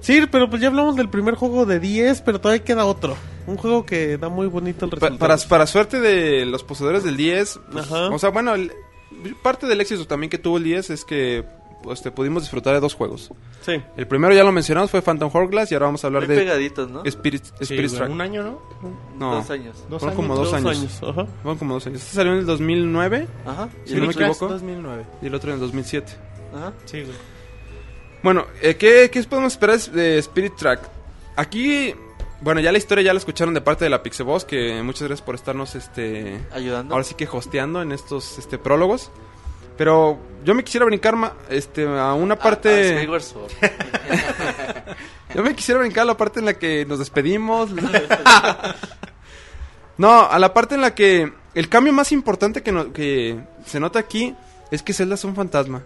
Sí, pero pues ya hablamos del primer juego de 10, pero todavía queda otro. Un juego que da muy bonito el Pa- resultado. para, para suerte de los poseedores del 10, pues, Ajá. o sea, bueno, el- parte del éxito también que tuvo el 10 es que pues, te pudimos disfrutar de dos juegos. Sí. El primero ya lo mencionamos, fue Phantom Hourglass y ahora vamos a hablar Muy de pegaditos, ¿no? Spirit, Sí, Spirit güey, Strike. un año, ¿no? No, Dos años. Dos fueron años. como dos, años. Ajá. Fueron como dos años. Este salió en el 2009 Ajá. Si ¿Y el no me otro? equivoco. 2009. y el otro en el 2007. Ajá. Sí, güey. Bueno, eh, ¿qué, qué podemos esperar de Spirit Track? Aquí, bueno, ya la historia ya la escucharon de parte de la Pixeboss, que muchas gracias por estarnos este Ayudando. ahora sí que hosteando en estos este prólogos. Pero yo me quisiera brincar ma- este a una Ah, ah, parte Skyward Sword. yo me quisiera brincar a la parte en la que nos despedimos. no, a la parte en la que el cambio más importante que, no- que se nota aquí es que Zelda es un fantasma.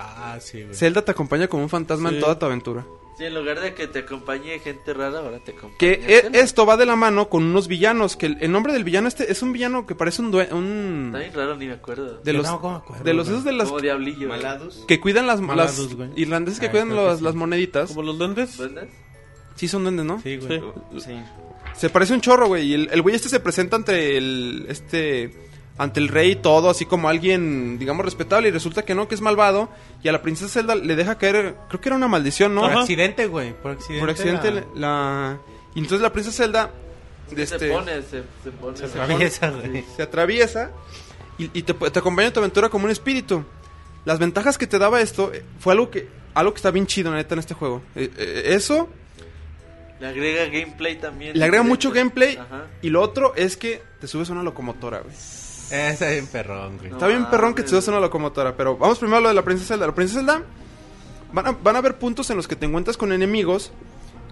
Ah, sí, güey. Zelda te acompaña como un fantasma en toda tu aventura. Sí, en lugar de que te acompañe gente rara, ahora te acompaña. Que e- Zelda. esto va de la mano con unos villanos. Que el, el nombre del villano este es un villano que parece un. due- un Está bien raro, ni me acuerdo. de Yo los, tampoco me acuerdo, de los güey. esos de las. Como diablillo. ¿eh? Malados. Que cuidan las. Malados, las güey. irlandeses que Ah, cuidan creo que las, sí. las moneditas. ¿Como los duendes? ¿Entiendes? Sí, son duendes, ¿no? Sí, güey. Sí. Sí. Se parece un chorro, güey. Y el, el güey este se presenta ante el. Este. Ante el rey y todo, así como alguien, digamos, respetable. Y resulta que no, que es malvado. Y a la princesa Zelda le deja caer. Creo que era una maldición, ¿no? Por Ajá. accidente, güey. Por accidente. Ah. Por accidente la... la- Y entonces la princesa Zelda. de Se pone, se, se pone. este, Se atraviesa, güey. se atraviesa y, y te, te acompaña en tu aventura como un espíritu. Las ventajas que te daba esto eh, fue algo que algo que está bien chido, la neta, en este juego. Eh, eh, eso Le agrega gameplay también. le agrega diferente. mucho gameplay Ajá. y lo otro es que te subes a una locomotora, güey. Eh, Está bien perrón, güey. No. Está bien perrón que mames. te subes a una locomotora, pero vamos primero a lo de la princesa Zelda. La princesa Zelda van a, van a haber puntos en los que te encuentras con enemigos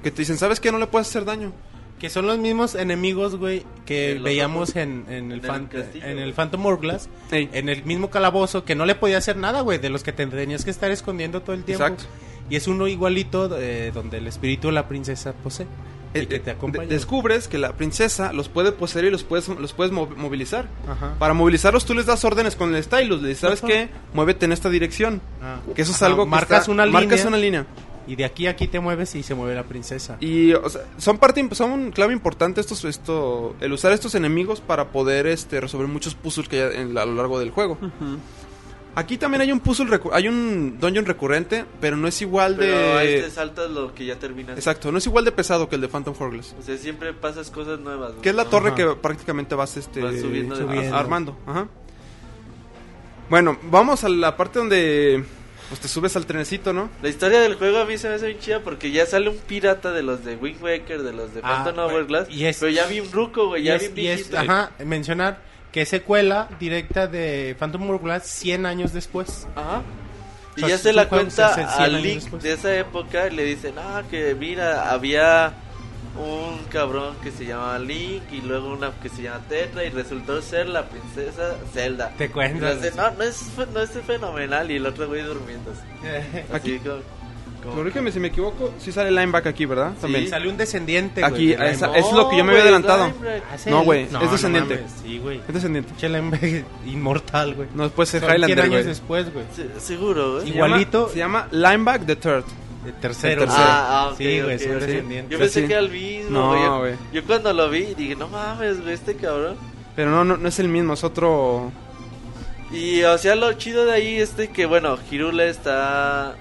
que te dicen, ¿sabes qué? No le puedes hacer daño. Que son los mismos enemigos, güey, que El otro veíamos juego. en, En en, el el fan- castillo, en el güey. Phantom Hourglass. Ey. En el mismo calabozo, que no le podía hacer nada, güey, de los que te tenías que estar escondiendo todo el tiempo. Exacto. Y es uno igualito eh, donde el espíritu de la princesa posee. Y Eh, que eh, te acompaña. de- descubres que la princesa los puede poseer y los puedes, los puedes mov- movilizar. Ajá. Para movilizarlos tú les das órdenes con el stylus, le dices, ¿sabes Ajá. qué? Muévete en esta dirección. Ah. Que eso es Ajá, algo que marcas está- una marcas línea. una línea. Y de aquí a aquí te mueves y se mueve la princesa. Y o sea, son parte imp- son un clave importante estos esto el usar estos enemigos para poder este resolver muchos puzzles que hay en- a lo largo del juego. Aquí también hay un puzzle recu- hay un dungeon recurrente, pero no es igual Pero a de este saltas lo que ya terminas. Exacto, no es igual de pesado que el de Phantom Hourglass. O sea, siempre pasas cosas nuevas. ¿no? Que es la No. torre Ajá. que prácticamente vas este Vas subiendo de- a- Subiendo. armando, ajá. Bueno, vamos a la parte donde pues te subes al trenecito, ¿no? La historia del juego a mí se me hace bien chida porque ya sale un pirata de los de Wind Waker, de los de Ah, Phantom güey, Hourglass. y es- Pero ya vi un ruco, güey, Y ya es- vi y un es, viejito. ajá, mencionar que es secuela directa de Phantom Hourglass 100 años después. Ajá. Y O sea, ya si se tú la juegas hace cuenta 100 al años Link después. de esa época y le dicen, ah, que mira, había un cabrón que se llamaba Link y luego una que se llama Tetra y resultó ser la princesa Zelda. Te Y le cuentan. hacen, no, no es, fe- no es fenomenal y el otro güey durmiendo. así. Aquí- Así como- como Corrígeme si me equivoco, sí sale lineback aquí, ¿verdad? Y También. sale un descendiente, Aquí, güey, de esa- Lime- es lo que yo me había "Oh, güey, adelantado. Limebreak. Ah, sí. no, güey, es descendiente. mames, sí, güey. Es descendiente. Pinche Lime- inmortal, güey. No puede ser Son 100 Highlander, años güey. después, güey. Se- Seguro, güey. Se Igualito. llama- Se llama Lineback the Third. El tercero. El tercero. güey. Ah, ah, ok, sí, güey, ok, es un ok. descendiente. Yo pensé Sí. que era el mismo, No, güey. Yo- güey. Yo cuando lo vi dije, no mames, güey, este cabrón. Pero no, no, no es el mismo, es otro. Y o sea, lo chido de ahí es de que, bueno, Hirule está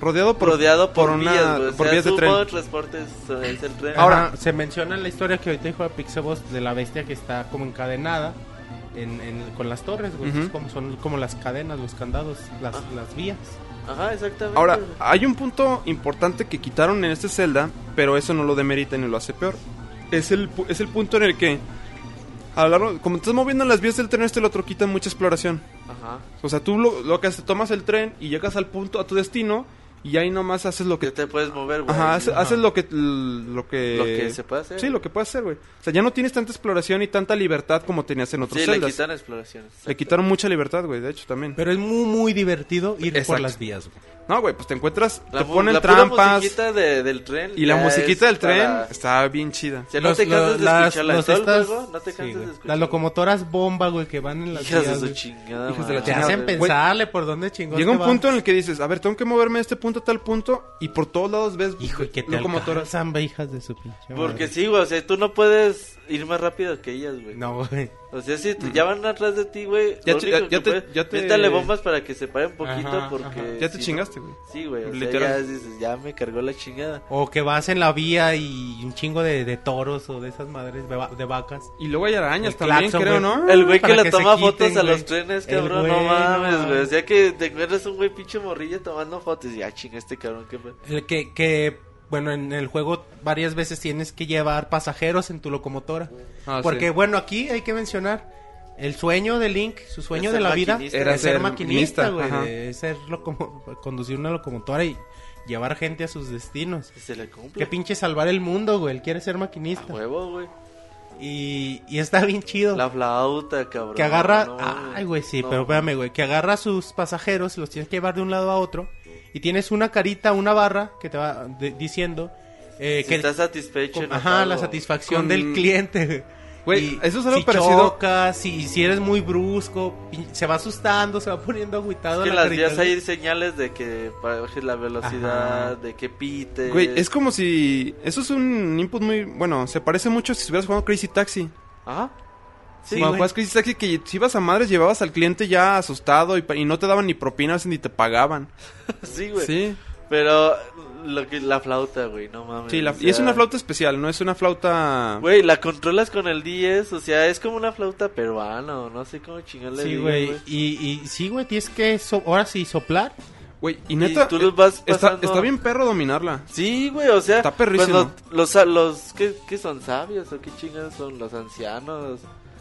Rodeado por, rodeado por, una- vías, güey. O por sea, vías de su tren. modo de transporte es, es el tren. Ahora- Ajá, se menciona en la historia que ahorita dijo Pixabos de la bestia que está como encadenada en, en- con las torres, güey. Ujú. Es como, son como las cadenas, los candados, las, las vías. Ajá, exactamente. Ahora, güey. hay un punto importante que quitaron en este Zelda, pero eso no lo demerita ni lo hace peor. Es el, pu- es el punto en el que, a lo largo- como estás moviendo las vías del tren, este lo otro quita mucha exploración. Ajá. O sea, tú lo, lo que haces, tomas el tren y llegas al punto, a tu destino, Y ahí nomás haces lo que... Que te puedes mover, güey. Ajá, hace- haces, lo que... Lo que, Lo que se puede hacer. Sí, lo que puedes hacer, güey. O sea, ya no tienes tanta exploración y tanta libertad como tenías en otros Sí, le celdas. quitan exploraciones. Le quitaron mucha libertad, güey, de hecho, también. Pero es muy, muy divertido ir por Exacto. las vías, güey. No, güey, pues te encuentras... La te mu- ponen la pura trampas. musiquita de- del tren. Y la ya musiquita es del tren este, para- está bien chida. O sea, no Los- te cansas de lo- las- escucharla. los Todo el estas- juego, no te sí, cansas güey. de escucharla. Las locomotoras bomba, güey, que van en las Hijas de vías, su güey. chingada. Hijas de madre. la Te chingada. hacen güey. pensarle por dónde chingón Llega un te punto vas. en el que dices, a ver, tengo que moverme de este punto a tal punto y por todos lados ves Hijo, ¿y qué te locomotoras. alcanzan, ve, hijas de su pinche Porque madre? sí, güey, o sea, tú no puedes ir más rápido que ellas, güey. No, güey. O sea, si te- ya van atrás de ti, güey. Ya lo te- único ya- ya que te- puedes- ya te- métale bombas para que se pare un poquito Ajá, porque... Ya te si no- chingaste, güey. Sí, güey, o sea, ya Literal. dices, ya me cargó la chingada. O que vas en la vía y un chingo de, de toros o de esas madres de, va- de vacas. Y luego hay arañas El también, claxon, creo, güey. ¿no? El güey que Ah, para le que se toma quiten, fotos a güey. los trenes, El cabrón, güey, no no mames, güey. O mames. sea que te encuentras un güey pinche morrillo tomando fotos y ah, chinga este cabrón, qué pedo. El que, que, bueno, en el juego varias veces tienes que llevar pasajeros en tu locomotora. Ah, sí. Porque, bueno, aquí hay que mencionar el sueño de Link, su sueño Es de ser la vida maquinista. Era de ser ser maquinista, maquinista, güey, ajá. de ser locomo- conducir una locomotora y llevar gente a sus destinos. Y se le Que cumple. pinche salvar el mundo, güey, él quiere ser A maquinista. huevo, güey. y, y está bien chido. La flauta, cabrón. Que agarra. no, Ay, güey, sí, no. pero espérame, güey. Que agarra a sus pasajeros, los tienes que llevar de un lado a otro. Y tienes una carita, una barra que te va de- diciendo. eh, Si que estás satisfecho. con- no ajá, la pago. satisfacción Con- del cliente, güey. Güey, Y eso es algo si parecido- chocas, si, si eres muy brusco, pi- se va asustando, se va poniendo agüitado. Es que en la las carita, vías güey. hay señales de que bajes la velocidad, Ajá. de que pite. Güey, es como si... Eso es un input muy... Bueno, se parece mucho si estuvieras jugando Crazy Taxi. Ajá. Sí, Cuando güey. jugabas Crazy Taxi, pues, que si ibas a madres, llevabas al cliente ya asustado y, pa- y no te daban ni propinas ni te pagaban. Sí, güey. Sí. Pero lo que, la flauta, güey, no mames. Sí, la- o y es sea, una flauta especial, no es una flauta... Güey, la controlas con el 10, o sea, es como una flauta peruana, o no sé cómo chingarle. Sí, güey. Y, y sí, güey, tienes que. so- ahora sí, soplar. Güey, y neta... eh, tú los vas está, pasando- está bien perro dominarla. Sí, güey, o sea. Está perrísimo. cuando los, los ¿qué, qué son sabios o qué chingados son los ancianos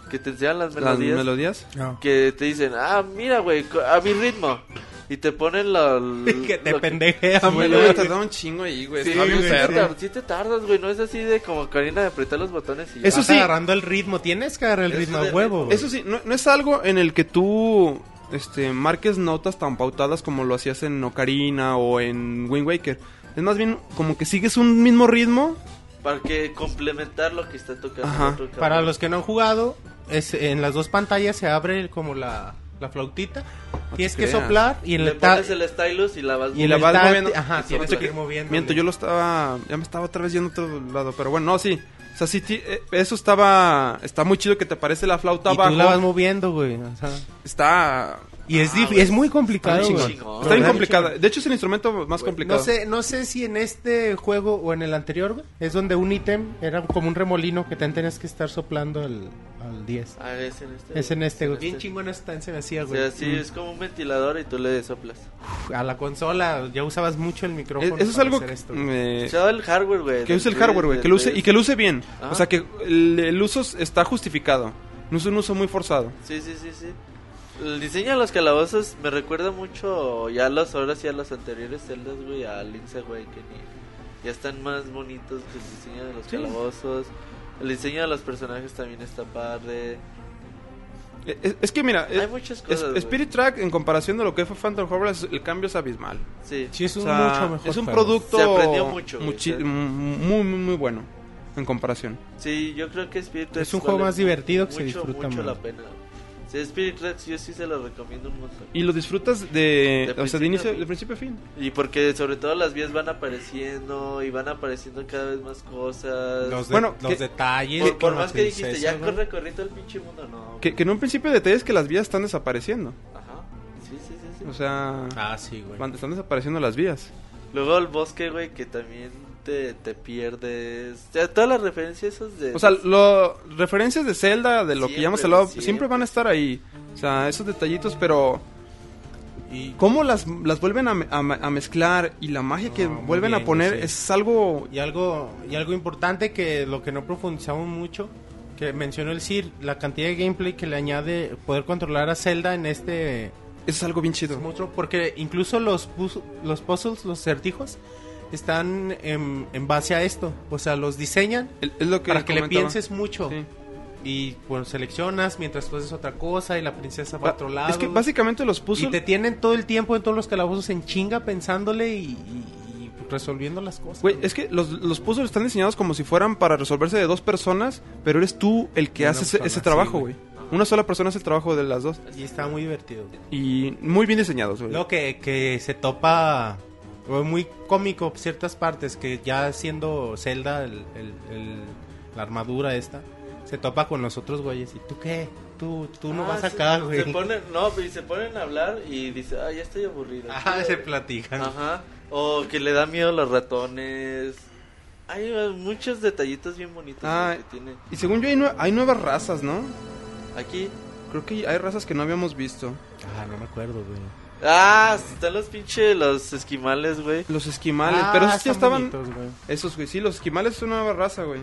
que te enseñan las Las melodías. melodías. Que te dicen, ah, mira, güey, co- a mi ritmo. Y te ponen la. que te Mm, lo pendejea, Güey, güey. luego te da un chingo ahí, güey. Ah, Sí, está bien güey, sí te perro. tar- sí te tardas, güey. No es así de como Karina de apretar los botones y ya. Eso Vas sí. agarrando el ritmo, tienes que agarrar el Eso ritmo de- a huevo, güey. Eso sí, no, no es algo en el que tú este, marques notas tan pautadas como lo hacías en Ocarina o en Wind Waker. Es más bien como que sigues un mismo ritmo. Para que complementar lo que está tocando. Ajá. el otro cabrón. Para los que no han jugado, es, en las dos pantallas se abre el- como la, la flautita. Tienes que creas. soplar y en Le el ta- pones el stylus y la vas. y en la el vas táctil- moviendo. Ajá, Y tienes siempre que ir que- moviendo. Miento, yo lo estaba. Ya me estaba otra vez yendo a otro lado. Pero bueno, no, sí. O sea, sí, ti- eh, eso estaba. Está muy chido que te parece la flauta y abajo. tú la vas moviendo, güey. o sea, Está. y es, Ah, dif- güey. es muy complicado, Está bien güey. chingón. Está bien Está complicada. De hecho, es el instrumento más complicado. No Eh, sé, no sé si en este juego o en el anterior, güey, es donde un ítem era como un remolino que también tenías que estar soplando al, al 10. Ah, es en este. Es en este, güey. Bien chingón está en se me hacía, O güey. sea, sí, Mm. es como un ventilador y tú le soplas. A la consola ya usabas mucho el Eh, micrófono. Eso es para algo hacer que, esto, güey. eh, O sea, el hardware, güey. Que del use el tres, hardware, güey. del Que lo use, tres. y que lo use bien. Ajá. Ah. O sea, que el, el uso s- está justificado. No es un uso muy forzado. Sí, sí, sí, sí. El diseño de los calabozos me recuerda mucho ya a los ahora sí a los anteriores celdas, güey, a Link's Awakening. Ya están más bonitos que el diseño de los calabozos. El diseño de los personajes también está padre. Eh, Es, es que mira, Hay eh, muchas es- cosas. güey. Spirit Track en comparación de lo que fue Phantom Hourglass, el cambio es abismal. Sí. Sí, es O un sea, mucho mejor. es un juego. producto Se aprendió mucho, güey, muchi- o sea. mm, muy, muy, muy bueno en comparación. Sí, yo creo que Spirit Tracks Es un juego vale más divertido que se disfruta mucho más. la pena. Sí, Spirit Tracks yo sí se lo recomiendo un montón. Y lo disfrutas de, De o sea, principio de a inicio, fin. de principio a fin. Y porque sobre todo las vías van apareciendo y van apareciendo cada vez más cosas. Los, de- Bueno, los que- detalles. por, por la más que dijiste, princesa, ya güey. corre corriendo el pinche mundo, no. Que, que en un principio detalles que las vías están desapareciendo. Ajá. Sí, sí, sí, sí. O sea, Ah, sí, güey. van- están desapareciendo las vías. Luego el bosque, güey, que también te, te pierdes. O sea, todas las referencias esas de... O sea, lo, referencias de Zelda, de lo que ya hemos Siempre, hablado, siempre. siempre. van a estar ahí. O sea, esos detallitos, pero Y, cómo las, las vuelven a, me- a me- a mezclar y la magia que No, muy vuelven bien, a poner sí. es algo... y algo, y algo importante que lo que no profundizamos mucho, que mencionó el Sir, la cantidad de gameplay que le añade poder controlar a Zelda en este Eso es algo bien chido. monstruo, porque incluso los, puz- los puzzles, los certijos, están en, en base a esto. O sea, los diseñan El- Es lo que para que le comentaba. pienses mucho. Sí. Y bueno, seleccionas mientras tú haces otra cosa y la princesa va Ba- a otro lado. Ah, Es que básicamente los Y te puzzles. tienen todo el tiempo en todos los calabozos en chinga pensándole y, y- y resolviendo las cosas. Güey, es que los, los puzzles están diseñados como si fueran para resolverse de dos personas, pero eres tú el que Una hace ese, persona, ese sí, trabajo, güey. güey. Una sola persona hace el trabajo de las dos. Y está muy divertido. Y muy bien diseñados, güey. Lo que, que se topa fue muy cómico ciertas partes que ya siendo Zelda el- el- el- la armadura esta se topa con los otros güeyes y tú qué tú tú no Ah, vas se- acá güey Se ponen, no, y se ponen a hablar y dice, ah, ya estoy aburrido. ajá se platican Ajá. O que le da miedo los ratones. Hay eh, muchos detallitos bien bonitos Ah, güey, que tiene. Y según yo, hay, nue- hay nuevas razas, ¿no? Aquí. Creo que hay razas que no habíamos visto. ah no me acuerdo güey Ah, están los pinches los esquimales, güey. Los esquimales, Ah, pero esos sí están estaban. bonitos, güey. Esos, güey, sí, los esquimales es una nueva raza, güey.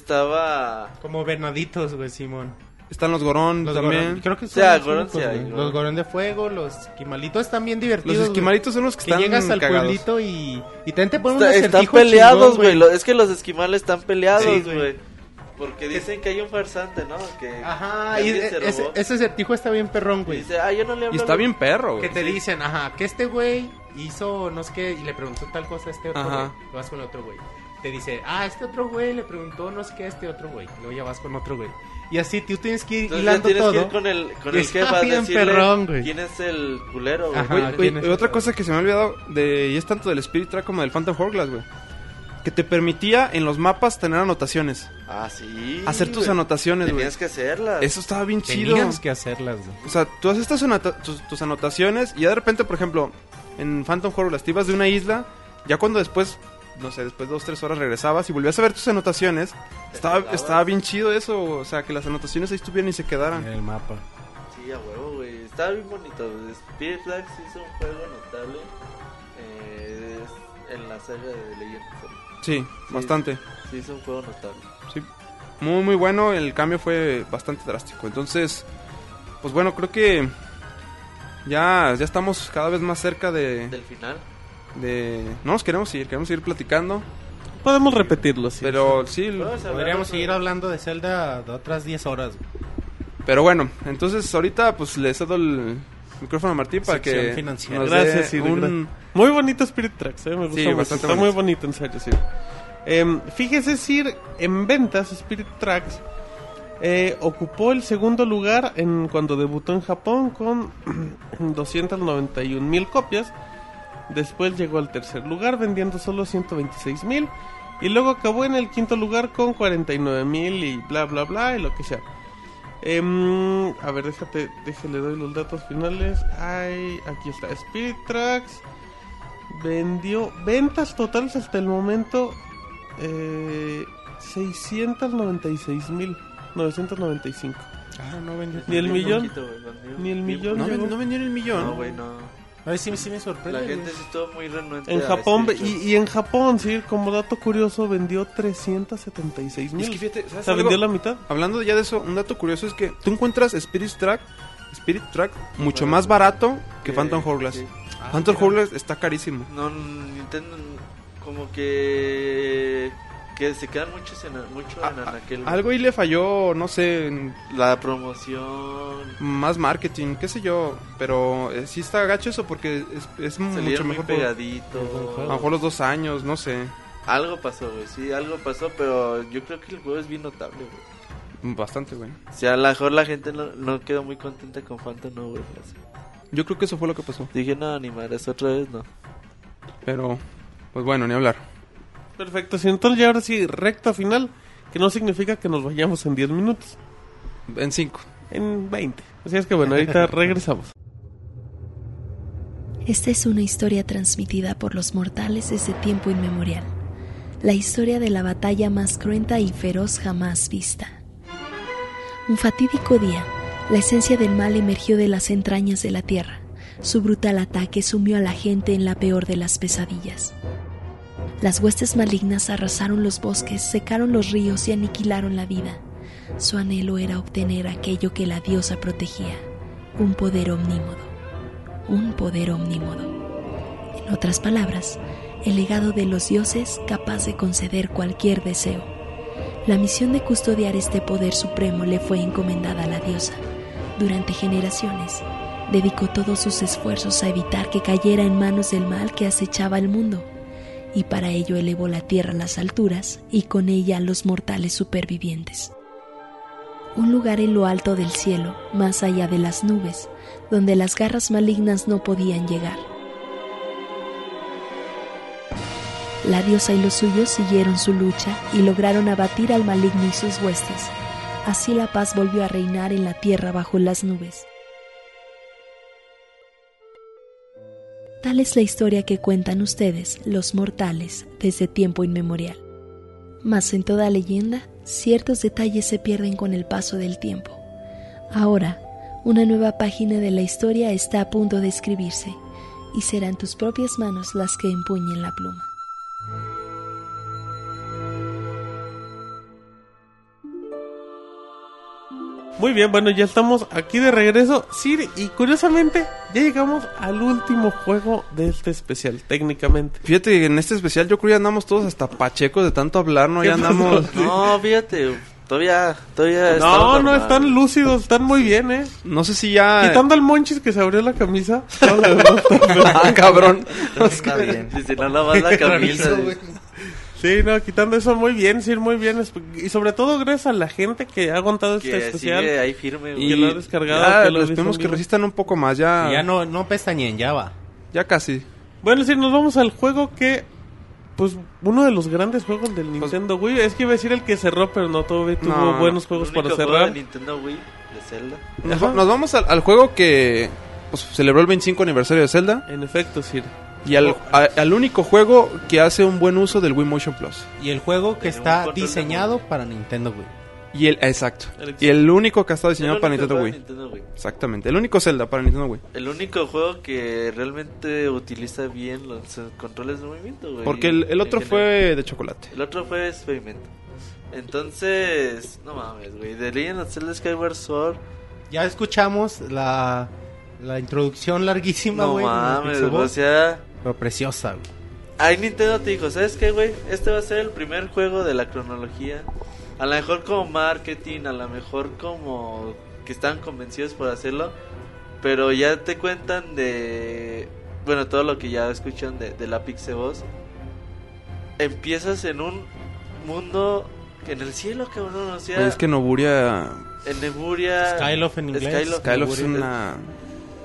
Estaba. como venaditos güey Simón Están los gorón los también. gorón- creo que Sí, ah, los gorón, únicos, sí, hay güey. gorón. los gorón de fuego los esquimalitos están bien divertidos Los güey. esquimalitos son los que, que están llegas al cagados. pueblito y y también te ponen un Está- están acertijo chingón, peleados, güey. Lo- Es que los esquimales están Sí, peleados, güey. güey. Porque dicen que hay un farsante, ¿no? Que Ajá, que y alguien se e- ese, robó. ese acertijo está bien perrón, Y Ah, güey. dice, ah, yo no le hablo. Y está al- bien perro, Que güey. te dicen, ajá, que este güey hizo no sé qué y le preguntó tal cosa a este otro Ajá. güey. Lo vas con el otro güey. Te dice, ah, este otro güey le preguntó no sé qué a este otro güey. Luego ya vas con otro güey. Y así tú tienes que ir Entonces ya hilando tienes todo. que ir con el, con el Está jefe a bien decirle perrón, güey. quién es el culero, güey. Ajá. Güey, ¿quién güey, es y ese otra cabrón? cosa que se me ha olvidado de, y es tanto del Spirit Track como del Phantom Hourglass, güey. Que te permitía en los mapas tener anotaciones. Ah, sí. hacer tus güey. anotaciones, güey. Tenías que hacerlas. Eso estaba bien chido. Tenías que hacerlas, güey. O sea, tú haces estas anota- tus, tus anotaciones y ya de repente, por ejemplo, en Phantom Hourglass te ibas de una isla, ya cuando después, no sé, después de dos, tres horas regresabas y volvías a ver tus anotaciones, estaba, quedabas. estaba bien chido eso, o sea, que las anotaciones ahí estuvieran y se En quedaran. el mapa. Sí, a huevo, güey. Estaba bien bonito. güey. Spirit Blacks hizo un juego notable eh, es- en la saga de Legend of Zelda. Sí, Sí. bastante. Sí, hizo un juego notable. Sí. Muy, muy bueno, el cambio fue bastante drástico. Entonces, pues bueno, creo que ya, ya estamos cada vez más cerca de, Del final. de... No nos queremos ir, queremos seguir platicando, Podemos repetirlo, sí. pero sí... Vamos a hablar Podríamos de- seguir hablando de Zelda de otras 10 horas, güey. Pero bueno, entonces ahorita pues le cedo el micrófono a Martín para Sección que financiera. nos dé Gracias, Sir, un- gra- Muy bonito Spirit Tracks, eh, me gusta Sí, mucho. bastante Está muy bonito. bonito, en serio, sí. Em, fíjese, Sir, en ventas, Spirit Tracks eh, ocupó el segundo lugar en cuando debutó en Japón con 291 mil copias. Después llegó al tercer lugar vendiendo solo 126 mil. Y luego acabó en el quinto lugar con 49 mil y bla, bla, bla, y lo que sea. Em, a ver, déjate, déjale, doy los datos finales. Ay, aquí está. Spirit Tracks vendió ventas totales hasta el momento eh, 696.995. Ah, no vendió. Ni el Un millón. poquito, güey, vendió. Ni el Bien- millón. No, llegó. ven- no vendieron el millón. No, güey, no. A ver, sí, sí me sorprende. La güey. gente sí estuvo muy renuente. En a este Japón, Spirit y, Tracks. y en Japón, sí, como dato curioso, vendió 376 Y es mil. que fíjate, o ¿sabes sea, algo? vendió la mitad. Hablando ya de eso, un dato curioso es que tú encuentras Spirit Track, Spirit Track mucho más barato que Phantom Eh, Hourglass. sí. Phantom Hourglass está carísimo. No, Nintendo como que que se quedan muchos en mucho Ah, en aquel Algo ahí le falló, no sé, en la promoción más marketing, qué sé yo, pero eh, sí está gacho eso porque es, es mucho salieron muy mejor. juego. A lo pegaditos. mejor los dos años, no sé, Algo pasó, güey. Sí, algo pasó, pero yo creo que el juego es bien notable, güey. bastante, güey. O sea, a lo mejor la gente no, no quedó muy contenta con Phantom No, güey. Así. Yo creo que eso fue lo que pasó. Dije, no, animarás otra vez, no. Pero, pues bueno, ni hablar. Perfecto, sí, entonces ya ahora sí, recta final, que no significa que nos vayamos en 10 minutos, En cinco. en 20. Así es que bueno, ahorita regresamos. Esta es una historia transmitida por los mortales desde tiempo inmemorial. La historia de la batalla más cruenta y feroz jamás vista. Un fatídico día, la esencia del mal emergió de las entrañas de la tierra. Su brutal ataque sumió a la gente en la peor de las pesadillas. Las huestes malignas arrasaron los bosques, secaron los ríos y aniquilaron la vida. Su anhelo era obtener aquello que la diosa protegía, un poder omnímodo. un poder omnímodo. En otras palabras, el legado de los dioses capaz de conceder cualquier deseo. La misión de custodiar este poder supremo le fue encomendada a la diosa. Durante generaciones, dedicó todos sus esfuerzos a evitar que cayera en manos del mal que acechaba el mundo, y para ello elevó la tierra a las alturas y con ella a los mortales supervivientes. Un lugar en lo alto del cielo, más allá de las nubes, donde las garras malignas no podían llegar. La diosa y los suyos siguieron su lucha y lograron abatir al maligno y sus huestes. Así la paz volvió a reinar en la tierra bajo las nubes. Tal es la historia que cuentan ustedes, los mortales, desde tiempo inmemorial. Mas en toda leyenda, ciertos detalles se pierden con el paso del tiempo. Ahora, una nueva página de la historia está a punto de escribirse, y serán tus propias manos las que empuñen la pluma. Muy bien, bueno, ya estamos aquí de regreso, Sir, y curiosamente ya llegamos al último juego de este especial, técnicamente. Fíjate que en este especial yo creo que ya andamos todos hasta pachecos de tanto hablar, ¿no? Ya andamos... No, fíjate, todavía, todavía No, no, normal. están lúcidos, están muy bien, ¿eh? No sé si ya... Quitando al monchis que se abrió la camisa. todo lo demás está bien. Ah, cabrón. está bien. Si no lavas la camisa. dice. sí, no, quitando eso muy bien, Sir, muy bien. Y sobre todo gracias a la gente que ha aguantado este Que especial. sigue ahí firme. güey. Y- que lo ha descargado, ya, que lo les pedimos difundió. que resistan un poco más, Ah. ya... Ya no, no pestañen, ya va. ya casi. Bueno, sí, nos vamos al juego que. Pues uno de los grandes juegos del Pues Nintendo Wii. Es que iba a decir el que cerró, pero no, todavía tuvo No. buenos El juegos único para juego cerrar. de Nintendo Wii de Zelda. Nos, Ajá. nos vamos al, al juego que pues, celebró el 25 aniversario de Zelda En efecto, Sir. y al, a- al único juego que hace un buen uso del Wii Motion Plus. Y el juego que Tenemos está control de diseñado para Nintendo Wii. Y el exacto. El exacto. Y el único que ha estado diseñado El para único Nintendo juego Wii. de Nintendo Wii. Exactamente, el único Zelda para Nintendo Wii. El único juego que realmente utiliza bien los eh, controles de movimiento, güey. Porque el, el En otro general. fue de chocolate. El otro fue experimento. Entonces, no mames, güey. The Legend of Zelda Skyward Sword. Ya escuchamos la, la introducción larguísima, No güey. de mames, Pixelbook, güey, o sea. Pero preciosa, güey. Ahí Nintendo te dijo, ¿sabes qué, güey? Este va a ser el primer juego de la cronología. A lo mejor como marketing, a lo mejor como que están convencidos por hacerlo. Pero ya te cuentan de... Bueno, todo lo que ya escuchan de, de la Pixeboss. Empiezas en un mundo en el cielo, cabrón. O sea, Pues es que Noburia en Neburia... Skyloft en inglés. Skyloft. Skyloft es Noburia. una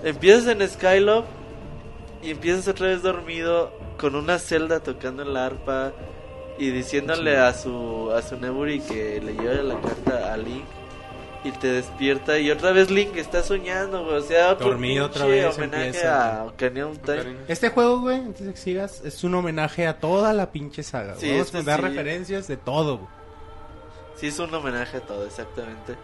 Empiezas en Skyloft y empiezas otra vez dormido con una celda tocando la arpa y diciéndole a su a su Neburi que le lleve la carta a Link y te despierta y otra vez Link está soñando, güey, o sea, otro Dormido otra pinche vez homenaje empieza. a Ocarina of Time. Este juego, güey, antes de que sigas, es un homenaje a toda la pinche saga. Sí, güey. Vamos este a dar sí. referencias de todo, güey. Sí es un homenaje a todo exactamente.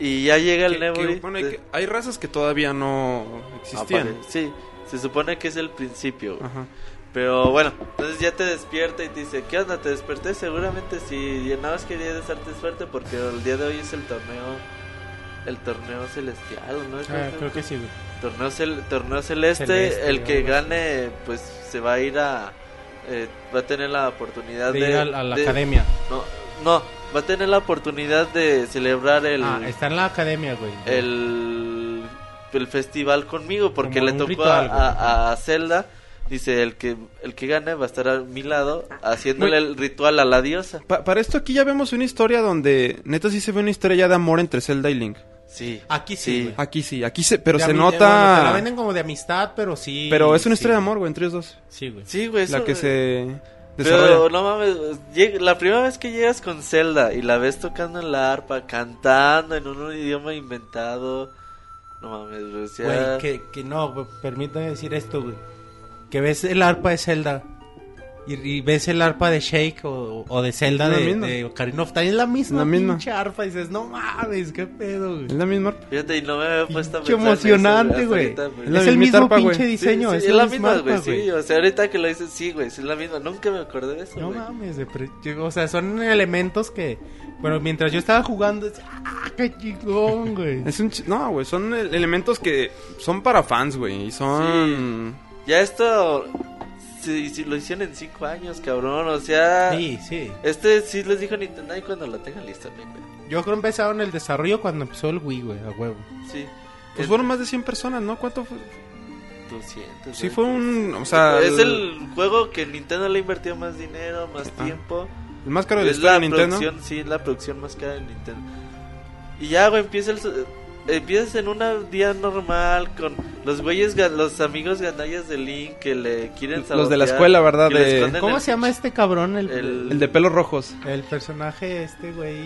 Y ya llega el que- que- Neburi. bueno, hay, te- que- hay razas que todavía no existían. apare- Sí, se supone que es el principio. güey. Ajá. Pero bueno, entonces ya te despierta y te dice, ¿qué onda? ¿Te desperté? Seguramente sí. Y nada más quería desearte suerte porque el día de hoy es el torneo, el torneo celestial, ¿no? Ah, creo que sí, güey. Torneo, cel- torneo celeste, Celeste, el que algo así. gane pues se va a ir a... eh, va a tener la oportunidad De de... ir a, a la de- academia. No, no, va a tener la oportunidad de celebrar el... Ah, está en la academia, güey. el, el festival conmigo porque Como le un tocó ritual, a, a- a Zelda. Dice, el que el que gane va a estar a mi lado haciéndole el ritual a la diosa. Pa- para esto aquí ya vemos una historia donde neta sí se ve una historia ya de amor entre Zelda y Link. Sí. Aquí sí, güey. Aquí sí, aquí se, Ah, pero De se ami- nota. bueno, te la venden como de amistad, pero sí. Pero es una sí, historia de güey. amor, güey, entre ellos dos. Sí, güey. Sí, güey. eso, la que güey. se Pero desarrolla. no mames, lleg- la primera vez que llegas con Zelda y la ves tocando en la arpa, cantando en un idioma inventado. No mames, güey, o sea, Güey, que, que no, güey, permítame decir esto, güey. Que ves el arpa de Zelda y, y ves el arpa de Shake o, o de Zelda Es la de, misma. de Ocarina of Time. Es la misma, La misma. pinche arpa. Y dices, no mames, qué pedo, Es güey. la misma. Fíjate, y no me había puesto a Pinche pensar en eso, emocionante, güey, güey. hasta ahorita, la Es el misma mismo arpa, güey. pinche diseño. Sí, es, sí, la misma, güey, arpa, sí, o sea, ahorita que lo dices, sí, güey, sí, es la misma, nunca me acordé de eso, No güey. mames, de pre- yo- o sea, son elementos que, bueno, mientras yo estaba jugando, decía, ah, qué chingón, güey. Es un ch- No, güey, son el- elementos que son para fans, güey. Y son... Ya esto. Si, si lo hicieron en 5 años, cabrón. O sea. Sí, sí. Este sí les dijo Nintendo y cuando la tengan lista, mi güey. Yo creo empezaron el desarrollo cuando empezó el Wii, güey, a huevo. Sí. Pues Es fueron más de 100 personas, ¿no? ¿Cuánto fue? 200, Sí ¿no? fue un... O sea... es el juego que Nintendo le invirtió más dinero, más tiempo. el más caro de la es historia la de Nintendo. producción, sí, es la producción más cara de Nintendo. Y ya, güey, empieza el, su- empiezas en un día normal con los güeyes, ga- los amigos gandallas de Link que le quieren Los de la sabotear, escuela, ¿verdad? que le De- esconden ¿Cómo el- se llama este cabrón? El, el- el... El de pelos rojos. personaje este, güey.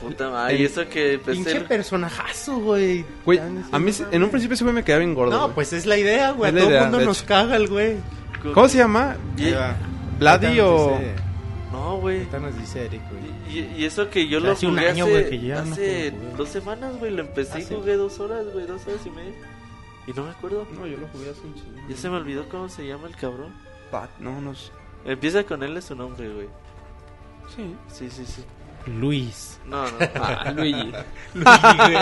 Puta madre, y eso que empecé. Pinche personajazo, güey. Güey, Tan- a mí en un principio sí me quedaba bien gordo. No, güey. pues es la idea, güey. A Es la todo el idea, mundo de nos hecho. caga el güey. ¿Cómo se llama? Y- Ahí va. ¿Vladi Ahorita nos o...? dice- No, güey. Ahorita nos dice Eric, güey. Y, y eso que yo lo Hace un jugué año, hace, güey, que ya no hace juego, güey. dos semanas, güey. Lo empecé y Hace- jugué dos horas, güey, dos horas y media. Y no me acuerdo. No, yo lo jugué hace un chingo. Ya se me olvidó cómo se llama el cabrón. Pat- No, no sé. Empieza con él es su nombre, güey. Sí. Sí, sí, sí. Luis. No, no. Ah, Luigi. Luis, güey.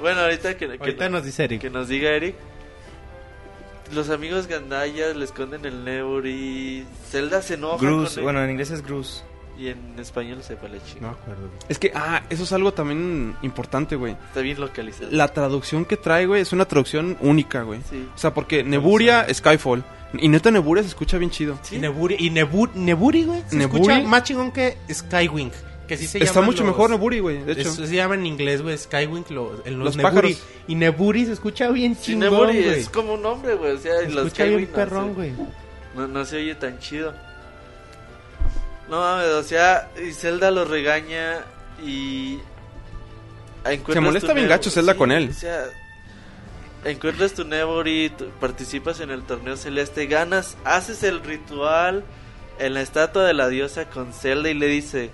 Bueno, ahorita que, que- Ahorita nos dice Eric. que nos diga Eric. Los amigos gandallas le esconden el Neuri. Zelda se enoja. Gruz, con él. bueno, en inglés es Gruz. Y en español se la chica. No me acuerdo, güey. Es que, ah, eso es algo también importante, güey. Está bien localizado. La traducción que trae, güey, es una traducción única, güey. Sí. O sea, porque Neburia, Skyfall. Y neta, Neburia se escucha bien chido. Sí. Y Neburi, y Nebu- Neburi, güey. Se Neburi. escucha más chingón que Skywing. Que sí se Está llaman mucho los- mejor Neburi, güey. De hecho, Eso se llama en inglés, güey, Skywing, lo- el- los, Los Neburi. pájaros. Y Neburi se escucha bien Sí, chingón, Neburi güey. es como un hombre, güey. O sea, Se y los eh. escucha Skywing bien no se- perrón, güey. No, no se oye tan chido. No mames, o sea, y Zelda lo regaña y. encuentras Se molesta tu bien Nebor- gacho Zelda con él. O sea, encuentras tu Nebori, tu- participas en el torneo celeste, ganas, haces el ritual en la estatua de la diosa con Zelda y le dice.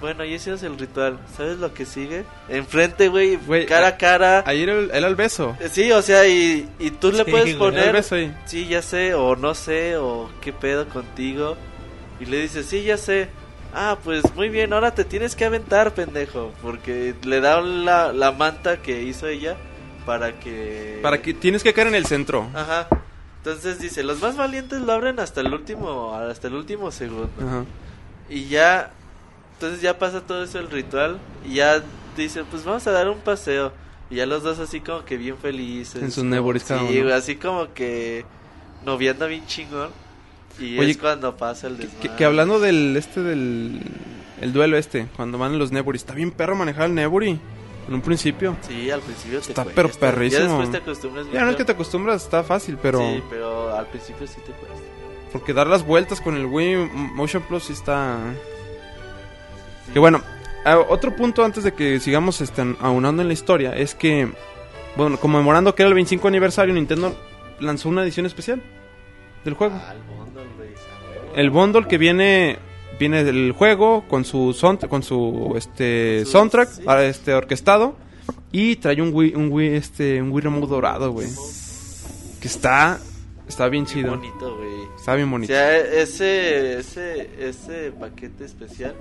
Bueno, ya hicimos el ritual. ¿Sabes lo que sigue? Enfrente, güey, Güey, cara a cara. ayer él él al beso. Sí, o sea, y, y tú le Sí, puedes güey, al Él al poner. beso ahí. Sí, ya sé, o no sé, o qué pedo contigo. Y le dice, sí, ya sé. Ah, pues muy bien, ahora te tienes que aventar, pendejo. Porque le da la, la manta que hizo ella para que... Para que tienes que caer en el centro. Ajá. Entonces dice, los más valientes lo abren hasta el último, hasta el último segundo. Ajá. Y ya, entonces ya pasa todo eso el ritual. Y ya dice, pues vamos a dar un paseo. Y ya los dos así como que bien felices. En sus Neburis Sí, cada uno. güey, así como que noviando bien chingón. Y Oye, es cuando pasa el desmadre. Que, que hablando del este del el duelo este, cuando van los Neburi, está bien perro manejar el Neburi en un principio. Sí, al principio te Está cuesta. pero perrísimo. Ya después te acostumbras. Ya no es que te bien, acostumbras, está fácil, pero Sí, pero al principio sí te cuesta. porque dar las vueltas con el Wii Motion Plus sí está Que bueno, a- otro punto antes de que sigamos este, aunando en la historia es que bueno, conmemorando que era el 25 aniversario, Nintendo lanzó una edición especial del juego. Ah, el bundle, güey, esa huevo. El bundle que viene viene del juego con su sound- con su este Su- soundtrack sí. ah, este orquestado y trae un Wii un Wii este un Wii remote dorado, güey. Que está está bien Muy chido. bonito, güey. Está bien O bonito. sea, e- ese, ese, ese paquete especial.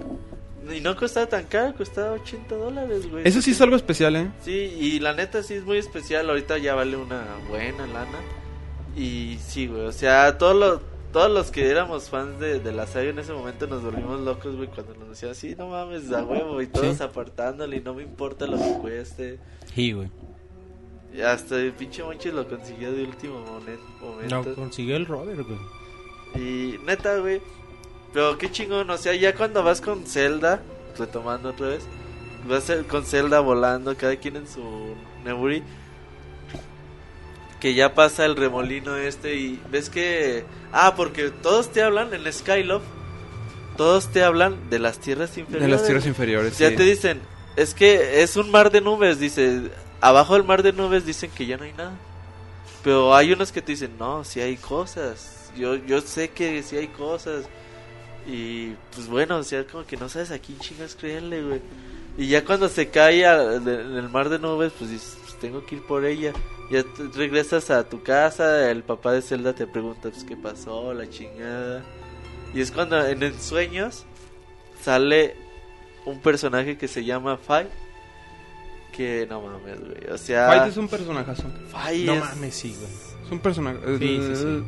Y no costaba tan caro, costaba 80 dólares, güey. Eso sí es algo especial, eh. Sí, y la neta sí es muy especial. Ahorita ya vale una buena lana. Y sí, güey. O sea, todos los, todos los que éramos fans de, de la saga en ese momento nos volvimos locos, güey. Cuando nos decían, sí, no mames, a huevo. Y todos apartándole, y no me importa lo que cueste. Sí, güey. Y hasta el pinche Monchi lo consiguió de último momen- momento. No, consiguió el Robert, güey. Y neta, güey. Pero qué chingón, o sea, ya cuando vas con Zelda, retomando otra vez, vas a- con Zelda volando, cada quien en su Neburi. Que ya pasa el remolino este y ves que... Ah, porque todos te hablan en Skyloft. Todos te hablan de las tierras inferiores. De las tierras inferiores. Ya sí. te dicen, es que es un mar de nubes, dice, abajo del mar de nubes dicen que ya no hay nada. Pero hay unos que te dicen, no, si hay cosas, yo, yo sé que si hay cosas. Y pues bueno, o sea, como que no sabes a quién chingas creerle, güey. Y ya cuando se cae a- de- en el mar de nubes, pues dices, "Pues, tengo que ir por ella. Ya te- regresas a tu casa, el papá de Zelda te pregunta, pues qué pasó, la chingada. Y es cuando en ensueños sale un personaje que se llama Fai que no mames, güey. O sea, Fight es un personajazo. Fight No es- mames, sí, güey. Es un personaje. Sí, sí, sí.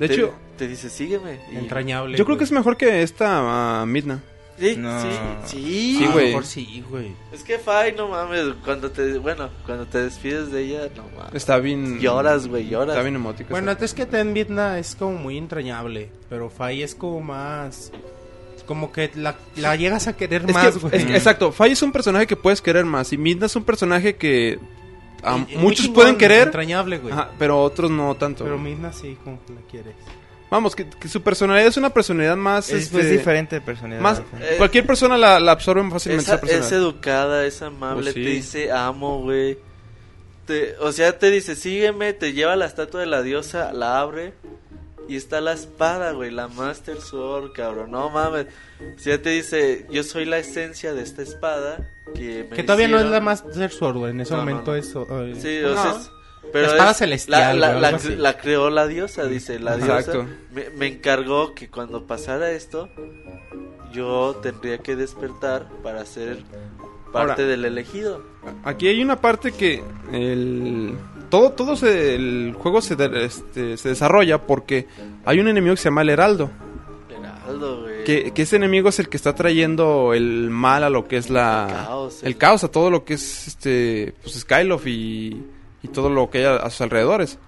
De te- hecho, te dice, sígueme. y- Entrañable. yo creo que güey. es mejor que esta ah, Midna. Sí, No. sí, sí. Sí, A lo güey. mejor sí, güey. Es que Fight, no mames. Cuando te, bueno, cuando te despides de ella, no mames. Está bien. Lloras, güey, lloras. Está bien emotica. Bueno, está- es que Ten Midna es como muy entrañable, pero Fai es como más... Como que la, la llegas a querer Es que- más, güey. es que- exacto, Fai es un personaje que puedes querer más. Y Midna es un personaje que ah, Y- y muy muchos chingón, pueden querer, Entrañable, güey. ajá, pero otros no tanto. Pero güey. Midna sí, como que la quieres. Vamos, que, que su personalidad es una personalidad más. Es, este, pues, diferente de personalidad. Más, Eh, cualquier persona la, la absorbe fácilmente. Esa- esa personalidad. es educada, es amable, Oh, sí. te dice amo, güey. Te- o sea, te dice sígueme, te lleva la estatua de la diosa, la abre y está la espada, güey, la Master Sword, cabrón. No mames. O sea, te dice yo soy la esencia de esta espada que me Que todavía no es la hicieron". Master Sword, güey. En ese No, no, momento no. es... oh, eh, Sí, no, o sea, es- pero La espada es- celestial, La, la- güey, la- algo así. la creó la diosa, dice la diosa. Exacto. Me, me encargó que cuando pasara esto, yo tendría que despertar para ser parte Ahora. del elegido. Aquí hay una parte que el todo todo se- el juego se, de- este, se desarrolla porque hay un enemigo que se llama el heraldo, Heraldo, güey. que, que ese enemigo es el que está trayendo el mal a lo que es la El caos, el el- caos, a todo lo que es este pues Skyloft y, y todo lo que hay a, a sus alrededores.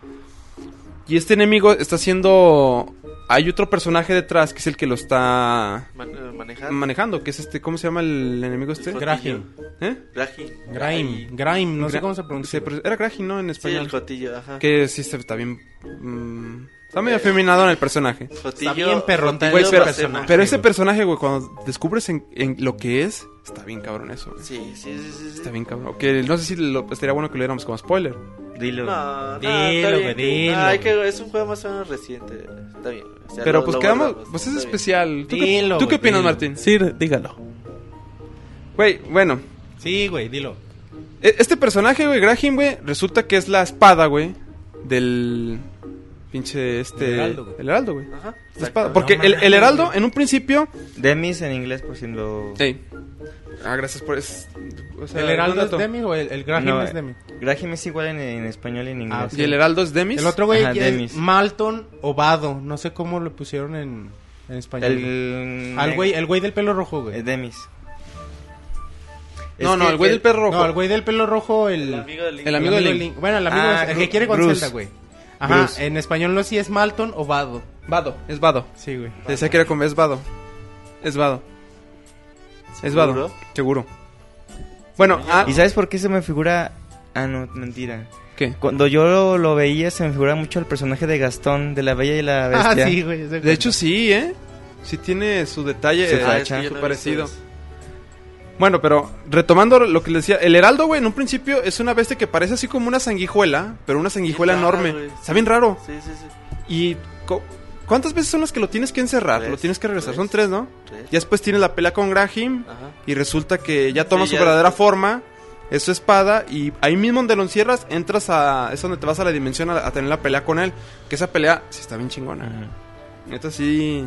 Y este enemigo está haciendo hay otro personaje detrás que es el que lo está Man- eh, manejar. manejando, que es este ¿cómo se llama el enemigo este? Jotillo. Graham. ¿Eh? Grajin. Grime. Grime. No sé Gra- cómo se pronuncia. Se güey. pre- era Grajin, ¿no? En Sí, español. el Jotillo, ajá. Que sí se- está bien. mm, está medio afeminado en el personaje. Jotillo. Está bien perrón, está Jotillo Güey, Yo pero, lo sé, pasemos. pero ese güey. personaje, güey, cuando descubres en, en lo que es, está bien cabrón eso, güey. Sí, sí, sí, sí. sí. Está bien cabrón. Que no sé si lo- pues, estaría bueno que lo diéramos como spoiler. Dilo. No, no, Dilo, está bien. güey, dilo, Ay, güey. que es un juego más o menos reciente. Está bien. o sea, pero lo- pues lo quedamos. guardamos, Pues es está bien. especial. ¿Tú, qué- Dilo, ¿tú qué güey, opinas, dilo. Martín? Sir, dígalo. Güey, bueno. Sí, güey, dilo. e- Este personaje, güey, Graham, güey, resulta que es la espada, güey, del. Pinche este. Del heraldo, güey. El heraldo, güey. Ajá. La espada. exactamente. Porque No el, mames, el heraldo, güey. en un principio, Demis en inglés, por si lo. Sí. Ah, gracias por eso. O sea, ¿El Heraldo buen es dato. Demi o el, el Graham No, es Demi? Graham es igual en, en español y en inglés. Ah, Y el Heraldo es Demis. El otro güey Ajá, ya es Demis. Malton Ovado. No sé cómo lo pusieron en, en español. El. Al güey, eh, el güey del pelo rojo, güey. Es Demis. No, Es no, que- el güey del perro rojo. No, el güey del pelo rojo, el... El amigo del El amigo de Link. Bueno, el amigo Ah, es- el Gru- que quiere con Bruce. Zelda, güey. Ajá, Bruce. en español no sí es Malton Ovado. Vado, es Vado. Sí, güey. Te Decía que era como es Vado. Es Vado. Es Vado. Seguro. Bueno, ah, ¿Y sabes por qué se me figura.? Ah, no, mentira. ¿qué? Cuando yo lo, lo veía, se me figura mucho el personaje de Gastón, de la Bella y la Ah, Bestia. sí, güey. ese De güey. hecho, sí, ¿eh? Sí tiene su detalle. Su eh, Ah, tacha. es que yo su no he parecido. visto eso. Bueno, pero retomando lo que les decía, el Heraldo, güey, en un principio es una bestia que parece así como una sanguijuela, pero una sanguijuela rara, enorme. güey. Está bien raro. Sí, sí, sí. ¿Y co- cuántas veces son las que lo tienes que encerrar? Tres, lo tienes que regresar. tres. Son tres, ¿no? Tres. Ya después tiene la pelea con Graham. Ajá. Y resulta que ya toma Sí, su ya verdadera después- forma. Es su espada. Y ahí mismo donde lo encierras, entras a. Es donde te vas a la dimensión a, a tener la pelea con él. Que esa pelea sí está bien chingona. Ajá. Ah. Neta, sí.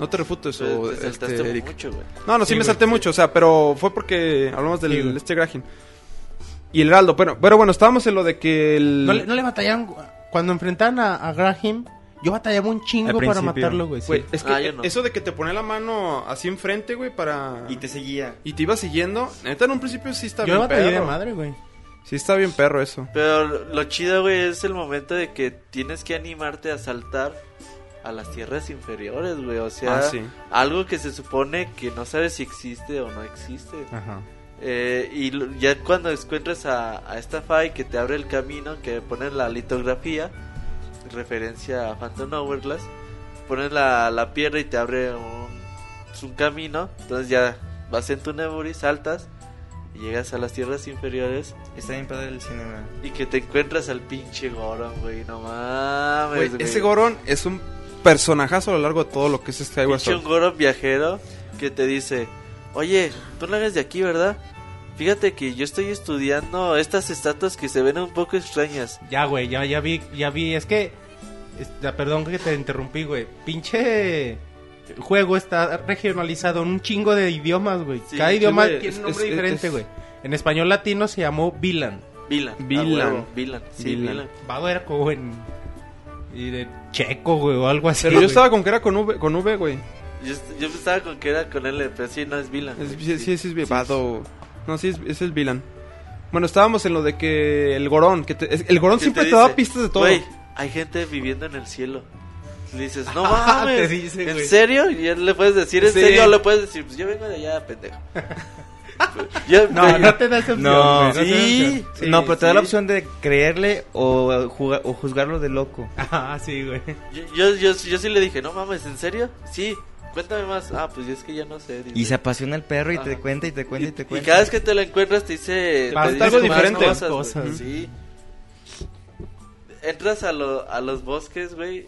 No te refuto eso. Te saltaste este, Eric. mucho, güey. No, no, sí, Sí, me güey, salté mucho, o sea, pero fue porque hablamos del Sí, güey. este Graham. Y el Heraldo, pero, pero bueno, estábamos en lo de que el. No, le- no le batallaron... Cuando enfrentaron a, a Graham, yo batallaba un Al chingo para principio. matarlo, güey. sí. Güey, es que Ah, yo no. eso de que te pone la mano así enfrente, güey, para. Y te seguía. y te iba siguiendo. Neta, en un principio sí está Yo bien batallé de perro. madre, güey. Sí está bien perro eso. Pero lo chido, güey, es el momento de que tienes que animarte a saltar a las tierras inferiores, güey. O sea, Ah, sí. algo que se supone que no sabes si existe o no existe. Ajá. Eh, y lo- ya cuando encuentras a, a esta Fai que te abre el camino, que pones la litografía, referencia a Phantom Hourglass, pones la, la piedra y te abre un, es un camino. Entonces ya vas en tu Neburi, saltas y llegas a las tierras inferiores. Está bien padre el cinema. Y que te encuentras al pinche Goron, güey, no mames. güey. ese Goron es un personajazo a lo largo de todo lo que es este Skyward Pinche un Sword. Goron viajero que te dice, oye, tú no eres de aquí, ¿verdad? Fíjate que yo estoy estudiando estas estatuas que se ven un poco extrañas. Ya, güey, ya, ya vi, ya vi. Es que, es- ya, perdón que te interrumpí, güey. Pinche juego está regionalizado en un chingo de idiomas, güey. Sí, Cada sí, idioma güey, tiene es- un nombre es- diferente, es- güey. En español latino se llamó Vilan. Vilan. ah, Vilan. huevo, Vilan. Sí, Vilan. Vilan. Vago era como en. Y de checo, güey, o algo así. Pero yo güey. estaba con que era con V, con v güey. Yo, est- yo pensaba con que era con L, pero sí, no es Vilan. Es- güey, Sí, sí, sí, es Vivado. No, sí, es, es el Vilan. Bueno, estábamos en lo de que el Gorón. Que te- es- el Gorón ¿Qué siempre te, te daba dice? pistas de todo. Güey, hay gente viviendo en el cielo. Le dices, no Ah, mames. te dice, ¿En güey. serio? Y él le puedes decir, ¿en Sí. serio? O le puedes decir, pues yo vengo de allá, pendejo. Yo- No, no te das opción. No. güey, te das Sí. opción. no, pero te da sí. la opción de creerle o, eh, juga- o juzgarlo de loco. Ah, sí, güey. yo, yo, yo, yo sí le dije, no mames, ¿en serio? Sí, cuéntame más. Ah, pues yo es que ya no sé. dice. Y se apasiona el perro y te Ajá. cuenta y te cuenta y, te Y cuenta. cada vez que te la encuentras te dice... Basta te dice algo más diferente. güey. Cosas. Sí. Entras a, lo- a los bosques, güey.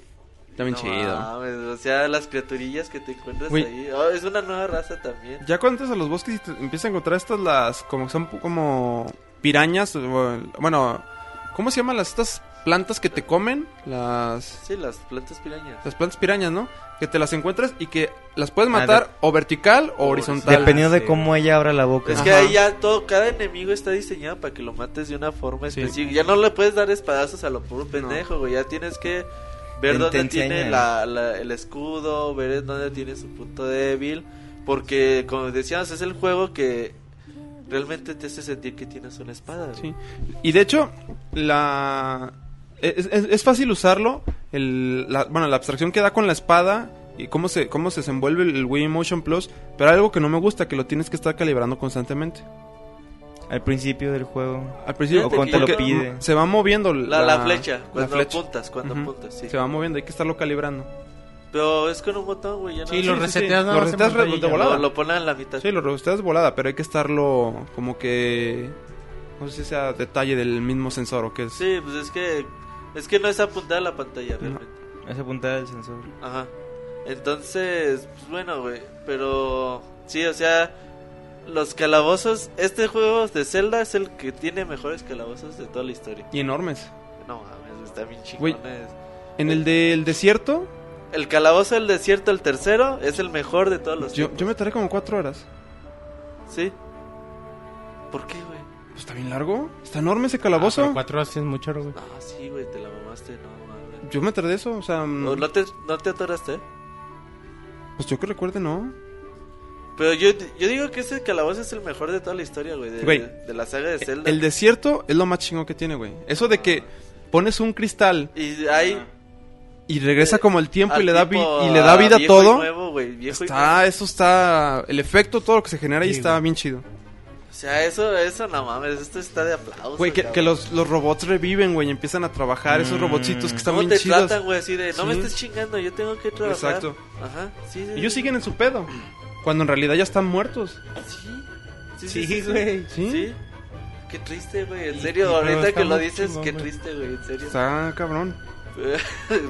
Está bien chido. mames, o sea, las criaturillas que te encuentras Güey. ahí. Oh, es una nueva raza también. Ya cuando entras a los bosques y te empiezas a encontrar estas las como son pu- como pirañas o, bueno, ¿cómo se llaman las estas plantas que te comen? Las Sí, las plantas pirañas. las plantas pirañas, ¿no? Que te las encuentras y que las puedes Ah, matar o vertical o horizontal. Dependiendo de cómo ella abra la boca. Es que Ajá. ahí ya todo, cada enemigo está diseñado para que lo mates de una forma Sí. específica. Ya no le puedes dar espadazos a lo puro pendejo, güey. Ya tienes que ver Te- dónde te tiene enseñan. la- la- el escudo, ver dónde tiene su punto débil. Porque, como decíamos, es el juego que realmente te hace sentir que tienes una espada. Sí. Y de hecho, la e, es, es- es fácil usarlo. El, la, bueno, la abstracción que da con la espada y cómo se, cómo se desenvuelve el Wii Motion Plus. Pero algo que no me gusta, que lo tienes que estar calibrando constantemente. Al principio del juego. Al principio, O porque- cuando lo porque pide. Se va moviendo La, la flecha, la cuando flecha. apuntas, cuando Ujú. apuntas, sí. Se va moviendo, hay que estarlo calibrando. Pero es con un botón, güey. Ya no Sí, lo sí, sí. reseteas nada Lo más en reseteas re- pantalla, de güey. volada. lo, lo ponen en la mitad. Sí, lo rebosteas de volada, pero hay que estarlo como que. No sé si sea detalle del mismo sensor o qué es. Sí, pues es que, es que no es apuntar a la pantalla, realmente. Es apuntada del sensor. Ajá. Entonces, pues, bueno, güey. Pero sí, o sea, los calabozos. Este juego de Zelda es el que tiene mejores calabozos de toda la historia. Y enormes. No mames, está bien Güey. chingones. En el del desierto, El calabozo del desierto, el tercero, es el mejor de todos los. yo, tiempos. yo me tardé como cuatro horas. Sí. ¿Por qué, güey? Pues está bien largo. Está enorme ese Ah, calabozo. pero cuatro horas es mucho, güey. Ah, sí, güey, te la mamaste, no mames. yo me tardé eso, o sea. mm, ¿O ¿No te, no te atoraste? Pues yo que recuerde, no. Pero yo, yo digo que ese calabozo es el mejor de toda la historia, güey. De, Güey. Eh, de, de la saga de Zelda. El desierto es lo más chingo que tiene, güey. Eso de que pones un cristal Y hay. y regresa como el tiempo y al le da, vi- tipo, y le da ah, vida a viejo y todo. nuevo, güey, viejo y Está, eso está. El efecto, todo lo que se genera ahí Sí, está güey. bien chido. O sea, eso, eso no mames, esto está de aplauso. Güey, que, cabrón. que los, los robots reviven, güey, y empiezan a trabajar. Esos Mm. robotcitos que están ¿Cómo te bien chidos. tratan, güey? Así de, no me Sí. estés chingando, yo tengo que trabajar. Exacto. Ajá, sí, sí. Ellos siguen en su pedo. Cuando en realidad ya están muertos. Sí, sí, sí, Sí, sí, sí. güey. Sí. Sí. Qué triste, güey, en Y- serio, y- pero ahorita está que lo muy dices, chingón, qué güey. triste, güey, en serio. Está cabrón.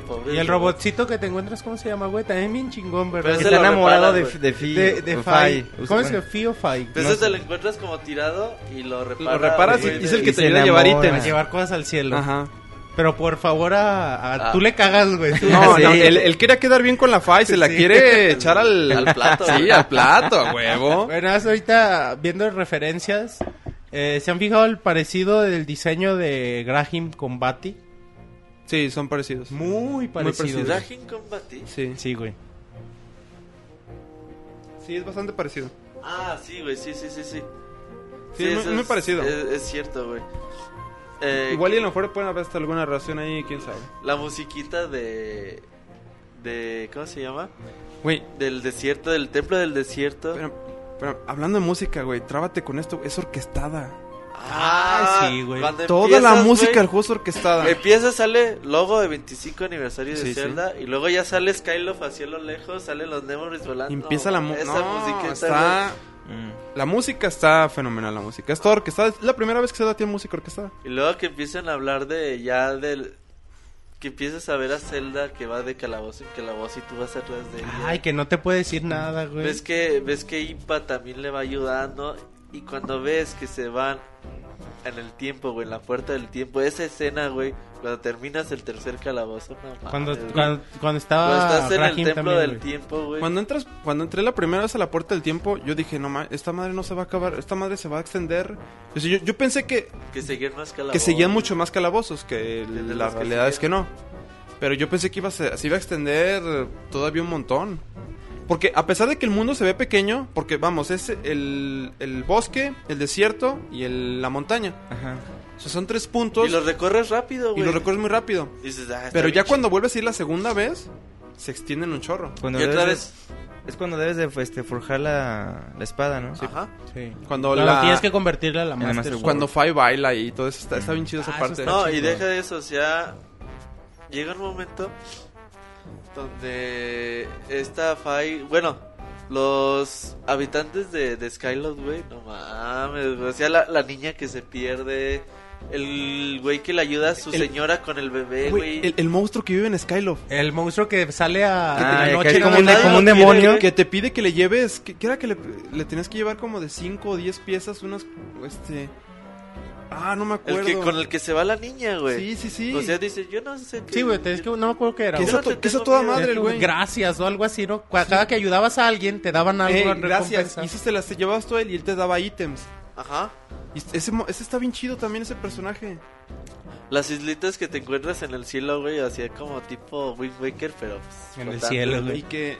Pobre Y el robot. robotcito que te encuentras, ¿cómo se llama, güey? También bien chingón, Pero ¿verdad? ese Está lo enamorado de, reparan, güey. de Fi. de, de o Fai. Fai. ¿Cómo Bueno, se llama? Fio Fai. Entonces No Pues te lo sé. encuentras como tirado y lo Lo reparas. reparas y, güey, y es el de- que Y te se ayuda a llevar enamora. A ítems. llevar cosas al cielo. Ajá. Pero por favor, a, a- Ah. tú le cagas, güey. Tú- No, Sí. no, él, él quería quedar bien con la FA y se la Sí. quiere echar al, Al plato, Sí, güey. al plato, a huevo. Bueno, hasta ahorita viendo referencias, eh, ¿se han fijado el parecido del diseño de Graham con Batty? Sí, son parecidos. Muy parecido. parecido. güey. Rajin Combati. Sí. sí, güey. Sí, es bastante parecido. Ah, sí, güey, sí, sí, sí, sí. Sí, es muy- eso muy parecido. Es, es cierto, güey. Eh, Igual y a lo mejor pueden haber hasta alguna relación ahí, quién sabe. La musiquita de. de ¿Cómo se llama? Güey, Del desierto, del templo del desierto. pero, pero hablando de música, güey, trábate con esto. Es orquestada. Ah, sí, güey. cuando Toda la empiezas, música del güey, juego es orquestada. Empieza, sale logo de 25 aniversario de Sí, sí. Zelda. Y luego ya sale Skyloft hacia lo lejos. Salen los Memories volando. Empieza la música. Esa No, musiquita, está... Mm. La múca está fenomenal, la música. Es todo orquestada. Es la primera vez que Zelda tiene música orquestada. güey. Y luego que empiezan a hablar de. Ya del. Que empiezas a ver a Zelda que va de calabozo en calabozo y tú vas atrás de ella. Ay, que no te puede decir nada, güey. Ves que, ves que Impa también le va ayudando y cuando ves que se van en el tiempo, güey, en la puerta del tiempo. Esa escena, güey, cuando terminas el tercer calabozo, no mames, Cuando, güey. cuando, cuando estaba ah, Cuando estás en el Rahim templo también, del güey. tiempo, güey. Cuando entras, cuando entré la primera vez a la puerta del tiempo, yo dije, no ma- esta madre no se va a acabar, esta madre se va a extender. O sea, yo, yo pensé que, Que seguían más calabozos. que seguían mucho más calabozos, que de la los que realidad es que siguen. no. Pero yo pensé que iba a ser- se iba a extender todavía un montón. Porque a pesar de que el mundo se ve pequeño, porque vamos, es el, el bosque, el desierto y el- la montaña. Ajá. O sea, son tres puntos Y los recorres rápido, y güey. los recorres muy rápido. Y dices, ah, está Pero bien ya chido. cuando vuelves a ir la segunda vez, se extienden un chorro. Cuando Y otra debes de- vez. Es cuando debes de pues, este, forjar la, la espada, ¿no? Ajá. Sí. Cuando, Cuando la, tienes que convertirla a la Además, Master el- Sword. Cuando Five baila y todo eso, está, está bien Ah, chido esa eso parte. está No, y chido. deja de eso, o sea, llega un momento donde esta Fai, bueno, los habitantes de, de Skylot, güey, no mames, güey, o sea, la, la niña que se pierde, el güey que le ayuda a su El- señora con el bebé, Güey, güey. el, el monstruo que vive en Skyloft. El monstruo que sale a Ah, a que la es noche. como ¿no? un- como un demonio. Que te pide que le lleves. que que era que le, le tenías que llevar como de 5 o 10 piezas? Unas. Este. Ah, no me El acuerdo. que, con el que se va la niña, güey. Sí, sí, sí. O sea, dice, yo no sé qué. Sí, güey, te- es que no me acuerdo qué era. que güey. esa, no te to- que esa tengo toda miedo. madre, el güey. Gracias o algo así, ¿no? Cu- Cada que ayudabas a alguien te daban algo Ey, en Eh, gracias. recompensa. Y si se las llevabas tú a él y él te daba ítems. Ajá. Y ese, mo- ese está bien chido también, ese personaje. Las islitas que te encuentras en el cielo, güey, así como tipo Wind Waker, pero... pues, En el flotando, cielo, güey. Y que.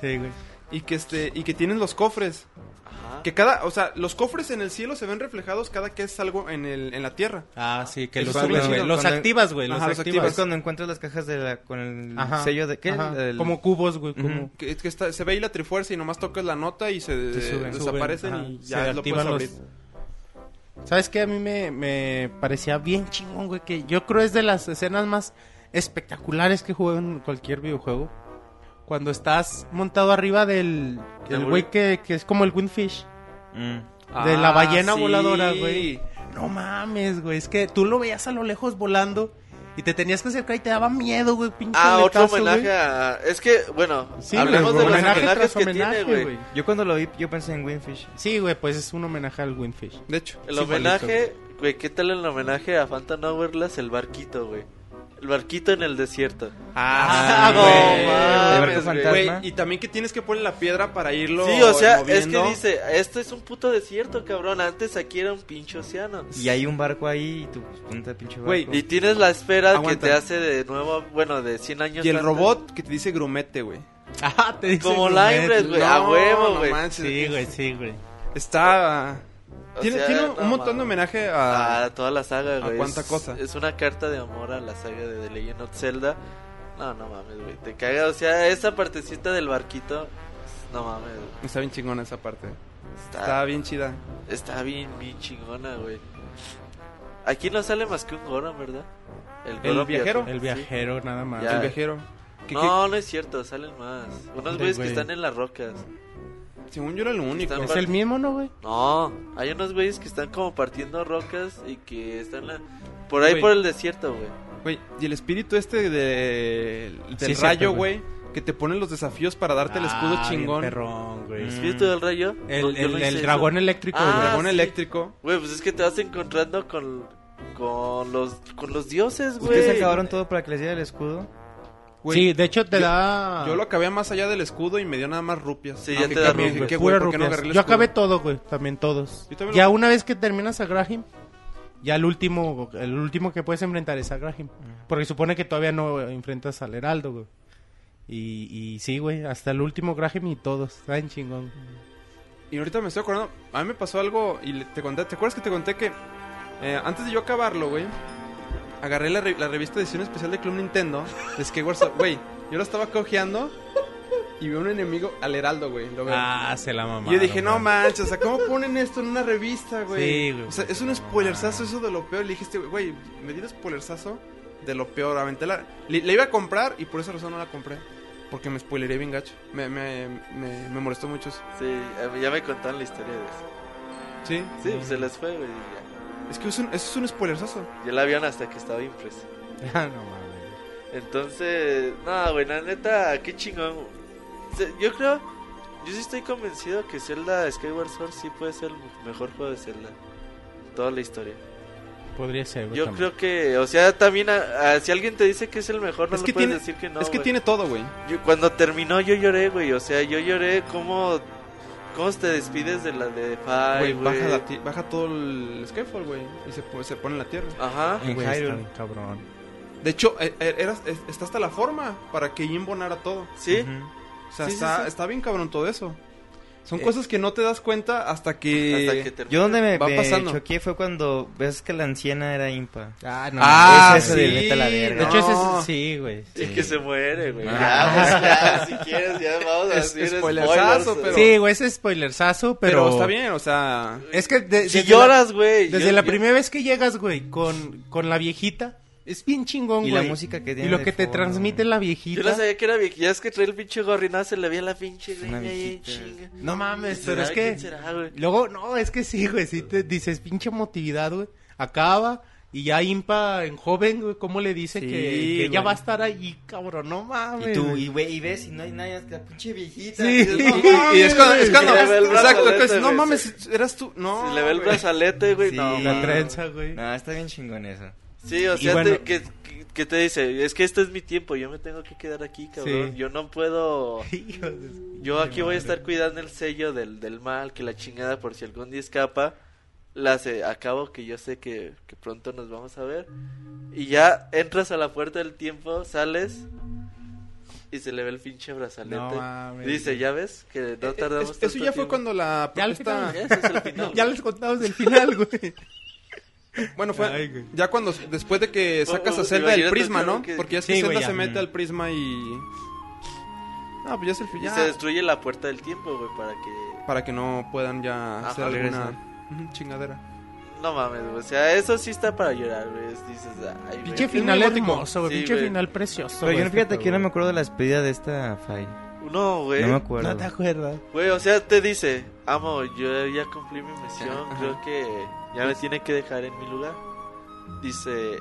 Sí, güey. Y que este. Y que tienen los cofres. Ajá. Que cada, o sea, los cofres en el cielo se ven reflejados cada que es algo en, el, en la tierra. Ah, sí, que Es los cuando- subes, güey. cuando- Los activas, güey. pues, Los Ajá, los Es activas. cuando encuentras las cajas de la, con el Ajá, sello de... ¿Qué? ajá. Del- Como cubos, güey. Ujú. Como... Que, que está- se ve ahí la trifuerza y nomás tocas la nota y se Se suben, desaparecen suben, y ajá, ya se lo puedes activan abrir. los- ¿Sabes qué? A mí me, me parecía bien chingón, güey. Que yo creo es de las escenas más espectaculares que jugué en cualquier videojuego. Cuando estás montado arriba del el güey que, que es como el Windfish. Mm. De la Ah, ballena sí. voladora, güey. No mames, güey. Es que tú lo veías a lo lejos volando y te tenías que acercar y te daba miedo, güey. Pinche Ah, otro letazo, homenaje güey. a... Es que, bueno, Sí, hablemos güey, de los homenaje homenajes tras que homenaje, tiene, güey. güey. Yo cuando lo vi, yo pensé en Winfish. Sí, güey, pues es un homenaje al Windfish. De hecho, El sí, igualito, homenaje, güey, ¿qué tal el homenaje a Phantom Hourglass? El barquito, güey. El barquito en el desierto. Ah, Ah, güey. mames, güey. El barco güey. güey. fantasma. Güey, y también que tienes que poner la piedra para irlo. Sí, o sea, es que moviendo. dice, esto es un puto desierto, cabrón. Antes aquí era un pinche océano. Y hay un barco ahí y tú, pues, ponte al pinche barco. Güey, Y tienes la esfera Aguanta. que te hace de nuevo, bueno, de 100 años. Y el antes. robot que te dice grumete, güey. Ah, te dice Como Gourmet, Limered, güey, No, a huevo, no güey. manches. Sí, güey, sí, güey. Está. O Tiene, sea, tiene un no montón mames. de homenaje Ah, a a. toda la saga, güey. cuánta Es- cosa? Es una carta de amor a la saga de The Legend of Zelda. No, no mames, güey. Te caga, o sea, esa partecita del barquito. No mames, güey. Está bien chingona esa parte. Está Está, bien chida. está bien, bien chingona, güey. Aquí no sale más que un Goron, ¿verdad? Goron viajero? El sí. viajero, nada más. Ya. El viajero. Que- No, no es cierto, salen más. Unos Ándale, güeyes que güey. están en las rocas. que- según yo era el único. Están Es el mismo, ¿no, güey? No, hay unos güeyes que están como partiendo rocas y que están la- por ahí Güey. por el desierto, güey. Mm. Güey, y el espíritu este de, del Sí, es rayo, cierto, güey. güey, que te ponen los desafíos para darte el escudo Ah, bien chingón. perrón, güey. Mm. ¿Espíritu del rayo? No, El, yo no el, hice el eso. dragón eléctrico, Ah, güey. Dragón sí. eléctrico. Güey, pues es que te vas encontrando con, con los con los dioses, güey. ¿Ustedes acabaron todo para que les diera el escudo? Güey, sí, de hecho te yo- da... Yo lo acabé más allá del escudo y me dio nada más rupias. Sí, Ah, ya que te da también, rupias, que, Güey, güey, pura ¿por qué no rupias. agarré el Yo escudo? acabé todo, güey. También todos. Yo también Ya lo- una vez que terminas a Graham, ya el último, el último que puedes enfrentar es a Graham. Mm. Porque supone que todavía no enfrentas al Heraldo, güey. Y, y sí, güey, hasta el último Graham y todos. Está en chingón. Y ahorita me estoy acordando, a mí me pasó algo y le- te conté, ¿te acuerdas que te conté que eh, antes de yo acabarlo, güey, agarré la, re- la revista de edición especial de Club Nintendo de Skyward Sword, güey, yo lo estaba cojeando y veo un enemigo al heraldo, güey, lo veo. Ah, se la mamá. Y yo dije, no manches, o sea, ¿cómo ponen esto en una revista, güey? Sí, güey. O sea, es un spoilersazo eso de lo peor. Le dije, este, güey, me di el spoilersazo de lo peor. Aventé la... Le, la iba a comprar y por esa razón no la compré. Porque me spoileré bien gacho. Me, me, me, me molestó mucho eso. Sí, a mí ya me contaron la historia de eso. Sí. Sí, pues se les fue, güey. y Es que es un, eso es un spoilersazo. Ya, ya la vieron hasta que estaba impresa. Ah, no mames. Entonces, no, güey, la neta, qué chingón. güey. Se- Yo creo, yo sí estoy convencido que Zelda Skyward Sword sí puede ser el mejor juego de Zelda. toda la historia. Podría ser, güey, Yo también. creo que, o sea, también a- a- si alguien te dice que es el mejor, no Es le que puedes tiene- decir que no. es que güey. tiene todo, güey. Yo- cuando terminó yo lloré, güey, o sea, yo lloré como cómo te despides de la de Five, Güey, baja, güey. la ti- baja todo el Skyfall, güey. Y se, po- se pone en la tierra. Ajá. En Güey, está Hyrule. bien cabrón. De hecho, eh, eh, era- es- está hasta la forma para que imbonara todo. Sí. Ujú. O sea, Sí, sí, está, sí. Eh. está bien cabrón todo eso. Son cosas que no te das cuenta hasta que... Hasta que terminó. Yo donde me, Va me pasando. choqué fue cuando ves que la anciana era impa. Ah, no. Ah, Esa es de sí. vete a la verga. De hecho, ese no. es... Sí, güey. Es sí. que se muere, güey. Ah. Ya, pues, ya, si quieres, ya vamos a Es- decir spoilerazo, spoilers. pero- Sí, güey, ese spoilersazo, pero... Pero... está bien, o sea... Es que... de- Si desde la- lloras, güey. Desde yo- la yo- primera vez que llegas, güey, con, con la viejita, es bien chingón, Y güey. la música que tiene Y lo de que te fondo. transmite la viejita. Yo no sabía que era viejita. Ya es que trae el pinche gorrinazo, se le veía la pinche Una greña ahí, viejita. chinga. No ¿Quién mames, Pues, pero será? es ¿Quién que. será, güey? Luego, no, es que sí, güey. Si te dices pinche emotividad, güey. Acaba y ya Impa en joven, güey. ¿Cómo le dice Sí, que, que ya güey. va a estar ahí, cabrón? No mames. Y tú, güey. y, güey, y ves y no hay nadie más que la pinche viejita. Sí. Y dices, no, Y- Y es cuando... Es cuando Se le ve el exacto, brazalete, es- no güey, mames, eras tú... No. Se le ve el güey. brazalete, güey. Sí. No, La mames. trenza, güey. No, está bien chingón eso. Sí, o Y sea, bueno- te- que, que- que te dice, es que este es mi tiempo, yo me tengo que quedar aquí, cabrón. Sí. Yo no puedo... Hijo de su- Yo aquí voy a estar cuidando el sello del, del mal, que la chingada por si algún día escapa. Las eh, acabo que yo sé que, que pronto nos vamos a ver. Y ya entras a la puerta del tiempo, sales y se le ve el pinche brazalete. No mames. Dice, ¿ya ves? Que no Eh, eh, tardamos es- Eso ya fue cuando la Ya al protesta... final, Ese es el final. Ya les contamos del final, güey. Bueno, fue Ay, güey. ya cuando después de que sacas Oh, a oh, Zelda del imagínate, prisma, claro ¿no? que- Porque ya es Sí, que güey, Zelda ya. se mete Ujú. al prisma y Ah, pues ya es el Y final. se destruye la puerta del tiempo, güey, para que... Para que no puedan ya Ajá, hacer regresa. alguna ujú, chingadera. No mames, güey. O sea, eso sí está para llorar, güey. Dices, ay, güey. Pinche qué final neumático". hermoso, güey. Sí, pinche güey. final precioso. Pero güey, yo no, este fíjate que yo no juego. me acuerdo de la despedida de esta Fai. No, güey. No me acuerdo. No te acuerdas. Güey, o sea, te dice, amo, yo ya cumplí mi misión, Ajá. creo que ya me tiene que dejar en mi lugar. Dice,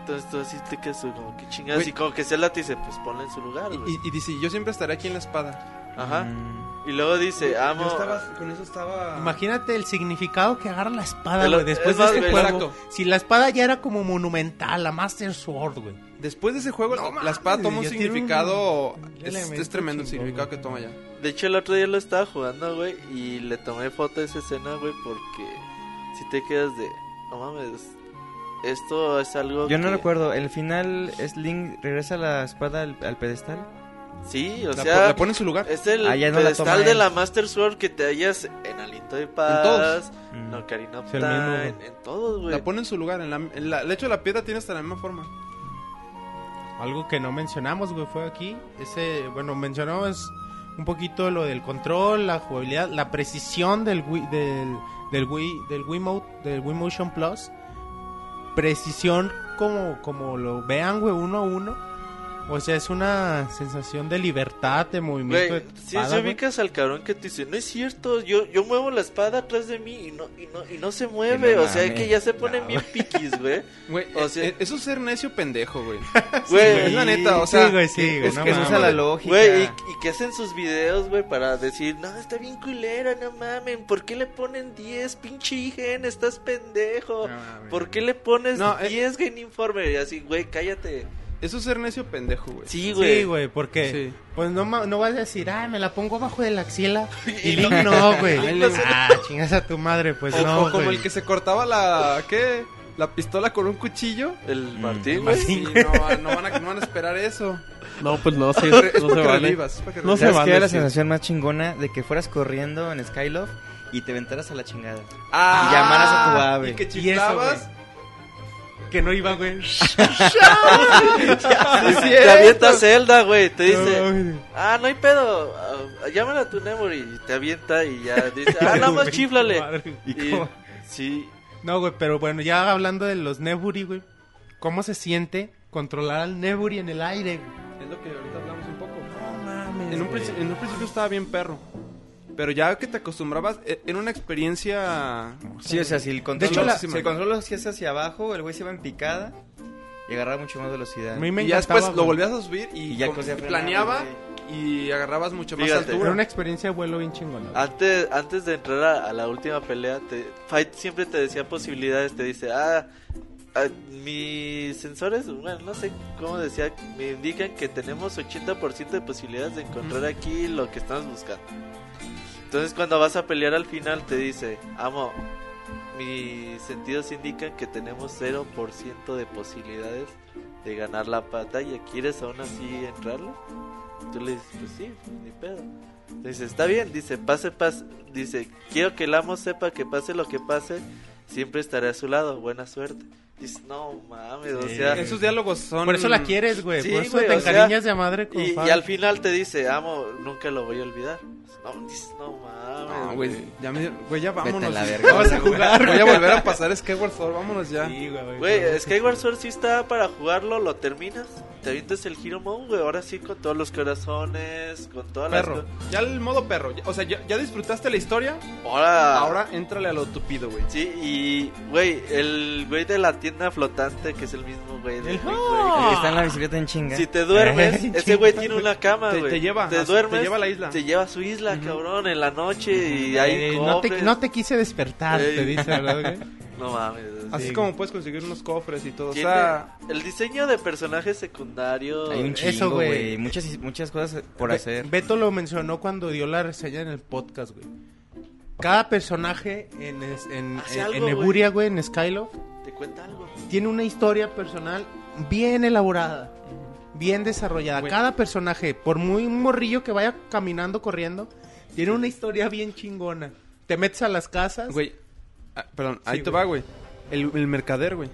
entonces tú así te quedas como que chingadas Güey. y como que Zelda te dice, pues ponla en su lugar, Y, güey. y- y dice, yo siempre estaré aquí en la espada. Ajá. Mm. Y luego dice, amo. Yo estaba con eso estaba Imagínate el significado que agarra la espada, El- güey, después es más, de este güey, juego. Si la espada ya era como monumental, la Master Sword, güey. Después de ese juego No la espada mames, toma un ya tiene un significado es, elemento es tremendo el chingón, significado güey. que toma ya. De hecho, el otro día lo estaba jugando, güey, y le tomé foto a esa escena, güey, porque si te quedas de, no mames, esto es algo. Yo no que- recuerdo. El final es Link regresa la espada al, al pedestal. Sí, o La, sea. pues, po- la pone en su lugar. Es el Ah, ya no la pedestal toma de él. la Master Sword que te hallas en Aliento de todos. Paz, Mm. No, Ocarina of Es el mismo, Time, güey. en todos, güey. La pone en su lugar, en la, en la- el hecho de la piedra tiene hasta la misma forma. Algo que no mencionamos, güey, fue aquí. Ese, bueno, mencionamos un poquito lo del control, la jugabilidad, la precisión del Wii, del, del Wii, del Wiimote, del Wii Motion Plus. Precisión como, como lo vean, güey, uno a uno. O sea, es una sensación de libertad, de movimiento. Güey, de si espada, se güey. ubicas al cabrón que te dice, no es cierto, yo, yo muevo la espada atrás de mí y no, y no, y no se mueve, no o sea, mames. que ya se ponen bien piquis, güey. Güey, O sea- eh, es un ser necio pendejo, güey. Güey, Es la neta, o sea, sí, güey, sí, güey, Es no que se mames. usa la lógica. Güey, y, y que hacen sus videos, güey, para decir, no, está bien culera, no mamen, ¿por qué le ponen 10? Pinche IGN, estás pendejo. ¿Por qué le pones No, eh. 10 Game Informer? Y así, güey, cállate. Es un ser necio pendejo, güey. Sí, Sí, güey. güey, porque Sí. pues no, ma- no vas a decir, ay, me la pongo abajo de la axila. Y Link no, Ay, güey. Link. Ah, chingas a tu madre, pues o, no, o como güey. el que se cortaba la ¿qué? La pistola con un cuchillo. El Martín, güey. Sí, no, va- no van a, no van a esperar eso. No, pues no, sí, Es no se porque vale. revivas, es para que No se ¿Sabes revivas. vale, qué era la sí. sensación más chingona de que fueras corriendo en Skyloft y te aventaras a la chingada? Ah, Y llamaras a tu ave. Y que Y eso, güey. chiflabas. Que no iba, güey. Sí, Te cierto. avienta Zelda, güey, te dice, No, güey. Ah, no hay pedo. ah, llámala a tu memory. Te avienta y ya dice, ah, nada más chiflale. Madre. Y- sí. No, güey, pero bueno, ya hablando de los Neburi, güey. ¿Cómo se siente controlar al Neburi en el aire? güey? Es lo que ahorita hablamos un poco. En un, princi- en un principio estaba bien perro. Pero ya que te acostumbrabas, e- era una experiencia. Sí, o sea, si el De control, hecho, la- si el control lo hacías hacia abajo, el güey se iba en picada y agarraba mucho más velocidad. A mí me Y ya encantaba, después lo güey. volvías a subir y, Y ya como- cosía planeaba frenaba, y agarrabas mucho más Fíjate. altura. Era una experiencia de vuelo bien chingona. Antes, antes de entrar a, a la última pelea, te, Fight siempre te decía posibilidades, te dice, ah, ah, mis sensores, bueno, no sé cómo decía, me indican que tenemos 80% de posibilidades de encontrar aquí lo que estamos buscando. Entonces cuando vas a pelear al final te dice, amo, mis sentidos indican que tenemos 0% de posibilidades de ganar la batalla. ¿Quieres aún así entrarla? Tú le dices, pues sí, ni pedo. Dice, está bien, dice, pase, pase, dice, quiero que el amo sepa que pase lo que pase, siempre estaré a su lado, buena suerte. Dice, no mames, o sea... Esos diálogos son... Por eso la quieres, güey. mm, Sí, por eso güey, te o sea, encariñas de madre con Y, Fab. y al final te dice, amo, nunca lo voy a olvidar. No, dice, no mames. No, güey, ya, me- güey, ya vámonos. la verga. Vamos a jugar. Voy a volver a pasar Skyward Sword, vámonos ya. Sí, güey. Güey, Skyward Sword sí está para jugarlo, lo terminas, te avientas el giro mode, güey, ahora sí con todos los corazones, con todas Perro. las... Ya el modo perro. ya- O sea, ya, ya disfrutaste la historia. Ahora... Ah. Ahora éntrale a lo tupido, güey. Sí, y, güey, el güey de la tienda flotante, que es el mismo güey de... güey, El que está en la bicicleta en chinga. Si te duermes, Ay, ese güey tiene una cama, Te- güey. te lleva, te as- duermes, te lleva a la isla. Te lleva a su isla, cabrón, en la noche y Eh, ahí no, te, cofres. no te quise despertar, Ey. te dice, ¿verdad, güey? No mames. Así sí. como puedes conseguir unos cofres y todo. O Tiene- sea, el diseño de personajes eh, secundarios. Hay un Eso, chingo, güey. güey. Muchas, muchas cosas por Be- hacer. Beto lo mencionó cuando dio la reseña en el podcast, güey. Cada personaje en, es- en, Hace en, algo, en güey. Eburia, güey, en Skyloft, Te cuenta algo. tiene una historia personal bien elaborada, bien desarrollada. Güey. Cada personaje, por muy morrillo que vaya caminando, corriendo, tiene una historia bien chingona. Te metes a las casas. güey. ah, perdón, ahí Sí, te güey. va, güey. El, el mercader, güey.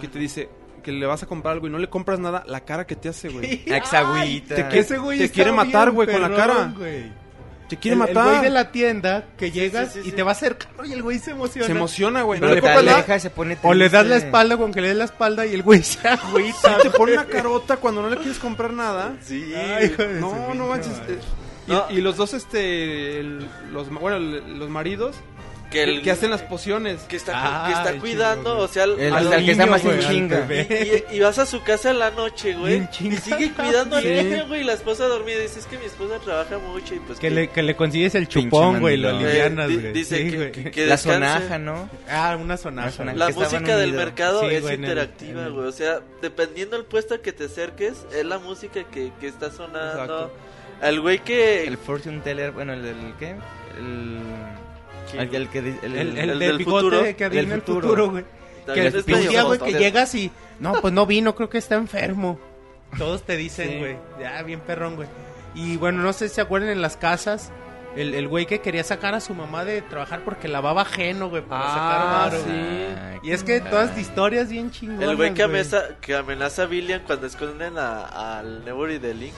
Que te dice que le vas a comprar algo y no le compras nada, la cara que te hace, güey. Ah, Exagüita. te quieres- Ese güey te está quiere matar, bien güey, con la perrón, cara. güey. Te quiere El- matar. El güey de la tienda que llegas sí, sí, y sí. te va a hacer carro y el güey se emociona. Se emociona, güey. No Pero le tal, compras le nada. deja, se pone O le das la triste. espalda, güey, aunque le des la espalda y el güey se agüita. Te pone una carota cuando no le quieres comprar nada. Sí. Ay, hijo de su No, pinche no manches. madre. eh, y- No. Y, los dos, este. el- los, ma- bueno, el- los maridos. que, el, que hacen las pociones. que está, Ah, que está el cuidando, chico, o sea, al- El, al- o sea, el que está niño, más en güey, al chinga. bebé. y, y vas a su casa en la noche, güey. Bien Y chingada. sigue cuidando al Sí. niño, güey. y La esposa dormida dice: Es que mi esposa trabaja mucho y pues. Que le, que le consigues el Pinche chupón, güey, lo mandilón. eh, alivianas, di- güey. Dice Sí, que, güey. que, que La descanse. sonaja, ¿no? Ah, una Una sonaja. sonaja. güey. La que estaban música del unidos. mercado Sí, es güey, en el- en interactiva, el- güey. O sea, dependiendo del puesto que te acerques, es la música que, que está sonando. Exacto. Al güey que. El fortune teller, bueno, el del qué? El que- el, el que di- el, El, el, el del del bigote futuro. de que Del adivina el futuro. futuro, güey. Que también el es pinche medio día, güey, que botón. llegas y... No, pues no vino, creo que está enfermo. Todos te dicen, Sí. güey. Ya, bien perrón, güey. Y bueno, no sé si se acuerdan en las casas... El, el güey que quería sacar a su mamá de trabajar porque lavaba ajeno, güey, para Ah, sacar varo, güey. Ah, Y es que todas las historias bien chingonas, El güey que, amenaza- que amenaza a Billion cuando esconden a- al Nebury de Link.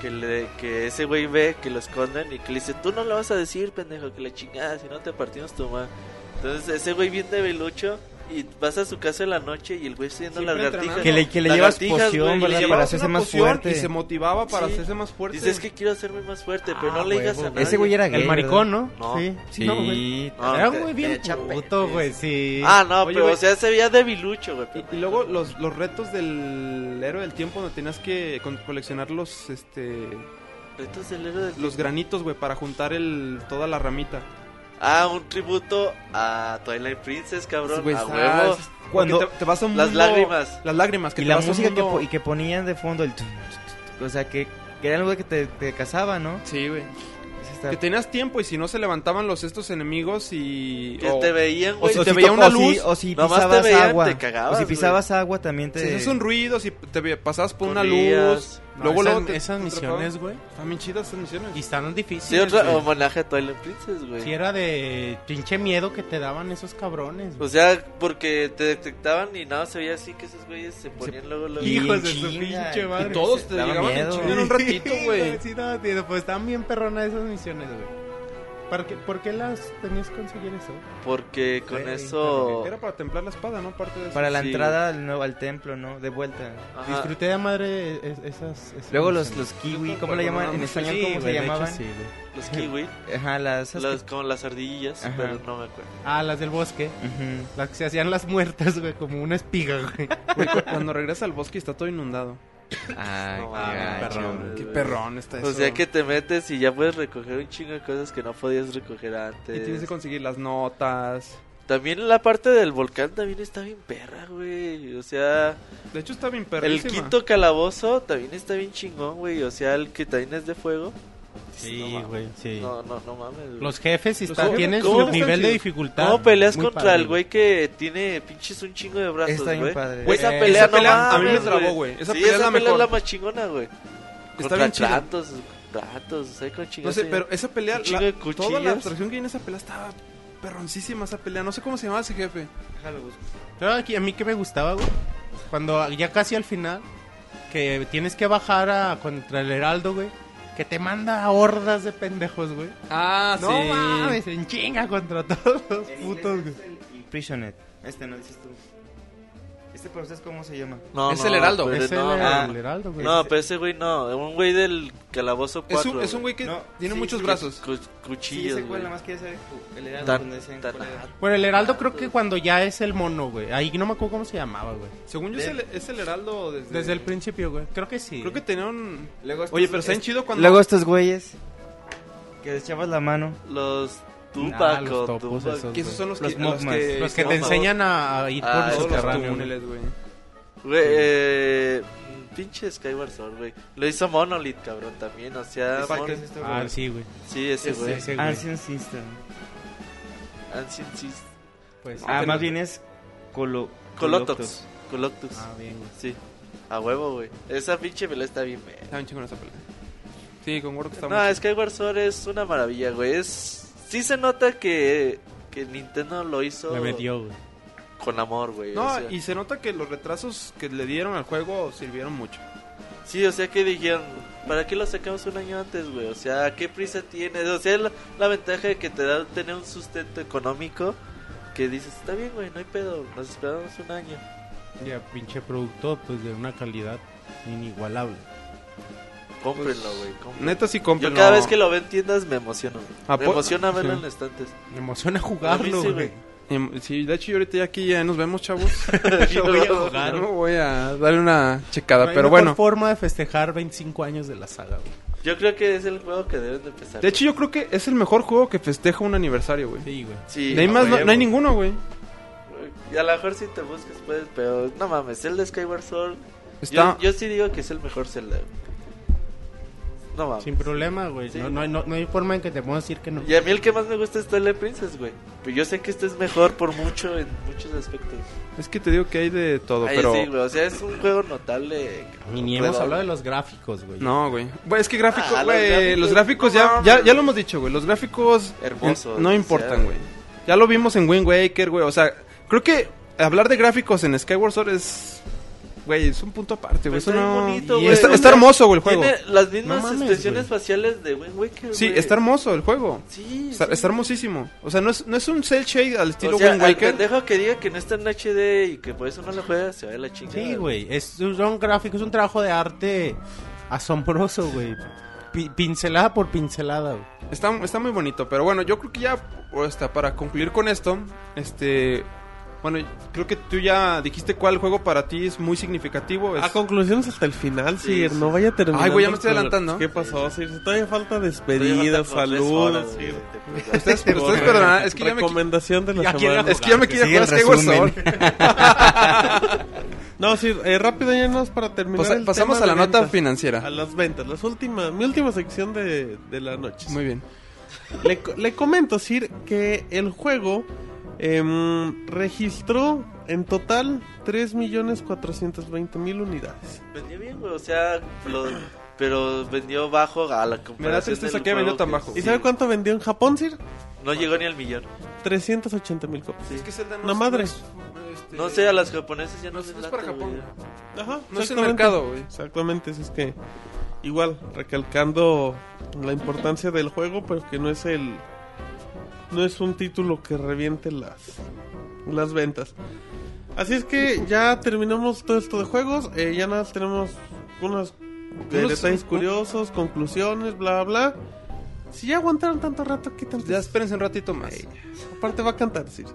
Que, le, que ese güey ve que lo esconden y que le dice: Tú no lo vas a decir, pendejo, que le chingada, si no te partimos tu madre. Entonces ese güey bien debilucho. Y vas a su casa en la noche y el güey siendo Siempre lagartija. entrenando. Que le- que le llevas poción, güey, y le ¿verdad? llevas Para Llevabas hacerse una más poción fuerte. Y se motivaba para Sí. hacerse más fuerte. Dices que quiero hacerme más fuerte, pero Ah, no le digas huevo. a nadie. Ese güey era gay. El maricón, ¿verdad? ¿no? No. Sí. Sí. No, güey. No, Era te- muy te bien echa puto, pe- güey, sí. Ah, no, Oye, pero güey. o sea, se veía debilucho, güey. Y, y luego los, los retos del héroe del tiempo donde tenías que con- coleccionar los este Retos del héroe del- los granitos, güey, para juntar el toda la ramita. Ah, un tributo a Twilight Princess, cabrón. Güey, a está- huevo. es- porque Cuando- te, te vas a un Las mundo- lágrimas. Las lágrimas que Y te la vas a un música que, mundo- po- y que ponían de fondo el tum, tum, tum, o sea, que, que era algo que te, te casaba, ¿no? Sí, güey. Ese está- Que tenías tiempo y si no se levantaban los estos enemigos y Que o- te veían, Oh. o güey. si te te- veía to- una o si- luz, o si nomás te pisabas veían, agua, te cagabas, o si güey. pisabas agua también si te haces un ruido, si te ve- pasabas por una Corrías. luz, No, luego esas, luego te- esas te misiones, güey. atrapaban. Están bien chidas esas misiones. Y están Sí, difíciles. otro güey. homenaje a Twilight Princess, güey. Sí, era de pinche miedo que te daban esos cabrones. O güey. sea, porque te detectaban y nada, se veía así que esos güeyes se ponían luego, luego. Y- Hijos de su chinga, pinche y madre. Y todos te Daba llegaban en miedo. chinga en un ratito, Sí, güey. Sí, no, tío, pues estaban bien perronas esas misiones, güey. ¿Para qué- ¿Por qué las tenías que conseguir eso? Porque con Güey, eso. Era para templar la espada, ¿no? Aparte de eso. para la Sí, entrada al, nuevo- al templo, ¿no? De vuelta. Ajá. Disfruté de madre es- esas, esas Luego los, misiones. los kiwi, ¿cómo le llaman? En español, Sí, ¿cómo güey, se de hecho, llamaban? sí, güey. Los kiwi. Ajá, las... esas Las, como las ardillas, Ajá. pero no me acuerdo. Ah, las del bosque. que- Ujú. Las que se hacían las muertas, güey, como una espiga, güey. Güey, cu- cuando regresa al bosque y está todo inundado. Ay, No, qué ah, gacho. perrón. Qué perrón está eso. O sea que te metes y ya puedes recoger un chingo de cosas que no podías recoger antes. Y tienes que conseguir las notas. También la parte del volcán también está bien perra, güey. O sea, De hecho, está bien el perrísima. quinto calabozo también está bien chingón, güey. O sea, el que también es de fuego. No Sí, mames. güey, sí. No, no, no mames. güey. Los jefes está- jefes, tienen ¿cómo su están nivel de chidos? dificultad. ¿Cómo peleas muy contra padre, el güey que tiene pinches un chingo de brazos, Está bien güey? padre. Güey, Esa Eh, pelea, esa no pelea a mí me mames, trabó, güey. Sí, Esa pelea es la es la mejor. más chingona, güey. Está Contra bien chida. Kratos, Kratos, ¿sabes cómo No chingados sé, se pero esa pelea, Un chingo la- de toda la cuchillas. abstracción que hay en esa pelea estaba perroncísima esa pelea. No sé cómo se llamaba ese jefe. No, aquí, a mí que me gustaba, güey. Cuando ya casi al final, que tienes que bajar a, contra el Heraldo, güey. Que te manda a hordas de pendejos, güey. Ah, no mames, en chinga contra todos los putos, güey. Prisonet. Este no dices tú. Este para ustedes cómo se llama? No, Es no, el heraldo. pero Es el, no, ah, el Heraldo, güey. No, pero ese güey no, un güey del calabozo 4. Es un, es un güey que No, tiene sí, muchos sí, brazos. cu- Sí, cuchillos, ese cual güey. nada más quiere saber el heraldo Tan- donde dicen tan- cuál era. Bueno, el Heraldo creo que cuando ya es el mono, güey. Ahí no me acuerdo cómo se llamaba, güey. Según yo, es el, es el heraldo desde, Desde el principio, güey. Creo que sí. Creo que tenía un. Luego estos- Oye, pero está bien es- chido cuando. Luego estos güeyes que les echabas la mano. Los Ah, Tupac los o topos Tupac. esos. que esos son los, Los que, a los Mogmas. que. Los que te Por favor. enseñan a, a ir por Ah, el todos Todos los subterráneo. güey. túneles, güey. Güey, eh, pinche Skyward Sword, güey. Lo hizo Monolith, cabrón, también, o sea, ¿Para Mon- qué es esto, güey? Ah, sí, güey. sí, ese Sí, güey. Ah, ese güey. Ancient System. Ancient Sys- Pues, Ah, sí. más bien es Colo... Coloctus. Coloctus. Ah, bien, güey. Sí. A huevo, güey. Esa pinche pelea está bien, güey. Está bien chingón esa pelea. Sí, con Gordo está muy No, Skyward Sword es una maravilla, güey. Es... Sí se nota que, que Nintendo lo hizo Le metió, güey. con amor, güey. o No, sea. y se nota que los retrasos que le dieron al juego sirvieron mucho. Sí, o sea que dijeron, ¿para qué lo sacamos un año antes, güey? O sea, ¿qué prisa tienes? O sea, la, la ventaja de que te da tener un sustento económico que dices, está bien, güey, no hay pedo, nos esperamos un año. Ya, pinche producto, pues de una calidad inigualable. Pues, Cómprenlo, güey, cómprenlo. Neta, sí Yo compren. cada vez que lo veo en tiendas me emociono, güey. Ah, Me po- emociona verlo sí. en estantes. Me emociona A mí jugarlo, sí, güey. Em, Sí, de hecho, yo ahorita ya aquí ya nos vemos, chavos. Yo voy a jugar. No voy a darle una checada, No hay pero mejor bueno. forma de festejar 25 años de la saga, güey. Yo creo que es el juego que deben de empezar. De hecho, yo creo que es el mejor juego que festeja un aniversario, güey. Sí, güey. sí, de ahí a más no, huevo. no hay ninguno, güey. Y a lo mejor si te buscas puedes, pero no mames, el de Skyward Sword. Está- Yo, yo sí digo que es el mejor Zelda. güey. No mames. Sin problema, güey. Sí. No, no, hay- no- no hay forma en que te pueda decir que no. Y a mí el que más me gusta es Twilight Princess, güey. Pero yo sé que este es mejor por mucho en muchos aspectos. Es que te digo que hay de todo, Ahí pero. sí, güey. O sea, es un juego notable. Y ni Pero- hemos hablado de los gráficos, güey. No, güey. Güey, es que gráficos, Ah, los güey. gráficos. Los gráficos, No, ya, ya, no. ya lo hemos dicho, güey. Los gráficos. Hermosos, No o importan, sea. güey. Ya lo vimos en Wind Waker, güey. O sea, creo que hablar de gráficos en Skyward Sword es. Güey, es un punto aparte, Pero güey. Eso está bien no. bonito, Y güey. está, O está sea, hermoso, güey, el juego. Tiene las mismas No mames, expresiones güey. faciales de Wind Waker. Sí, güey. está hermoso el juego. Sí, Está, sí. está hermosísimo. O sea, no es, no es un cel shade al estilo O sea, Wind al Waker. pendejo que diga que no está en HD y que por eso no lo juega, se va de la chingada. Sí, güey. Es, son gráficos, un trabajo de arte asombroso, güey. Pi- pincelada por pincelada, güey. Está, está muy bonito, pero bueno, yo creo que ya o hasta para concluir con esto, este bueno, creo que tú ya dijiste cuál juego para ti es muy significativo. es- A conclusiones hasta el final, Sí, Sir. sí. No vaya a terminar. Ay, güey, ya me estoy adelantando. ¿Qué pasó, Sir? Todavía falta Todavía faltan despedidas, como tres saludos, horas, Sir. güey. ustedes, ustedes perdonarán, es que ya me qui- Recomendación de la Ya quiero- semana. es que ya me Que quise sigue jugar el Skyward Sword. resumen. No, Sir, eh, rápido ya no es para terminar. Pasa- el Pues, pasamos a tema la de nota ventas. financiera. A las ventas, las últimas, mi última sección de, de la noche. Muy bien. Le, co- le comento, Sir, que el juego em, registró en total 3.420.000 unidades. Vendió bien, güey. O sea, lo- pero vendió bajo a la comparación. Me da tristeza del que vendió juego tan bajo. ¿Y sí, sabe cuánto vendió en Japón, Sir? No llegó ni al millón. 380.000 copias. Sí. La madre. No sé, a las japonesas ya no, este, No, les no es late, para güey. Japón. Ajá, No es el exactamente. mercado, güey. Exactamente, eso es que igual recalcando la importancia del juego, pero que no es el no es un título que reviente las las ventas. Así es que ya terminamos todo esto de juegos, eh, ya nada más tenemos unos eh, Unos- detalles un- curiosos, conclusiones, bla bla. bla. Si ya aguantaron tanto rato, aquí Ya tantas espérense un ratito más. Aparte va a cantar, Sir.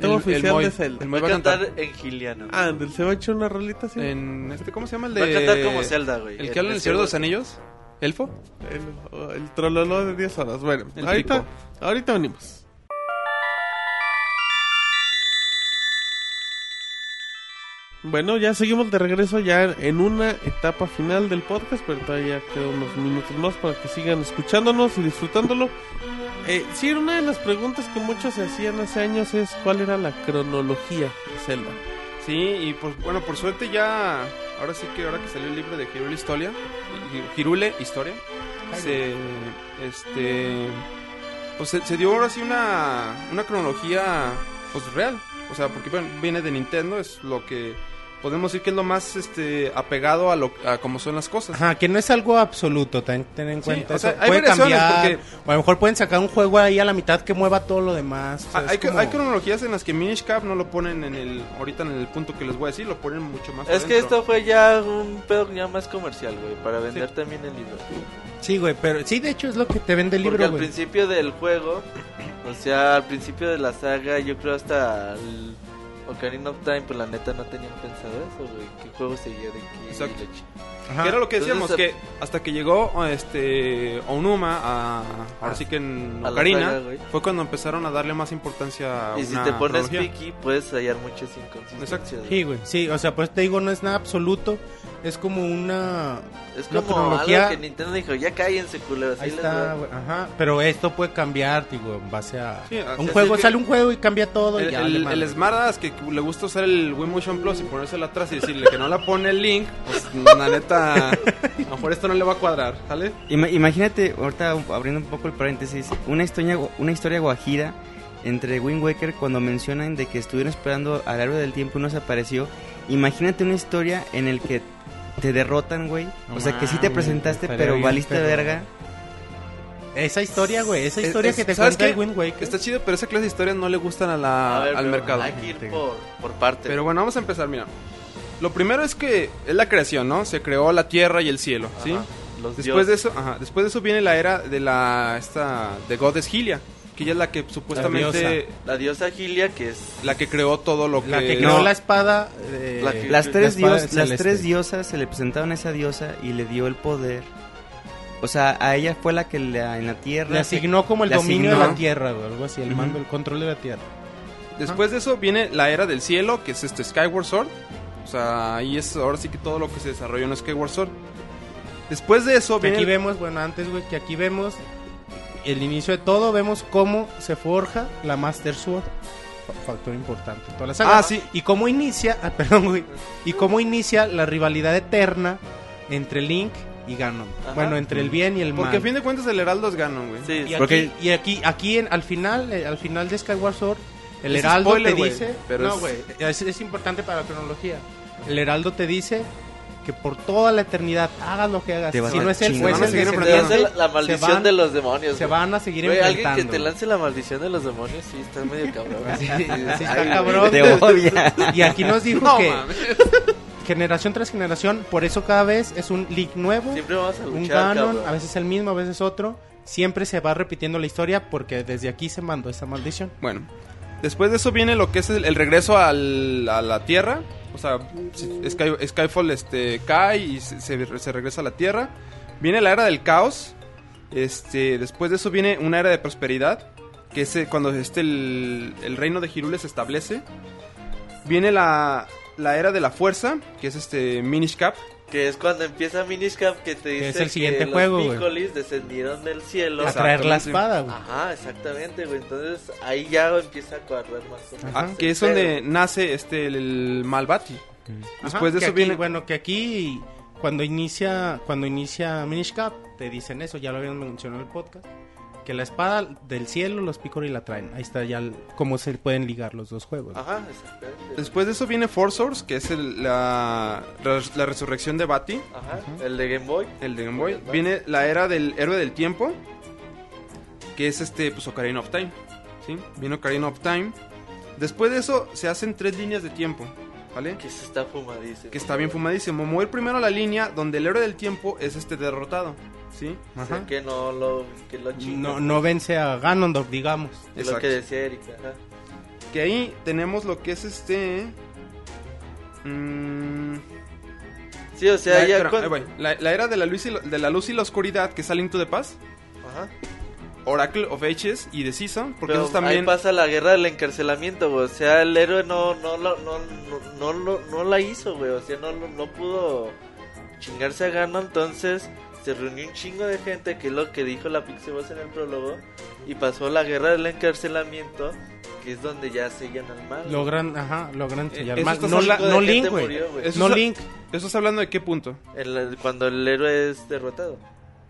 tema oficial Moy- de Zelda. El Va Moy a va a cantar. cantar en giliano. Ah, Andel, se va a echar una rolita así. En este, ¿Cómo se llama el de. Va a cantar como Zelda, güey. El que habla en el Señor de los Anillos. ¿Elfo? El, el trololó de 10 horas. Bueno, El ahorita, pico. ahorita venimos. Bueno, ya seguimos de regreso ya en una etapa final del podcast, pero todavía quedan unos minutos más para que sigan escuchándonos y disfrutándolo. Eh, sí, una de las preguntas que muchos se hacían hace años es cuál era la cronología de Zelda. Sí, y por, bueno, por suerte ya. Ahora sí que ahora que salió el libro de Hirule Historia. Hi- Hirule Historia. Se. Este. Pues se, se dio ahora sí una. Una cronología. Pues real. O sea, porque bueno, viene de Nintendo, es lo que. Podemos decir que es lo más este apegado a lo a cómo son las cosas. Ajá, que no es algo absoluto, ten, ten en Sí, cuenta o eso. sea, hay Puede variaciones, cambiar, porque- o a lo mejor pueden sacar un juego ahí a la mitad que mueva todo lo demás. o sea, Ah, es hay, que- como- hay cronologías en las que Minish Cap no lo ponen en el ahorita en el punto que les voy a decir, lo ponen mucho más. Es que adentro. esto fue ya un pedo ya más comercial, güey, para vender también el libro. Sí, güey, pero sí, de hecho es lo que te vende el Porque libro, al güey. principio del juego, o sea, al principio de la saga, yo creo hasta el Ocarina of Time, pues la neta no tenían pensado eso, güey. ¿Qué juego seguía de aquí? Exacto. Y la ch- Ajá. Que era lo que Entonces, eh, decíamos que hasta que llegó este Onuma a ahora sí que en a la saga, Ocarina güey. fue cuando empezaron a darle más importancia a Y si una te pones cronología. picky, puedes hallar muchas inconsistencias. Exacto. güey. Sí, güey, sí, o sea, pues te digo, no es nada absoluto, es como una... Es una como cronología- algo que Nintendo dijo, ya cállense, culeros. Ahí ahí les está, va". güey, ajá, pero esto puede cambiar, digo, en base a... Sí, a o un sea, juego, sí, sale un juego y cambia todo. y El, ya, el- vale madre. el Smartass que le gusta usar el Wii Motion Plus y ponérsela atrás y decirle que no la pone el link, pues la neta, a lo mejor esto no le va a cuadrar, ¿sale? Ima- imagínate, ahorita abriendo un poco el paréntesis, una historia, una historia guajira entre Wind Waker cuando mencionan de que estuvieron esperando a lo largo del tiempo y no se apareció. Imagínate una historia en el que te derrotan, güey. No o sea, que sí te mames, presentaste, estaría pero bien, valiste pero- verga. Esa historia, güey, esa Es- historia es- que te ¿sabes cuenta el qué? Este Wind Waker. Está chido, pero esa clase de historias no le gustan a la, A ver, al pero mercado. Hay que ir por, por parte. Pero bueno, vamos a empezar, mira. Lo primero es que es la creación, ¿no? Se creó la tierra y el cielo, ¿sí? Ajá, Los Después de dioses. eso, ajá, después de eso viene la era de la esta de Goddess Hylia, que ella es la que supuestamente La diosa Gilia, que es la que creó todo lo que La que no. creó la espada... eh, La que- Las tres, espada dios, las celeste. tres diosas se le presentaron a esa diosa y le dio el poder. O sea, a ella fue la que la- en la tierra... Le asignó como el Le dominio de asignó. la tierra, güey, algo así, el Ujú. mando, el control de la tierra. Después de eso viene la era del cielo, que es este Skyward Sword. O sea, ahí es ahora sí que todo lo que se desarrolló en Skyward Sword. Después de eso Que viene aquí vemos, bueno, antes, güey, que aquí vemos el inicio de todo, vemos cómo se forja la Master Sword. Fa- Factor importante. en Toda la saga. Ah, sí. Y cómo inicia, ah, perdón, güey. Y cómo inicia la rivalidad eterna entre Link y Ganon. Ajá. Bueno, entre el bien y el mal. porque a fin de cuentas el heraldo es Ganon, güey. Sí, y aquí, Porque- y aquí, aquí en- al final, eh, al final de Skyward Sword, el Es heraldo spoiler, te güey, dice, pero no, es- güey, es, es importante para la cronología. El heraldo te dice que por toda la eternidad hagas lo que hagas. Te vas Si a no es el chingar. juez, Van a el seguir Te descendiente, lanza la, la se maldición van, de los demonios. se güey. van a seguir Güey, alguien enfrentando. que te lance la maldición de los demonios, sí, está medio cabrón. Sí, Ay, sí, está güey. cabrón. Te odia. Y aquí nos dijo No que mames. generación tras generación, por eso cada vez es un leak nuevo, Siempre vamos a un luchar, canon, cabrón. a veces el mismo, a veces otro. Siempre se va repitiendo la historia porque desde aquí se mandó esa maldición. Bueno, después de eso viene lo que es el, el regreso al- a la Tierra. O sea, Sky- Skyfall este, cae y se, se- se regresa a la Tierra. Viene la era del caos. Este, después de eso viene una era de prosperidad. Que es eh, cuando este, el, el reino de Hyrule se establece. Viene la, la era de la fuerza, que es este Minish Cap. Que es cuando empieza Minish Cap que te dice es el siguiente que juego, los güey. picolis descendieron del cielo. a traer la Exactamente. espada, güey. Ajá, exactamente, güey. Entonces ahí ya empieza a cuadrar más. o menos ah, el que es pedo. donde nace este, el, el Malvati. Después Ajá, de que eso aquí, viene... bueno, que aquí cuando inicia cuando inicia Minish Cap te dicen eso, ya lo habían mencionado en el podcast, que la espada del cielo los Picori la traen. Ahí está ya el- cómo se pueden ligar los dos Ah, juegos. Ajá, exactamente. Después de eso viene Force Source, que es el- la, res- la resurrección de Bati, Ajá, el de Game Boy. el de Game Boy. Viene la era del héroe del tiempo, que es este, pues Ocarina of Time. ¿sí? Viene Ocarina of Time. Después de eso se hacen tres líneas de tiempo, ¿vale? Que se está fumadísimo. Que está bien fumadísimo. Voy a ir primero a la línea donde el héroe del tiempo es este derrotado, ¿sí? O sea, que no lo, que lo chingan. No, no vence a Ganondorf, digamos. Es lo Exacto. que decía Erika. ajá. Que ahí tenemos lo que es este... mm, Sí, o sea, la, ya espera, con- ahí voy. La- la era de la, luz y la, de la luz y la oscuridad, que es A Link to the Paz, Ajá. Oracle of Ages y The Season, porque Pero esos también... ahí pasa la guerra del encarcelamiento, güey. O sea, el héroe no, no, lo- no, no, no, lo- no la hizo, güey. O sea, no, lo- no pudo chingarse a Gano. Entonces se reunió un chingo de gente, que es lo que dijo la Pixie Boss en el prólogo. Y pasó la guerra del encarcelamiento, que es donde ya sellan al mal. Logran, ajá, logran sellar Eh, más. estos No, son la- cinco de no gente Link, güey. murió, güey. Eso No es- Link. ¿Eso está hablando de qué punto? El- cuando el héroe es derrotado.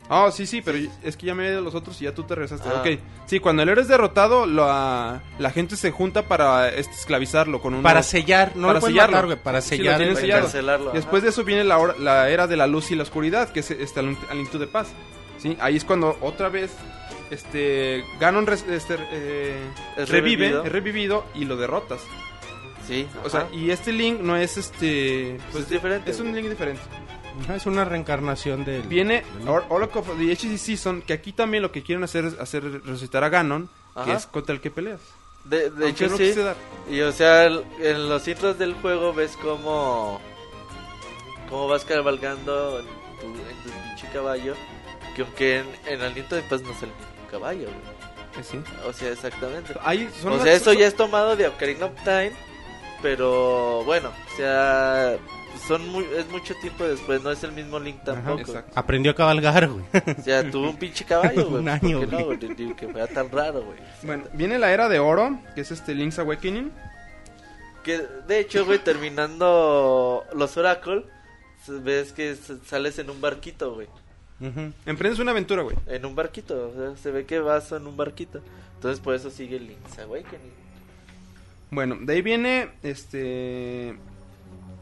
Ah, sí, sí, pero es que ya me he ido a los otros y ya tú te regresaste. Ah. Ok. Sí, cuando el héroe es derrotado, la, la gente se junta para este, esclavizarlo con un... Para sellar, no para lo pueden sellarlo. matar, güey, para Sí, lo sellar. tienen el- Para sellado. encarcelarlo. ajá. Después de eso viene la, hora- la era de la luz y la oscuridad, que es este, al al Into de Paz. ¿Sí? Ahí es cuando otra vez este, Ganon res- este, eh, Es revive, revivido. es revivido y lo derrotas. Sí. O sea, ajá. y este Link no es este... Pues pues, es diferente. es un Link diferente. Ajá, Es una reencarnación del. Viene Or- Oracle of the HC Season, que aquí también lo que quieren hacer es hacer resucitar a Ganon, que Ajá. es contra el que peleas. De, de Aunque hecho, no sí. quise dar. Y o sea, el- en los intros del juego ves cómo, cómo vas cabalgando en tu, en tu pinche caballo. Que aunque en, en Aliento de Paz no es el mismo caballo, güey. Eh, sí. O sea, exactamente. Ahí son O las- sea, eso son- ya es tomado de Ocarina of Time. Pero bueno, o sea, son muy, es mucho tiempo después. No es el mismo Link tampoco. exacto. Aprendió a cabalgar, güey. O sea, tuvo un pinche caballo, güey. Un ¿por año, qué no, güey. güey? Que fuera tan raro, güey. Bueno, viene la era de oro, que es este Link's Awakening. Que de hecho, güey, terminando los Oracle, s- ves que s- sales en un barquito, güey. Ujú. Emprendes una aventura, güey. En un barquito, o sea, se ve que vas en un barquito. Entonces, por eso sigue Link's Awakening. Bueno, de ahí viene este.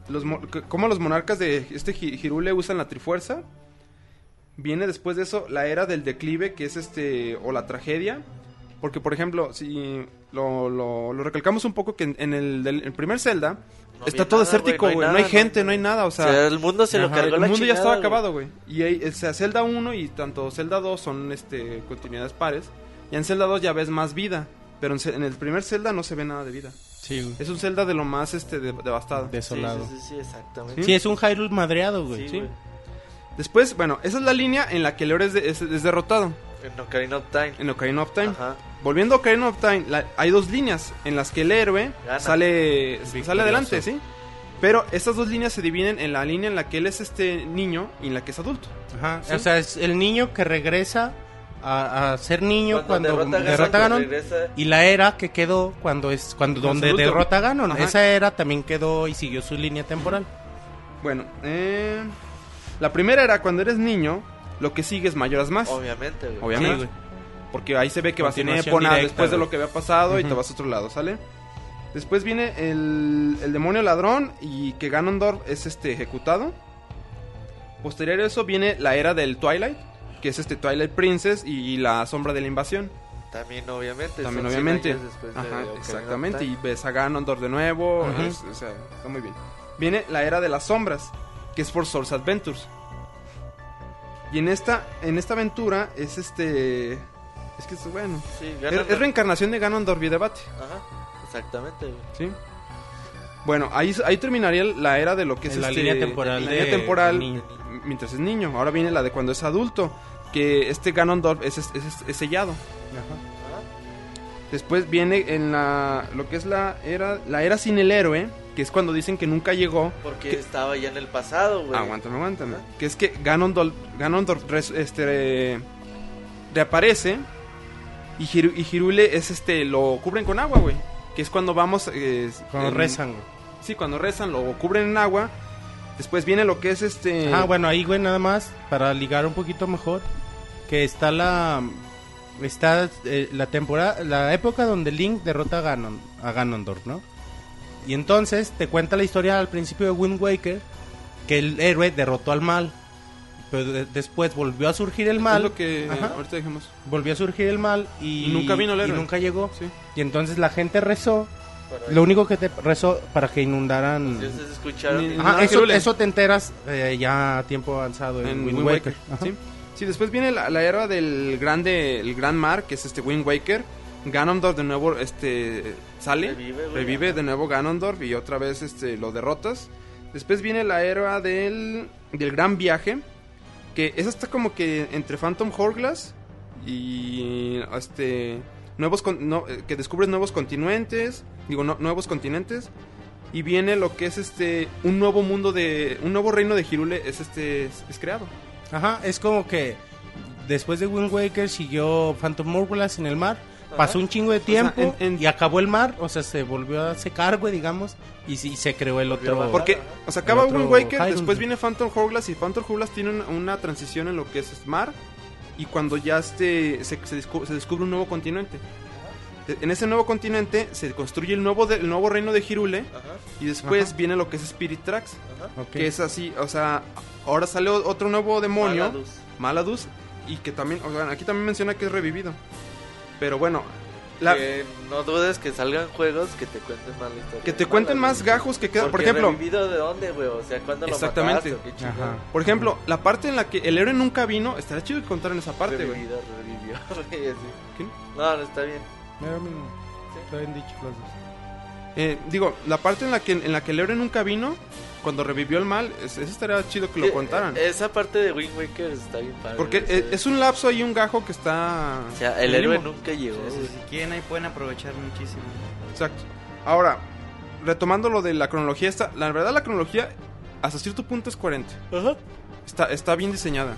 Los, mo- c- cómo los monarcas de este Ji- Hirule usan la trifuerza. Viene después de eso la era del declive, que es este. o la tragedia. Porque, por ejemplo, si lo, lo- lo recalcamos un poco, que en, en el, del- el primer Zelda No está había todo nada, desértico, güey, güey. No, nada, hay no gente, hay- no hay nada, o O sea. sea, el mundo se lo ajá, cargó el la mundo ya chingada, estaba güey. acabado, güey. Y ahí, o sea, Zelda 1 y tanto Zelda 2 son este, continuidades pares. Ya en Zelda 2 ya ves más vida. Pero en, Ze- en el primer Zelda no se ve nada de vida. Sí, güey. Es un Zelda de lo más este de- devastado. Sí, Desolado. sí, sí, sí, exactamente. Sí, es un Hyrule madreado, güey. Sí, Sí. güey. Después, bueno, esa es la línea en la que el héroe es, de- es- es derrotado En Ocarina of Time. en Ocarina of Time. Ajá. Volviendo a Ocarina of Time, la- hay dos líneas en las que el héroe Gana. sale sale Victorioso. adelante, ¿sí? Pero estas dos líneas se dividen en la línea en la que él es este niño y en la que es adulto. Ajá. O sea, es el niño que regresa a, a ser niño cuando, Ganon, derrota a Ganon. regresa- Y la era que quedó cuando es cuando Cuando donde se luta. derrota a Ganon. Ajá. Esa era también quedó y siguió su línea temporal. Bueno, eh, la primera era cuando eres niño, lo que sigue es mayoras más. Obviamente, güey. Obviamente. Sí, güey. Porque ahí se ve que vas en Continuación Epona directa, después de güey. lo que había pasado y te vas a otro lado, ¿sale? Después viene el, el demonio ladrón y que Ganondorf es este ejecutado. Posterior a eso viene la era del Twilight, que es este Twilight Princess y la sombra de la invasión. También, obviamente. También son cien obviamente. años después de Ajá, Ocarina of exactamente. Time. Y ves a Ganondorf de nuevo. Ajá. es- o sea, está muy bien. Viene la era de las sombras, que es For Source Adventures. Y en esta, en esta aventura es este. Es que es bueno. Sí, Es, Ganon- es reencarnación de Ganondorf y debate. Ajá, exactamente, güey. ¿sí? Bueno, ahí, ahí terminaría la era de lo que es la este- línea temporal la de- línea temporal de niño. m- mientras es niño. Ahora viene la de cuando es adulto, que este Ganondorf es, es- es- es sellado. Después viene en la lo que es la era la era sin el héroe, que es cuando dicen que nunca llegó. Porque Que- estaba ya en el pasado, güey. Aguántame, aguántame. Que es que Ganondorf, Ganondorf res- este, reaparece y, Hiru- y Hirule es este, lo cubren con agua, güey. Que es cuando vamos... eh, Cuando en- rezan. güey. Sí, cuando rezan lo cubren en agua. Después viene lo que es este... Ah, bueno, ahí, güey, nada más, para ligar un poquito mejor, que está la... Está eh, la temporada, la época donde Link derrota a, Ganon, a Ganondorf, ¿no? Y entonces te cuenta la historia al principio de Wind Waker, que el héroe derrotó al mal, pero de- después volvió a surgir el Es mal, lo que eh, Ajá. ahorita dijimos. volvió a surgir el mal y, Y nunca vino el héroe. Y nunca llegó. Sí. Y entonces la gente rezó, Para- lo único que te rezó para que inundaran... Entonces escucharon. Ni- y- Ajá, Nada, eso, Ah, Hyrule. eso te enteras eh, ya a tiempo avanzado en, Wind, Waker. Ajá. ¿sí? Sí, después viene la, la era del grande, el gran mar, que es este Wind Waker, Ganondorf de nuevo este sale, Revive, revive, güey. de nuevo Ganondorf y otra vez este lo derrotas. Después viene la era del del gran viaje, que esa está como que entre Phantom Hourglass y este nuevos con- no, eh, que descubres nuevos continentes, digo no- nuevos continentes y viene lo que es este un nuevo mundo de un nuevo reino de Hyrule es este es, es creado. Ajá, es como que después de Wind Waker siguió Phantom Hourglass en el mar. Pasó un chingo de tiempo en- en- y acabó el mar, o sea, se volvió a secar, güey, digamos, y, sí- y se creó el otro. Porque, o sea, acaba El otro Wind Waker, Hyrule. después viene Phantom Hourglass y Phantom Hourglass tiene una, una transición en lo que es mar y cuando ya este, se, se descu- se descubre un nuevo continente. De- En ese nuevo continente se construye el nuevo, de- el nuevo reino de Hyrule y después Ajá. viene lo que es Spirit Tracks, Ok. que es así, o sea, ahora sale o- otro nuevo demonio, Maladus. Maladus, y que también, o sea, aquí también menciona que es revivido. Pero bueno, la, Que no dudes que salgan juegos que te cuenten más la historia. que te de cuenten Maladus. más gajos que quedan, por Porque ejemplo... ¿Revivido de dónde, güey? O sea, ¿cuándo lo Exactamente. mataste? ¿Qué chingado? Ajá. Por ejemplo, la parte en la que el héroe nunca vino, estaría chido que contaran esa parte, güey. Revivido, revivió, güey, así. ¿Qué? No, no está bien. Mira, mira, está bien dicho las dos. Eh, digo, la parte en la que en la que el héroe nunca vino, cuando revivió el mal, es- eso estaría chido que Eh, lo contaran. eh, Esa parte de Wind Waker está bien padre. Porque güey, eh, se- es un lapso y un gajo que está. O sea, el en héroe limbo. nunca llegó, güey. Entonces, si quieren ahí pueden aprovechar muchísimo. Exacto. Ahora, retomando lo de la cronología, esta, la verdad la cronología hasta cierto punto es coherente. Está, está bien diseñada.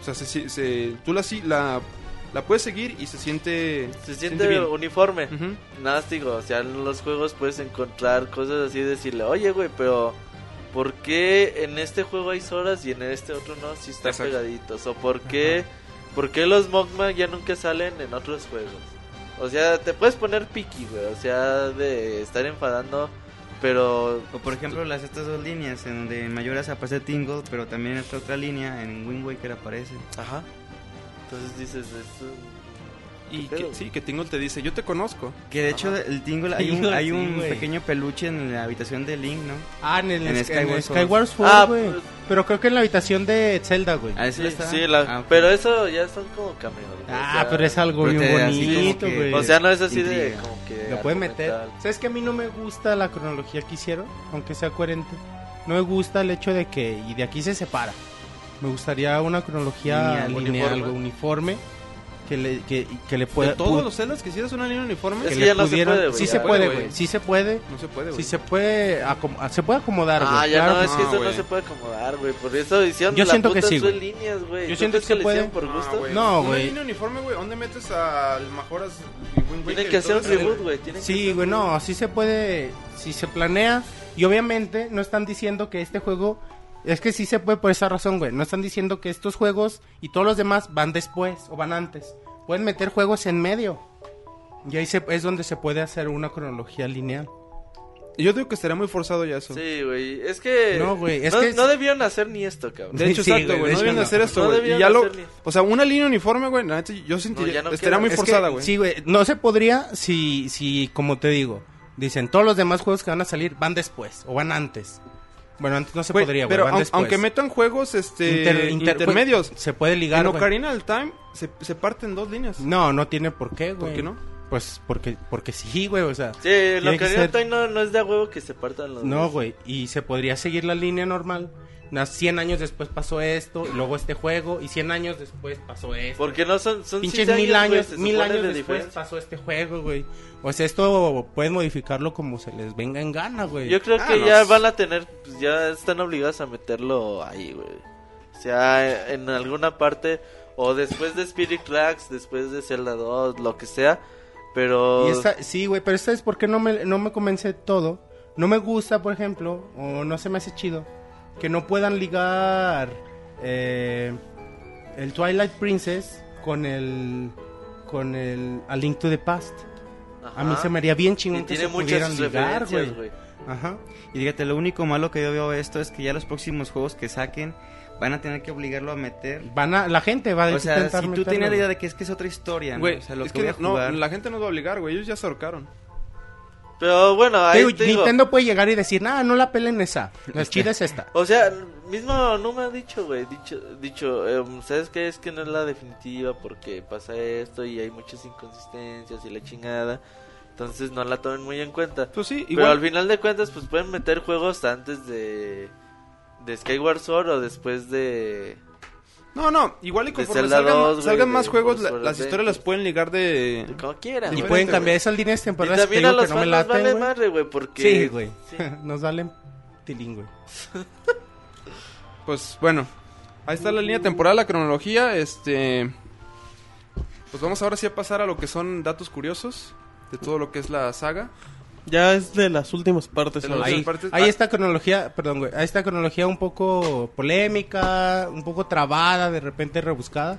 O sea, se- se- se- tú la, si- la, la puedes seguir y se siente. Se siente bien. uniforme. Ujú. Nada, te digo, o sea, en los juegos puedes encontrar cosas así y decirle, oye, güey, pero ¿por qué en este juego hay horas y en este otro no? Si están Exacto. pegaditos. O ¿por qué, ¿por qué los Mogma ya nunca salen en otros juegos? O sea, te puedes poner piqui, güey, o sea, de estar enfadando, pero... O por ejemplo las estas dos líneas en donde en Mayoras aparece Tingle, pero también esta otra línea en Wind Waker aparece. Ajá. Entonces dices, esto... Y ¿Qué pedo, que, güey? sí, que Tingle te dice, yo te conozco. Que de hecho el Tingle hay un, hay un pequeño peluche en la habitación de Link, ¿no? Ah, en el, En en Skyward Skyward, Sword. Sword, Ah, güey. pues- Pero creo que en la habitación de Zelda, güey. Ah, Sí, ¿ese está? sí, la- Ah, ok. pero eso ya son como cameos. güey, o Ah, sea, pero es algo pero bien te- así como bonito, que- güey. O sea, no es así de Intriga. como que... Lo pueden meter. argumental. ¿Sabes que a mí no me gusta la cronología que hicieron? Aunque sea coherente. No me gusta el hecho de que... Y de aquí se separa. Me gustaría una cronología Lineal, lineal, uniforme. güey, uniforme. Que le, que, y que le De pueda... todos pu- los celdas que hicieras una línea uniforme, que Es que le ya no se pudieran- puede, güey, Sí ya. se puede, Puede, güey. güey. Sí se puede. no se puede, güey. Sí se puede... acom- Se puede acomodar, güey. Ah, ya claro no, que es que no, eso no güey. se puede acomodar, güey. Por eso hicieron Yo la siento que puta sí, azul güey. líneas, güey. Yo ¿Tú siento crees que le puede. hicieron por Ah, gusto? No, Una güey. línea uniforme, güey. ¿Dónde metes al Majora's y Wind Waker Tienen y que hacer todo un eso? reboot, güey. tienen que Sí, hacer güey, un no, reboot. sí se puede, si se planea. Y obviamente no están diciendo que este juego, es que sí se puede por esa razón, güey. No están diciendo que estos juegos y todos los demás van después o van antes. Pueden meter juegos en medio. Y ahí se- es donde se puede hacer una cronología lineal. Yo digo que estaría muy forzado ya eso. Sí, güey. Es que. No, güey, es no, que- no debieron hacer ni esto, cabrón. De hecho, Sí, exacto, güey, de güey. hecho, No debían no. hacer esto, No güey. y debían ya lo... hacer ni- O sea, una línea uniforme, güey. la neta, Yo No, ya sentiría... no estaría queda. muy Es forzada, que, güey. Sí, güey, no se podría si, si, como te digo, dicen todos los demás juegos que van a salir van después o van antes. Bueno, antes no se Güey, podría, güey. Pero van aun- después. aunque metan juegos este Inter- inter- intermedios, Se puede ligar, en güey. Ocarina del Time se, se parten dos líneas. No, no tiene por qué, ¿Por güey. qué no? Pues porque, porque sí, güey, o sea. Sí, lo tiene que que haría ser- Toy no, no es de a huevo que se partan los. No, güey. Y se podría seguir la línea normal. Unas 100 años después pasó esto, y luego este juego, y 100 años después pasó esto. Porque no son. son Pinches seis mil güey, años, se mil supone años de después diferencia. pasó este juego, güey. O sea, esto pueden modificarlo como se les venga en gana, güey. Yo creo Ah, que no. ya van a tener. pues, ya están obligados a meterlo ahí, güey. O sea, en alguna parte. O después de Spirit Tracks, después de Zelda 2, lo que sea. Pero. Y esta- sí, güey, pero esta es porque no me, no me convence todo. No me gusta, por ejemplo, o no se me hace chido, que no puedan ligar eh, el Twilight Princess con el con el A Link to the Past. A mí Ajá. se me haría bien chingón Y que tiene se pudieran muchas ligar, referencias, güey. güey. Ajá. Y fíjate, lo único malo que yo veo de esto es que ya los próximos juegos que saquen van a tener que obligarlo a meter. Van a, la gente va a O sea, Ah, intentar si tú meterlo, tenías la güey. idea de que es que es otra historia, ¿no? Güey, o sea, lo es que que, voy a no, jugar- la gente nos va a obligar, güey. Ellos ya se ahorcaron. Pero bueno, ahí Digo, te digo, Este. Nintendo puede llegar y decir, nah, no la pelen esa. La chida es esta. O sea, mismo no me ha dicho, güey. Dicho, dicho em, ¿sabes qué? Es que no es la definitiva porque pasa esto y hay muchas inconsistencias y la chingada. Entonces no la tomen muy en cuenta. Pues sí, Pero igual. al final de cuentas, pues pueden meter juegos antes de, de Skyward Sword o después de. No, no, igual y conforme Zelda salgan, 2, güey, salgan de más juegos, la- Forza las historias las Adventures. pueden ligar de... de como quieran. Y güey. pueden Diferente, cambiar esas líneas Y temporales que, también a digo que los no me fans les laten, vale güey. madre, güey, porque. Sí, güey. Sí. Nos valen tilín, güey. Pues bueno, ahí está la línea temporal, la cronología, este... Pues vamos ahora sí a pasar a lo que son datos curiosos de todo lo que es la saga. Ya es de las últimas partes. De ahora. las Ahí, partes- ahí ah. esta cronología, perdón, güey. Ahí esta cronología un poco polémica, un poco trabada, de repente rebuscada.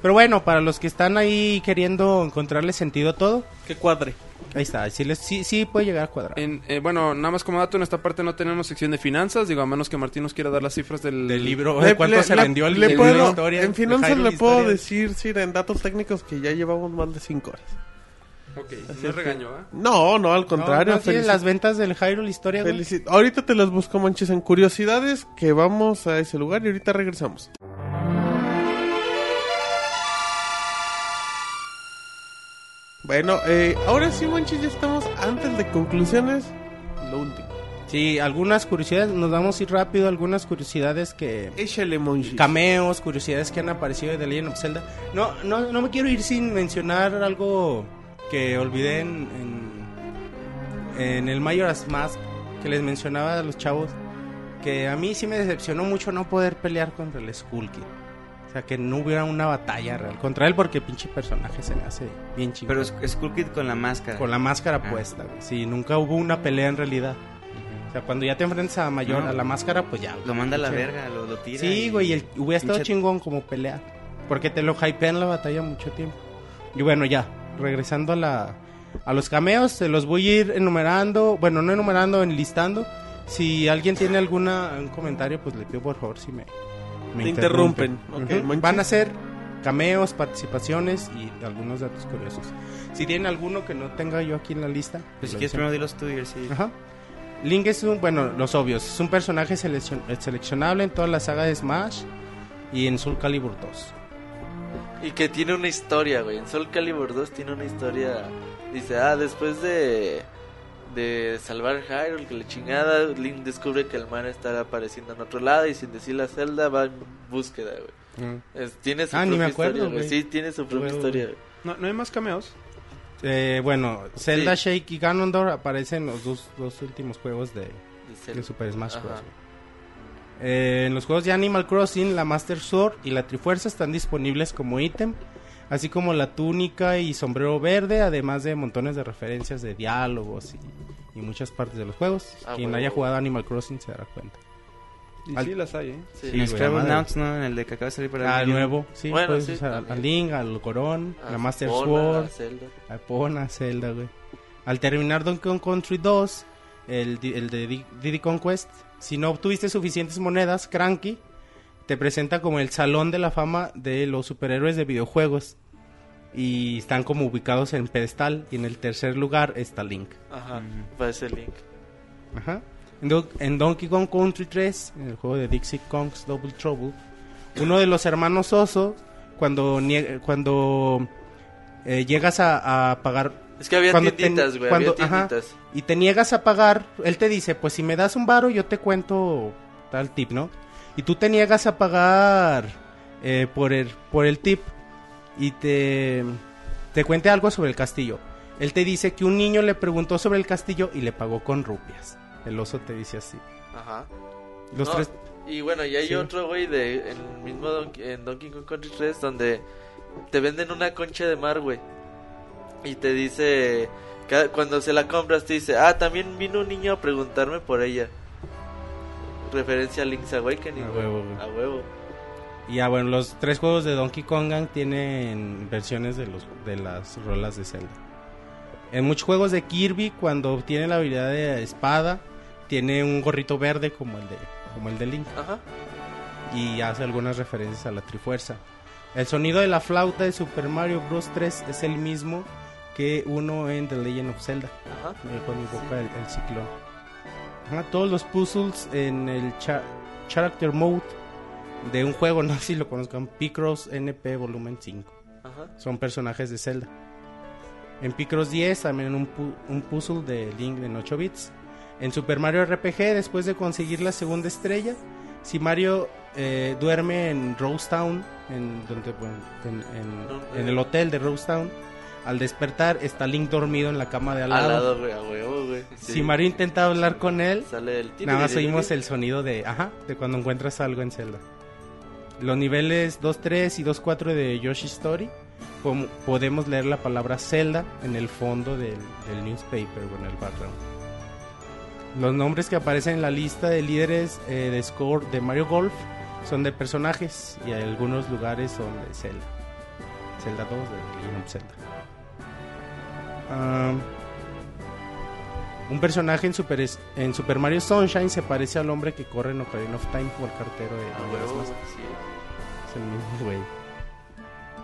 Pero bueno, para los que están ahí queriendo encontrarle sentido a todo, Que cuadre. ahí está. Sí, les, sí, sí puede llegar a cuadrar. En, eh, bueno, nada más como dato, en esta parte no tenemos sección de finanzas, digo, a menos que Martín nos quiera dar las cifras del... Del libro, Le- de cuánto le- se le- vendió el le el puedo- libro de historia, En de finanzas Hyrule le puedo Historia. decir, sí, en datos técnicos que ya llevamos más de 5 horas. Ok, Así no es que- regaño, ¿ah? No, no, al No, contrario. no, sí, felici- las ventas del Hyrule Historia, güey. felici- Ahorita te las busco, manches, en curiosidades que vamos a ese lugar y ahorita regresamos. Bueno, eh, ahora sí, manches, ya estamos antes de conclusiones. Lo último. Sí, algunas curiosidades, nos vamos a ir rápido, algunas curiosidades que... Échale, monchis. Cameos, curiosidades que han aparecido de The Legend of Zelda. No, no, no me quiero ir sin mencionar algo que olvidé en, en, en el Majora's Mask, que les mencionaba a los chavos, que a mí sí me decepcionó mucho no poder pelear contra el Skull Kid. O sea, que no hubiera una batalla real contra él porque pinche personaje se me hace bien chido. Pero Sk- Skull Kid con la máscara. Con la máscara Ah. puesta, güey. Sí, nunca hubo una pelea en realidad. O sea, cuando ya te enfrentas a Mayor, No. a la máscara, pues ya. Lo manda a la pinche- verga, lo, lo tira. Sí, y- güey, y el, hubiera estado pinche- chingón como pelea. Porque te lo hypean la batalla mucho tiempo. Y bueno, ya, regresando a la a los cameos, se los voy a ir enumerando, bueno, no enumerando, enlistando. Si alguien tiene alguna un comentario, pues le pido por favor si me, me Te interrumpen. Ujú. Ok, manches. Van a ser cameos, participaciones y algunos datos curiosos. Si tienen alguno que no tenga yo aquí en la lista, Pues si lo quieres dicen. primero di los tuyos, sí. Ajá. Link es un, bueno, los obvios, es un personaje seleccion- seleccionable en toda la saga de Smash y en Soul Calibur 2. Y que tiene una historia, güey. En Soul Calibur 2 tiene una historia. Dice, ah, después de. De salvar Hyrule, que la chingada. Link descubre que el man está apareciendo en otro lado y sin decir la celda va en búsqueda, güey. Es- tiene su Ah, ni propia me acuerdo, historia, güey. güey. Sí, tiene su propia Huevo. historia, güey. No, no hay más cameos. Eh, bueno, Zelda Shake y Ganondorf aparecen en los dos, dos últimos juegos de, de Zelda. de Super Smash Bros. Ajá. güey. Eh, en los juegos de Animal Crossing, la Master Sword y la Trifuerza están disponibles como ítem, así como la túnica y sombrero verde, además de montones de referencias de diálogos y, y muchas partes de los juegos. Ah, Quien huevo. haya jugado Animal Crossing se dará cuenta. Y Al- sí, las hay, ¿eh? Sí. En güey, la Scrabble madre. Nouts, ¿no? En el de que acaba de salir para Ah, el nuevo, sí, Bueno, puedes sí, usar al- al también. Link, al Corón, Ah, la Master Pola, Sword, Zelda. a Epona, Zelda, güey. Al terminar Donkey Kong Country 2, el, di- el de Di- Diddy Conquest, si no obtuviste suficientes monedas, Cranky te presenta como el salón de la fama de los superhéroes de videojuegos. Y están como ubicados en pedestal y en el tercer lugar está Link. Ajá, parece Link. Ajá. En, Don- en Donkey Kong Country 3, en el juego de Dixie Kong's Double Trouble, uno de los hermanos osos, cuando, nie- cuando eh, llegas a, a pagar Es que había Cuando tienditas, ten- güey. cuando- había ajá. tienditas. y te niegas a pagar, él te dice, pues si me das un varo yo te cuento tal tip, ¿no? Y tú te niegas a pagar eh, por, el, por el tip y te, te cuente algo sobre el castillo. Él te dice que un niño le preguntó sobre el castillo y le pagó con rupias. El oso te dice así. Ajá. Los No, tres Y bueno, y hay Sí. otro, güey, de en el mismo Don- en Donkey Kong Country 3 donde te venden una concha de mar, güey. Y te dice, ca- cuando se la compras te dice, ah, también vino un niño a preguntarme por ella. Referencia a Link's Awakening, A güey. huevo, güey. A huevo. Y ya bueno, los tres juegos de Donkey Kong Gang tienen versiones de, los, de las rolas de Zelda. En muchos juegos de Kirby, cuando obtiene la habilidad de espada, tiene un gorrito verde como el de, como el de Link Ajá. y hace algunas referencias a la Trifuerza. El sonido de la flauta de Super Mario Bros. 3 es el mismo que uno en The Legend of Zelda, Ajá. eh, cuando invoca el, el ciclón. Ajá, todos los puzzles en el cha- Character Mode de un juego, no sé si lo conozcan, Picross NP Volumen 5. Ajá. Son personajes de Zelda. En Picross 10 también un, pu- un puzzle de Link en 8 bits. En Super Mario RPG, después de conseguir la segunda estrella, si Mario eh, duerme en Rose Town, en, donde, bueno, en, en- No, en eh. el hotel de Rose Town, al despertar está Link dormido en la cama de al lado. Al lado, güey, a huevo, güey. Si Mario intenta hablar con él, Sale el Nada más oímos el sonido de, ajá, de cuando encuentras algo en Zelda. Los niveles 2.3 y 2.4 de Yoshi Story, pom- podemos leer la palabra Zelda en el fondo del, del newspaper o en el background. Los nombres que aparecen en la lista de líderes eh, de score de Mario Golf son de personajes y algunos lugares son de Zelda. Zelda 2 de The Legend of Zelda. Ah, un personaje en Super, en Super Mario Sunshine se parece al hombre que corre en Ocarina of Time o al cartero de A Majora's Ah, huevo, Mask. güey, sí. Es el mismo güey.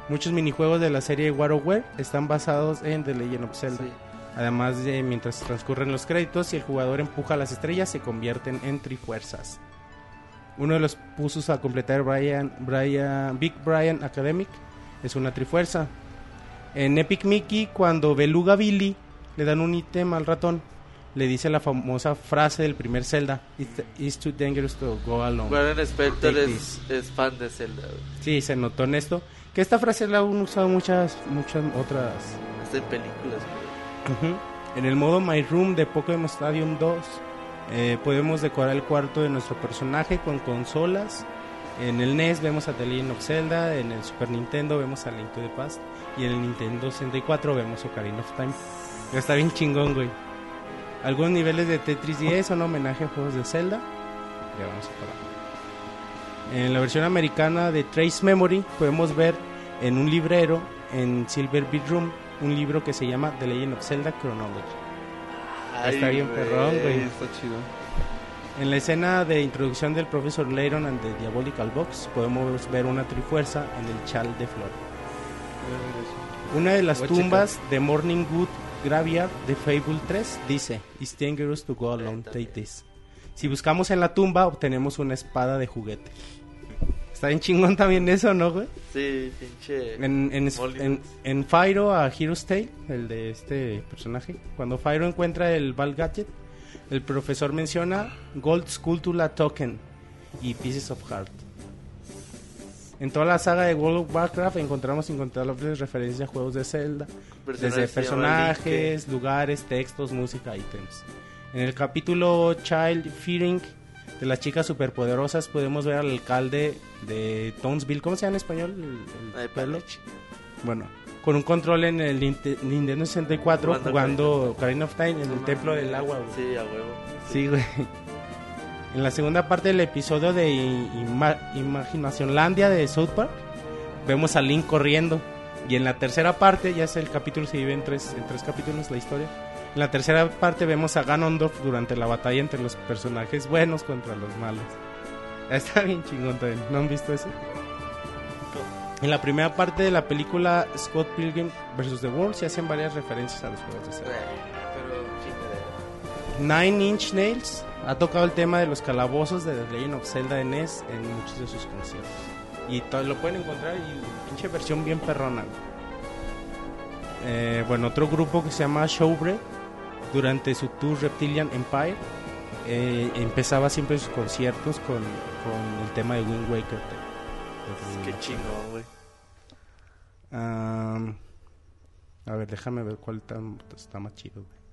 Muchos minijuegos de la serie WarioWare están basados en The Legend of Zelda. Sí. Además de mientras transcurren los créditos, si el jugador empuja las estrellas, se convierten en trifuerzas. Uno de los puzzles a completar Brian, Brian, Big Brian Academic es una trifuerza. En Epic Mickey, cuando Beluga Billy le dan un ítem al ratón, le dice la famosa frase del primer Zelda: It's, it's too dangerous to go alone. Warren Spector Take es, es fan de Zelda, güey. Sí, se notó en esto. Que esta frase la han usado muchas, muchas otras. Hasta en películas, güey. Ujú. En el modo My Room de Pokémon Stadium 2, eh, podemos decorar el cuarto de nuestro personaje con consolas. En el NES vemos a The Legend of Zelda, en el Super Nintendo vemos a Link to the Past y en el Nintendo 64 vemos Ocarina of Time. Pero está bien chingón, güey. Algunos niveles de Tetris 10 son homenaje a juegos de Zelda. Ya vamos a parar. En la versión americana de Trace Memory podemos ver en un librero en Silver Beat Room un libro que se llama The Legend of Zelda Chronology. Está bien perrón, güey. Está chido. En la escena de introducción del profesor Leiron and the Diabolical Box podemos ver una trifuerza en el chal de flor. Una de las Guachica. tumbas de Morning Good Graveyard de Fable 3 dice, It's dangerous to go alone, take this. Si buscamos en la tumba obtenemos una espada de juguete. Está bien chingón también eso, ¿no, güey? Sí, pinche. En, en, Molly. en- en Fyro a Hero's Tale, el de este personaje, cuando Fyro encuentra el Val Gadget, el profesor menciona Gold Sculptula Token y Pieces of Heart. En toda la saga de World of Warcraft encontramos incontables referencias a juegos de Zelda, se desde llama Link, que- personajes, lugares, textos, música, ítems. En el capítulo Child Fearing de las chicas superpoderosas podemos ver al alcalde de Townsville, ¿cómo se llama en español? El- el Ay, pueblo? palachi. Bueno, con un control en el Ninte- Nintendo 64 Jugando jugando Ocarina of Time en el Templo del Agua, güey. Sí, a huevo. Sí, güey. En la segunda parte del episodio de Ima- Imaginación Landia de South Park, vemos a Link corriendo. Y en la tercera parte, ya es el capítulo, se divide en tres, en tres capítulos la historia. En la tercera parte vemos a Ganondorf durante la batalla entre los personajes buenos contra los malos. Está bien chingón también, ¿no han visto eso? En la primera parte de la película Scott Pilgrim vs. The World se hacen varias referencias a los juegos de Eh, Zelda. Pero chingadera. Nine Inch Nails ha tocado el tema de los calabozos de The Legend of Zelda de NES en muchos de sus conciertos. Y to- lo pueden encontrar y pinche versión bien perrona. güey. Eh, bueno, otro grupo que se llama Showbread, durante su tour Reptilian Empire, eh, empezaba siempre sus conciertos con, con el tema de Wind Waker. de- de- Qué chingón, güey. Am, a ver, déjame ver cuál tan- está más chido, güey.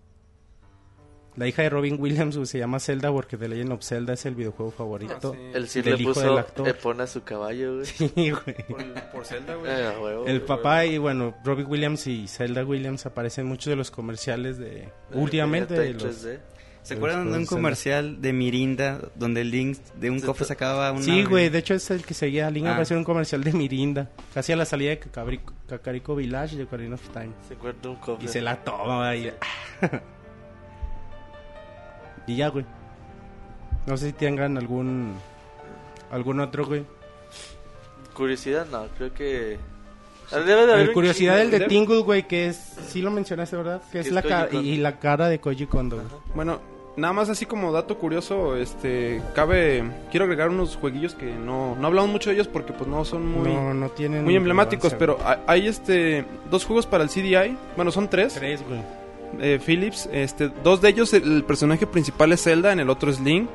La hija de Robin Williams güey, se llama Zelda porque The Legend of Zelda es el videojuego favorito. El Sir Del le hijo del puso actor. Epona a su caballo, güey. Ah, Sí, güey. Por, por Zelda, güey. Eh, a huevo. El papá y bueno, Robin Williams y Zelda Williams aparecen en muchos de los comerciales de últimamente de Mira, los- está en 3D. ¿Se Los acuerdan de un juegos de comercial de Mirinda donde el Link de un Se cofre to- sacaba una... Sí, güey, de hecho es el que seguía. Link Ah. apareció en un comercial de Mirinda, casi a la salida de Cacarico, Cacarico Village de Ocarina of Time. Se encuentra un cofre. Y se la toma y... y ya, güey. No sé si tengan algún... Algún otro, güey. Curiosidad, no. Creo que Ah, Debe de haber El un Eh, curiosidad chingo, del de debe- Tingle, güey, que es... Sí lo mencionaste, ¿verdad? Que es es la Koji cara... Kondo. Y la cara de Koji Kondo, güey. Bueno, nada más así como dato curioso, este, cabe, quiero agregar unos jueguillos que no, no hablamos mucho de ellos porque pues no son muy, No, no tienen... muy emblemáticos, relevancia, pero ha- hay este, dos juegos para el CDI, bueno son tres, güey. Tres, güey. eh, Philips, este, dos de ellos el, el personaje principal es Zelda, en el otro es Link.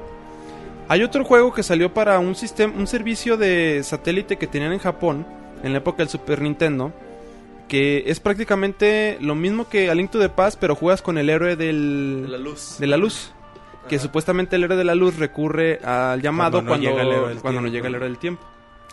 Hay otro juego que salió para un sistema, un servicio de satélite que tenían en Japón, en la época del Super Nintendo, que es prácticamente lo mismo que A Link to the Past, pero juegas con el héroe del, de la luz. de la luz. Que Ajá. supuestamente el héroe de la luz recurre al Cuando llamado no cuando, llega el héroe cuando, del no tiempo. llega el héroe del tiempo.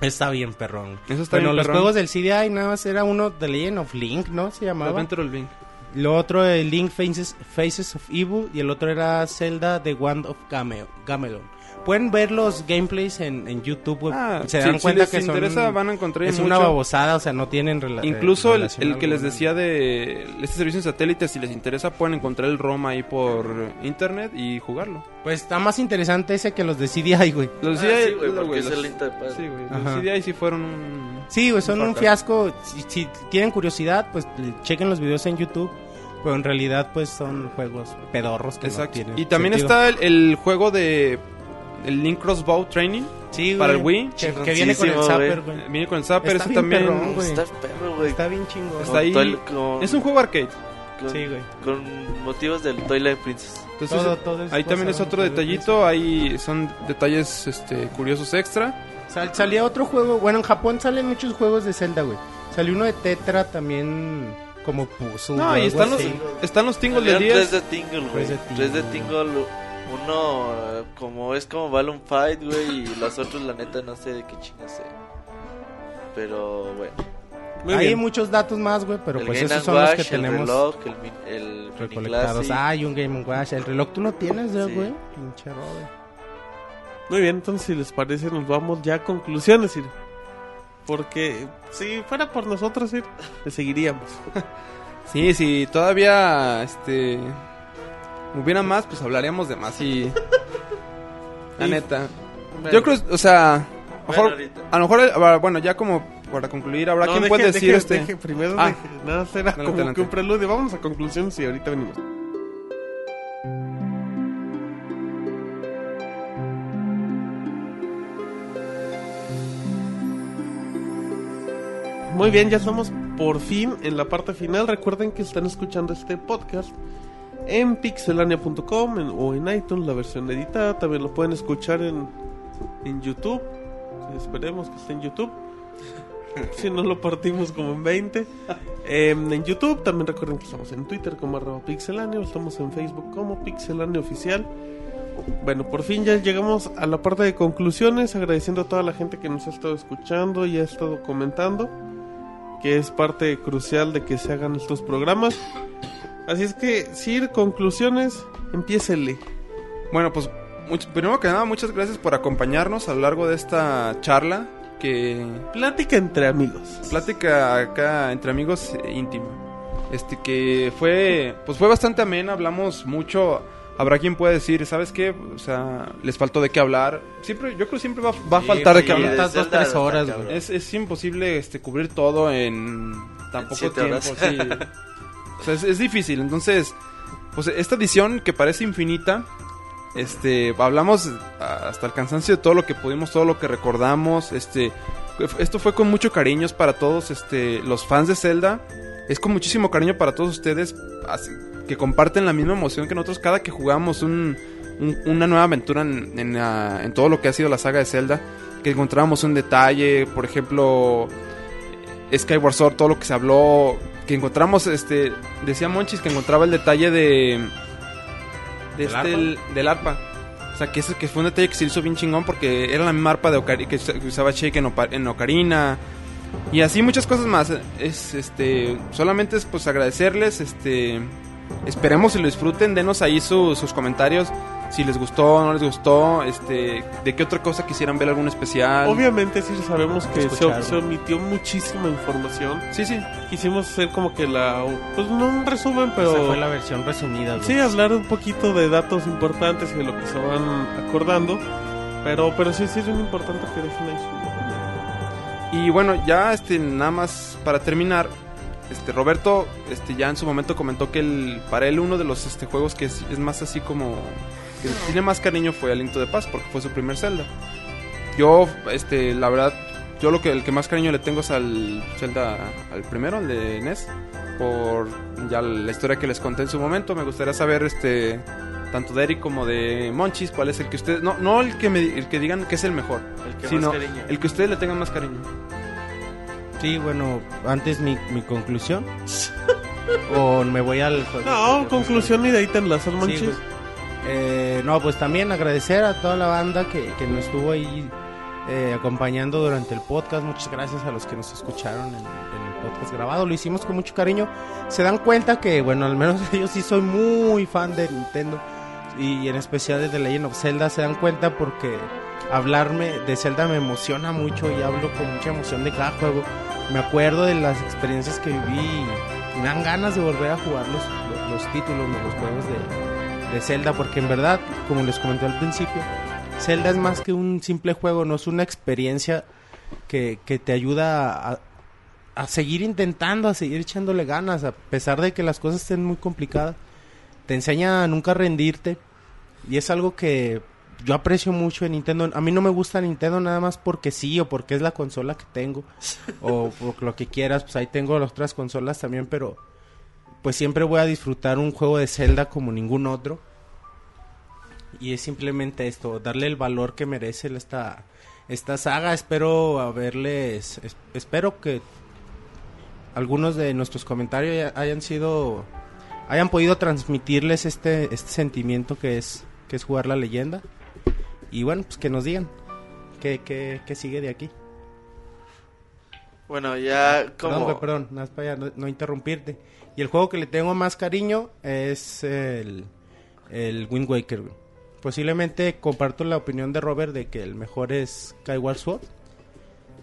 Está bien, perrón. Eso está bueno, bien, los perrón. juegos del CDI nada más era uno The Legend of Link, ¿no? Se The llamaba. Adventure of Link. Lo otro el Link Faces, Faces of Evil y el otro era Zelda The Wand of Gameo- Gamelon. Pueden ver los gameplays en, en YouTube, güey. Ah, se si- dan si cuenta les que son- interesa, van a encontrar es mucho. una babosada, o sea, no tienen rela- Incluso eh, el, relación el que les alguna. decía de este servicio en satélite, si les interesa, pueden encontrar el ROM ahí por internet y jugarlo. Pues está más interesante ese que los de CDI, güey. Los Ah, sí, güey, porque es el Inter Paz. Sí, güey. Ajá. Los CDI sí fueron un... Sí, güey, son un Fatal. fiasco. Si, si tienen curiosidad, pues le- chequen los videos en YouTube. Pero en realidad, pues son juegos pedorros que no Exacto. tienen Y también sentido. está el, el juego de... El Link Crossbow Training. Sí, para güey, el Wii, Que, que viene con chingoncísimo, el güey. Zapper, güey. Eh, Viene con el Zapper, Está ese bien también... perrón, güey. Pues Está perro, güey. Está bien chingón. Está ahí. toil- con- Es un juego arcade. con- Sí, güey. Con motivos del Toilet Princess. Entonces, Todo- todo es ahí también es basado en otro el juego de detallito, ahí son detalles este, curiosos extra. Sal- salía otro juego. Bueno, en Japón salen muchos juegos de Zelda, güey. Salió uno de Tetra también como puzzle. No, o y algo están los, así. están los tingles de Salieron 10. tres de Tingle, güey. Tres de Tres de Tingle. Tingle. Uno eh, como es como Balloon Fight, güey. Y los otros, la neta, no sé de qué chingas sé. Pero, bueno. Muy Hay bien. muchos datos más, güey, pero el pues Game esos and son los que Watch, El tenemos Ah. reloj, el, min- el mini recolectados. classic. Hay un Game Watch. El reloj tú no tienes, ¿eh, Sí. güey. Pinche Robert. Muy bien, entonces si les parece nos vamos ya a conclusiones, Sir. Porque si fuera por nosotros, Sir, le seguiríamos. Sí, si todavía este, hubiera más, pues hablaríamos de más. Y. La Y- neta. Yo creo, o sea. a Bueno, mejor- ahorita. a lo mejor, eh, bueno, ya como para concluir, habrá quien puede decir este. deje, primero Ah. deje, nada, más era Adelante, como adelante. que un preludio. Vamos a conclusiones y ahorita venimos. Muy bien, ya estamos por fin en la parte final. Recuerden que están escuchando este podcast en pixelania.com en- o en iTunes, la versión editada. También lo pueden escuchar en, en YouTube. Esperemos que esté en YouTube. si no lo partimos como en 20. Eh, en YouTube, también recuerden que estamos en Twitter como arroba pixelaneo, estamos en Facebook como pixelaneo oficial. Bueno, por fin ya llegamos a la parte de conclusiones, agradeciendo a toda la gente que nos ha estado escuchando y ha estado comentando, que es parte crucial de que se hagan estos programas. Así es que, Sir, conclusiones, empiécele. Bueno, pues much- primero que nada, muchas gracias por acompañarnos a lo largo de esta charla. Que Plática entre amigos. plática acá entre amigos eh, íntima. Este que fue pues fue bastante amena, hablamos mucho. Habrá quien puede decir, ¿sabes qué? O sea, les faltó de qué hablar. Siempre yo creo que siempre va, va a Sí, faltar de qué güey, hablar. Estas dos, Zelda tres está horas, cabrón. güey. Es, es imposible este cubrir todo en tan En poco siete tiempo, horas. sí. O sea, es, es difícil. Entonces, pues esta edición que parece infinita, este, hablamos hasta el cansancio de todo lo que pudimos, todo lo que recordamos, este, esto fue con mucho cariño es para todos, este, los fans de Zelda, es con muchísimo cariño para todos ustedes, así, que comparten la misma emoción que nosotros cada que jugamos un, un- una nueva aventura en, en, ah, en todo lo que ha sido la saga de Zelda, que encontrábamos un detalle, por ejemplo, Skyward Sword, todo lo que se habló, que encontramos, este, decía Monchis que encontraba el detalle de, de ¿Del este, arpa? el- del arpa. O sea, que, ese, que fue un detalle que se hizo bien chingón porque era la misma arpa de Ocari- que se- que usaba Shake en, Opa- en Ocarina. Y así muchas cosas más. Es, este, solamente es pues agradecerles, este, esperemos si lo disfruten, denos ahí su- sus comentarios, si les gustó, no les gustó, este, de qué otra cosa quisieran ver algún especial. Obviamente, Sir, sabemos que se, Escucharon. se omitió muchísima información. Sí, sí. Quisimos hacer como que la... Pues no un resumen, pero... Esa fue la versión resumida, güey. Sí, hablar un poquito de datos importantes y de lo que se van acordando. Pero, pero sí, sí es muy importante que dejen ahí su- Y bueno, ya este, nada más para terminar, este, Roberto este, ya en su momento comentó que el, para él uno de los este, juegos que es, es más así como... que tiene más cariño fue Aliento de Paz porque fue su primer Zelda. Yo, este, la verdad, yo lo que el que más cariño le tengo es al Zelda, al primero, al de NES, por ya la historia que les conté en su momento. Me gustaría saber, este, tanto de Eric como de Monchis, cuál es el que ustedes, no, no el que me, el que digan que es el mejor, El que sino más cariño. el que ustedes le tengan más cariño. Sí, bueno, antes mi, mi conclusión. o me voy al juego. No, conclusión y de ahí te enlazas, Sí, manches. pues, eh, no, pues también agradecer a toda la banda que, que nos estuvo ahí eh, acompañando durante el podcast. Muchas gracias a los que nos escucharon en, en el podcast grabado. Lo hicimos con mucho cariño. Se dan cuenta que, bueno, al menos yo sí soy muy fan de Nintendo. Y en especial de The Legend of Zelda. Se dan cuenta porque hablarme de Zelda me emociona mucho y hablo con mucha emoción de cada juego. Me acuerdo de las experiencias que viví y me dan ganas de volver a jugar los, los, los títulos, los juegos de, de Zelda, porque en verdad, como les comenté al principio, Zelda es más que un simple juego, no es una experiencia que, que te ayuda a, a seguir intentando, a seguir echándole ganas, a pesar de que las cosas estén muy complicadas. Te enseña a nunca rendirte y es algo que yo aprecio mucho en Nintendo. A mí no me gusta Nintendo nada más porque sí o porque es la consola que tengo o por lo que quieras, pues ahí tengo las otras consolas también, pero pues siempre voy a disfrutar un juego de Zelda como ningún otro. Y es simplemente esto, darle el valor que merece la- esta, esta saga. Espero haberles, es- espero que algunos de nuestros comentarios haya- hayan sido, hayan podido transmitirles este, este sentimiento que es, que es jugar la leyenda. Y bueno, pues que nos digan qué, qué, qué sigue de aquí. Bueno, ya como... Perdón, güey, perdón, nada más para no, no interrumpirte. Y el juego que le tengo más cariño es el, el Wind Waker. güey. Posiblemente comparto la opinión de Robert de que el mejor es Skyward Sword.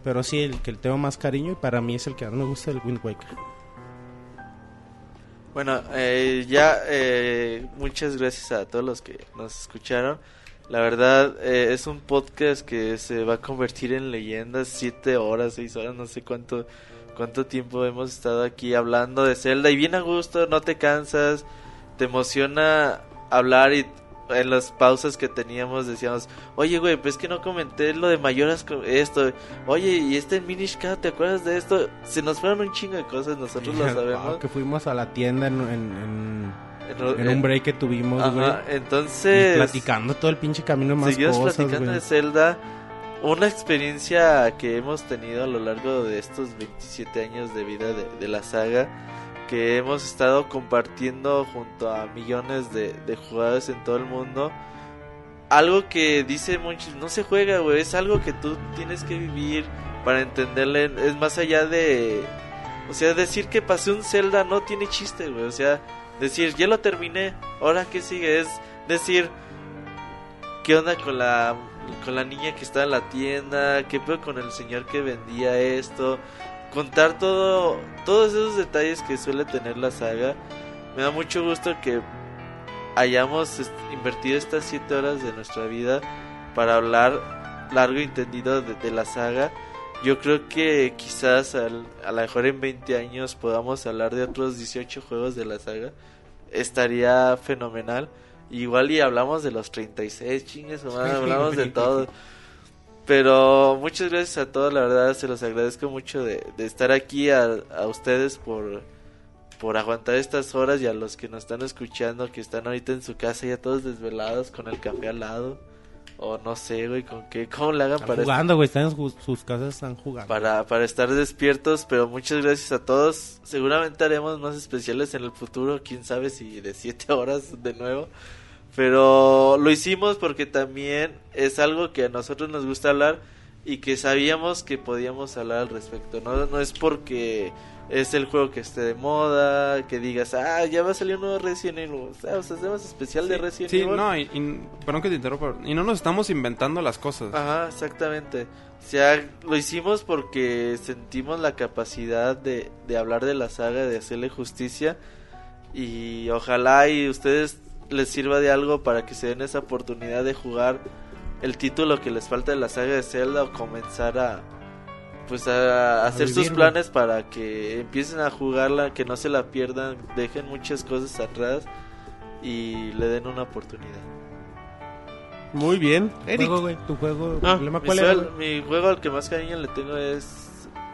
Pero sí, el que le tengo más cariño y para mí es el que más me gusta el Wind Waker. Bueno, eh, ya eh, muchas gracias a todos los que nos escucharon. La verdad eh, es un podcast que se va a convertir en leyenda. Siete horas, seis horas, no sé cuánto cuánto tiempo hemos estado aquí hablando de Zelda y bien a gusto, no te cansas, te emociona hablar y en las pausas que teníamos decíamos, oye güey, pues que no comenté lo de mayoras con esto, oye y este Minish Cat, ¿te acuerdas de esto? Se nos fueron un chingo de cosas, nosotros lo sabemos. Ah, que fuimos a la tienda en, en- En en- lo- en un break que tuvimos, eh, Ajá, güey. entonces. Y platicando todo el pinche camino más seguimos cosas, platicando güey. de Zelda. Una experiencia que hemos tenido a lo largo de estos 27 años de vida de, de la saga. Que hemos estado compartiendo junto a millones de, de jugadores en todo el mundo. Algo que dice muchos, no se juega, güey. Es algo que tú tienes que vivir para entenderle. Es más allá de. O sea, decir que pasé un Zelda no tiene chiste, güey. O sea, decir, ya lo terminé, ahora que sigue. Es decir, ¿qué onda con la, con la niña que está en la tienda? ¿Qué fue con el señor que vendía esto? Contar todo, todos esos detalles que suele tener la saga. Me da mucho gusto que hayamos est- invertido estas 7 horas de nuestra vida para hablar largo y tendido de, de la saga. Yo creo que quizás al- a lo mejor en 20 años podamos hablar de otros 18 juegos de la saga. Estaría fenomenal. Igual y hablamos de los 36, chingues, o madre, hablamos de todo. Pero muchas gracias a todos, la verdad se los agradezco mucho de, de estar aquí a, a ustedes por, por aguantar estas horas y a los que nos están escuchando, que están ahorita en su casa ya todos desvelados con el café al lado. O no sé, güey, con qué, cómo le hagan Están para jugando, güey, están en sus, sus casas, están jugando. para, para estar despiertos, pero muchas gracias a todos. Seguramente haremos más especiales en el futuro, quién sabe si de 7 horas de nuevo. Pero lo hicimos porque también es algo que a nosotros nos gusta hablar y que sabíamos que podíamos hablar al respecto. No, no es porque es el juego que esté de moda, que digas, ah, ya va a salir un nuevo Resident Evil. O sea, hacemos especial de Resident Sí, Evil. no, y, y- perdón que te interrumpa, y no nos estamos inventando las cosas. Ajá, exactamente. O sea, lo hicimos porque sentimos la capacidad de, de hablar de la saga, de hacerle justicia. Y ojalá y ustedes les sirva de algo para que se den esa oportunidad de jugar el título que les falta de la saga de Zelda o comenzar a pues a, hacer vivir, sus güey. planes para que empiecen a jugarla, que no se la pierdan, dejen muchas cosas atrás y le den una oportunidad. Muy bien. Eric. Juego, güey, tu juego. Ah, problema, Mi, ¿cuál era, suel- güey? mi juego al que más cariño le tengo es,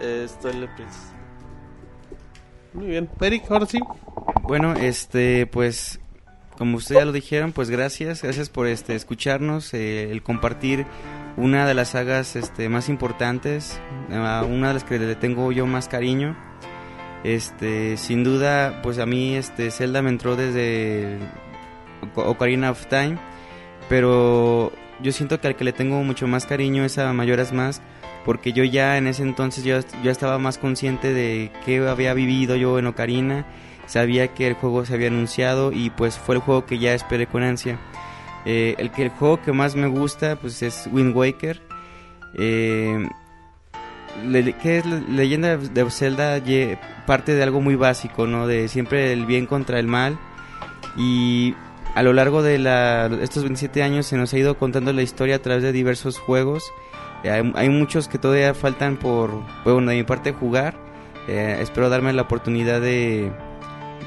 es Twilight Princess. Muy bien. Eric, ahora sí. Bueno, este, pues, como ustedes ya lo dijeron, pues gracias, gracias por este escucharnos, eh, el compartir una de las sagas este, más importantes, a una de las que le tengo yo más cariño. Este, sin duda, pues a mí este Zelda me entró desde Oca- Ocarina of Time, pero yo siento que al que le tengo mucho más cariño es a Mayoras Mask, porque yo ya en ese entonces yo, yo estaba más consciente de qué había vivido yo en Ocarina sabía que el juego se había anunciado y pues fue el juego que ya esperé con ansia. Eh, el, que, el juego que más me gusta pues es Wind Waker. Eh, le- ¿Qué es la leyenda de Zelda? Ye- Parte de algo muy básico, ¿no? De siempre el bien contra el mal. Y a lo largo de la- estos 27 años se nos ha ido contando la historia a través de diversos juegos. Eh, hay, hay muchos que todavía faltan por, bueno, de mi parte jugar. Eh, espero darme la oportunidad de,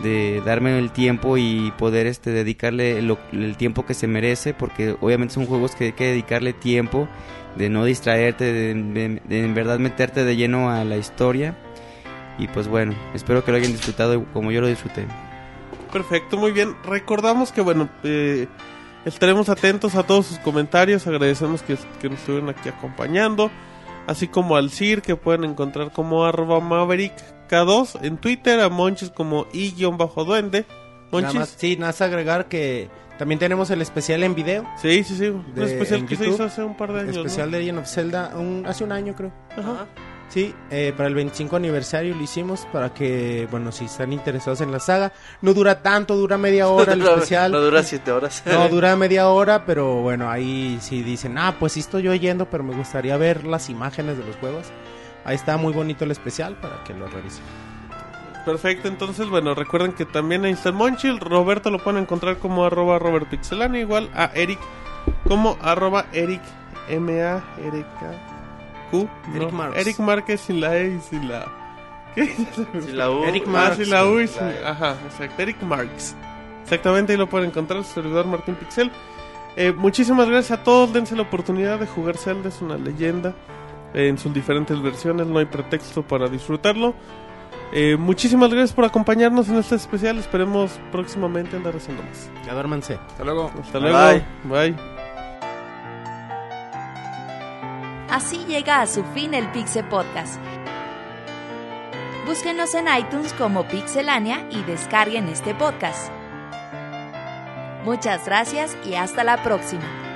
de darme el tiempo y poder este dedicarle lo- el tiempo que se merece porque obviamente son juegos que hay que dedicarle tiempo de no distraerte de, de- de en verdad meterte de lleno a la historia y pues bueno espero que lo hayan disfrutado como yo lo disfruté Perfecto, muy bien. Recordamos que, bueno, eh, estaremos atentos a todos sus comentarios. Agradecemos que, que nos estuvieron aquí acompañando. Así como al CIR, que pueden encontrar como arroba maverickk2 en Twitter. A Monchis como i-duende. Nada más, Monchis. sí, nada más agregar que también tenemos el especial en video. Sí, sí, sí. Un De- especial en que se YouTube, hizo hace un par de años. ¿no? especial de Legend of Zelda un- hace un año, creo. Ajá. Sí, eh, para el 25 aniversario lo hicimos para que, bueno, si están interesados en la saga, no dura tanto, dura media hora el No dura- especial. No dura siete horas. No, dura media hora, pero bueno, ahí sí dicen, ah, pues sí estoy oyendo, pero me gustaría ver las imágenes de los juegos. Ahí está muy bonito el especial para que lo revisen. Perfecto, entonces, bueno, recuerden que también ahí está el Monchil. Roberto lo pueden encontrar como arroba Robert Pixelano, igual a Eric como arroba Eric M A R K Q no, Eric Marx. Eric Márquez sin la E y sin la ¿Qué? Si la U- Eric Ah, Marx, sin la U y sí, sin- la E. Ajá, exacto, Eric Marx. Exactamente, ahí lo pueden encontrar, su servidor Martín Pixel. Eh, muchísimas gracias a todos, dense la oportunidad de jugar Zelda, es una leyenda eh, en sus diferentes versiones, no hay pretexto para disfrutarlo. Eh, muchísimas gracias por acompañarnos en este especial, esperemos próximamente andar haciendo más. Ya duérmanse. Hasta luego. Hasta Bye. luego, bye. Así llega a su fin el Pixel Podcast. Búsquenos en iTunes como Pixelania y descarguen este podcast. Muchas gracias y hasta la próxima.